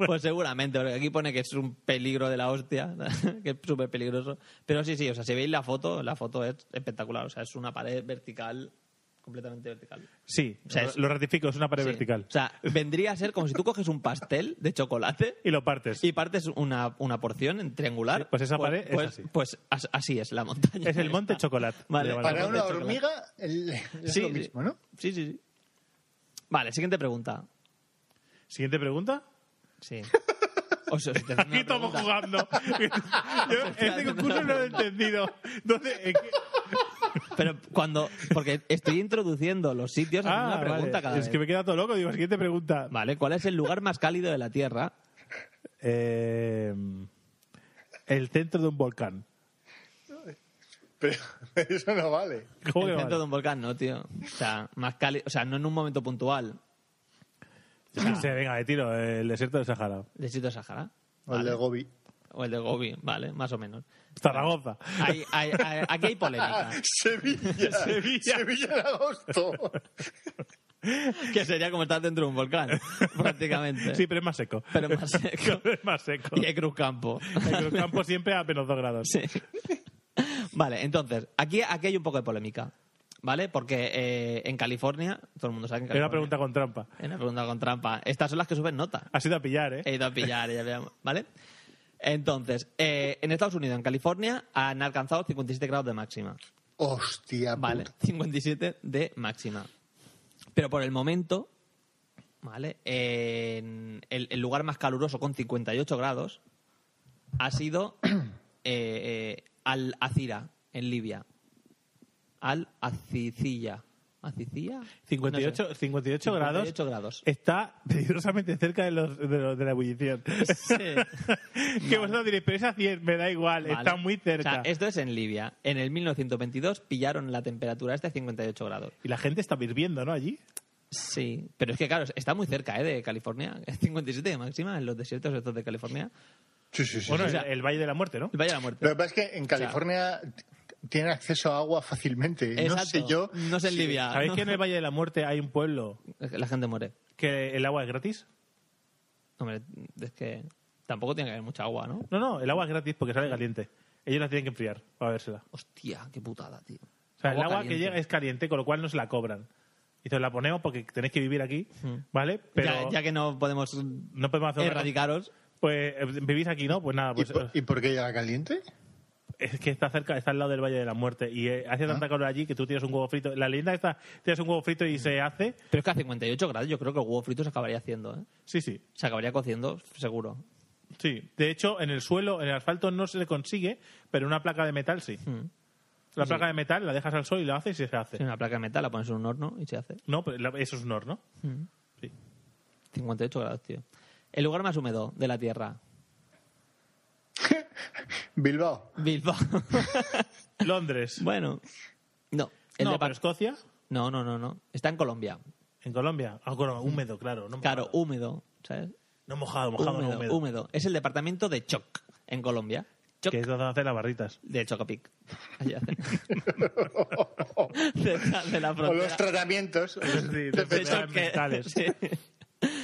D: Pues seguramente, porque aquí pone que es un peligro de la hostia, <laughs> que es súper peligroso. Pero sí, sí, o sea, si veis la foto, la foto es espectacular, o sea, es una pared vertical, completamente vertical.
B: Sí,
D: O sea, es-
B: lo ratifico, es una pared
D: Sí.
B: vertical.
D: O sea, vendría a ser como si tú coges un pastel de chocolate
B: y lo partes.
D: y partes una, una porción en triangular.
B: Sí, pues esa pared es
D: pues,
B: así.
D: pues as- así es la montaña.
B: Es el Monte
D: Esta.
B: Chocolate.
D: Vale,
B: Le llaman.
C: Para
D: el
C: una
D: Monte Chocolate.
C: hormiga el- <laughs> es
D: Sí,
C: lo
D: sí.
C: mismo, ¿no?
D: Sí, sí, sí. Vale, siguiente pregunta.
B: Siguiente pregunta.
D: Sí. O sea, si te hacen una
B: Aquí estamos
D: pregunta- <laughs>
B: jugando. Yo este concurso no lo he entendido. ¿Dónde, en qué-
D: Pero cuando. Porque estoy introduciendo los sitios a
B: Ah,
D: una pregunta
B: vale.
D: cada
B: Es
D: vez.
B: que me queda todo loco. Digo, siguiente pregunta.
D: Vale, ¿cuál es el lugar más cálido de la Tierra?
B: Eh, el centro de un volcán.
C: Pero eso no vale.
B: ¿Cómo
D: el
B: que no
D: centro
B: vale?
D: de un volcán, no, tío. O sea, más cálido. O sea, no en un momento puntual.
B: Yo qué sé, venga, de tiro. El desierto del Sahara.
D: ¿El sitio de Sahara?
C: O el de Gobi.
D: O el de Gobi, vale, más o menos.
B: Zaragoza.
D: Hay- hay- hay- aquí hay polémica.
C: <laughs> Sevilla. Sevilla. en agosto.
D: que sería como estar dentro de
C: <laughs>
D: un volcán, prácticamente.
B: Sí, pero es más seco. <laughs>
D: Pero más seco.
B: es más seco.
D: Y hay Cruz
C: <laughs>
D: Campo.
B: El campo siempre a menos dos grados.
D: Sí. Vale, entonces, aquí, aquí hay un poco de polémica, ¿vale? Porque eh, en California, todo el mundo sabe que en
B: Era
D: California...
B: una pregunta con trampa.
D: Es una pregunta con trampa. Estas son las que suben nota.
B: Ha sido a pillar, ¿eh?
D: He ido a pillar, ya veamos, ¿vale? Entonces, eh, en Estados Unidos, en California, han alcanzado 57 grados de máxima.
C: Hostia,
D: Vale, 57 de máxima. Pero por el momento, ¿vale? En el, el lugar más caluroso con 58 grados ha sido eh, eh, Al-Azira, en Libia. Al-Azicilla. ¿Azicilla?
B: 58,
D: No sé.
B: 58 grados.
D: 58 grados.
B: Está <laughs> peligrosamente cerca de, los, de, los- de la ebullición. que vosotros diréis, pero es a 100, me da igual,
D: Vale.
B: está muy cerca.
D: O sea, esto es en Libia. En el 1922 pillaron la temperatura este esta de 58 grados.
B: Y la gente está hirviendo, ¿no? Allí.
D: Sí, pero es que claro, está muy cerca ¿eh? de California. <laughs> 57 de máxima en los desiertos estos de California.
C: Sí, sí, sí.
D: Bueno,
C: sí.
D: o sea,
B: el Valle de la Muerte, ¿no?
D: El Valle de la Muerte.
C: Lo que pasa es que en California t- tienen acceso a agua fácilmente. No
D: Exacto. Mm,
C: sé yo.
D: No sé en
C: si-
D: Libia.
B: ¿Sabéis que en el Valle de la Muerte hay un pueblo
D: La gente muere.
B: que el agua es gratis?
D: Hombre, es que tampoco tiene que haber mucha agua, ¿no?
B: No, no, el agua es gratis porque sale caliente. Ellos la tienen que enfriar para vérsela.
D: Hostia, qué putada, tío.
B: O sea, el
D: Agua
B: agua que
D: caliente.
B: llega es caliente, con lo cual no se la cobran. Y entonces la ponemos porque tenéis que vivir aquí, ¿vale?
D: Ya,
B: Pero
D: ya que no podemos
B: no podemos hacer otra cosa.
D: erradicaros.
B: Pues eh, vivís aquí, ¿no? Pues nada,
C: ¿Y
B: pues
C: por, y por qué llega caliente?
B: es que está cerca, está al lado del Valle de la Muerte y eh, hace
D: Ah.
B: tanta calor allí que tú tiras un huevo frito. La leyenda está, tiras un huevo frito y se hace.
D: Pero es que a 58 grados yo creo que el huevo frito se acabaría haciendo, ¿eh?
B: Sí, sí.
D: Se acabaría cociendo, seguro.
B: Sí, de hecho, en el suelo, en el asfalto no se le consigue, pero en una placa de metal sí. La
D: Hmm. Sí.
B: placa de metal la dejas al sol y la haces y se hace.
D: Si una placa de metal la pones en un horno y se hace.
B: No, pero la- eso es un
D: <laughs>
B: horno.
D: Mm.
B: Sí.
D: 58 grados, tío. El lugar más húmedo de la Tierra.
C: Bilbao.
D: Bilbao.
B: Londres.
D: <laughs> bueno. No. el
B: No,
D: de
B: pero
D: Par-
B: Escocia,
D: no, no, no, no. Está en Colombia.
B: en Colombia. Ah, bueno, húmedo, claro. No,
D: Claro, húmedo, ¿sabes?
B: no mojado, mojado, no
D: húmedo,
B: húmedo.
D: húmedo. Es el departamento de Choc, en Colombia. Choc
B: Que es donde hacen las barritas. <laughs>
D: de Chocapic. Allí hacen. <laughs> Cerca de la
C: O los
D: frontera.
C: tratamientos.
B: Sí,
C: de
D: De
C: petróleo.
D: Choc que- sí.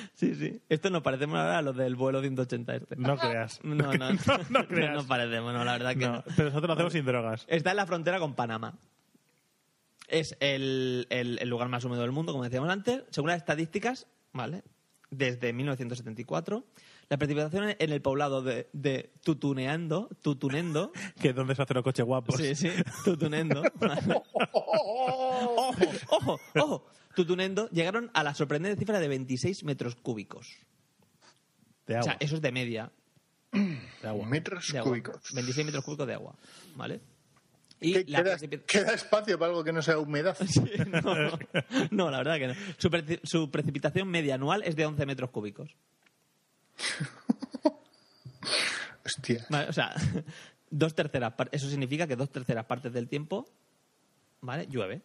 D: <laughs> sí, sí. Esto nos parecemos ahora a los del vuelo 180 este.
B: No creas.
D: No, no, <laughs> no,
B: no, creas.
D: nos parecemos, no, la verdad que
B: No,
D: no.
B: Pero nosotros lo hacemos sin
D: <laughs>
B: drogas.
D: Está en la frontera con Panamá. Es el, el- el lugar más húmedo del mundo, como decíamos antes. Según las estadísticas, ¿vale? Desde 1974, la precipitación en el poblado de, de Tutuneando,
C: <laughs>
D: Tutunendo,
B: Que es donde se hacen los coches
C: Pues
B: guapos.
D: sí, sí, Tutunendo, ojo, ojo, ojo, Tutunendo, llegaron a la sorprendente cifra de 26 metros cúbicos.
B: De
D: O
B: agua.
D: sea, eso es de media,
B: de agua.
C: Metros
D: de agua.
C: cúbicos.
D: 26 metros cúbicos de agua, ¿vale?
C: ¿Qué-
D: la
C: queda,
D: precipit-
C: queda espacio para algo que no sea humedad.
D: <laughs> Sí, no, no, la verdad que no. Su, preci- su precipitación media anual es de 11 metros cúbicos.
C: Hostia.
D: Vale, O sea, <laughs> dos terceras par- Eso significa que dos terceras partes del tiempo, ¿vale? Llueve.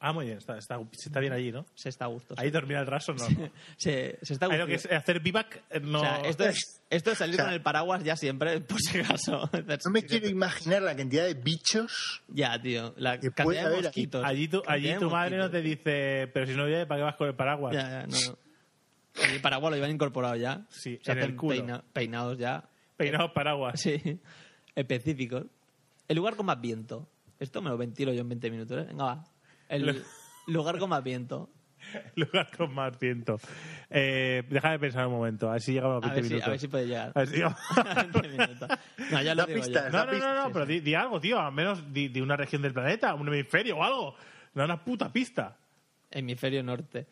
B: Ah, muy bien. Está, está, está bien allí, ¿no?
D: Se está a gusto.
B: Ahí dormir al raso, no. no.
D: Se, se está a
B: Ahí
D: gusto.
B: lo que es hacer vivac, eh, no.
D: O sea,
B: <laughs>
D: esto es, esto es salir
C: O sea-
D: con el paraguas ya siempre, <laughs> por si acaso.
C: No me quiero imaginar la cantidad de bichos.
D: <laughs> Ya, tío. La
C: Que puede
D: cantidad de
C: haber aquí.
D: mosquitos.
B: Allí tu,
D: Cantidad
B: allí
D: de
B: tu madre no te
D: mosquitos.
B: dice, pero si no vive, ¿para qué vas con el paraguas?
D: Ya, ya, no,
B: <laughs>
D: no. Allí El paraguas lo llevan incorporado ya.
B: Sí,
D: Se
B: en el
D: hacen
B: culo.
D: peina- peinados ya.
B: Peinados paraguas. <laughs>
D: <laughs> Sí, específicos. El lugar con más viento. Esto me lo ventilo yo en 20 minutos. ¿eh? Venga, va. El lugar con más viento.
B: Lugar con más viento. Eh, déjame pensar un momento, a ver si llegamos a los 20
D: A ver, si,
B: minutos.
D: a ver si puede llegar. <laughs>
B: A ver si llegamos.
D: 20 minutos. ¿eh? No, ya lo
C: Da
D: digo yo.
C: pistas,
B: No,
C: da
B: no, no, no,
D: Sí,
B: pero
D: sí.
B: di, di algo, tío. Al menos di, di una región del planeta, un hemisferio o algo. Da una puta pista.
D: Hemisferio norte.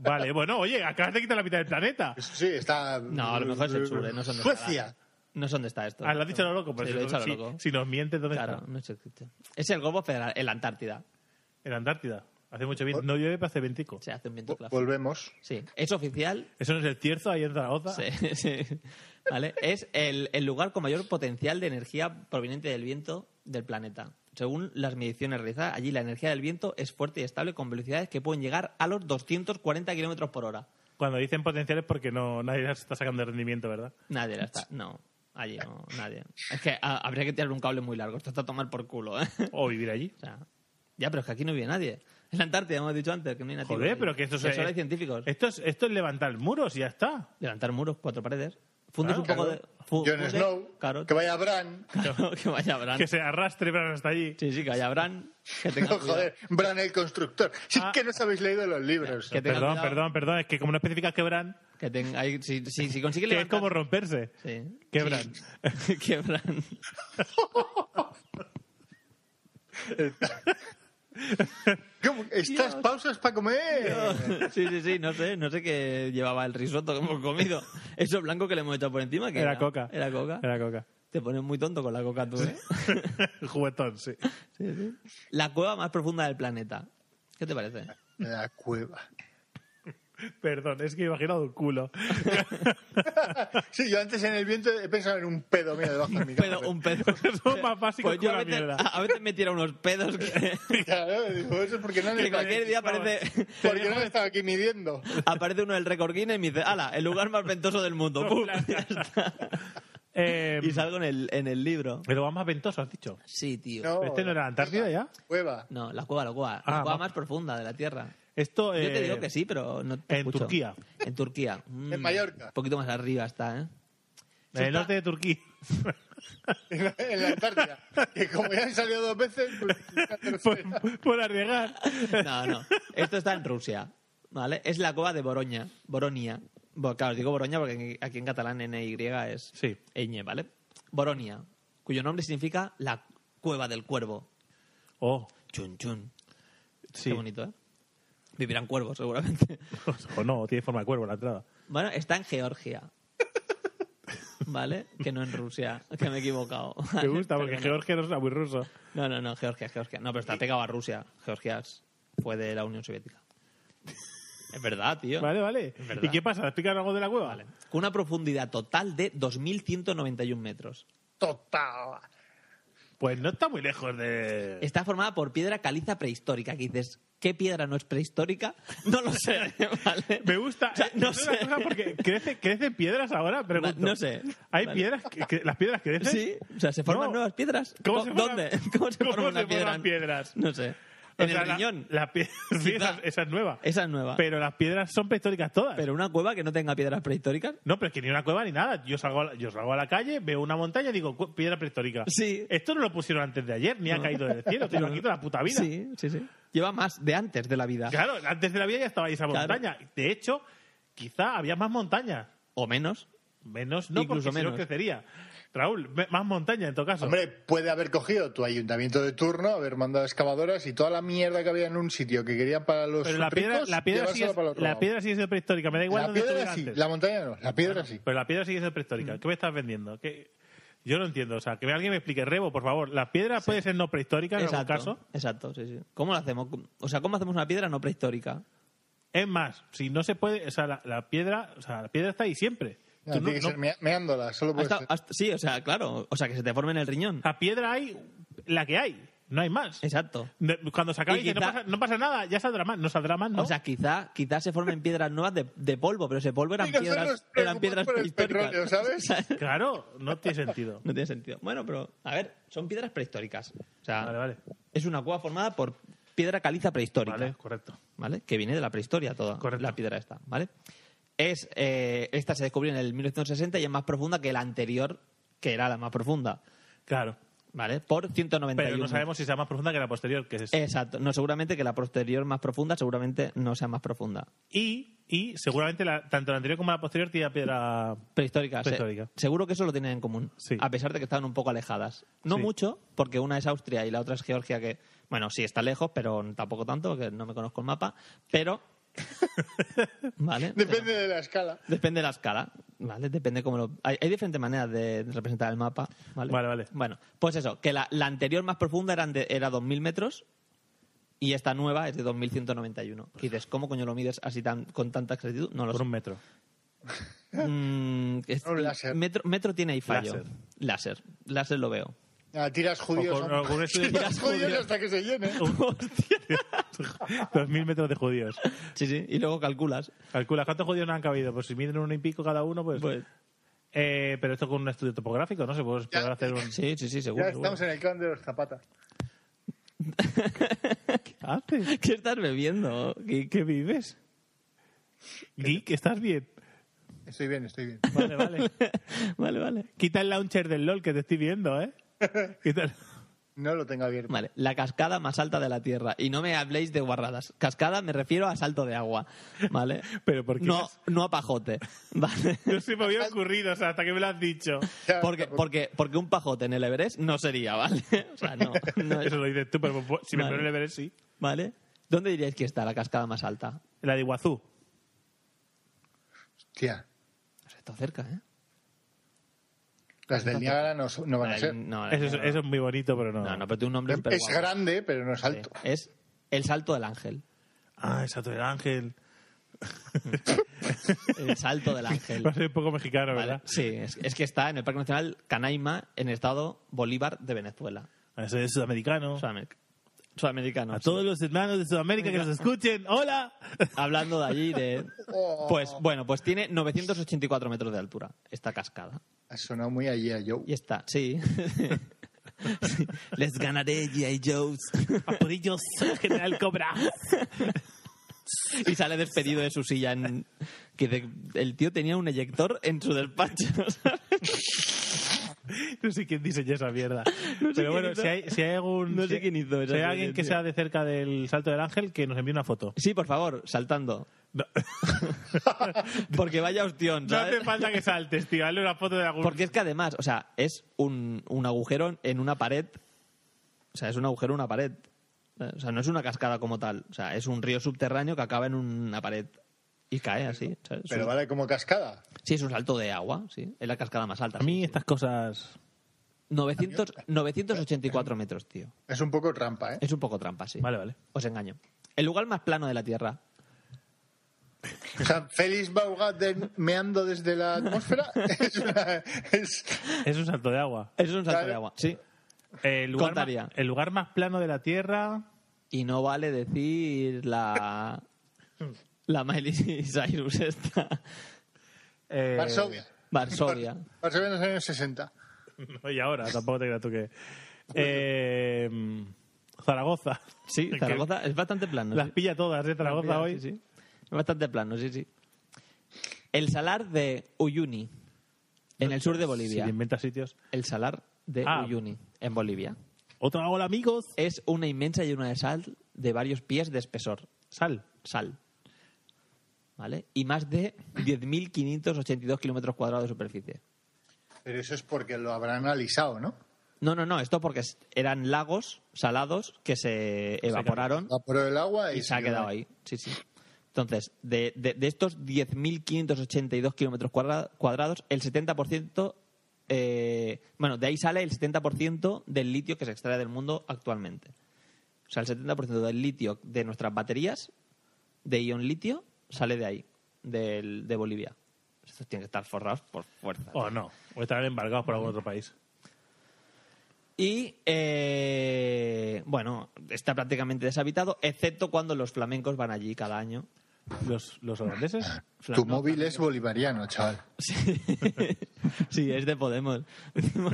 B: Vale, bueno, oye, acabas de quitar la mitad del planeta.
C: Sí, está.
D: No, a lo mejor es el sur, ¿eh? No son de
C: Suecia.
D: No sé dónde está esto.
B: Ah, lo has dicho a lo loco. Pues
D: Sí, lo he dicho a lo
B: si,
D: loco.
B: si nos mientes, ¿dónde
D: claro,
B: está?
D: no sé qué- Es el Golfo Federal, en la Antártida.
B: En Antártida. Hace mucho
D: Oh.
B: viento. No llueve, pero hace ventico.
D: Se hace un viento
C: Vo-
D: claro.
C: Volvemos.
D: Sí, es oficial
B: Eso no es el cierzo ahí en Zaragoza.
D: Sí, <laughs> sí. ¿Vale? Es el, el lugar con mayor potencial de energía proveniente del viento del planeta. Según las mediciones realizadas, allí la energía del viento es fuerte y estable con velocidades que pueden llegar a los 240 kilómetros por hora.
B: Cuando dicen potenciales porque no nadie las está sacando de rendimiento, ¿verdad?
D: Nadie la está. No, allí no, nadie. Es que a- habría que tirar un cable muy largo. Esto está a tomar por culo, ¿eh?
B: O vivir allí.
D: O sea, ya, pero es que aquí no vive nadie. En la Antártida hemos dicho antes que no hay nativos.
B: Joder,
D: allí.
B: pero que esto es,
D: Eso lo hay científicos.
B: Esto es, esto es levantar muros y ya está.
D: Levantar muros, cuatro paredes. Fundes un poco de. fu-
C: Jon
D: fundes-
C: Snow,
D: claro.
C: que vaya Bran.
D: <laughs> Claro, que vaya Bran.
B: <laughs> Que se arrastre Bran hasta allí.
D: Sí, sí, que vaya Bran. Que tenga
C: No,
D: cuidado.
C: <laughs>
D: Ah.
C: joder, Bran el constructor. Si es que no os habéis leído los libros.
D: Que tenga
B: Perdón,
D: cuidado.
B: perdón, perdón. Es que como no especificas que Bran,
D: Que tenga, ahí- si, si, si consigue
B: que es
D: levantar-
B: como romperse.
D: Sí.
B: Que Bran.
D: Sí. <laughs> que Bran.
C: ¿Cómo? Estas pausas para comer.
D: Sí, sí, sí, no sé, no sé qué llevaba el risotto que hemos comido. Eso blanco que le hemos echado por encima, que
B: Era coca.
D: Era coca.
B: Era
D: <laughs>
B: coca.
D: Te pones muy tonto con la coca tú, ¿eh? <laughs>
B: Juguetón, sí.
D: Sí, sí. La cueva más profunda del planeta. ¿Qué te parece?
C: La cueva. <laughs>
B: Perdón, es que he imaginado un
D: <laughs>
B: culo.
C: Sí, yo antes en el viento he pensado en un pedo mío debajo de mi cama. <laughs>
D: Pedo, un
B: <laughs>
D: pedo.
B: Eso es más básico
D: Pues
B: que
D: yo a
B: una
D: veces,
B: mierda.
D: a veces me tiro unos
B: <laughs>
D: pedos que, <laughs>
C: Claro, digo, eso es porque no han
D: que
C: estado
D: cualquier
C: aquí.
D: día aparece,
C: <laughs> Porque no han estado aquí midiendo.
D: aparece uno del récord Guinness y me dice, ala, el lugar más ventoso del mundo. Pum, <laughs> ya está.
B: Eh,
D: Y salgo en el, en el libro.
B: el lugar más ventoso, has dicho.
D: Sí, tío.
C: No,
B: ¿Este no era Antártida ya?
C: Cueva. <laughs>
D: No, la cueva, la cueva.
B: Ah,
D: la cueva
B: va-
D: más profunda de la Tierra.
B: Esto,
D: Yo te
B: eh,
D: digo que sí, pero no te
B: en
D: escucho.
B: Turquía.
D: En Turquía. Mm,
C: En Mallorca.
D: Un poquito más arriba está, ¿eh?
B: En el norte de Turquía. <laughs>
C: En la, en la Antártida. Que como ya han salido dos veces, pues, la tercera.
B: por, por arriesgar.
D: <laughs> No, no. Esto está en Rusia, ¿vale? Es la cueva de Boroña. Boronia. Bo- claro, os digo Boroña porque aquí en catalán NY es
B: Sí.
D: ñ, ¿vale? Boronia, cuyo nombre significa la cueva del cuervo.
B: Oh,
D: Chun, chun.
B: sí.
D: Qué bonito, ¿eh? Vivirán cuervos, <laughs> seguramente.
B: <laughs> O no, tiene forma de cuervo la
D: <laughs>
B: entrada.
D: Bueno, está en Georgia. ¿Vale? Que no en Rusia, que me he equivocado.
B: Me gusta porque
D: Perdona.
B: Georgia no suena muy ruso.
D: No, no, no, Georgia, Georgia. No, pero está pegado a Rusia. Georgia es- fue de la Unión Soviética. Es verdad, tío.
B: Vale, vale.
D: Es verdad.
B: ¿Y qué pasa? ¿Explicar algo de la cueva?
D: Con una profundidad total de 2.191 metros.
C: Total.
B: Pues no está muy lejos de...
D: Está formada por piedra caliza prehistórica. Que dices, ¿qué piedra no es prehistórica? No lo sé, ¿vale?
B: <laughs> Me gusta.
D: O sea,
B: eh,
D: no
B: es una
D: sé.
B: cosa porque crece, crecen piedras ahora, pregunto.
D: no sé.
B: ¿Hay
D: Vale.
B: piedras? Que, que- ¿Las piedras crecen?
D: Sí, o sea, se forman
B: No.
D: nuevas piedras.
B: ¿Cómo
D: Co-
B: se forman-
D: ¿Dónde? <laughs> ¿Cómo se
B: cómo
D: forma
B: se
D: una piedra?
B: forman piedras?
D: No sé.
B: O
D: En
B: sea,
D: el
B: la-
D: riñón.
B: la pie- <laughs> sí,
D: Quizá.
B: esa, esa es nueva.
D: Esa es nueva.
B: Pero las piedras son prehistóricas todas.
D: Pero una cueva que no tenga piedras prehistóricas.
B: No, pero es que ni una cueva ni nada. Yo salgo, a la, yo salgo a la calle, veo una montaña y digo, "Cu- piedra prehistórica.
D: Sí.
B: Esto no lo pusieron antes de ayer, ni ha
D: No.
B: caído del cielo. Te lo han quitado la puta vida.
D: Sí, sí, sí. Lleva más de antes de la vida.
B: Claro, antes de la vida ya estaba ahí esa
D: Claro.
B: montaña. De hecho, quizá había más montañas.
D: O menos.
B: Menos no,
D: Incluso
B: porque si no
D: menos.
B: crecería. Raúl, me- más montaña en todo caso.
C: Hombre, puede haber cogido tu ayuntamiento de turno, haber mandado excavadoras y toda la mierda que había en un sitio que querían para los
B: pero la piedra,
C: ricos,
B: la piedra
C: llevársela
B: sigue,
C: para el otro
B: la
C: lado.
B: piedra sigue siendo prehistórica. Me da igual
C: La
B: dónde
C: piedra
B: estuviera
C: sí,
B: antes.
C: la montaña no, la piedra sí.
B: Pero la piedra sigue siendo prehistórica. ¿Qué me estás vendiendo? ¿Qué- Yo no entiendo. O sea, que alguien me explique. Rebo, por favor. ¿La piedra puede ser no prehistórica en
D: exacto.
B: algún caso?
D: Exacto, sí, sí. ¿Cómo lo hacemos? O sea, ¿cómo hacemos una piedra no prehistórica?
B: Es más, si no se puede... O sea, la, la piedra... O sea, la piedra está ahí siempre.
C: No,
B: Tú no-
C: tiene que
B: no-
C: ser mea- meándola, solo puede
D: Hasta-
C: ser.
D: hasta- sí, o sea, claro. O sea, que se te forme en el riñón.
B: La piedra hay la que hay. No hay más.
D: Exacto.
B: De- Cuando se acaba
D: Y
B: dice, no,
D: quizá-
B: pasa, no pasa nada, ya saldrá más. No saldrá más, ¿no?
D: O sea, quizá, quizá se formen piedras nuevas de, de polvo, pero ese polvo eran
C: Y nosotros
D: piedras,
C: preocupados
D: eran piedras
C: por el
D: prehistóricas.
C: petróleo, ¿sabes?
D: <laughs> O sea,
B: Claro, no tiene
D: <laughs>
B: sentido.
D: no tiene sentido. Bueno, pero, a ver, son piedras prehistóricas. O sea,
B: Vale, vale.
D: es una cueva formada por piedra caliza prehistórica.
B: Vale, correcto.
D: ¿vale? Que viene de la prehistoria toda,
B: Correcto.
D: la piedra esta, ¿vale? Es, eh, esta se descubrió en el 1960 y es más profunda que la anterior, que era la más profunda,
B: Claro.
D: ¿vale? Por 191
B: Pero no
D: metros.
B: sabemos si sea más profunda que la posterior, que es
D: Exacto. No, seguramente que la posterior más profunda seguramente no sea más profunda.
B: Y, y seguramente la- tanto la anterior como la posterior tiene piedra...
D: Prehistórica. se-
B: Prehistórica.
D: seguro que eso lo tienen en común,
B: Sí.
D: a pesar de que estaban un poco alejadas. No
B: Sí.
D: mucho, porque una es Austria y la otra es Georgia, que, bueno, sí está lejos, pero tampoco tanto, porque no me conozco el mapa, pero... <laughs> ¿Vale? Pero-
C: Depende de la escala.
D: Depende de la escala, ¿vale? Depende cómo lo... Hay, hay diferentes maneras de representar el mapa, ¿vale?
B: Vale, vale.
D: Bueno, pues eso, que la, la anterior más profunda eran de- era 2.000 metros y esta nueva es de 2.191. Y dices, ¿cómo coño lo mides así tan, con tanta exactitud? No lo
B: Por
D: sé.
B: un metro.
D: <laughs> Mm, es-
C: Un láser.
D: Metro, metro tiene ahí fallo.
B: Láser.
D: Láser. Láser lo <laughs> veo.
C: Ah, tiras judíos.
B: O con-
C: ¿no?
B: o con un estudio-
C: tiras judíos hasta que se llene.
B: Dos mil metros de judíos.
D: Sí, sí. Y luego calculas.
B: Calcula, ¿cuántos judíos nos han cabido? Pues si miden uno y pico cada uno, pues...
D: Pues-
B: Eh, pero esto con un estudio topográfico, ¿no? Se puede esperar a hacer un...
D: Sí, sí, sí, seguro.
C: Ya
D: seguro.
C: estamos en el clan de los zapatas.
B: ¿Qué
D: Ah. <laughs>
B: haces?
D: ¿Qué estás bebiendo?
B: ¿Qué, qué vives? Geek, ¿estás bien?
C: Estoy bien, estoy bien.
B: Vale, vale.
D: vale, vale.
B: Quita el launcher del LOL que te estoy viendo, ¿eh? Quita-
C: No lo tengo abierto.
D: Vale, la cascada más alta de la Tierra. Y no me habléis de guarradas. Cascada me refiero a salto de agua, ¿vale?
B: <laughs> Pero ¿por qué
D: No,
B: cas-
D: no
B: <laughs>
D: a pajote, ¿vale?
B: No se me había ocurrido, o sea, hasta que me lo has dicho.
D: Porque, porque, porque un pajote en el Everest no sería, ¿vale? <laughs> O sea, no. no es-
B: Eso lo dices tú, pero pues, si me
D: Vale.
B: pones el Everest, sí.
D: ¿Vale? ¿Dónde diríais que está la cascada más alta?
B: La de Iguazú.
C: Tía,
D: No sé, está cerca, ¿eh?
C: las del Niágara no, son- no van a
D: Ay,
C: ser.
D: no,
B: Eso es,
D: no,
B: eso es muy bonito, pero no.
D: no, no, pero tiene un nombre
C: Es,
D: súper guapo.
C: grande, pero no es alto.
D: Es el salto del ángel.
B: Ah, exacto, el ángel.
D: El salto
B: <laughs>
D: del ángel.
B: Va a ser un poco mexicano,
D: Vale,
B: ¿verdad?
D: Sí, es, es que está en el Parque Nacional Canaima, en el estado Bolívar de Venezuela.
B: Eso es sudamericano.
D: Sudamer- Sudamericano.
B: A
D: sí.
B: todos los hermanos de Sudamérica que nos escuchen, ¡hola!
D: Hablando de allí, de... Pues bueno, pues tiene 984 metros de altura esta cascada.
C: Ha sonado muy allí a Joe.
D: Y está, sí. <laughs> Sí. Les ganaré, G.I. Joe's. <laughs>
B: <laughs> Apurillos, General Cobra.
D: Y sale despedido de su silla. En... Que de- el tío tenía un eyector en su despacho. <laughs> ¿sabes?
B: No sé quién diseñó esa mierda. Pero
D: No sé quién
B: bueno,
D: hizo.
B: si hay, si hay algún.
D: No sé
B: si-
D: quién hizo esa
B: Si hay alguien que
D: serie, tío.
B: sea de cerca del Salto del Ángel, que nos envíe una foto.
D: Sí, por favor, saltando.
B: No,
D: <laughs> Porque vaya
B: <laughs>
D: ostión,
B: No hace
D: ¿sabes?
B: falta que saltes, tío. Hazle una foto de algún.
D: Porque es que además, o sea, es un, un agujero en una pared. O sea, es un agujero en una pared. O sea, no es una cascada como tal. O sea, es un río subterráneo que acaba en una pared y cae así. O sea, es
C: Pero
D: un-
C: vale como cascada.
D: Sí, es un salto de agua, sí. Es la cascada más alta.
B: A mí estas cosas.
D: 900, 984 metros, tío.
C: Es un poco trampa,
D: <laughs>
C: ¿eh?
D: Es un poco trampa, sí.
B: Vale, vale.
D: Os engaño. El lugar más plano de la Tierra.
C: O sea, Félix Baumgarten meando desde la
D: <laughs>
C: atmósfera <laughs> es una... es-
B: Es un salto de agua.
D: Eso es un salto
C: Claro.
D: de agua, sí.
B: El lugar,
D: Contaría.
B: más, el lugar más plano de la Tierra.
D: Y no vale
C: <laughs>
D: decir la... La Miley Cyrus esta.
B: eh, <laughs>
C: Varsovia.
D: Varsovia.
C: Varsovia en los años 60.
B: No, y ahora, tampoco te creas tú que. Eh, Zaragoza.
D: Sí,
B: <laughs> Que
D: Zaragoza es bastante plano.
B: Las
D: sí.
B: pilla todas, ¿eh? Zaragoza
D: Mira,
B: hoy.
D: sí, sí. Es bastante plano, sí, sí. El salar de Uyuni, en el sur de Bolivia.
B: Si inventa sitios.
D: El salar de
B: Ah.
D: Uyuni, en Bolivia.
B: Otra ola, amigos.
D: Es una inmensa llanura de sal de varios pies de espesor.
B: Sal.
D: Sal. ¿Vale? Y más de 10.582 kilómetros cuadrados de superficie.
C: Pero eso es porque lo habrán alisado, ¿no?
D: No, no, no. Esto porque es- eran lagos salados que se evaporaron
C: Va por el agua y,
D: y se ha
C: queda
D: quedado ahí. Sí, sí. Entonces, de, de- de estos 10.582 kilómetros cuadra- cuadrados, el 70%, eh, bueno, de ahí sale el 70% del litio que se extrae del mundo actualmente. O sea, el 70% del litio de nuestras baterías de ion litio sale de ahí, del- de Bolivia. Estos tienen que estar forrados por fuerza.
B: O no. O estarán embargados por algún otro país.
D: Y, eh, bueno, está prácticamente deshabitado, excepto cuando los flamencos van allí cada año.
B: Los, <laughs> los holandeses.
D: Flan-
C: Tu
D: no,
C: móvil es bolivariano, chaval.
D: Sí. Sí, es de Podemos. <laughs>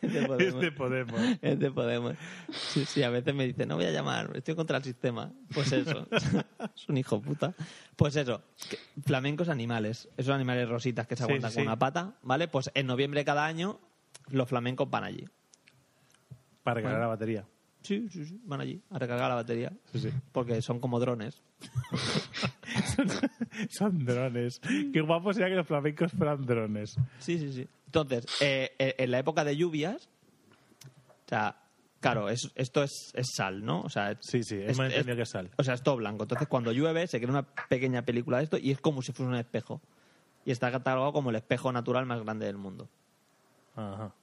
D: Es de Podemos.
B: Es de Este Podemos.
D: Es de Podemos. Sí, sí, a veces me dicen, no voy a llamar, estoy contra el sistema. Pues eso. <laughs> Es un hijo puta. Pues eso. que- flamencos animales. Esos animales rositas que se
B: Sí,
D: aguantan
B: sí,
D: con
B: sí.
D: una pata, ¿vale? Pues en noviembre de cada año los flamencos van allí.
B: Para recargar la batería.
D: Sí, sí, sí, van allí a recargar la batería.
B: Sí, sí.
D: Porque son como drones.
B: Son drones.
C: Mm.
B: Qué guapo sería que los flamencos fueran drones.
D: Sí, sí, sí. Entonces, eh, eh, en la época de lluvias, o sea, claro, es- esto es, es sal, ¿no? O sea, es-
B: Sí, sí, hemos entendido que es sal.
D: O sea, es todo blanco. Entonces, cuando llueve, se crea una pequeña película de esto y es como si fuese un espejo. Y está catalogado como el espejo natural más grande del mundo.
B: Ajá.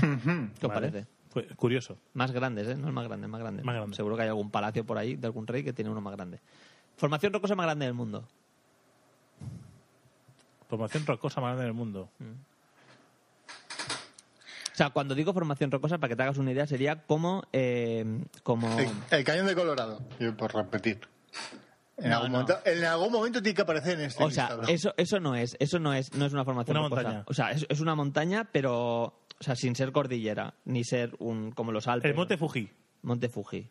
D: ¿Qué os
B: Vale.
D: parece?
B: Cu- Curioso.
D: Más grandes, ¿eh? No el más grande, el más grande.
B: Más grande.
D: Seguro que hay algún palacio por ahí de algún rey que tiene uno más grande. Formación rocosa más grande del mundo.
B: Formación rocosa más grande del mundo.
D: O sea, cuando digo formación rocosa, para que te hagas una idea, sería como... eh, como...
C: El, el cañón de Colorado, yo por repetir. En,
D: No,
C: algún
D: no.
C: momento, en algún momento tiene que aparecer en este
D: O sea,
C: listado.
D: eso, eso no es, eso no es, no es una formación
B: Una
D: rocosa.
B: montaña.
D: O sea, es, es una montaña, pero o sea, sin ser cordillera, ni ser un como los Alpes.
B: El monte Fuji.
D: Monte Fuji.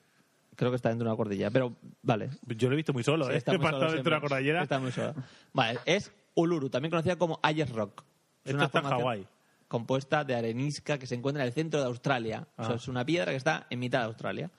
D: Creo que está dentro de una cordillera, pero vale.
B: Yo lo he visto muy solo,
D: Sí,
B: ¿eh? <laughs>
D: está muy
B: Pasado
D: solo
B: dentro de una
D: siempre.
B: cordillera.
D: Está muy solo. Vale, es Uluru, también conocida como Ayers Rock. Es
B: Esto
D: una
B: está en
D: formación
B: Hawái.
D: compuesta de arenisca que se encuentra en el centro de Australia. O sea,
B: Ah.
D: es una piedra que está en mitad de Australia.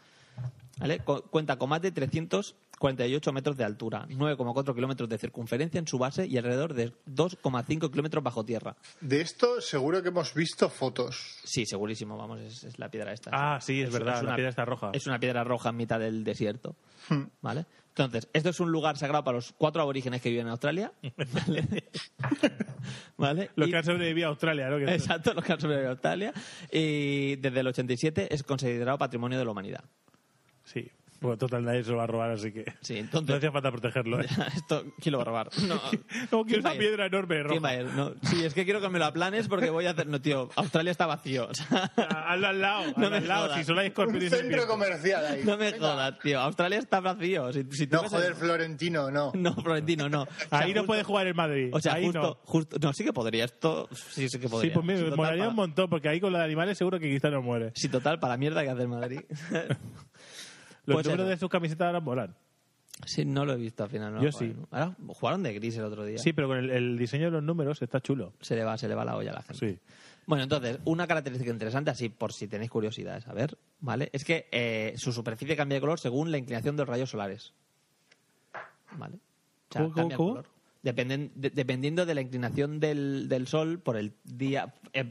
D: ¿Vale? Co- cuenta con más de 348 metros de altura, 9,4 kilómetros de circunferencia en su base y alrededor de 2,5 kilómetros bajo tierra.
C: De esto seguro que hemos visto fotos.
D: Sí, segurísimo, vamos, es, es la piedra esta.
B: Ah, sí, es verdad, la piedra está roja.
D: Es una piedra roja en mitad del desierto.
C: Hmm.
D: ¿Vale? Entonces, esto es un lugar sagrado para los cuatro aborígenes que viven
B: <laughs>
D: en Australia. ¿Vale? ¿Vale?
B: Los
D: Y-
B: que han sobrevivido a Australia, ¿no? Que-
D: Exacto, los que han sobrevivido a Australia. Y desde el 87 es considerado patrimonio de la humanidad.
B: Sí. Bueno, total, nadie se lo va a robar, así que.
D: Sí,
B: No
D: entonces.
B: hacía falta
D: <laughs>
B: protegerlo, ¿eh?
D: Esto, ¿quién lo va a robar? No.
B: <laughs> Como que
D: ¿Quién
B: esa
D: va a ir?
B: piedra enorme
D: ¿Quién va a
B: roja.
D: ir? No. Sí, es que quiero que me lo aplanes porque voy a hacer. No, tío, Australia está vacío. o sea, <laughs>
B: <laughs> Hazlo al lado,
D: No
B: hazlo
D: me
B: al lado,
D: jodas.
B: si solo hay
C: Un
B: escorpiones.
C: centro comercial ahí.
D: <laughs> no me jodas, tío. Australia está vacío. Si, si tú
C: No,
D: ves-
C: joder, Florentino, no.
D: <laughs> No, Florentino, no. O sea,
B: Ahí no
D: justo-
B: puede jugar el Madrid.
D: O sea,
B: ahí
D: justo,
B: no.
D: justo. No, sí que podría. Esto sí, sí que podría.
B: Sí, pues me,
D: Si
B: me
D: total,
B: molaría
D: para-
B: un montón, porque ahí con los animales seguro que quizá no muere.
D: Si total, para la mierda que hace
B: <laughs>
D: el Madrid.
B: Los
D: Pues
B: números
D: eso.
B: de sus camisetas ahora molan.
D: Sí, no lo he visto al final. no,
B: Yo
D: joder,
B: sí.
D: no. Ahora jugaron de gris el otro día.
B: Sí, pero con el, el diseño de los números está chulo.
D: Se le va, se le va la olla a la gente.
B: Sí.
D: Bueno, entonces, una característica interesante, así por si tenéis curiosidades, a ver, ¿vale? Es que eh, su superficie cambia de color según la inclinación de los rayos solares. ¿Vale? O sea,
B: ¿Cómo, cómo,
D: cambia el
B: cómo?
D: color. Dependen- de- dependiendo de la inclinación del, del sol por el día. eh,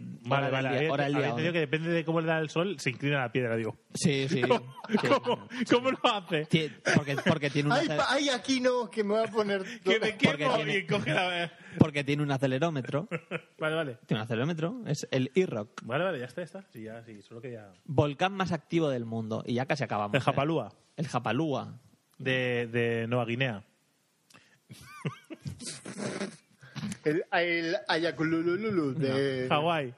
B: Vale,
D: hora del
B: vale.
D: día-
B: había-
D: hora del
B: había
D: día,
B: entendido
D: ¿no?
B: que depende de cómo le da el sol, se inclina la piedra, digo.
D: Sí, sí. sí.
B: <laughs> ¿Cómo, cómo lo hace?
D: Tie- porque, porque tiene un
C: Ay,
D: acel-
C: pa- ay, aquí no, que me voy a
D: <laughs>
C: poner.
B: Que me
D: Porque
B: quemo
D: tiene-
B: y coge la...
D: <laughs> porque tiene un acelerómetro.
B: Vale, vale.
D: Tiene un acelerómetro, es el IROC.
B: Vale, vale, ya está, ya está. Sí, ya, sí, solo quería...
D: Volcán más activo del mundo. Y ya casi acabamos.
B: El
D: ¿eh?
B: Japalúa,
D: El Japalúa.
B: de, de Nueva Guinea.
C: El, el Ayacululululu de.
B: Hawái.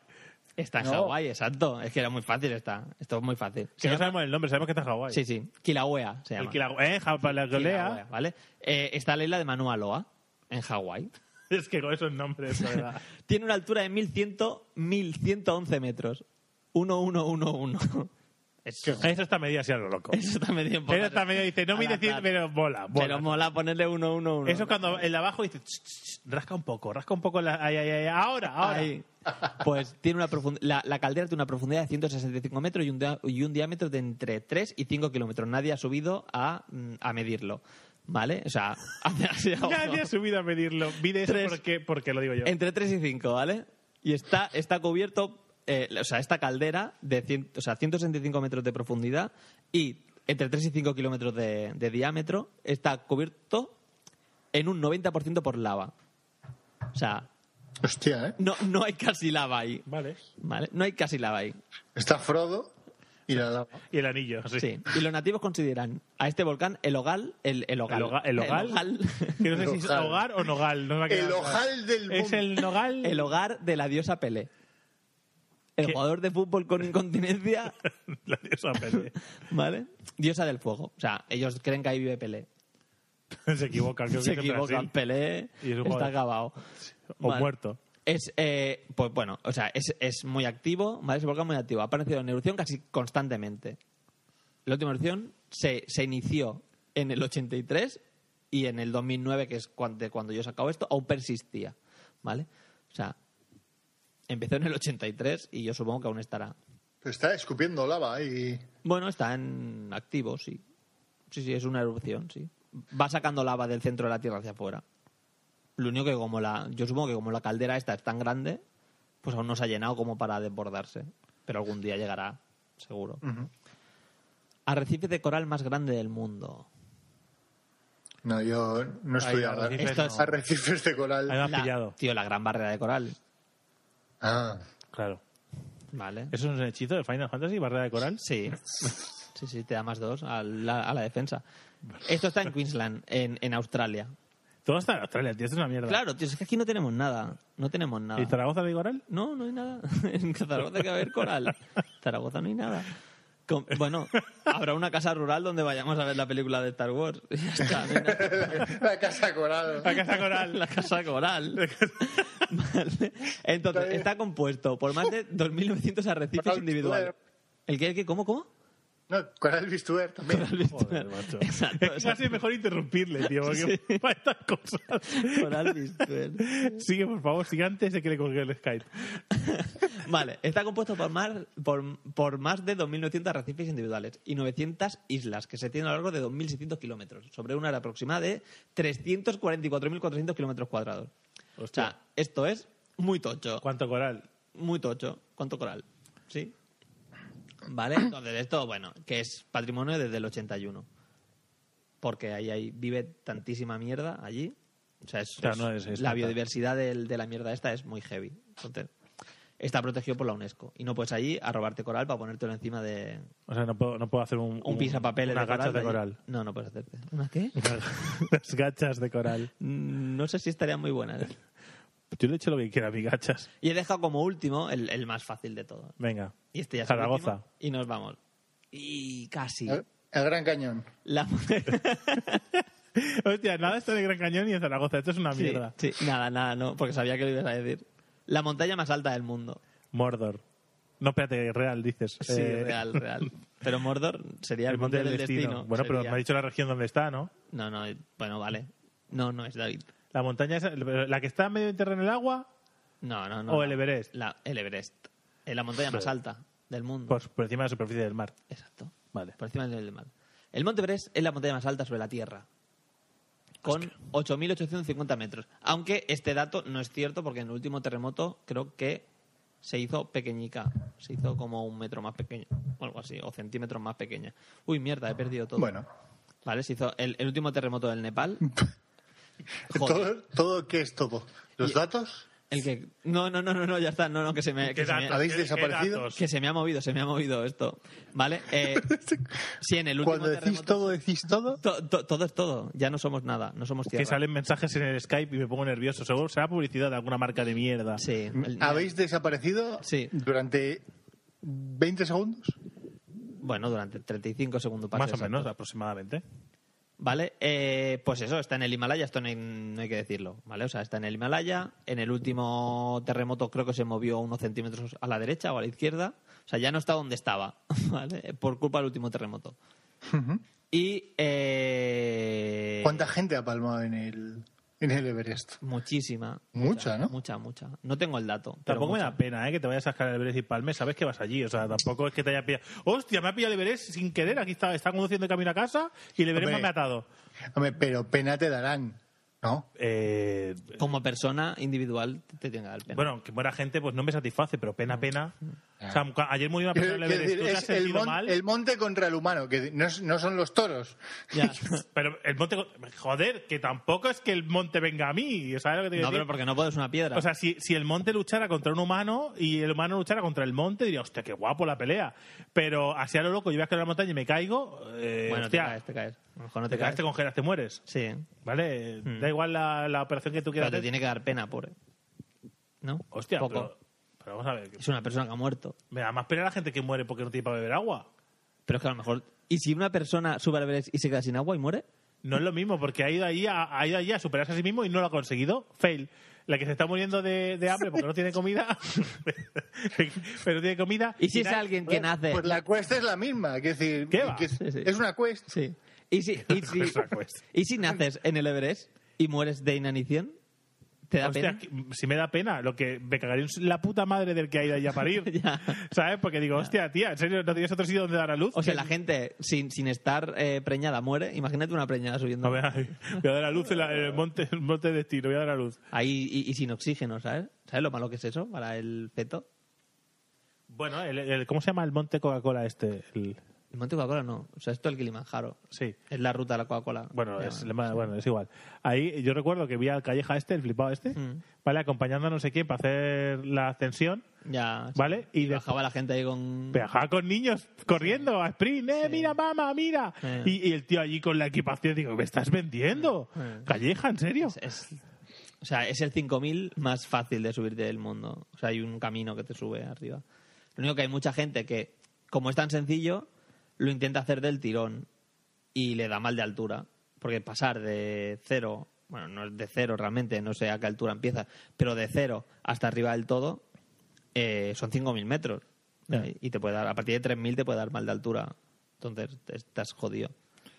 D: Está en Hawái, exacto. Es que era muy fácil esta. Esto es muy fácil.
B: Que
D: Se
B: no
D: llama-
B: sabemos el nombre, sabemos que está en Hawái.
D: Sí, sí. Kilauea se
B: El
D: llama.
B: Kilauea, eh, Japalagolea.
D: Kilauea, ¿vale? Eh, está la isla de Manualoa, en Hawái.
B: <laughs> Es que con esos nombres, la
D: <laughs>
B: verdad.
D: Tiene una altura de 1100, 1111 metros. 1111. Es-
B: Eso está medio así a lo loco.
D: Eso está medio
B: Eso está medio, dice, no me
D: Al
B: decir,
D: azar.
B: pero mola, mola.
D: Pero mola ponerle 111.
B: Eso es cuando el de abajo dice, "Ch, ch, ch", rasca un poco, rasca un poco la... Ay, ay, ay, ahora, ahora.
D: Ahí. Pues tiene una profund- la, la caldera tiene una profundidad de 165 metros y un, dia- y un diámetro de entre 3 y 5 kilómetros. Nadie ha subido a, mm, a medirlo. ¿Vale? O sea, <laughs> hace así abajo.
B: Nadie ha subido a medirlo. Vi de eso
D: Tres.
B: porque, porque lo digo yo.
D: entre 3 y 5, ¿vale? Y está, está cubierto, eh, o sea, esta caldera de cien- o sea, 165 metros de profundidad y entre 3 y 5 kilómetros de, de diámetro está cubierto en un 90% por lava. O sea,
C: Hostia, ¿eh?
D: no, no hay casi lava ahí.
B: Vale.
D: ¿Vale? No hay casi lava ahí.
C: Está Frodo y la lava.
B: Y el anillo, sí.
D: Sí. Y los nativos consideran a este volcán el hogal, el, el hogal.
B: El hoga- el hogal. Que no sé si es
C: Nogal.
B: hogar o nogal. no me ha quedado
C: El
B: claro.
C: ojal del
B: Es
C: mundo.
B: el nogal.
D: <laughs> <laughs> el hogar de la diosa Pelé. El
B: ¿Qué?
D: jugador de fútbol con incontinencia,
B: <laughs> La diosa Pelé.
D: ¿vale? Diosa del fuego. O sea, ellos creen que ahí vive Pelé.
B: Se equivoca, creo
D: <laughs> Se
B: que es en
D: equivocan,
B: Brasil.
D: Pelé
B: Y es un
D: está
B: jugador.
D: acabado.
B: O
D: Vale.
B: muerto.
D: Es, eh, pues bueno, o sea, es, es muy activo, ¿vale? Es un volcán muy activo. Ha aparecido en erupción casi constantemente. La última erupción se, se inició en el 83 y en el 2009, que es cuando, cuando yo he sacado esto, aún persistía, ¿vale? O sea, empezó en el 83 y yo supongo que aún estará.
C: Está escupiendo lava y.
D: Bueno, está en activo, sí. Sí, sí, es una erupción, sí. Va sacando lava del centro de la Tierra hacia afuera. Lo único que como la... Yo supongo que como la caldera esta es tan grande, pues aún no se ha llenado como para desbordarse. Pero algún día llegará, seguro. Arrecife de coral más grande del mundo.
C: No, yo no he
B: Ay,
C: estudiado.
B: arrecifes
D: Esto es-
B: no.
C: Arrecifes de
B: Ahí
C: este coral.
B: me has
D: La-
B: pillado.
D: Tío, la gran barrera de coral.
C: Ah.
B: Claro.
D: Vale.
B: ¿Eso es un hechizo de Final Fantasy? ¿Barrera de coral? <laughs>
D: Sí. Sí, sí, te da más dos a la, a la defensa. Esto está en Queensland, en, en Australia.
B: Todo está en Australia, tío. Esto es una mierda.
D: Claro, tío, es que aquí no tenemos nada. No tenemos nada.
B: ¿Y Zaragoza de
D: <laughs>
B: coral?
D: No, no hay nada. En Zaragoza hay que haber coral. Zaragoza no hay nada. Com- bueno, habrá una casa rural donde vayamos a ver la película de Star Wars. <laughs> Y ya está, no hay nada.
C: <laughs> La casa coral.
B: La casa coral.
D: La casa coral. Vale. Entonces, está compuesto por más de 2.900 arrecifes
C: Coral
D: individuales.
C: Club.
D: ¿El qué? ¿El qué? ¿Cómo? <laughs> ¿Cómo?
C: No, con Elvis Tuer también.
B: Joder, macho. <laughs> es casi mejor interrumpirle, tío, porque <laughs> para estas cosas.
D: Con Alvis
B: Sigue, por favor, sigue antes de que le colgue el Skype.
D: <laughs> Vale, está compuesto por más, por, por más de 2.900 arrecifes individuales y 900 islas que se tienen a lo largo de 2.600 kilómetros, sobre una área aproximada de 344.400 kilómetros cuadrados. O sea, esto es muy tocho.
B: ¿Cuánto coral?
D: Muy tocho. ¿Cuánto coral? Sí.
B: <clears throat>
D: Vale, entonces esto, bueno, que es patrimonio desde el 81. Porque ahí, ahí vive tantísima mierda allí. O sea, es,
B: Claro,
D: es-
B: no, es- es
D: la
B: fatal.
D: biodiversidad del- de la mierda esta es muy heavy. Entonces, está protegido por la UNESCO. Y no puedes allí a robarte coral para ponértelo encima de
B: O sea, no puedo, no puedo hacer un,
D: un pisapapeles
B: Unas
D: de coral.
B: gachas de
D: allí.
B: coral. <laughs>
D: No, no puedes hacerte. ¿Una qué?
B: Las gachas de coral.
D: Mm, No sé si estarían muy buenas.
B: Yo le he hecho lo que quiera a mis gachas.
D: Y he dejado como último el, el más fácil de todo.
B: Venga.
D: Y este ya es el
B: Zaragoza.
D: último. Y nos vamos. Y casi.
C: El, el Gran Cañón.
D: La
B: <laughs> Hostia, nada está de Gran Cañón y en Zaragoza. Esto es una
D: <laughs> Sí,
B: Ah, mierda.
D: Sí, nada, nada, no, porque sabía que lo ibas a decir. La montaña más alta del mundo.
B: Mordor. No, espérate, real, dices.
D: Sí,
B: Eh,
D: real, real. Pero Mordor sería el, monte del destino.
B: Bueno, pero
D: sería.
B: me ha dicho la región donde está, ¿no?
D: No, no, eh, bueno, vale. No, no es David.
B: La montaña esa- la que está medio enterrada en el agua,
D: No, no, no.
B: ¿O
D: no.
B: el Everest?
D: La- el Everest. Es la montaña más
B: Joder.
D: alta del mundo.
B: por, pues, por encima de la superficie del mar.
D: Exacto.
B: Vale.
D: Por encima del nivel del mar. El monte Everest es la montaña más alta sobre la Tierra. Con 8.850 metros. Aunque este dato no es cierto porque en el último terremoto creo que se hizo pequeñica. Se hizo como un metro más pequeña. O algo así. O centímetros más pequeña. Uy, mierda, he perdido todo.
C: <laughs> Bueno.
D: Vale, se hizo el, el último terremoto
C: <laughs>
D: del Nepal. Joder.
C: Todo, todo qué es todo. Los
D: Y-
C: datos,
D: El que... No, no, no, no, no, ya está. No, no, que se me...
B: ¿Qué
D: Que se me-
B: datos?
C: habéis
B: ¿Qué- qué
C: desaparecido?
B: datos?
D: que se me ha movido, se me ha movido esto. ¿Vale?
C: <laughs>
D: Eh, sí, en el último
C: cuando decís
D: terremoto-
C: todo, decís todo.
D: To- to- todo es todo. Ya no somos nada. No somos tierra.
B: Que salen mensajes en el Skype y me pongo nervioso. Seguro será publicidad de alguna marca de mierda.
D: Sí. el-
C: ¿Habéis desaparecido
D: Sí.
C: durante 20 segundos?
D: Bueno, durante 35 segundos. para
B: Más
D: ser
B: o menos,
D: exactos.
B: aproximadamente.
D: Vale. eh, pues eso, está en el Himalaya. Esto no hay, no hay que decirlo. ¿Vale? O sea, está en el Himalaya. En el último terremoto creo que se movió unos centímetros a la derecha o a la izquierda. O sea, ya no está donde estaba. <laughs> ¿Vale? Por culpa del último terremoto. Y. eh,
C: ¿Cuánta gente ha palmado en el, en el Everest?
D: Muchísima.
C: Mucha, ¿no?
D: Mucha, mucha. No tengo el dato. pero
B: Tampoco me
D: mucha.
B: da pena ¿eh? que te vayas a sacar el Everest y Palme, sabes que vas allí. O sea, tampoco es que te haya pillado. ¡Hostia, me ha pillado el Everest sin querer! Aquí está, está conduciendo de camino a casa y el Everest me ha
C: Hombre.
B: matado.
C: Hombre, pero pena te darán, ¿no?
B: Eh,
D: Como persona individual te tenga que dar pena.
B: bueno, que muera gente, pues no me satisface, pero pena, pena. O sea, cu- ayer murió una persona en el
C: Quiero
B: Everest.
C: decir,
B: ¿Tú te has
C: es el,
B: sentido
C: mon-
B: mal?
C: el monte contra el humano, que no, es- no son los toros.
D: Ya.
B: Pero el monte. Joder, que tampoco es que el monte venga a mí. ¿Sabes lo que te quiero
D: No, pero
B: decir?
D: porque no pones una piedra.
B: O sea, si, si el monte luchara contra un humano y el humano luchara contra el monte, diría, hostia, qué guapo la pelea. Pero así a lo loco, yo voy a caer a la montaña y me caigo. eh,
D: bueno, te
B: hostia,
D: caes, te caes. A lo mejor no
B: te
D: te,
B: caes, te congelas, te mueres.
D: Sí,
B: ¿Vale? Da igual la, la operación que tú
D: pero
B: quieras.
D: te
B: hacer.
D: tiene que dar pena, pobre. ¿No?
B: Hostia,
D: Poco.
B: pero, pero vamos a ver. que-
D: Es una persona que ha muerto.
B: Me da más pena la gente que muere porque no tiene para beber agua.
D: Pero es que a lo mejor... ¿Y si una persona sube al Everest y se queda sin agua y muere?
B: No es lo mismo, porque ha ido allí a, ha ido allí a superarse a sí mismo y no lo ha conseguido. Fail. La que se está muriendo de, de hambre porque no tiene comida. <laughs> pero tiene comida.
D: ¿Y si es
B: nadie-
D: alguien que nace...?
C: Pues la cuesta es la misma, que es decir,
B: ¿Qué va?
C: que es,
D: Sí, sí.
C: es una cuesta.
D: Sí. ¿Y si,
B: <laughs>
D: y, si,
B: Es una cuesta.
D: y si naces en el Everest y mueres de inanición? ¿Te da
B: Hostia,
D: pena?
B: que- si me da pena, lo que me cagaría es la puta madre del que ha ido allí a parir.
D: <laughs> <laughs> Ya.
B: ¿Sabes? Porque digo, hostia, tía, ¿en serio no tienes otro sitio donde dar a luz?
D: O sea, la gente sin, sin estar eh, preñada muere. Imagínate una preñada subiendo.
B: No, voy, a, voy a dar a luz en, la- en el monte, en el monte de destino, voy a dar a luz.
D: Ahí, y, y sin oxígeno, ¿sabes? ¿Sabes lo malo que es eso para el feto?
B: Bueno, el, el- ¿cómo se llama el monte Coca-Cola este? El-
D: El monte Coca-Cola no. O sea, esto es el Kilimanjaro.
B: sí.
D: Es la ruta de la Coca-Cola.
B: Bueno,
D: Ya,
B: es, bueno, es igual. Ahí yo recuerdo que vi al calleja este, el flipado este,
D: Mm.
B: ¿vale? Acompañando a no sé quién para hacer la ascensión,
D: Ya. sí.
B: ¿vale? Y,
D: Y
B: de-
D: bajaba la gente ahí con.
B: viajaba con niños corriendo a sprint, ¡eh, mira, mamá, mira!
D: Eh.
B: Y, y el tío allí con la equipación, digo, ¿me estás vendiendo?
D: Eh.
B: Calleja, ¿en serio?
D: Es- es- o sea, es el 5000 más fácil de subirte del mundo. O sea, hay un camino que te sube arriba. Lo único que hay mucha gente que, como es tan sencillo, lo intenta hacer del tirón y le da mal de altura. Porque pasar de cero, bueno, no es de cero realmente, no sé a qué altura empieza, pero de cero hasta arriba del todo eh, son 5000 metros.
B: Ya.
D: Y te puede dar, a partir de 3000 te puede dar mal de altura. Entonces te- estás jodido.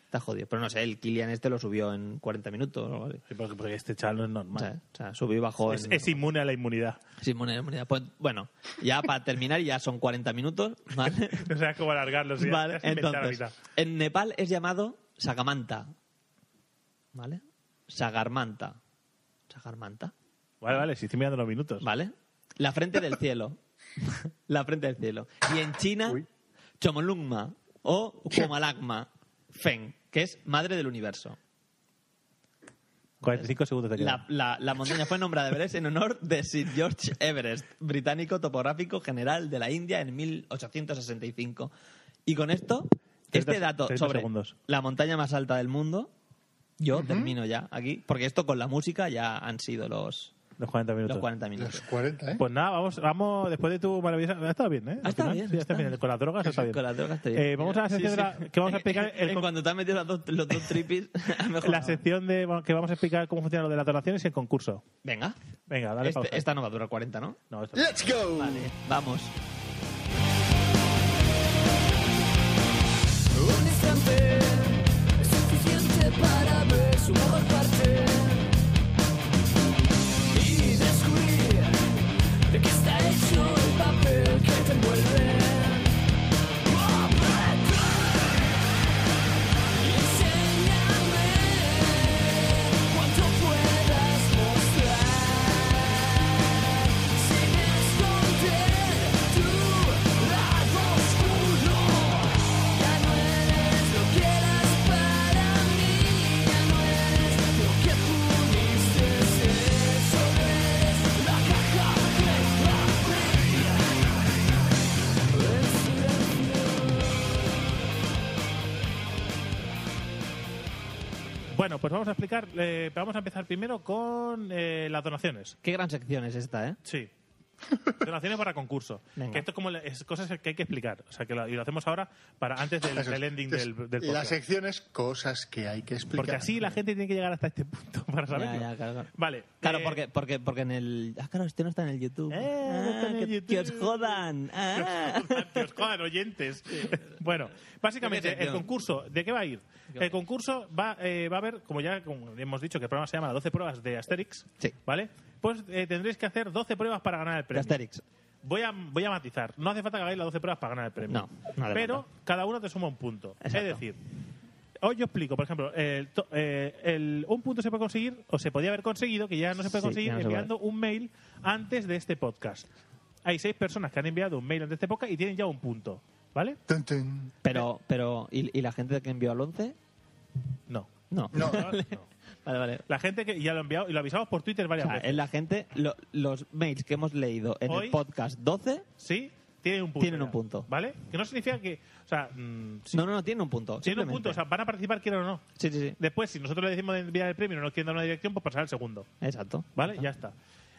D: Estás jodido. Pero no sé, el Kilian este lo subió en 40 minutos o algo así.
B: Sí, porque, porque este chaval no es normal.
D: O sea, subió y bajó.
B: Es-
D: en-
B: es inmune a la inmunidad. <laughs>
D: Sí, inmune a la inmunidad. Pues, bueno, ya para terminar, ya son 40 minutos,
B: <laughs>
D: ¿vale?
B: No sabes cómo alargarlo. sí, <laughs>
D: Vale,
B: has inventado la
D: entonces,
B: mitad.
D: en Nepal es llamado Sagamanta. ¿Vale? Sagarmanta. Sagarmanta.
B: Vale, vale, si estoy mirando los minutos.
D: ¿Vale? La
B: <laughs>
D: frente del cielo. <laughs> La frente del cielo. Y en China, Chomolungma o Kumalagma Feng, que es madre del universo.
B: 45 segundos te quedan.
D: La, la- la montaña fue nombrada Everest en honor de Sir George Everest, británico topográfico general de la India en 1865. Y con esto, este
B: 30
D: dato
B: 30
D: sobre
B: segundos.
D: la montaña más alta del mundo, yo termino ya aquí, porque esto con la música ya han sido los,
B: Los 40 minutos.
D: los 40 minutos.
C: ¿eh?
B: Pues nada, vamos, vamos, después de tu maravillosa... Ha estado bien, ¿eh?
D: Ha estado
B: Al final,
D: bien,
B: sí, ha estado bien. Con las
D: <laughs>
B: drogas está bien.
D: Con las drogas estoy
B: Eh, vamos a la sección de la- que vamos a explicar el
D: <laughs> En cuanto te has metido las dos- los dos <laughs> tripis, has mejorado.
B: la sección de que vamos a explicar cómo funciona lo de las donaciones y el concurso.
D: Venga.
B: Venga, dale
D: Este-
B: pausa.
D: Esta no va a durar 40, ¿no?
B: No,
C: Eh.
B: esta
D: ¡Let's go! Vale, vamos.
K: Un instante es suficiente para ver su mejor parte y descubrir de qué está hecho el papel que te envuelve. Aprieta y enséñame cuanto puedas mostrar sin esconder tu lado oscuro. Ya no eres lo que eras para mí, ya no eres lo que pudiste ser, solo eres la caja que abría. El
B: Bueno, pues vamos a explicar. eh, vamos a empezar primero con eh, las donaciones.
D: Qué gran sección es esta, ¿eh?
C: <laughs>
B: Sí. Donaciones para concurso.
D: Venga.
B: Que esto es como le- es cosas que hay que explicar. O sea, que lo, y lo hacemos ahora para antes del,
C: Eso es.
B: del ending
C: Entonces,
B: del, del podcast.
C: La sección es cosas que hay que explicar.
B: Porque así la gente tiene que llegar hasta este punto <laughs> para saberlo.
D: Ya, ya, claro, claro.
B: Vale.
D: Claro,
B: eh, <laughs>
D: porque, porque, porque en el. Ah, claro, este no está en el YouTube. Ah, que, que os jodan. Ah.
B: Que os jodan oyentes. <laughs> bueno, básicamente,
D: Buena
B: el
D: sección.
B: concurso, ¿de qué va a ir? El concurso va, eh, va a haber, como ya como hemos dicho, que el programa se llama 12 pruebas de Asterix. ¿Vale? Pues eh, tendréis que hacer 12 pruebas para ganar el premio.
D: Asterix.
B: Voy a, voy a matizar. No hace falta que hagáis las 12 pruebas para ganar el premio.
D: No, no hace
B: Pero
D: falta.
B: cada uno te suma un punto.
D: Exacto.
B: Es decir, hoy yo explico, por ejemplo, el to- eh, el- un punto se puede conseguir, o se podía haber conseguido, que ya no se puede
D: Sí,
B: conseguir,
D: ya no se puede.
B: enviando un mail antes de este podcast. Hay seis personas que han enviado un mail antes de este podcast y tienen ya un punto, ¿vale?
D: Pero, pero ¿y, y la gente que envió al 11?
B: No.
D: No.
B: Vale,
D: <laughs> vale.
B: La gente que ya lo ha enviado y lo avisamos por Twitter
D: O
B: varias
D: sea,
B: veces.
D: es la gente, lo- los mails que hemos leído en
B: Hoy-
D: el podcast 12
B: Sí, tienen un punto.
D: tienen
B: ya,
D: un punto.
B: ¿Vale? Que no significa que. O sea, mm,
D: No, no, no, tienen un punto.
B: tienen un
D: simplemente.
B: punto, o sea, van a participar quieran o no.
D: Sí, sí, sí.
B: Después, si nosotros le decimos de enviar el premio y no nos quieren dar una dirección, pues pasará al segundo.
D: Exacto.
B: ¿Vale? Ya está.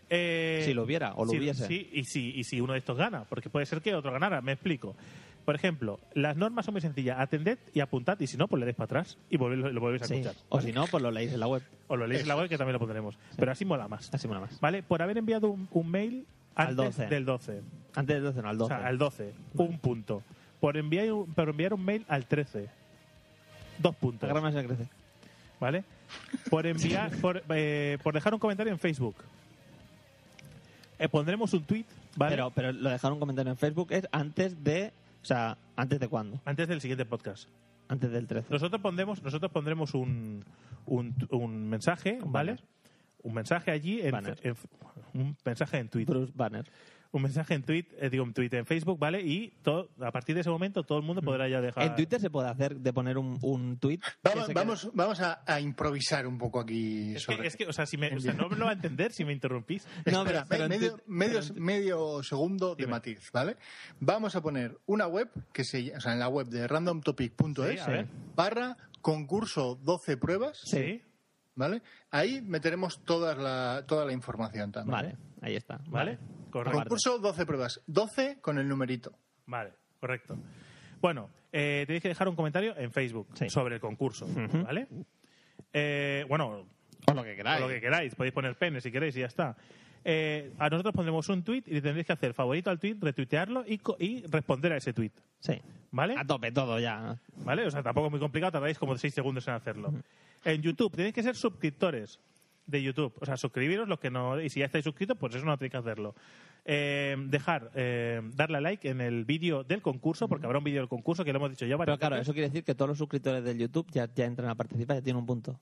B: Eh,
D: Si lo hubiera o lo
B: sí,
D: hubiese.
B: Sí, y si, y si uno de estos gana, porque puede ser que otro ganara, me explico. Por ejemplo, las normas son muy sencillas. Atended y apuntad, y si no, pues le des para atrás y volvéis- lo, volvéis a
D: Sí.
B: escuchar.
D: O si no, pues lo leéis en la web.
B: O lo leéis en la web que también lo pondremos. Pero así mola más.
D: Así mola más.
B: ¿Vale? Por haber enviado un, un mail
D: Al
B: antes
D: 12.
B: del 12.
D: Antes del 12, no, al 12.
B: O sea, al 12. Un punto. Por enviar, un- por enviar un mail al 13. Dos puntos.
D: Agrama se crece.
B: ¿Vale? Por enviar,
D: <laughs>
B: por, eh, por dejar un comentario en Facebook. Eh, pondremos un tweet, ¿vale?
D: Pero, pero lo dejaron un comentario en Facebook es antes de. O sea, ¿antes de cuándo?
B: antes del siguiente podcast.
D: Antes del 13.
B: Nosotros pondremos, nosotros pondremos un, un, un mensaje, ¿vale? Un mensaje allí en,
D: Banner.
B: en- un mensaje en
D: <laughs>
B: Twitter.
D: Banner.
B: Un mensaje en tweet, eh, digo, en Twitter, en Facebook, ¿vale? Y todo, a partir de ese momento todo el mundo podrá ya dejar.
D: Mm. En Twitter se puede hacer de poner un, un tweet.
C: Vamos, vamos, vamos a, a improvisar un poco aquí
B: Es
C: sobre.
B: que, es que, o sea, si me, o sea, no me lo va a entender si me interrumpís.
C: Espera, me- medio, medio, medio segundo de matiz, ¿vale? Vamos a poner una web que se ll- o sea, en la web de
B: Sí,
C: randomtopic.es
B: a ver.
C: barra concurso 12 pruebas.
B: Sí.
C: ¿Vale? Ahí meteremos toda la, toda la información también.
D: Vale, ahí está.
B: ¿Vale? Correcto.
C: Concurso 12 pruebas. 12 con el numerito.
B: Vale, correcto. Bueno, eh, tenéis que dejar un comentario en Facebook sobre el concurso, ¿vale? Eh, bueno,
D: o lo que
B: queráis. podéis poner pene si queréis y ya está. eh, a nosotros pondremos un tweet y le tendréis que hacer favorito al tweet, retuitearlo y, co- y responder a ese tweet.
D: Sí.
B: ¿Vale?
D: A tope todo ya.
B: ¿Vale? O sea, tampoco es muy complicado, tardáis como 6 segundos en hacerlo. En YouTube, tenéis que ser suscriptores de YouTube. O sea, suscribiros los que no. Y si ya estáis suscritos, pues eso no tenéis que hacerlo. Eh, dejar, eh, darle a like en el vídeo del concurso, porque habrá un vídeo del concurso que lo hemos dicho ya varias
D: Pero claro,
B: veces.
D: eso quiere decir que todos los suscriptores del YouTube ya, ya entran a participar, ya tienen un punto.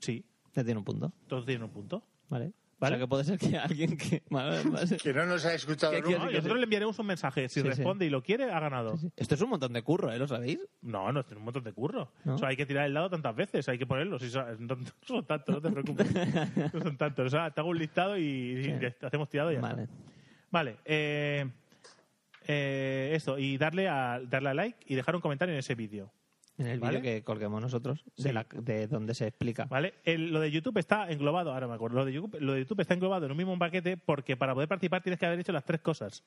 B: Sí.
D: Ya tienen un punto.
B: Todos tienen un punto.
D: Vale.
B: Vale.
D: O sea, que puede ser que <laughs> alguien que. Vale, vale.
C: Que no nos ha escuchado
D: ¿Qué
C: nunca.
D: quiere-
B: No, y nosotros le enviaremos un mensaje. Si
D: Sí, sí.
B: responde y lo quiere, ha ganado.
D: Esto es un montón de curro, ¿eh? ¿Lo sabéis?
B: No, no, tiene un montón de curro.
D: ¿No?
B: O sea, hay que tirar el dado tantas veces, hay que ponerlo. Si son, no son tantos, no te
D: <laughs>
B: preocupes. No son tantos. O sea, te hago un listado y, y te hacemos tirado y Oh, ya.
D: Vale.
B: está. Vale. eh, eh, esto, y darle a, darle a like y dejar un comentario en ese vídeo.
D: En el
B: ¿Vale?
D: vídeo que colguemos nosotros,
B: Sí.
D: de, la- de donde se explica.
B: ¿Vale? El- lo de YouTube está englobado, ahora me acuerdo, lo de, YouTube, lo de YouTube está englobado en un mismo paquete porque para poder participar tienes que haber hecho las tres cosas.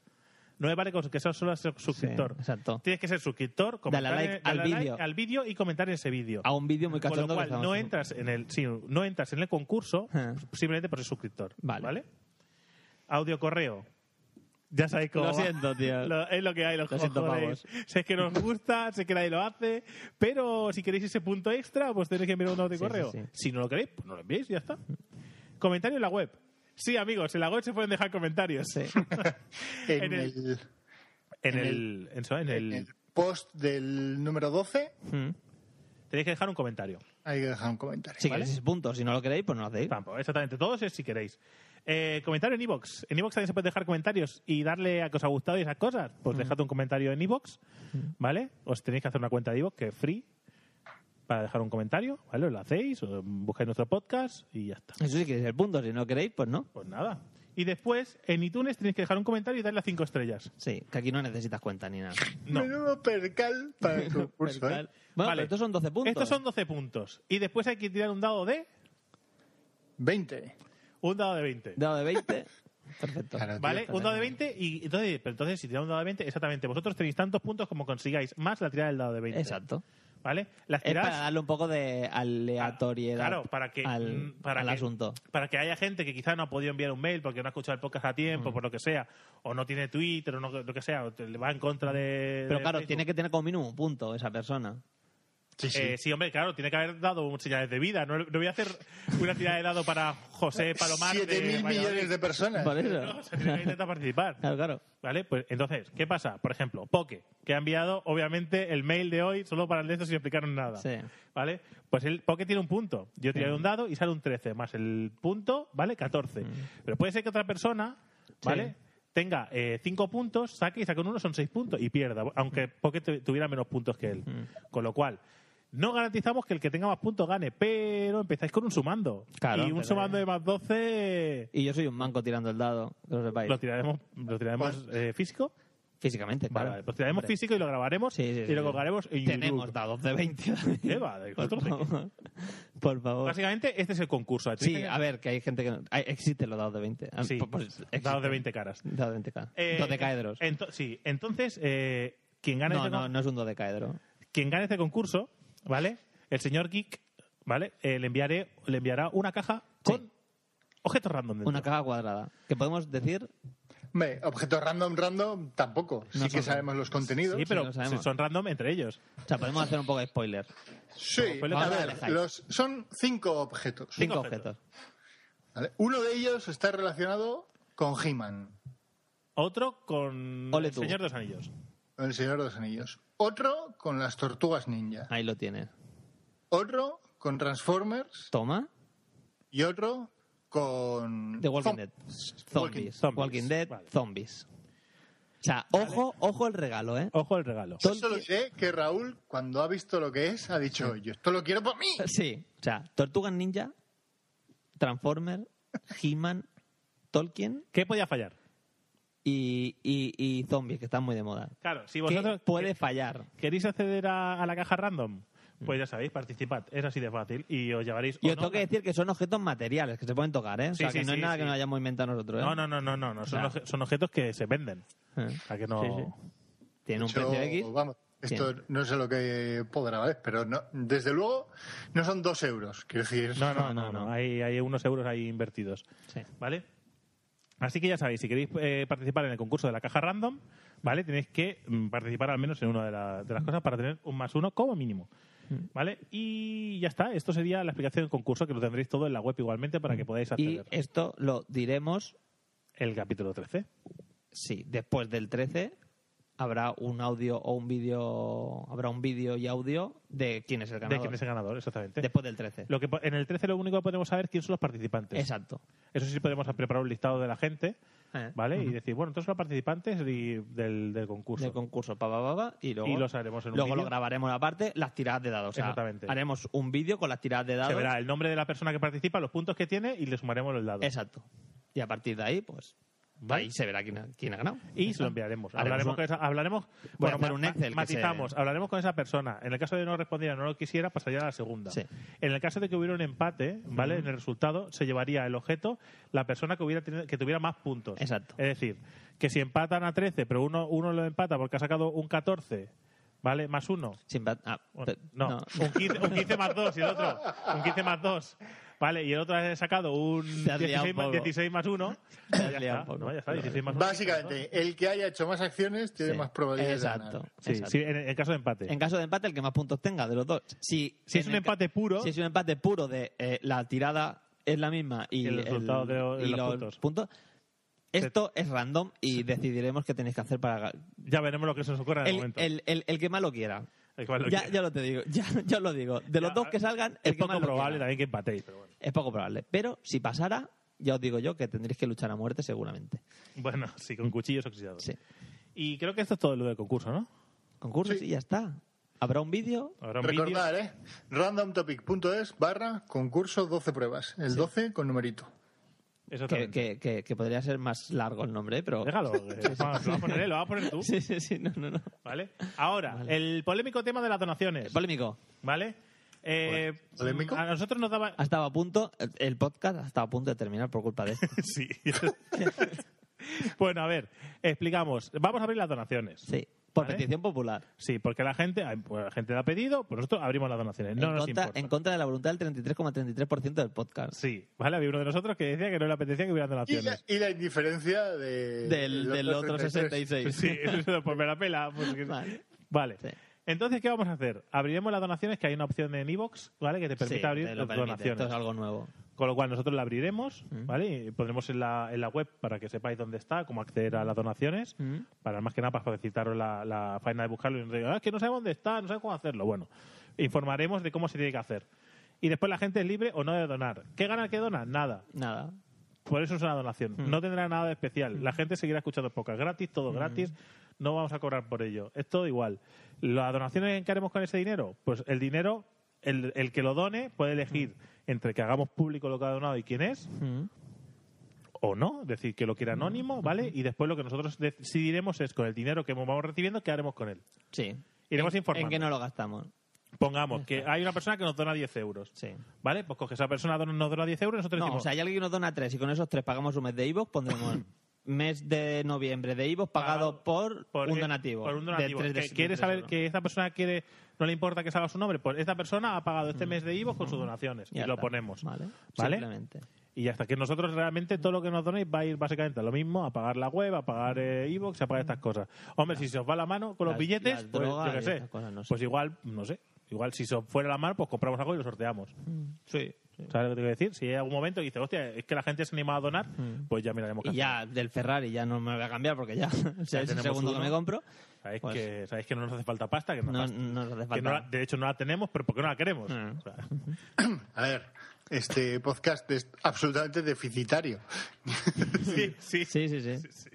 B: No me vale con que seas solo ser suscriptor.
D: exacto.
B: Tienes que ser suscriptor, comentar
D: like
B: en-
D: al
B: darle
D: vídeo.
B: al vídeo y comentar en ese vídeo.
D: A un vídeo muy
B: Con
D: cachondo
B: lo
D: que
B: cual,
D: estamos
B: no
D: haciendo.
B: entras, en el, sí, no entras en el concurso
D: Ah.
B: simplemente por ser suscriptor.
D: Vale.
B: Vale. Audio correo. Ya sabéis cómo.
D: Lo
B: ¿eh? va.
D: siento, tío.
B: Lo- es lo que hay, los
D: Lo siento,
B: cojones. Sé que nos gusta, sé que nadie lo hace, pero si queréis ese punto extra, pues tenéis que enviar un audio
D: Sí,
B: correo.
D: sí, sí.
B: Si no lo queréis, pues no lo enviéis, y ya está. Comentario en la web. Sí, amigos, en la web se pueden dejar comentarios.
D: Sí.
C: En,
B: en el-
C: el,
B: En
C: En
B: el, en, en
C: en
B: el,
C: el post del número 12
D: Mm.
B: tenéis que dejar un comentario.
C: hay que dejar un comentario.
D: Si
B: ¿Vale?
D: queréis puntos, si no lo queréis, pues no lo hacéis.
B: Tampoco, exactamente. Todos es si queréis. Eh, comentario en iBox. En iBox también se puede dejar comentarios y darle a que os ha gustado y esas cosas. Pues
D: Mm.
B: dejad un comentario en iBox, ¿vale? Os tenéis que hacer una cuenta de iBox que es free para dejar un comentario, ¿vale? Lo hacéis, o buscáis nuestro podcast y ya está.
D: Eso sí queréis el punto, si no queréis, pues no.
B: Pues nada. Y después, en iTunes tenéis que dejar un comentario y darle a cinco estrellas.
D: Sí, que aquí no necesitas cuenta ni nada.
B: No.
C: Menudo percal para
B: <laughs>
C: el concurso. ¿eh?
D: Bueno, pero
B: Vale.
D: estos son 12 puntos.
B: Estos son 12 puntos. Y después hay que tirar un dado de...
C: 20.
B: Un dado de 20.
D: Dado de 20. Perfecto.
C: Claro, tío.
B: ¿Vale?
D: está
B: Un dado de
D: bien.
B: 20 y entonces, pero entonces si tiramos un dado de 20, exactamente, vosotros tenéis tantos puntos como consigáis, más la tirada del dado de 20.
D: Exacto.
B: ¿Vale? Las
D: Es para
B: tiradas
D: darle un poco de aleatoriedad
B: Claro, para que,
D: al,
B: mm, para
D: al
B: que-
D: asunto.
B: Para que haya gente que quizás no ha podido enviar un mail porque no ha escuchado el podcast a
D: Mm.
B: tiempo, por lo que sea, o no tiene Twitter, o no, lo que sea, o te- le va en contra de.
D: Pero
B: de
D: claro,
B: Facebook.
D: tiene que tener como mínimo un punto esa persona.
C: Sí, sí.
B: Eh, sí, hombre, claro, tiene que haber dado un señales de vida. No, no voy a hacer una tirada de dado para José Palomar. de
C: 7.000
B: Valladolid.
C: millones de personas.
D: Por
B: <laughs> No,
D: eso.
B: o sea, tiene que intentar participar.
D: Claro, claro.
B: ¿Vale? Pues entonces, ¿qué pasa? Por ejemplo, Poke, que ha enviado, obviamente, el mail de hoy solo para el de estos sin explicarnos nada.
D: Sí.
B: ¿Vale? Pues el Poke tiene un punto. Yo tiré un dado y sale un 13, más el punto, ¿vale? 14. Pero puede ser que otra persona, ¿vale?
D: Sí.
B: Tenga 5 puntos, saque y saque un 1, son 6 puntos y pierda, aunque Poke tu- tuviera menos puntos que él. Con lo cual. No garantizamos que el que tenga más puntos gane, pero empezáis con un sumando.
D: Claro,
B: y un
D: pero- eh.
B: sumando de más 12
D: Y yo soy un manco tirando el dado, que lo sepáis.
B: lo tiraremos, lo tiraremos eh, físico.
D: Físicamente,
B: Vale,
D: Pues, claro.
B: vale, pues tiraremos
D: Hombre.
B: físico y lo grabaremos
D: Sí, sí,
B: y
D: sí,
B: lo
D: sí.
B: colgaremos en YouTube.
D: Tenemos dados de 20.
B: Eva, <laughs> de
D: <laughs> Por
B: vosotros de qué.
D: favor. Por favor.
B: Básicamente, este es el concurso. Tenéis
D: Sí,
B: que-
D: a ver, que hay gente que... no- hay- existen los dados de 20. Ah,
B: Sí,
D: pues- pues existen.
B: dados de 20 caras.
D: Dados de 20 cada.
B: Eh,
D: dodecaedros.
B: ento- sí, entonces, eh, quien, gane
D: no,
B: este,
D: no,
B: con-
D: no es un dodecaedro.
B: quien gane este concurso, ¿vale? El señor Geek, ¿vale? Eh, le, enviaré, le enviará una caja
D: Sí.
B: con objetos random dentro.
D: Una caja cuadrada. Que podemos decir...
C: Hombre, objetos random, random, tampoco.
D: No
C: sí que
D: son
C: sabemos los contenidos.
B: Sí,
D: Sí,
B: pero
D: lo sabemos.
B: son random entre ellos.
D: O sea, podemos hacer un poco de spoiler.
C: Sí,
B: Vamos
C: a
B: a
C: ver,
D: dejar.
C: los, son cinco objetos.
D: Cinco,
B: Cinco
D: objetos.
C: ¿vale? Uno de ellos está relacionado con He-Man,
B: Otro con
D: Ole
B: el
D: tú.
B: señor de los anillos.
C: con el Señor de los Anillos. Otro con las Tortugas Ninja.
D: Ahí lo tienes.
C: Otro con Transformers.
D: Toma.
C: Y otro con...
D: The Walking
C: Zom-
D: Dead.
C: Walking-
D: Zombies.
B: Zombies.
D: Walking Dead,
B: Vale.
D: zombies. O sea, ojo, ojo el regalo, ¿eh?
B: Ojo al regalo.
C: Yo solo diré que Raúl, cuando ha visto lo que es, ha dicho, yo esto lo quiero para
D: <laughs>
C: mí.
D: Sí, o sea, Tortugas Ninja, Transformer, He-Man, Tolkien
B: ¿Qué podía fallar?
D: y, y, y zombies, que están muy de moda.
B: Claro, si
D: ¿Qué
B: vosotros...
D: puede fallar?
B: ¿Queréis acceder a, a la caja random? Pues ya sabéis, participad. Es así de fácil y os llevaréis... o
D: Y os
B: Pues no,
D: tengo que
B: la-
D: decir que son objetos materiales que se pueden tocar, ¿eh? O
B: Sí,
D: sea,
B: sí,
D: que no es
B: sí,
D: nada
B: sí.
D: que nos hayamos inventado nosotros, ¿eh?
B: No, no, no, no, no, no. Son,
D: Claro.
B: oje- son objetos que se venden.
D: Eh.
B: O sea, que no...
D: Sí, sí. Tiene un
C: Yo,
D: precio X.
C: vamos, esto
D: Bien.
C: no sé lo que podrá valer, pero no, desde luego no son dos euros. Quiero decir,
B: No, no, no,
D: No, no,
B: no.
D: no.
B: Hay, hay unos euros ahí invertidos.
D: Sí.
B: ¿Vale? Así que ya sabéis, si queréis eh, participar en el concurso de la caja random, ¿vale? Tenéis que mm, participar al menos en una de, la- de las cosas para tener un más uno como mínimo. ¿Vale? Y ya está. Esto sería la explicación del concurso, que lo tendréis todo en la web igualmente para que podáis
D: Y eh,
B: acceder.
D: esto lo diremos.
B: El capítulo 13.
D: Sí, después del 13 habrá un audio o un vídeo. Habrá un vídeo y audio de quién es el ganador.
B: De quién es el ganador, exactamente.
D: Después del 13.
B: Lo que, po- en el 13 lo único que podemos saber es quién son los participantes.
D: Exacto.
B: Eso sí podemos preparar un listado de la gente,
D: Eh.
B: ¿vale? Y
D: Ujú.
B: decir, bueno, entonces los participantes y del, del concurso.
D: Del concurso, pa, pa, pa, pa, y luego,
B: Y los haremos en un
D: luego lo
B: vídeo.
D: grabaremos aparte, las tiradas de dados. O sea,
B: Exactamente.
D: Haremos un vídeo con las tiradas de dados.
B: Se verá el nombre de la persona que participa, los puntos que tiene y le sumaremos los dados.
D: Exacto. Y a partir de ahí, pues. Ahí se verá quién ha, quién ha ganado.
B: Y se lo enviaremos.
D: Haremos
B: Hablaremos
D: un-
B: con esa- hablaremos-
D: Voy a hacer
B: ma-
D: un
B: ma-
D: Excel que
B: matizamos.
D: se-
B: Hablaremos con esa persona. En el caso de no respondiera, no lo quisiera, pasaría a la segunda.
D: Sí.
B: En el caso de que hubiera un empate, ¿vale?
D: Ujú.
B: En el resultado se llevaría el objeto la persona que hubiera tenido- que tuviera más puntos.
D: Exacto.
B: Es decir, que si empatan a 13, pero uno, uno lo empata porque ha sacado un 14, ¿vale? Más uno.
D: Sin pa- ah, pe-
B: No, Un, 15, un 15 más 2 y el otro un 15 más 2. Vale, y el otro ha sacado un
D: Te has liado
B: 16 más,
D: un poco.
B: 16 más 1.
D: has
B: ya,
D: liado un
B: está,
D: poco.
B: no, ya está, 16 más 1.
C: Básicamente, el que haya hecho más acciones tiene
D: Sí.
C: más probabilidades de
D: Exacto.
C: ganar.
B: Sí,
D: exacto.
B: sí, en, en caso de empate.
D: En caso de empate, el que más puntos tenga de los dos. Si,
B: Si es
D: en
B: un
D: el ca-
B: empate puro-
D: Si es un empate puro de eh, la tirada es la misma y,
B: Y el resultado de lo- de
D: y
B: los
D: los
B: puntos.
D: Esto es random y decidiremos qué tenéis que hacer para.
B: Ya veremos lo que se nos ocurra en el,
D: El,
B: momento.
D: el, el- el que más lo quiera.
B: El cual lo
D: ya,
B: quiera.
D: ya lo te digo, <laughs> ya, ya lo digo. De los
B: Ya,
D: dos que salgan,
B: es
D: el que
B: poco
D: más lo
B: probable
D: quiera.
B: también que empatéis. Pero bueno.
D: Es poco probable. Pero si pasara, ya os digo yo que tendréis que luchar a muerte seguramente.
B: bueno, sí, con cuchillos oxidados.
D: Sí.
B: Y creo que esto es todo lo del concurso, ¿no?
D: Concursos
C: Sí.
D: y ya está. Habrá un vídeo.
B: Habrá un
C: Recordar, ¿eh? randomtopic.es barra concurso 12 pruebas. El 12 con numerito.
B: vídeo. Que,
D: Que, que- que- que podría ser más largo el nombre, ¿eh? pero.
B: Déjalo. que- lo vas a poner, él, lo vas a poner tú.
D: <laughs> Sí, sí, sí, no, no, no.
B: ¿Vale? Ahora, el polémico tema de las donaciones.
D: Polémico.
B: ¿Vale? Eh,
C: ¿Polémico?
B: A nosotros nos daba. <laughs>
D: Ha estado a punto, el- el podcast ha estado a punto de terminar por culpa de esto.
B: Sí. <laughs> bueno, a ver, explicamos. Vamos a abrir las donaciones. <laughs>
D: Sí, por
B: ¿Vale?
D: petición popular.
B: Sí, porque la gente, ay, pues la gente la ha pedido, pues nosotros abrimos las donaciones. No
D: en,
B: nos
D: contra,
B: importa.
D: en contra de la voluntad del 33,33% del podcast.
B: Sí, ¿vale? Había uno de nosotros que decía que no le apetecía que hubiera
C: Y la,
B: donaciones.
C: y la indiferencia de-
D: Del, del otro
C: 33.
D: 66.
B: Sí, <laughs> eso, pues me la pela. pues que-
D: Vale.
B: Vale.
D: Sí.
B: Entonces, ¿qué vamos a hacer? Abriremos las donaciones, que hay una opción en Evox, ¿vale? Que te permite
D: Sí,
B: abrir
D: te lo
B: las
D: permite, Mm.
B: donaciones.
D: Esto es algo nuevo.
B: Con lo cual nosotros la abriremos, ¿vale? Y pondremos en la, en la web para que sepáis dónde está, cómo acceder a las donaciones,
D: Mm.
B: para más que nada para facilitaros la, la faena de buscarlo y no digáis, "Ah, es que no sabemos dónde está, no sabemos cómo hacerlo. Bueno, informaremos de cómo se tiene que hacer. Y después la gente es libre o no de donar. ¿Qué gana el que dona? Nada.
D: Nada.
B: Por eso es una donación.
D: Hmm.
B: No tendrá nada de especial. La gente seguirá escuchando pocas. Gratis, todo gratis. No vamos a cobrar por ello. Es todo igual. ¿Las donaciones que haremos con ese dinero? Pues el dinero, el, el que lo done puede elegir
D: Hmm.
B: entre que hagamos público lo que ha donado y quién es,
D: Mm.
B: o no, es decir, que lo quiera
D: Hmm.
B: anónimo, ¿vale? Y después lo que nosotros decidiremos es con el dinero que vamos recibiendo, ¿qué haremos con él?
D: Sí.
B: Iremos
D: En-
B: informando.
D: En que no lo gastamos.
B: Pongamos que hay una persona que nos dona 10 euros,
D: Sí.
B: ¿vale? Pues coge esa persona, don- nos dona 10 euros y nosotros
D: No, o
B: decimos,
D: sea, hay alguien que nos dona tres y con esos tres pagamos un mes de IVOX, pondremos
B: <laughs>
D: mes de noviembre de IVOX pagado, por,
B: por- e-
D: un donativo.
B: Por un donativo.
D: De tres- de-
B: que
D: de
B: quiere
D: tres
B: saber
D: euros.
B: que esta persona quiere, no le importa que salga su nombre, pues esta persona ha pagado este mes de IVO con sus donaciones
D: Mm. Ya
B: y lo
D: está.
B: ponemos.
D: Vale.
B: ¿Vale?
D: Simplemente.
B: Y hasta que nosotros realmente todo lo que nos donéis va a ir básicamente a lo mismo, a pagar la web, a pagar eh, iVoox, a pagar estas cosas. Hombre, si se os va la mano con los
D: Mm. Las-
B: billetes,
D: las
B: pues
D: drogas
B: yo qué
D: y
B: sé,
D: estas cosas, no sé.
B: pues igual, no sé, igual si se os fuera la mano, pues compramos algo y lo sorteamos.
D: Mm. Sí.
B: ¿Sabes lo que te quiero decir? Si hay algún momento que dices, hostia, es que la gente se anima a donar, pues ya miraremos qué
D: Mm. Y ya del Ferrari ya no me voy a cambiar porque ya, <laughs> o sea, es el
B: tenemos
D: segundo que
B: uno.
D: me compro.
B: hacemos. Sabéis
D: Pues-
B: que, sabéis que no nos hace falta pasta, que no,
D: No,
B: pasta.
D: no nos hace
B: Que no la-
D: falta.
B: de hecho no la tenemos, pero porque no la queremos.
D: Mm.
B: O sea, <laughs>
C: A ver, este podcast es absolutamente deficitario.
B: sí, sí, sí,
D: Sí, sí, sí.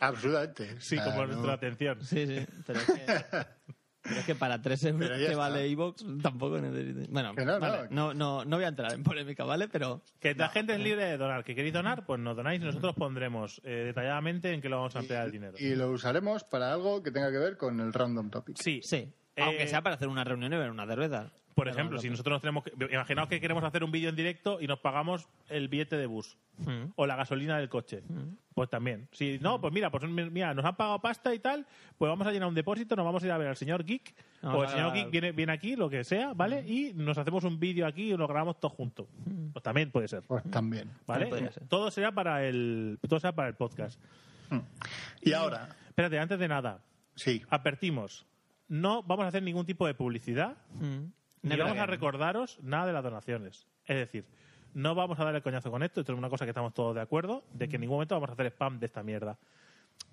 C: absolutamente. O sea,
B: como
C: no-
B: nuestra atención.
D: Sí, sí. Pero es que,
B: <laughs>
D: pero es que para 3 euros
C: Pero
D: que
C: ya está.
D: vale iVoox tampoco necesito. Bueno,
C: Que no, no.
D: vale, no, no, no voy a entrar en polémica, ¿vale? Pero
B: Que la gente es libre de donar. Que queréis donar, pues nos donáis y nosotros pondremos eh, detalladamente en qué lo vamos a emplear el dinero.
C: Y lo usaremos para algo que tenga que ver con el random topic.
B: Sí.
D: sí.
B: Eh,
D: Aunque sea para hacer una reunión y ver una cerveza.
B: Por ejemplo, si nosotros nos tenemos que, imaginaos que queremos hacer un vídeo en directo y nos pagamos el billete de bus
D: Mm.
B: o la gasolina del coche, pues también. Si no, pues mira, pues mira, nos han pagado pasta y tal, pues vamos a llenar un depósito, nos vamos a ir a ver al señor Geek
D: Vamos
B: o el
D: a-
B: señor Geek viene, viene aquí, lo que sea, ¿vale? Y nos hacemos un vídeo aquí y lo grabamos todos juntos. Pues también puede ser.
C: Pues también.
B: ¿Vale?
C: También podría ser.
B: Todo será para el todo será para el podcast.
C: Y ahora,
B: Espérate, antes de nada.
C: Sí.
B: Advertimos. No vamos a hacer ningún tipo de publicidad.
D: Mm,
B: Ni
D: Never
B: vamos a
D: again.
B: recordaros nada de las donaciones. Es decir, no vamos a dar el coñazo con esto. Esto es una cosa que estamos todos de acuerdo, de que en ningún momento vamos a hacer spam de esta mierda.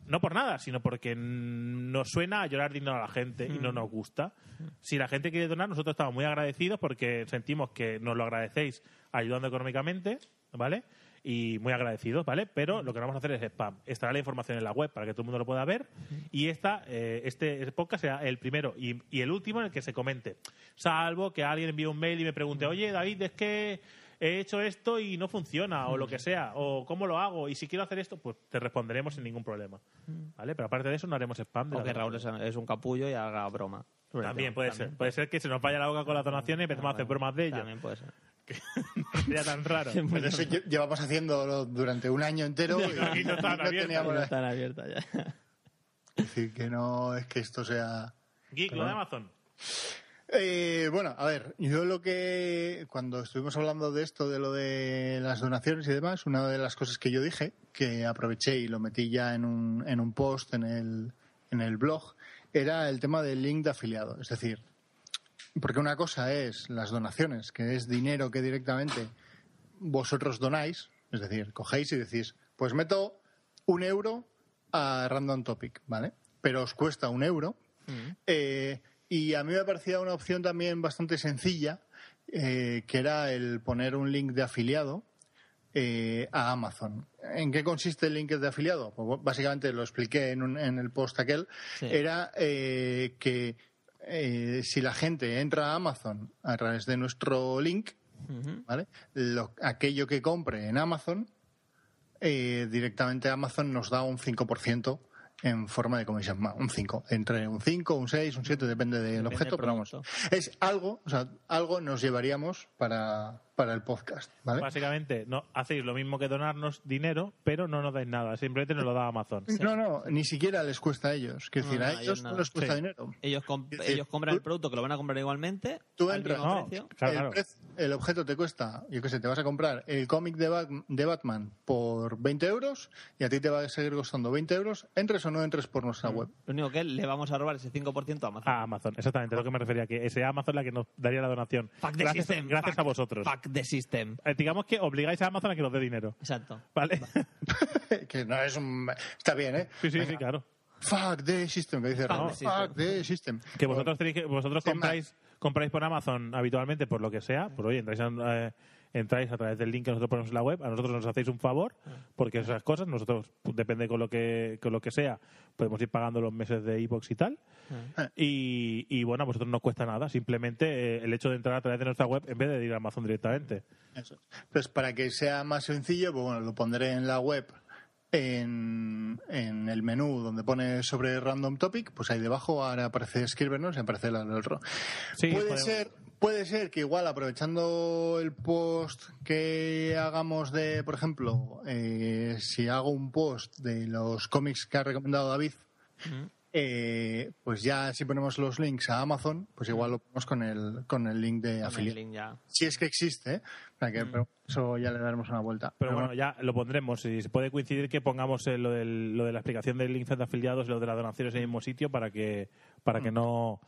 B: No por nada, sino porque mm, nos suena a llorar dinero a la gente y no nos gusta. Si la gente quiere donar, nosotros estamos muy agradecidos porque sentimos que nos lo agradecéis ayudando económicamente, ¿vale? Y muy agradecidos, ¿vale? Pero lo que no vamos a hacer es spam. Estará la información en la web para que todo el mundo lo pueda ver. Y esta, eh, este podcast será el primero y, y el último en el que se comente. Salvo que alguien envíe un mail y me pregunte, oye, David, es que he hecho esto y no funciona, o lo
D: Mm.
B: que sea, o cómo lo hago, y si quiero hacer esto, pues te responderemos sin ningún problema.
D: Mm.
B: ¿Vale? Pero aparte de eso, no haremos spam. De
D: O
B: la
D: que
B: donación.
D: Raúl es, es un capullo y haga broma. sobre el
B: También
D: tema.
B: puede
D: También.
B: ser. Puede ser que se nos vaya la boca con las donaciones y empezamos a hacer bromas de ello. <laughs>
D: También puede ser.
B: Sería tan raro.
C: Pero eso lle- llevamos haciéndolo durante un año entero y,
B: Y no están
C: no teníamos la-
D: Están abiertas
B: <laughs>
D: ya.
C: decir que no es que esto sea.
B: Geek, lo de Amazon.
C: Eh, bueno, a ver, yo lo que cuando estuvimos hablando de esto, de lo de las donaciones y demás, una de las cosas que yo dije, que aproveché y lo metí ya en un, en un post en el, en el blog, era el tema del link de afiliado. Es decir, porque una cosa es las donaciones, que es dinero que directamente vosotros donáis, es decir, cogéis y decís, pues meto un euro a Random Topic, ¿vale? Pero os cuesta un euro. Eh, y a mí me parecía una opción también bastante sencilla, eh, que era el poner un link de afiliado eh, a Amazon. ¿En qué consiste el link de afiliado? Pues bu- básicamente lo expliqué en, un- en el post aquel.
L: Sí.
C: Era eh, que eh, si la gente entra a Amazon a través de nuestro link, ¿vale? Lo- aquello que compre en Amazon, eh, directamente Amazon nos da un 5% en forma de comisión, más, un 5, entre un 5, un 6, un 7, depende del objeto,
D: del
C: pero vamos, es algo, o sea, algo nos llevaríamos para, para el podcast, ¿vale?
B: Básicamente, no, hacéis lo mismo que donarnos dinero, pero no nos dais nada. Simplemente nos lo da
D: <laughs>
B: Amazon.
C: No, no, ni siquiera les cuesta a ellos, que decir,
D: No,
C: a
D: no,
C: ellos no
D: nada.
C: les cuesta
D: Sí.
C: dinero.
D: Ellos, com-
C: Es decir,
D: ellos compran
C: tú-
D: el producto que lo van a comprar igualmente.
C: Tú
D: al
C: entras,
D: mismo precio.
C: el, prez- el objeto te cuesta, yo qué sé, te vas a comprar el cómic de, Bat- de Batman por 20 euros y a ti te va a seguir costando 20 euros, entres o no entres por nuestra web.
D: Lo único que le vamos a robar ese 5% a Amazon.
B: A Ah, Amazon, exactamente, lo que me refería, que sea Amazon la que nos daría la donación.
D: Fuck the
B: gracias
D: system,
B: gracias
D: fuck-
B: a vosotros.
D: fuck the system.
B: Eh, digamos que obligáis a Amazon a que nos dé dinero.
D: Exacto. <laughs>
B: ¿Vale?
C: <laughs> que no es un... Está bien, ¿eh?
B: Sí, sí, sí, claro.
C: Fuck the system, que dice
B: Fuck
C: Ramón.
B: the system.
C: Fuck the system.
B: Que vosotros tenéis que, vosotros compráis, compráis por Amazon habitualmente por lo que sea, por oye, entráis a, eh, entráis a través del link que nosotros ponemos en la web, a nosotros nos hacéis un favor,
C: Ah.
B: porque esas cosas, nosotros, pues, depende con lo que, con lo que sea, podemos ir pagando los meses de iBox y tal.
C: Ah.
B: Y, y, bueno, a vosotros no os cuesta nada, simplemente eh, el hecho de entrar a través de nuestra web en vez de ir a Amazon directamente.
C: Entonces, Pues, para que sea más sencillo, pues bueno, lo pondré en la web, en, en el menú donde pone sobre Random Topic, pues ahí debajo ahora aparece escríbenos y aparece el otro. puede,
B: podemos-
C: ser, puede ser que igual aprovechando el post que hagamos de, por ejemplo, eh, si hago un post de los cómics que ha recomendado David, eh, pues ya si ponemos los links a Amazon, pues igual lo ponemos con el, con el link de afiliado.
D: link ya.
C: Si es que existe, ¿eh? O sea que, pero eso ya le daremos una vuelta.
B: Pero bueno, ya lo pondremos. Y se puede coincidir que pongamos eh, lo, del- lo de la explicación del link de afiliados y lo de las donaciones en el mismo sitio para que, para que no,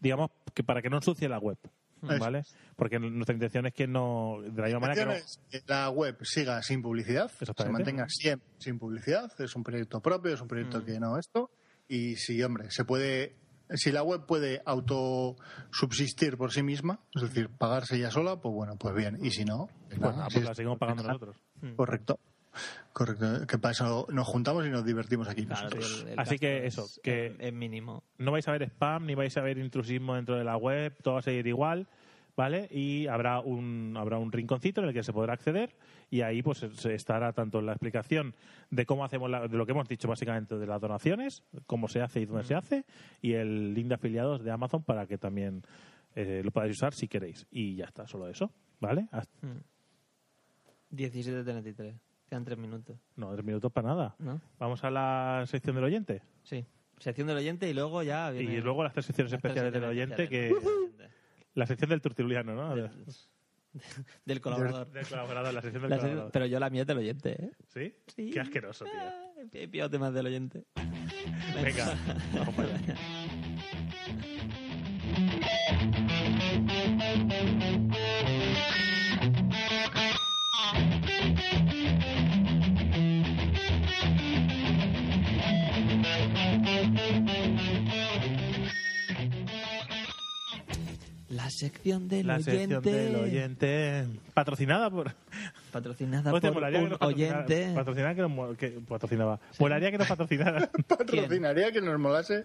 B: digamos, que para que no ensucie la web.
C: Eso.
B: ¿Vale? Porque nuestra intención es que no, de la misma manera que no.
C: intención es que la web siga sin publicidad, se
B: Exactamente.
C: mantenga siempre sin publicidad, es un proyecto propio, es un proyecto que no esto. Y si, hombre, se puede, si la web puede autosubsistir por sí misma, es decir, pagarse ya sola, pues bueno, pues bien. Y si no,
B: Pues
C: nada,
B: nada,
C: si
B: pues la
C: es-
B: seguimos pagando nosotros.
C: Correcto. Correcto, que para eso nos juntamos y nos divertimos aquí nosotros.
B: Así que eso, que
D: es mínimo.
B: No vais a ver spam ni vais a ver intrusismo dentro de la web, todo va a seguir igual, ¿vale? Y habrá un habrá un rinconcito en el que se podrá acceder y ahí pues se estará tanto la explicación de cómo hacemos la- de lo que hemos dicho básicamente de las
D: Mm.
B: donaciones, cómo se hace y dónde se hace y el link de afiliados de Amazon para que también eh, lo podéis usar si queréis. Y ya está, solo eso. ¿Vale? Hasta-
D: 17.33. Quedan 3 minutos.
B: no, tres minutos para nada.
D: ¿No?
B: Vamos a la sección del oyente.
D: Sí. Sección del oyente y luego ya viene...
B: Y luego las tres secciones
D: Las tres
B: especiales del
D: secciones
B: oyente que...
D: especiales del
B: La sección del turtiluliano, ¿no?
D: <laughs> Del colaborador.
B: Del colaborador, la sección del
D: La sección-
B: colaborador.
D: Pero yo la mía es del oyente, ¿eh?
B: ¿Sí?
D: Sí. Ah. Eh,
B: Qué asqueroso, tío.
D: He pillado temas del oyente.
B: Venga, vamos para
D: <laughs>
B: allá.
D: La sección del
B: La
D: oyente.
B: sección del oyente. Patrocinada por.
D: Patrocinada
B: Hostia,
D: por
B: molaría que
D: un
B: nos patrocinara-
D: oyente.
B: Patrocinada que nos mo- que patrocinaba. Molaría que nos
D: <laughs>
B: patrocinara.
C: <laughs> Patrocinaría que nos molase.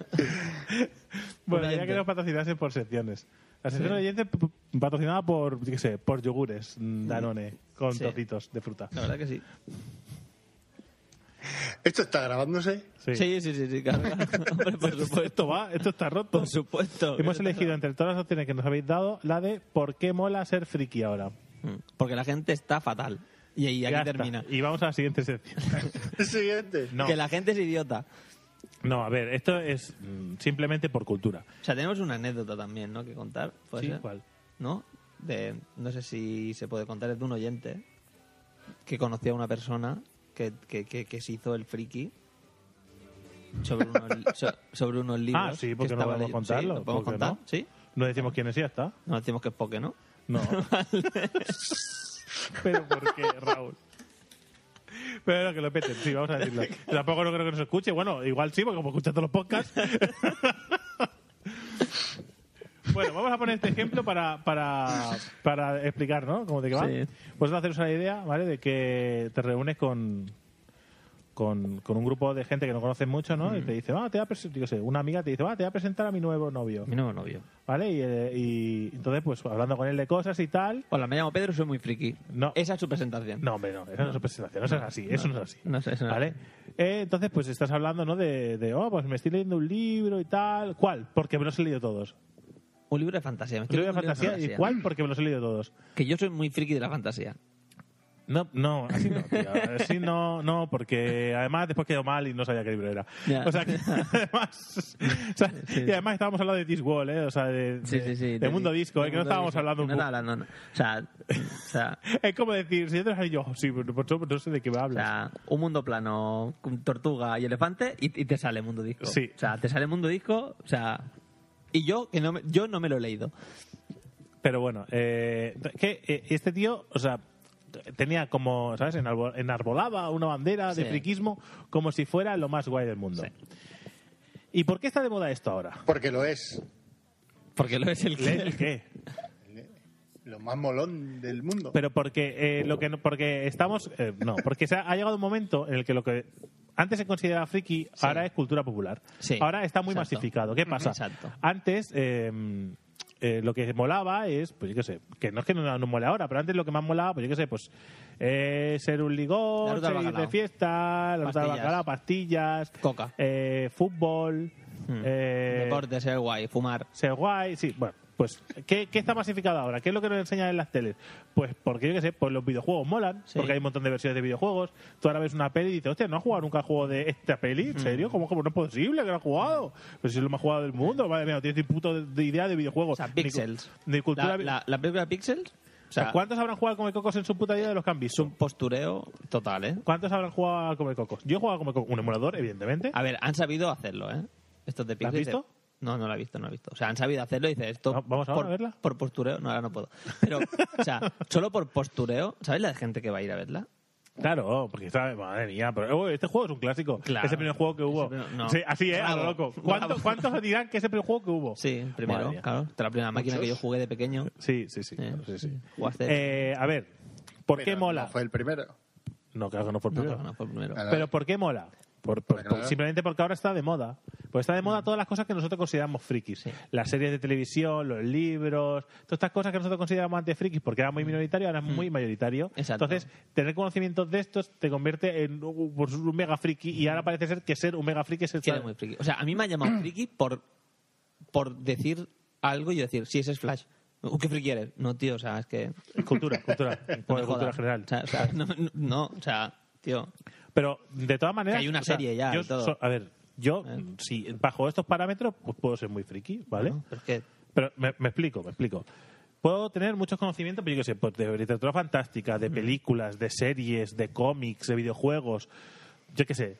B: Molaría
C: oyente.
B: que nos patrocinase por secciones. La sección
C: Sí.
B: del oyente p- patrocinada por, yo qué sé, por yogures mm, Danone con
D: Sí.
B: trocitos de fruta.
D: La verdad que sí.
C: ¿Esto está grabándose? <laughs>
B: Sí.
D: Sí, sí, sí,
B: <laughs>
D: sí, claro. Hombre, por supuesto.
B: Esto va, esto está roto. Por
D: supuesto. <laughs>
B: Hemos elegido entre todas las opciones que nos habéis dado la de por qué mola ser friki ahora.
D: Mm, Porque la gente está fatal. Y, y aquí
B: Ya está.
D: termina.
B: Y vamos a la siguiente sección.
C: Siguiente.
B: No.
D: Que la gente es idiota.
B: No, a ver, esto es mm, simplemente por cultura.
D: O sea, tenemos una anécdota también, ¿no? Que contar. ¿Puede
B: Sí,
D: ser?
B: ¿cuál?
D: ¿No? De, no sé si se puede contar, es de un oyente que conocía a una persona que, que, que, que se hizo el friki sobre unos, li- so- sobre unos libros.
B: Ah, sí,
D: que
B: porque no
D: estaba
B: podemos
D: leyendo. Sí,
B: contarlo.
D: ¿lo podemos
B: ¿por qué
D: contar?
B: No?
D: Sí.
B: No decimos quién es y ya está.
D: No decimos que es Poké, ¿no?
B: No. Pero ¿por qué, Raúl? Pero que lo peten, sí, vamos a decirlo. Tampoco no creo que nos escuche. Bueno, igual sí, porque como escucha todos los podcasts. <laughs> bueno, vamos a poner este ejemplo para, para, para explicar, ¿no? Como de qué va.
D: Sí.
B: Vosotros haceros una idea, ¿vale? De que te reúnes con, con, con un grupo de gente que no conoces mucho, ¿no? Y te dice, va, te voy a presentar, yo sé, una amiga te dice, va, te voy a presentar a mi nuevo novio.
D: Mi nuevo novio.
B: ¿Vale? Y, eh, y entonces, pues hablando con él de cosas y tal.
D: Hola, me llamo Pedro soy muy friki.
B: No.
D: Esa es su presentación.
B: No, hombre, no, esa no es su presentación, eso es así, eso no es así.
D: No sé, eso no.
B: ¿Vale? Eh, entonces, pues estás hablando, ¿no? De, de, oh, pues me estoy leyendo un libro y tal. ¿Cuál? Porque me los he leído todos.
D: Un libro de fantasía.
B: Un
D: me estoy
B: libro de
D: leyendo un
B: fantasía. ¿Y cuál? Porque me los he leído todos.
D: Que yo soy muy friki de la fantasía.
B: No, no, así no, tío. Así no, no, porque además después quedó mal y no sabía qué libro era.
D: Ya.
B: O <laughs> sea, que además, o sea, y además estábamos hablando de Discworld, ¿eh? O sea, de,
D: Sí,
B: de-
D: sí, sí.
B: de Mundo Disco, ¿eh? Que no estábamos hablando un
D: No,
B: poco.
D: no, no, no. O sea, o
B: <laughs>
D: sea,
B: Es como decir, si yo te lo yo, sí, pero no- no sé de qué me
D: o
B: hablas.
D: sea, un mundo plano, con tortuga y elefante, y, y te sale mundo disco.
B: Sí.
D: O sea, te sale mundo disco, o sea. Y yo, que no me, yo no me lo he leído.
B: Pero bueno, eh, que eh, este tío, o sea, tenía como, ¿sabes? Enarbo- Enarbolaba una bandera de
D: Sí.
B: friquismo como si fuera lo más guay del mundo. ¿Y por qué está de moda esto ahora?
C: Porque lo es.
D: Porque lo es el que.
B: ¿El qué?
C: Lo más molón del mundo.
B: Pero porque eh, lo que no- porque estamos eh, no, porque se ha, ha llegado un momento en el que lo que antes se consideraba friki ahora es cultura popular.
D: Sí,
B: Ahora está muy
D: exacto.
B: masificado. ¿Qué pasa?
D: Exacto.
B: Antes eh, eh, lo que molaba es, pues yo qué sé, que no es que no, no mole ahora, pero antes lo que más molaba, pues yo qué sé, pues eh, ser un
D: La
B: ligón,
D: ruta del
B: salir de
D: bacalao.
B: fiesta, la ruta del
D: Pastillas.
B: bacalao, pastillas,
D: Coca. Hmm.
B: eh, fútbol, eh,
D: Deporte, ser guay, fumar.
B: ser guay, sí, bueno. Pues, ¿qué, qué está masificado ahora? ¿Qué es lo que nos enseñan en las teles? Pues, porque yo qué sé, pues los videojuegos molan,
D: Sí.
B: porque hay un montón de versiones de videojuegos. Tú ahora ves una peli y dices, hostia, ¿no has jugado nunca al juego de esta peli?
D: Mm.
B: ¿En serio? ¿Cómo, cómo no es posible que no has jugado? Pues si es lo más jugado del mundo, madre mía, no tienes ni puto de, de idea de videojuegos.
D: O sea,
B: Ni cu-
D: Pixels.
B: Ni, cultura.
D: La, la- la película Pixels. O sea,
B: ¿Cuántos habrán jugado con el cocos en su puta vida de los que han visto?
D: un postureo total, ¿eh?
B: ¿Cuántos habrán jugado a comer cocos? Yo he jugado a comer cocos. Un emulador, evidentemente.
D: A ver, han sabido hacerlo, ¿eh? Estos de
B: ¿La has
D: Pixel.
B: visto?
D: No, no lo he visto, no lo he visto. O sea, han sabido hacerlo y dice esto.
B: Va- vamos ahora
D: por,
B: a verla.
D: Por postureo. No, ahora no puedo. Pero, o sea, solo por postureo, ¿sabes la de gente que va a ir a verla?
B: Claro, porque sabe, madre mía, pero uy, este juego es un clásico.
D: Claro.
B: Es el primer juego que hubo.
D: Es el primer- no.
B: Sí, así es, a lo
D: Bravo.
B: loco. ¿Cuánto-
D: Bravo.
B: ¿Cuántos dirán que es el primer juego que hubo?
D: Sí, el primero,
B: Madre mía.
D: claro. Esta es la primera máquina que yo
C: Muchos.
D: jugué de pequeño.
B: Sí, sí, sí.
D: Eh,
B: claro, sí, sí.
D: Jugaste.
B: Eh, a ver, ¿por
C: Pero
B: qué mola?
C: No fue el primero.
B: No, claro que no fue el
D: no,
B: primero.
D: no, no, fue el primero.
C: Claro.
B: Pero ¿por qué mola? Por- por-
C: Porque
B: por-
C: no-
B: simplemente porque ahora está de moda. Pues está de moda todas las cosas que nosotros consideramos frikis. Las series de televisión, los libros, todas estas cosas que nosotros consideramos antes frikis porque era muy minoritario, ahora es muy mayoritario.
D: Mm. Exacto.
B: Entonces, tener conocimientos de estos te convierte en un pues, un mega friki y ahora parece ser que ser un mega friki es
D: Que
B: estar- <clears throat>
D: era muy friki. O sea, a mí me ha llamado friki por, por decir algo y decir, sí, ese es Flash. Uh, ¿Qué friki eres? No, tío, o sea, es que... <laughs>
B: Cultura, cultura.
D: No me
B: Cultura
D: jodas.
B: general.
D: O sea, o sea, no, no- no, o sea, tío...
B: Pero, de todas maneras...
D: Que hay una
B: o sea,
D: serie ya
B: yo
D: y todo. Eh.
B: so- a ver, yo, si bajo estos parámetros, pues puedo ser muy friki, ¿vale? Pero me, me explico, me explico. Puedo tener muchos conocimientos, pero yo qué sé, pues, de literatura fantástica, de películas, de series, de cómics, de videojuegos, yo qué sé,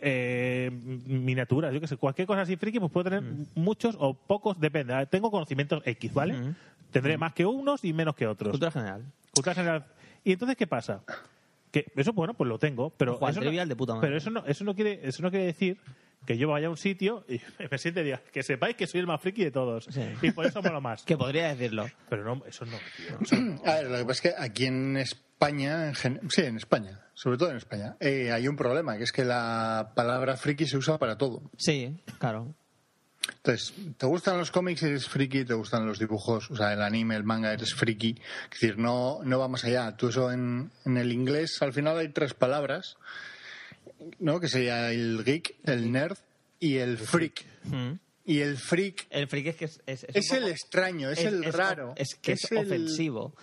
B: eh, miniaturas, yo qué sé, cualquier cosa así friki, pues puedo tener muchos o pocos, depende. A ver, Tengo conocimientos X, ¿vale? Tendré más que unos y menos que otros.
D: Cultura general.
B: Cultura general. ¿Y entonces qué pasa? Que eso, bueno, pues lo tengo, pero,
D: Ojo, al
B: eso,
D: trivial
B: no,
D: de puta madre.
B: pero eso, no, eso, no quiere, eso no quiere decir que yo vaya a un sitio y <laughs> me siente y diga, que sepáis que soy el más friki de todos. Y por eso mola más.
D: <laughs> que podría decirlo.
B: Pero no, eso no, tío.
D: <laughs>
C: A ver, lo que pasa es que aquí en España, en gen- sí, en España, sobre todo en España, eh, hay un problema, que es que la palabra friki se usa para todo.
D: Sí, claro.
C: Entonces, ¿te gustan los cómics? Eres friki, ¿te gustan los dibujos? O sea, el anime, el manga, eres friki. Es decir, no, no va más allá. Tú eso en, en el inglés, al final hay tres palabras, ¿no? Que sería el geek, el nerd y el freak. Y el freak...
D: Mm. El freak es que es... Es, es
C: Es
D: un
C: el
D: poco-
C: extraño, es, el raro.
D: Es que es,
C: el-
D: ofensivo.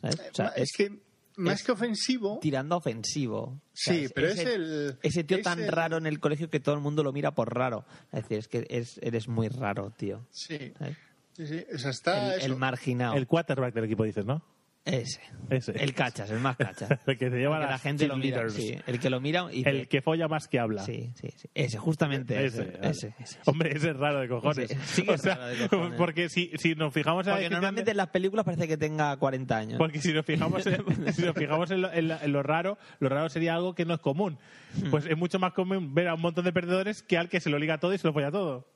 D: ¿sabes? O sea,
C: Ma- es que más
D: es
C: que ofensivo...
D: Tirando a ofensivo. O sea,
C: Sí, pero es el-
D: Ese tío
C: es
D: tan
C: el-
D: raro en el colegio que todo el mundo lo mira por raro. Es decir, es que es- eres muy raro, tío.
C: Sí,
D: ¿Sabes?
C: sí, sí. O sea, está
D: el, el
C: Ah, eso.
D: marginado.
B: El quarterback del equipo, dices, ¿no?
D: Ese.
B: Ese.
D: El cachas, el más cachas.
B: <laughs> El que se lleva
D: El que
B: a
D: la
B: las
D: gente lo mira.
B: cheerleaders.
D: sí. el que lo mira y
B: El que folla más que habla.
D: Sí, sí, sí. Ese, justamente ese.
B: vale.
D: ese, ese.
B: Hombre, ese es raro de cojones.
D: Ese,
B: <laughs>
D: sí que es raro de cojones.
B: Porque si, si nos fijamos en la definición
D: Porque
B: de-
D: normalmente en las películas parece que tenga 40 años.
B: Porque si nos fijamos,
D: <laughs>
B: en, si nos fijamos en, lo, en la- en lo raro, lo raro sería algo que no es común.
D: Hmm.
B: Pues es mucho más común ver a un montón de perdedores que al que se lo liga todo y se lo folla todo.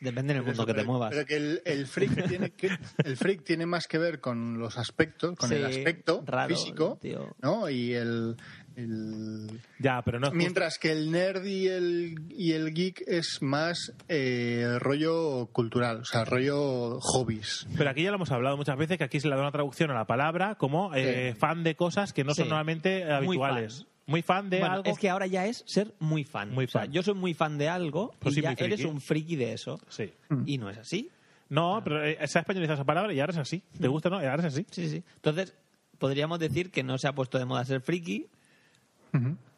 D: Depende del mundo que te
C: Pero-
D: muevas.
C: Pero que el, el
D: <laughs>
C: freak tiene que- el freak tiene más que ver con los aspectos, con
D: Sí,
C: el aspecto
D: raro,
C: físico,
D: tío.
C: ¿no? Y el, el-
B: Ya, pero no es justo.
C: mientras que el nerd y el y el geek es más eh, rollo cultural, o sea, rollo hobbies.
B: Pero aquí ya lo hemos hablado muchas veces, que aquí se le da una traducción a la palabra como eh, fan de cosas que no son
D: Sí.
B: normalmente habituales. Muy fan, de
D: Bueno,
B: algo.
D: Es que ahora ya es ser muy fan.
B: Muy
D: O sea,
B: fan.
D: yo soy muy fan de algo
B: Pues
D: y
B: sí,
D: ya
B: muy friki.
D: eres un friki de eso.
B: Sí.
C: Hmm.
D: Y no es así.
B: No,
D: Ah.
B: pero eh, se ha españolizado esa palabra y ahora es así. ¿Te
D: Hmm.
B: gusta no? Y ahora es así.
D: Sí, sí. Entonces, podríamos decir que no se ha puesto de moda ser friki.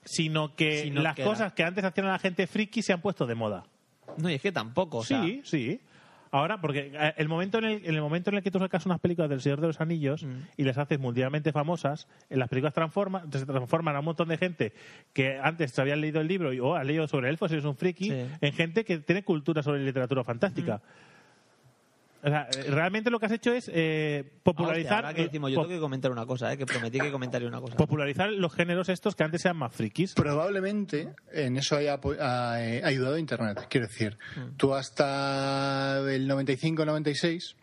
B: Sino que
D: Sino
B: las
D: que la-
B: cosas que antes hacían a la gente friki se han puesto de moda.
D: No, y es que tampoco. o sea,
B: sí, sí. Ahora, porque eh, el momento en el, en el momento en el que tú sacas unas películas del Señor de los Anillos
D: Mm.
B: y las haces mundialmente famosas, en las películas transforma, se transforman a un montón de gente que antes se habían leído el libro y, o has leído sobre elfos, eres un friki,
D: Sí.
B: en gente que tiene cultura sobre literatura fantástica. O sea, eh, realmente lo que has hecho es eh,
D: Mm. ah, hostia,
B: popularizar,
D: ahora que decimos, yo
B: po-
D: tengo que comentar una cosa, eh, que prometí que comentaría una cosa.
B: popularizar los géneros estos que antes sean más frikis.
C: Probablemente en eso haya apo- ha, eh, ayudado Internet. Quiero decir,
D: Mm.
C: tú hasta el 95-96,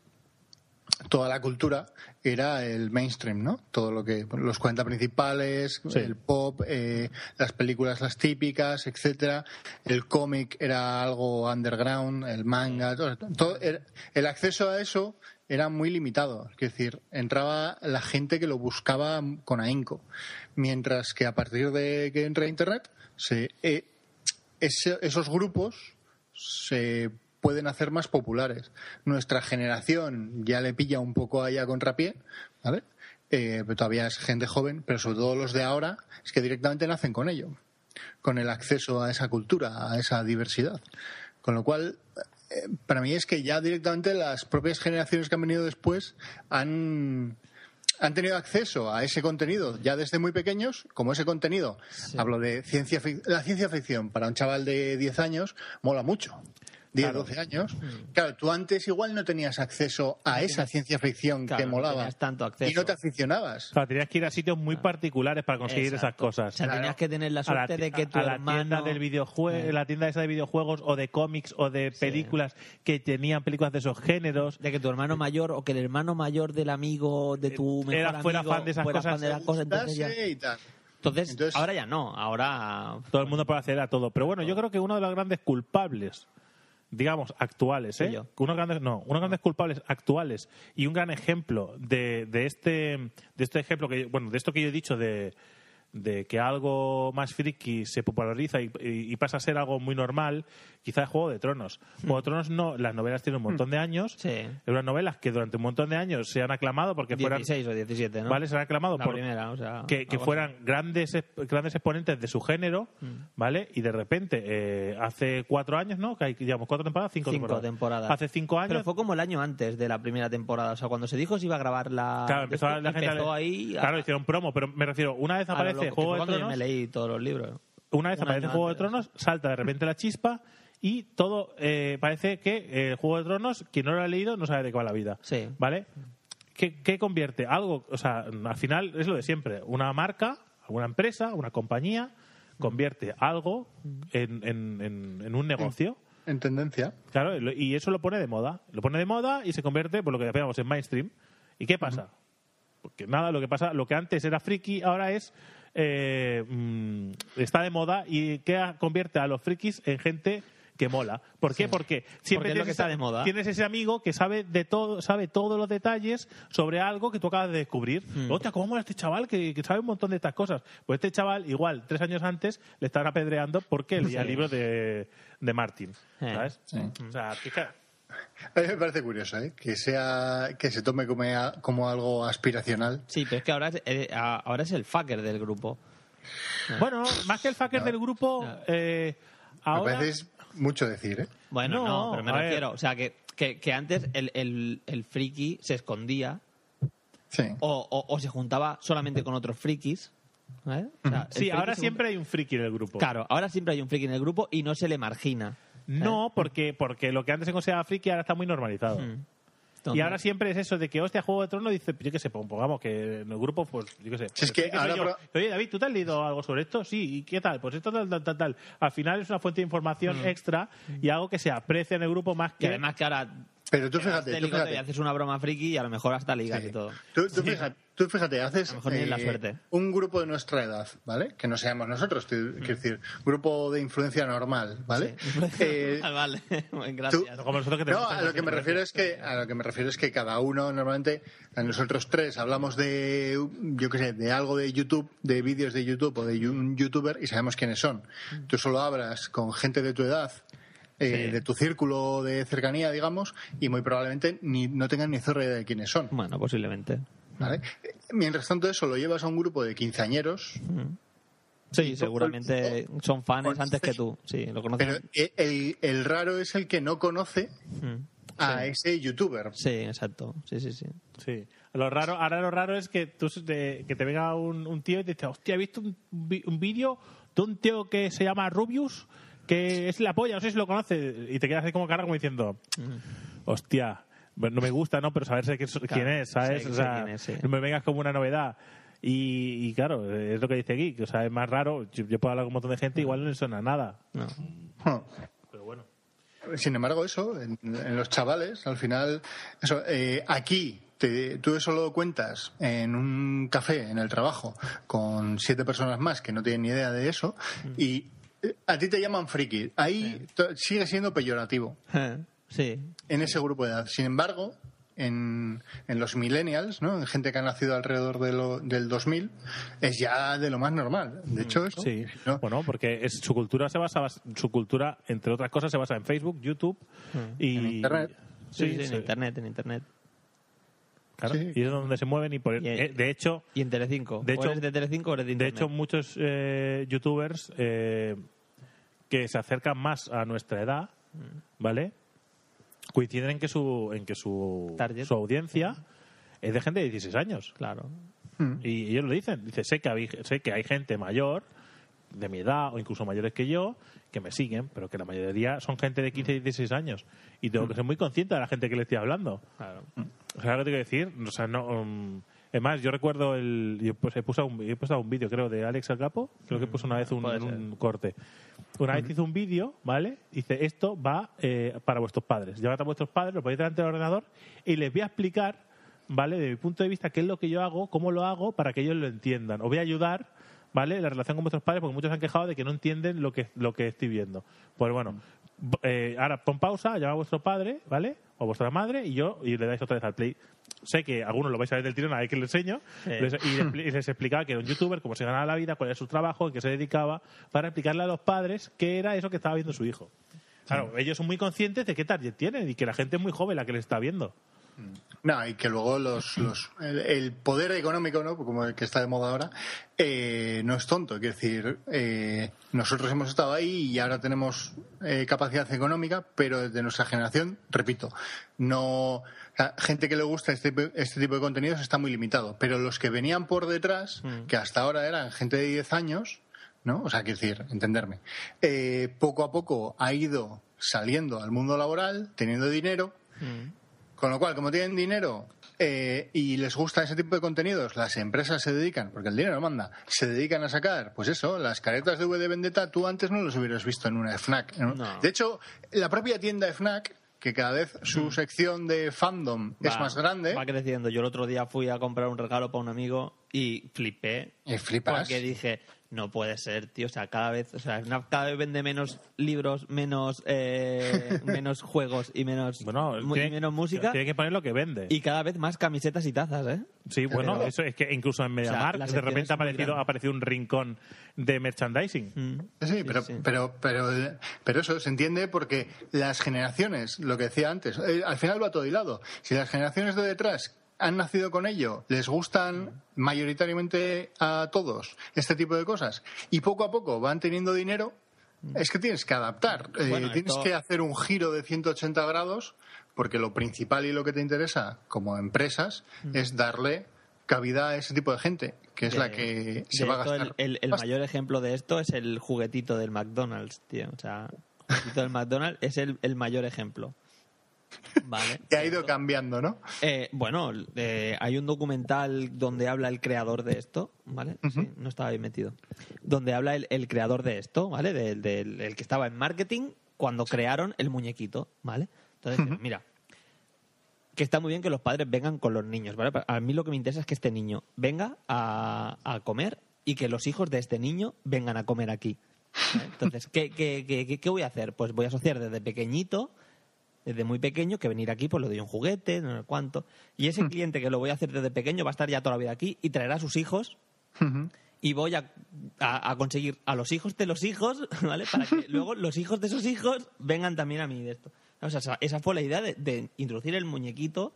C: toda la cultura era el mainstream, ¿no? Todo lo que. Los 40 principales,
B: Sí.
C: el pop, eh, las películas las típicas, etcétera El cómic era algo underground, el manga, todo, todo era- el acceso a eso era muy limitado, es decir, entraba la gente que lo buscaba con ahínco, mientras que a partir de que entra Internet, se, eh, ese- esos grupos se pueden hacer más populares. Nuestra generación ya le pilla un poco ahí a contrapié, ¿vale? Eh, pero todavía es gente joven, pero sobre todo los de ahora, es que directamente nacen con ello, con el acceso a esa cultura, a esa diversidad. Con lo cual, eh, para mí es que ya directamente las propias generaciones que han venido después han, han tenido acceso a ese contenido ya desde muy pequeños, como ese contenido. Hablo de ciencia fic- la ciencia ficción para un chaval de 10 años mola mucho. 10, 12 años.
D: Mm.
C: Claro, tú antes igual no tenías acceso a esa ciencia ficción
D: Claro,
C: que
D: no
C: molaba.
D: tenías
C: Y
D: tanto
C: no
D: acceso.
C: te aficionabas.
B: O sea, tenías que ir a sitios muy particulares para conseguir esas
D: Ah. Exacto.
B: cosas.
D: O sea, tenías que tener la
B: a la,
D: suerte
B: ti-
D: de que
B: a-
D: tu
B: a la tienda
D: hermano... Eh.
B: del videojue- la tienda esa de videojuegos o de cómics o de películas que tenían películas de esos géneros
D: de que tu hermano mayor o que el hermano mayor del amigo de tu mejor
B: Eh, era- fuera
D: amigo
B: fan de esas
D: fuera
B: cosas.
D: fan de las cosas, entonces ya-
C: Gustase y tal.
D: Entonces,
C: Entonces-
D: ahora ya no, ahora
B: todo el mundo puede acceder a todo pero bueno yo creo que uno de los grandes culpables digamos actuales
D: Soy
B: ¿eh?
D: yo.
B: unos grandes no unos grandes culpables actuales y un gran ejemplo de, de este de este ejemplo que bueno de esto que yo he dicho de de que algo más friki se populariza y, y- y pasa a ser algo muy normal, quizás Juego de Tronos.
D: Hmm.
B: Juego de Tronos no, las novelas tienen un montón de años, eran unas novelas que durante un montón de años se han aclamado porque fueran
D: 16 o 17, ¿no?
B: Vale, se han aclamado
D: La
B: por
D: primera, o sea,
B: que, que
D: algo Mm.
B: fueran grandes exp- grandes exponentes de su género, ¿vale? Y de repente, eh, hace cuatro años, ¿no? Que hay, digamos, cuatro temporadas, cinco,
D: Cinco
B: temporadas.
D: temporadas.
B: Hace cinco años.
D: Pero fue como el año antes de la primera temporada. O sea, cuando se dijo si iba a grabar la.
B: Claro, empezó
D: esto,
B: la gente a
D: empezó
B: leer-
D: ahí. a-
B: Claro, hicieron promo, pero me refiero, una vez
D: a lo
B: aparece
D: loco,
B: Juego
D: que
B: de
D: fue cuando yo
B: Tronos,
D: me leí todos los libros.
B: una vez
D: un
B: aparece
D: año
B: Juego de
D: antes,
B: Tronos, salta de repente la chispa y todo eh, parece que eh, el Juego de Tronos, quien no lo ha leído, no sabe de qué va la vida. ¿Vale? ¿Qué, qué convierte? Algo, o sea, al final es lo de siempre. Una marca, una empresa, una compañía, convierte algo en, en- en- en un negocio.
C: En tendencia.
B: Claro, y lo- y eso lo pone de moda. Lo pone de moda y se convierte, por lo que llamamos, en mainstream. ¿Y qué pasa? Porque nada, lo que pasa, lo que antes era friki, ahora es. eh, mm, está de moda y que a- convierte a los frikis en gente que mola. ¿Por qué? Porque siempre
D: Porque es lo
B: tienes,
D: que está
B: ese-
D: de moda.
B: tienes ese amigo que sabe de todo, sabe todos los detalles sobre algo que tú acabas de descubrir.
D: Mm.
B: Hostia, ¿cómo mola este chaval que, que sabe un montón de estas cosas? Pues este chaval, igual, tres años antes, le estaban apedreando porque leía
C: Sí.
B: libros de, de Martin. ¿Sabes? O sea, fija-
C: A mí me parece curioso, ¿eh? Que, sea, que se tome como, como algo aspiracional.
D: Sí, pero es que ahora es, eh, a- ahora es el fucker del grupo.
B: Bueno, más que el fucker del grupo, eh, ahora...
C: Me parece es mucho decir, ¿eh?
D: Bueno, no, pero me
C: a ver.
D: refiero. O sea, que, que, que antes el, el, el friki se escondía. O, o- o se juntaba solamente con otros frikis. ¿vale? O sea, el
B: sí,
D: friki
B: ahora
D: se junta-
B: siempre hay un friki en el grupo.
D: Claro, ahora siempre hay un friki en el grupo y no se le margina.
B: No, porque, porque lo que antes se consideraba friki ahora está muy normalizado.
D: Mm, Entonces-
B: Y ahora siempre es eso de que, hostia, Juego de Tronos dice, yo qué sé, pues, pongamos que en el grupo, pues, yo qué sé.
C: Si es que
B: friki soy
C: ahora
B: yo.
C: pro-
B: Oye, David, ¿tú te has leído algo sobre esto? Sí, ¿y qué tal? Pues esto tal, tal, tal, tal. Al final es una fuente de información
D: Mm.
B: extra y algo que se aprecia en el grupo más
D: Y
B: que...
D: además que ahora
C: Pero tú
D: te vas
C: fíjate,
D: de
C: tú
D: ligote
C: fíjate.
D: y haces una broma friki y a lo mejor hasta ligas y todo.
C: Tú, tú fíjate, tú fíjate, haces eh,
D: A lo mejor tienes la suerte.
C: un grupo de nuestra edad, ¿vale? Que no seamos nosotros, te-
D: Mm.
C: quiero decir, grupo de influencia normal, ¿vale? Eh,
D: <laughs> Ah, vale, Bueno,
C: tú-
D: gracias.
C: no, a lo que me refiero es que a lo que me refiero es que cada uno normalmente a nosotros tres hablamos de yo qué sé, de algo de YouTube, de vídeos de YouTube o de yu- un youtuber y sabemos quiénes son. Tú solo hablas con gente de tu edad. eh,
D: Sí.
C: de tu círculo de cercanía, digamos, y muy probablemente ni, no tengan ni zorra idea de quiénes son.
D: Bueno, posiblemente.
C: ¿vale? Mientras tanto, eso lo llevas a un grupo de quinceañeros.
D: Sí, seguramente son fans
C: <laughs>
D: antes que tú. Sí, lo
C: Pero
D: conoces.
C: e- el, el raro es el que no conoce
D: Mm.
C: a ese youtuber.
D: Sí, exacto. Sí, sí, sí.
B: Sí. Lo raro, ahora lo raro es que, tú, se te, que te venga un, un tío y te dice, hostia, he visto un, vi- un vídeo de un tío que se llama Rubius, que es la polla, no sé si lo conoces, y te quedas así como cara como diciendo,
D: Mm.
B: hostia, no me gusta, ¿no? Pero saberse quién, so- quién es, ¿sabes?
D: sé-
B: o
D: sé
B: sea,
D: quién es, sí.
B: no me vengas como una novedad. Y, y claro, es lo que dice aquí, que o sea, es más raro, yo, yo puedo hablar con un montón de gente, igual no le suena nada.
C: Pero bueno. Sin embargo, eso, en, en los chavales, al final, eso, eh, aquí, te, tú eso lo cuentas en un café, en el trabajo, con siete personas más que no tienen ni idea de eso, y eh, a ti te llaman friki. Ahí to- sigue siendo peyorativo.
D: <laughs> Sí.
C: en ese grupo de edad. Sin embargo, en, en los millennials, ¿no? en gente que ha nacido alrededor de lo- del 2000, es ya de lo más normal. De hecho, esto,
B: Sí, bueno, porque es, su cultura se basa, su cultura, entre otras cosas, se basa en Facebook, YouTube y...
D: Mm. Internet. Sí, sí,
B: sí.
D: en internet, en internet.
B: Claro, y es donde se mueven y por eh, de hecho
D: y en Telecinco
B: de
D: O
B: hecho
D: eres de Telecinco o eres de
B: de
D: internet.
B: hecho muchos eh, youtubers eh, que se acercan más a nuestra edad
D: Mm.
B: vale coinciden en que su en que su su audiencia
D: Mm.
B: es de gente de 16 años
D: claro
B: y ellos lo dicen dice sé que habí- sé que hay gente mayor de mi edad o incluso mayores que yo que me siguen pero que la mayoría son gente de 15 y 16 años y tengo que ser muy consciente de la gente que le estoy hablando
D: Claro.
C: Mm.
B: o sea, lo que te quiero decir, o sea, no. um, es más, yo recuerdo el. Yo pues, he puesto un, he puesto un vídeo, creo, de Alex el Capo. Creo que puso una vez un, un corte. Una vez hizo un vídeo, ¿vale? Dice: Esto va eh, para vuestros padres. Llevad a vuestros padres, lo ponéis delante del ordenador y les voy a explicar, ¿vale? De mi punto de vista, qué es lo que yo hago, cómo lo hago, para que ellos lo entiendan. Os voy a ayudar ¿vale? La relación con vuestros padres, porque muchos se han quejado de que no entienden lo que, lo que estoy viendo. Pues bueno, b- eh, ahora pon pausa, llama a vuestro padre, ¿vale? O a vuestra madre y yo, y le dais otra vez al play. sé que algunos lo vais a ver del tirón, a que lo enseño, les- y, les, y les explicaba que era un youtuber, cómo se ganaba la vida, cuál era su trabajo, en qué se dedicaba, para explicarle a los padres qué era eso que estaba viendo su hijo. Claro, ellos son muy conscientes de qué target tienen y que la gente es muy joven la que les está viendo.
C: No, y que luego los, los- el, el poder económico, ¿no? como el que está de moda ahora, eh, no es tonto. Quiero decir, eh, nosotros hemos estado ahí y ahora tenemos eh, capacidad económica, pero desde nuestra generación, repito, no o sea, gente que le gusta este, este tipo de contenidos está muy limitado. Pero los que venían por detrás, que hasta ahora eran gente de 10 años, ¿no? O sea, quiero decir, entenderme. eh, poco a poco ha ido saliendo al mundo laboral, teniendo dinero,
D: Mm.
C: con lo cual, como tienen dinero eh, y les gusta ese tipo de contenidos, las empresas se dedican, porque el dinero manda, se dedican a sacar, pues eso, las caretas de V de Vendetta, tú antes no los hubieras visto en una FNAC. ¿no? De hecho, la propia tienda FNAC, que cada vez su sección de fandom es
D: Mm. Va-
C: más grande,
D: Va creciendo. Yo el otro día fui a comprar un regalo para un amigo y flipé.
C: Y flipas.
D: Porque dije, no puede ser, tío. O sea, cada vez, o sea, una- cada vez vende menos libros, menos, eh,
C: <laughs>
D: menos juegos y menos, mu- y
B: tiene-
D: menos música.
B: tiene que poner lo que vende.
D: Y cada vez más camisetas y tazas, ¿eh?
B: Sí, bueno,
D: Pero-
B: eso es que incluso en
D: O sea,
B: MediaMarkt
D: la
B: de
D: sección es
B: repente ha
D: muy Mm.
B: aparecido,
D: grande.
B: ha aparecido un rincón de merchandising.
C: Sí, pero, Pero, pero, pero eso se entiende porque las generaciones, lo que decía antes, eh, al final va todo hilado. Si las generaciones de detrás han nacido con ello, les gustan mayoritariamente a todos este tipo de cosas y poco a poco van teniendo dinero,
D: Mm.
C: es que tienes que adaptar, eh,
L: Bueno,
C: tienes
L: esto-
C: que hacer un giro de 180 grados porque lo principal y lo que te interesa como empresas es darle cabida a ese tipo de gente, que es
D: Mm. De-
C: la que se
D: de
C: va a
D: esto, el-
C: gastar.
D: El, el mayor ejemplo de esto es el juguetito del McDonald's, tío. O sea, el juguetito del McDonald's es el, el
C: <laughs>
D: mayor ejemplo. Vale.
C: Que ha ido cambiando, ¿no?
D: Eh, bueno, eh, hay un documental donde habla el creador de esto, ¿vale? Sí, no estaba bien metido. Donde habla el, el creador de esto, ¿vale? Del, del- el que estaba en marketing cuando crearon el muñequito, ¿vale? Entonces, mira, que está muy bien que los padres vengan con los niños, ¿vale? Pa- A mí lo que me interesa es que este niño venga a, a comer y que los hijos de este niño vengan a comer aquí. ¿vale? Entonces, ¿qué, qué, qué- qué- qué voy a hacer? Pues voy a asociar desde pequeñito, desde muy pequeño, que venir aquí pues le doy un juguete, no sé cuánto. Y
B: Hmm.
D: ese cliente que lo voy a hacer desde pequeño va a estar ya toda la vida aquí y traerá a sus hijos y voy a, a- a conseguir a los hijos de los hijos, <laughs> ¿vale?
B: <laughs>
D: Para que luego los hijos de sus hijos vengan también a mí de esto. O sea, esa- esa fue la idea de, de introducir el muñequito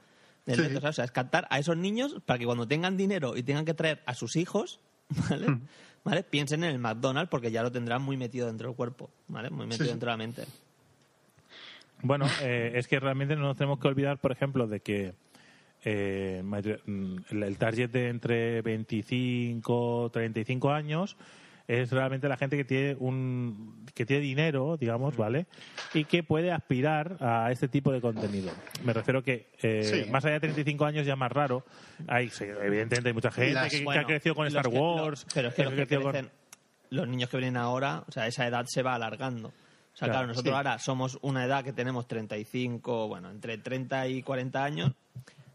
D: del reto, ¿sabes? O sea, es captar a esos niños para que cuando tengan dinero y tengan que traer a sus hijos, <laughs> ¿vale?
B: Hmm.
D: ¿Vale? Piensen en el McDonald's porque ya lo tendrán muy metido dentro del cuerpo, ¿vale? Muy metido
B: sí.
D: dentro de la mente.
B: Bueno, eh, es que realmente no nos tenemos que olvidar, por ejemplo, de que eh, mayor- mm, el el target de entre 25 35 años es realmente la gente que tiene un que tiene dinero,
D: Mm.
B: digamos, ¿vale? Y que puede aspirar a este tipo de contenido. Me refiero que eh,
L: Sí.
B: más allá de 35 años ya es más raro. Hay, sí, evidentemente hay mucha gente
D: Las-
B: que, que
D: bueno,
B: ha crecido con
D: los
B: Star
D: que- lo-
B: Wars,
D: pero es que
B: ha
D: los que
B: crecido con-
D: crecen- los niños que vienen ahora, o sea, esa edad se va alargando. O sea,
B: Claro,
D: claro, nosotros
B: sí.
D: ahora somos una edad que tenemos 35, bueno, entre 30 y 40 años,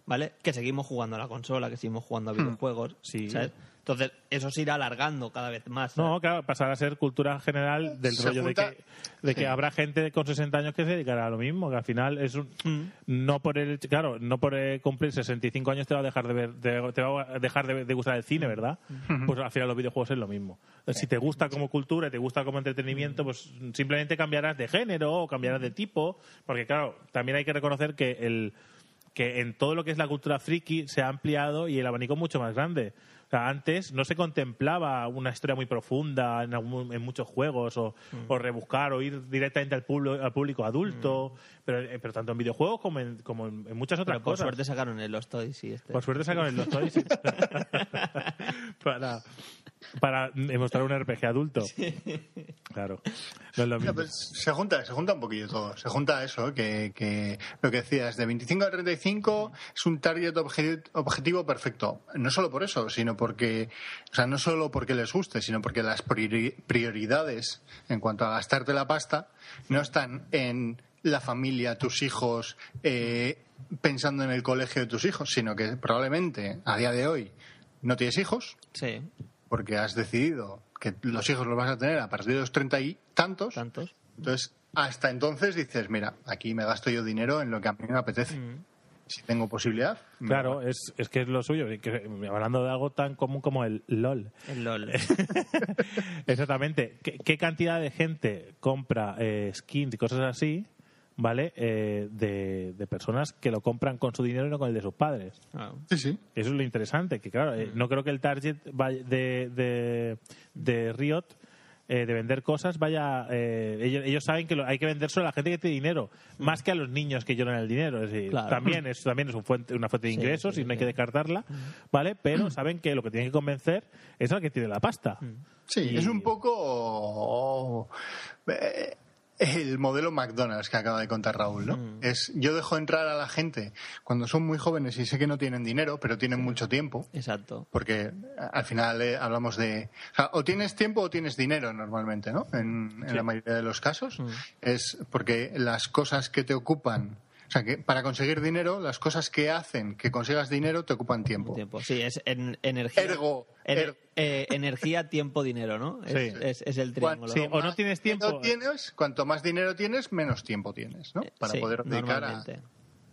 D: ¿vale? Que seguimos jugando a la consola, que seguimos
B: Hmm.
D: jugando a videojuegos, ¿sabes? Entonces, eso se irá alargando cada vez más. ¿sabes?
B: No, claro, pasará a ser cultura general del
D: Se
B: rollo
D: junta-
B: de, que, de que
D: Sí.
B: habrá gente con 60 años que se dedicará a lo mismo, que al final es un... No por el... Claro, no por eh, cumplir 65 años te va a dejar de ver, de- te va a dejar de, de gustar el cine, ¿verdad? Pues al final los videojuegos es lo mismo. Si te gusta como cultura, y te gusta como entretenimiento, pues simplemente cambiarás de género o cambiarás de tipo, porque claro, también hay que reconocer que el que en todo lo que es la cultura friki se ha ampliado y el abanico es mucho más grande. O sea, antes no se contemplaba una historia muy profunda en, algún- en muchos juegos o,
D: Mm.
B: o rebuscar o ir directamente al, publo- al público adulto, pero, eh, pero tanto en videojuegos como en, como en- en muchas otras
D: Mm. Pero por
B: cosas.
D: suerte sacaron el Lost Toys y este.
B: Por suerte sacaron los
D: <laughs>
B: toys para, para mostrar un RPG adulto. Claro. No es lo mismo.
C: Ya, pues, se junta, se junta un poquillo todo. Se junta eso, que, que lo que decías, de 25 a 35 es un target obje- objetivo perfecto. No solo por eso, sino porque, o sea, no solo porque les guste, sino porque las priori- prioridades en cuanto a gastarte la pasta no están en la familia, tus hijos, eh, pensando en el colegio de tus hijos, sino que probablemente a día de hoy no tienes hijos,
D: Sí.
C: porque has decidido que los hijos los vas a tener a partir de los treinta y tantos.
D: Tantos.
C: Entonces, hasta entonces dices, mira, aquí me gasto yo dinero en lo que a mí me apetece. si tengo posibilidad.
B: Claro, es, es que es lo suyo. y que- hablando de algo tan común como el LOL. <laughs>
D: El LOL.
B: Exactamente. ¿Qué, qué cantidad de gente compra eh, skins y cosas así, ¿vale? Eh, de, de personas que lo compran con su dinero y no con el de sus padres.
D: Ah,
C: Sí, sí.
B: Eso es lo interesante, que claro, eh, no creo que el target vaya- de, de, de Riot eh, de vender cosas vaya... eh, ellos, ellos saben que lo- hay que vender solo a la gente que tiene dinero, más que a los niños que lloran el dinero. Es decir,
D: Claro.
B: también es, también es un fuente- una fuente de
D: Sí,
B: ingresos
D: sí,
B: y no hay
D: sí.
B: que descartarla, ¿vale? Pero saben que lo que tienen que convencer es al que tiene la pasta.
D: Mm.
C: Sí, es un poco eh, el modelo McDonald's que acaba de contar Raúl, ¿no? Es yo dejo entrar a la gente cuando son muy jóvenes y sé que no tienen dinero, pero tienen mucho tiempo.
D: Exacto.
C: Porque a- al final eh, hablamos de... O, sea, o tienes tiempo o tienes dinero normalmente, ¿no? En, en la mayoría de los casos. Es porque las cosas que te ocupan... O sea, que para conseguir dinero, las cosas que hacen que consigas dinero te ocupan tiempo.
D: Tiempo. Sí, es en- energía.
C: Ergo. er-,
D: Ener-
C: ergo.
D: eh, energía, tiempo, dinero, ¿no? Es,
C: Sí.
D: es- es el triángulo.
C: Cuanto más
B: tienes
C: dinero tienes, cuanto más dinero tienes, menos tiempo tienes, ¿no? Para
D: Eh, sí,
C: poder dedicar a-
D: normalmente.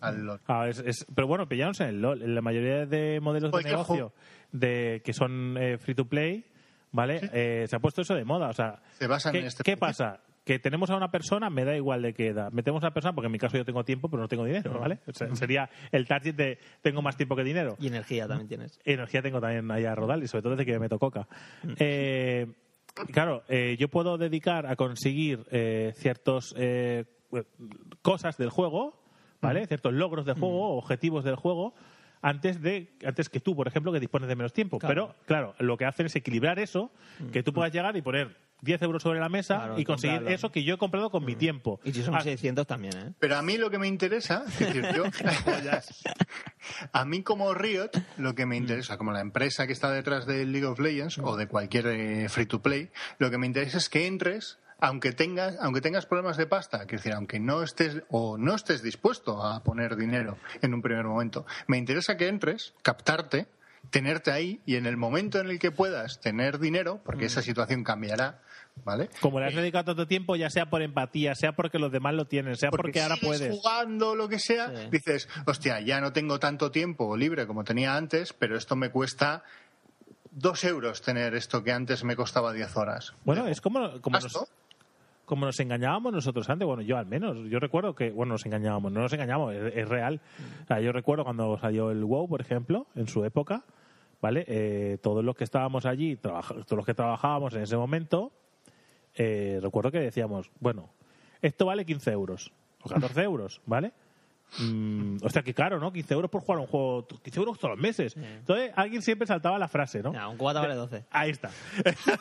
C: al LOL.
B: Ah, es- es- pero bueno, pillados en el LOL. En la mayoría de modelos de
C: Cualquier
B: negocio de, que son eh, free to play, ¿vale? Eh, se ha puesto eso de moda. O sea,
C: Se basan
B: ¿qué,
C: en este
B: qué pasa? Que tenemos a una persona, me da igual de qué edad. Metemos a una persona, porque en mi caso yo tengo tiempo, pero no tengo dinero, ¿vale? O sea, sería el target de tengo más tiempo que dinero.
D: Y energía también tienes.
B: Energía tengo también allá a rodar y sobre todo desde que me meto coca.
D: Mm.
B: Eh, claro, eh, yo puedo dedicar a conseguir eh, ciertos eh, cosas del juego, ¿vale?
D: Mm.
B: Ciertos logros del juego, objetivos del juego antes de antes que tú, por ejemplo, que dispones de menos tiempo.
D: Claro. Mm.
B: Pero claro, lo que hacen es equilibrar eso, que tú puedas llegar y poner 10 euros sobre la mesa
D: Claro,
B: y conseguir
D: comprarlo.
B: eso que yo he comprado con mi tiempo.
D: Y si son
B: Ah,
D: 600 también, ¿eh?
C: Pero a mí lo que me interesa, es decir, yo, a mí como Riot, lo que me interesa, como la empresa que está detrás de League of Legends o de cualquier eh, free to play, lo que me interesa es que entres, aunque tengas, aunque tengas problemas de pasta, que es decir, aunque no estés o no estés dispuesto a poner dinero en un primer momento, me interesa que entres, captarte, tenerte ahí y en el momento en el que puedas tener dinero, porque esa situación cambiará, ¿vale?
B: Como le has dedicado tanto tiempo, ya sea por empatía, sea porque los demás lo tienen, sea porque, ahora
C: sigues
B: puedes.
C: jugando lo que sea, dices, hostia, ya no tengo tanto tiempo libre como tenía antes, pero esto me cuesta dos euros tener esto que antes me costaba 10 horas. Ah,
B: Bueno, es como, como,
C: Gasto.
B: nos, como nos engañábamos nosotros antes, bueno, yo al menos, yo recuerdo que, bueno, nos engañábamos, no nos engañamos, es, es real. O sea, yo recuerdo cuando salió el WoW, por ejemplo, en su época, ¿vale? Eh, todos los que estábamos allí, trabaja- todos los que trabajábamos en ese momento, eh, recuerdo que decíamos, bueno, esto vale 15 euros, o 14 euros, ¿vale? Mm, o sea, que caro, ¿no? 15 euros por jugar a un juego, 15 euros todos los meses. Entonces, alguien siempre saltaba la frase, ¿no?
D: Ya, un cubata vale 12.
B: Ahí está. <laughs>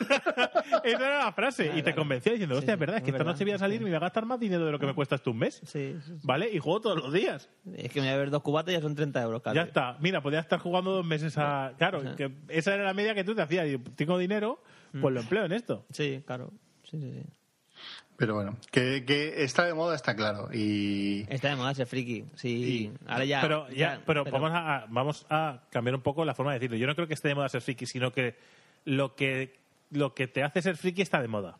B: Esa era la frase. y te convencía diciendo, hostia, es verdad, es que esta noche voy a salir y me va a gastar más dinero de lo que me cuesta esto un mes. ¿Vale? Y juego todos los días.
D: Es que me voy a ver dos cubatas y ya son 30 euros,
B: Ya
D: casi.
B: está. Mira, podía estar jugando dos meses a... Claro, que esa era la media que tú te hacías. Y tengo dinero,
D: Mm.
B: pues lo empleo en esto.
D: Sí, claro. Sí, sí, sí.
C: Pero bueno, que, que está de moda, está claro.
B: Eh.
C: Y
D: Está de moda ese friki. Sí. Ahora ya.
B: pero, ya, pero, vamos, a, a- vamos a cambiar un poco la forma de decirlo. Yo no creo que esté de moda ser friki, sino que lo que, lo que te hace ser friki está de moda.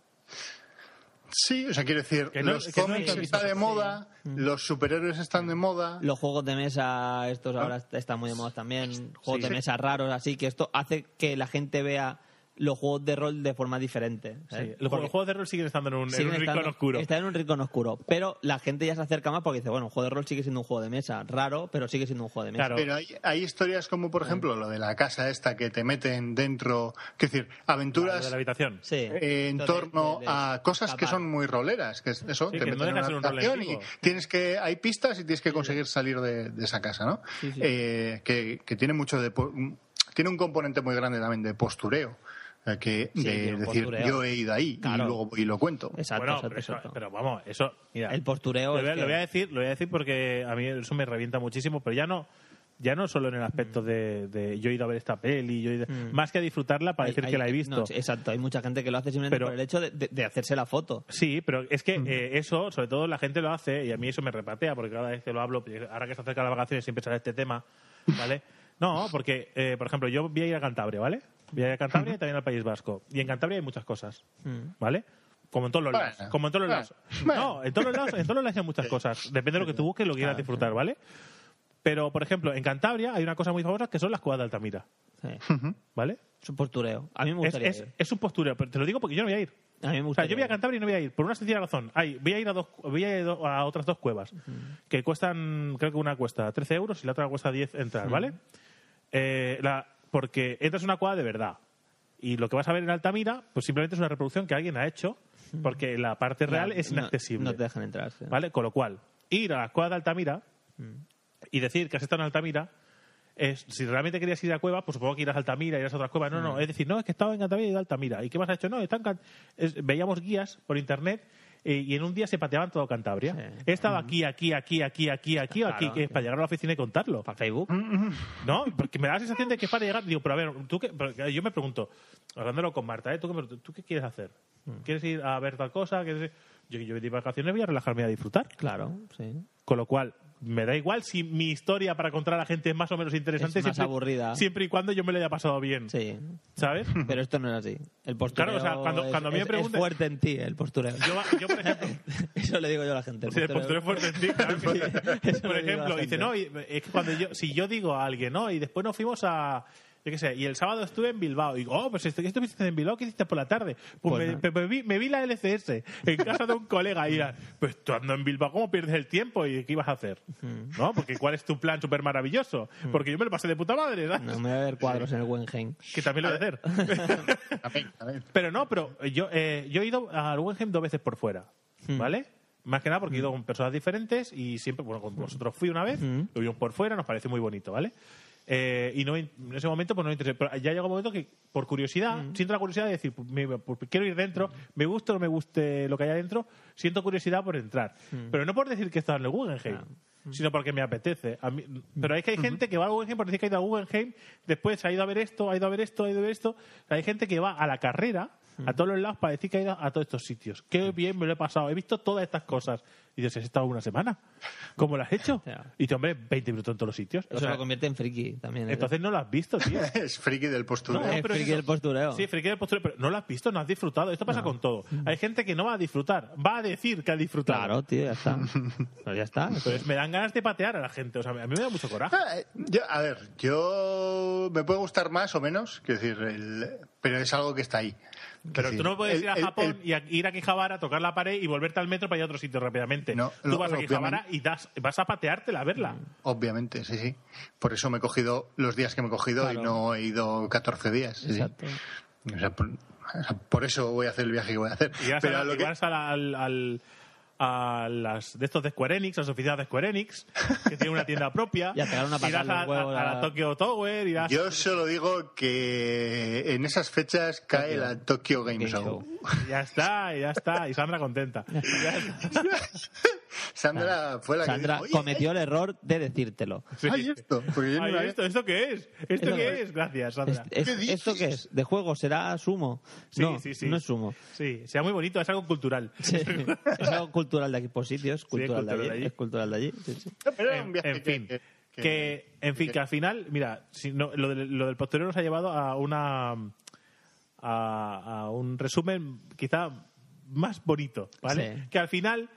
C: sí, o sea, quiero decir,
B: no-
C: los
B: que no
C: cómics
B: es-
C: están de moda,
B: Mm.
C: los superhéroes están de moda.
D: Los juegos de mesa, estos ahora est- están muy de moda también. Juegos de
C: Sí.
D: mesa raros, así que esto hace que la gente vea los juegos de rol de forma diferente.
B: Sí.
D: ¿sabes?
B: Los,
D: Porque
B: los juegos de rol siguen estando en un, en
D: siguen
B: un rincón
D: estando-
B: oscuro.
D: Está en un rincón oscuro. Pero la gente ya se acerca más porque dice, bueno, un juego de rol sigue siendo un juego de mesa. Raro, pero sigue siendo un juego de mesa.
C: Pero hay, hay historias como,
B: Mm.
C: por ejemplo, lo de la casa esta que te meten dentro, que es decir, aventuras
B: Lo de la habitación.
D: Sí.
C: eh, en
D: Entonces,
C: torno
D: de- de
C: a cosas que
D: escapar.
C: son muy roleras, que es- eso
B: Sí,
C: te
B: que
C: meten
B: no
C: en
B: deja
C: una
B: de ser un
C: habitación
B: rol
C: y
B: antiguo.
C: tienes que hay pistas y tienes que conseguir salir de, de esa casa, ¿no?
D: Sí, sí.
C: Eh, que, que tiene mucho de po- tiene un componente muy grande también de postureo, eh, que
D: Sí, tiene
C: de
D: un
C: decir
D: postureo.
C: yo he ido ahí
D: Claro.
C: y luego voy y lo cuento.
D: Exacto,
B: Bueno,
D: exacto,
B: pero, eso-
D: exacto.
B: pero vamos, eso, mira,
D: El postureo
B: lo
D: es
B: voy, a, lo
D: que-
B: voy a decir, lo voy a decir porque a mí eso me revienta muchísimo, pero ya no, ya no solo en el
D: Mm.
B: aspecto de, de yo he ido a ver esta peli, yo he ido- más que a disfrutarla para
D: Hay-
B: decir
D: hay-
B: que la he visto.
D: no, exacto, hay mucha gente que lo hace simplemente
B: Pero-
D: por el hecho de, de- de hacerse la foto.
B: Sí, pero es que eh, eso, sobre todo la gente lo hace y a mí eso me repatea porque cada vez que lo hablo, pues, ahora que se acerca las vacaciones siempre sale este tema,
D: <laughs>
B: ¿vale? No, porque, eh, por ejemplo, yo voy a ir a Cantabria, ¿vale? Voy a ir a Cantabria y también al País Vasco. Y en Cantabria hay muchas cosas,
D: Mm.
B: ¿vale? Como en todos los
C: Bueno,
B: lados. Como en todos los
C: bueno,
D: Ah,
B: lados. No, en todos los lados, en todos los lados hay muchas cosas. Depende de lo que tú busques y lo que quieras disfrutar, ¿vale? Pero, por ejemplo, en Cantabria hay una cosa muy famosa que son las cuevas de Altamira. ¿Vale?
D: Es un postureo. A mí me gustaría
B: Es,
D: ir.
B: un postureo, pero te lo digo porque yo no voy a ir.
D: A mí me
B: O sea, yo voy a Cantabria y no voy a ir, por una sencilla razón. Ay, voy a ir a, dos, voy a, ir do- a otras dos cuevas, que cuestan, creo que una cuesta 13 euros y la otra cuesta 10 entrar, ¿vale? Eh, la- porque entras a una cueva de verdad. Y lo que vas a ver en Altamira, pues simplemente es una reproducción que alguien ha hecho, porque la parte real es
D: No-
B: inaccesible.
D: No, te dejan entrar. sí.
B: ¿Vale? Con lo cual, ir a la cueva de Altamira
D: Mm.
B: y decir que has estado en Altamira, es, si realmente querías ir a la cueva, pues supongo que irás a Altamira, irás a otras cuevas. No,
D: Mm.
B: no, es decir, no, es que estaba en Altamira y he ido a Altamira. ¿Y qué más has hecho? No, está en Can- es- veíamos guías por internet eh, y en un día se pateaban todo Cantabria. He estado aquí, aquí, aquí, aquí, aquí, aquí, o aquí,
D: Mm. Claro.
B: que es para llegar a la oficina y contarlo.
D: ¿Para Facebook?
B: Mm. No, porque me da la sensación de que es para llegar. Digo, pero a ver, tú qué- pero yo me pregunto, hablándolo con Marta, ¿eh? ¿Tú, qué, tú qué quieres hacer?
D: Mm.
B: ¿Quieres ir a ver tal cosa? ¿Quieres ir- Yo, yo voy de vacaciones, voy a relajarme y a disfrutar.
D: Claro, sí.
B: Con lo cual, me da igual si mi historia para contar a la gente es más o menos interesante.
D: Es más aburrida.
B: Siempre y cuando yo me lo haya pasado bien.
D: Sí. <laughs>
B: ¿Sabes?
D: Pero esto no es así. El
B: Claro,
D: postureo
B: o sea, cuando-
D: es,
B: cuando a mí me
D: es- es
B: pregunten-
D: fuerte en ti, el postureo.
B: Yo, yo, por ejemplo,
D: <laughs> Eso le digo yo a
B: <laughs>
D: la gente.
B: Sí, el postureo es fuerte en ti, claro que sí.
D: <laughs> eso
B: Por
D: le digo a
B: ejemplo,
D: la
B: dice,
D: gente.
B: no, y- es que cuando yo, si yo digo a alguien, no, y después nos fuimos a, yo qué sé, y el sábado estuve en Bilbao, y digo, oh, pues esto, ¿qué estuviste en Bilbao? ¿Qué hiciste por la tarde? Pues,
D: Pues
B: me,
D: no.
B: me- me vi, me vi la LCS en casa de un colega, y era, pues tú ando en Bilbao, ¿cómo pierdes el tiempo? ¿Y qué ibas a hacer? ¿No? Porque ¿cuál es tu plan súper maravilloso? Porque yo me lo pasé de puta madre, ¿sabes?
D: No me voy a ver cuadros en el Wenheim.
B: Que también lo voy a hacer. Pero no, pero yo, eh, yo he ido al Wenheim dos veces por fuera, ¿vale? Más que nada porque he ido con personas diferentes y siempre, bueno, con vosotros fui una vez, lo vimos por fuera, nos pareció muy bonito, ¿vale? Eh, y no, me- en ese momento pues no me interesó. Pero ya llegó un momento que, por curiosidad, siento la curiosidad de decir, pues, me- pues, quiero ir dentro, me guste o no me guste lo que hay adentro, siento curiosidad por entrar. Pero no por decir que he estado en el Guggenheim, sino porque me apetece. A mí- pero es que hay gente que va al Guggenheim por decir que ha ido al Guggenheim, después ha ido a ver esto, ha ido a ver esto, ha ido a ver esto. O sea, hay gente que va a la carrera, a todos los lados, para decir que ha ido a todos estos sitios. Qué bien me lo he pasado, he visto todas estas cosas. Y dices, ¿has estado una semana? ¿Cómo lo has hecho?
D: <laughs> Ya.
B: Y dices, hombre, 20 minutos en todos los sitios. O
D: Eso
B: sea,
D: lo convierte en friki también. ¿eh?
B: entonces no lo has visto,
D: <laughs>
B: tío.
C: <laughs> es friki del postureo.
D: Es
B: pero es
D: friki
B: eso.
D: del postureo.
B: Sí, pues friki del postureo, pero no lo has visto, no has disfrutado. Esto pasa con todo. Hay gente que no va a disfrutar, va a decir que ha disfrutado.
D: Claro, tío,
B: <laughs>
D: ya está. Pero ya está.
B: Entonces me dan ganas de patear a la gente. O sea, a mí me da mucho coraje.
C: Ah, eh, yo- a ver, yo me puede gustar más o menos, quiero decir, el- pero es algo que está ahí.
B: Pero tú no puedes
C: El-
B: ir a
C: el-
B: Japón
C: el-
B: y a- ir a Quijabara, tocar la pared y volverte al metro para ir a otro sitio rápidamente.
C: No,
B: tú
C: no,
B: vas a
C: obviamente.
B: Quijabara y das- vas a pateártela a verla.
C: Obviamente, sí, sí. Por eso me he cogido los días que me he cogido y no he ido 14 días. sí, sí.
D: Exacto.
C: O sea, por, o sea, por eso voy a hacer el viaje que voy a hacer.
B: Y vas,
C: Pero
B: a,
C: lo
B: y
C: que-
B: vas a la- al- al- a las de estos de Square Enix, a las oficinas de Square Enix, que tiene una tienda propia.
D: <laughs> Y a pegar una patada
B: irás
D: en los
B: a, a-
D: huevos,
B: a la
D: la-
B: Tokyo Tower, irás
C: Yo solo digo que en esas fechas cae
D: Tokio.
C: la Tokyo Game,
D: Game
C: Show.
D: Show.
B: Ya está, y ya está. Y Sandra
D: <laughs>
B: contenta. Ya está.
C: Sandra fue la
D: Sandra
C: que dijo, "Oye,
D: cometió el error de decírtelo.
B: Sí.
C: ay, esto, porque yo no
B: Ay,
C: la-
B: ¿esto, ¿Esto qué es? ¿Esto
D: Eso-
B: qué es? Gracias,
D: Es-
B: Sandra.
D: es-
C: ¿Qué dices?
D: ¿Esto qué es? ¿De juego? ¿Será sumo?
B: Sí,
D: no,
B: sí, sí.
D: no
B: <laughs>
D: es sumo.
B: Sí, sea muy bonito, es algo cultural.
D: Sí. Es algo cultural de aquí por sitio, es cultural,
B: cultural
D: de
B: de
D: allí.
B: allí.
D: Es cultural de allí. sí, sí.
C: Pero era
B: en,
C: un viaje
B: en
C: que-
B: fin, que,
C: que- que-
B: en fin, que al final, mira, si no, lo, del, lo del posterior nos ha llevado a una a, a un resumen quizá más bonito, ¿vale?
D: Sí.
B: Que al final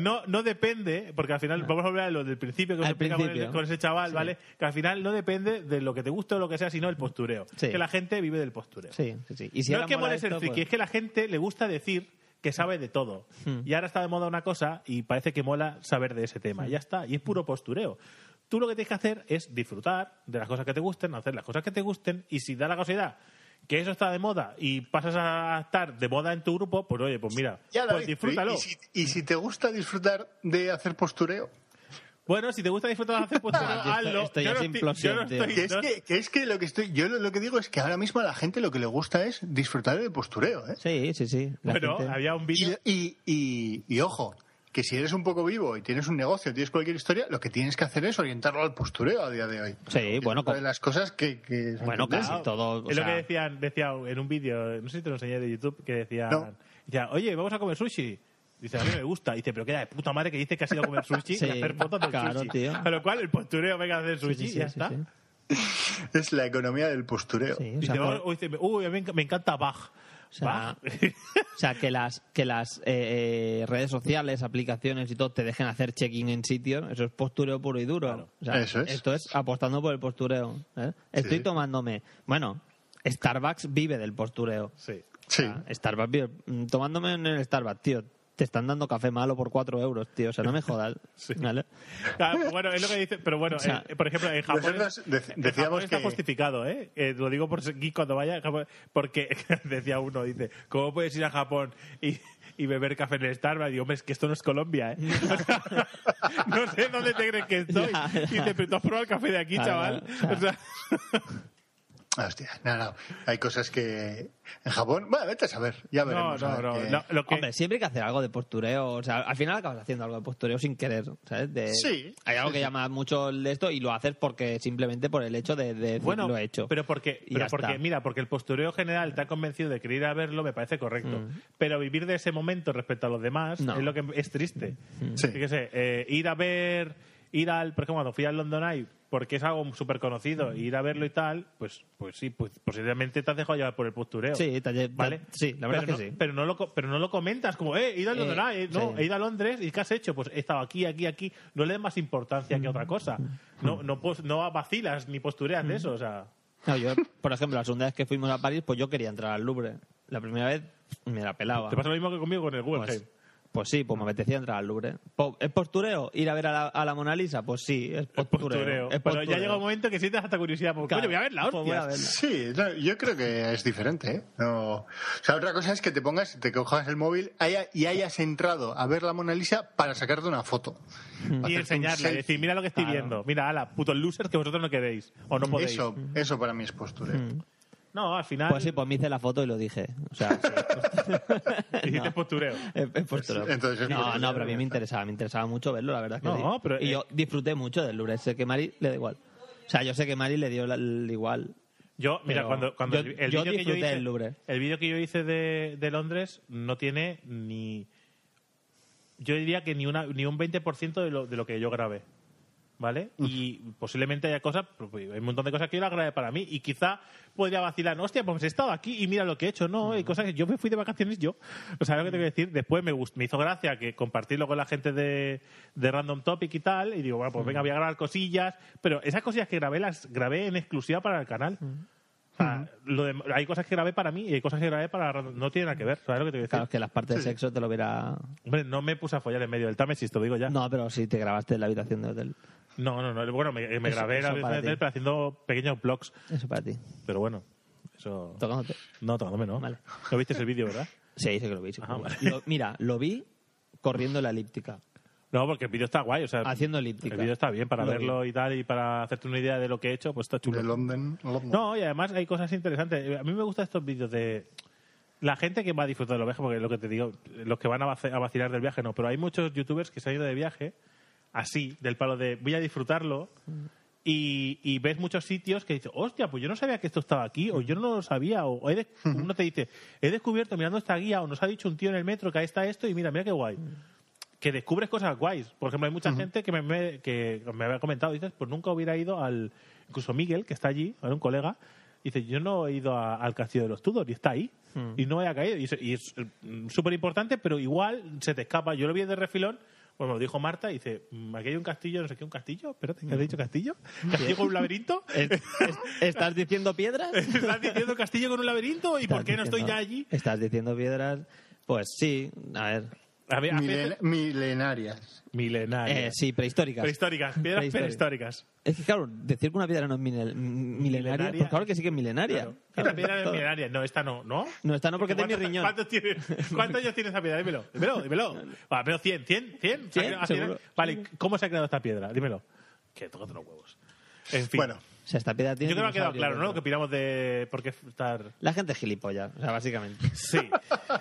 B: no, no depende, porque al final vamos a hablar de lo del principio que os
D: Al
B: explica con, el-
D: principio.
B: con ese chaval,
D: Sí.
B: ¿vale? Que al final no depende de lo que te guste o lo que sea, sino el postureo.
D: Sí.
B: Que la gente vive del postureo
D: Sí, sí, sí. Y si
B: no
D: ahora
B: es que
D: mola
B: mole ser
D: esto,
B: friki,
D: pues- Hmm.
B: es que la gente le gusta decir que sabe de todo. Y ahora está de moda una cosa y parece que mola saber de ese
D: Hmm.
B: tema. Ya está, y es puro postureo. Tú lo que tienes que hacer es disfrutar de las cosas que te gusten, hacer las cosas que te gusten, y si da la casualidad que eso está de moda y pasas a estar de moda en tu grupo, pues oye, pues mira,
C: Ya la
B: pues
C: viste.
B: disfrútalo.
C: Y si, y si te gusta disfrutar de hacer postureo,
B: Bueno, si te gusta disfrutar de hacer postureo,
D: Ah, <laughs> yo estoy-
B: hazlo.
D: estoy
B: yo,
D: ya
B: no
D: sin
B: estoy, yo no
D: implosión, tío.
B: estoy-
C: que es
B: no-
C: que, que es que lo que estoy, yo lo, lo que digo es que ahora mismo a la gente lo que le gusta es disfrutar del postureo, ¿eh?
D: Sí, sí, sí. La
B: Bueno,
D: gente-
B: había un vídeo...
C: Y, y, y- y ojo, que si eres un poco vivo y tienes un negocio, tienes cualquier historia, lo que tienes que hacer es orientarlo al postureo a día de hoy.
D: Sí,
C: Es
D: bueno,
C: una de
D: con-
C: las cosas que, que son
D: Bueno,
C: tendencia.
D: casi todo. o
B: Ah, Es lo
D: sea,
B: que decían, decía en un vídeo, no sé si te lo enseñé de YouTube, que decían,
C: No.
B: decía, oye, vamos a comer sushi. Dice, a mí me gusta. Dice, pero queda de puta madre que dices que has ido a comer sushi
D: Sí,
B: y hacer fotos del
D: claro,
B: sushi.
D: tío.
B: A lo cual el postureo venga a hacer
D: sí,
B: sushi
D: sí,
B: y ya
D: sí,
B: está.
D: sí,
C: es la economía del postureo.
D: sí. Sí, o
B: Dice, "Oh,
D: sea,
B: "Vamos",
D: por-
B: o dice, uy, a mí me enc- me encanta Bach. <laughs>
D: O sea, o sea, que las, que las eh, eh, redes sociales, aplicaciones y todo te dejen hacer check-in en sitio, eso es postureo puro y duro. O sea,
C: Eso es.
D: Esto es apostando por el postureo. ¿eh? Estoy
C: Sí.
D: tomándome. Bueno, Starbucks vive del postureo.
B: Sí.
C: Sí.
D: Starbucks vive. mm, Tomándome en el Starbucks, tío. Te están dando café malo por 4 euros, tío. O sea, no
C: <laughs>
D: me jodas. ¿vale?
B: Ah, bueno, es lo que dice, pero bueno,
D: O sea,
B: eh, por ejemplo, en Japón,
C: Nosotros dec-
B: en
C: decíamos
B: Japón está
C: que-
B: justificado, ¿eh? Eh, Lo digo por ser geek cuando vaya, a Japón, porque <laughs> decía uno, dice, ¿cómo puedes ir a Japón y, y beber café en el Starbucks? Y digo, hombre, es que esto no es Colombia, ¿eh? <laughs> O sea, no sé dónde te crees que estoy.
D: Ya, ya.
B: Y dice, pero tú has probado el café de aquí,
D: Claro,
B: chaval.
D: claro.
B: O sea,
C: Ah, Hostia, no, no. Hay cosas que. En Japón. Bueno, vete a saber. Ya veremos. a ver qué-
D: Hombre, siempre hay que hacer algo de postureo. O sea, al final acabas haciendo algo de postureo sin querer, ¿sabes? De-
C: Sí,
D: Hay algo
C: sí,
D: que
C: sí.
D: llama mucho el de esto y lo haces porque simplemente por el hecho de, de
B: Bueno,
D: eh, lo he hecho.
B: pero porque,
D: Y
B: pero
D: ya
B: porque
D: está.
B: mira, porque el postureo general te ha convencido de querer ir a verlo, me parece correcto. Pero vivir de ese momento respecto a los demás
D: Mm. No. Mm.
B: es lo que es triste.
C: Sí.
B: Fíjese, eh, ir a ver, ir al, por ejemplo, cuando fui al London Eye, porque es algo súper
D: Mm.
B: conocido, ir a verlo y tal, pues, pues sí, pues posiblemente te has dejado llevar por el postureo.
D: Sí, te- te-
B: ¿Vale?
D: sí, la verdad
B: pero
D: es que
B: no,
D: sí.
B: Pero no, lo, co- pero no lo comentas como, eh, he ido a Londres,
D: Eh,
B: ah, eh, no,
D: sí.
B: he ido a Londres y ¿qué has hecho? Pues he estado aquí, aquí, aquí. No le das más importancia que otra cosa.
D: Mm,
B: No, no, pos- no vacilas ni postureas de eso, o sea.
D: No, yo, por ejemplo, la segunda vez que fuimos a París, pues yo quería entrar al Louvre. La primera vez me la pelaba.
B: Te pasa lo mismo que conmigo con el Guggenheim.
D: Pues, pues sí, pues me apetecía entrar al Louvre. Po- ¿Es postureo ir a ver a la, a la Mona Lisa? Pues sí, es postureo.
B: Postureo.
D: Es
B: Pero ya
D: postureo.
B: llega un momento que sientes hasta curiosidad. Porque,
D: Claro.
B: coño, voy a verla,
D: Pues voy
B: hostia.
D: a verla.
C: Sí, no, yo creo que es diferente. ¿eh? No, o sea, otra cosa es que te pongas, te cojas el móvil haya- y hayas entrado a ver la Mona Lisa para sacarte una foto.
B: y
D: Mm.
C: Hacerte un
B: enseñarla y
C: selfie.
B: decir, mira lo que estoy
D: Claro.
B: viendo. Mira, ala, putos losers que vosotros no queréis. O no podéis. Mm.
C: Eso, eso para mí es postura.
B: No, al final.
D: Pues
B: <laughs>
D: sí, pues me hice la foto y lo dije. O sea, sí.
B: hiciste
D: No.
B: postureo.
D: Es- es postureo.
C: Entonces es
D: no,
C: postureo.
D: no, pero a mí me interesaba, me interesaba mucho verlo, la verdad es que
B: No,
D: sí.
B: pero,
D: y
B: eh,
D: yo disfruté mucho del Louvre, sé que Mari le da igual. O sea, yo sé que Mari le dio la- el igual.
B: Yo, mira,
D: Pero
B: cuando, cuando
D: yo-
B: el
D: yo
B: vídeo que yo
D: disfruté
B: hice,
D: del Louvre.
B: el vídeo que yo hice de, de Londres no tiene ni, yo diría que ni una, ni un 20% de lo, de lo que yo grabé, ¿vale? Y posiblemente haya cosas, pues, hay un montón de cosas que yo las grabé para mí y quizá podría vacilar, hostia, pues he estado aquí y mira lo que he hecho, no, hay cosas que yo me fui de vacaciones yo, o sea, lo que te quiero decir, después me, gust- me hizo gracia que compartirlo con la gente de, de Random Topic y tal y digo, bueno, pues venga, voy a grabar cosillas, pero esas cosillas que grabé las grabé en exclusiva para el canal. O sea, lo dem- hay cosas que grabé para mí y hay cosas que grabé para Random- no tiene nada que ver sabes lo que te quiero decir
D: Claro, es que las partes de sexo te lo hubiera...
B: hombre no me puse a follar en medio del Támesis te lo digo ya
D: No, pero sí te grabaste en la habitación de hotel.
B: No, no, no. Bueno, me, me
D: Eso-
B: grabé
D: eso
B: la vez
D: para
B: de
D: ti.
B: tele, pero haciendo pequeños blogs.
D: Eso para ti.
B: Pero bueno, eso.
D: Tocándote.
B: No, tocándome, no.
D: Vale.
B: No viste el vídeo, ¿verdad?
D: Sí, sí que lo vi. sí que
B: Ah,
D: lo vi.
B: vale.
D: Lo- mira, lo vi corriendo en la elíptica.
B: <laughs> No, porque el vídeo está guay. O sea,
D: Haciendo elíptica.
B: El vídeo está bien para
D: Lo vi.
B: verlo y tal, y para hacerte una idea de lo que he hecho, pues está chulo.
C: De London, London.
B: No, y además hay cosas interesantes. A mí me gustan estos vídeos de la gente que va a disfrutar de los viajes, porque lo que te digo, los que van a vaci- a vacilar del viaje no, pero hay muchos youtubers que se han ido de viaje así, del palo de voy a disfrutarlo. Y, y ves muchos sitios que dices, hostia, pues yo no sabía que esto estaba aquí, o yo no lo sabía, o he de- uno te dice, he descubierto mirando esta guía, o nos ha dicho un tío en el metro que ahí está esto, y mira, mira qué guay que descubres cosas guays. Por ejemplo, hay mucha gente que me, me- que me había comentado, dices, pues nunca hubiera ido al... Incluso Miguel, que está allí, era un colega, dice, yo no he ido a- al castillo de los Tudor y está ahí.
D: Mm.
B: Y no había caído. Y, eso- y es mm, súper importante, pero igual se te escapa. Yo lo vi de refilón, pues me lo dijo Marta, y dice, "Mm, aquí hay un castillo, no sé qué, un castillo, espérate, ¿qué has
D: Mm.
B: dicho castillo? ¿Castillo con un
D: <laughs>
B: laberinto?
D: Es- es- ¿Estás diciendo
B: <laughs>
D: piedras?
B: ¿Estás diciendo castillo con un laberinto? <laughs> ¿Y por
D: Estás
B: qué no estoy
D: diciendo-
B: ya allí?
D: ¿Estás diciendo piedras? Pues sí, a ver.
B: A ver, a
C: Milen-
B: ver-
C: milenarias.
B: milenaria.
D: Eh, sí, prehistóricas.
B: Prehistóricas, piedras
D: Prehistórica.
B: prehistóricas.
D: Es que, claro, decir que una piedra no es minel- m- milenaria,
B: Milenaria.
D: pues claro que sí que es milenaria.
B: Claro.
D: Claro,
B: Esta piedra es
D: todo.
B: milenaria. No, esta no, ¿no?
D: No, esta no, porque es de mi
B: ¿Cuántos-
D: riñón.
B: ¿Cuántos,
D: <laughs>
B: tiene- cuántos años tiene esta piedra? Dímelo, dímelo, dímelo. Va, pero 100, 100, 100.
D: ¿Cien?
B: ¿Se ha creado- ha sido-
D: Seguro.
B: Vale, ¿cómo se ha creado esta piedra? Dímelo. Que tócate los huevos. En fin.
C: Bueno,
D: O sea, esta piedra
B: yo
D: tiene...
B: creo que me ha quedado
D: dinosaurios
B: claro, ¿no? Lo que
D: dentro.
B: opinamos de por qué estar...
D: La gente es gilipollas, o
B: <laughs>
D: sea, básicamente. <laughs>
B: Sí.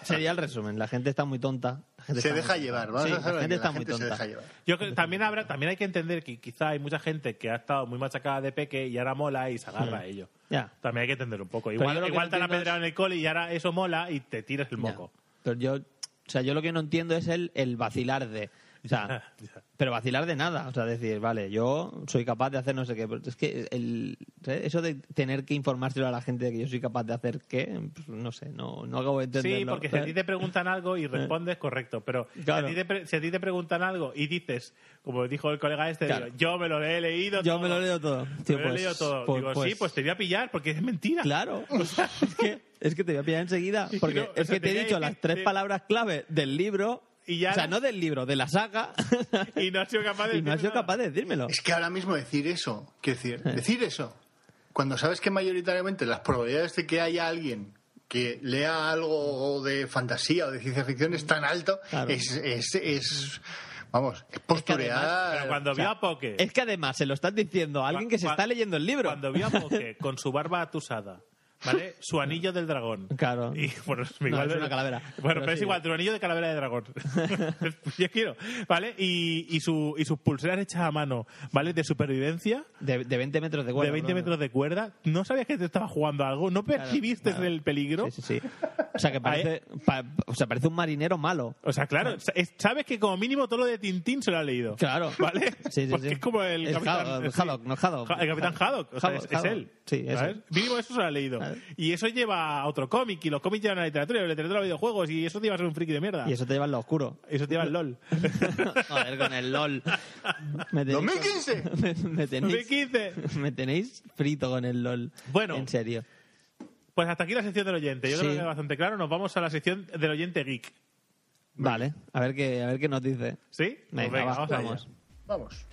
D: Sería el resumen. La gente está muy tonta. La gente
C: se
D: está muy
C: deja
D: tonta.
C: llevar. Vamos
D: Sí,
C: a dejar
D: la
C: que
D: gente está
C: la
D: muy
C: gente se
D: tonta.
C: deja llevar.
B: Yo creo que también habrá, también hay que entender que quizá hay mucha gente que ha estado muy machacada de peque y ahora mola y se agarra a ello.
D: Ya.
B: También hay que entender un poco.
D: yo
B: Igual,
D: lo que
B: igual
D: no
B: te han
D: entiendo es-
B: apedrado en el cole y ahora eso mola y te tiras el moco.
D: Ya. Pero yo, o sea, yo lo que no entiendo es el, el vacilar de.
B: <laughs>
D: O sea,
B: Ah,
D: pero vacilar de nada. O sea, decir, vale, yo soy capaz de hacer no sé qué. Pero es que el, ¿sabes? eso de tener que informárselo a la gente de que yo soy capaz de hacer qué, pues, no sé, no, no acabo de entenderlo.
B: Sí, porque si a ti te preguntan algo y respondes correcto, pero si a
D: Claro.
B: ti te pre- si a ti te preguntan algo y dices, como dijo el colega este,
D: Claro.
B: digo, yo me lo he leído
D: Yo
B: todo.
D: me lo leo todo.
B: Me
D: Tío,
B: lo he
D: pues,
B: leído todo.
D: pues-
B: digo, sí,
D: pues-
B: pues te voy a pillar porque es mentira.
D: Claro. O sea, es, que, es que te voy a pillar enseguida.
B: Sí,
D: Porque
B: no, o
D: es
B: sea,
D: que te he
B: tenía
D: dicho
B: que-
D: las tres
B: te-
D: palabras clave del libro.
B: Y ya-
D: o sea, no del libro, de la saga.
B: <laughs> <laughs> Y no has sido capaz de
D: <laughs> y no has sido capaz de decírmelo.
C: Es que ahora mismo decir eso, quiero decir,
D: Eh.
C: decir eso, cuando sabes que mayoritariamente las probabilidades de que haya alguien que lea algo de fantasía o de ciencia ficción es tan alto,
D: Claro.
C: es, es, es- vamos, es
D: que además-
C: posturear.
B: Pero cuando
D: O sea,
B: vio a Poke,
D: Es que además se lo estás diciendo a alguien que se
B: Cua-
D: está leyendo el libro.
B: cuando vio a
D: <laughs>
B: Poke con su barba atusada, ¿vale? Su anillo del dragón.
D: Claro.
B: Y bueno, es, igual
D: es una calavera.
B: Bueno,
D: Pero
B: pero, es
D: sí.
B: igual, tu anillo de calavera de dragón. <laughs> Yo quiero, ¿vale? Y, y, su, y sus pulseras hechas a mano, ¿vale? De supervivencia,
D: De, de 20 metros de cuerda.
B: de 20
D: ¿no?
B: metros de cuerda. ¿No sabías que te estaba jugando a algo? ¿No percibiste
D: claro.
B: el peligro?
D: Sí, sí, sí. O sea, que parece, pa- o sea, parece un marinero malo.
B: O sea, claro, sa- es- sabes que como mínimo todo lo de Tintín se lo ha leído.
D: Claro.
B: ¿Vale?
D: <laughs> Sí, sí,
B: Porque
D: sí.
B: es como el,
D: El
B: capitán.
D: Haddock, el
B: sí.
D: Haddock, no Haddock.
B: Ja- El capitán Haddock. O sea,
D: Haddock,
B: es, es
D: Haddock.
B: él.
D: Sí, es
B: ¿sabes?
D: él.
B: Mínimo eso se lo ha leído.
D: Claro.
B: Y eso lleva a otro cómic. Y los cómics llevan a la literatura. Y la literatura a videojuegos. Y eso te lleva a ser un friki de mierda.
D: Y eso te lleva en lo oscuro.
B: <laughs> Eso te lleva al
D: <laughs>
B: LOL.
D: Joder, con el LOL. Me tenéis-
C: ¡2015!
D: me, <laughs> me tenéis,
B: 2015.
D: me tenéis frito con el LOL.
B: Bueno.
D: En serio.
B: Pues hasta aquí la sección del oyente. Yo creo
D: Sí.
B: que es bastante claro. Nos vamos a la sección del oyente geek.
D: Vale, a ver qué, a ver qué nos dice.
B: ¿Sí? Pues
D: Venga, va,
B: allá.
D: vamos.
C: Vamos.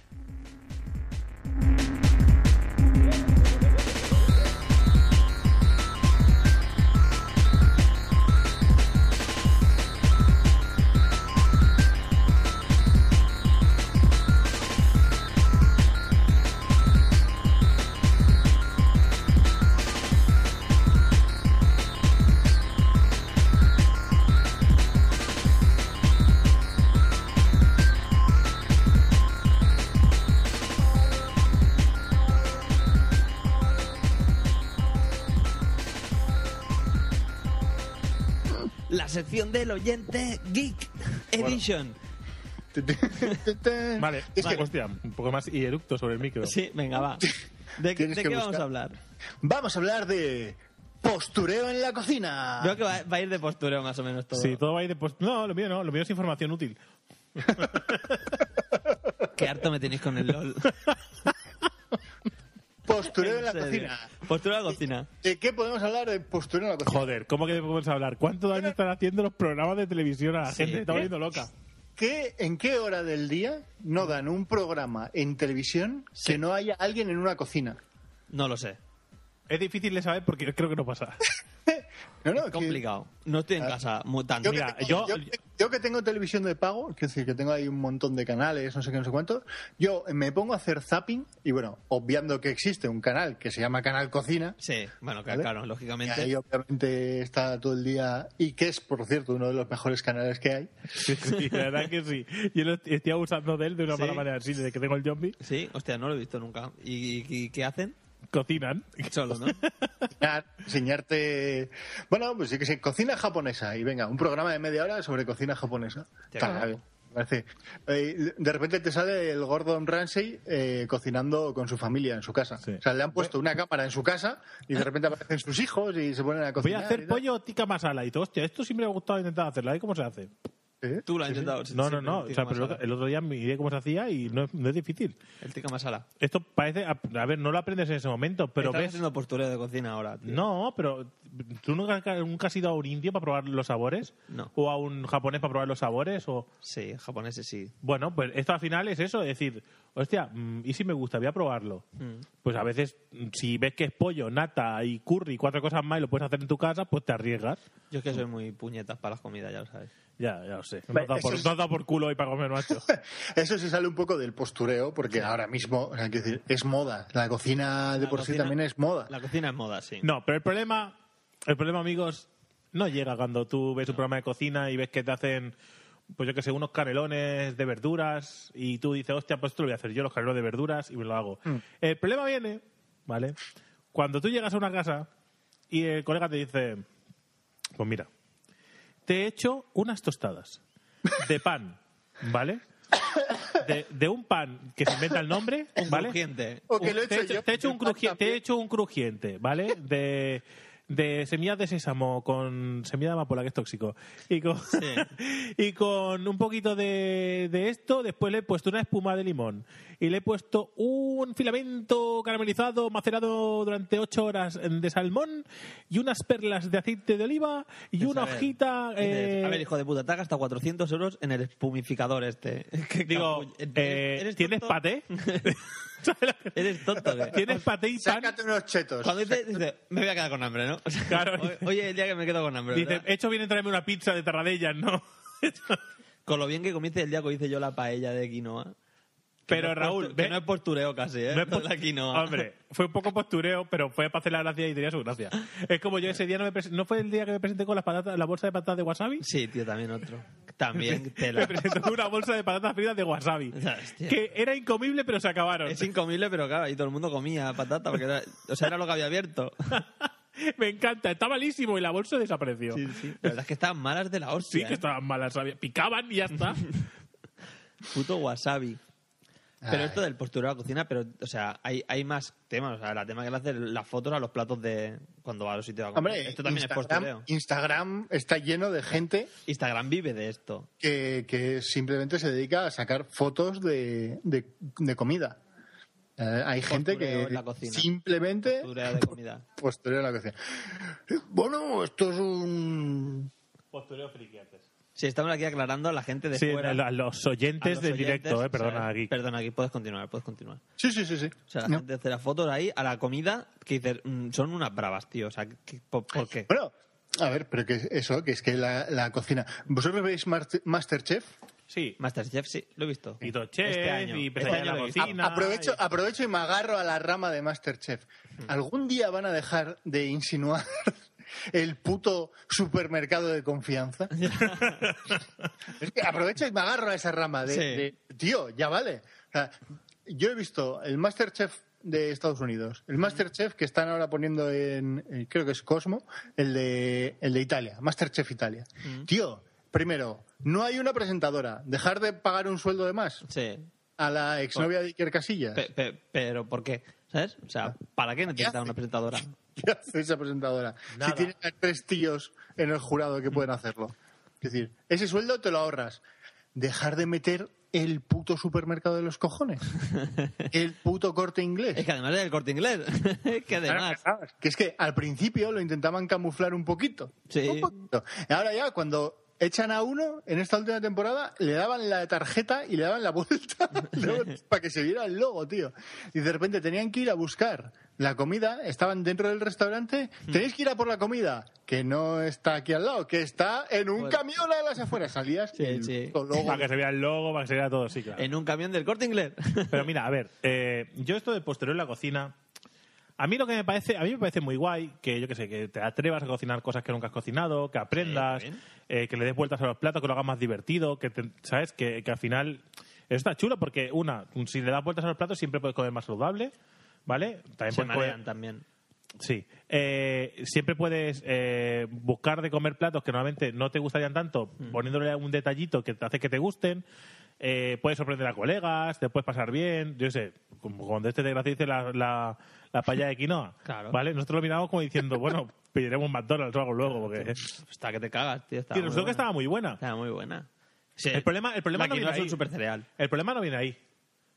D: La sección del oyente Geek Edition.
B: <laughs> Vale.
C: Es que-
B: Hostia, un poco más y eructo sobre el micro.
D: Sí, venga, va. ¿De, qué-
C: Tienes
D: de
C: que
D: qué vamos
C: buscar.
D: a hablar?
C: Vamos a hablar de postureo en la cocina.
D: Veo que va, va a ir de postureo más o menos todo.
B: Sí, todo va a ir de post- No, lo mío no. Lo mío es información útil.
D: Qué harto me tenéis con el
C: <laughs>
D: LOL. <laughs>
C: Postureo en la
D: serio.
C: cocina.
D: Postura de cocina.
C: ¿De qué podemos hablar de postureo en la cocina?
B: Joder, ¿cómo que podemos hablar? ¿Cuánto daño están haciendo los programas de televisión a la
D: Sí.
B: gente? Se está volviendo loca.
C: ¿Qué- ¿En qué hora del día no dan un programa en televisión que no haya alguien en una cocina?
D: No lo sé.
B: Es difícil de saber porque creo que no pasa.
C: No, no, que- Ah,
D: Complicado. No estoy en casa muy tanto.
C: Yo que,
B: Mira,
C: tengo,
B: yo-
C: yo- yo que tengo televisión de pago, que es decir, que tengo ahí un montón de canales, no sé qué, no sé cuánto, yo me pongo a hacer zapping y bueno, obviando que existe un canal que se llama Canal Cocina,
D: Sí, bueno, que-
C: ¿Vale?
D: claro,
C: y
D: lógicamente.
C: ahí obviamente está todo el día y que es, por cierto, uno de los mejores canales que hay.
B: <laughs> Sí, sí, la verdad que sí. Yo lo estoy estoy abusando de él de una
D: Sí.
B: mala manera. así desde que tengo el zombie,
D: Sí, hostia, no lo he visto nunca. ¿Y, y- y qué hacen?
B: cocinan.
C: <laughs>
D: Solo, ¿no?
C: Enseñar- enseñarte, bueno, pues sí que sé, cocina japonesa y venga, un programa de media hora sobre cocina japonesa.
D: Te
C: Tal,
D: acabo.
C: me parece. Eh, de repente te sale el Gordon Ramsay eh, cocinando con su familia en su casa.
B: Sí.
C: O sea, le han puesto una cámara en su casa y de repente aparecen sus hijos y se ponen a
B: Voy a
C: cocinar. y
B: hacer
C: tal.
B: pollo tica masala. Y todo, hostia, esto siempre me ha gustado intentar hacerlo. ¿Y cómo se hace?
C: Sí,
D: Tú lo has
C: sí, sí.
D: intentado. sí,
B: No,
D: sí,
B: no, no.
D: el
B: O sea,
D: tikka
B: pero el otro-
D: masala.
B: el otro día miré cómo se hacía y no es, no es difícil.
D: El tikka masala.
B: Esto parece... A, a ver, no lo aprendes en ese momento, pero
D: Estás
B: ves...
D: haciendo postureo de cocina ahora. tío.
B: No, pero ¿tú nunca, nunca has ido a un indio para probar los sabores?
D: No.
B: ¿O a un japonés para probar los sabores? ¿O...?
D: Sí, japoneses sí.
B: Bueno, pues esto al final es eso, es decir, hostia, mm, ¿y si me gusta? Voy a probarlo. Pues a veces, mm, si ves que es pollo, nata y curry, cuatro cosas más y lo puedes hacer en tu casa, pues te arriesgas.
D: Yo es que soy muy puñetas para las comidas, ya lo sabes.
B: Ya, ya lo sé. No
C: Ve,
B: has dado por,
C: eso es-
B: no has dado por culo hoy para
C: <laughs>
B: comer, macho.
C: Eso se sale un poco del postureo porque ahora mismo o sea, quiero decir, es moda. La cocina de
D: La
C: por sí
D: cocina-
C: también es moda.
D: La cocina es moda, sí.
B: No, pero el problema, el problema, amigos, no llega cuando tú ves un programa de cocina y ves que te hacen, pues yo que sé, unos canelones de verduras y tú dices, hostia, pues esto lo voy a hacer yo, los canelones de verduras, y me lo hago. El problema viene, ¿vale? Cuando tú llegas a una casa y el colega te dice, pues mira, te he hecho unas tostadas de pan, ¿vale? de, de un pan que se inventa el nombre, ¿vale?
D: crujiente.
C: O que lo he
B: te
C: hecho
B: hecho-
C: yo.
B: Te he hecho un crujiente, te he hecho un crujiente, ¿vale? De, de semillas de sésamo con semilla de amapola, que es tóxico. Y con, <laughs> y con un poquito de, de esto, después le he puesto una espuma de limón. Y le he puesto un filamento caramelizado, macerado durante ocho horas de salmón, y unas perlas de aceite de oliva, y una
D: Dices, Pues a ver,
B: hojita...
D: dices,
B: eh,
D: A ver, hijo de puta, te has gastado 400 euros en el espumificador este. <laughs> Qué
B: Digo,
D: capullo.
B: eh, ¿tienes
D: <laughs>
B: paté? <laughs>
D: Eres tonto, ¿eh?
B: ¿Tienes paté y pan?
C: unos chetos.
D: Cuando dices, dices, me voy a quedar con hambre, ¿no? <laughs> O sea, hoy- Oye, el día que me quedo con hambre.
B: Dice,
D: ¿verdad?
B: hecho viene traerme una pizza de tarradellas, ¿no? <laughs>
D: Con lo bien que comiste el día que hice yo la paella de quinoa. Que
B: Pero,
D: no es
B: Raúl,
D: postu- que no es postureo casi, ¿eh?
B: No es
D: Lo de
B: post-
D: <laughs> la quinoa.
B: Hombre, fue un poco postureo, pero fue para hacer la gracia y tenía su gracia. Es como yo ese día no me pres- ¿No fue el día que me presenté con las patatas, la bolsa de patatas de
D: <laughs>
B: wasabi?
D: Sí, tío, también otro. También tela.
B: <laughs> Me presenté con una bolsa de patatas fritas de wasabi. Que era incomible, pero se acabaron.
D: Es incomible, pero claro, y todo el mundo comía patata, porque era, o sea, era lo que había abierto.
B: <laughs> Me encanta, está malísimo y la bolsa desapareció.
D: Sí, sí. La verdad es que estaban malas de la hostia. ¿eh?
B: Sí, que estaban malas, sabía. picaban y ya está.
D: Puto wasabi. Pero
C: Ah.
B: Ay.
D: esto del postureo a la cocina, pero, o sea, hay, hay más temas. O sea, la tema que le hacen las fotos a los platos de cuando va a los sitios a comer.
C: Hombre,
D: esto también es
C: Instagram,
D: postureo.
C: Instagram está lleno de gente
D: Instagram vive de esto.
C: que, que simplemente se dedica a sacar fotos de, de- de comida. Eh, hay gente
D: Postureo
C: que
D: en la cocina.
C: simplemente
D: Postureo de comida.
C: <laughs> postureo en la cocina. Eh, Bueno, esto es un...
B: Postureo friki antes.
D: Sí, estamos aquí aclarando a la gente <laughs> de
B: Sí,
D: fuera.
B: a la- a los oyentes del directo, eh, perdona,
D: o sea,
B: Geek.
D: Perdona, aquí puedes continuar, puedes continuar.
C: Sí, sí, sí, sí.
D: O sea, la
C: No.
D: gente hace las fotos ahí a la comida que dices, mm, son unas bravas, tío. O sea, ¿qué- ¿por, por qué?
C: Bueno, a ver, pero que es eso, que es que la, la cocina... ¿Vosotros veis Mart- Masterchef?
B: Sí.
D: Masterchef, sí, lo he visto.
B: Y Tochef,
D: Este año.
B: y
D: Este
B: Pesadilla
D: año
B: en
D: lo
B: la
D: he visto.
B: cocina.
C: Aprovecho, aprovecho y me agarro a la rama de Masterchef. ¿Algún día van a dejar de insinuar <laughs> el puto supermercado de confianza? es que aprovecho y me agarro a esa rama de,
D: Sí.
C: de, tío, ya vale. O sea, yo he visto el Masterchef de Estados Unidos, el Masterchef que están ahora poniendo en, eh, creo que es Cosmo, el de, el de Italia, Masterchef Italia. Tío, primero, no hay una presentadora, dejar de pagar un sueldo de más
D: Sí.
C: a la exnovia de Iker Casillas.
D: Pe- pe- pero ¿por qué? ¿Sabes? O sea, ¿para qué necesitas una presentadora?
C: ¿Qué hace esa presentadora?
D: Nada.
C: Si tiene a tres tíos en el jurado que pueden hacerlo. Es decir, ese sueldo te lo ahorras. Dejar de meter el puto supermercado de los
D: <laughs>
C: cojones. El puto corte inglés.
D: Es que además es del corte inglés. <laughs> es que además.
C: Que es que al principio lo intentaban camuflar un poquito.
D: Sí.
C: Un poquito. Y Ahora ya, cuando echan a uno en esta última temporada, le daban la tarjeta y le daban la vuelta <laughs> para que se viera el logo, tío. Y de repente tenían que ir a buscar la comida, estaban dentro del restaurante,
D: Mm.
C: tenéis que ir a por la comida, que no está aquí al lado, que está en un
D: Bueno.
C: camión a las afueras. Salías y el
D: sí.
C: puto logo.
B: Para que se vea el logo, para que se vea todo, sí, claro. Pues
D: En un camión del corte inglés.
B: Pero mira, a ver, eh, yo esto de posterior en la cocina, a mí lo que me parece, a mí me parece muy guay que yo que sé, que te atrevas a cocinar cosas que nunca has cocinado, que aprendas,
D: Sí, está
B: eh, que le des vueltas a los platos, que lo hagas más divertido, que te- sabes que, que al final eso está chulo porque una, si le das vueltas a los platos siempre puedes comer más saludable, ¿vale? También
D: <laughs> Se
B: puedes comer-
D: marean también.
B: Sí. Eh, siempre puedes eh, buscar de comer platos que normalmente no te gustarían tanto,
D: Mm.
B: poniéndole un detallito que te hace que te gusten. Eh, puedes sorprender a colegas, te puedes pasar bien. Yo sé, como cuando este desgraciado dice la, la, la paella de quinoa.
D: <laughs> Claro.
B: ¿Vale? Nosotros lo miramos como diciendo,
D: <laughs>
B: bueno, pediremos un McDonald's o algo luego. Porque...
D: Está que te cagas, tío. Está
B: Y
D: muy
B: resultó que
D: buena.
B: estaba muy buena.
D: Está muy buena.
B: El problema, el problema
D: la
B: no viene
D: quinoa es
B: ahí.
D: un super cereal.
B: El problema no viene ahí.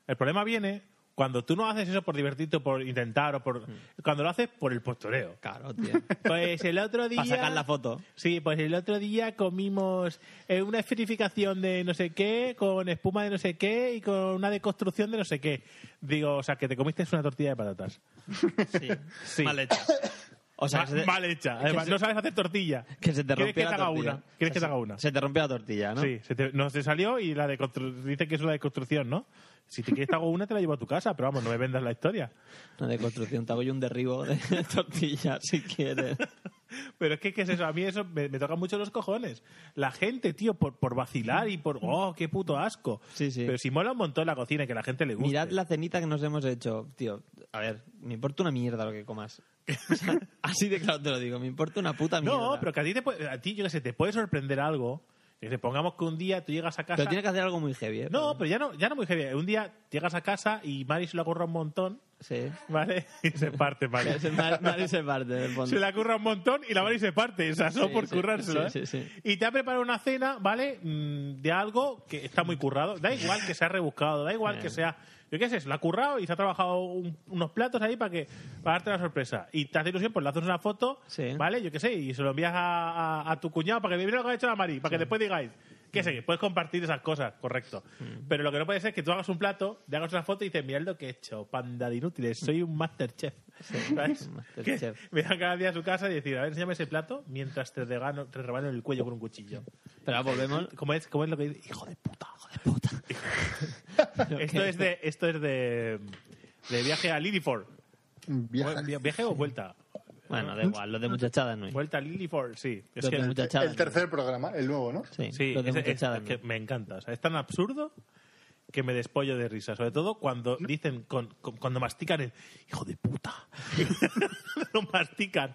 B: El problema viene cuando tú no haces eso por divertirte o por intentar o
D: Mm.
B: por... Cuando lo haces por el postureo. <laughs>
D: Claro, tío.
B: Pues el otro día...
D: Para sacar la foto.
B: Sí, pues el otro día comimos eh, una esferificación de no sé qué, con espuma de no sé qué y con una deconstrucción de no sé qué. Digo, o sea, que te comiste es una tortilla de patatas.
D: Sí.
B: Sí.
D: Mal hecha. O sea,
B: Ma-
D: que se te-
B: mal hecha. eh,
D: que
B: Además,
D: se-
B: no sabes hacer tortilla.
D: Que se te
B: ¿Quieres
D: rompió
B: que
D: la
B: te haga
D: tortilla.
B: una? ¿Quieres
D: O sea,
B: que te
D: se-
B: haga una?
D: Se te rompió la tortilla, ¿no?
B: Sí, se te, no, se salió y la deconstru- dice que es una deconstrucción, ¿no? Si te quieres te hago una, te la llevo a tu casa, pero vamos, no me vendas la historia.
D: Una deconstrucción. Te hago yo un derribo de <laughs> tortilla,
B: <laughs>
D: si quieres.
B: Pero es que, ¿qué es eso? A mí eso me, me toca mucho los cojones. La gente, tío, por, por vacilar y por, oh, qué puto asco.
D: Sí, sí.
B: Pero si mola un montón la cocina y que la gente le guste.
D: Mirad la cenita que nos hemos hecho. Tío, a ver, me importa una mierda lo que comas. O sea, así de claro te lo digo, me importa una puta mierda.
B: No, pero que a ti, te puede, a ti yo qué sé, te puede sorprender algo Dice, pongamos que un día tú llegas a casa.
D: Pero tiene que hacer algo muy heavy, ¿eh?
B: No, pero ya no, ya no muy heavy. Un día llegas a casa y Mari se lo curra un montón.
D: Sí.
B: ¿Vale? <laughs> Y se parte, Mari.
D: Se- Mari- Mari se parte, del fondo.
B: Se la curra un montón y la Mari se parte. O sea, solo
D: Sí,
B: por
D: sí,
B: currárselo.
D: sí,
B: ¿eh?
D: sí, sí.
B: Y te ha preparado una cena, ¿vale? Mm, De algo que está muy currado. Da igual que sea rebuscado, da igual
D: Eh.
B: que sea. Yo qué sé, se la ha currado y se ha trabajado un- unos platos ahí para que para darte la sorpresa. Y te hace ilusión, pues le haces una foto, ¿vale? Yo qué sé, y se lo envías a, a- a tu cuñado para que mira lo que ha hecho la Mari, para que después digáis, qué sé, que puedes compartir esas cosas, correcto.
D: Mm.
B: Pero lo que no puede ser es que tú hagas un plato, le hagas una foto y dices, mirad lo que he hecho, panda de inútiles, soy un masterchef. <laughs> ¿Sabes? <laughs> Que Miran cada día a su casa y decir, a ver, enséñame ese plato mientras te regano, te rebano el cuello con un cuchillo.
D: Pero volvemos.
B: <laughs> ¿Cómo es, cómo es lo que dice? Hijo de puta, hijo de puta. <laughs> esto, es de, esto es de, de viaje a Lilliford.
C: Viaje,
B: ¿Viaje, o vuelta?
D: Bueno, da igual, los de muchachadas no hay.
B: Vuelta a Lilliford, sí.
D: Los de
B: el-
D: muchachadas
C: El tercer programa, el nuevo, ¿no?
D: Sí,
B: Sí,
D: los de
B: es- es-
D: muchachadas
B: es
D: no.
B: que me encanta. O sea, es tan absurdo que me despollo de risa. Sobre todo cuando dicen, con- con- cuando mastican el hijo de puta. <laughs> Lo mastican.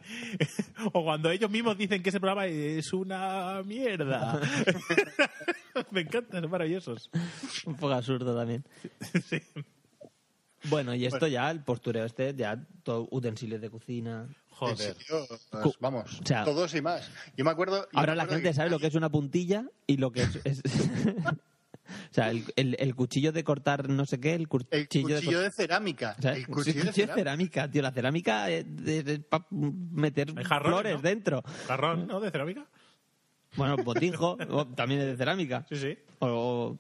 B: <laughs> o cuando ellos mismos dicen que ese programa es una mierda. <laughs> me encantan, son maravillosos.
D: Un poco
B: <laughs>
D: absurdo también. Bueno, y esto ya, el postureo este, ya todo utensilios de cocina.
C: En serio, pues, vamos,
D: o sea-
C: todos y más. Yo me acuerdo. yo
D: Ahora
C: me
D: la
C: acuerdo
D: gente
C: que-
D: sabe lo que es una puntilla y lo que es... es- <laughs> o sea, el, el- el cuchillo de cortar no sé qué, el cuchillo,
C: Cuchillo
D: cor-
C: de cerámica.
D: ¿sabes?
C: El cuchillo
D: <laughs>
C: de
D: de cerámica, tío. La cerámica eh, es para meter
B: jarrones,
D: flores
B: ¿no?
D: dentro.
B: Garrón, ¿no? De cerámica.
D: Bueno, botijo, o- también es de cerámica.
B: Sí, sí.
D: O,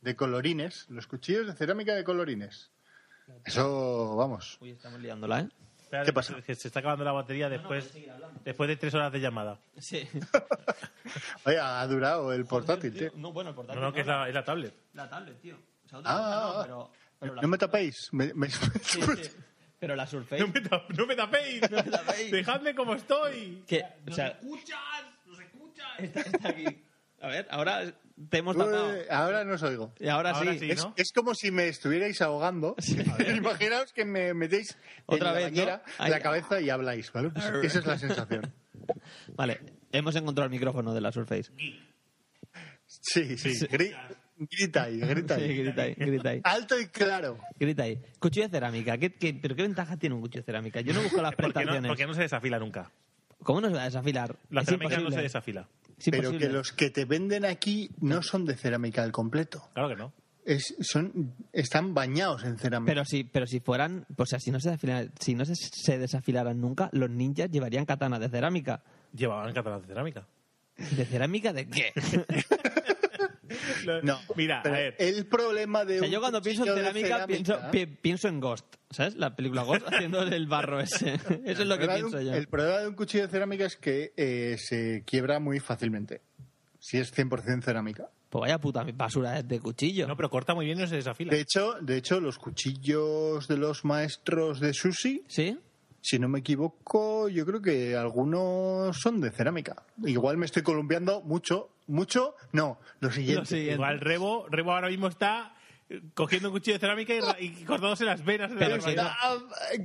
C: De colorines. Los cuchillos de cerámica de colorines. Eso, vamos.
D: Uy, estamos liándola, ¿eh?
B: Espera,
C: ¿Qué pasa?
B: que se está acabando la batería después, después de tres horas de llamada.
D: Sí.
C: Oye, ha durado el portátil, tío.
D: No, bueno, el portátil.
B: No, no, que es la, es la tablet.
D: La tablet, tío. O sea, otra cosa
C: Ah,
D: no,
C: ah,
D: pero,
C: ah.
D: pero la,
C: no
D: <laughs>
C: me tapéis. Me, me- <laughs>
D: sí, sí. Pero la Surface.
B: <laughs> No me, tap- no me tapéis.
D: tapéis.
B: Dejadme como estoy.
D: que, o sea, está, está aquí. A ver, ahora te hemos tapado.
C: Uy, ahora no os oigo.
D: Y ahora, sí.
B: sí,
C: es,
B: ¿no?
C: es como si me estuvierais ahogando. <laughs> Imaginaos que me metéis
D: Otra
C: en
D: vez,
C: la bañera,
D: ¿no? Ay,
C: la cabeza y habláis, ¿vale? Pues esa es la sensación.
D: <laughs> Vale, hemos encontrado el micrófono de la Surface.
C: Sí, sí. Gri- grita ahí, grita ahí.
D: Sí, grita ahí, grita ahí.
C: Alto y claro.
D: Grita ahí. Cuchillo de cerámica. ¿Qué, qué, pero qué ventajas tiene un cuchillo de cerámica? Yo no busco
B: <laughs>
D: las
B: Porque
D: prestaciones.
B: no, porque no se desafila nunca.
D: ¿Cómo nos va a desafilar?
B: La
D: Es
B: cerámica no
D: imposible.
B: se desafila.
D: Es
C: Pero
D: imposible.
C: que los que te venden aquí no son de cerámica al completo.
B: Claro que no.
C: Es- son, están bañados en cerámica.
D: Pero si, pero si fueran, o sea, si no se desafilaran, si no se, se desafilaran nunca, los ninjas llevarían katanas de cerámica.
B: Llevaban catalán de cerámica.
D: ¿De cerámica de
C: <laughs>
D: qué?
C: no,
B: Mira,
C: pero
B: a ver.
C: El problema de.
D: O sea,
C: un
D: yo cuando pienso en
C: cuchillo de
D: cerámica, pienso,
C: cerámica-
D: pi- pienso en Ghost, ¿sabes? La
C: <laughs>
D: película Ghost haciendo el barro ese. Eso es lo que
C: problema de un-
D: pienso yo.
C: El problema de un cuchillo de cerámica es que eh, se quiebra muy fácilmente. Si es 100% cerámica.
D: Pues vaya puta basura de cuchillo.
B: No, pero corta muy bien y no se desafila.
C: De hecho, de hecho, los cuchillos de los maestros de sushi,
D: ¿Sí?
C: si no me equivoco, yo creo que algunos son de cerámica. Igual me estoy columpiando mucho, mucho. No, lo siguiente.
D: Lo siguiente.
B: Igual Rebo, Rebo ahora mismo está eh, cogiendo un cuchillo de cerámica y ra- y, cortándose las venas. de la
D: Pero
B: mano.
D: si no-
C: Ah,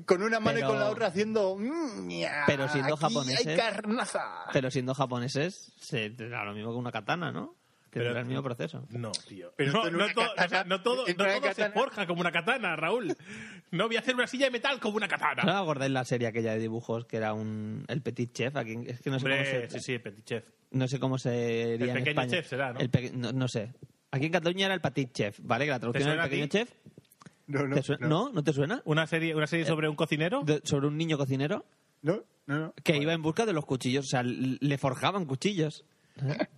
C: Con una mano
D: Pero-
C: y con la otra haciendo. mm, ya,
D: Pero siendo
C: aquí
D: japoneses-
C: Hay carnaza.
D: Pero siendo japoneses, se da lo mismo que una katana, ¿no? Que
B: Pero-
D: tendrá el mismo proceso.
B: No, tío.
C: Pero
B: no,
C: esto en
B: no
C: una
B: to-
C: katana-
B: o sea, no todo,
C: en
B: no
C: una
B: todo se
C: katana-
B: forja como una katana, Raúl. No voy a hacer una silla de metal como una
D: ¿No
B: katana.
D: me acordáis la serie aquella de dibujos que era un el petit chef? Aquí, es que no sé cómo
B: Hombre, sí,
D: se,
B: sí, petit chef.
D: No sé cómo se diría en
B: pequeño
D: España.
B: chef será, ¿no?
D: El peque- no, no sé. Aquí en Cataluña era el petit chef, ¿vale? Que la traducción era
B: suena
D: el
B: a
D: pequeño
B: ti?
D: chef.
C: No, no,
D: ¿Te suena-
C: no.
D: no. ¿No? te suena?
B: Una serie, una serie sobre un cocinero.
D: De- sobre un niño cocinero
C: no, no, no.
D: que iba en busca de los cuchillos. O sea, l- le forjaban cuchillos.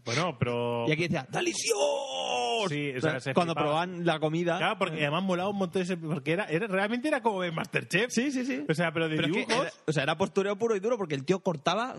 B: Bueno, pero.
D: Y aquí decía, ¡Dalicio!
B: Oh. Sí, o sea, se
D: Cuando
B: flipaba.
D: probaban la comida.
B: Claro, porque además molaba un montón ese. Porque era, era, realmente era como en Masterchef.
D: Sí, sí, sí.
B: O sea, pero de
D: Pero es que
B: dibujos.
D: era- o sea, era postureo puro y duro porque el tío cortaba.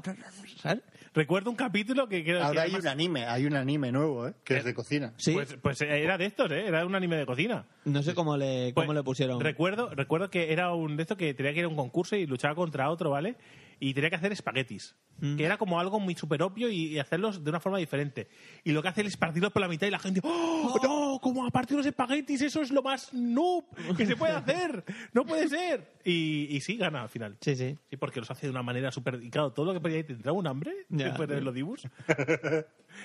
D: ¿sabes?
B: Recuerdo un capítulo que creo que
C: Ahora hay
B: además-
C: un anime, hay un anime nuevo, ¿eh? que es de
D: <laughs>
C: cocina.
D: Sí.
B: Pues, pues era de estos, ¿eh? Era un anime de cocina.
D: no sé cómo le, cómo
B: Pues,
D: le pusieron.
B: Recuerdo, recuerdo que era un de estos que tenía que ir a un concurso y luchaba contra otro, ¿vale? y tenía que hacer espaguetis.
D: Mm.
B: Que era como algo muy súper obvio y, y hacerlos de una forma diferente. Y lo que hace es partirlos por la mitad y la gente, ¡Oh, no! ¿Cómo ha partido los espaguetis? Eso es lo más noob que se puede hacer. No puede ser. Y, y sí, gana al final.
D: Sí, sí.
B: Sí, porque los hace de una manera súper... Y claro, todo lo que ponía ahí te entraba un hambre
D: Ya.
B: después de los
D: <laughs>
B: dibus. Le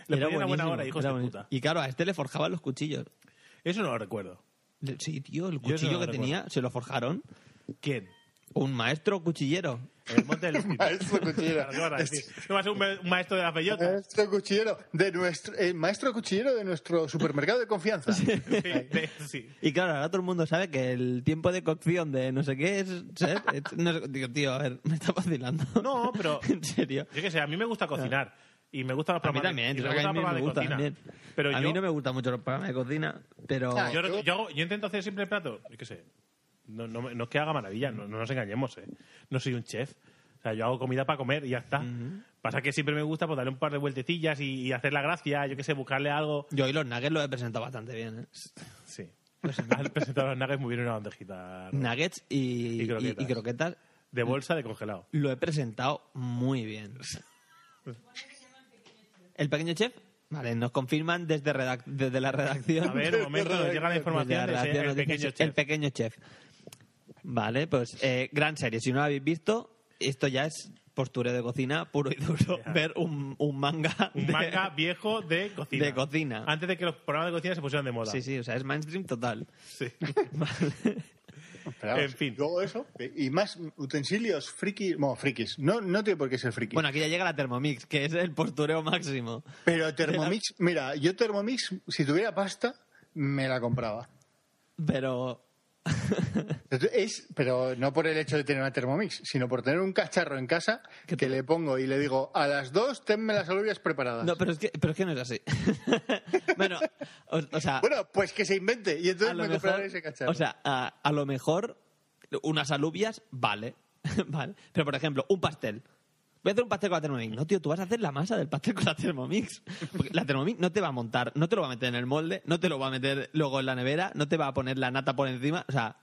B: ponía una buena
D: buenísimo,
B: hora, hijos
D: era
B: de
D: buenísimo.
B: puta.
D: Y claro, a este le forjaban los cuchillos.
B: Eso no lo recuerdo.
D: Le- Sí, tío, el
B: Yo eso
D: cuchillo
B: no
D: que
B: lo
D: tenía,
B: recuerdo.
D: ¿se lo forjaron?
B: ¿Quién?
D: Un maestro cuchillero.
B: El monte
D: <laughs>
B: del
C: Ah,
B: Maestro cuchillero. ¿Qué vas a decir? ¿No vas a ser un, me- un maestro de las
D: Eh.
B: bellotas?
C: Maestro cuchillero de nuestro, el maestro cuchillero de nuestro supermercado de confianza.
B: <laughs> Sí, de- sí.
D: Y claro, ahora todo el mundo sabe que el tiempo de cocción de no sé qué es...
B: <laughs>
D: ¿sabes? Es- no sé- digo, tío, a ver, me está vacilando.
B: No, pero
D: <laughs> en serio.
B: yo qué sé, a mí me gusta cocinar. Y me gusta los
D: A mí
B: programas de-
D: también,
B: y
D: tío,
B: me
D: que
B: gusta los
D: a mí me
B: programas de
D: gusta
B: cocina.
D: también.
B: Pero
D: a
B: yo-
D: mí no me gustan mucho los programas de cocina, pero...
B: Yo, rec- yo hago- yo intento hacer siempre plato, yo qué sé, no, no, me- no es que haga maravilla, no, no nos engañemos, ¿eh? No soy un chef. O sea, yo hago comida para comer y ya está. Pasa que siempre me gusta pues, darle un par de vueltecillas y, y hacer la gracia, yo qué sé, buscarle algo.
D: Yo hoy los nuggets los he presentado bastante bien, ¿eh?
B: Sí. Pues, Al <laughs> presentar los nuggets muy bien en una bandejita. ¿no?
D: Nuggets y,
B: Y croquetas.
D: y- y croquetas
B: De bolsa de
D: <laughs>
B: congelado.
D: lo he presentado
B: <laughs>
D: muy bien. ¿El pequeño chef? Vale, nos confirman desde, redac- desde la redacción.
B: A
D: <laughs>
B: ver, un momento, nos llega la información de
D: Desde
B: ese-
D: redacción
B: el
D: nos dice
B: pequeño
D: eso, el
B: chef.
D: pequeño chef. Vale, pues eh, gran serie. Si no la habéis visto, esto ya es postura de cocina puro y duro. Ver un, un manga.
B: Un
D: de-
B: manga viejo de cocina.
D: de cocina.
B: Antes de que los programas de cocina se pusieran de moda.
D: <laughs> Sí, sí, o sea, es mainstream total.
B: Sí.
D: <laughs> Vale.
C: Pero vamos,
B: En fin.
C: Luego eso, y más utensilios frikis, bueno, frikis, no, no tiene por qué ser friki.
D: Bueno, aquí ya llega la Thermomix, que es el postureo máximo.
C: pero Thermomix, mira, yo Thermomix, si tuviera pasta, me la compraba.
D: Pero
C: Es, pero no por el hecho de tener una Thermomix, sino por tener un cacharro en casa que le pongo y le digo, a las dos tenme las alubias preparadas.
D: No, pero es que, pero es que no es así. <laughs> bueno, o, o sea,
C: Bueno, pues que se invente y
D: a
C: entonces
D: lo
C: me
D: mejor,
C: compraré ese cacharro.
D: o sea, a, a lo mejor unas alubias, vale, <laughs> vale. Pero por ejemplo, un pastel. Voy a hacer un pastel con la Thermomix. No, tío, tú vas a hacer la masa del pastel con la Thermomix. Porque la Thermomix no te va a montar, no te lo va a meter en el molde, no te lo va a meter luego en la nevera, no te va a poner la nata por encima. O sea,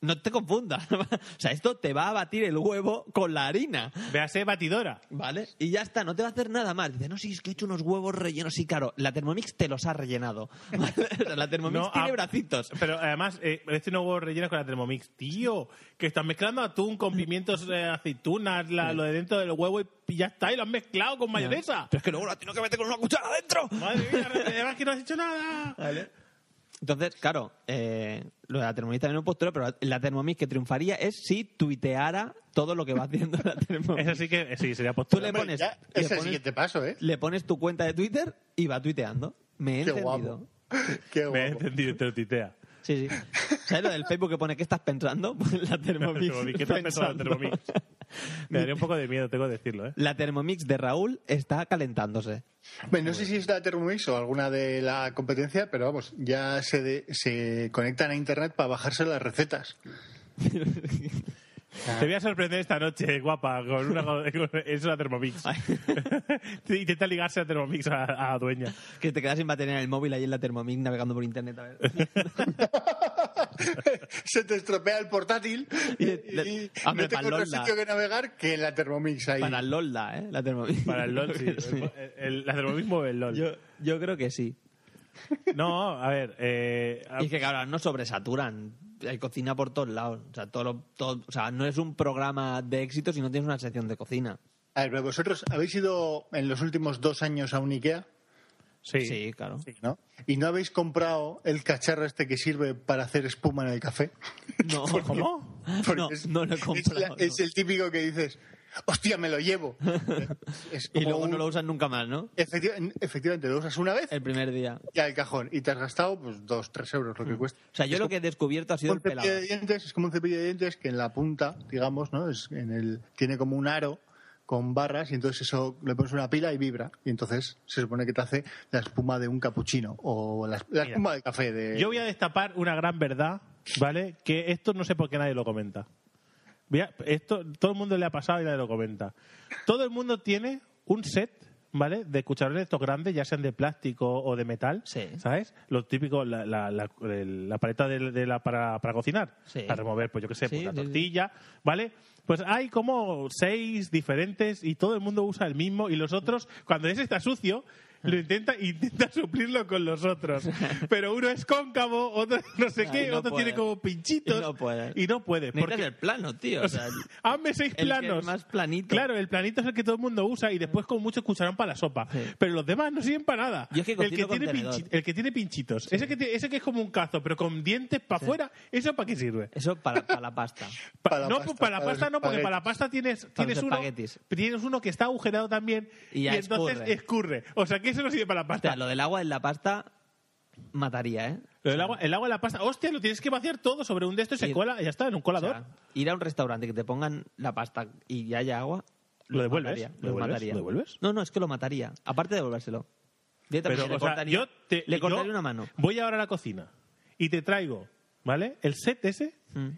D: no te confundas. <laughs> o sea, esto te va a batir el huevo con la harina.
B: Véase batidora.
D: ¿Vale? Y ya está, no te va a hacer nada mal. Dice, no, sí, es que he hecho unos huevos rellenos. Sí, claro, la Thermomix te los ha rellenado. <laughs> ¿Vale? O sea, la Thermomix
B: No,
D: tiene
B: ah,
D: bracitos.
B: Pero además, eh, este nuevo relleno con la Thermomix. Tío, que están mezclando atún con pimientos, eh, aceitunas, la- lo de dentro del huevo y y ya está, y lo han mezclado con mayonesa.
D: Pero es que luego la tiene que meter con una cuchara adentro.
B: Madre mía, <laughs> además que no has hecho nada.
D: Entonces, claro, eh, lo de la Thermomix también es un postureo, pero la Thermomix que triunfaría es si tuiteara todo lo que va haciendo la Thermomix.
B: Eso sí que, eh, sí, sería
D: Tú
B: postura.
D: le
C: Hombre,
D: pones,
C: ya,
D: le,
C: es el
D: pones,
C: siguiente paso, ¿eh?
D: le pones tu cuenta de Twitter y va tuiteando. Me he
C: Qué
D: entendido.
C: guapo. <laughs> Qué
B: Me he
C: guapo.
B: entendido, te lo titea.
D: Sí, sí. ¿Sabes lo del Facebook que pone qué estás pensando? Pues <laughs> la Thermomix.
B: Thermomix, ¿qué estás pensando en la
D: pensando. <laughs>
B: Me daría un poco de miedo, tengo que decirlo, ¿eh?
D: La Thermomix de Raúl está calentándose.
C: Bueno, no sé si es la Thermomix o alguna de la competencia, pero vamos, ya se, de- se conectan a internet para bajarse las recetas. <laughs>
D: Ah.
B: Te voy a sorprender esta noche, guapa, con una, <laughs> con- es una Thermomix. <laughs>
D: Ay.
B: Intenta ligarse a Thermomix a, a la dueña.
D: Que te quedas sin batería en el móvil ahí en la Thermomix navegando por internet. A ver.
C: se te estropea el portátil y,
D: Y-
C: y
D: hombre,
C: no tengo
D: para
C: otro
D: Lola.
C: sitio que navegar que la Thermomix ahí.
D: Para el LOL, la, ¿eh? La Thermomix.
B: Para el
D: <laughs>
B: LOL, sí. El- el- la Thermomix mueve el LOL.
D: Yo, yo creo que sí.
B: No, a ver. Eh, a-
D: Y que, cabrón, no sobresaturan. Hay cocina por todos lados. O sea, todo lo- todo- o sea, no es un programa de éxito si no tienes una sección de cocina.
C: A ver, pero vosotros habéis ido en los últimos dos años a un IKEA,
B: sí.
D: claro.
C: ¿no? Y no habéis comprado el cacharro este que sirve para hacer espuma en el café.
D: <laughs> No,
B: <laughs> ¿Cómo?
C: Porque
D: <laughs> No,
C: es-
D: no lo he
C: es
D: comprado.
C: la-
D: no.
C: Es, el típico que dices, hostia, me lo
D: <laughs>
C: llevo. Es
D: Y
C: como
D: luego
C: un-
D: no lo usan nunca más, ¿no?
C: Efecti- efectivamente, lo usas una vez
D: El primer día.
C: y al cajón. Y te has gastado pues dos, tres euros lo que cuesta.
D: Mm. O sea, yo lo que he descubierto ha sido el
C: un cepillo
D: pelado.
C: de dientes, es como un cepillo de dientes que en la punta, digamos, ¿no? Es en el, tiene como un aro con barras y entonces eso le pones una pila y vibra. Y entonces se supone que te hace la espuma de un capuchino o la, la
B: Mira.
C: espuma de café. De...
B: Yo voy a destapar una gran verdad, ¿vale? Que esto no sé por qué nadie lo comenta. Voy a- esto todo el mundo le ha pasado y nadie lo comenta. Todo el mundo tiene un set ¿vale? De cucharones estos grandes, ya sean de plástico o de metal, ¿sabes? Lo típico, la, la, la- el- la paleta de, de la, para, para cocinar,
D: Sí.
B: para remover, pues yo qué sé,
D: Sí,
B: pues la
D: sí, sí.
B: tortilla, ¿vale? Pues hay como seis diferentes y todo el mundo usa el mismo y los otros, cuando ese está sucio, lo
D: Ah.
B: intenta <laughs> intenta suplirlo con los
D: <laughs>
B: otros. Pero uno es cóncavo, otro no sé
D: Ah,
B: qué,
D: y no
B: otro
D: puede.
B: tiene como pinchitos.
D: Y no puede.
B: Y no puede.
D: Necesitas
B: porque-
D: el plano, tío, o
B: <laughs> O sea,
D: sea,
B: hazme seis
D: el que es
B: planos.
D: más planito.
B: Claro, el planito es el que todo el mundo usa y después con mucho cucharón para la sopa. Pero los demás no sirven para nada.
D: Yo es que
B: el, que
D: cocino con
B: tiene
D: tenedor.
B: pinchi- el que tiene pinchitos. Ese, que tiene- ese que es como un cazo, pero con dientes para afuera, ¿eso para qué sirve?
D: Eso para, para la pasta.
B: Pa-
D: Para la
B: no, pues,
D: pasta,
B: para la
D: para
B: pasta
D: los
B: no, porque
D: espaguetis.
B: para la pasta tienes,
D: Para
B: tienes,
D: los
B: uno,
D: espaguetis.
B: tienes uno que está agujerado también
D: Y
B: y,
D: ya
B: entonces escurre. O sea, que eso no sirve para la pasta.
D: O sea, lo del agua en la pasta mataría, ¿eh?
B: Pero el, agua, el agua en la pasta, hostia, lo tienes que vaciar todo sobre un de estos y se cola, y ya está, en un colador.
D: O sea, ir a un restaurante que te pongan la pasta y ya haya agua.
B: ¿Lo
D: los
B: devuelves?
D: mataría,
B: ¿Lo
D: los
B: devuelves?
D: mataría.
B: ¿Lo devuelves?
D: No, no, es que lo mataría. Aparte de devolvérselo. Directamente
B: Pero,
D: le
B: o sea,
D: cortaría,
B: yo te-
D: le cortaría
B: yo
D: una mano.
B: Voy ahora a la cocina y te traigo, ¿vale? El set ese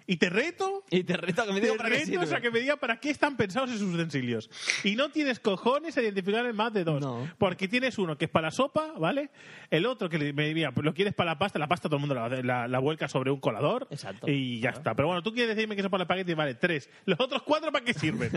B: y te reto.
D: Mm. Y te reto a que me diga
B: te
D: para qué
B: reto, o sea,
D: sirve.
B: que me diga para qué están pensados esos utensilios. Y no tienes cojones a identificar en más de dos. Porque tienes uno que es para la sopa, ¿vale? El otro que le- me diría, pues lo quieres para la pasta, la pasta todo el mundo la, la- la vuelca sobre un colador.
D: Exacto.
B: Y ya está. Pero bueno, tú quieres decirme que eso para el paquete, vale, tres. Los otros cuatro, ¿para qué
D: <laughs>
B: sirven?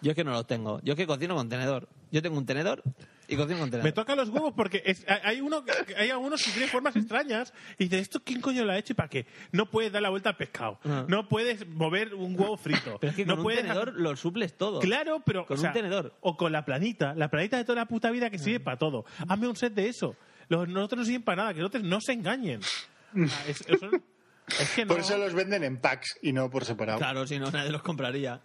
D: Yo es que no los tengo. Yo es que cocino con tenedor. Yo tengo un tenedor y cocino con
B: Me
D: tenedor.
B: toca los huevos porque es- hay- hay uno que- hay algunos que tienen formas extrañas y dices, ¿esto quién coño lo ha hecho y para qué? No puedes dar la vuelta al pescado.
D: Ah.
B: No puedes mover un huevo frito.
D: Pero es que
B: no
D: con
B: puedes
D: un tenedor lo suples todo.
B: Claro, pero
D: Con
B: o sea,
D: un tenedor.
B: O con la planita, la planita de toda la puta vida que
C: Mm.
B: sirve para todo. Hazme un set de eso. Los nosotros no sirven para nada, que los otros no se engañen. Ah, es- eso- es que no.
C: Mm. <laughs> Por eso los venden en packs y no por separado.
D: Claro, si no, nadie los compraría.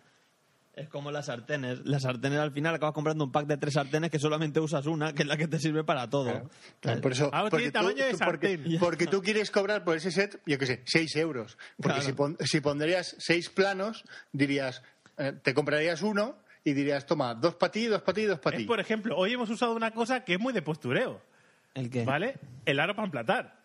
D: Es como las sartenes. Las sartenes al final acabas comprando un pack de tres sartenes que solamente usas una, que es la que te sirve para todo.
C: Claro, Por eso,
B: Ah,
C: porque, tú, tú- porque- porque tú quieres cobrar por ese set, yo qué sé, 6 euros. Porque
D: Claro.
C: si, pon- si pondrías 6 planos, dirías, eh, te comprarías uno y dirías, toma, dos para ti, dos para ti, dos para
B: Es,
C: ti.
B: por ejemplo, hoy hemos usado una cosa que es muy de postureo.
D: ¿El qué?
B: ¿Vale? El aro para emplatar.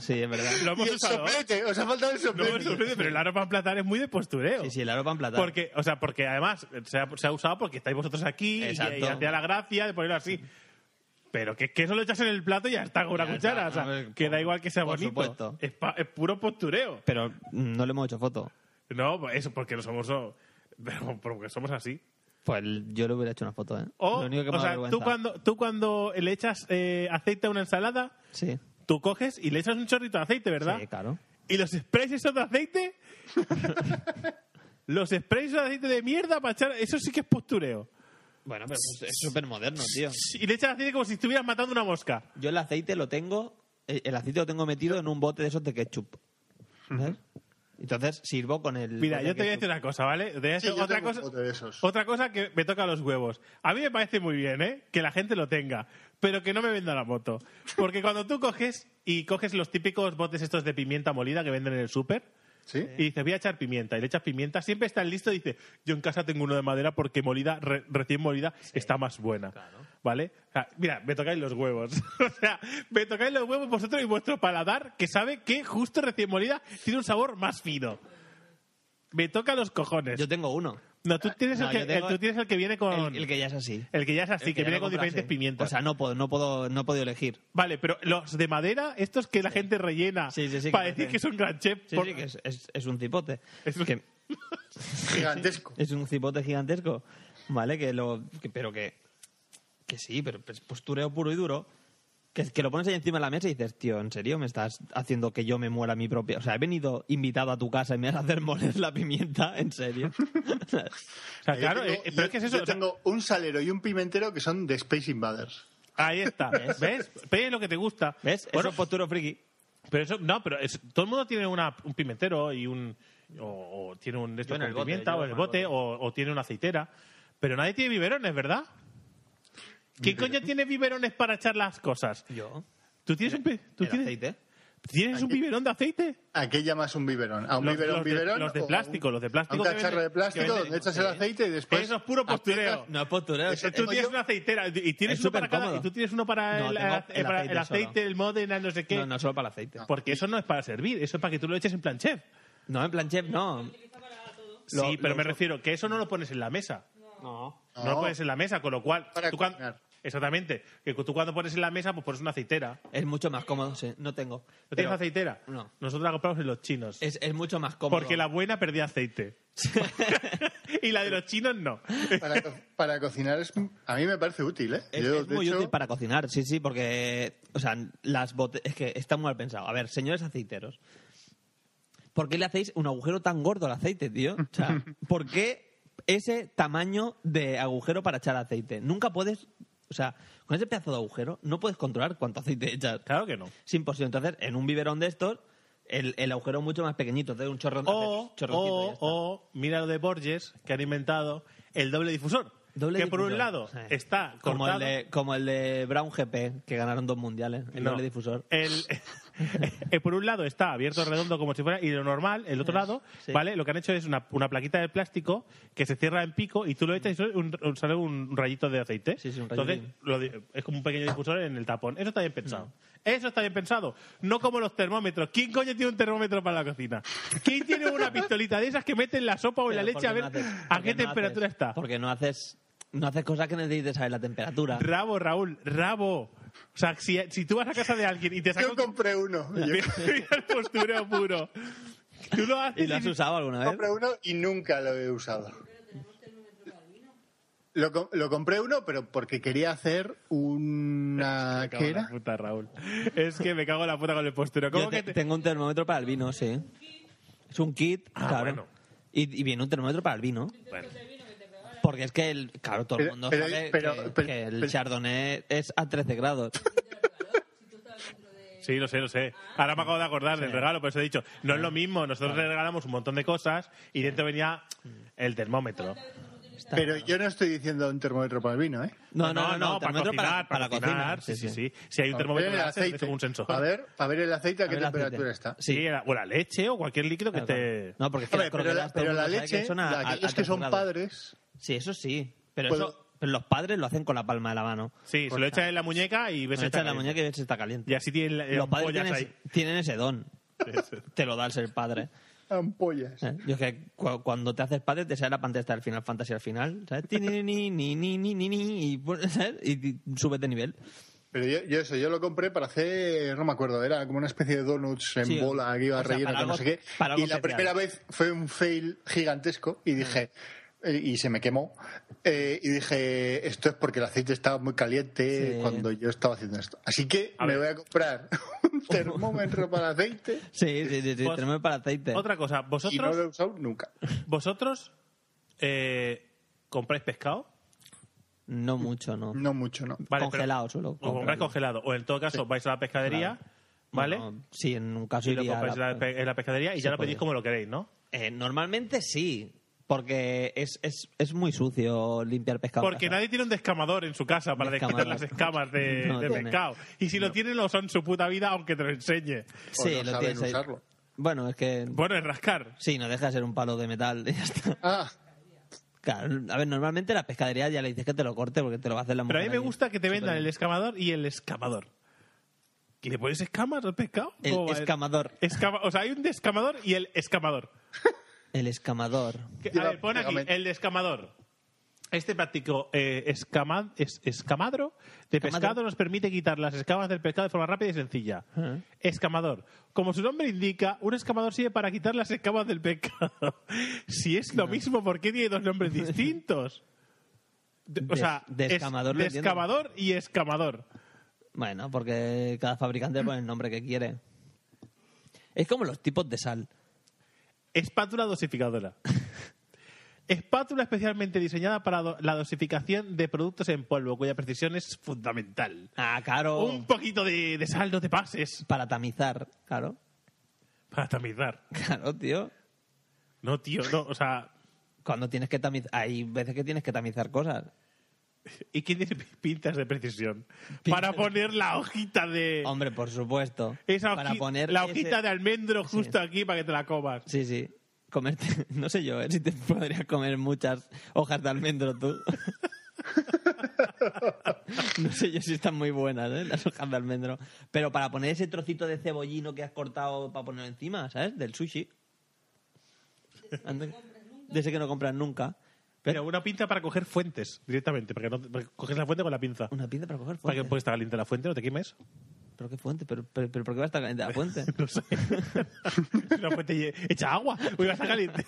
D: sí, es verdad.
C: <laughs>
B: Lo hemos
D: Y el
B: usado.
D: soplete, os ha faltado el soplete.
B: No, el pero el aro para emplatar es muy de <laughs> postureo. Sí, sí,
D: el aro para emplatar.
B: Porque, o sea, porque además eh, se ha, se ha usado porque estáis vosotros aquí y-
D: Exacto.
B: y, hacía la gracia de ponerlo así. Pero que, que eso lo echas en el plato y ya está con una
D: Ya está,
B: cuchara. O sea,
D: a ver,
B: que da igual que sea
D: por
B: bonito.
D: supuesto.
B: Es, pa- es puro postureo.
D: Pero mm, no le hemos hecho foto.
B: No, pues eso porque no somos. Pero <laughs> porque somos así.
D: Pues yo le hubiera hecho una foto, ¿eh?
B: O,
D: Lo único que me
B: Oh, o
D: da
B: sea,
D: vergüenza.
B: tú cuando, tú cuando le echas eh, aceite a una ensalada,
D: Sí.
B: tú coges y le echas un chorrito de aceite, ¿verdad?
D: Sí, claro.
B: ¿Y los sprays esos de aceite? <laughs> los sprays de aceite de mierda para echar... Eso sí que es postureo.
D: Bueno, pero pues, es- es súper moderno, tío.
B: Y le echas aceite como si estuvieras matando una mosca.
D: Yo el aceite lo tengo, eh, el aceite lo tengo metido en un bote de esos de ketchup. ¿Ves? Entonces sirvo con el.
B: Mira,
D: bote
B: yo
D: de
B: te voy a
D: ketchup.
B: decir una cosa, ¿vale? Te voy a
D: Sí,
B: decir
D: yo
B: otra
D: tengo
B: cosa, otra cosa que me toca los huevos. A mí me parece muy bien, ¿eh? Que la gente lo tenga, pero que no me venda la moto. Porque cuando tú coges y coges los típicos botes estos de pimienta molida que venden en el súper, y dices, voy a echar pimienta, y le echas pimienta, siempre está listo y dice, yo en casa tengo uno de madera porque molida, re- recién molida, está más buena. ¿Vale? O sea, mira, me tocáis los huevos. <laughs> o sea, me tocáis los huevos vosotros y vuestro paladar que sabe que justo recién molida tiene un sabor más fino. Me toca los cojones. Yo
D: tengo uno.
B: No, tú tienes,
D: No,
B: el, que,
D: yo tengo
B: el- tú tienes el que viene con...
D: El, el que ya es así.
B: el que ya es así,
D: El
B: que
D: ya
B: viene
D: lo
B: con
D: compras,
B: diferentes
D: sí.
B: pimientas.
D: O sea, no puedo, no puedo, no he podido elegir.
B: Vale, pero los de madera, estos que la gente rellena
D: sí, que
B: para decir
D: parecen-
B: que son gran chef.
D: Sí,
B: por-
D: sí, que es, es- es un cipote. Que-
C: Gigantesco.
D: es un cipote gigantesco. ¿Vale? Que lo, que- pero que. Que sí, pero es postureo puro y duro. Que, que lo pones ahí encima de la mesa y dices, tío, ¿en serio me estás haciendo que yo me muera mi propia? O sea, he venido invitado a tu casa y me vas a hacer moler la pimienta, ¿en serio?
C: Yo
B: eh,
C: tengo- yo- yo tengo un salero y un pimentero que son de Space Invaders.
B: Ahí
D: <laughs>
B: está. ¿Ves? ¿Ves? lo que te gusta.
D: ¿Ves?
B: Bueno, pues,
D: Eso es postureo friki.
B: Pero eso, no, pero es- todo el mundo tiene una- un pimentero y un. O, o tiene un de
D: Yo
B: estos
D: en el
B: con
D: bote,
B: pimienta,
D: yo
B: o en el
D: en el
B: bote, O, o tiene una aceitera. Pero nadie tiene biberones, ¿verdad? ¿Quién coño tiene biberones para echar las cosas?
D: Yo.
B: ¿Tú tienes un, pi- tú tienes,
D: aceite?
B: ¿Tienes un biberón de aceite?
C: ¿A qué llamas un biberón? ¿A un
B: Los-
C: biberón,
B: los de-
C: biberón?
B: los de
C: o a
B: plástico, los de plástico
C: A
B: que
C: un cacharro
B: venden-
C: de plástico
B: que venden-
C: donde echas
B: sí.
C: el aceite y
D: Pues
C: después.
B: Eso es puro postureo.
D: No es postureo.
B: Eso Ah, tú tienes una aceitera y tienes
D: es
B: uno para
D: supercómodo.
B: cada, y tú tienes uno para
D: No,
B: el,
D: tengo
B: eh,
D: el
B: para el
D: aceite solo.
B: aceite, el modem, el no sé qué.
D: No, no, solo para el aceite.
B: Porque eso no es para servir, eso es para que tú lo eches en plan chef.
D: No, en plan chef no.
B: Sí, pero me refiero que eso no lo pones en la mesa.
D: No.
B: No, lo pones en la mesa, con lo cual. tú cuan- Exactamente. Que tú cuando pones en la mesa, pues pones una aceitera.
D: Es mucho más cómodo, sí. No tengo.
B: ¿No tienes aceitera?
D: No.
B: Nosotros la compramos en los chinos.
D: Es, es mucho más cómodo.
B: Porque la buena perdía aceite. <laughs> y la de los chinos no.
C: Para, co- para cocinar es, a mí me parece útil, ¿eh?
D: Es,
C: Yo,
D: es
C: de
D: muy
C: hecho,
D: útil para cocinar, sí, sí, porque, o sea, las bote- es que está muy mal pensado. A ver, señores aceiteros, ¿por qué le hacéis un agujero tan gordo al aceite, tío? O sea,
C: <laughs>
D: ¿por qué ese tamaño de agujero para echar aceite? Nunca puedes, o sea, con ese pedazo de agujero no puedes controlar cuánto aceite echas.
B: Claro que no.
D: Es imposible. Entonces, en un biberón de estos, el, el agujero es mucho más pequeñito, entonces un chorro
B: O, o, o, mira lo de Borges, que han inventado el doble difusor. que por un lado está
D: como el,
B: cortado.
D: de, como el de Brown GP, que ganaron dos mundiales, el
B: No.
D: doble difusor.
B: El- <laughs> eh, por un lado está abierto redondo como si fuera y lo normal, el
D: Ah,
B: otro lado, ¿vale? Lo que han hecho es una, una plaquita de plástico que se cierra en pico y tú lo echas y sale un, un- sale un rayito de aceite. Entonces,
D: rayitín.
B: lo di- es como un pequeño difusor en el tapón. Eso está bien pensado. Eso está bien pensado. No como los termómetros. ¿Quién coño tiene un termómetro para la cocina? ¿Quién tiene
D: <laughs>
B: una pistolita de esas que mete en la sopa o en la
D: Pero
B: leche a
D: porque
B: ver
D: no haces-
B: a
D: porque
B: qué
D: no
B: temperatura
D: haces- Porque no haces, no haces cosas que necesites saber la temperatura.
B: Rabo, Raúl, rabo. O sea, si, si tú vas a casa de alguien y te sacas. Yo
C: compré uno.
B: <laughs> el postureo puro. Tú lo haces.
D: ¿Y lo has
C: y-
D: usado alguna vez?
C: Compré uno y nunca lo he usado. Lo, com- lo compré uno, pero porque quería hacer una...
B: cago
C: ¿Qué
B: en la
C: era?
B: puta, Raúl. Es que me cago en la puta con el postureo. ¿Cómo
D: Yo
B: que
D: te-
B: te-
D: Tengo un termómetro para el vino, sí. Es un kit,
B: Ah,
D: claro. Y, y viene un termómetro para el vino. Porque es que, el, claro, todo el
B: Pero-
D: mundo
B: pero-
D: sabe
B: pero-
D: que,
B: pero-
D: que el
B: pero-
D: chardonnay es a
B: <laughs>
D: 13 grados.
B: Sí, lo sé, lo sé. Ahora me acabo de acordar del regalo, por eso he dicho. No es
D: Ah.
B: lo mismo. Nosotros le regalamos un montón de cosas y dentro venía el termómetro.
C: Pero yo no estoy diciendo un termómetro para el vino, ¿eh?
B: para cocinar, para, cocinar. sí, sí, sí, Si hay un
C: A
B: termómetro
C: ver el
B: de aceite,
C: aceite.
B: un sensor.
C: A ver, a ver el aceite a,
B: A
C: qué
B: ver el aceite.
C: temperatura está.
B: Sí, la- o la leche o cualquier líquido que te...
D: No, porque es que
C: Hombre,
D: las
C: pero la,
D: croquetas todo el
C: pero la
D: mundo sabe que
C: leche,
D: son a-
C: la-
D: a-
C: aquellos
D: a
C: que son
D: 13 grados.
C: padres,
D: Sí, eso sí. Pero,
C: Puedo-
D: eso, pero los padres lo hacen con la palma de la mano.
B: Sí, se lo echan en la muñeca y ves
D: Pues Se lo
B: está
D: echan en la
B: caliente.
D: muñeca y ves si está caliente.
B: Y así tienen la-
D: los padres
B: ampollas
D: tienen,
B: ahí.
D: ese- tienen ese don. <laughs> te lo da el ser padre.
C: ampollas.
D: ¿Eh? Yo es que cu- cuando te haces padre te sale la pantalla del Final Fantasy al final, ¿sabes? Ti, ni, ni, ni, ni, ni, ni, ni, y, pon- <laughs> ¿sabes? y, y subes de nivel.
C: Pero yo, yo eso, yo lo compré para hacer, no me acuerdo, era como una especie de donuts en
D: Sí,
C: bola que iba
D: o sea,
C: rellena
D: para
C: con no sé
D: algo-
C: qué.
D: para algo
C: Y la
D: especial. Mm.
C: primera vez fue un fail gigantesco y dije, eh, y se me quemó. eh, y dije, esto es porque el aceite estaba muy caliente
D: Sí.
C: cuando yo estaba haciendo esto. Así que
B: A
C: me
B: ver.
C: voy a comprar <laughs> un
D: <laughs>
C: termómetro para aceite
D: Sí, sí, sí, sí,
B: Pues-
D: tenemos para aceite.
B: Otra cosa,
C: y no
B: vosotros,
C: lo he usado nunca.
B: vosotros eh, compráis pescado,
D: No mucho, no.
C: No mucho, no.
B: Vale,
D: congelado solo.
B: o compráis congelado, o en todo caso vais a la pescadería, ¿vale?
D: Bueno, sí, en un caso
B: y lo
D: iría a
B: compráis en
D: la-
B: la, pe- en la pescadería y
D: Se
B: ya lo
D: puede.
B: pedís como lo queréis, ¿no?
D: Eh, normalmente sí, porque es, es, es muy sucio limpiar pescado. en
B: Porque
D: casa.
B: nadie tiene un descamador en su casa para descamar
D: Descamador.
B: las escamas de,
D: <laughs> No
B: de
D: tiene.
B: pescado. Y si lo tienen, lo son su puta vida, aunque te lo enseñe.
D: Sí, lo tienes ahí. Bueno, es que...
B: Bueno, es rascar.
D: Sí, no deja de ser un palo de metal <laughs> y ya está.
C: Ah,
D: Claro, a ver, normalmente la pescadería ya le dices que te lo corte porque te lo va a hacer la mujer.
B: Pero a mí me
D: allí.
B: gusta que te
D: Súper
B: vendan
D: bien.
B: el escamador y el escamador. ¿Y le pones escamas al pescado?
D: El
B: ¿Cómo va?
D: escamador.
B: Escama- o sea, hay un descamador y el escamador.
D: El escamador.
B: Que- a
D: Lleva
B: ver, pon aquí,
D: pegamento.
B: el descamador. Este práctico eh, escama- es- escamadro de
D: Escamadro.
B: pescado nos permite quitar las escamas del pescado de forma rápida y sencilla.
D: Ah.
B: Escamador. Como su nombre indica, un escamador sirve para quitar las escamas del pescado. <laughs> si es lo mismo, ¿por qué tiene dos nombres distintos? De- o
D: Des-
B: sea, es
D: descamador lo entiendo.
B: descamador y escamador.
D: Bueno, porque cada fabricante pone el nombre que quiere. Es como los tipos de sal.
B: Espátula dosificadora. Espátula especialmente diseñada para do- la dosificación de productos en polvo, cuya precisión es fundamental.
D: Ah, claro.
B: Un poquito de, de sal, no te pases.
D: Para tamizar, claro. <laughs>
B: Para tamizar.
D: Claro, tío.
B: No, tío, no, o sea...
D: Cuando tienes que tamizar... Hay veces que tienes que tamizar cosas.
B: ¿Y quién tiene pi- pintas de precisión? Para poner la hojita de...
D: Hombre, por supuesto.
B: esa hoji-
D: para poner
B: la
D: ese-
B: hojita de almendro justo aquí para que te la comas.
D: Sí, sí. Comerte... <laughs> No sé yo, ¿eh? Si te podrías comer muchas hojas de almendro tú. <laughs> No sé yo si están muy buenas, ¿eh? Las hojas de almendro. Pero para poner ese trocito de cebollino que has cortado para poner encima, ¿sabes? Del sushi. Ande- De ese que no compras nunca.
B: Pero una pinza para coger fuentes directamente, porque, no, porque coges la fuente con la pinza.
D: Una pinza para coger fuentes.
B: Para que pues pueda estar caliente la fuente, no te quemes.
D: ¿Pero qué fuente? ¿Pero, pero, pero por qué va a estar caliente la
B: <laughs>
D: fuente?
B: no sé. una fuente lle- hecha agua, hoy va a estar caliente.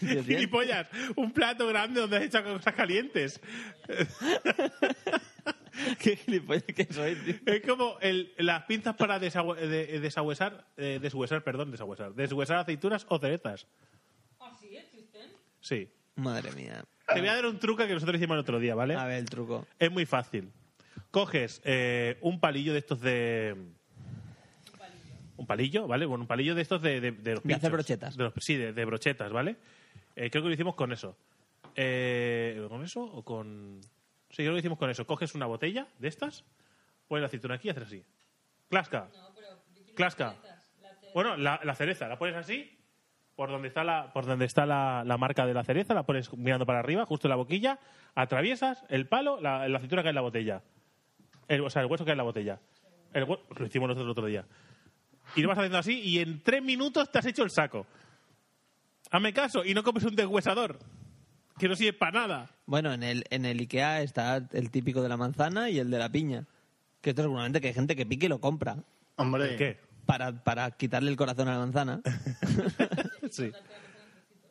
B: <laughs> Gilipollas, un plato grande donde has hecho cosas calientes.
D: <laughs> qué gilipollas que soy, tío.
B: Es como el- las pinzas para desagüe- de- desagüesar, eh, deshuesar, perdón, desagüesar, deshuesar aceitunas o cerezas. Sí.
D: Madre mía.
B: Te voy a dar un truco que nosotros hicimos el otro día, ¿vale?
D: A ver, el truco.
B: Es muy fácil. Coges eh, un palillo de estos de. Un palillo, ¿vale? Bueno, un palillo de estos de, de, de los
D: De hacer
B: pinchos.
D: brochetas.
B: De los- sí, de, de brochetas, ¿vale? Eh, creo que lo hicimos con eso. Eh, ¿Con eso o con...? Sí, creo que lo hicimos con eso. Coges una botella de estas, pones la aceituna aquí y haces así. Clasca. Clasca. Bueno, la, la cereza, la pones así, por donde está la, por donde está la, la marca de la cereza, la pones mirando para arriba, justo en la boquilla, atraviesas el palo, la, la cintura cae en la botella. El- o sea, el hueso cae en la botella. El hue- lo hicimos nosotros el otro día. Y lo vas haciendo así y en tres minutos te has hecho el saco. Hazme caso y no compres un deshuesador. Que no sirve para nada.
D: Bueno, en el, en el IKEA está el típico de la manzana y el de la piña. Que esto seguramente que hay gente que pique y lo compra.
C: Hombre.
B: qué?
D: Para, para quitarle el corazón a la manzana.
B: <laughs> Sí.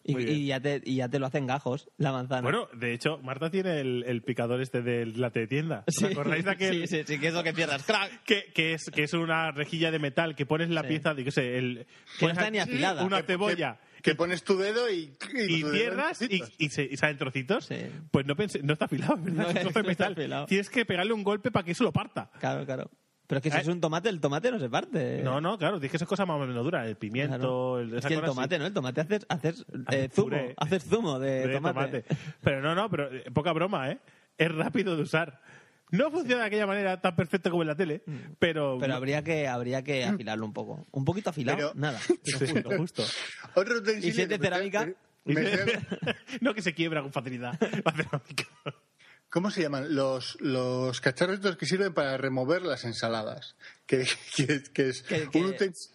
D: y,
B: Muy bien.
D: y ya te, y ya te lo hacen gajos, la manzana.
B: Bueno, de hecho, Marta tiene el, el picador este de la tienda. ¿Os
D: Sí.
B: acordáis de aquel?
D: Sí, sí, sí, que es lo que cierras. ¡Crack!
B: Que, que es, que es una rejilla de metal que pones la
D: Sí.
B: pieza, digo, sé, el,
D: Que no
B: pones
D: está
B: aquí
D: ni afilada.
B: Una
D: Que-
B: cebolla.
C: Que pones tu dedo y...
B: y
C: tu dedo en
B: cierras y,
C: trocitos.
B: y se- y salen trocitos,
D: Sí.
B: pues no pensé, no está afilado, <laughs> es ¿verdad?
D: No,
B: es un trozo de
D: no está
B: metal.
D: afilado.
B: Tienes que pegarle un golpe para que eso lo parta.
D: Claro, claro. Pero es que si
B: Eh.
D: es un tomate, el tomate no se parte.
B: No, no, claro, tienes que esas cosas más o menos duras, el pimiento,
D: Claro.
B: el,
D: Es
B: esas
D: que el
B: cosas
D: tomate, ¿no? El tomate haces, haces eh,
B: Haces
D: zumo.
B: puré.
D: Haces zumo de,
B: así, de
D: tomate.
B: Pero no, no, pero eh, poca broma, ¿eh? Es rápido de usar. No funciona de aquella manera tan perfecto como en la tele, pero,
D: Mm. Pero habría que, habría que afilarlo un poco. Un poquito afilado,
C: Pero-
D: nada.
B: <laughs> Sí, lo <laughs> justo.
C: Otro utensilio
D: Y si es de
C: que me
D: cerámica,
C: estoy-
D: <laughs>
C: me estoy-
B: <laughs> no que se quiebra con facilidad. <laughs> la cerámica.
C: ¿Cómo se llaman? Los, los cacharros estos que sirven para remover las ensaladas. Que, <laughs> que- que es
D: Que- que-
C: un utens-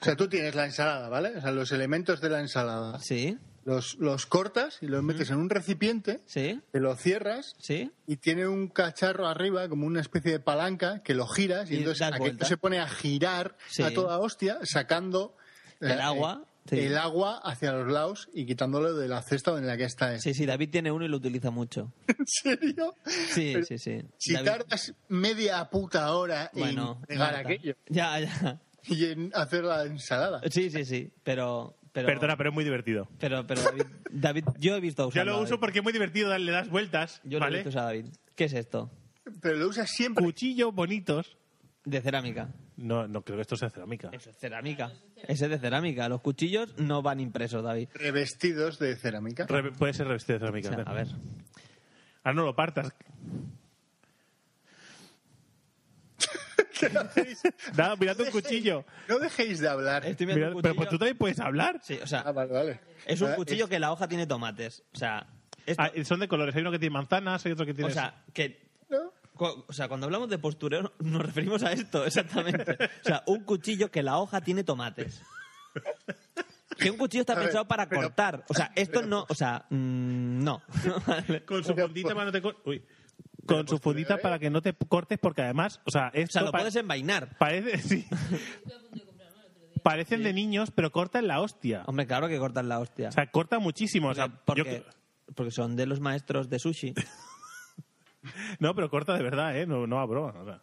C: O sea, tú tienes la ensalada, ¿vale? O sea, los elementos de la ensalada.
D: Sí,
C: Los, los cortas y los metes en un recipiente,
D: sí,
C: te lo cierras
D: sí.
C: y tiene un cacharro arriba, como una especie de palanca, que lo giras y,
D: Y
C: entonces
D: das
C: aquello
D: vueltas.
C: se pone a girar
D: Sí.
C: a toda hostia, sacando
D: El
C: eh,
D: agua,
C: eh,
D: sí.
C: el agua hacia los lados y quitándolo de la cesta en la que está.
D: Sí, sí, David tiene uno y lo utiliza mucho.
C: <laughs> ¿En serio?
D: Sí,
C: Pero
D: sí, sí.
C: Si
D: David-
C: tardas media puta hora
D: bueno,
C: en pegar
D: Marta.
C: aquello
D: Ya, ya.
C: y en hacer la ensalada.
D: Sí, sí, sí. Pero. pero
B: Perdona, pero es muy divertido.
D: Pero, pero David, David, yo he visto
B: Yo
D: usarlo.
B: lo
D: a
B: uso
D: David.
B: porque es muy divertido, le das vueltas,
D: Yo lo he
B: ¿vale?
D: visto usar a David. ¿Qué es esto?
C: Pero lo usas siempre.
B: Cuchillos bonitos.
D: De cerámica.
B: No, no creo que esto sea cerámica.
D: Eso es cerámica. Ese es de cerámica. Los cuchillos no van impresos, David.
C: Revestidos de cerámica.
B: Re- puede ser revestido de
D: O
B: cerámica.
D: sea,
B: ten.
D: a ver.
B: Ah, no lo <laughs> partas. Nada, mirando un cuchillo.
C: No dejéis de hablar.
D: Estoy mirando
B: Mira,
D: un
B: pero
D: cuchillo.
B: pues tú también puedes hablar.
D: Sí, o sea,
C: Ah, vale, vale.
D: es un
C: Ah,
D: cuchillo que la hoja tiene tomates. O sea, esto-
B: Ah, y son de colores. Hay uno que tiene manzanas, hay otro que tiene.
D: o sea, que
C: ¿no?
D: cu- o sea, cuando hablamos de postureo <laughs> nos referimos a esto, exactamente. O sea, un cuchillo que la hoja tiene tomates. Que un cuchillo está
C: A ver,
D: pensado para
C: pero-
D: cortar.
C: <laughs>
D: O sea, esto no, o sea, mm, no. <laughs>
B: con su
C: Pero,
B: fundita
C: pues-
B: para no te cor- Uy. Con su
C: pues,
B: fundita
C: ¿eh?
B: para que no te cortes, porque además, o sea,
D: O sea,
B: esto
D: lo
B: pa-
D: puedes envainar.
B: parece. <laughs> sí. Parecen de niños, pero cortan la hostia.
D: Hombre, claro que cortan la hostia.
B: O sea, corta muchísimo. O sea, yo
D: porque, porque son de los maestros de sushi.
B: cre- no, pero corta de verdad, ¿eh? No, no a broma. o sea.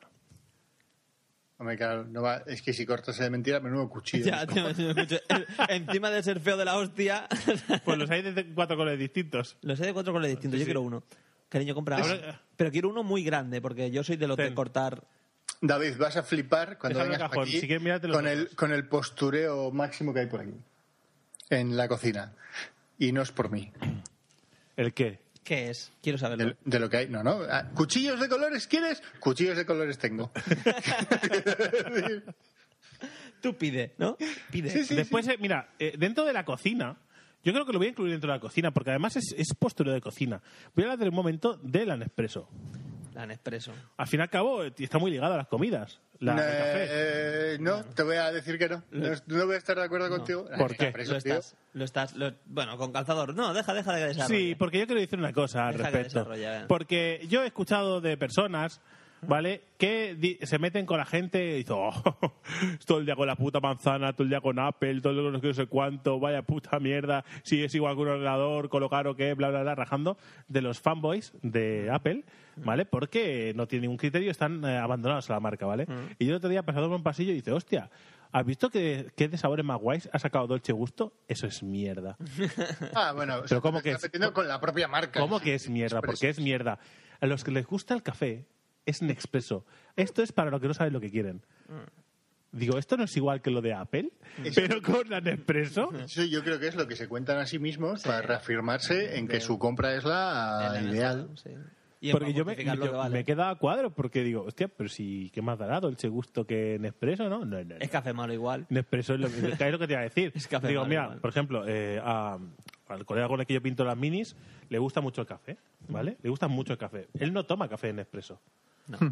C: Hombre, claro, no va- es que si cortas de mentira, menudo cuchillo.
D: <laughs> Ya, tío, yo escucho- Encima de ser feo de la hostia, <laughs>
B: Pues los hay de cuatro colores distintos.
D: los he de cuatro colores distintos. Yo quiero uno. Cariño, compra.
B: Ahora-
D: Pero quiero uno muy grande, porque yo soy de los de
B: Ten.
D: cortar.
C: David, vas a flipar cuando
B: Déjalo en el
C: vengas pa'
B: cajón.
C: aquí
B: Si quieres, míratelo
C: con,
B: los
C: el,
B: ojos.
C: con el postureo máximo que hay por aquí. En la cocina. Y no es por mí.
B: ¿El qué?
D: ¿Qué es? Quiero saberlo.
C: De, de lo que hay. No, no. Ah, ¿Cuchillos de colores quieres? Cuchillos de colores tengo.
D: Tú pide, ¿no? Pide.
C: Sí, sí.
B: Después, eh, mira, eh, dentro de la cocina, yo creo que lo voy a incluir dentro de la cocina, porque además es, es postureo de cocina. Voy a hablar del momento del Nespresso.
D: La Nespresso.
B: Al fin y al cabo, eh, está muy ligada a las comidas. La, el café.
C: Eh, no, te voy a decir que no. No, no voy a estar de acuerdo contigo.
B: ¿Por
C: Ay,
B: qué?
C: Nespresso,
D: lo
C: tío.
D: estás, lo estás, lo- bueno, con calzador. No, deja, deja de desarrollar.
B: Sí, porque yo quiero decir una cosa al
D: Deja que
B: respecto.
D: desarrolle, eh.
B: Porque yo he escuchado de personas, ¿vale? Que di- se meten con la gente y dicen, "Oh, <laughs> todo el día con la puta manzana, todo el día con Apple, todo el día con no sé- no sé cuánto, vaya puta mierda, si es igual que un ordenador, con lo caro que es, bla, bla, bla, rajando de los fanboys de Apple, ¿vale? Porque no tienen ningún criterio, están eh, abandonados a la marca, ¿vale?
D: Mm.
B: Y yo el otro día pasado por un pasillo y dice, hostia. ¿Has visto que, que de sabores más guays ha sacado Dolce Gusto? Eso es mierda.
C: Ah, bueno,
B: <laughs> Pero ¿cómo que
C: que
B: es?
C: metiendo con la propia marca.
B: ¿Cómo que es mierda? Porque es mierda. A los que les gusta el café es Nespresso. Esto es para los que no saben lo que quieren. Digo, esto no es igual que lo de Apple, <laughs> pero con la Nespresso.
C: Eso yo creo que es lo que se cuentan a sí mismos para reafirmarse en que su compra es la Ah, ideal.
B: Porque yo, me, yo me he quedado a cuadro porque digo, hostia, pero si, ¿qué más dará Dolce Gusto que Nespresso, no? No, no, no.
D: Es café malo igual.
B: Nespresso es lo, que- es lo que te iba a
D: <laughs>
B: decir.
D: café
B: Digo,
D: malo,
B: mira,
D: vale.
B: por ejemplo, eh, a- al colega con el que yo pinto las minis, le gusta mucho el café,
D: Mm.
B: ¿vale? Le gusta mucho el café. Él no toma café en Nespresso.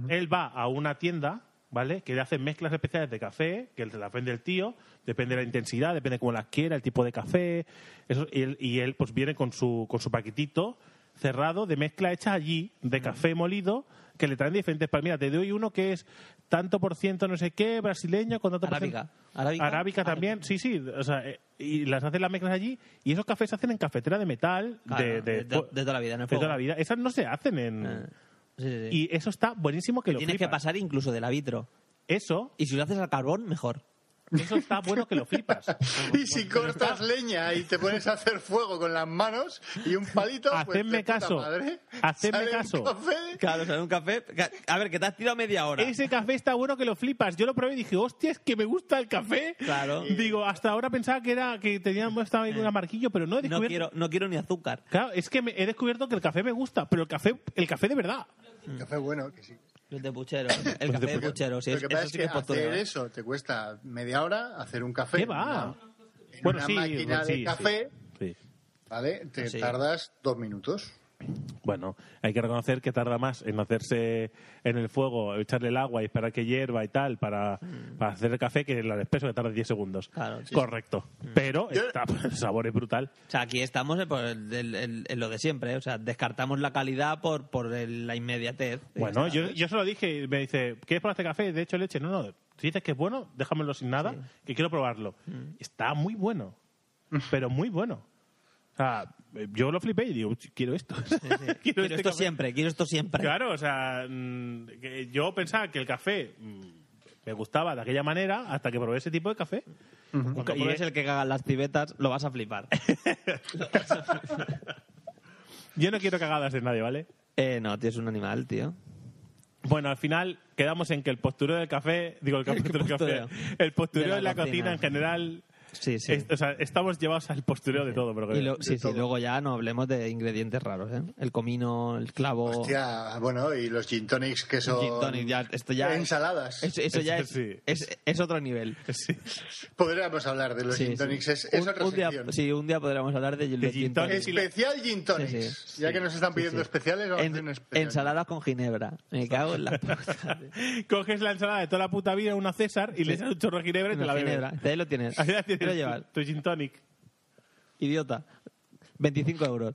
B: Él va a una tienda, ¿vale? Que le hacen mezclas especiales de café, que te las vende el tío, depende de la intensidad, depende de cómo las quiera, el tipo de café. eso, y, él, y él, pues viene con su, con su paquetito cerrado de mezcla hecha allí, de café molido, que le traen de diferentes. pa- Mira, te doy uno que es tanto por ciento no sé qué, brasileño, con tanto por
D: Arábica.
B: ciento.
D: Arábica.
B: también, sí, sí. O sea, eh, y las hacen las mezclas allí, y esos cafés se hacen en cafetera de metal,
D: Claro,
B: de,
D: de to- de toda la vida, no es
B: de toda
D: fuego. Eh.
B: la vida. Esas no se hacen en.
D: Ah, Sí, sí, sí.
B: Mm. Y eso está buenísimo que lo
D: Tienes que
B: flipas.
D: pasar incluso del vitro.
B: Eso.
D: Y si lo haces al carbón, mejor.
B: Eso está bueno que lo
D: <laughs>
B: flipas.
D: Ah,
C: <laughs>
D: pues,
C: Y si
B: <laughs>
C: cortas leña y te pones a hacer fuego con las manos y un palito, pues, de
B: Hacedme
C: puta
B: caso.
C: madre,
B: Hacedme
C: sale un
B: caso. <laughs>
C: café.
D: Claro, <laughs> o sea, un café. A ver, que te has tirado media hora.
B: Ese café está bueno que lo flipas. Yo lo probé y dije, hostia, es que me gusta el café.
D: Claro. Eh.
B: Digo, hasta ahora pensaba que era que tenía estaba ahí con un amarquillo, pero no he
D: No
B: descubierto.
D: quiero, no quiero ni azúcar.
B: Claro, es que me- he descubierto que el café me gusta, pero el café, el café de verdad.
C: Café bueno, que sí.
D: Los de puchero. El café de puchero. Sí,
C: Lo
D: es-
C: que pasa
D: eso
C: es que,
D: sí que es postura.
C: hacer
D: ¿eh?
C: eso te cuesta media hora hacer un café.
B: ¿Qué
C: en
B: va?
C: una- En
B: Bueno,
C: una
B: sí, pues
C: máquina
B: sí, sí.
C: de café,
B: Sí.
C: ¿vale? Te
B: Sí.
C: tardas dos minutos.
B: Bueno, hay que reconocer que tarda más en hacerse en el fuego, echarle el agua y esperar que hierva y tal para, para hacer el café que en el espeso que tarda 10 segundos.
D: Mm. Claro, sí. Mm.
B: Correcto. Pero está- <laughs> el sabor es brutal.
D: O sea, aquí estamos eh, por el- el- el- en lo de siempre. ¿eh? O sea, descartamos la calidad por, por el- la inmediatez. Y
B: Bueno,
D: ya
B: yo,
D: está.
B: yo se lo dije y me dice, ¿quieres probar este café? De hecho, leche. No, no, si dices que es bueno, déjamelo sin nada, que quiero probarlo.
D: Mm.
B: Está muy bueno, pero muy bueno. O sea, yo lo flipé y digo, "Ch- quiero esto. <laughs> quiero
D: Quiero
B: este
D: esto
B: café.
D: siempre, quiero esto siempre.
B: Claro, o sea, mm, que yo pensaba que el café mm, me gustaba de aquella manera hasta que probé ese tipo de café.
D: Cuando
B: Y
D: pruebes
B: he-
D: el que cagan las tibetas, lo vas
B: <laughs>
D: a flipar.
B: Yo no quiero cagadas en nadie, ¿vale?
D: eh, no, tío, es un animal, tío.
B: Bueno, al final quedamos en que el postureo del café, digo
D: <laughs>
B: el, postureo del café,
D: postureo?
B: el postureo
D: De
B: de
D: la
B: la, cocina.
D: cocina.
B: en general,
D: Sí, sí.
B: es- o sea, estamos llevados al postureo de todo, pero
D: Y lo-
B: de
D: sí, sí,
B: todo.
D: luego ya no hablemos de ingredientes raros, ¿eh? El comino, el clavo,
C: Hostia, bueno, y los gin tonics que
D: el
C: son
D: Oh. gin tonic, ya, esto ya...
C: ensaladas.
D: es- eso ya es,
B: Eso sí.
D: es, es otro nivel.
B: Sí.
C: Podríamos hablar de los
D: Sí,
C: gin
D: sí.
C: tonics. Es, es
D: Un-
C: otra
D: un día,
C: sección.
D: sí, un día podremos hablar de, los
B: gin
D: gin
B: tonic.
D: tonics.
C: Especial gin tonics.
D: Sí, sí.
C: Ya que nos están
D: Sí,
C: pidiendo
D: sí.
C: especiales, vamos a hacer
D: En-
C: un especial.
D: ensaladas con ginebra. Me cago en la
B: <laughs>
D: puta.
B: Coges la ensalada de toda la puta vida, una César, y le echas un chorro de ginebra y te
D: Una
B: la bebes. <laughs>
D: ginebra. Ahí lo tienes.
B: Ahí la
D: Te lo
B: tienes,
D: llevas.
B: tu, tu gin tonic.
D: Idiota. 25 euros.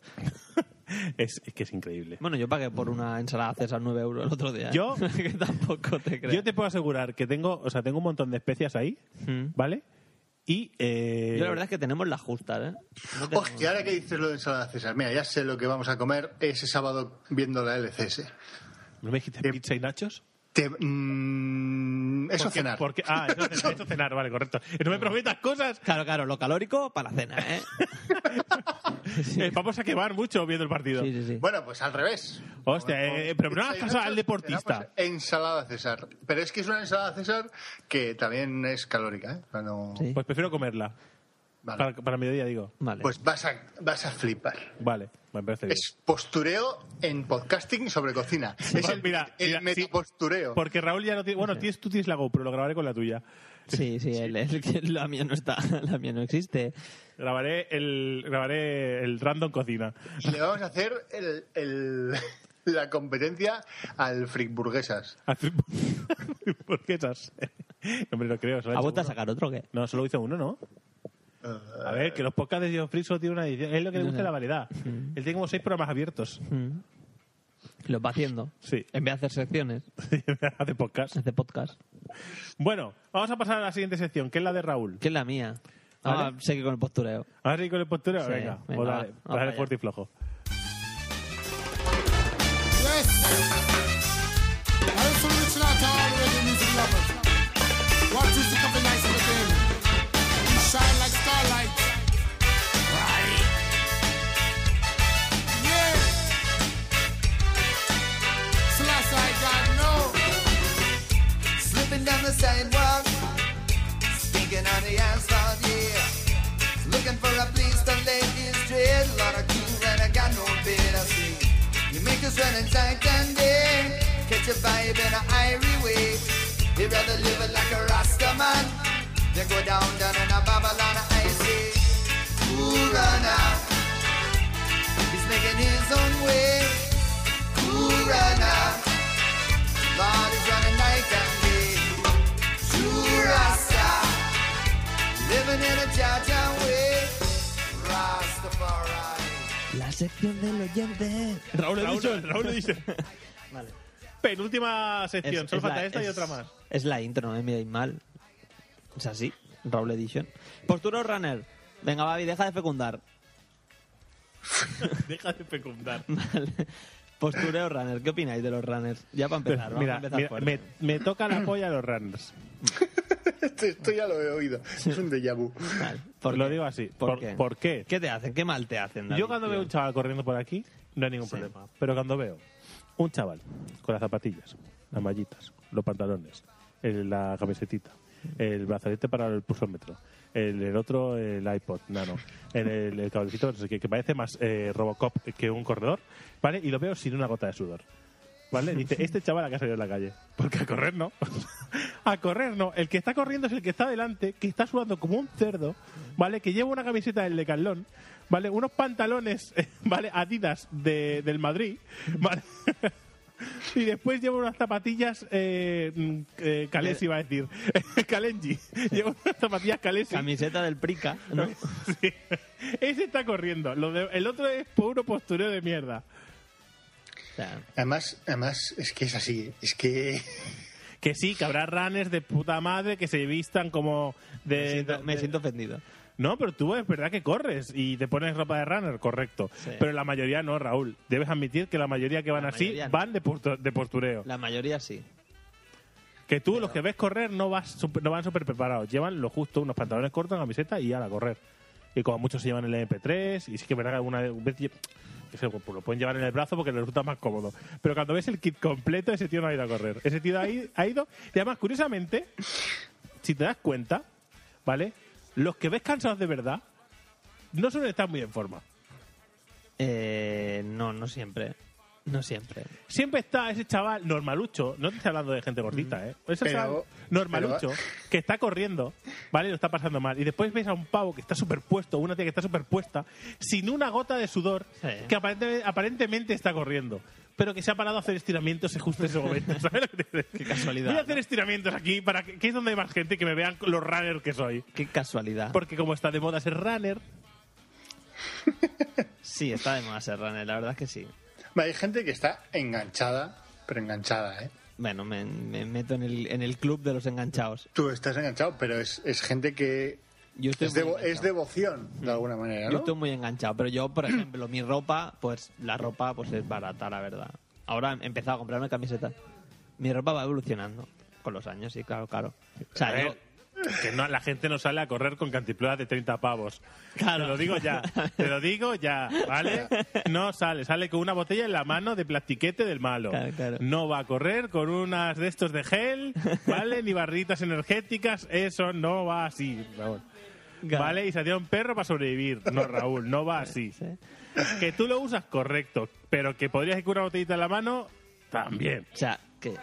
B: Es, es que es increíble.
D: Bueno, yo pagué por una ensalada César 9 euros el otro día. ¿eh?
B: Yo-
D: <laughs> que tampoco te creo.
B: Yo te puedo asegurar que tengo, o sea, tengo un montón de especias ahí,
D: Mm.
B: ¿vale? Y eh,
D: Yo la verdad es que tenemos las justas, ¿eh? No tenemos-
C: Hostia, ahora que dices lo de ensalada César, mira, ya sé lo que vamos a comer ese sábado viendo la LCS.
B: ¿no me dijiste
D: em,
C: Eh,
B: pizza y nachos?
C: Te- mm, eso
B: Porque-
C: cenar.
B: porque- ah, eso,
C: <laughs>
B: cenar, eso cenar, vale, correcto. No me prometas
D: <laughs>
B: cosas.
D: Claro, claro, lo calórico para la cena,
B: <laughs>
D: ¿eh?
B: Eh, vamos a quemar mucho viendo el partido.
D: Sí, sí, sí.
C: Bueno, pues al revés.
B: Hostia, eh, pero no hagas
C: Pizza y
B: caso al
C: nachos,
B: deportista.
C: cenamos pues Ensalada César. Pero es que es una ensalada César que también es calórica, ¿eh? Cuando-
D: Sí.
B: Pues prefiero comerla.
C: Vale.
B: Para, para mediodía, digo.
D: Vale.
C: Pues vas a, vas a flipar.
B: Vale, me parece bien.
C: Es postureo en podcasting sobre cocina. Es
B: Pues
C: el,
B: mira,
C: el
B: mira, sí,
C: metapostureo.
B: Porque Raúl ya no tiene. Bueno, tienes, tú tienes la GoPro, lo grabaré con la tuya.
D: Sí, sí, el- el que- la mía no está, <laughs> la mía no existe.
B: Grabaré el, grabaré el random cocina. <laughs>
C: Y le vamos a hacer el, <laughs> el- la competencia al Frick Burguesas.
B: <laughs> Burguesas. <laughs> Hombre, no creo.
D: ¿A vos te
B: vuelta
D: a sacar otro o qué?
B: No, solo hizo uno, ¿no? A ver, que los podcasts de John Frick solo tienen una edición. Es lo que le gusta la variedad.
D: Mm.
B: Él tiene como seis programas abiertos.
D: Los va haciendo.
B: Sí. <laughs>
D: En vez de hacer secciones.
B: Hace podcast.
D: Hace podcast.
B: Bueno, vamos a pasar a la siguiente sección, que es la de Raúl.
D: Que es la mía. Ahora
B: ¿Vale?
D: sé que con el postureo.
B: Ahora sí con el postureo,
D: Sí,
B: venga.
D: venga,
B: pues
D: va,
B: dale,
D: vamos
B: dale
D: para allá.
B: fuerte y flojo.
L: Slipping down the sidewalk, stinking on the asphalt, yeah. Looking for a place to lay this dread. Lot of cool and I got no bed, I see. You make us run and tight and day. Catch a vibe in a irie way. You rather live it like a Rasta man. Then go down, down in a Babylon, I say. Hoorah now. He's making his own way. Hoorah now. Lord is running night and day. True Rasta. Living in a Jaja way. Rastafari.
D: La sección del oyente.
B: Raúl Edison, Raúl Edison.
D: <laughs> Vale.
B: Penúltima sección,
D: Es-
B: solo
D: es
B: falta
D: la-
B: esta y
D: es-
B: otra más.
D: Es la intro, no me miréis mal. Es así, Raúl Edition. Posturo Runner. Venga, Babi, deja de fecundar. <laughs>
B: Deja de fecundar.
D: Postureo Runner, ¿qué opináis de los runners? Ya para empezar, vamos a
B: mira,
D: empezar
B: mira,
D: fuerte.
B: me, me toca la polla a los runners.
C: Esto, <laughs> esto ya lo he oído. Es un déjà vu.
B: Lo digo así. ¿Por, por qué?
D: ¿Qué te hacen? ¿Qué mal te hacen? David,
B: Yo cuando
D: tío?
B: veo un chaval corriendo por aquí, no hay ningún
D: Sí.
B: problema. Pero cuando veo un chaval con las zapatillas, las mallitas, los pantalones, el- la camisetita, el brazalete para el pulsómetro, el, el otro, el iPod nano, el, el, el cablecito, no sé qué, que parece más eh, Robocop que un corredor, ¿vale? Y lo veo sin una gota de sudor. ¿Vale?
D: <laughs>
B: Dice, este chaval acá salió en la calle. Porque a correr no. a correr no. El que está corriendo es el que está delante, que está sudando como un cerdo, ¿vale? Que lleva una camiseta del Decathlon, ¿vale? Unos pantalones, <laughs> ¿vale? Adidas de, del Madrid, ¿vale? <laughs> Y después lleva unas zapatillas eh, mm, eh, Calesi, iba a decir. <laughs> Calenji. Lleva unas zapatillas Calesi.
D: Camiseta del Prica, ¿no?
B: <laughs> Sí. Ese está corriendo. Lo de- el otro es puro postureo de mierda.
C: Además, además, es que es así. Es que.
B: Que sí, que habrá runners de puta madre que se vistan como Eh, de... Me siento,
D: ofendido.
B: No, pero tú es verdad que corres y te pones ropa de runner, correcto. Pero la mayoría no, Raúl. Debes admitir que la mayoría que van así
D: mayoría no.
B: van de, postu- de postureo.
D: La mayoría sí.
B: Que tú, los que ves correr, no, vas, sup- no van súper preparados. Llevan lo justo, unos pantalones cortos, una camiseta y ala, a correr. Y como muchos se llevan el MP3, y sí que es verdad que alguna vez lle- que se- pues lo pueden llevar en el brazo porque les resulta más cómodo. Pero cuando ves el kit completo, ese tío no ha ido a correr. Ese tío ha ido, ha ido y además, curiosamente, si te das cuenta, ¿vale? Los que ves cansados de verdad no suelen estar muy en forma.
D: Eh, no, no siempre. No siempre.
B: Siempre está ese chaval normalucho, no te estoy hablando de gente gordita, ¿eh? Ese
D: Mm. Pero-
B: chaval normalucho
D: pero-
B: que está corriendo, ¿vale? Y lo está pasando mal. Y después ves a un pavo que está superpuesto, una tía que está superpuesta, sin una gota de sudor, que aparente- aparentemente está corriendo, pero que se ha parado a hacer estiramientos en justo en ese momento.
D: <laughs>
B: ¿Sabes lo que te Qué
D: casualidad,
B: Voy a hacer estiramientos aquí, para que, que es donde hay más gente que me vean los runner que soy.
D: Qué casualidad.
B: Porque como está de moda ser runner,
D: Sí, está de moda ser runner, la verdad es que sí.
C: Hay gente que está enganchada, pero enganchada, ¿eh?
D: Bueno, me, me meto en el, en el club de los enganchados.
C: Tú estás enganchado, pero es, es gente que.
D: Yo estoy
C: es, devo-
D: muy enganchado.
C: es devoción, de alguna manera,
D: Yo
C: ¿no?
D: estoy muy enganchado, pero yo, por ejemplo, mi ropa, pues la ropa pues es barata, la verdad. Ahora he empezado a comprarme camisetas. Mi ropa va evolucionando con los años, sí, claro, claro. O
B: A
D: sea, yo-
B: ver, que no, la gente no sale a correr con cantipluras de 30 pavos. Te lo digo ya, te lo digo ya,
D: <laughs>
B: ¿vale? No sale, sale con una botella en la mano de plastiquete del malo.
D: Claro, claro.
B: No va a correr con unas de estos de gel, ¿vale? Ni barritas energéticas, eso no va así, Raúl. ¿Vale? Y se hacía un perro para sobrevivir. No, Raúl, no va así. Que tú lo usas correcto, pero que podrías ir con una botellita en la mano, también.
D: O sea, que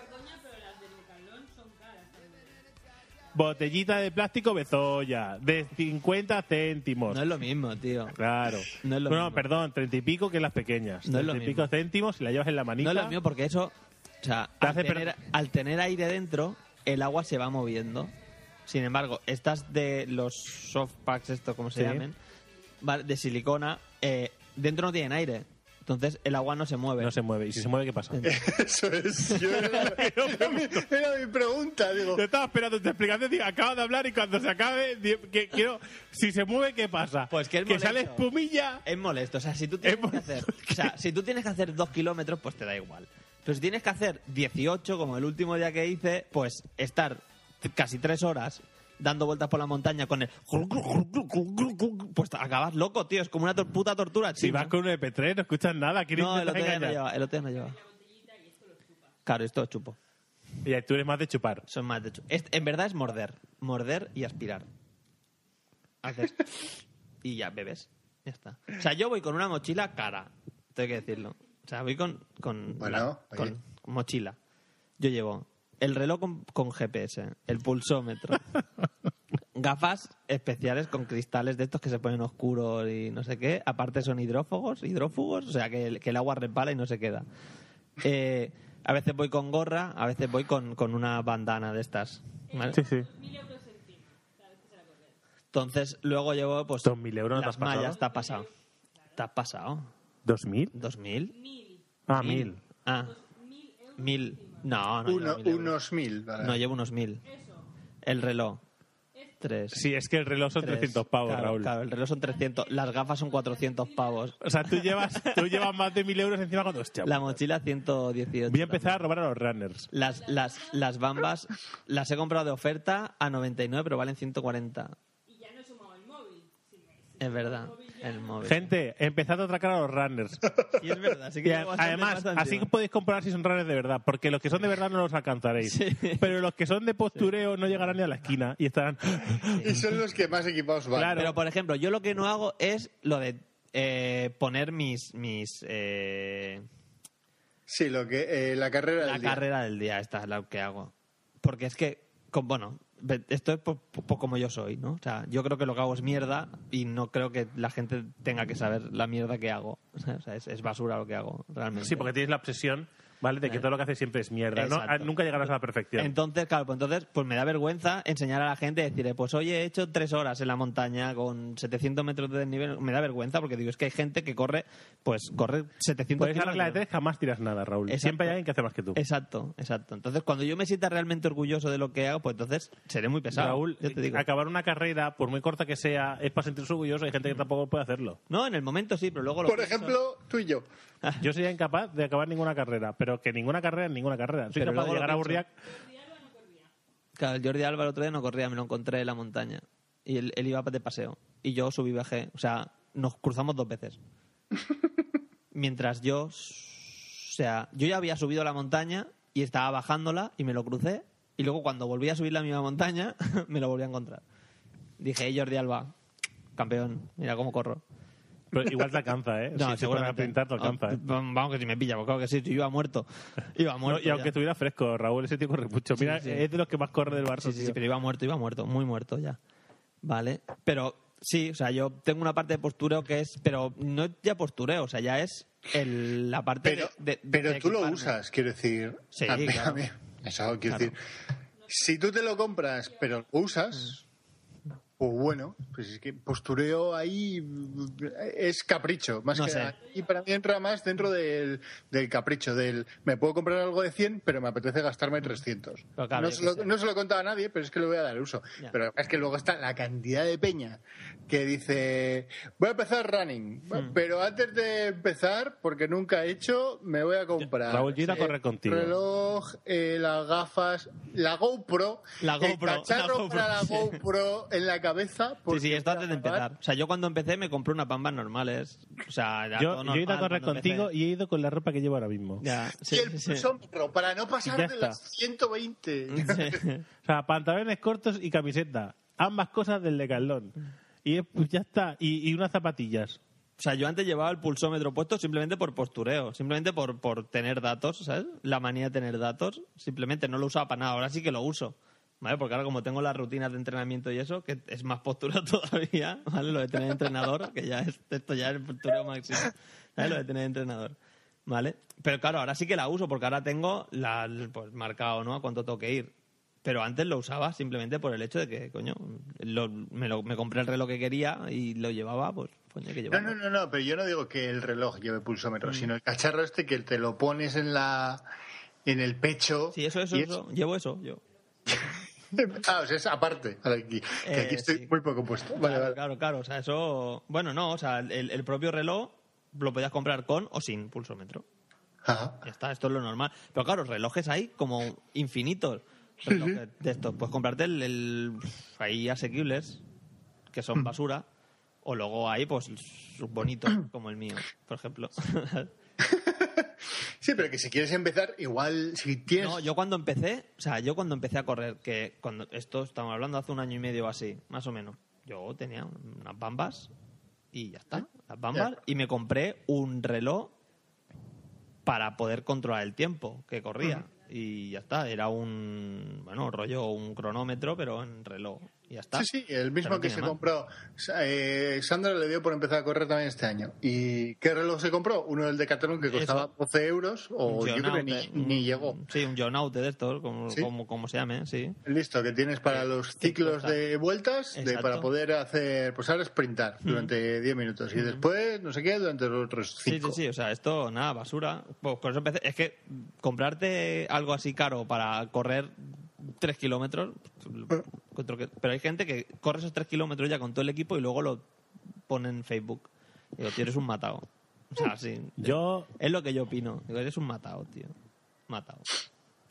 B: Botellita de plástico Bezoya, de 50 céntimos.
D: No es lo mismo, tío.
B: Claro.
D: <laughs> No es lo
B: no,
D: mismo.
B: perdón, 30 y pico que las pequeñas.
D: No es lo
B: 30 y pico céntimos y la llevas en la manita.
D: No es lo mío porque eso, o sea,
B: Te
D: al
B: hace per-
D: tener, al tener aire dentro, el agua se va moviendo. Sin embargo, estas de los soft packs, estos como se
B: Sí.
D: llamen, ¿vale? de silicona, eh, dentro no tienen aire. Entonces el agua no se mueve. No se
B: mueve. ¿Y si se mueve qué pasa?
D: <laughs>
C: <laughs> Eso es. Yo era, era mi, era mi pregunta, digo.
B: Yo estaba esperando tu explicación, tío. Acabo de hablar y cuando se acabe, di- que, quiero. Si se mueve, ¿qué pasa? Pues
D: que es molesto. Eh,
B: sale espumilla.
D: Es molesto. O sea, si tú tienes que hacer, o sea, si tú tienes que hacer dos kilómetros, pues te da igual. Pero si tienes que hacer 18, como el último día que hice, pues estar t- casi tres horas dando vueltas por la montaña con el... Pues te acabas loco, tío. Es como una tor- puta tortura,
B: Si
D: chico.
B: vas con un EP3, no escuchas nada. ¿Quién
D: No, el
B: intenta
D: otro día no
B: engañar?
D: lleva. El otro día no lleva. Claro, esto chupo.
B: Y tú eres más de chupar.
D: Son más de chu- Es- en verdad es morder. Morder y aspirar. Haces... y ya bebes. Ya está. O sea, yo voy con una mochila cara. Tengo que decirlo. O sea, voy con, con,
C: Bueno,
D: la-
C: oye.
D: con mochila. Yo llevo el reloj con, con GPS, el pulsómetro, gafas especiales con cristales de estos que se ponen oscuros y no sé qué. Aparte son hidrófugos, hidrófugos, o sea, que el, que el agua repala y no se queda. Eh, a veces voy con gorra, a veces voy con, con una bandana de estas. ¿vale? Entonces, luego llevo pues...
B: 2.000 euros, ¿no te
D: las
B: has pasado?
D: mallas, te has pasado. Te has pasado.
B: ¿Dos mil?
D: ¿Dos mil?
B: Ah, mil.
D: Ah. Mil. No, no.
C: Uno-
D: llevo mil euros.
C: unos mil, vale.
D: No, llevo unos mil. El reloj. Tres.
B: Sí, es que el reloj son
D: Tres.
B: 300 pavos,
D: Claro,
B: Raúl.
D: Claro, el reloj son 300. Las gafas son 400 pavos.
B: O sea, tú llevas, tú llevas más de mil euros encima cuando. Hostia,
D: La mochila 118.
B: pues, voy a empezar a robar a los runners.
D: Las, las, las bambas las he comprado de oferta a 99, pero valen 140. Y ya no he sumado el móvil. Es verdad, el móvil.
B: Gente, empezad a atracar a los runners.
D: Y es verdad,
B: <laughs>
D: así
B: Y
D: <laughs> que
B: a-
D: tengo bastante
B: además,
D: más
B: así pues,
D: encima.
B: podéis comprobar si son runners de verdad, porque los que son de verdad no los alcanzaréis. Pero los que son de postureo no llegarán ni a la esquina y estarán.
C: Y son los que más equipados van.
D: Pero, por ejemplo, yo lo que no hago es lo de eh, poner mis... mis eh,
C: Sí, lo que, eh, la carrera
D: la
C: del día.
D: carrera del día, esta es la que hago. Porque es que, con- bueno, ve- esto es por, por como yo soy, ¿no? O sea, yo creo que lo que hago es mierda y no creo que la gente tenga que saber la mierda que hago. <laughs> O sea, es, es basura lo que hago,
B: <laughs>
D: realmente.
B: Sí, porque tienes la obsesión, ¿vale? De que todo lo que haces siempre es mierda. ¿no?
D: Exacto.
B: Ah, Nunca llegarás a la perfección.
D: Entonces, claro, pues entonces pues me da vergüenza enseñar a la gente y decirle, pues oye, he hecho tres horas en la montaña con 700 metros de desnivel. Me da vergüenza porque digo, es que hay gente que corre, pues corre 700
B: Por Pues esa regla de
D: kilómetros.
B: tres jamás tiras nada, Raúl.
D: Exacto.
B: Siempre hay alguien que hace más que tú.
D: Exacto, exacto. Entonces, cuando yo me sienta realmente orgulloso de lo que hago, pues entonces seré muy pesado.
B: Raúl,
D: yo te digo.
B: acabar una carrera, por muy corta que sea, es para sentirse orgulloso. Hay gente que tampoco puede
D: <laughs>
B: hacerlo.
D: No, en el momento sí, pero luego lo
C: Por
D: pienso.
C: ejemplo, tú y yo.
B: Yo sería incapaz de acabar ninguna carrera, pero que ninguna carrera es ninguna carrera. Soy capaz
D: Pero
B: de
D: luego lo
B: llegar a
D: pienso.
B: Burriac.
D: Claro, el Jordi Alba el otro día no corría, me lo encontré en la montaña. Y él, él iba de paseo. Y yo subí y bajé. O sea, nos cruzamos
C: <laughs>
D: dos veces. Mientras yo. O sea, yo ya había subido la montaña y estaba bajándola y me lo crucé. Y luego cuando volví a subir la misma montaña, <laughs> me lo volví a encontrar. Dije, "Hey, Jordi Alba, campeón, mira cómo corro.
B: Pero igual te alcanza, ¿eh? si te pones a pintar, te alcanza. ¿eh?
D: Ah, Vamos, que si me pilla, pues claro que sí, yo iba muerto. Iba muerto.
B: <laughs> No, y aunque
D: ya.
B: estuviera fresco, Raúl, ese tío corre mucho. Mira,
D: Sí, sí.
B: es de los que más corre del Barça.
D: Sí, sí, sí,
B: tío.
D: pero iba muerto, iba muerto, muy muerto ya. Vale. Pero sí, o sea, yo tengo una parte de postureo que es. Pero no es ya postureo, o sea, ya es el- la parte
C: Pero,
D: de. de-
C: pero
D: de
C: tú lo
D: equiparme.
C: usas, quiero decir.
D: Sí,
C: a mí-
D: claro.
C: a mí- eso quiero decir.
D: Claro.
C: Si tú te lo compras, pero lo usas,
D: Mm.
C: pues bueno, pues es que postureo ahí eh, es capricho. Más
D: No
C: que
D: sé.
C: nada. Y para mí entra más dentro del, del capricho, del me puedo comprar algo de 100, pero me apetece gastarme 300.
D: Pero claro,
C: no,
D: yo
C: se
D: qué
C: lo,
D: sé.
C: no se lo he contado a nadie, pero es que lo voy a dar uso.
D: Ya.
C: Pero es que luego está la cantidad de peña que dice, voy a empezar running,
D: Hmm.
C: pero antes de empezar, porque nunca he hecho, me voy a comprar.
B: Raúl, yo iré a
C: eh,
B: correr contigo.
C: reloj, eh, las gafas, la GoPro,
D: La
C: el
D: GoPro, la
C: cacharro
D: GoPro,
C: para la
D: sí.
C: GoPro en la cabeza.
D: Sí,
C: porque
D: sí, esto antes de
C: grabar.
D: empezar. O sea, yo cuando empecé me compré unas bambas normales. O sea, ya
B: Yo,
D: todo
B: yo he ido a
D: normal
B: correr
D: cuando empecé.
B: contigo y he ido con la ropa que llevo ahora mismo.
D: Ya, sí,
C: Y el
D: sí.
C: pulsómetro, para no
B: Y ya
C: pasar de
B: está.
C: las
D: <laughs>
C: 120.
B: O sea, pantalones cortos y camiseta. Ambas cosas del decalón. Y es- pues ya está. Y, y unas zapatillas.
D: O sea, yo antes llevaba el pulsómetro puesto simplemente por postureo, simplemente por, por tener datos, ¿sabes? La manía de tener datos, simplemente no lo usaba para nada, ahora sí que lo uso. ¿Vale? Porque ahora como tengo las rutinas de entrenamiento y eso, que es más postura <laughs> todavía, ¿vale? Lo de tener entrenador, que ya es, esto ya es el postureo máximo, ¿vale? Lo de tener entrenador, ¿vale? Pero claro, ahora sí que la uso porque ahora tengo la, pues, marcado, ¿no? A cuánto tengo que ir. Pero antes lo usaba simplemente por el hecho de que, coño, lo- me, lo- me compré el reloj que quería y lo llevaba, pues, coño, hay que
C: No,
D: llevaba.
C: no, no, no, pero yo no digo que el reloj lleve
D: Mm.
C: pulsómetro, sino el cacharro este que te lo pones en la en el pecho. Sí,
D: eso, eso, eso. Llevo eso, yo.
C: ah, o sea, es <laughs> aparte. Vale, aquí, que aquí
D: Eh,
C: estoy muy poco puesto. Vale,
D: claro,
C: vale.
D: claro, claro. O sea, eso. Bueno, no, o sea, el, el propio reloj lo podías comprar con o sin pulsómetro. Ya está, esto es lo normal. Pero claro, relojes hay como infinitos. Relojes de estos. Pues comprarte el, el- Hay asequibles, que son
C: Hmm.
D: basura. O luego hay, pues, bonitos, como el mío, por ejemplo. <laughs>
C: Sí, pero que si quieres empezar, igual, si tienes.
D: No, yo cuando empecé, o sea, yo cuando empecé a correr, que cuando esto estamos hablando hace un año y medio o así, más o menos, yo tenía unas bambas y ya está, las bambas,
B: Ya.
D: y me compré un reloj para poder controlar el tiempo que corría. Y ya está, era un, bueno, rollo, un cronómetro, pero en reloj. Y ya está.
C: Sí, sí, el mismo
D: Pero no
C: que
D: tiene
C: se
D: más.
C: compró. Eh, Sandra le dio por empezar a correr también este año. ¿Y qué reloj se compró? Uno del Decathlon que costaba
D: Eso. Mm.
C: 12 euros o
D: Un
C: yo creo que ni,
D: Jonaute,
C: ni
D: un-
C: llegó.
D: Sí, un Jonaute de estos, como,
C: Sí.
D: como, como se llame, sí.
C: Listo, que tienes para los ciclos de vueltas de-
D: Exacto.
C: para poder hacer, pues ahora sprintar durante 10 minutos y después, no sé qué, durante los otros
D: Sí,
C: 5.
D: sí, sí, o sea, esto, nada, basura. Pues con eso empecé. Es que comprarte algo así caro para correr tres kilómetros, encuentro que- pero hay gente que corre esos tres kilómetros ya con todo el equipo y luego lo pone en Facebook. Digo, tío, eres un matado. O sea, sí.
B: Yo...
D: Es lo que yo opino. Digo, eres un matado, tío. Matado.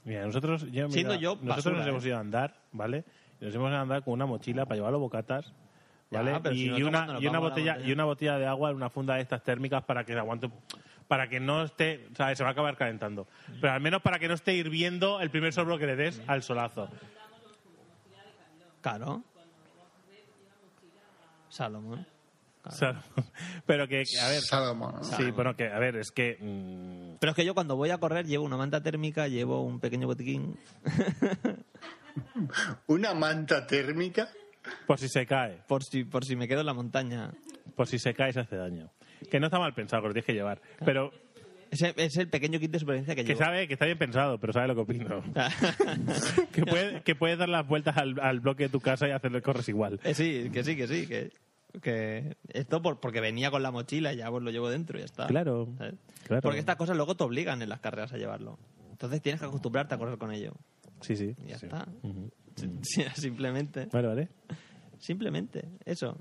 B: Mira, nosotros, yo, mira,
D: Siendo yo
B: nosotros
D: basura,
B: nos
D: ¿eh?
B: hemos ido a andar, ¿vale? Y Nos hemos ido a andar con una mochila para llevar los bocatas, ¿vale?
D: Ya, pero
B: y,
D: si
B: y
D: nosotros cuando
B: una,
D: nos
B: y una
D: vamos a la
B: botella
D: montaña.
B: y una botella de agua en una funda de estas térmicas para que aguante para que no esté, o sea, se va a acabar calentando, pero al menos para que no esté hirviendo el primer soplo que le des al solazo.
D: Claro. Salomón.
B: Salomón. <laughs> Pero que, que, a ver, Sí,
D: Salomón.
B: bueno, que a ver, es que mm,
D: Pero es que yo cuando voy a correr llevo una manta térmica, llevo un pequeño botiquín.
C: ¿Una manta térmica?
B: Por si se cae.
D: Por si, por si me quedo en la montaña.
B: por si se cae se hace daño. Que no está mal pensado, que lo tienes que llevar, pero
D: Es el, es el pequeño kit de supervivencia que,
B: que
D: llevo.
B: sabe que está bien pensado, pero sabe lo que
D: <laughs>
B: opino. que puede que puede dar las vueltas al, al bloque de tu casa y hacerle corres igual.
D: Eh, sí, que sí, que sí, que, que esto por, porque venía con la mochila y ya pues lo llevo dentro y ya está.
B: Claro,
D: ¿sabes?
B: claro.
D: Porque estas cosas luego te obligan en las carreras a llevarlo. Entonces tienes que acostumbrarte a correr con ello.
B: Sí, sí.
D: Y ya
B: sí.
D: está.
B: Ujú.
D: Sí, <laughs> Simplemente.
B: Vale, vale.
D: Simplemente, eso.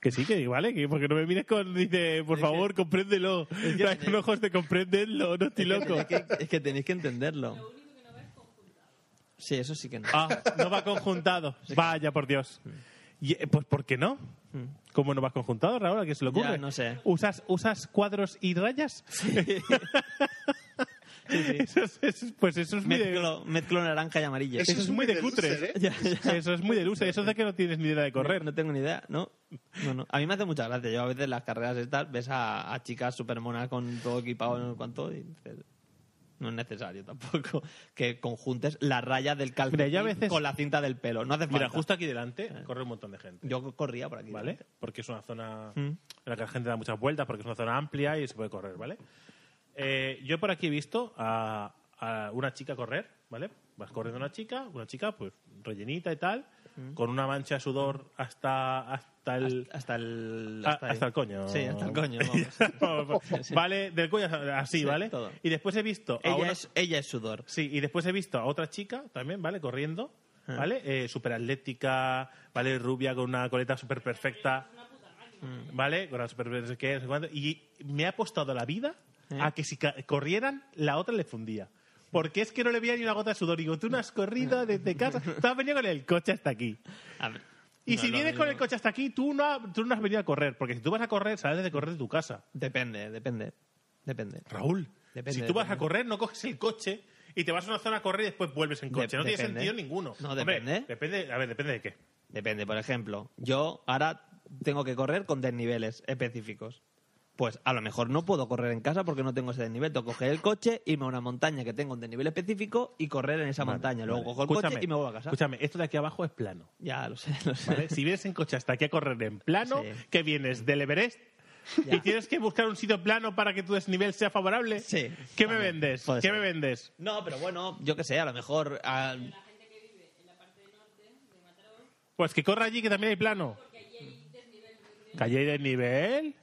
B: Que sí, que vale, que porque no me mires con dice, por favor, compréndelo. Trae con ojos de compréndelo, no estoy
D: Es que
B: loco.
D: tenéis que- es que tenéis que entenderlo. Sí, eso sí que no.
B: Ah, no va conjuntado. Vaya, por Dios. Y, eh, pues, ¿por qué no? ¿Cómo no vas conjuntado, Raúl? ¿A qué se le
D: Mm. Ya,
B: ocurre?
D: no sé.
B: ¿Usas, ¿Usas cuadros y rayas? <laughs> Eso es- eso es- pues eso es muy de-
D: Mezclo, mezclo naranja y amarillo.
B: Eso es muy de ¿eh? cutres.
D: Ya, ya.
B: Eso es muy de luce. Eso es de que no tienes ni idea de correr.
D: No, no tengo ni idea, ¿no? No, no. A mí me hace mucha gracia. Yo a veces en las carreras estas ves a, a chicas super monas con todo equipado no sé cuánto y dices, no es necesario tampoco <laughs> que conjuntes la raya del calcetín
B: Mira, yo a veces-
D: con la cinta del pelo. No hace falta.
B: Mira, justo aquí delante corre un montón de gente.
D: Yo corría por aquí.
B: ¿Vale? Porque es una zona
D: Mm.
B: en la que la gente da muchas vueltas, porque es una zona amplia y se puede correr, ¿vale? Eh, yo por aquí he visto a, a una chica correr, ¿vale? Vas corriendo una chica, una chica pues rellenita y tal,
D: Mm.
B: con una mancha de sudor hasta, hasta el...
D: Hasta el...
B: Ah,
D: hasta ahí.
B: hasta el coño.
D: Sí, hasta
B: <laughs>
D: el coño,
B: vamos. <laughs>
D: <laughs>
B: vale, del coño así,
D: Sí,
B: ¿vale?
D: todo.
B: Y después he visto a
D: <laughs> Ella
B: una-
D: es- ella es sudor.
B: Sí, y después he visto a otra chica también, ¿vale? Corriendo,
D: Ah.
B: ¿vale? Eh, súper atlética, ¿vale? Rubia con una coleta súper perfecta, ¿vale? Con una super... no sé qué, no sé cuánto. Y me ha apostado la vida
D: Eh.
B: a que si ca- corrieran, la otra le fundía. Porque es que no le veía ni una gota de sudor. Digo, tú no has corrido desde
D: <laughs>
B: casa. Tú has venido con el coche hasta aquí. Y
D: no
B: si
D: es lo
B: vienes con
D: mismo.
B: el coche hasta aquí, tú no, ha- tú no has venido a correr. Porque si tú vas a correr, sales de correr de tu casa.
D: Depende, depende. Depende.
B: Raúl,
D: Depende,
B: si tú vas
D: depende.
B: a correr, no coges el coche y te vas a una zona a correr y después vuelves en coche.
D: De-
B: no tiene
D: depende.
B: sentido ninguno.
D: No,
B: Hombre,
D: depende.
B: depende. A ver, depende de qué.
D: Depende, por ejemplo, yo ahora tengo que correr con desniveles específicos. pues a lo mejor no puedo correr en casa porque no tengo ese desnivel. Tengo que coger el coche, irme a una montaña que tenga un desnivel específico y correr en esa montaña. Luego
B: Vale.
D: cojo el
B: Escúchame,
D: coche y me vuelvo a casa.
B: Escúchame, esto de aquí abajo es plano.
D: Ya, lo sé, lo sé. <laughs>
B: ¿vale? Si vienes en coche hasta aquí a correr en plano,
D: Sí.
B: que vienes del Everest y tienes que buscar un sitio plano para que tu desnivel sea favorable, ¿qué me vendes? ¿Qué me vendes?
D: No, pero bueno, yo qué sé, a lo mejor... ah,
B: Pues que corra allí que también hay plano. ¿Que allí hay desnivel?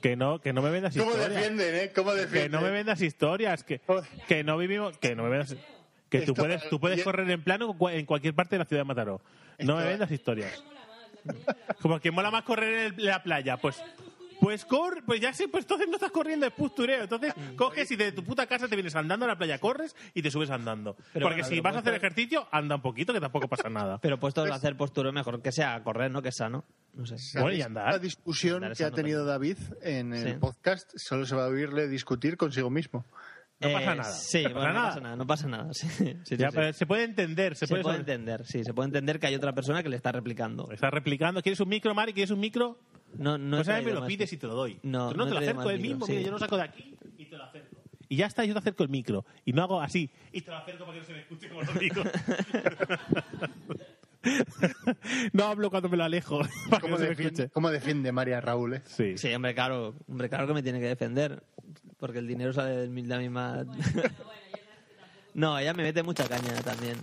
B: Que no, que no me vendas
C: ¿Cómo
B: historias.
C: defienden, eh? ¿Cómo
B: Que
C: defienden?
B: no me vendas historias, que,
D: Oh.
B: que no vivimos, que no me vendas, que tú
C: Esto-
B: puedes, tú puedes
C: yo-
B: correr en plano cua- en cualquier parte de la ciudad de Mataró. No me vendas historias. Como que mola más correr en el- la playa, pues. Pues corre, pues ya sé, pues entonces no estás corriendo, es postureo. Entonces
D: Mm.
B: coges y de tu puta casa te vienes andando a la playa, corres y te subes andando.
D: Pero
B: Porque
D: bueno,
B: si
D: pero
B: vas a
D: puedes
B: hacer ejercicio, anda un poquito, que tampoco pasa
D: <laughs>
B: nada.
D: pero puesto a hacer postura mejor que sea correr, ¿no? Que es sano. No sé.
B: Bueno, y andar.
C: La discusión
D: Andar
C: que ha
D: sano
C: tenido David en el
D: Sí.
C: podcast solo se va a oírle discutir consigo
B: <laughs>
C: mismo.
B: No
D: Eh,
B: pasa nada.
D: Sí,
B: no pasa
D: bueno,
B: nada.
D: no pasa nada, no pasa nada. sí, sí, sí,
B: Ya,
D: sí.
B: pero se puede entender, se,
D: Se puede
B: puede
D: entender, sí, se puede entender que hay otra persona que le está replicando.
B: Está replicando. ¿Quieres un micro, Mari? ¿Quieres un micro?
D: No, no he
B: pues a mí me
D: traído
B: lo
D: más.
B: pides y te lo doy.
D: No,
B: Tú no, te
D: no
B: lo
D: he traído
B: acerco
D: más
B: él mismo.
D: micros,
B: Mira,
D: sí.
B: yo lo saco de aquí y te lo acerco. Y ya está, yo te acerco el micro. Y no hago así. Y te lo acerco para que no se me escuche como lo digo. <laughs> no hablo cuando me lo alejo. <laughs> Para que
C: ¿Cómo,
B: no se me
C: defiende,
B: escuche.
C: cómo defiende María Raúl? eh?
B: Sí.
D: Sí, hombre, claro, hombre, claro que me tiene que defender, porque el dinero sale de la misma... <laughs> no, ella me mete mucha caña también.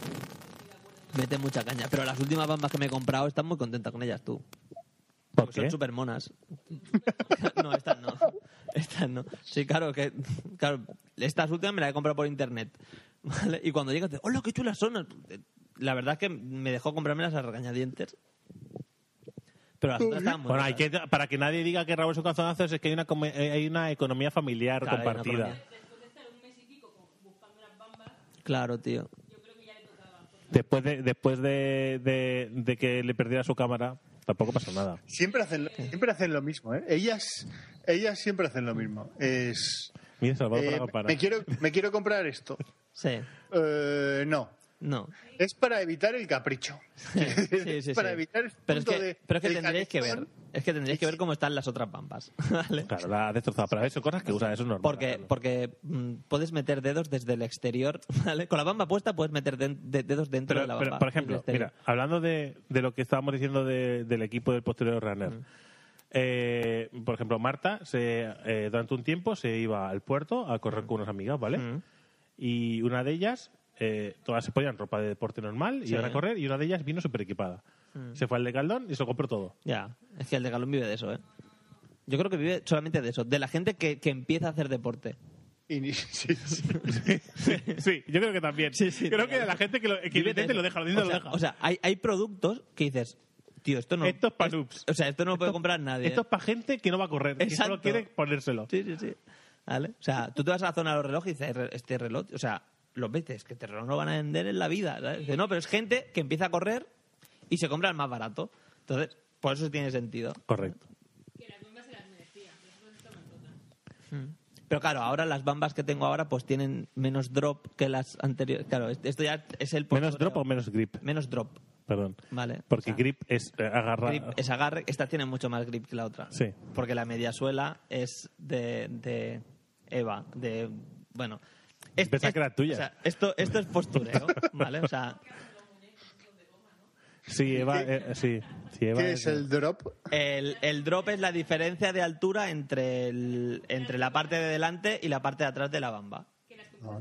D: Mete mucha caña, pero las últimas bambas que me he comprado están muy contenta con ellas tú. Porque
B: qué?
D: Son súper monas. <laughs> no, estas no. Estas no. Sí, claro, que claro, estas últimas me las he comprado por internet. ¿vale? Y cuando llegas, te, ¡hola, qué chulas son! La verdad es que me dejó comprármelas a regañadientes. Pero las otras estaban muy
B: Bueno,
D: monas.
B: hay que, para que nadie diga que Raúl es un cazonazo, es que hay una, come- eh, hay una economía familiar
D: Claro, hay una
B: compartida.
D: economía. Claro, tío.
B: Después, de, después de, de- de que le perdiera su cámara, tampoco pasó nada.
C: Siempre hacen, siempre hacen lo mismo, ¿eh? Ellas, ellas siempre hacen lo mismo. Es,
B: Mira, Salvador
C: eh,
B: para la
C: me, quiero, me quiero comprar
B: <laughs>
C: esto.
D: Sí.
C: Eh, no.
D: No.
C: Es para evitar el capricho. <laughs>
D: Sí, sí,
C: para
D: sí.
C: evitar el
D: pero es
C: punto
D: que,
C: de-
D: pero es que
C: del
D: tendréis que ver.
C: calentón.
D: Es que tendréis que ver cómo están las otras pampas. <laughs> ¿vale?
B: Claro, la ha destrozado. Pero eso, cosas que usan, eso es normal.
D: Porque, porque mm, puedes meter dedos desde el exterior, <laughs> ¿vale? Con la bamba puesta puedes meter den- de- dedos dentro de la bamba.
B: Pero, por
D: del
B: ejemplo,
D: exterior.
B: mira, hablando de, de lo que estábamos diciendo de- del equipo del posterior runner, eh, por ejemplo, Marta se, eh, durante un tiempo se iba al puerto a correr con unas amigas, ¿vale? Y una de ellas, eh, todas se ponían ropa de deporte normal,
D: Sí.
B: iban a correr, y una de ellas vino súper equipada.
D: Mm.
B: Se fue al de Caldón y se lo compró todo.
D: Ya, es que el de Galón vive de eso, ¿eh? Yo creo que vive solamente de eso, de la gente que, que empieza a hacer deporte.
C: Y ni- <laughs> sí, sí.
B: <laughs> Sí, yo creo que también. creo que la gente que, lo, que lo
D: Vive de
B: intenta
D: eso.
B: lo deja, lo
D: o
B: intenta
D: sea,
B: lo deja.
D: o sea, hay, hay productos que dices, tío, esto no...
B: esto es para noobs.
D: o sea, esto no lo puede comprar nadie. ¿eh?
B: Esto es para gente que no va a correr, que solo
D: Exacto.
B: quiere ponérselo.
D: Sí, sí, sí. ¿Vale? O sea, tú te vas a la zona de los relojes y dices, "Re- este reloj, o sea, los ves, es que este reloj no lo van a vender en la vida. ¿sabes? Dice, no, pero es gente que empieza a correr y se compra el más barato. Entonces, por eso tiene sentido.
B: Correcto.
D: Pero claro, ahora las bambas que tengo ahora pues tienen menos drop que las anteriores. Claro, es- esto ya es el...
B: ¿Menos drop o menos grip?
D: Menos drop,
B: Perdón.
D: ¿vale?
B: Porque
D: O sea,
B: grip es eh, agarrar.
D: grip es agarre. Esta tiene mucho más grip que la otra.
B: Sí.
D: Porque la mediasuela es de, de Eva, de... Bueno. Es,
B: Pensaba que era tuya.
D: o sea, esto, esto
B: <laughs>
D: es postureo, ¿vale? O sea,
B: Sí, <laughs> Eva, eh, sí. sí, Eva
C: ¿Qué es el drop?
D: el, el drop es la diferencia de altura entre, el- entre la parte de delante y la parte de atrás de la bamba.
B: Ah.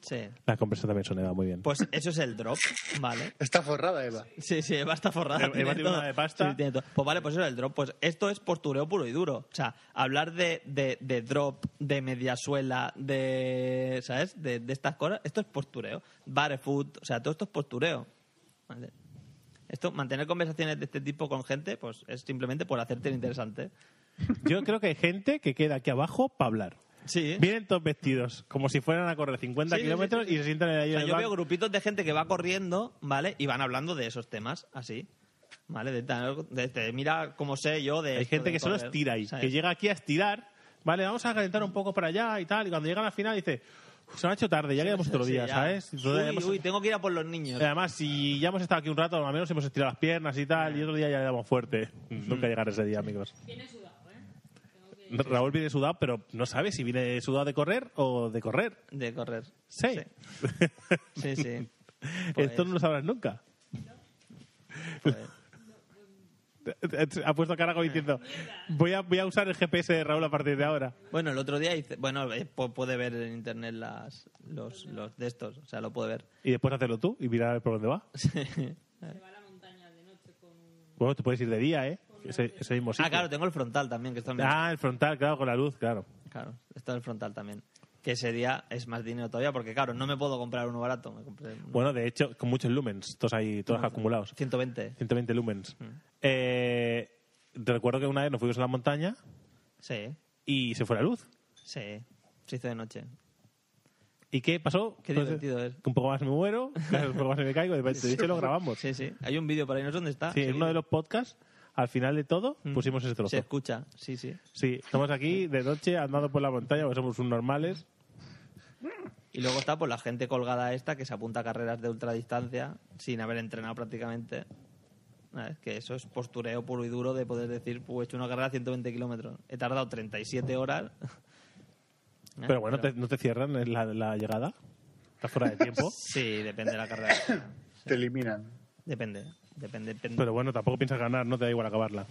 D: Sí.
B: Las compresas también son Eva, muy bien.
D: Pues eso es el drop, ¿vale?
C: Está forrada, Eva.
D: Sí, sí, Eva está forrada.
B: Eva tiene una
D: todo.
B: de pasta.
D: Sí, tiene todo. Pues vale, pues eso es el drop. Pues esto es postureo puro y duro. O sea, hablar de, de, de drop, de mediasuela, de. ¿Sabes? De, de estas cosas. Esto es postureo. Barefoot, o sea, todo esto es postureo. Vale. Esto, mantener conversaciones de este tipo con gente, pues es simplemente por hacerte el interesante.
B: Yo creo que hay gente que queda aquí abajo para hablar.
D: Sí.
B: Vienen todos vestidos, como si fueran a correr 50
D: Sí, sí,
B: kilómetros
D: sí, sí,
B: y
D: sí.
B: se sientan en el
D: O sea,
B: del
D: yo
B: bar.
D: veo grupitos de gente que va corriendo, ¿vale? Y van hablando de esos temas, así. ¿Vale? De, tal- de- de- mira cómo sé yo de.
B: Hay
D: esto,
B: gente
D: de
B: que solo
D: correr,
B: estira ahí,
D: ¿sabes?
B: que llega aquí a estirar. Vale, vamos a calentar un poco para allá y tal. Y cuando llega a la final dice, Se nos ha hecho tarde, ya quedamos otro
D: Sí,
B: día,
D: ya.
B: ¿sabes? Entonces, eh,
D: Uy,
B: hemos-
D: uy, tengo que ir a por los niños.
B: Además, si ya hemos estado aquí un rato, al menos hemos estirado las piernas y tal, y otro día ya le damos fuerte. Nunca llegará ese día, amigos.
E: Viene sudado, ¿eh?
B: Raúl viene sudado, pero no sabe si viene sudado de correr o de correr.
D: De correr.
B: Sí. <laughs>
D: Sí, Pues sí.
B: Esto no lo sabrás nunca.
D: Pues,
B: ha puesto cara
D: eh.
B: como diciendo, voy a, voy a usar el GPS de Raúl a partir de ahora.
D: Bueno, el otro día hice- bueno, eh, pu- puede ver en internet las, los, los de estos, o sea, lo puede ver.
B: Y después hacerlo tú y mirar a ver por dónde va. Bueno, te puedes ir de día, ¿eh? Ese, ese mismo sitio.
D: Ah, claro, tengo el frontal también, que está
B: Ah, el frontal, claro, con la luz, claro.
D: Claro, está el frontal también. Que ese día es más dinero todavía, porque claro, no me puedo comprar uno barato. Me compré uno-
B: Bueno, de hecho, con muchos lumens, todos ahí, todos
D: Como
B: acumulados.
D: 120.
B: 120 lumens.
D: Mm.
B: Eh, te recuerdo que una vez nos fuimos a la montaña
D: Sí,
B: y se fue la luz.
D: sí. Se hizo de noche.
B: ¿Y qué pasó?
D: Qué divertido
B: Pues, que Un poco más me
D: <laughs>
B: muero, un poco más me caigo. De de hecho, lo grabamos.
D: Sí, sí. Hay un vídeo por ahí, no sé dónde está.
B: Sí, en
D: Ese
B: uno de
D: vídeo.
B: los podcasts, al final de todo,
D: Mm.
B: pusimos ese trozo.
D: Se escucha, sí, sí.
B: Sí, estamos aquí de noche andando por la montaña, porque somos unos normales.
D: Y luego está por la gente colgada esta que se apunta a carreras de ultradistancia sin haber entrenado prácticamente. ¿Sabes? Que eso es postureo puro y duro de poder decir, pues he hecho una carrera de 120 kilómetros. He tardado 37 horas. <laughs> ¿Eh?
B: Pero bueno, te- ¿no te cierran en la, la llegada? ¿Estás fuera de tiempo?
D: <laughs> Sí, depende de la carrera.
C: Te eliminan.
D: Depende, depende, depende.
B: Pero bueno, tampoco piensas ganar, no te da igual acabarla.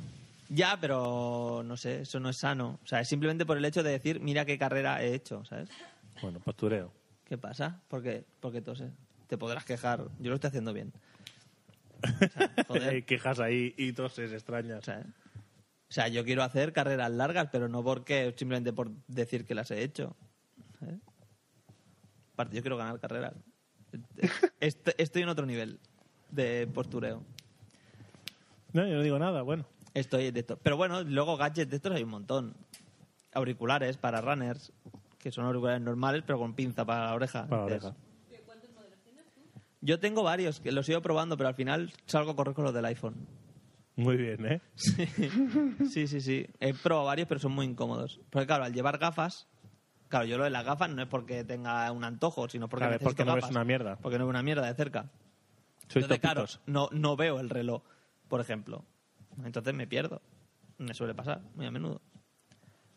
D: Ya, pero no sé, eso no es sano. O sea, es simplemente por el hecho de decir, mira qué carrera he hecho, ¿sabes?
B: Bueno, postureo.
D: ¿Qué pasa? ¿Por qué, ¿Por qué toses? Te podrás quejar. Yo lo estoy haciendo bien.
B: <laughs> Hay quejas ahí y toses extrañas.
D: O sea, yo quiero hacer carreras largas, pero no porque simplemente por decir que las he hecho. ¿sabes? Aparte, yo quiero
B: <laughs>
D: ganar carreras. Est- Estoy en otro nivel de postureo.
B: No, yo no digo nada, bueno.
D: Estoy de esto. Pero bueno, luego gadgets de estos hay un montón. Auriculares para runners, que son auriculares normales, pero con pinza para la oreja.
B: Para la
D: Dices,
B: oreja.
D: Yo tengo varios, que los he ido probando, pero al final salgo a correr con los del iPhone.
B: Muy bien, ¿eh?
D: Sí, sí, sí. He probado varios, pero son muy incómodos. Porque claro, al llevar gafas... Claro, yo lo de las gafas no es porque tenga un antojo, sino porque
B: Claro, es
D: necesito
B: porque no ves
D: gafas.
B: una mierda.
D: Porque no veo una mierda de cerca.
B: Sois
D: Entonces, claro,
B: topitos.
D: no, no veo el reloj, por ejemplo. Entonces me pierdo. Me suele pasar muy a menudo.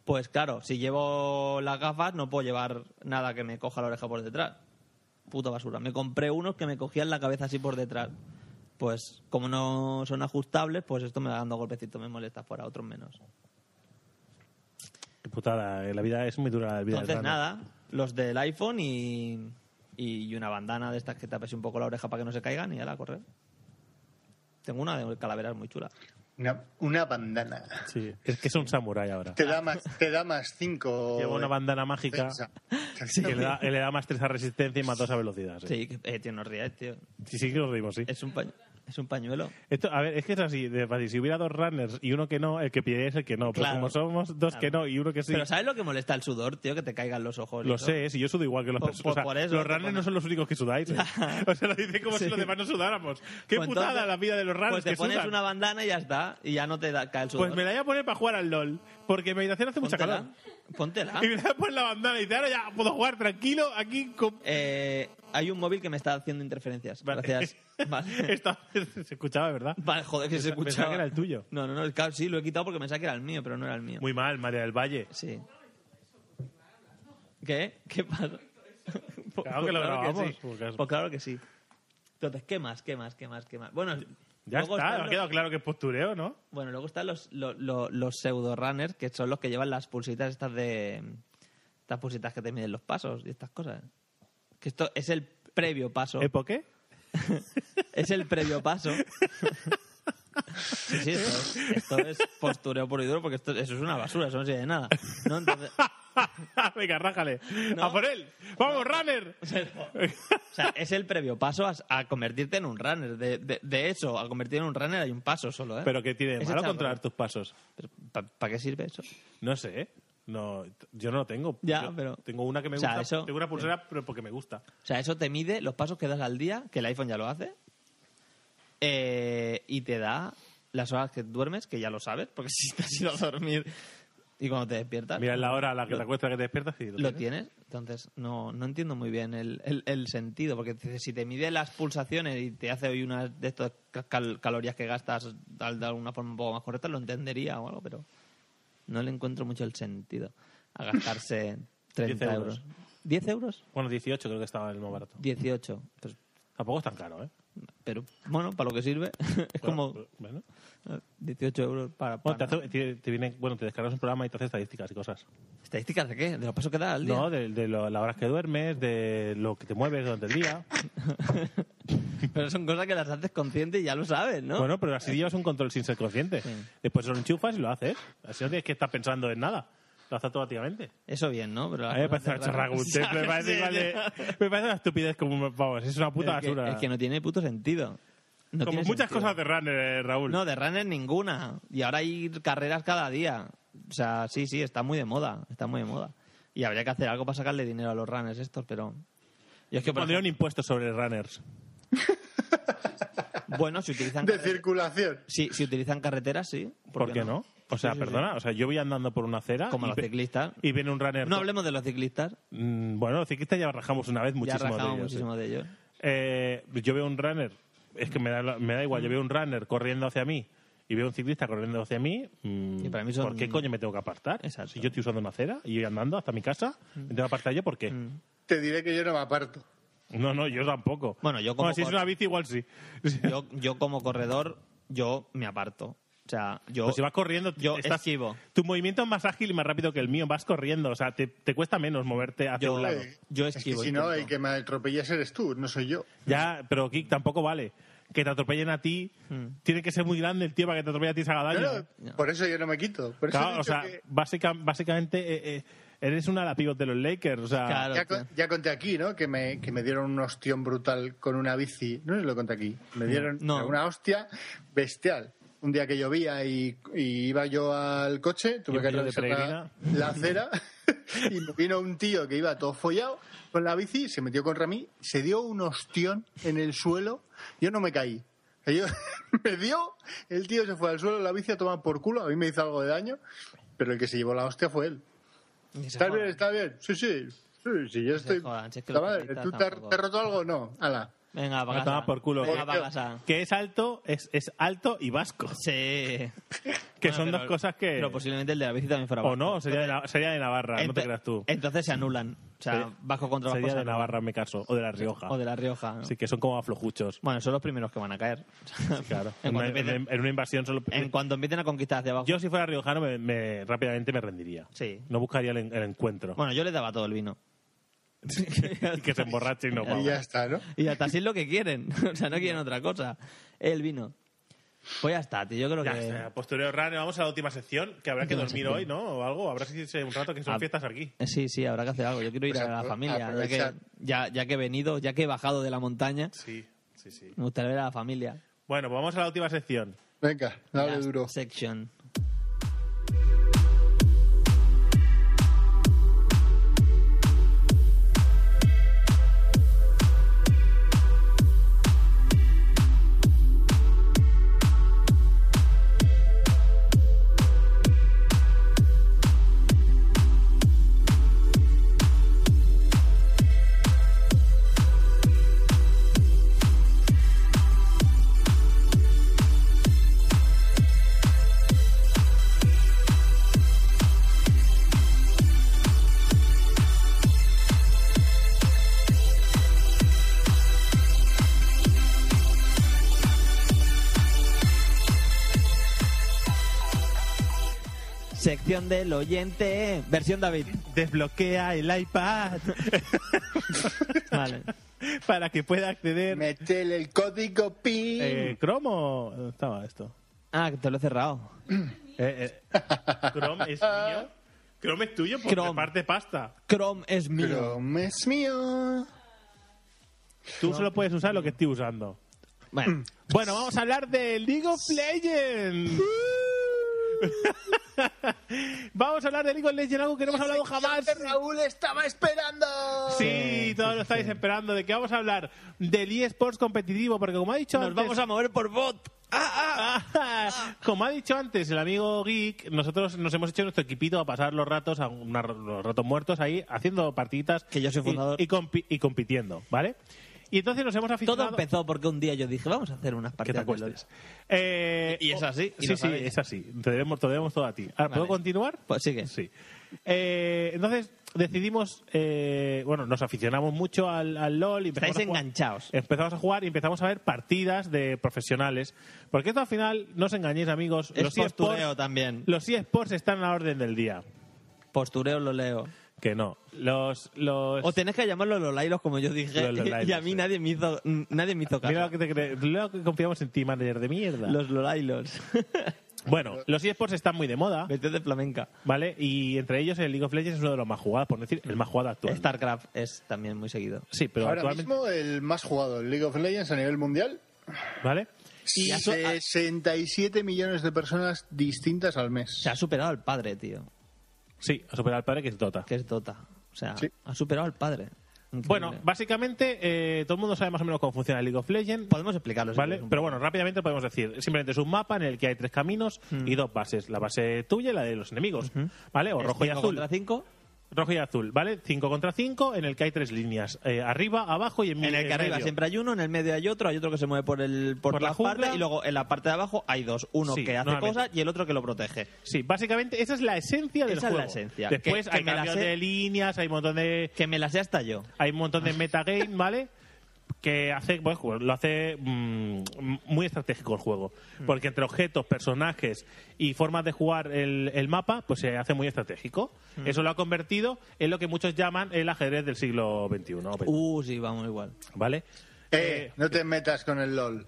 D: Pues claro, si llevo las gafas no puedo llevar nada que me coja la oreja por detrás. Puta basura. Me compré unos que me cogían la cabeza así por detrás. Pues como no son ajustables, pues esto me va dando golpecitos, me molesta fuera, otros menos.
B: Qué putada, eh, la vida es muy dura. La vida
D: Entonces
B: del runner.
D: nada, los del iPhone y, y una bandana de estas que tapes un poco la oreja para que no se caigan y ya la correr. Tengo una de calaveras muy chula.
C: Una, una bandana.
B: Sí, es que es un samurái ahora.
C: Te da más, te da más cinco.
B: Lleva una bandana mágica
C: Defensa. <laughs>
B: que le da, le da más tres a resistencia y más dos a velocidad. Sí,
D: Sí, que- eh, tío, no rías, tío.
B: sí, sí que nos reímos, sí.
D: Es un, pañ- es un pañuelo.
B: Esto, a ver, es que es así, de fácil. Si hubiera dos runners y uno que no, el que pide es el que no. Pero
D: Claro.
B: como somos dos
D: Claro.
B: que no y uno que sí,
D: Pero ¿sabes lo que molesta el sudor, tío? Que te caigan los ojos. y
B: lo
D: eso.
B: sé, ¿eh? si yo sudo igual que los
D: Por-
B: perso-
D: por-
B: o sea,
D: por eso
B: los
D: te
B: runners
D: ponen-
B: no son los únicos que sudáis.
D: <laughs>
B: ¿eh? o sea, lo dicen como si
D: Sí.
B: los demás no sudáramos. Qué
D: Pues
B: putada
D: entonces,
B: la vida de los runners
D: Pues te
B: que
D: pones
B: sudan.
D: una bandana y ya está. Y ya no te da, cae el sudor.
B: Pues me la voy a poner para jugar al LOL, porque en mi habitación hace mucha
D: Póntela.
B: calor.
D: Póntela.
B: <laughs> Y me la voy a poner la bandana y dice, ahora ya puedo jugar tranquilo aquí con...
D: Eh, hay un móvil que me está haciendo interferencias.
B: <laughs>
D: Gracias. Vale.
B: Esta- <laughs> se escuchaba, ¿verdad?
D: Vale, joder, que se
B: Pensaba- pensaba
D: escuchaba.
B: que era el tuyo.
D: No, no, no. claro, sí, lo he quitado porque pensaba que era el mío, pero no era el mío.
B: Muy mal, María del Valle.
D: Sí. ¿Qué?
B: <laughs>
D: ¿Qué pasa? Pues
B: Claro que lo grabamos,
D: sí.
B: porque es-
D: Pues claro que sí. Entonces, ¿qué más? ¿Qué más? ¿Qué más? ¿Qué más? Bueno,
B: Ya está,
D: luego están
B: me ha
D: los-
B: quedado claro que es postureo, ¿no?
D: Bueno, luego están los, lo- lo- los pseudo-runners, que son los que llevan las pulsitas estas de... Estas pulsitas que te miden los pasos y estas cosas. Que esto es el previo paso.
B: ¿Eh, por qué?
D: Es el previo paso. Sí, sí, esto, es- esto es postureo puro y duro porque esto, eso es una basura, eso no sirve de nada. ¿no? Entonces,
B: <laughs> Venga, rájale.
D: No.
B: ¡A por él! ¡Vamos, runner!
D: o sea, es el previo paso a, a convertirte en un runner. De, de- de eso, a convertirte en un runner hay un paso solo, ¿eh?
B: Pero que tiene de
D: Es
B: malo
D: echar
B: controlar
D: por-
B: tus pasos.
D: ¿Para qué sirve eso?
B: No sé, ¿eh? no, yo no lo tengo.
D: Ya,
B: Yo
D: pero-
B: Tengo una que me
D: O sea,
B: gusta,
D: eso-
B: tengo una pulsera pero porque me gusta.
D: O sea, eso te mide los pasos que das al día, que el iPhone ya lo hace, <laughs> eh, y te da las horas que duermes, que ya lo sabes, porque si te has ido a dormir Y cuando te despiertas.
B: Mira la hora a la que te acuestas que te despiertas y
D: Lo tienes, entonces no, no entiendo muy bien el, el- el sentido, porque te- si te mide las pulsaciones y te hace hoy una de estas cal- calorías que gastas al- de alguna forma un poco más correcta, lo entendería o algo, pero no le encuentro mucho el sentido a
B: <laughs>
D: gastarse 30
B: 10
D: euros. ¿10 euros?
B: Bueno, 18 creo que estaba el más barato.
D: 18. Pues,
B: Tampoco es tan caro, ¿eh?
D: pero bueno, para lo que sirve, <laughs> es como
B: Bueno,
D: 18 euros para...
B: Bueno, te,
D: para-
B: hace- te- te viene- bueno, te descargas un programa y te hace estadísticas y cosas.
D: ¿Estadísticas de qué? ¿De los pasos que da al día?
B: No, de, de lo- las horas que duermes, de lo que te mueves durante el día.
D: <laughs> Pero son cosas que las haces consciente y ya lo sabes, <laughs> ¿no?
B: Bueno, pero así llevas un control sin ser consciente. Después lo enchufas y lo haces. Así no tienes que estar pensando en nada. Lo haces automáticamente.
D: Eso bien, ¿no? Pero
B: A mí me parece una
D: <laughs>
B: charragute, me parece igual de- me parece una estupidez como... Vamos, es una puta
D: es que,
B: basura.
D: Es que no tiene puto sentido. No
B: Como
D: tiene
B: muchas
D: sentido.
B: cosas de runner, eh, Raúl.
D: No, de runner ninguna. Y ahora hay carreras cada día. O sea, sí, sí, está muy de moda. Está muy de moda. Y habría que hacer algo para sacarle dinero a los runners estos, pero... Y es que, por
B: Pondría un impuesto sobre runners.
D: ejemplo, bueno,
B: <laughs>
D: si utilizan...
C: De
D: carre-
C: circulación.
D: Sí, si utilizan carreteras, sí. ¿Por,
B: ¿Por qué no? O sea,
D: Sí, sí,
B: perdona, o sea, yo voy andando por una acera...
D: Como
B: y
D: los
B: ve-
D: ciclistas.
B: Y viene un runner...
D: No hablemos de los ciclistas.
B: Mm, bueno, los ciclistas ya rajamos una vez muchísimo
D: ya rajamos
B: de ellos. sí.
D: muchísimo de ellos.
B: Eh, yo veo un runner, es que me da, la- me da igual, yo veo un runner corriendo hacia mí y veo un ciclista corriendo hacia mí, mm,
D: Y para mí son-
B: ¿por qué coño me tengo que apartar? Si yo estoy usando una acera y voy andando hasta mi casa, ¿me tengo que apartar yo por qué?
D: Mm.
C: Te diré que yo no me aparto.
B: No, no, yo tampoco.
D: Bueno, yo como
B: si es
D: cor-
B: una bici igual sí.
D: Yo, yo como corredor, yo me aparto. O sea, yo...
B: Pues si vas corriendo,
D: yo
B: estás-
D: esquivo.
B: tu movimiento es más ágil y más rápido que el mío, vas corriendo, o sea, te, te cuesta menos moverte hacia
D: Yo-
B: un lado.
C: Eh,
D: yo
C: Es que si no, el que me atropellas eres tú, no soy yo.
B: Ya, pero Kik tampoco vale. Que te atropellen a ti,
D: Hmm.
B: tiene que ser muy grande el tío para que te atropelle a ti y se haga daño.
C: Claro, Por eso yo no me quito. Por eso he
B: Claro, o
C: dicho
B: sea,
C: que-
B: básica- básicamente eh, eh, eres una de las pivot de los Lakers. O sea,
C: ya, con- ya conté aquí, ¿no? Que me, que me dieron un ostión brutal con una bici. No sé si lo conté aquí. Me dieron
D: No.
C: una hostia bestial. Un día que llovía y, y iba yo al coche, tuve
B: un
C: que
B: tío de
C: atravesar la, la acera <laughs> y me vino un tío que iba todo follado con la bici, se metió contra mí, se dio un ostión en el suelo. Yo no me caí. O sea, Yo, <laughs> me dio, el tío se fue al suelo, la bici a tomar por culo, a mí me hizo algo de daño, pero el que se llevó la hostia fue él. ¿Estás bien? ¿Estás bien? Sí, sí. Sí, sí, yo estoy...
D: jodan, si es que
C: La
D: los
C: madre,
D: ciclistas
C: ¿Tú te, has-
D: tampoco.
C: te has roto algo? No. Ala.
D: Venga,
B: a tomar por culo.
D: Venga,
B: Que-
D: bagasa.
B: que es alto, es, es alto y vasco.
D: Sí. que
B: son dos cosas que.
D: Pero posiblemente el de la bici también fuera
B: o no, sería de, la- sería de Navarra, no te
D: Ente-
B: creas tú.
D: Entonces se anulan. O sea,
B: Sí.
D: bajo contra bajo.
B: Sería
D: se
B: de
D: anulan.
B: Navarra, en mi caso, o de La Rioja.
D: O de La Rioja. ¿no?
B: Sí, que son como
D: <laughs>
B: aflojuchos.
D: Bueno, son los primeros que van a caer.
B: Claro.
D: En
B: En una,
D: cuanto empiecen-
B: en una invasión solo.
D: en cuanto empiecen a conquistar hacia abajo.
B: Yo, si fuera riojano, me, me- rápidamente me rendiría.
D: Sí.
B: No buscaría el, en- el encuentro.
D: Bueno, yo les daba todo el vino.
B: <laughs> que se emborrache y
D: <laughs>
B: no
C: Y ya está, ¿no?
D: Y hasta así es lo que quieren. <laughs> O sea, no quieren otra cosa. El vino. Pues ya está, tío. Yo creo
B: Ya
D: que.
B: está, posterior runner, vamos a la última sección, que habrá que
D: Última
B: dormir
D: sección.
B: hoy, ¿no? O algo, habrá que irse un rato que son
D: Ah.
B: fiestas aquí.
D: Eh, Sí, sí, habrá que hacer algo. Yo quiero ir
B: Pues
D: a la
B: apro-
D: familia. Ya que,
B: aprovechar.
D: ya, ya que he venido, ya que he bajado de la montaña,
B: Sí, sí, sí.
D: me gustaría ver a la familia.
B: Bueno, pues vamos a la última sección. <laughs>
C: Venga, dale
D: Last
C: duro.
D: Section. Sección del oyente. Versión David.
B: Desbloquea el iPad.
D: <laughs> Vale.
B: Para que pueda acceder.
C: Metele el código PIN.
B: Eh, Cromo. ¿Dónde estaba esto?
D: Ah, que te lo he cerrado.
B: Eh, eh, <laughs> Chrome es mío. Chrome es tuyo porque
D: Chrome.
B: parte pasta.
D: Chrome es mío.
C: Chrome es mío.
B: Tú solo puedes usar lo que estoy usando.
C: <clears throat>
D: Bueno,
B: Bueno, vamos a hablar de League of
D: <laughs>
B: Legends. <laughs> vamos a hablar de League of Legends, algo que no hemos hablado jamás.
C: Raúl estaba esperando.
B: Sí, todos lo estáis esperando. ¿De qué vamos a ah. hablar? Del eSports competitivo, porque como ha dicho
D: nos
B: antes, Ah,
D: vamos a mover por bot.
B: Como ha dicho antes el amigo Geek, nosotros nos hemos hecho nuestro equipito a pasar los ratos, a una- los ratos muertos ahí, haciendo partiditas. Que yo soy
D: fundador.
B: Y, compi- y compitiendo, ¿vale? Y entonces nos hemos aficionado.
D: Todo empezó porque un día yo dije, vamos a hacer unas partidas. de LOL.
B: y es así.
D: y
B: Eh, Sí,
D: lo
B: sí,
D: sabéis.
B: es así. Te debemos, te debemos todo a ti. Ah, ¿Puedo
D: Vale.
B: continuar?
D: Pues sigue.
B: Sí. Eh, entonces decidimos, eh, bueno, nos aficionamos mucho al, al LOL. Y empezamos
D: Estáis
B: a jugar- Eh,
D: enganchados.
B: Empezamos a jugar y empezamos a ver partidas de profesionales. Porque esto al final, no os engañéis amigos,
D: Es
B: los
D: postureo
B: eSports-
D: también.
B: los eSports están a la orden del día.
D: Postureo lo leo.
B: Que no. Los, los...
D: O tenés que llamarlo los lailos como yo dije.
B: Los Pues- Lolailos,
D: <laughs> y a mí nadie me hizo, n- nadie me hizo caso.
B: Mira lo que, te cre- mira lo que confiamos en ti, manager de mierda.
D: Los Lolailos. <laughs>
B: Bueno, los eSports están muy de moda.
D: Vete de flamenca.
B: ¿Vale? Y entre ellos el League of Legends es uno de los más jugados, por no decir, el más jugado actual.
D: StarCraft es también muy seguido.
B: Sí, pero
C: Ahora
B: actualmente.
C: mismo el más jugado, el League of Legends a nivel mundial,
B: ¿Vale?
C: y 67 millones de personas distintas al mes.
D: Se ha superado al padre, tío.
B: Sí, ha superado al padre que es Dota.
D: Que es Dota. O sea, ha superado al padre. Increíble.
B: Bueno, básicamente eh, todo el mundo sabe más o menos cómo funciona el League of Legends.
D: Podemos explicarlo. si
B: ¿Vale?
D: quieres un
B: Pero bueno, rápidamente podemos decir, simplemente es un mapa en el que hay tres caminos y dos bases, la base tuya y la de los enemigos, ¿vale? O
D: Mm. Es
B: rojo y
D: cinco
B: azul.
D: contra cinco.
B: Rojo y azul, ¿vale? 5 contra 5 en el que hay tres líneas, eh, arriba, abajo y en, mi-
D: En el que arriba
B: medio.
D: siempre hay uno, en el medio hay otro, hay otro que se mueve por el por,
B: Por la
D: las partes
B: jungla.
D: y luego en la parte de abajo hay dos, uno
B: Sí,
D: que hace
B: nuevamente.
D: cosas y el otro que lo protege.
B: Sí, básicamente esa es la esencia del
D: Esa es
B: juego.
D: la esencia.
B: Después
D: Que- que
B: hay
D: me la
B: cambios
D: sé.
B: de líneas, hay un montón de...
D: Que me la sé hasta yo.
B: Hay un montón de metagame, ¿vale? Que hace, pues, lo hace mm, muy estratégico el juego. Porque entre objetos, personajes y formas de jugar el, el mapa, pues se hace muy estratégico.
D: Mm.
B: Eso lo ha convertido en lo que muchos llaman el ajedrez del siglo XXI. ¿no?
D: Uh, sí, vamos igual.
B: ¿Vale?
C: Eh, no te metas con el LOL.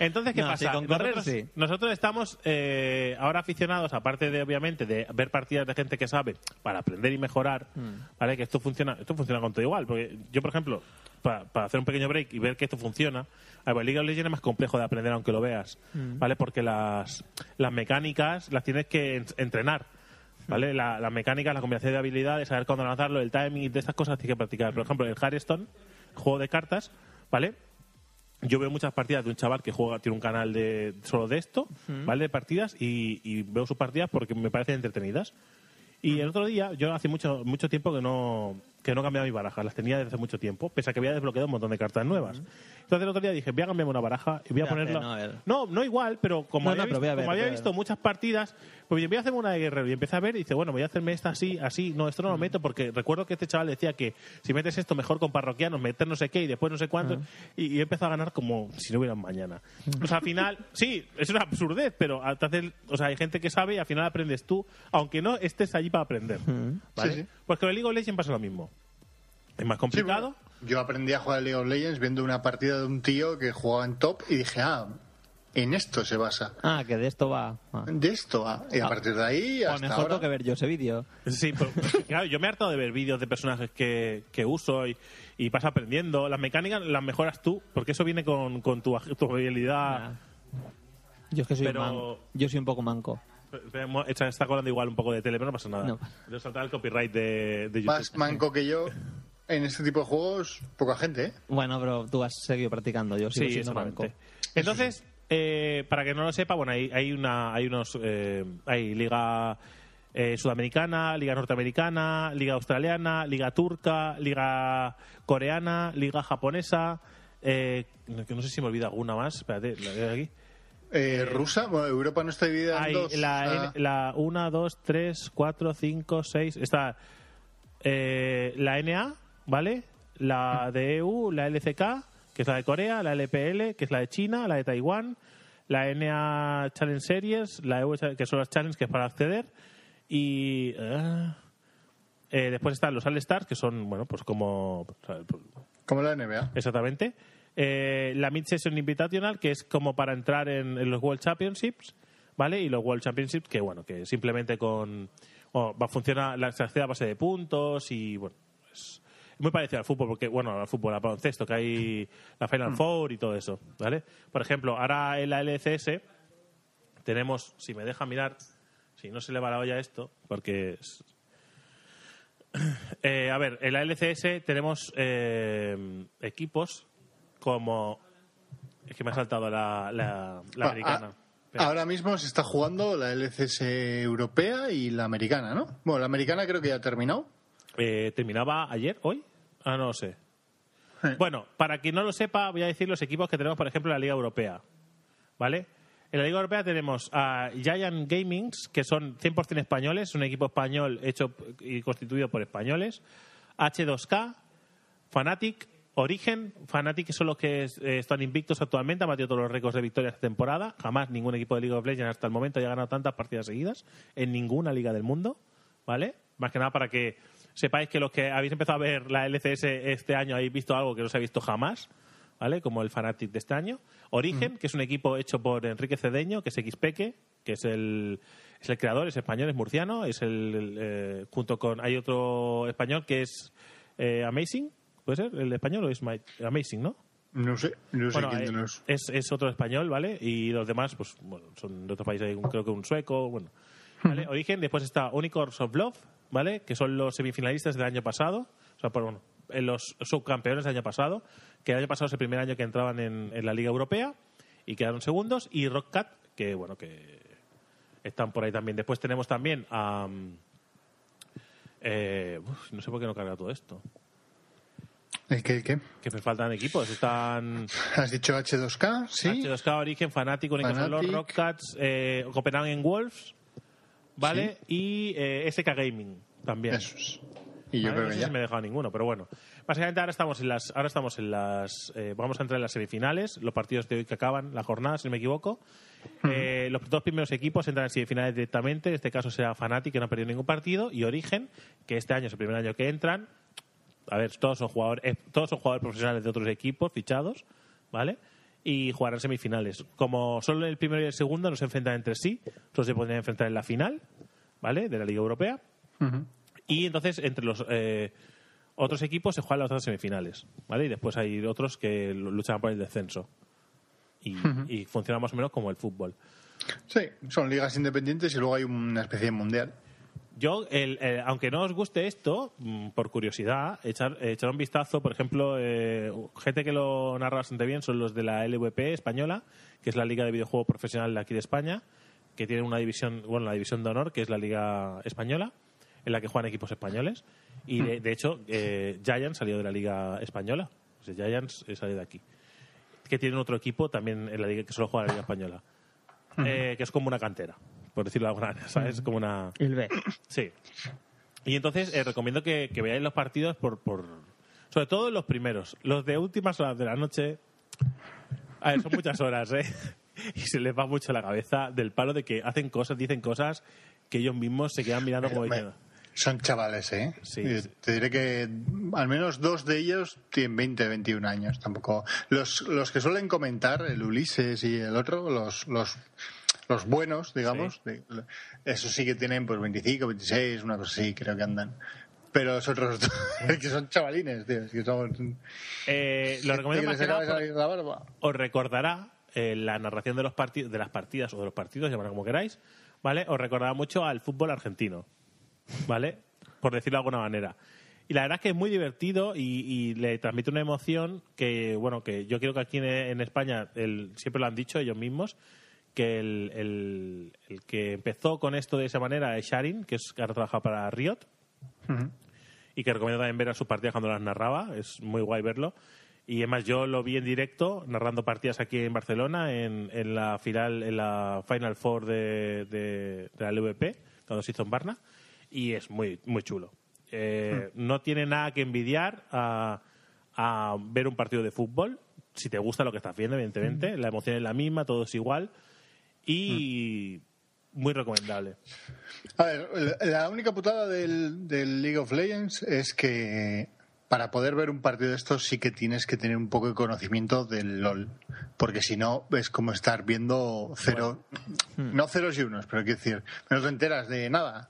B: Entonces, ¿qué
D: No,
B: pasa?
D: sí, con correr,
B: nosotros,
D: sí.
B: nosotros estamos eh, ahora aficionados, aparte de, obviamente, de ver partidas de gente que sabe para aprender y mejorar,
D: Mm.
B: ¿vale? Que esto funciona, esto funciona con todo igual. Porque yo, por ejemplo, pa- para hacer un pequeño break y ver que esto funciona, a ver, League of Legends es más complejo de aprender aunque lo veas,
D: Mm.
B: ¿vale? Porque las, las mecánicas las tienes que en- entrenar.
D: Mm.
B: ¿Vale? La- las mecánicas, la combinación de habilidades, saber cuándo lanzarlo, el timing, de estas cosas tienes que practicar. Por ejemplo, el Hearthstone, juego de cartas, ¿vale? yo veo muchas partidas de un chaval que juega, tiene un canal de solo de esto,
D: Ujú.
B: ¿vale? De partidas y, y veo sus partidas porque me parecen entretenidas. Y el otro día, yo hace mucho, mucho tiempo que no, que no cambiaba mis barajas, las tenía desde hace mucho tiempo, pese a que había desbloqueado un montón de cartas nuevas. Entonces el otro día dije, voy a cambiarme una baraja y voy a
D: Espérate,
B: ponerla.
D: no, a ver.
B: No, no igual, pero como
D: No,
B: había,
D: no, pero
B: visto,
D: voy a ver,
B: como había
D: voy a ver.
B: visto muchas partidas, pues yo voy a hacerme una de guerrero. Y empecé a ver y dice, bueno, voy a hacerme esta así, así. No, esto no lo meto porque recuerdo que este chaval decía que si metes esto mejor con parroquianos, meter no sé qué y después no sé cuánto. Y, y he empezado a ganar como si no hubiera un mañana. O sea, al
C: <laughs>
B: final, sí, es una absurdez, pero al te hacer- o sea, hay gente que sabe y al final aprendes tú, aunque no estés allí para aprender. ¿vale?
C: Sí, sí.
B: Pues con el League of Legends pasa lo mismo. Es más complicado.
C: Yo aprendí a jugar al League of Legends viendo una partida de un tío que jugaba en top y dije, ah, en esto se basa.
D: Ah, que de esto va. Ah.
C: De esto, ah. Y a partir de ahí
D: Pues
C: hasta
D: mejor
C: ahora.
D: tengo que ver yo ese vídeo.
B: Sí, pero, claro, yo me he hartado de ver vídeos de personajes que, que uso y, y vas aprendiendo. Las mecánicas las mejoras tú, porque eso viene con, con tu, aj- tu habilidad.
D: Yo es que soy
B: Pero-
D: un manco. Yo soy un poco manco.
B: Espera, mo- Está, está colando igual un poco de tele, pero no pasa nada.
D: No.
B: Debo saltar el copyright de, de YouTube.
C: Más manco que yo en este tipo de juegos, poca gente, ¿eh?
D: Bueno, pero tú has seguido practicando, yo sigo
B: Sí,
D: siendo manco.
B: exactamente. Entonces, eh, para que no lo sepa, bueno, hay, hay una, hay unos, eh, hay liga eh, sudamericana, liga norteamericana, liga australiana, liga turca, liga coreana, liga japonesa. eh, no, que no sé si me olvida alguna más. Espérate, la veo aquí.
C: Eh, rusa, bueno, Europa no está dividida en
B: Hay
C: dos.
B: la,
C: Ah,
B: N- la 1, 2, 3, 4, 5, 6. Está eh, la NA, ¿vale? La de EU, la LCK, que es la de Corea, la LPL, que es la de China, la de Taiwán, la NA Challenge Series, la EU, Challenge- que son las Challenge que es para acceder. Y. eh, eh, después están los All Stars, que son, bueno, pues como. pues,
C: Como la NBA.
B: Exactamente. Eh, la Mid Session Invitational, que es como para entrar en, en los World Championships, ¿vale? Y los World Championships, que bueno, que simplemente con. o va, funciona, la, se accede a base de puntos y bueno. Es muy parecido al fútbol, porque, bueno, al fútbol, al baloncesto, que hay la Final Four y todo eso, ¿vale? Por ejemplo, ahora en la LCS tenemos, si me deja mirar, si no se le va la olla a esto, porque es- <clears throat> eh, a ver, en la LCS tenemos eh, equipos como Es que me ha saltado la, la, la
C: Ah,
B: americana.
C: ah, ahora mismo se está jugando la LCS europea y la americana, ¿no? Bueno, la americana creo que ya ha terminado.
B: Eh, ¿Terminaba ayer, hoy? Ah, no lo sé. Bueno, para quien no lo sepa, voy a decir los equipos que tenemos, por ejemplo, en la Liga Europea. ¿Vale? En la Liga Europea tenemos a Giant Gamings, que son 100% españoles, un equipo español hecho p- y constituido por españoles. H2K, Fanatic, Origen. Fanatic son los que eh, están invictos actualmente, han batido todos los récords de victorias esta temporada. Jamás ningún equipo de League of Legends hasta el momento haya ganado tantas partidas seguidas en ninguna liga del mundo. ¿Vale? Más que nada para que sepáis que los que habéis empezado a ver la LCS este año habéis visto algo que no se ha visto jamás. ¿Vale? Como el Fanatic de este año. Origen, que es un equipo hecho por Enrique Cedeño, que es Xpeque, E, que es el, es el creador, es español, es murciano, es el, el, eh, junto con hay otro español que es eh, Amazing, ¿puede ser? ¿El español o es Ma- Amazing, no?
C: No sé, no sé
B: Bueno,
C: quién
B: eh,
C: de los-
B: es, es otro español, ¿vale? Y los demás, pues, bueno, son de otro país, hay un- creo que un sueco, bueno. ¿Vale? Origen, después está Unicorns of Love, ¿vale? Que son los semifinalistas del año pasado, o sea, por, bueno, eh, los subcampeones del año pasado, que el año pasado es el primer año que entraban en, en la Liga Europea y quedaron segundos, y Rockcat, que, bueno, que están por ahí también. Después tenemos también a... mm, eh, uf, no sé por qué no carga todo esto.
C: ¿El ¿Eh, qué? el qué?
B: Que me faltan equipos. Están
C: ¿Has dicho H2K? Sí.
B: H2K, Origen, Fanatic, Unicorn
C: Fnatic.
B: Color, Rockcats, eh, Copenhagen Wolves, ¿vale? Y eh, SK Gaming también.
C: Y yo
B: Vale,
C: creo
B: no
C: que
B: sé
C: ya.
B: si me he dejado ninguno, pero bueno. Básicamente ahora estamos en las, ahora estamos en las, eh, vamos a entrar en las semifinales, los partidos de hoy que acaban, la jornada, si no me equivoco. Eh, los dos primeros equipos entran en semifinales directamente, en este caso será Fnatic, que no ha perdido ningún partido, y Origen, que este año es el primer año que entran, a ver, todos son jugadores, eh, todos son jugadores profesionales de otros equipos fichados, ¿vale? Y jugarán semifinales. Como solo el primero y el segundo no se enfrentan entre sí, solo se podrían enfrentar en la final, ¿vale? De la Liga Europea. Y entonces, entre los eh, otros equipos se juegan las otras semifinales, ¿vale? Y después hay otros que lu- luchan por el descenso. Y, y funciona más o menos como el fútbol.
C: Sí, son ligas independientes y luego hay una especie de mundial.
B: Yo, el- el- aunque no os guste esto, mm, por curiosidad, echar, echar un vistazo, por ejemplo, eh, gente que lo narra bastante bien son los de la LVP española, que es la Liga de Videojuego Profesional de aquí de España, que tiene una división, bueno, la división de honor, que es la Liga Española, en la que juegan equipos españoles. Y de, de hecho, eh, Giants salió de la Liga Española. O sea, Giants eh, salió de aquí. Que tienen otro equipo también en la Liga que solo juega la Liga Española. Eh, que es como una cantera, por decirlo de alguna manera, ¿sabes? Como una.
D: El B.
B: Sí. Y entonces eh, recomiendo que, que veáis los partidos por, por. Sobre todo los primeros. Los de últimas horas de la noche. A ver, son muchas horas, ¿eh? <laughs> Y se les va mucho la cabeza del palo de que hacen cosas, dicen cosas que ellos mismos se quedan mirando como
C: Hombre,
B: diciendo.
C: Son chavales, ¿eh?
B: Sí,
C: Y
B: sí.
C: Te diré que al menos dos de ellos tienen 20, 21 años. Tampoco. Los, los que suelen comentar, el Ulises y el otro, los, los, los buenos, digamos, de- esos sí que tienen pues 25, 26, una cosa así, creo que andan. Pero los otros dos, <laughs> es que son chavalines, tío, es que son-
B: Eh, lo recomiendo
C: que
B: más
C: les
B: que
C: acaba
B: nada
C: de
B: por-
C: salir la barba.
B: os recordará eh, la narración de los partidos de las partidas o de los partidos, llamadlo como queráis, ¿vale? Os recordará mucho al fútbol argentino, ¿vale? Por decirlo de alguna manera. Y la verdad es que es muy divertido y, y le transmite una emoción que, bueno, que yo creo que aquí en, en España el- siempre lo han dicho ellos mismos, que el, el- el que empezó con esto de esa manera es Sharin, que es, que ahora trabaja para Riot, y que recomiendo también ver a sus partidas cuando las narraba, es muy guay verlo. Y además yo lo vi en directo narrando partidas aquí en Barcelona en, en la final en la Final Four de, de- de la LVP cuando se hizo en Barna y es muy muy chulo. Eh, No tiene nada que envidiar a, a ver un partido de fútbol si te gusta lo que estás viendo evidentemente la emoción es la misma todo es igual y muy recomendable.
C: A ver, la la única putada del, del League of Legends es que para poder ver un partido de estos sí que tienes que tener un poco de conocimiento del LOL. Porque si no, es como estar viendo cero. No ceros y unos, pero quiero decir, no te enteras de nada.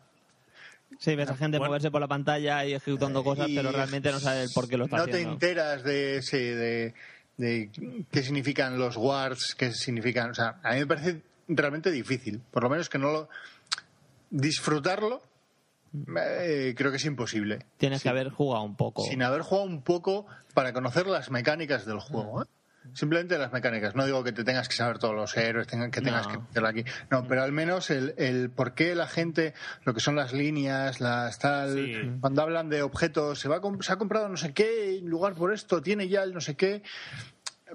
D: Sí,
B: Ah,
D: ves a gente moverse por la pantalla y
B: Eh,
D: ejecutando cosas,
C: Eh, y-
D: pero realmente no sabes el por qué lo está
C: no te
D: haciendo.
C: enteras de, sí, de, de qué significan los wards, qué significan. O sea, a mí me parece realmente difícil. Por lo menos que no lo. Disfrutarlo, eh, creo que es imposible.
D: Tienes que haber jugado un poco.
C: Sin haber jugado un poco para conocer las mecánicas del juego. ¿eh? Simplemente las mecánicas. No digo que te tengas que saber todos los héroes, tenga- que tengas
B: No.
C: que meterla aquí. No, pero al menos el, el por qué la gente, lo que son las líneas, las tal. Cuando hablan de objetos, se, va a comp- se ha comprado no sé qué en lugar por esto, tiene ya el no sé qué.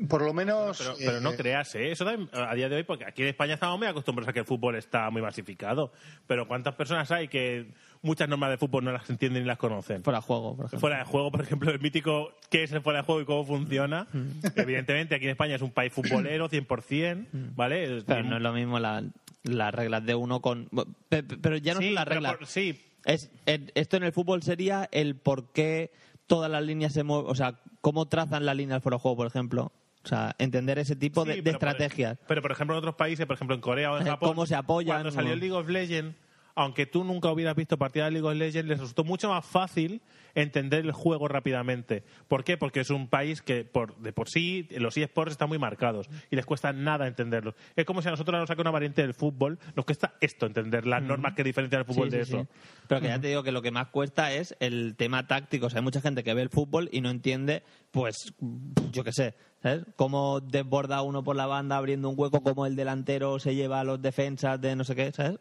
C: Por lo menos.
B: Pero, pero no
C: eh,
B: creas, ¿eh? Eso también, a día de hoy, porque aquí en España estamos muy acostumbrados a que el fútbol está muy masificado. Pero ¿cuántas personas hay que muchas normas de fútbol no las entienden ni las conocen?
D: Fuera de juego, por ejemplo.
B: Fuera de juego, por ejemplo, el mítico qué es el fuera de juego y cómo funciona.
D: Mm.
B: Evidentemente, aquí en España es un país futbolero, 100%, ¿vale?
D: Mm. Pero no es lo mismo la- las reglas de uno con... pe- pe- Pero ya no
B: Sí,
D: son las
B: pero
D: reglas.
B: por- sí.
D: Es, en- esto en el fútbol sería el por qué todas las líneas se mueven... O sea, cómo trazan las líneas fuera de juego, por ejemplo. O sea, entender ese tipo de,
B: Sí,
D: de
B: pero por-
D: estrategias.
B: pero, por ejemplo, en otros países, por ejemplo, en Corea
D: <laughs>
B: o en
D: Eh,
B: Japón...
D: cómo se apoyan,
B: Cuando salió
D: o-
B: el League of Legends, aunque tú nunca hubieras visto partida de League of Legends, les resultó mucho más fácil entender el juego rápidamente. ¿Por qué? Porque es un país que, por, de por sí, los eSports están muy marcados y les cuesta nada entenderlos. Es como si a nosotros nos saca una variante del fútbol, nos cuesta esto entender, las normas que diferencian el fútbol
D: Sí,
B: de
D: sí,
B: eso.
D: sí. Pero que ya te digo que lo que más cuesta es el tema táctico. O sea, hay mucha gente que ve el fútbol y no entiende, pues, yo qué sé, ¿sabes? Cómo desborda uno por la banda abriendo un hueco, cómo el delantero se lleva a los defensas de no sé qué, ¿sabes?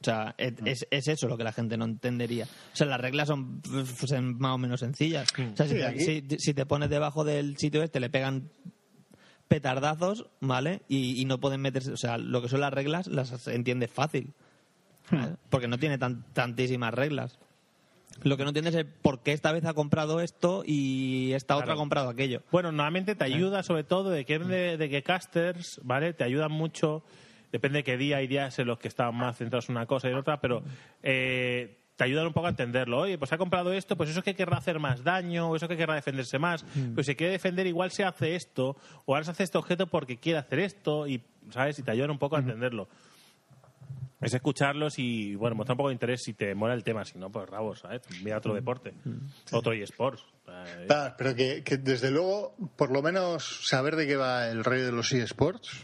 D: O sea, es,
B: Mm.
D: es- es eso lo que la gente no entendería. O sea, las reglas son pues, en- más o menos sencillas.
B: Mm.
D: O sea, si,
M: Sí,
D: te,
M: aquí-
D: si- si te pones debajo del sitio este, le pegan petardazos, ¿vale? Y, y no pueden meterse... O sea, lo que son las reglas las entiendes fácil. ¿vale? <laughs> Porque no tiene tan- tantísimas reglas. Lo que no entiendes es por qué esta vez ha comprado esto y esta otra ha
B: Claro.
D: comprado aquello.
B: Bueno, normalmente te ayuda sobre todo de que, de, de que casters, ¿vale? Te ayudan mucho. Depende de qué día hay días en los que están más centrados en una cosa y en otra, pero eh, te ayudan un poco a entenderlo. Oye, pues ha comprado esto, pues eso es que querrá hacer más daño, o eso es que querrá defenderse más. Pues si quiere defender, igual se hace esto, o ahora se hace este objeto porque quiere hacer esto, y, ¿sabes? Y te ayudan un poco a entenderlo. Es escucharlos y, bueno, mostrar un poco de interés si te mola el tema. Si no, pues rabos, ¿sabes? Mira otro deporte, otro eSports. Eh,
C: Claro, Ah, pero que, que desde luego, por lo menos saber de qué va el rey de los eSports,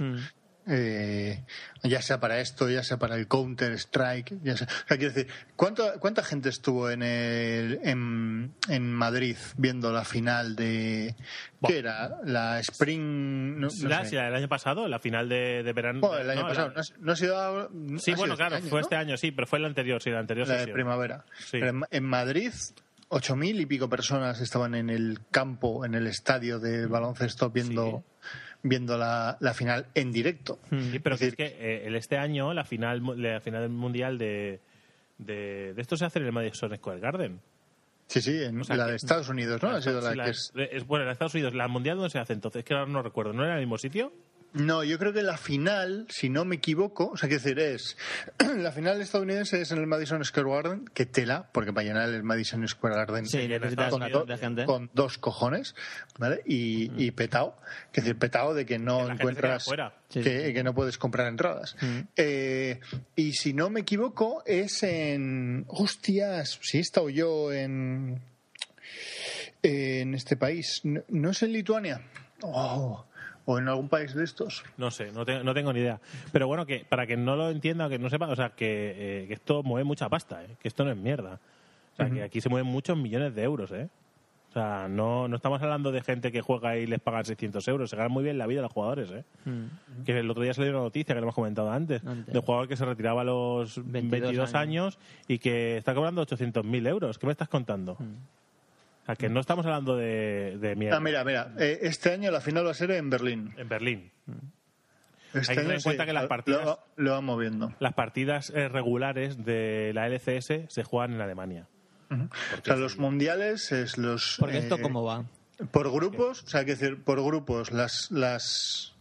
B: Mm.
C: eh, ya sea para esto, ya sea para el Counter Strike, ya sea, o sea, quiero decir, ¿cuánta, cuánta gente estuvo en el en, en Madrid viendo la final de qué era la Spring, no, no
B: la,
C: sé.
B: sí, la del año pasado, la final de, de verano.
C: Bueno, el año
B: no,
C: pasado,
B: la-
C: no, ha- no ha sido. no
B: sí,
C: ha
B: bueno,
C: sido
B: claro,
C: año,
B: fue
C: ¿no?
B: este año, sí, pero fue el anterior, sí, el anterior.
C: la
B: sí,
C: de
B: sí.
C: primavera.
B: Sí.
C: Pero en, en Madrid, ocho mil y pico personas estaban en el campo, en el estadio
B: Mm.
C: de baloncesto, viendo, viendo la, la final en directo.
B: Mm. Sí, pero que es que eh, el- este año la final, mu- la final mundial de, de, de esto se hace en el Madison Square Garden.
C: Sí, sí, en
B: O sea,
C: la
B: que-
C: de Estados Unidos, ¿no? Ha sido la
B: Sí, la-
C: que es-
B: es- bueno, en Estados Unidos, la mundial donde se hace entonces, Es que ahora no recuerdo, ¿no era en el mismo sitio?
C: No, yo creo que la final, si no me equivoco, o sea, quiero decir, es. <clears throat> la final estadounidense es en el Madison Square Garden, que tela, porque para llenar el Madison Square Garden
D: Sí, necesitas
C: con,
D: una
C: do-
D: de gente.
C: con dos cojones, ¿vale? Y, y petao, que decir, petao de que no
B: se queda
C: encuentras.
B: fuera.
C: Que,
B: Sí, sí.
C: que no puedes comprar entradas. Eh, y si no me equivoco, es en. Hostias, si he estado yo en. En este país. No, no es en Lituania. Oh, o en algún país de estos.
B: No sé, no, te- no tengo ni idea. Pero bueno, que para que no lo entienda o que no sepa, o sea, que, eh, que esto mueve mucha pasta, ¿eh? que esto no es mierda. O sea,
N: Ujú.
B: que aquí se mueven muchos millones de euros, ¿eh? O sea, no, no estamos hablando de gente que juega y les pagan 600 euros. Se ganan muy bien la vida los jugadores, ¿eh?
D: Mm.
B: Que el otro día salió una noticia que lo hemos comentado antes,
N: Antes.
B: de un jugador que se retiraba a los 22,
N: 22
B: años. y que está cobrando 800.000 euros. ¿Qué me estás contando? O sea, que no estamos hablando de, de mierda.
C: Ah, mira, mira. eh, este año la final va a ser en Berlín.
B: En Berlín.
C: Este
B: Hay que tener
C: año
B: en cuenta
C: sí,
B: que las
C: lo-
B: partidas-
C: Lo, lo van moviendo.
B: Las partidas eh, regulares de la LCS se juegan en Alemania.
C: O sea, los mundiales es los. eh,
B: Porque esto cómo
D: va.
C: Por grupos, o sea, hay que decir, por grupos, las. las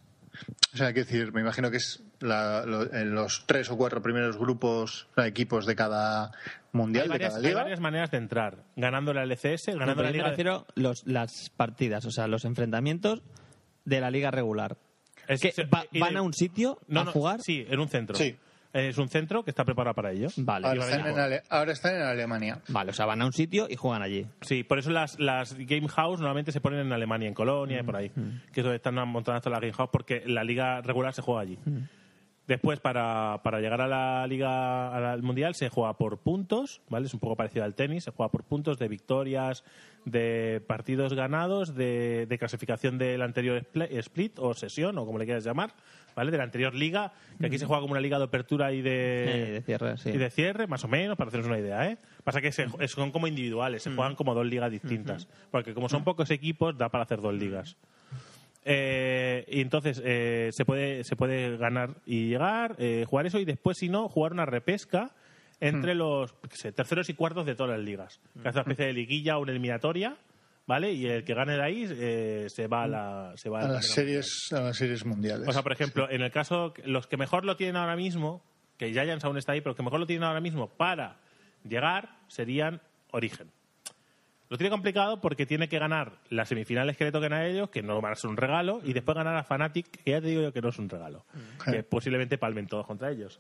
C: o sea, hay que decir, me imagino que es la- lo- en los tres o cuatro primeros grupos, o sea, equipos de cada mundial,
B: hay,
C: de
B: varias,
C: cada
B: hay
C: liga.
B: varias maneras de entrar. Ganando la LCS, ganando
D: No, pero
B: la
D: yo
B: Liga...
D: me refiero los, las partidas, o sea, los enfrentamientos de la liga regular.
B: Es-
D: que
B: se-
D: va-
B: y de-
D: van a un sitio
B: No,
D: a
B: no,
D: jugar.
B: Sí, en un centro.
D: Sí.
B: Eh, Es un centro que está preparado para ello.
D: Vale.
C: Ahora están, en Ale- ahora están en Alemania.
D: Vale, o sea, van a un sitio y juegan allí.
B: Sí, por eso las, las Game House normalmente se ponen en Alemania, en Colonia y por ahí. Que es donde están montadas todas las Game House porque la liga regular se juega allí. Después, para, para llegar a la Liga al Mundial, se juega por puntos, ¿vale? Es un poco parecido al tenis, se juega por puntos de victorias, de partidos ganados, de, de clasificación del anterior spl- split o sesión, o como le quieras llamar, ¿vale? De la anterior liga, que aquí se juega como una liga de apertura y de,
D: Sí, Eh, de cierre, sí.
B: Eh, y de cierre, más o menos, para hacernos una idea, ¿eh? Pasa que se- son como individuales, se juegan como dos ligas distintas, porque como son pocos equipos, da para hacer dos ligas. Eh, y entonces eh, se, puede, se puede ganar y llegar, eh, jugar eso y después, si no, jugar una repesca entre los qué sé, terceros y cuartos de todas las ligas. Que hace una especie de liguilla o una eliminatoria, ¿vale? Y el que gane de ahí eh, se va a la. Se va
C: a
B: la-
C: las series, a las series mundiales.
B: o sea, por ejemplo, en el caso, los que mejor lo tienen ahora mismo, que Giants aún está ahí, pero los que mejor lo tienen ahora mismo para llegar serían Origen. Lo tiene complicado porque tiene que ganar las semifinales que le toquen a ellos, que no van a ser un regalo, y después ganar a Fnatic, que ya te digo yo que no es un regalo, que posiblemente palmen todos contra ellos.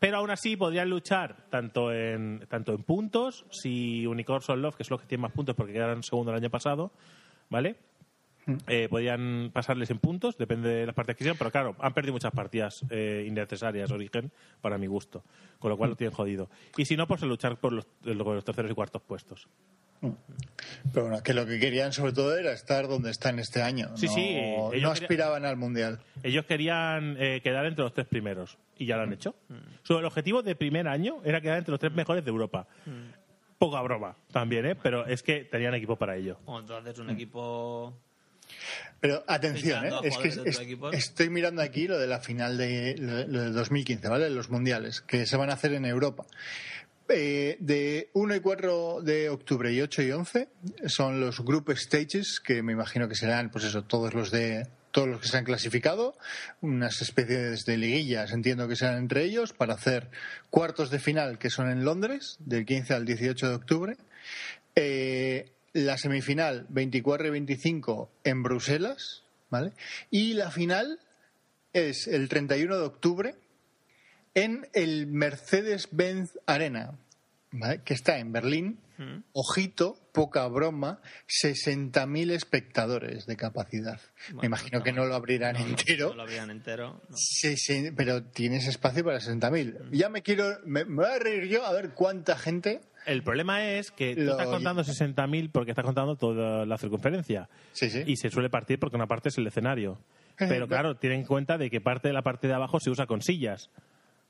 B: Pero aún así podrían luchar tanto en, tanto en puntos, si Unicorn Son Love, que es los que tienen más puntos porque quedaron segundo el año pasado, ¿vale? Eh, podían pasarles en puntos, depende de las partidas que hicieron, pero claro, han perdido muchas partidas eh, innecesarias, origen, para mi gusto, con lo cual lo tienen jodido. Y si no, pues a luchar por los, por los terceros y cuartos puestos.
C: Pero bueno, que lo que querían sobre todo era estar donde están este año.
B: Sí,
C: no,
B: sí,
C: No
B: ellos querían-
C: aspiraban al mundial.
B: Ellos querían eh, quedar entre los tres primeros y ya lo han hecho. Su el objetivo de primer año era quedar entre los tres mejores de Europa. Poca broma también, ¿eh? pero es que tenían equipo para ello.
D: O entonces un equipo...
C: Pero atención, ¿eh?
D: Fichando a
C: es que
D: jugadores de
C: es-
D: otro equipo.
C: estoy mirando aquí lo de la final de lo, lo de 2015, ¿vale? Los mundiales que se van a hacer en Europa. Eh, de 1 y 4 de octubre y 8 y 11 son los group stages que me imagino que serán pues eso todos los de todos los que se han clasificado unas especies de liguillas entiendo que serán entre ellos para hacer cuartos de final que son en Londres del 15 al 18 de octubre Eh, la semifinal 24 y 25 en Bruselas vale y la final es el 31 de octubre en el Mercedes-Benz Arena, ¿vale? que está en Berlín. Ojito, poca broma, 60.000 espectadores de capacidad. Me imagino que no lo abrirán entero,
D: No lo habían entero. no.
C: Sí, sí, pero tienes espacio para 60.000. Ya me quiero, me, me voy a reír yo a ver cuánta gente.
B: El problema es que tú
C: Lo-
B: estás contando 60.000 porque estás contando toda la circunferencia.
C: ¿Eh?
B: Y se suele partir porque una parte es el escenario. Pero claro, ten en cuenta de que parte de la parte de abajo se usa con sillas.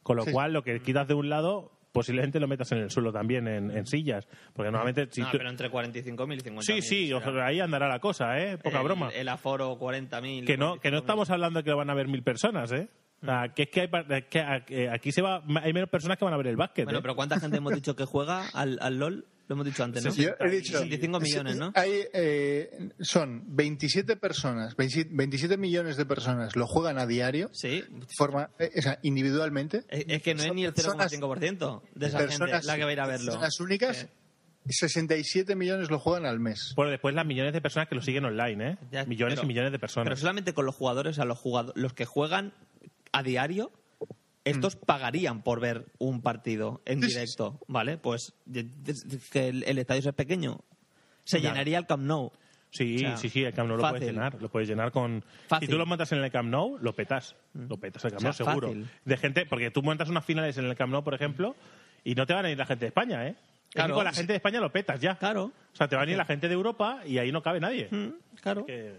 B: Con lo
O: Sí.
B: cual, lo que quitas de un lado, posiblemente lo metas en el suelo también, en, en sillas. Porque normalmente... si
D: No,
B: tú-
D: pero entre 45.000 y 50.000.
B: Sí, sí,
D: será.
B: ahí andará la cosa, ¿eh? Poca
D: El-
B: broma.
D: El aforo 40.000.
B: Que no, que no estamos hablando de que lo van a ver mil personas, ¿eh? O
D: Mm.
B: sea, que es que, hay par- que a- que aquí se va, hay menos personas que van a ver el básquet.
D: Bueno,
B: ¿eh?
D: pero ¿cuánta gente hemos dicho que juega al, al LOL? Lo hemos dicho antes, ¿no?
C: Yo he dicho- ah,
D: 65 millones, ¿no?
C: Hay, eh, son 27 personas, 27 27 millones de personas lo juegan a diario.
D: Sí.
C: Forma, eh, o sea, individualmente.
D: Es, es que no es ni el 0,5% de esa gente la que va a ir a verlo.
C: Personas únicas, 67 millones lo juegan al mes.
B: Bueno, después las millones de personas que lo siguen online, ¿eh?
D: Ya,
B: millones
D: pero-
B: y millones de personas.
D: Pero solamente con los jugadores, a los, jugado- los que juegan a diario, estos pagarían por ver un partido en directo, ¿vale? Pues de- de- de- que el, el estadio es pequeño. Se
B: Claro.
D: llenaría el Camp Nou.
B: Sí,
D: O sea,
B: sí, sí, el Camp Nou lo puedes
D: fácil.
B: llenar. Lo puedes llenar con...
D: Fácil. Mm.
B: Si tú lo montas en el Camp Nou, lo petas. Lo petas el Camp
D: O sea,
B: Nou, seguro.
D: fácil.
B: De gente... Porque tú montas unas finales en el Camp Nou, por ejemplo, y no te van a ir la gente de España, ¿eh?
D: Claro.
B: Es que con la gente de España lo petas ya.
D: Claro.
B: O sea, te van a ir la gente de Europa y ahí no cabe nadie.
D: Mm, Claro.
B: Que-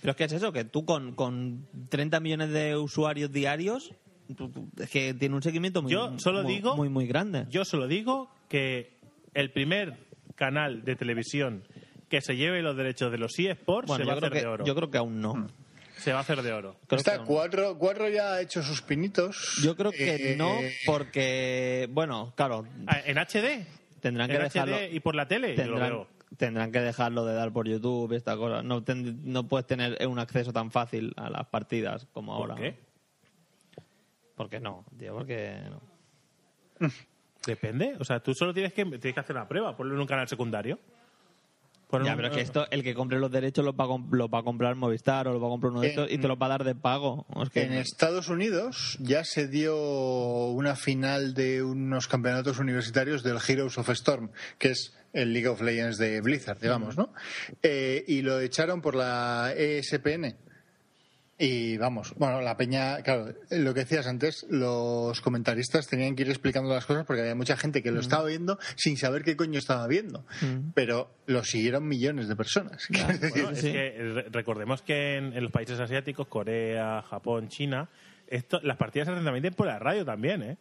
D: Pero es que es eso, que tú con, con 30 millones de usuarios diarios, tú- tú- es que tiene un seguimiento muy,
B: Yo solo
D: muy-
B: digo-
D: muy, muy grande.
B: Yo solo digo que el primer canal de televisión que se lleve los derechos de los eSports
D: Bueno,
B: se va a
D: yo, creo
B: hacer
D: que,
B: de oro.
D: yo creo que aún no.
B: Se va a hacer de oro.
D: Creo que
C: Hmm. Está
D: aún no.
C: cuatro, cuatro ya ha hecho sus pinitos.
D: Yo creo que
C: Eh,
D: no, porque, bueno, claro,
B: Ah, ¿En HD?
D: tendrán que
B: ¿En
D: dejarlo.
B: HD y por la tele? Yo lo
D: Tendrán,
B: veo.
D: tendrán que dejarlo de dar por YouTube, esta cosa. No, ten- no puedes tener un acceso tan fácil a las partidas como
B: ¿Por
D: ahora.
B: qué?
D: Porque no, tío, porque no.
B: Depende. O sea, tú solo tienes que, tienes que hacer una prueba, ponlo en un canal secundario. Ponlo en
D: Ya,
B: un-
D: pero es que esto, el que compre los derechos los va, a comp- los va a comprar Movistar o los va a comprar uno de
C: Eh,
D: estos y te los va a dar de pago. Es que-
C: En este- Estados Unidos ya se dio una final de unos campeonatos universitarios del Heroes of Storm, que es el League of Legends de E Blizzard, digamos, ¿no? Eh, y lo echaron por la ESPN. Y vamos, bueno, la peña, claro, lo que decías antes, los comentaristas tenían que ir explicando las cosas porque había mucha gente que lo estaba viendo sin saber qué coño estaba viendo. Pero lo siguieron millones de personas.
B: Claro, bueno, es que re- recordemos que en, en los países asiáticos, Corea, Japón, China, esto, las partidas se transmiten por la radio también, ¿eh?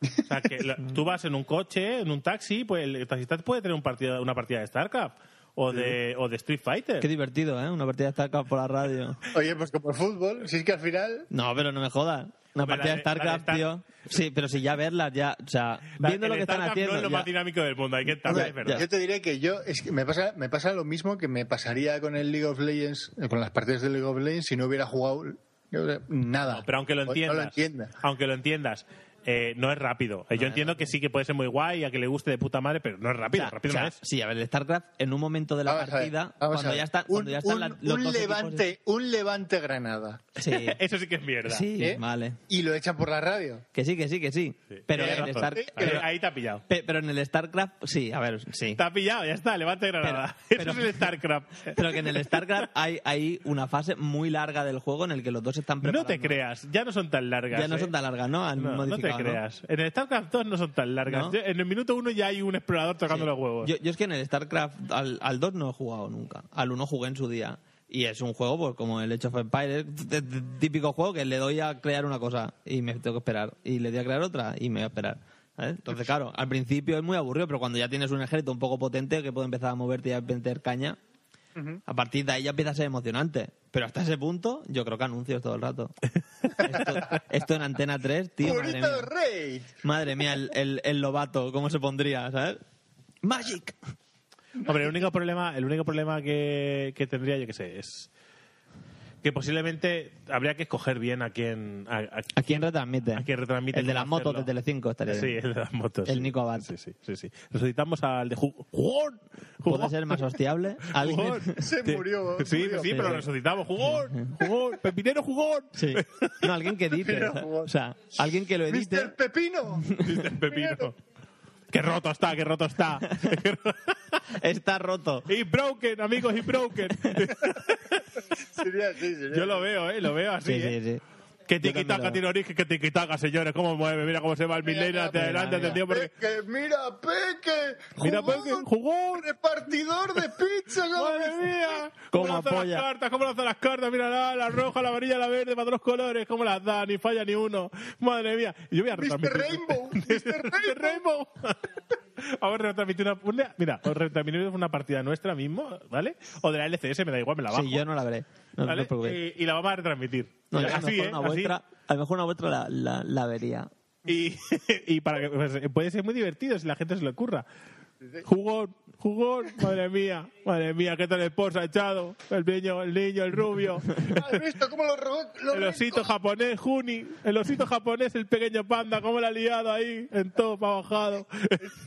B: O sea, que
D: <laughs>
B: la- tú vas en un coche, en un taxi, pues el taxista puede tener un partido, una partida de StarCraft o de, o de Street Fighter.
D: Qué divertido, ¿eh? Una partida de StarCraft por la radio.
C: <laughs> Oye, pues como el fútbol, si es que al final.
D: No, pero no me jodas. Una
B: Hombre, la
D: partida de
B: de- la de
D: StarCraft,
B: Star-
D: tío. Sí, pero si ya verlas, ya. O sea,
B: La-
D: viendo
B: el
D: lo que están
B: StarCraft
D: haciendo.
B: No es lo
D: ya.
B: más dinámico del mundo, hay que
C: Hombre,
B: también, es verdad.
C: yo te diré que yo es que me pasa me pasa lo mismo que me pasaría con el League of Legends eh, con las partidas de League of Legends si no hubiera jugado yo, nada
B: No, pero aunque lo
C: O- no
B: entiendas,
C: entienda.
B: aunque lo entiendas, eh, no es rápido. Eh, Yo entiendo que sí que puede ser muy guay y a que le guste de puta madre, pero no es rápido,
D: O sea,
B: rápido ¿eh?
D: o sea,
B: no es.
D: Sí, a ver, el StarCraft en un momento de la
C: Vamos a ver,
D: partida,
C: vamos a
D: cuando
C: ver.
D: ya están,
C: un,
D: cuando ya están
C: un-
D: la- los
C: un
D: dos equipos-
C: levante un levante Granada
D: Sí.
B: Eso sí que <laughs> es mierda.
D: Sí,
C: ¿Eh?
D: vale.
C: y lo echan por la radio
D: Que sí, que sí, que sí. Pero,
B: Tienes
D: en el
B: razón.
D: Star-
B: Eh,
D: pero-
B: ahí te ha pillado.
D: pe- pero en el StarCraft, sí, a ver, sí.
B: Te ha pillado, ya está, levante Granada.
D: pero-
B: Eso es el StarCraft.
D: <laughs> Pero que en el StarCraft hay, hay una fase muy larga del juego en el que los dos están
B: No
D: preparando.
B: te creas, ya no son tan largas.
D: Ya no
B: ¿eh?
D: son tan largas, ¿no? Han
B: No, no te
D: modificado,
B: creas. En el StarCraft 2 no son tan largas.
D: ¿No?
B: Yo- En el minuto 1 ya hay un explorador tocando los huevos.
D: Yo, yo es que en el StarCraft al, al 2 no he jugado nunca. Al 1 jugué en su día. Y es un juego pues, como el Age of Empires, t- t- típico juego que le doy a crear una cosa y me tengo que esperar. Y le doy a crear otra y me voy a esperar. ¿sabes? Entonces, claro, al principio es muy aburrido, pero cuando ya tienes un ejército un poco potente que puede empezar a moverte y a meter caña, a partir de ahí ya empieza a ser emocionante. Pero hasta ese punto, yo creo que anuncios todo el rato. Esto, esto en Antena 3, tío. madre
C: Purito
D: mía.
C: Rey
D: Madre mía, el, el, el lobato, ¿cómo se pondría, sabes? ¡Magic!
B: Hombre, el único problema, el único problema que, que tendría, yo que sé, es que posiblemente habría que escoger bien a quién a, a-
D: ¿A quién retransmite?
B: a quién retransmite.
D: El de
B: cómo
D: las motos de
B: hacerlo.
D: Telecinco estaría
B: Sí,
D: bien.
B: el de las motos.
D: El
B: sí.
D: Nico Abad.
B: Sí, sí, sí, sí. Resucitamos al de Ju- Jugón.
D: ¿Puede ser más hostiable?
B: <laughs>
D: ¿Alguien?
B: Jugón.
C: se
B: Sí.
C: murió
B: Sí,
C: murió.
B: sí, pero lo resucitamos. Jugón. Jugón. Pepinero Jugón.
D: Sí. No, alguien que edite.
C: Pero,
D: ¿sabes? O sea, alguien que lo edite.
C: Mr.
B: <laughs>
C: Pepino
B: Dice el Pepino. Qué roto está, qué roto está.
D: Está roto.
B: y broken, amigos, y broken.
C: Sería así, sería
B: Yo lo veo, ¿eh? Lo veo así,
D: Sí,
B: ¿eh?
D: sí, sí.
B: Que
D: Yo también lo
B: tiquitaca
D: veo.
B: tiene origen, que tiquitaca, señores, cómo mueve, mira cómo se va el milenio hacia adelante,
D: mira.
B: atención, porque...
C: Peque, mira Peque
B: Mira,
C: Eh, jugón,
B: Peque, jugón.
C: repartidor de pizzas
B: ¡Madre mía! ¿Cómo,
D: Cómo
B: lanza
D: apoya.
B: las cartas? ¿Cómo lanza las cartas? Mira, la, la roja, la amarilla, la verde, para todos los colores, ¿cómo las da? Ni falla ni uno. ¡Madre mía! Y Yo voy a
C: Mr.
B: retransmitir...
C: Rainbow
B: <laughs>
C: Mr.
B: ¡Qué
C: Rainbow
B: Rainbow! Ahora retransmitir una, una- Mira, os retransmitiremos una partida nuestra mismo, ¿vale? O de la LCS, me da igual, me la bajo.
D: Sí, yo no la veré. No, no
B: ¿vale? Eh,
D: os preocupéis.
B: y, y la vamos a retransmitir.
D: No, yo a lo
B: así,
D: mejor
B: ¿eh?
D: una
B: Así.
D: vuestra, a lo mejor una vuestra la, la, la vería.
B: Y, <laughs> y para que pues, puede ser muy divertido si la gente se lo ocurra. Jugón, jugón, madre mía, madre mía, qué tal el post ha echado, el niño, el niño, el rubio,
C: ¿Has visto cómo lo robó? Lo
B: el osito japonés, Juni, el osito japonés, el pequeño panda, cómo la ha liado ahí, en top, ha bajado.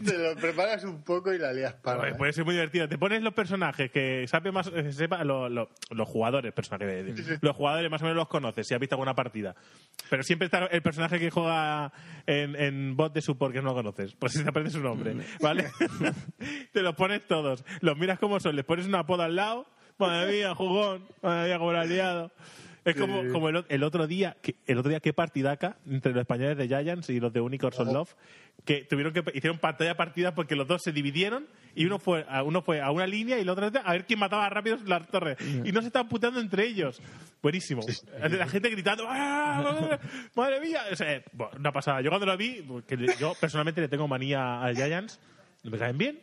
C: Te lo preparas un poco y la lías para. ¿eh?
B: Oye, Puede ser muy divertido. Te pones los personajes que sabe más, eh, sepa, lo- lo- los jugadores, personajes, voy a decir. los jugadores más o menos los conoces, si has visto alguna partida. Pero siempre está el personaje que juega en, en bot de support que no lo conoces, pues si te aparece su nombre, ¿vale? <laughs> te los pones todos, los miras como son, les pones una poda al lado, madre mía, jugón, madre mía, como lo has liado. Es como, como el, o- el otro día, que- el otro día qué partidaca entre los españoles de Giants y los de Unicorns on Love, que tuvieron que hicieron pantalla partida porque los dos se dividieron y uno fue a, uno fue a una línea y el otro a ver quién mataba rápido la torre. Y no se estaban puteando entre ellos. Buenísimo. La gente gritando, ¡Ah! <laughs> madre mía. O sea, eh, bueno, una pasada. Yo cuando lo vi, que le- yo personalmente le tengo manía a Giants, me caen bien.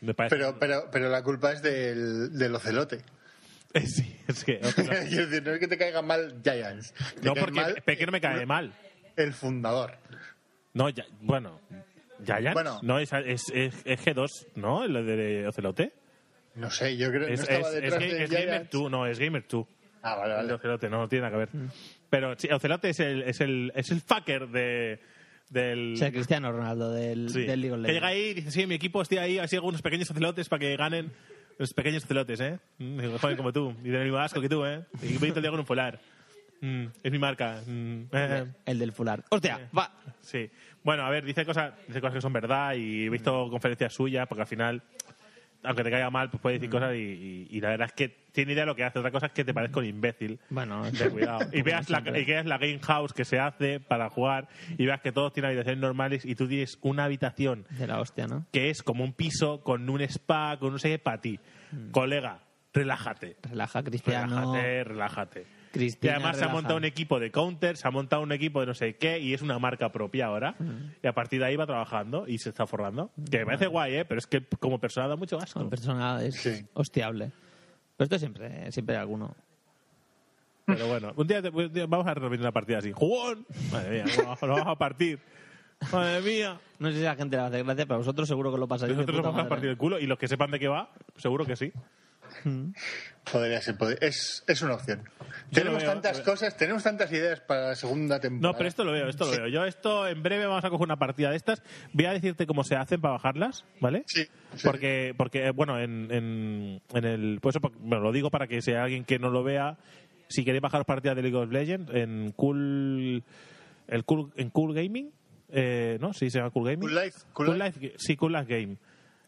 B: Me parece.
C: Pero, pero, pero la culpa es del, del ocelote.
B: <laughs> sí, es que.
C: Quiero decir, no es que te caiga mal Giants. Te
B: No,
C: cae
B: porque
C: mal eh,
B: Peque no me cae mal.
C: el fundador.
B: No, ya, bueno. Giants,
C: Bueno.
B: no, es, es, es- es G2, ¿no? El de Ocelote.
C: No sé, yo creo que
B: Es,
C: no estaba
B: es- es
C: detrás
B: Ga-
C: de
B: es Gamer
C: Giants.
B: 2, no, es Gamer 2.
C: Ah, vale,
B: El de
C: vale.
B: Ocelote, no, no tiene nada que ver. Pero sí, Ocelote es el, es el, es el fucker de, del...
D: O sea, Cristiano Ronaldo del,
B: sí.
D: del League of
B: que llega
D: Legends.
B: ahí y dice, sí, mi equipo estoy ahí, así hago unos pequeños ocelotes para que ganen. Los pequeños ocelotes, ¿eh? Mm, digo, joven como tú, y del mismo asco que tú, ¿eh? Y voy todo el día con un polar. Mm, es mi marca. Mm, eh.
D: El del fular. ¡Hostia! ¡Va!
B: Sí. Bueno, a ver, dice cosas, dice cosas que son verdad y he visto conferencias suyas porque al final aunque te caiga mal, pues puede decir cosas y, y- y la verdad es que tiene idea de lo que hace. Otra cosa es que te parezca un imbécil.
D: Bueno,
B: ten cuidado. Y veas, la, y que veas la game house que se hace para jugar y veas que todos tienen habitaciones normales y tú tienes una habitación
D: De la hostia, ¿no?
B: que es como un piso con un spa, con no sé qué para ti. Colega, relájate.
D: Relaja, Cristiano.
B: Relájate, relájate.
D: Cristina,
B: y además se ha
D: relaja.
B: montado un equipo de counter, se ha montado un equipo de no sé qué y es una marca propia ahora.
D: Mm.
B: Y a partir de ahí va trabajando y se está forrando. Que me parece guay, ¿eh? Pero es que como persona da mucho asco.
D: Con persona es hostiable. Pero esto siempre, siempre hay alguno.
B: Pero bueno, un día, te- un día vamos a repetir una partida así. ¡Jugón! Madre mía, lo vamos- lo vamos a partir. Madre mía.
D: No sé si a la gente le hace gracia, pero a vosotros seguro que lo pasaréis. de
B: Nosotros
D: puta
B: vamos a
D: madre.
B: partir el culo y los que sepan de qué va, seguro que sí.
C: Podría ser, pod- es, es una opción.
B: Yo lo
C: tenemos
B: veo,
C: tantas
B: lo veo.
C: cosas, tenemos tantas ideas para la segunda temporada.
B: No, pero esto lo veo, esto lo veo. Yo esto en breve vamos a coger una partida de estas. Voy a decirte cómo se hacen para bajarlas, ¿vale?
C: Sí.
B: Porque, porque eh, bueno, en, en, en el... Pues eso, por- bueno, lo digo para que sea alguien que no lo vea. Si queréis bajaros partidas de League of Legends en Cool... El cool en Cool Gaming, eh, ¿no? Sí, se llama Cool Gaming.
C: Cool Life, Cool
B: Life. sí, Cool Life Game.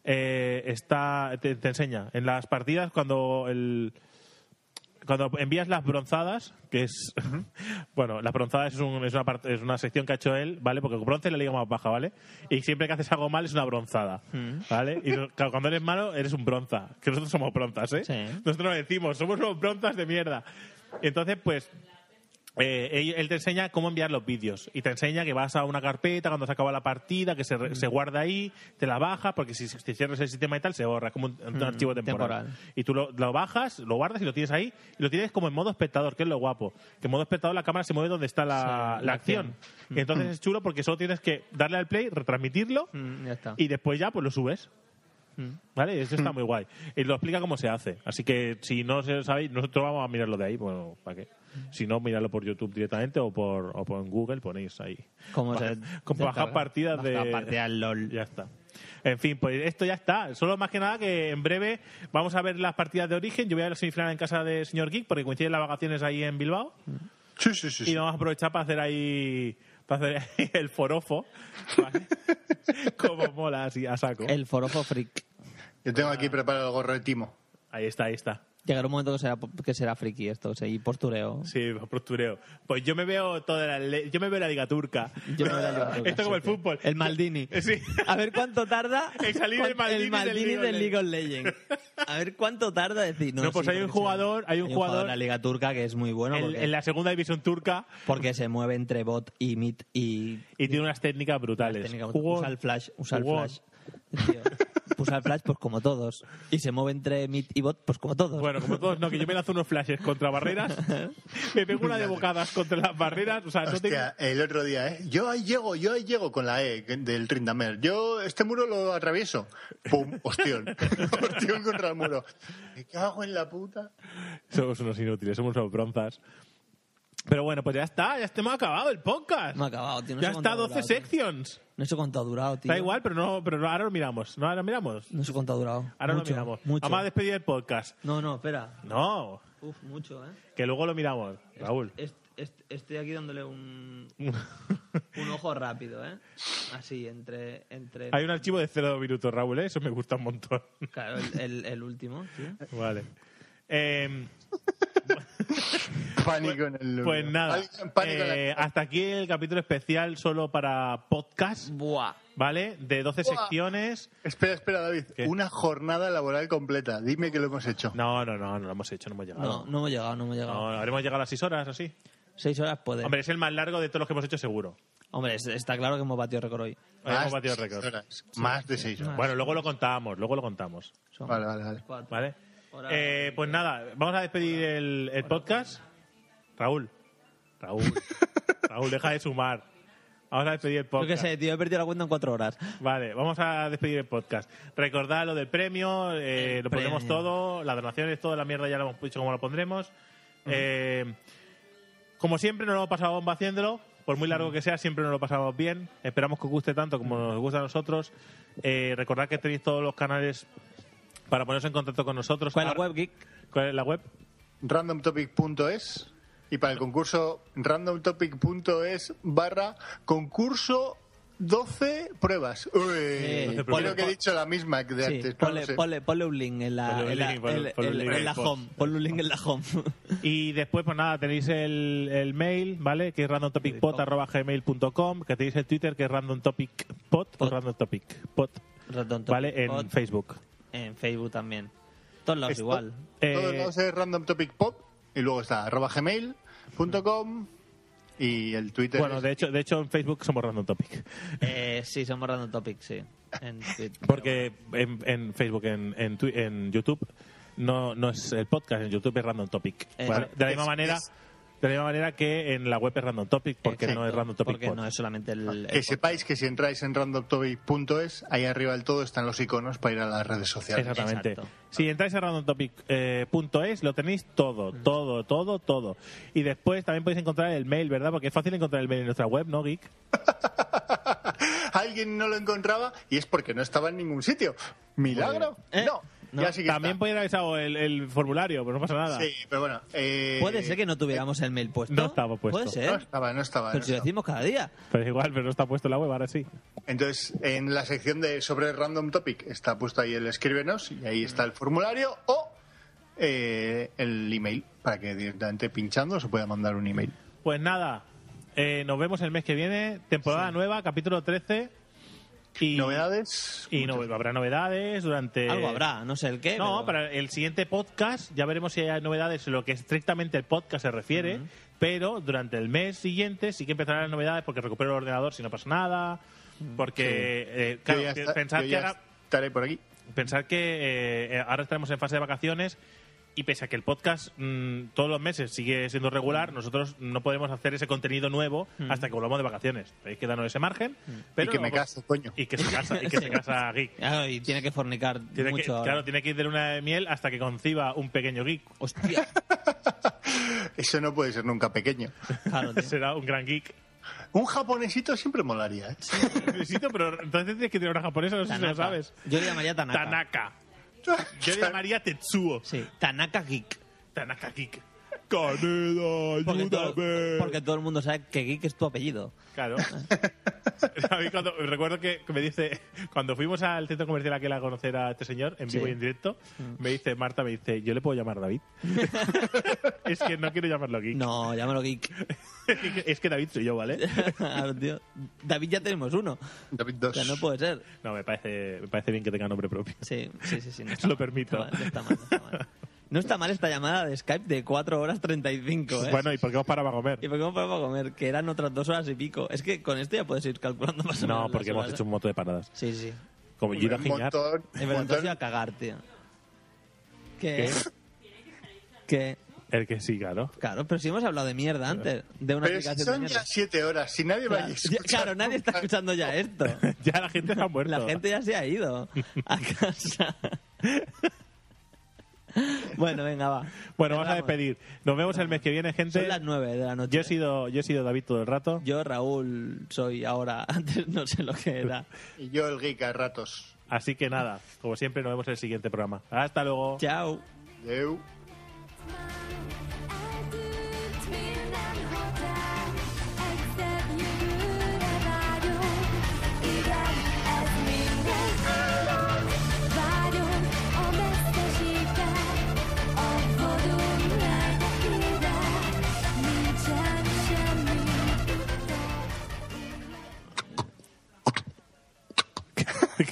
B: Eh, está, te, te enseña. En las partidas cuando el cuando envías las bronzadas, que es. <laughs> Bueno, las bronzadas es, un- es una parte- es una sección que ha hecho él, ¿vale? Porque bronce es la liga más baja, ¿vale? Y siempre que haces algo mal es una bronzada, ¿vale? Y no- claro, cuando eres malo, eres un bronza. Que nosotros somos bronzas, ¿eh? Nosotros lo decimos, somos unos bronzas de mierda. Y entonces, pues, eh, él, él te enseña cómo enviar los vídeos y te enseña que vas a una carpeta cuando se acaba la partida, que se, re- se guarda ahí, te la baja, porque si, si cierras el sistema y tal, se borra, es como un, un
D: Mm,
B: archivo temporal.
D: temporal.
B: Y tú lo, lo bajas, lo guardas y lo tienes ahí, y lo tienes como en modo espectador, que es lo guapo. Que en modo espectador la cámara se mueve donde está la,
D: Sí,
B: la
D: la acción.
B: acción. Y entonces es chulo porque solo tienes que darle al play, retransmitirlo
D: Mm, ya está.
B: y después ya pues lo subes.
C: Mm.
B: ¿Vale? Eso está muy guay. Y lo explica cómo se hace. Así que si no se lo sabéis, nosotros vamos a mirarlo de ahí. Bueno, ¿para qué?
C: Mm.
B: Si no, miradlo por YouTube directamente o por, o por en Google, ponéis ahí.
D: Como se-
B: Como
D: se
B: bajar
D: carga.
B: partidas de.
D: Bajar partidas LOL.
B: Ya está. En fin, pues esto ya está. Solo más que nada que en breve vamos a ver las partidas de origen. Yo voy a ver la semifinal en casa de señor Geek porque coinciden las vacaciones ahí en Bilbao.
C: Sí, sí, sí.
B: Y vamos a aprovechar para hacer ahí, para hacer <laughs> ahí el forofo.
C: <laughs>
B: ¿vale? Como mola así, a saco.
D: El forofo freak.
C: Yo tengo aquí preparado el gorro de Timo.
B: Ahí está, ahí está.
D: Llegará un momento que será, que será friki esto, o sea, y postureo.
B: Sí, postureo. Pues yo me veo toda la le- yo me veo la liga turca.
D: Yo me veo la liga
B: <laughs>
D: turca,
B: Esto como el fútbol. Eh,
D: El Maldini.
B: Sí.
D: A ver cuánto tarda
B: En salir <laughs> el
D: cuan-
B: Maldini del League of
D: del League of Legends. A ver cuánto tarda decir. No,
B: No, pues
D: sí,
B: hay un
D: porque
B: jugador, hay
D: se-
B: un jugador
D: en la Liga Turca que es muy bueno
B: en-
D: porque,
B: en la segunda división turca
D: porque se mueve entre bot y mid y
B: y tiene unas técnicas brutales.
D: técnica.
B: Jugó-
D: usa el flash, usa el
B: jugó-
D: flash. Tío, usa el flash pues como todos y se mueve entre mid y bot pues como todos.
B: Bueno, como todos, no, que yo me lanzo unos flashes contra
D: <laughs>
B: barreras, me pego una de bocadas contra las barreras, o sea, Ah, no tengo...
C: Hostia, el otro día, ¿eh? Yo ahí llego, yo ahí llego con la E del Trindamer. Yo este muro lo atravieso. ¡Pum! ¡Hostión! <laughs> ¡Hostión contra el muro! ¿Qué cago en la puta?
B: Somos unos inútiles, somos unos bronzas. Pero bueno, pues ya está, ya este hemos acabado el podcast.
D: Me ha acabado, tío. No
B: ya
D: sé cuánto
B: está,
D: ha
B: 12
D: durado, tío.
B: sections.
D: No sé cuánto ha durado, tío.
B: Da igual, pero no, pero no, ahora lo miramos. No, ahora lo miramos.
D: No sé cuánto ha durado.
B: Ahora
D: Mucho,
B: lo miramos.
D: Mucho.
B: Vamos a despedir el podcast.
D: No, no, espera.
B: No,
D: Uf, mucho, ¿eh?
B: que luego lo miramos, Raúl.
D: Est- est- estoy aquí
B: <laughs>
D: dándole un, un ojo rápido, ¿eh? Así, entre... entre
B: Hay un archivo de cero minutos, Raúl, ¿eh? eso me gusta un montón.
D: Claro, el, el- el último, tío.
B: Vale. Eh,
C: Pánico en el
B: pues nada,
C: Alguien- Pánico en la-
B: eh, hasta aquí el capítulo especial solo para podcast,
D: Buah.
B: ¿vale? De 12
C: Buah.
B: secciones.
C: Espera, espera, David. Una jornada laboral completa. Dime que lo hemos hecho.
B: No, no, no, no lo hemos hecho, no hemos llegado.
D: No, no hemos llegado, no hemos llegado.
B: No, habremos llegado a las 6 horas, así.
D: Seis horas puede.
B: Hombre, es el más largo de todos los que hemos hecho, seguro.
D: Hombre, es- está claro que hemos batido récord hoy.
B: Ahí hemos
C: Más de
B: batido
C: seis
B: récord.
C: horas. Más de seis horas.
B: Bueno, luego lo contamos, luego lo contamos.
D: Son
C: Vale, vale, vale.
D: cuatro.
B: ¿Vale?
D: Ahora-
B: Eh, pues nada, vamos a despedir el, el podcast. Raúl,
D: <laughs>
B: Raúl, Raúl, deja de sumar. Vamos a despedir el
D: Yo qué
B: podcast.
D: sé, tío, he perdido la cuenta en cuatro horas.
B: Vale, vamos a despedir el podcast. Recordad lo del premio, eh,
D: El
B: lo ponemos
D: premio.
B: todo, las donaciones, toda la mierda ya lo hemos dicho cómo lo pondremos.
D: Mm.
B: Eh, como siempre, nos lo hemos pasado bomba haciéndolo. Por muy
D: Mm.
B: largo que sea, siempre nos lo pasamos bien. Esperamos que os guste tanto como nos gusta a nosotros. Eh, recordad que tenéis todos los canales para poneros en contacto con nosotros.
D: ¿Cuál es
B: Ar-
D: la web, Geek?
B: ¿Cuál es la web?
C: randomtopic.es y para el concurso randomtopic.es barra concurso 12 pruebas. Uy,
D: Eh,
C: creo
D: ponle-
C: que he dicho la misma que de
D: Sí,
C: antes. no
D: ponle,
C: lo sé.
D: ponle- ponle un link en la,
C: Ponle un
D: en la-
C: link, ponle-
D: en la-
C: ponle un
D: en la-
C: link.
D: en la home. Ponle un link en la home.
B: Y después, pues nada, tenéis el, el mail, ¿vale? Que es randomtopicpod.gmail.com Que tenéis el Twitter, que es randomtopicpod o randomtopicpod. ¿Vale? En
D: Pod.
B: Facebook.
D: En Facebook también. Todos lados
C: Esto-
D: igual.
C: Todos lados es Random Topic Pop y luego está arroba gmail.com y el Twitter.
B: Bueno,
C: es-
B: de hecho, de hecho en Facebook somos Random Topic.
D: Eh, sí, somos Random Topics, sí. En Twitter.
B: Porque en, en Facebook, en, en, Twi- en YouTube, no, no es el podcast, en YouTube es Random Topic.
D: Eh,
B: ¿vale? De la misma
D: es-
B: manera...
D: es-
B: De la misma manera que en la web es Random Topic, porque no es
D: Exacto,
B: Random Topic.
D: porque no es solamente el...
C: Ah, Que sepáis que si entráis en randomtopic.es, ahí arriba del todo están los iconos para ir a las redes sociales.
B: Exactamente. Si entráis a randomtopic.es, eh, lo tenéis todo,
D: Mm.
B: todo, todo, todo. Y después también podéis encontrar el mail, ¿verdad? Porque es fácil encontrar el mail en nuestra web, ¿no, Geek?
C: Alguien no lo encontraba y es porque no estaba en ningún sitio. ¿Milagro? No. Ya sí que
B: también podéis haber avisado el, el formulario, pero no pasa nada.
C: Sí, pero bueno. eh,
D: Puede ser que no tuviéramos el mail puesto.
B: No estaba puesto.
D: Puede ser.
B: No
C: estaba, no estaba.
D: Pero
C: no
D: si lo
C: estaba.
D: decimos cada día.
B: Pero igual, pero no está puesto en la web, ahora sí.
C: Entonces, en la sección de sobre Random Topic está puesto ahí el escríbenos y ahí está el formulario o eh, el email para que directamente pinchando se pueda mandar un email.
B: Pues nada, eh, nos vemos el mes que viene, temporada nueva, capítulo 13. Y,
C: ¿Novedades?
B: Y no, habrá novedades durante...
D: Algo habrá, no sé
C: <laughs>
D: el qué.
B: Eh, No,
D: pero-
B: para el siguiente podcast ya veremos si hay novedades en lo que estrictamente el podcast se refiere, pero durante el mes siguiente sí que empezarán las novedades porque recupero el ordenador si no pasa nada, porque eh, claro,
C: Mm, Yo ya está-
B: pensar
C: yo
B: que
C: ya
B: ahora,
C: estaré por aquí.
B: pensar que eh, eh, ahora estamos en fase de vacaciones y pese a que el podcast mm, todos los meses sigue siendo regular, nosotros no podemos hacer ese contenido nuevo
C: Mm.
B: hasta que volvamos de vacaciones. Hay que darnos ese margen.
C: y
B: Pero
C: que me
B: vamos-
C: caso, coño.
B: Y que se casa, y que
C: <laughs>
B: se casa Geek.
D: Claro, y tiene que fornicar
B: Tiene que-
D: mucho ahora.
B: claro, tiene que ir de luna de miel hasta que conciba un pequeño geek.
D: Hostia.
C: Eso no puede ser nunca pequeño.
B: <laughs> Será un gran geek.
C: Un japonesito siempre molaría. ¿eh? <laughs>
B: Necesito, pero entonces tienes que tener una japonesa, no sé si lo
D: Tanaka.
B: sabes.
D: Yo le llamaría Tanaka.
B: Tanaka. Yo le llamaría Tetsuo.
D: Sí, Tanaka Geek.
B: Tanaka Geek. Caneda,
D: Porque todo,
B: ayúdame.
D: porque todo el mundo sabe que Geek es tu apellido. <laughs>
B: Claro. A mí cuando, recuerdo que, que me dice, cuando fuimos al centro comercial aquel a conocer a este señor, en vivo
D: Sí. Mm.
B: y en directo, me dice, Marta, me dice, yo le puedo llamar
D: <laughs>
B: David. <laughs> es que no quiero llamarlo Geek.
D: No, llámalo Geek.
B: <laughs> es que David soy yo, ¿vale?
D: Claro, tío. David ya tenemos uno.
C: David dos.
D: O sea, no puede ser.
B: No, me parece, me parece bien que tenga nombre propio.
D: Sí, sí, sí. sí no está
B: Lo
D: mal,
B: permito.
D: No está mal, no está mal. no está mal. No está mal esta llamada de Skype de 4 horas 35, ¿eh?
B: Bueno, ¿y por qué os paraba a comer?
D: ¿Y por qué hemos parado para comer? Que eran otras dos horas y pico. Es que con esto ya puedes ir calculando más o menos.
B: No, porque
D: las
B: hemos
D: horas.
B: hecho un montón de paradas.
D: Sí, sí. Eh,
B: Como yo iba a
C: Un
B: giñar.
C: montón,
D: Es
C: un
D: verdad, te has
C: montón.
D: ido a cagar, tío. ¿Qué? ¿Qué?
B: El que sí, claro. <laughs>
D: Claro, pero si hemos hablado de mierda antes. De una
C: Pero si
D: aplicación de
C: son
D: mierda.
C: ya siete horas, si
B: <laughs>
C: nadie va a
D: Claro, ya-
C: escuchar
D: claro, nadie está escuchando ya esto.
B: Ya la gente se ha <laughs> muerto.
D: La gente ya se ha ido a casa. <laughs> Bueno, venga, va.
B: Bueno, vas a
D: Cerramos.
B: despedir. Nos vemos el mes que viene, gente.
D: Son las 9 de la noche.
B: Yo he sido, yo he sido David todo el rato.
D: Yo, Raúl, soy ahora. <laughs> Antes no sé lo que
B: <laughs>
D: era.
C: Y yo el geek a ratos.
B: Así que nada, como siempre, nos vemos en el siguiente programa. Hasta luego.
D: Chao.
C: Deu.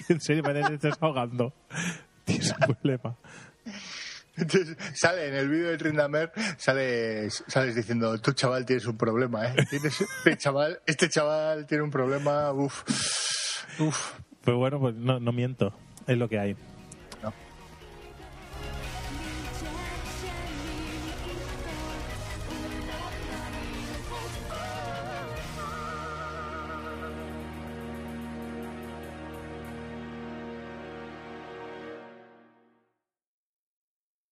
B: en serio, parece <laughs> que te estás ahogando. <laughs> Tienes un problema.
C: Entonces, sale en el vídeo del Trindamer, sales, sales diciendo, tú chaval tienes un problema, ¿eh? Tienes- este, chaval, este chaval tiene un problema, uff. Uf.
B: Pues bueno, pues no, no miento. Es lo que hay.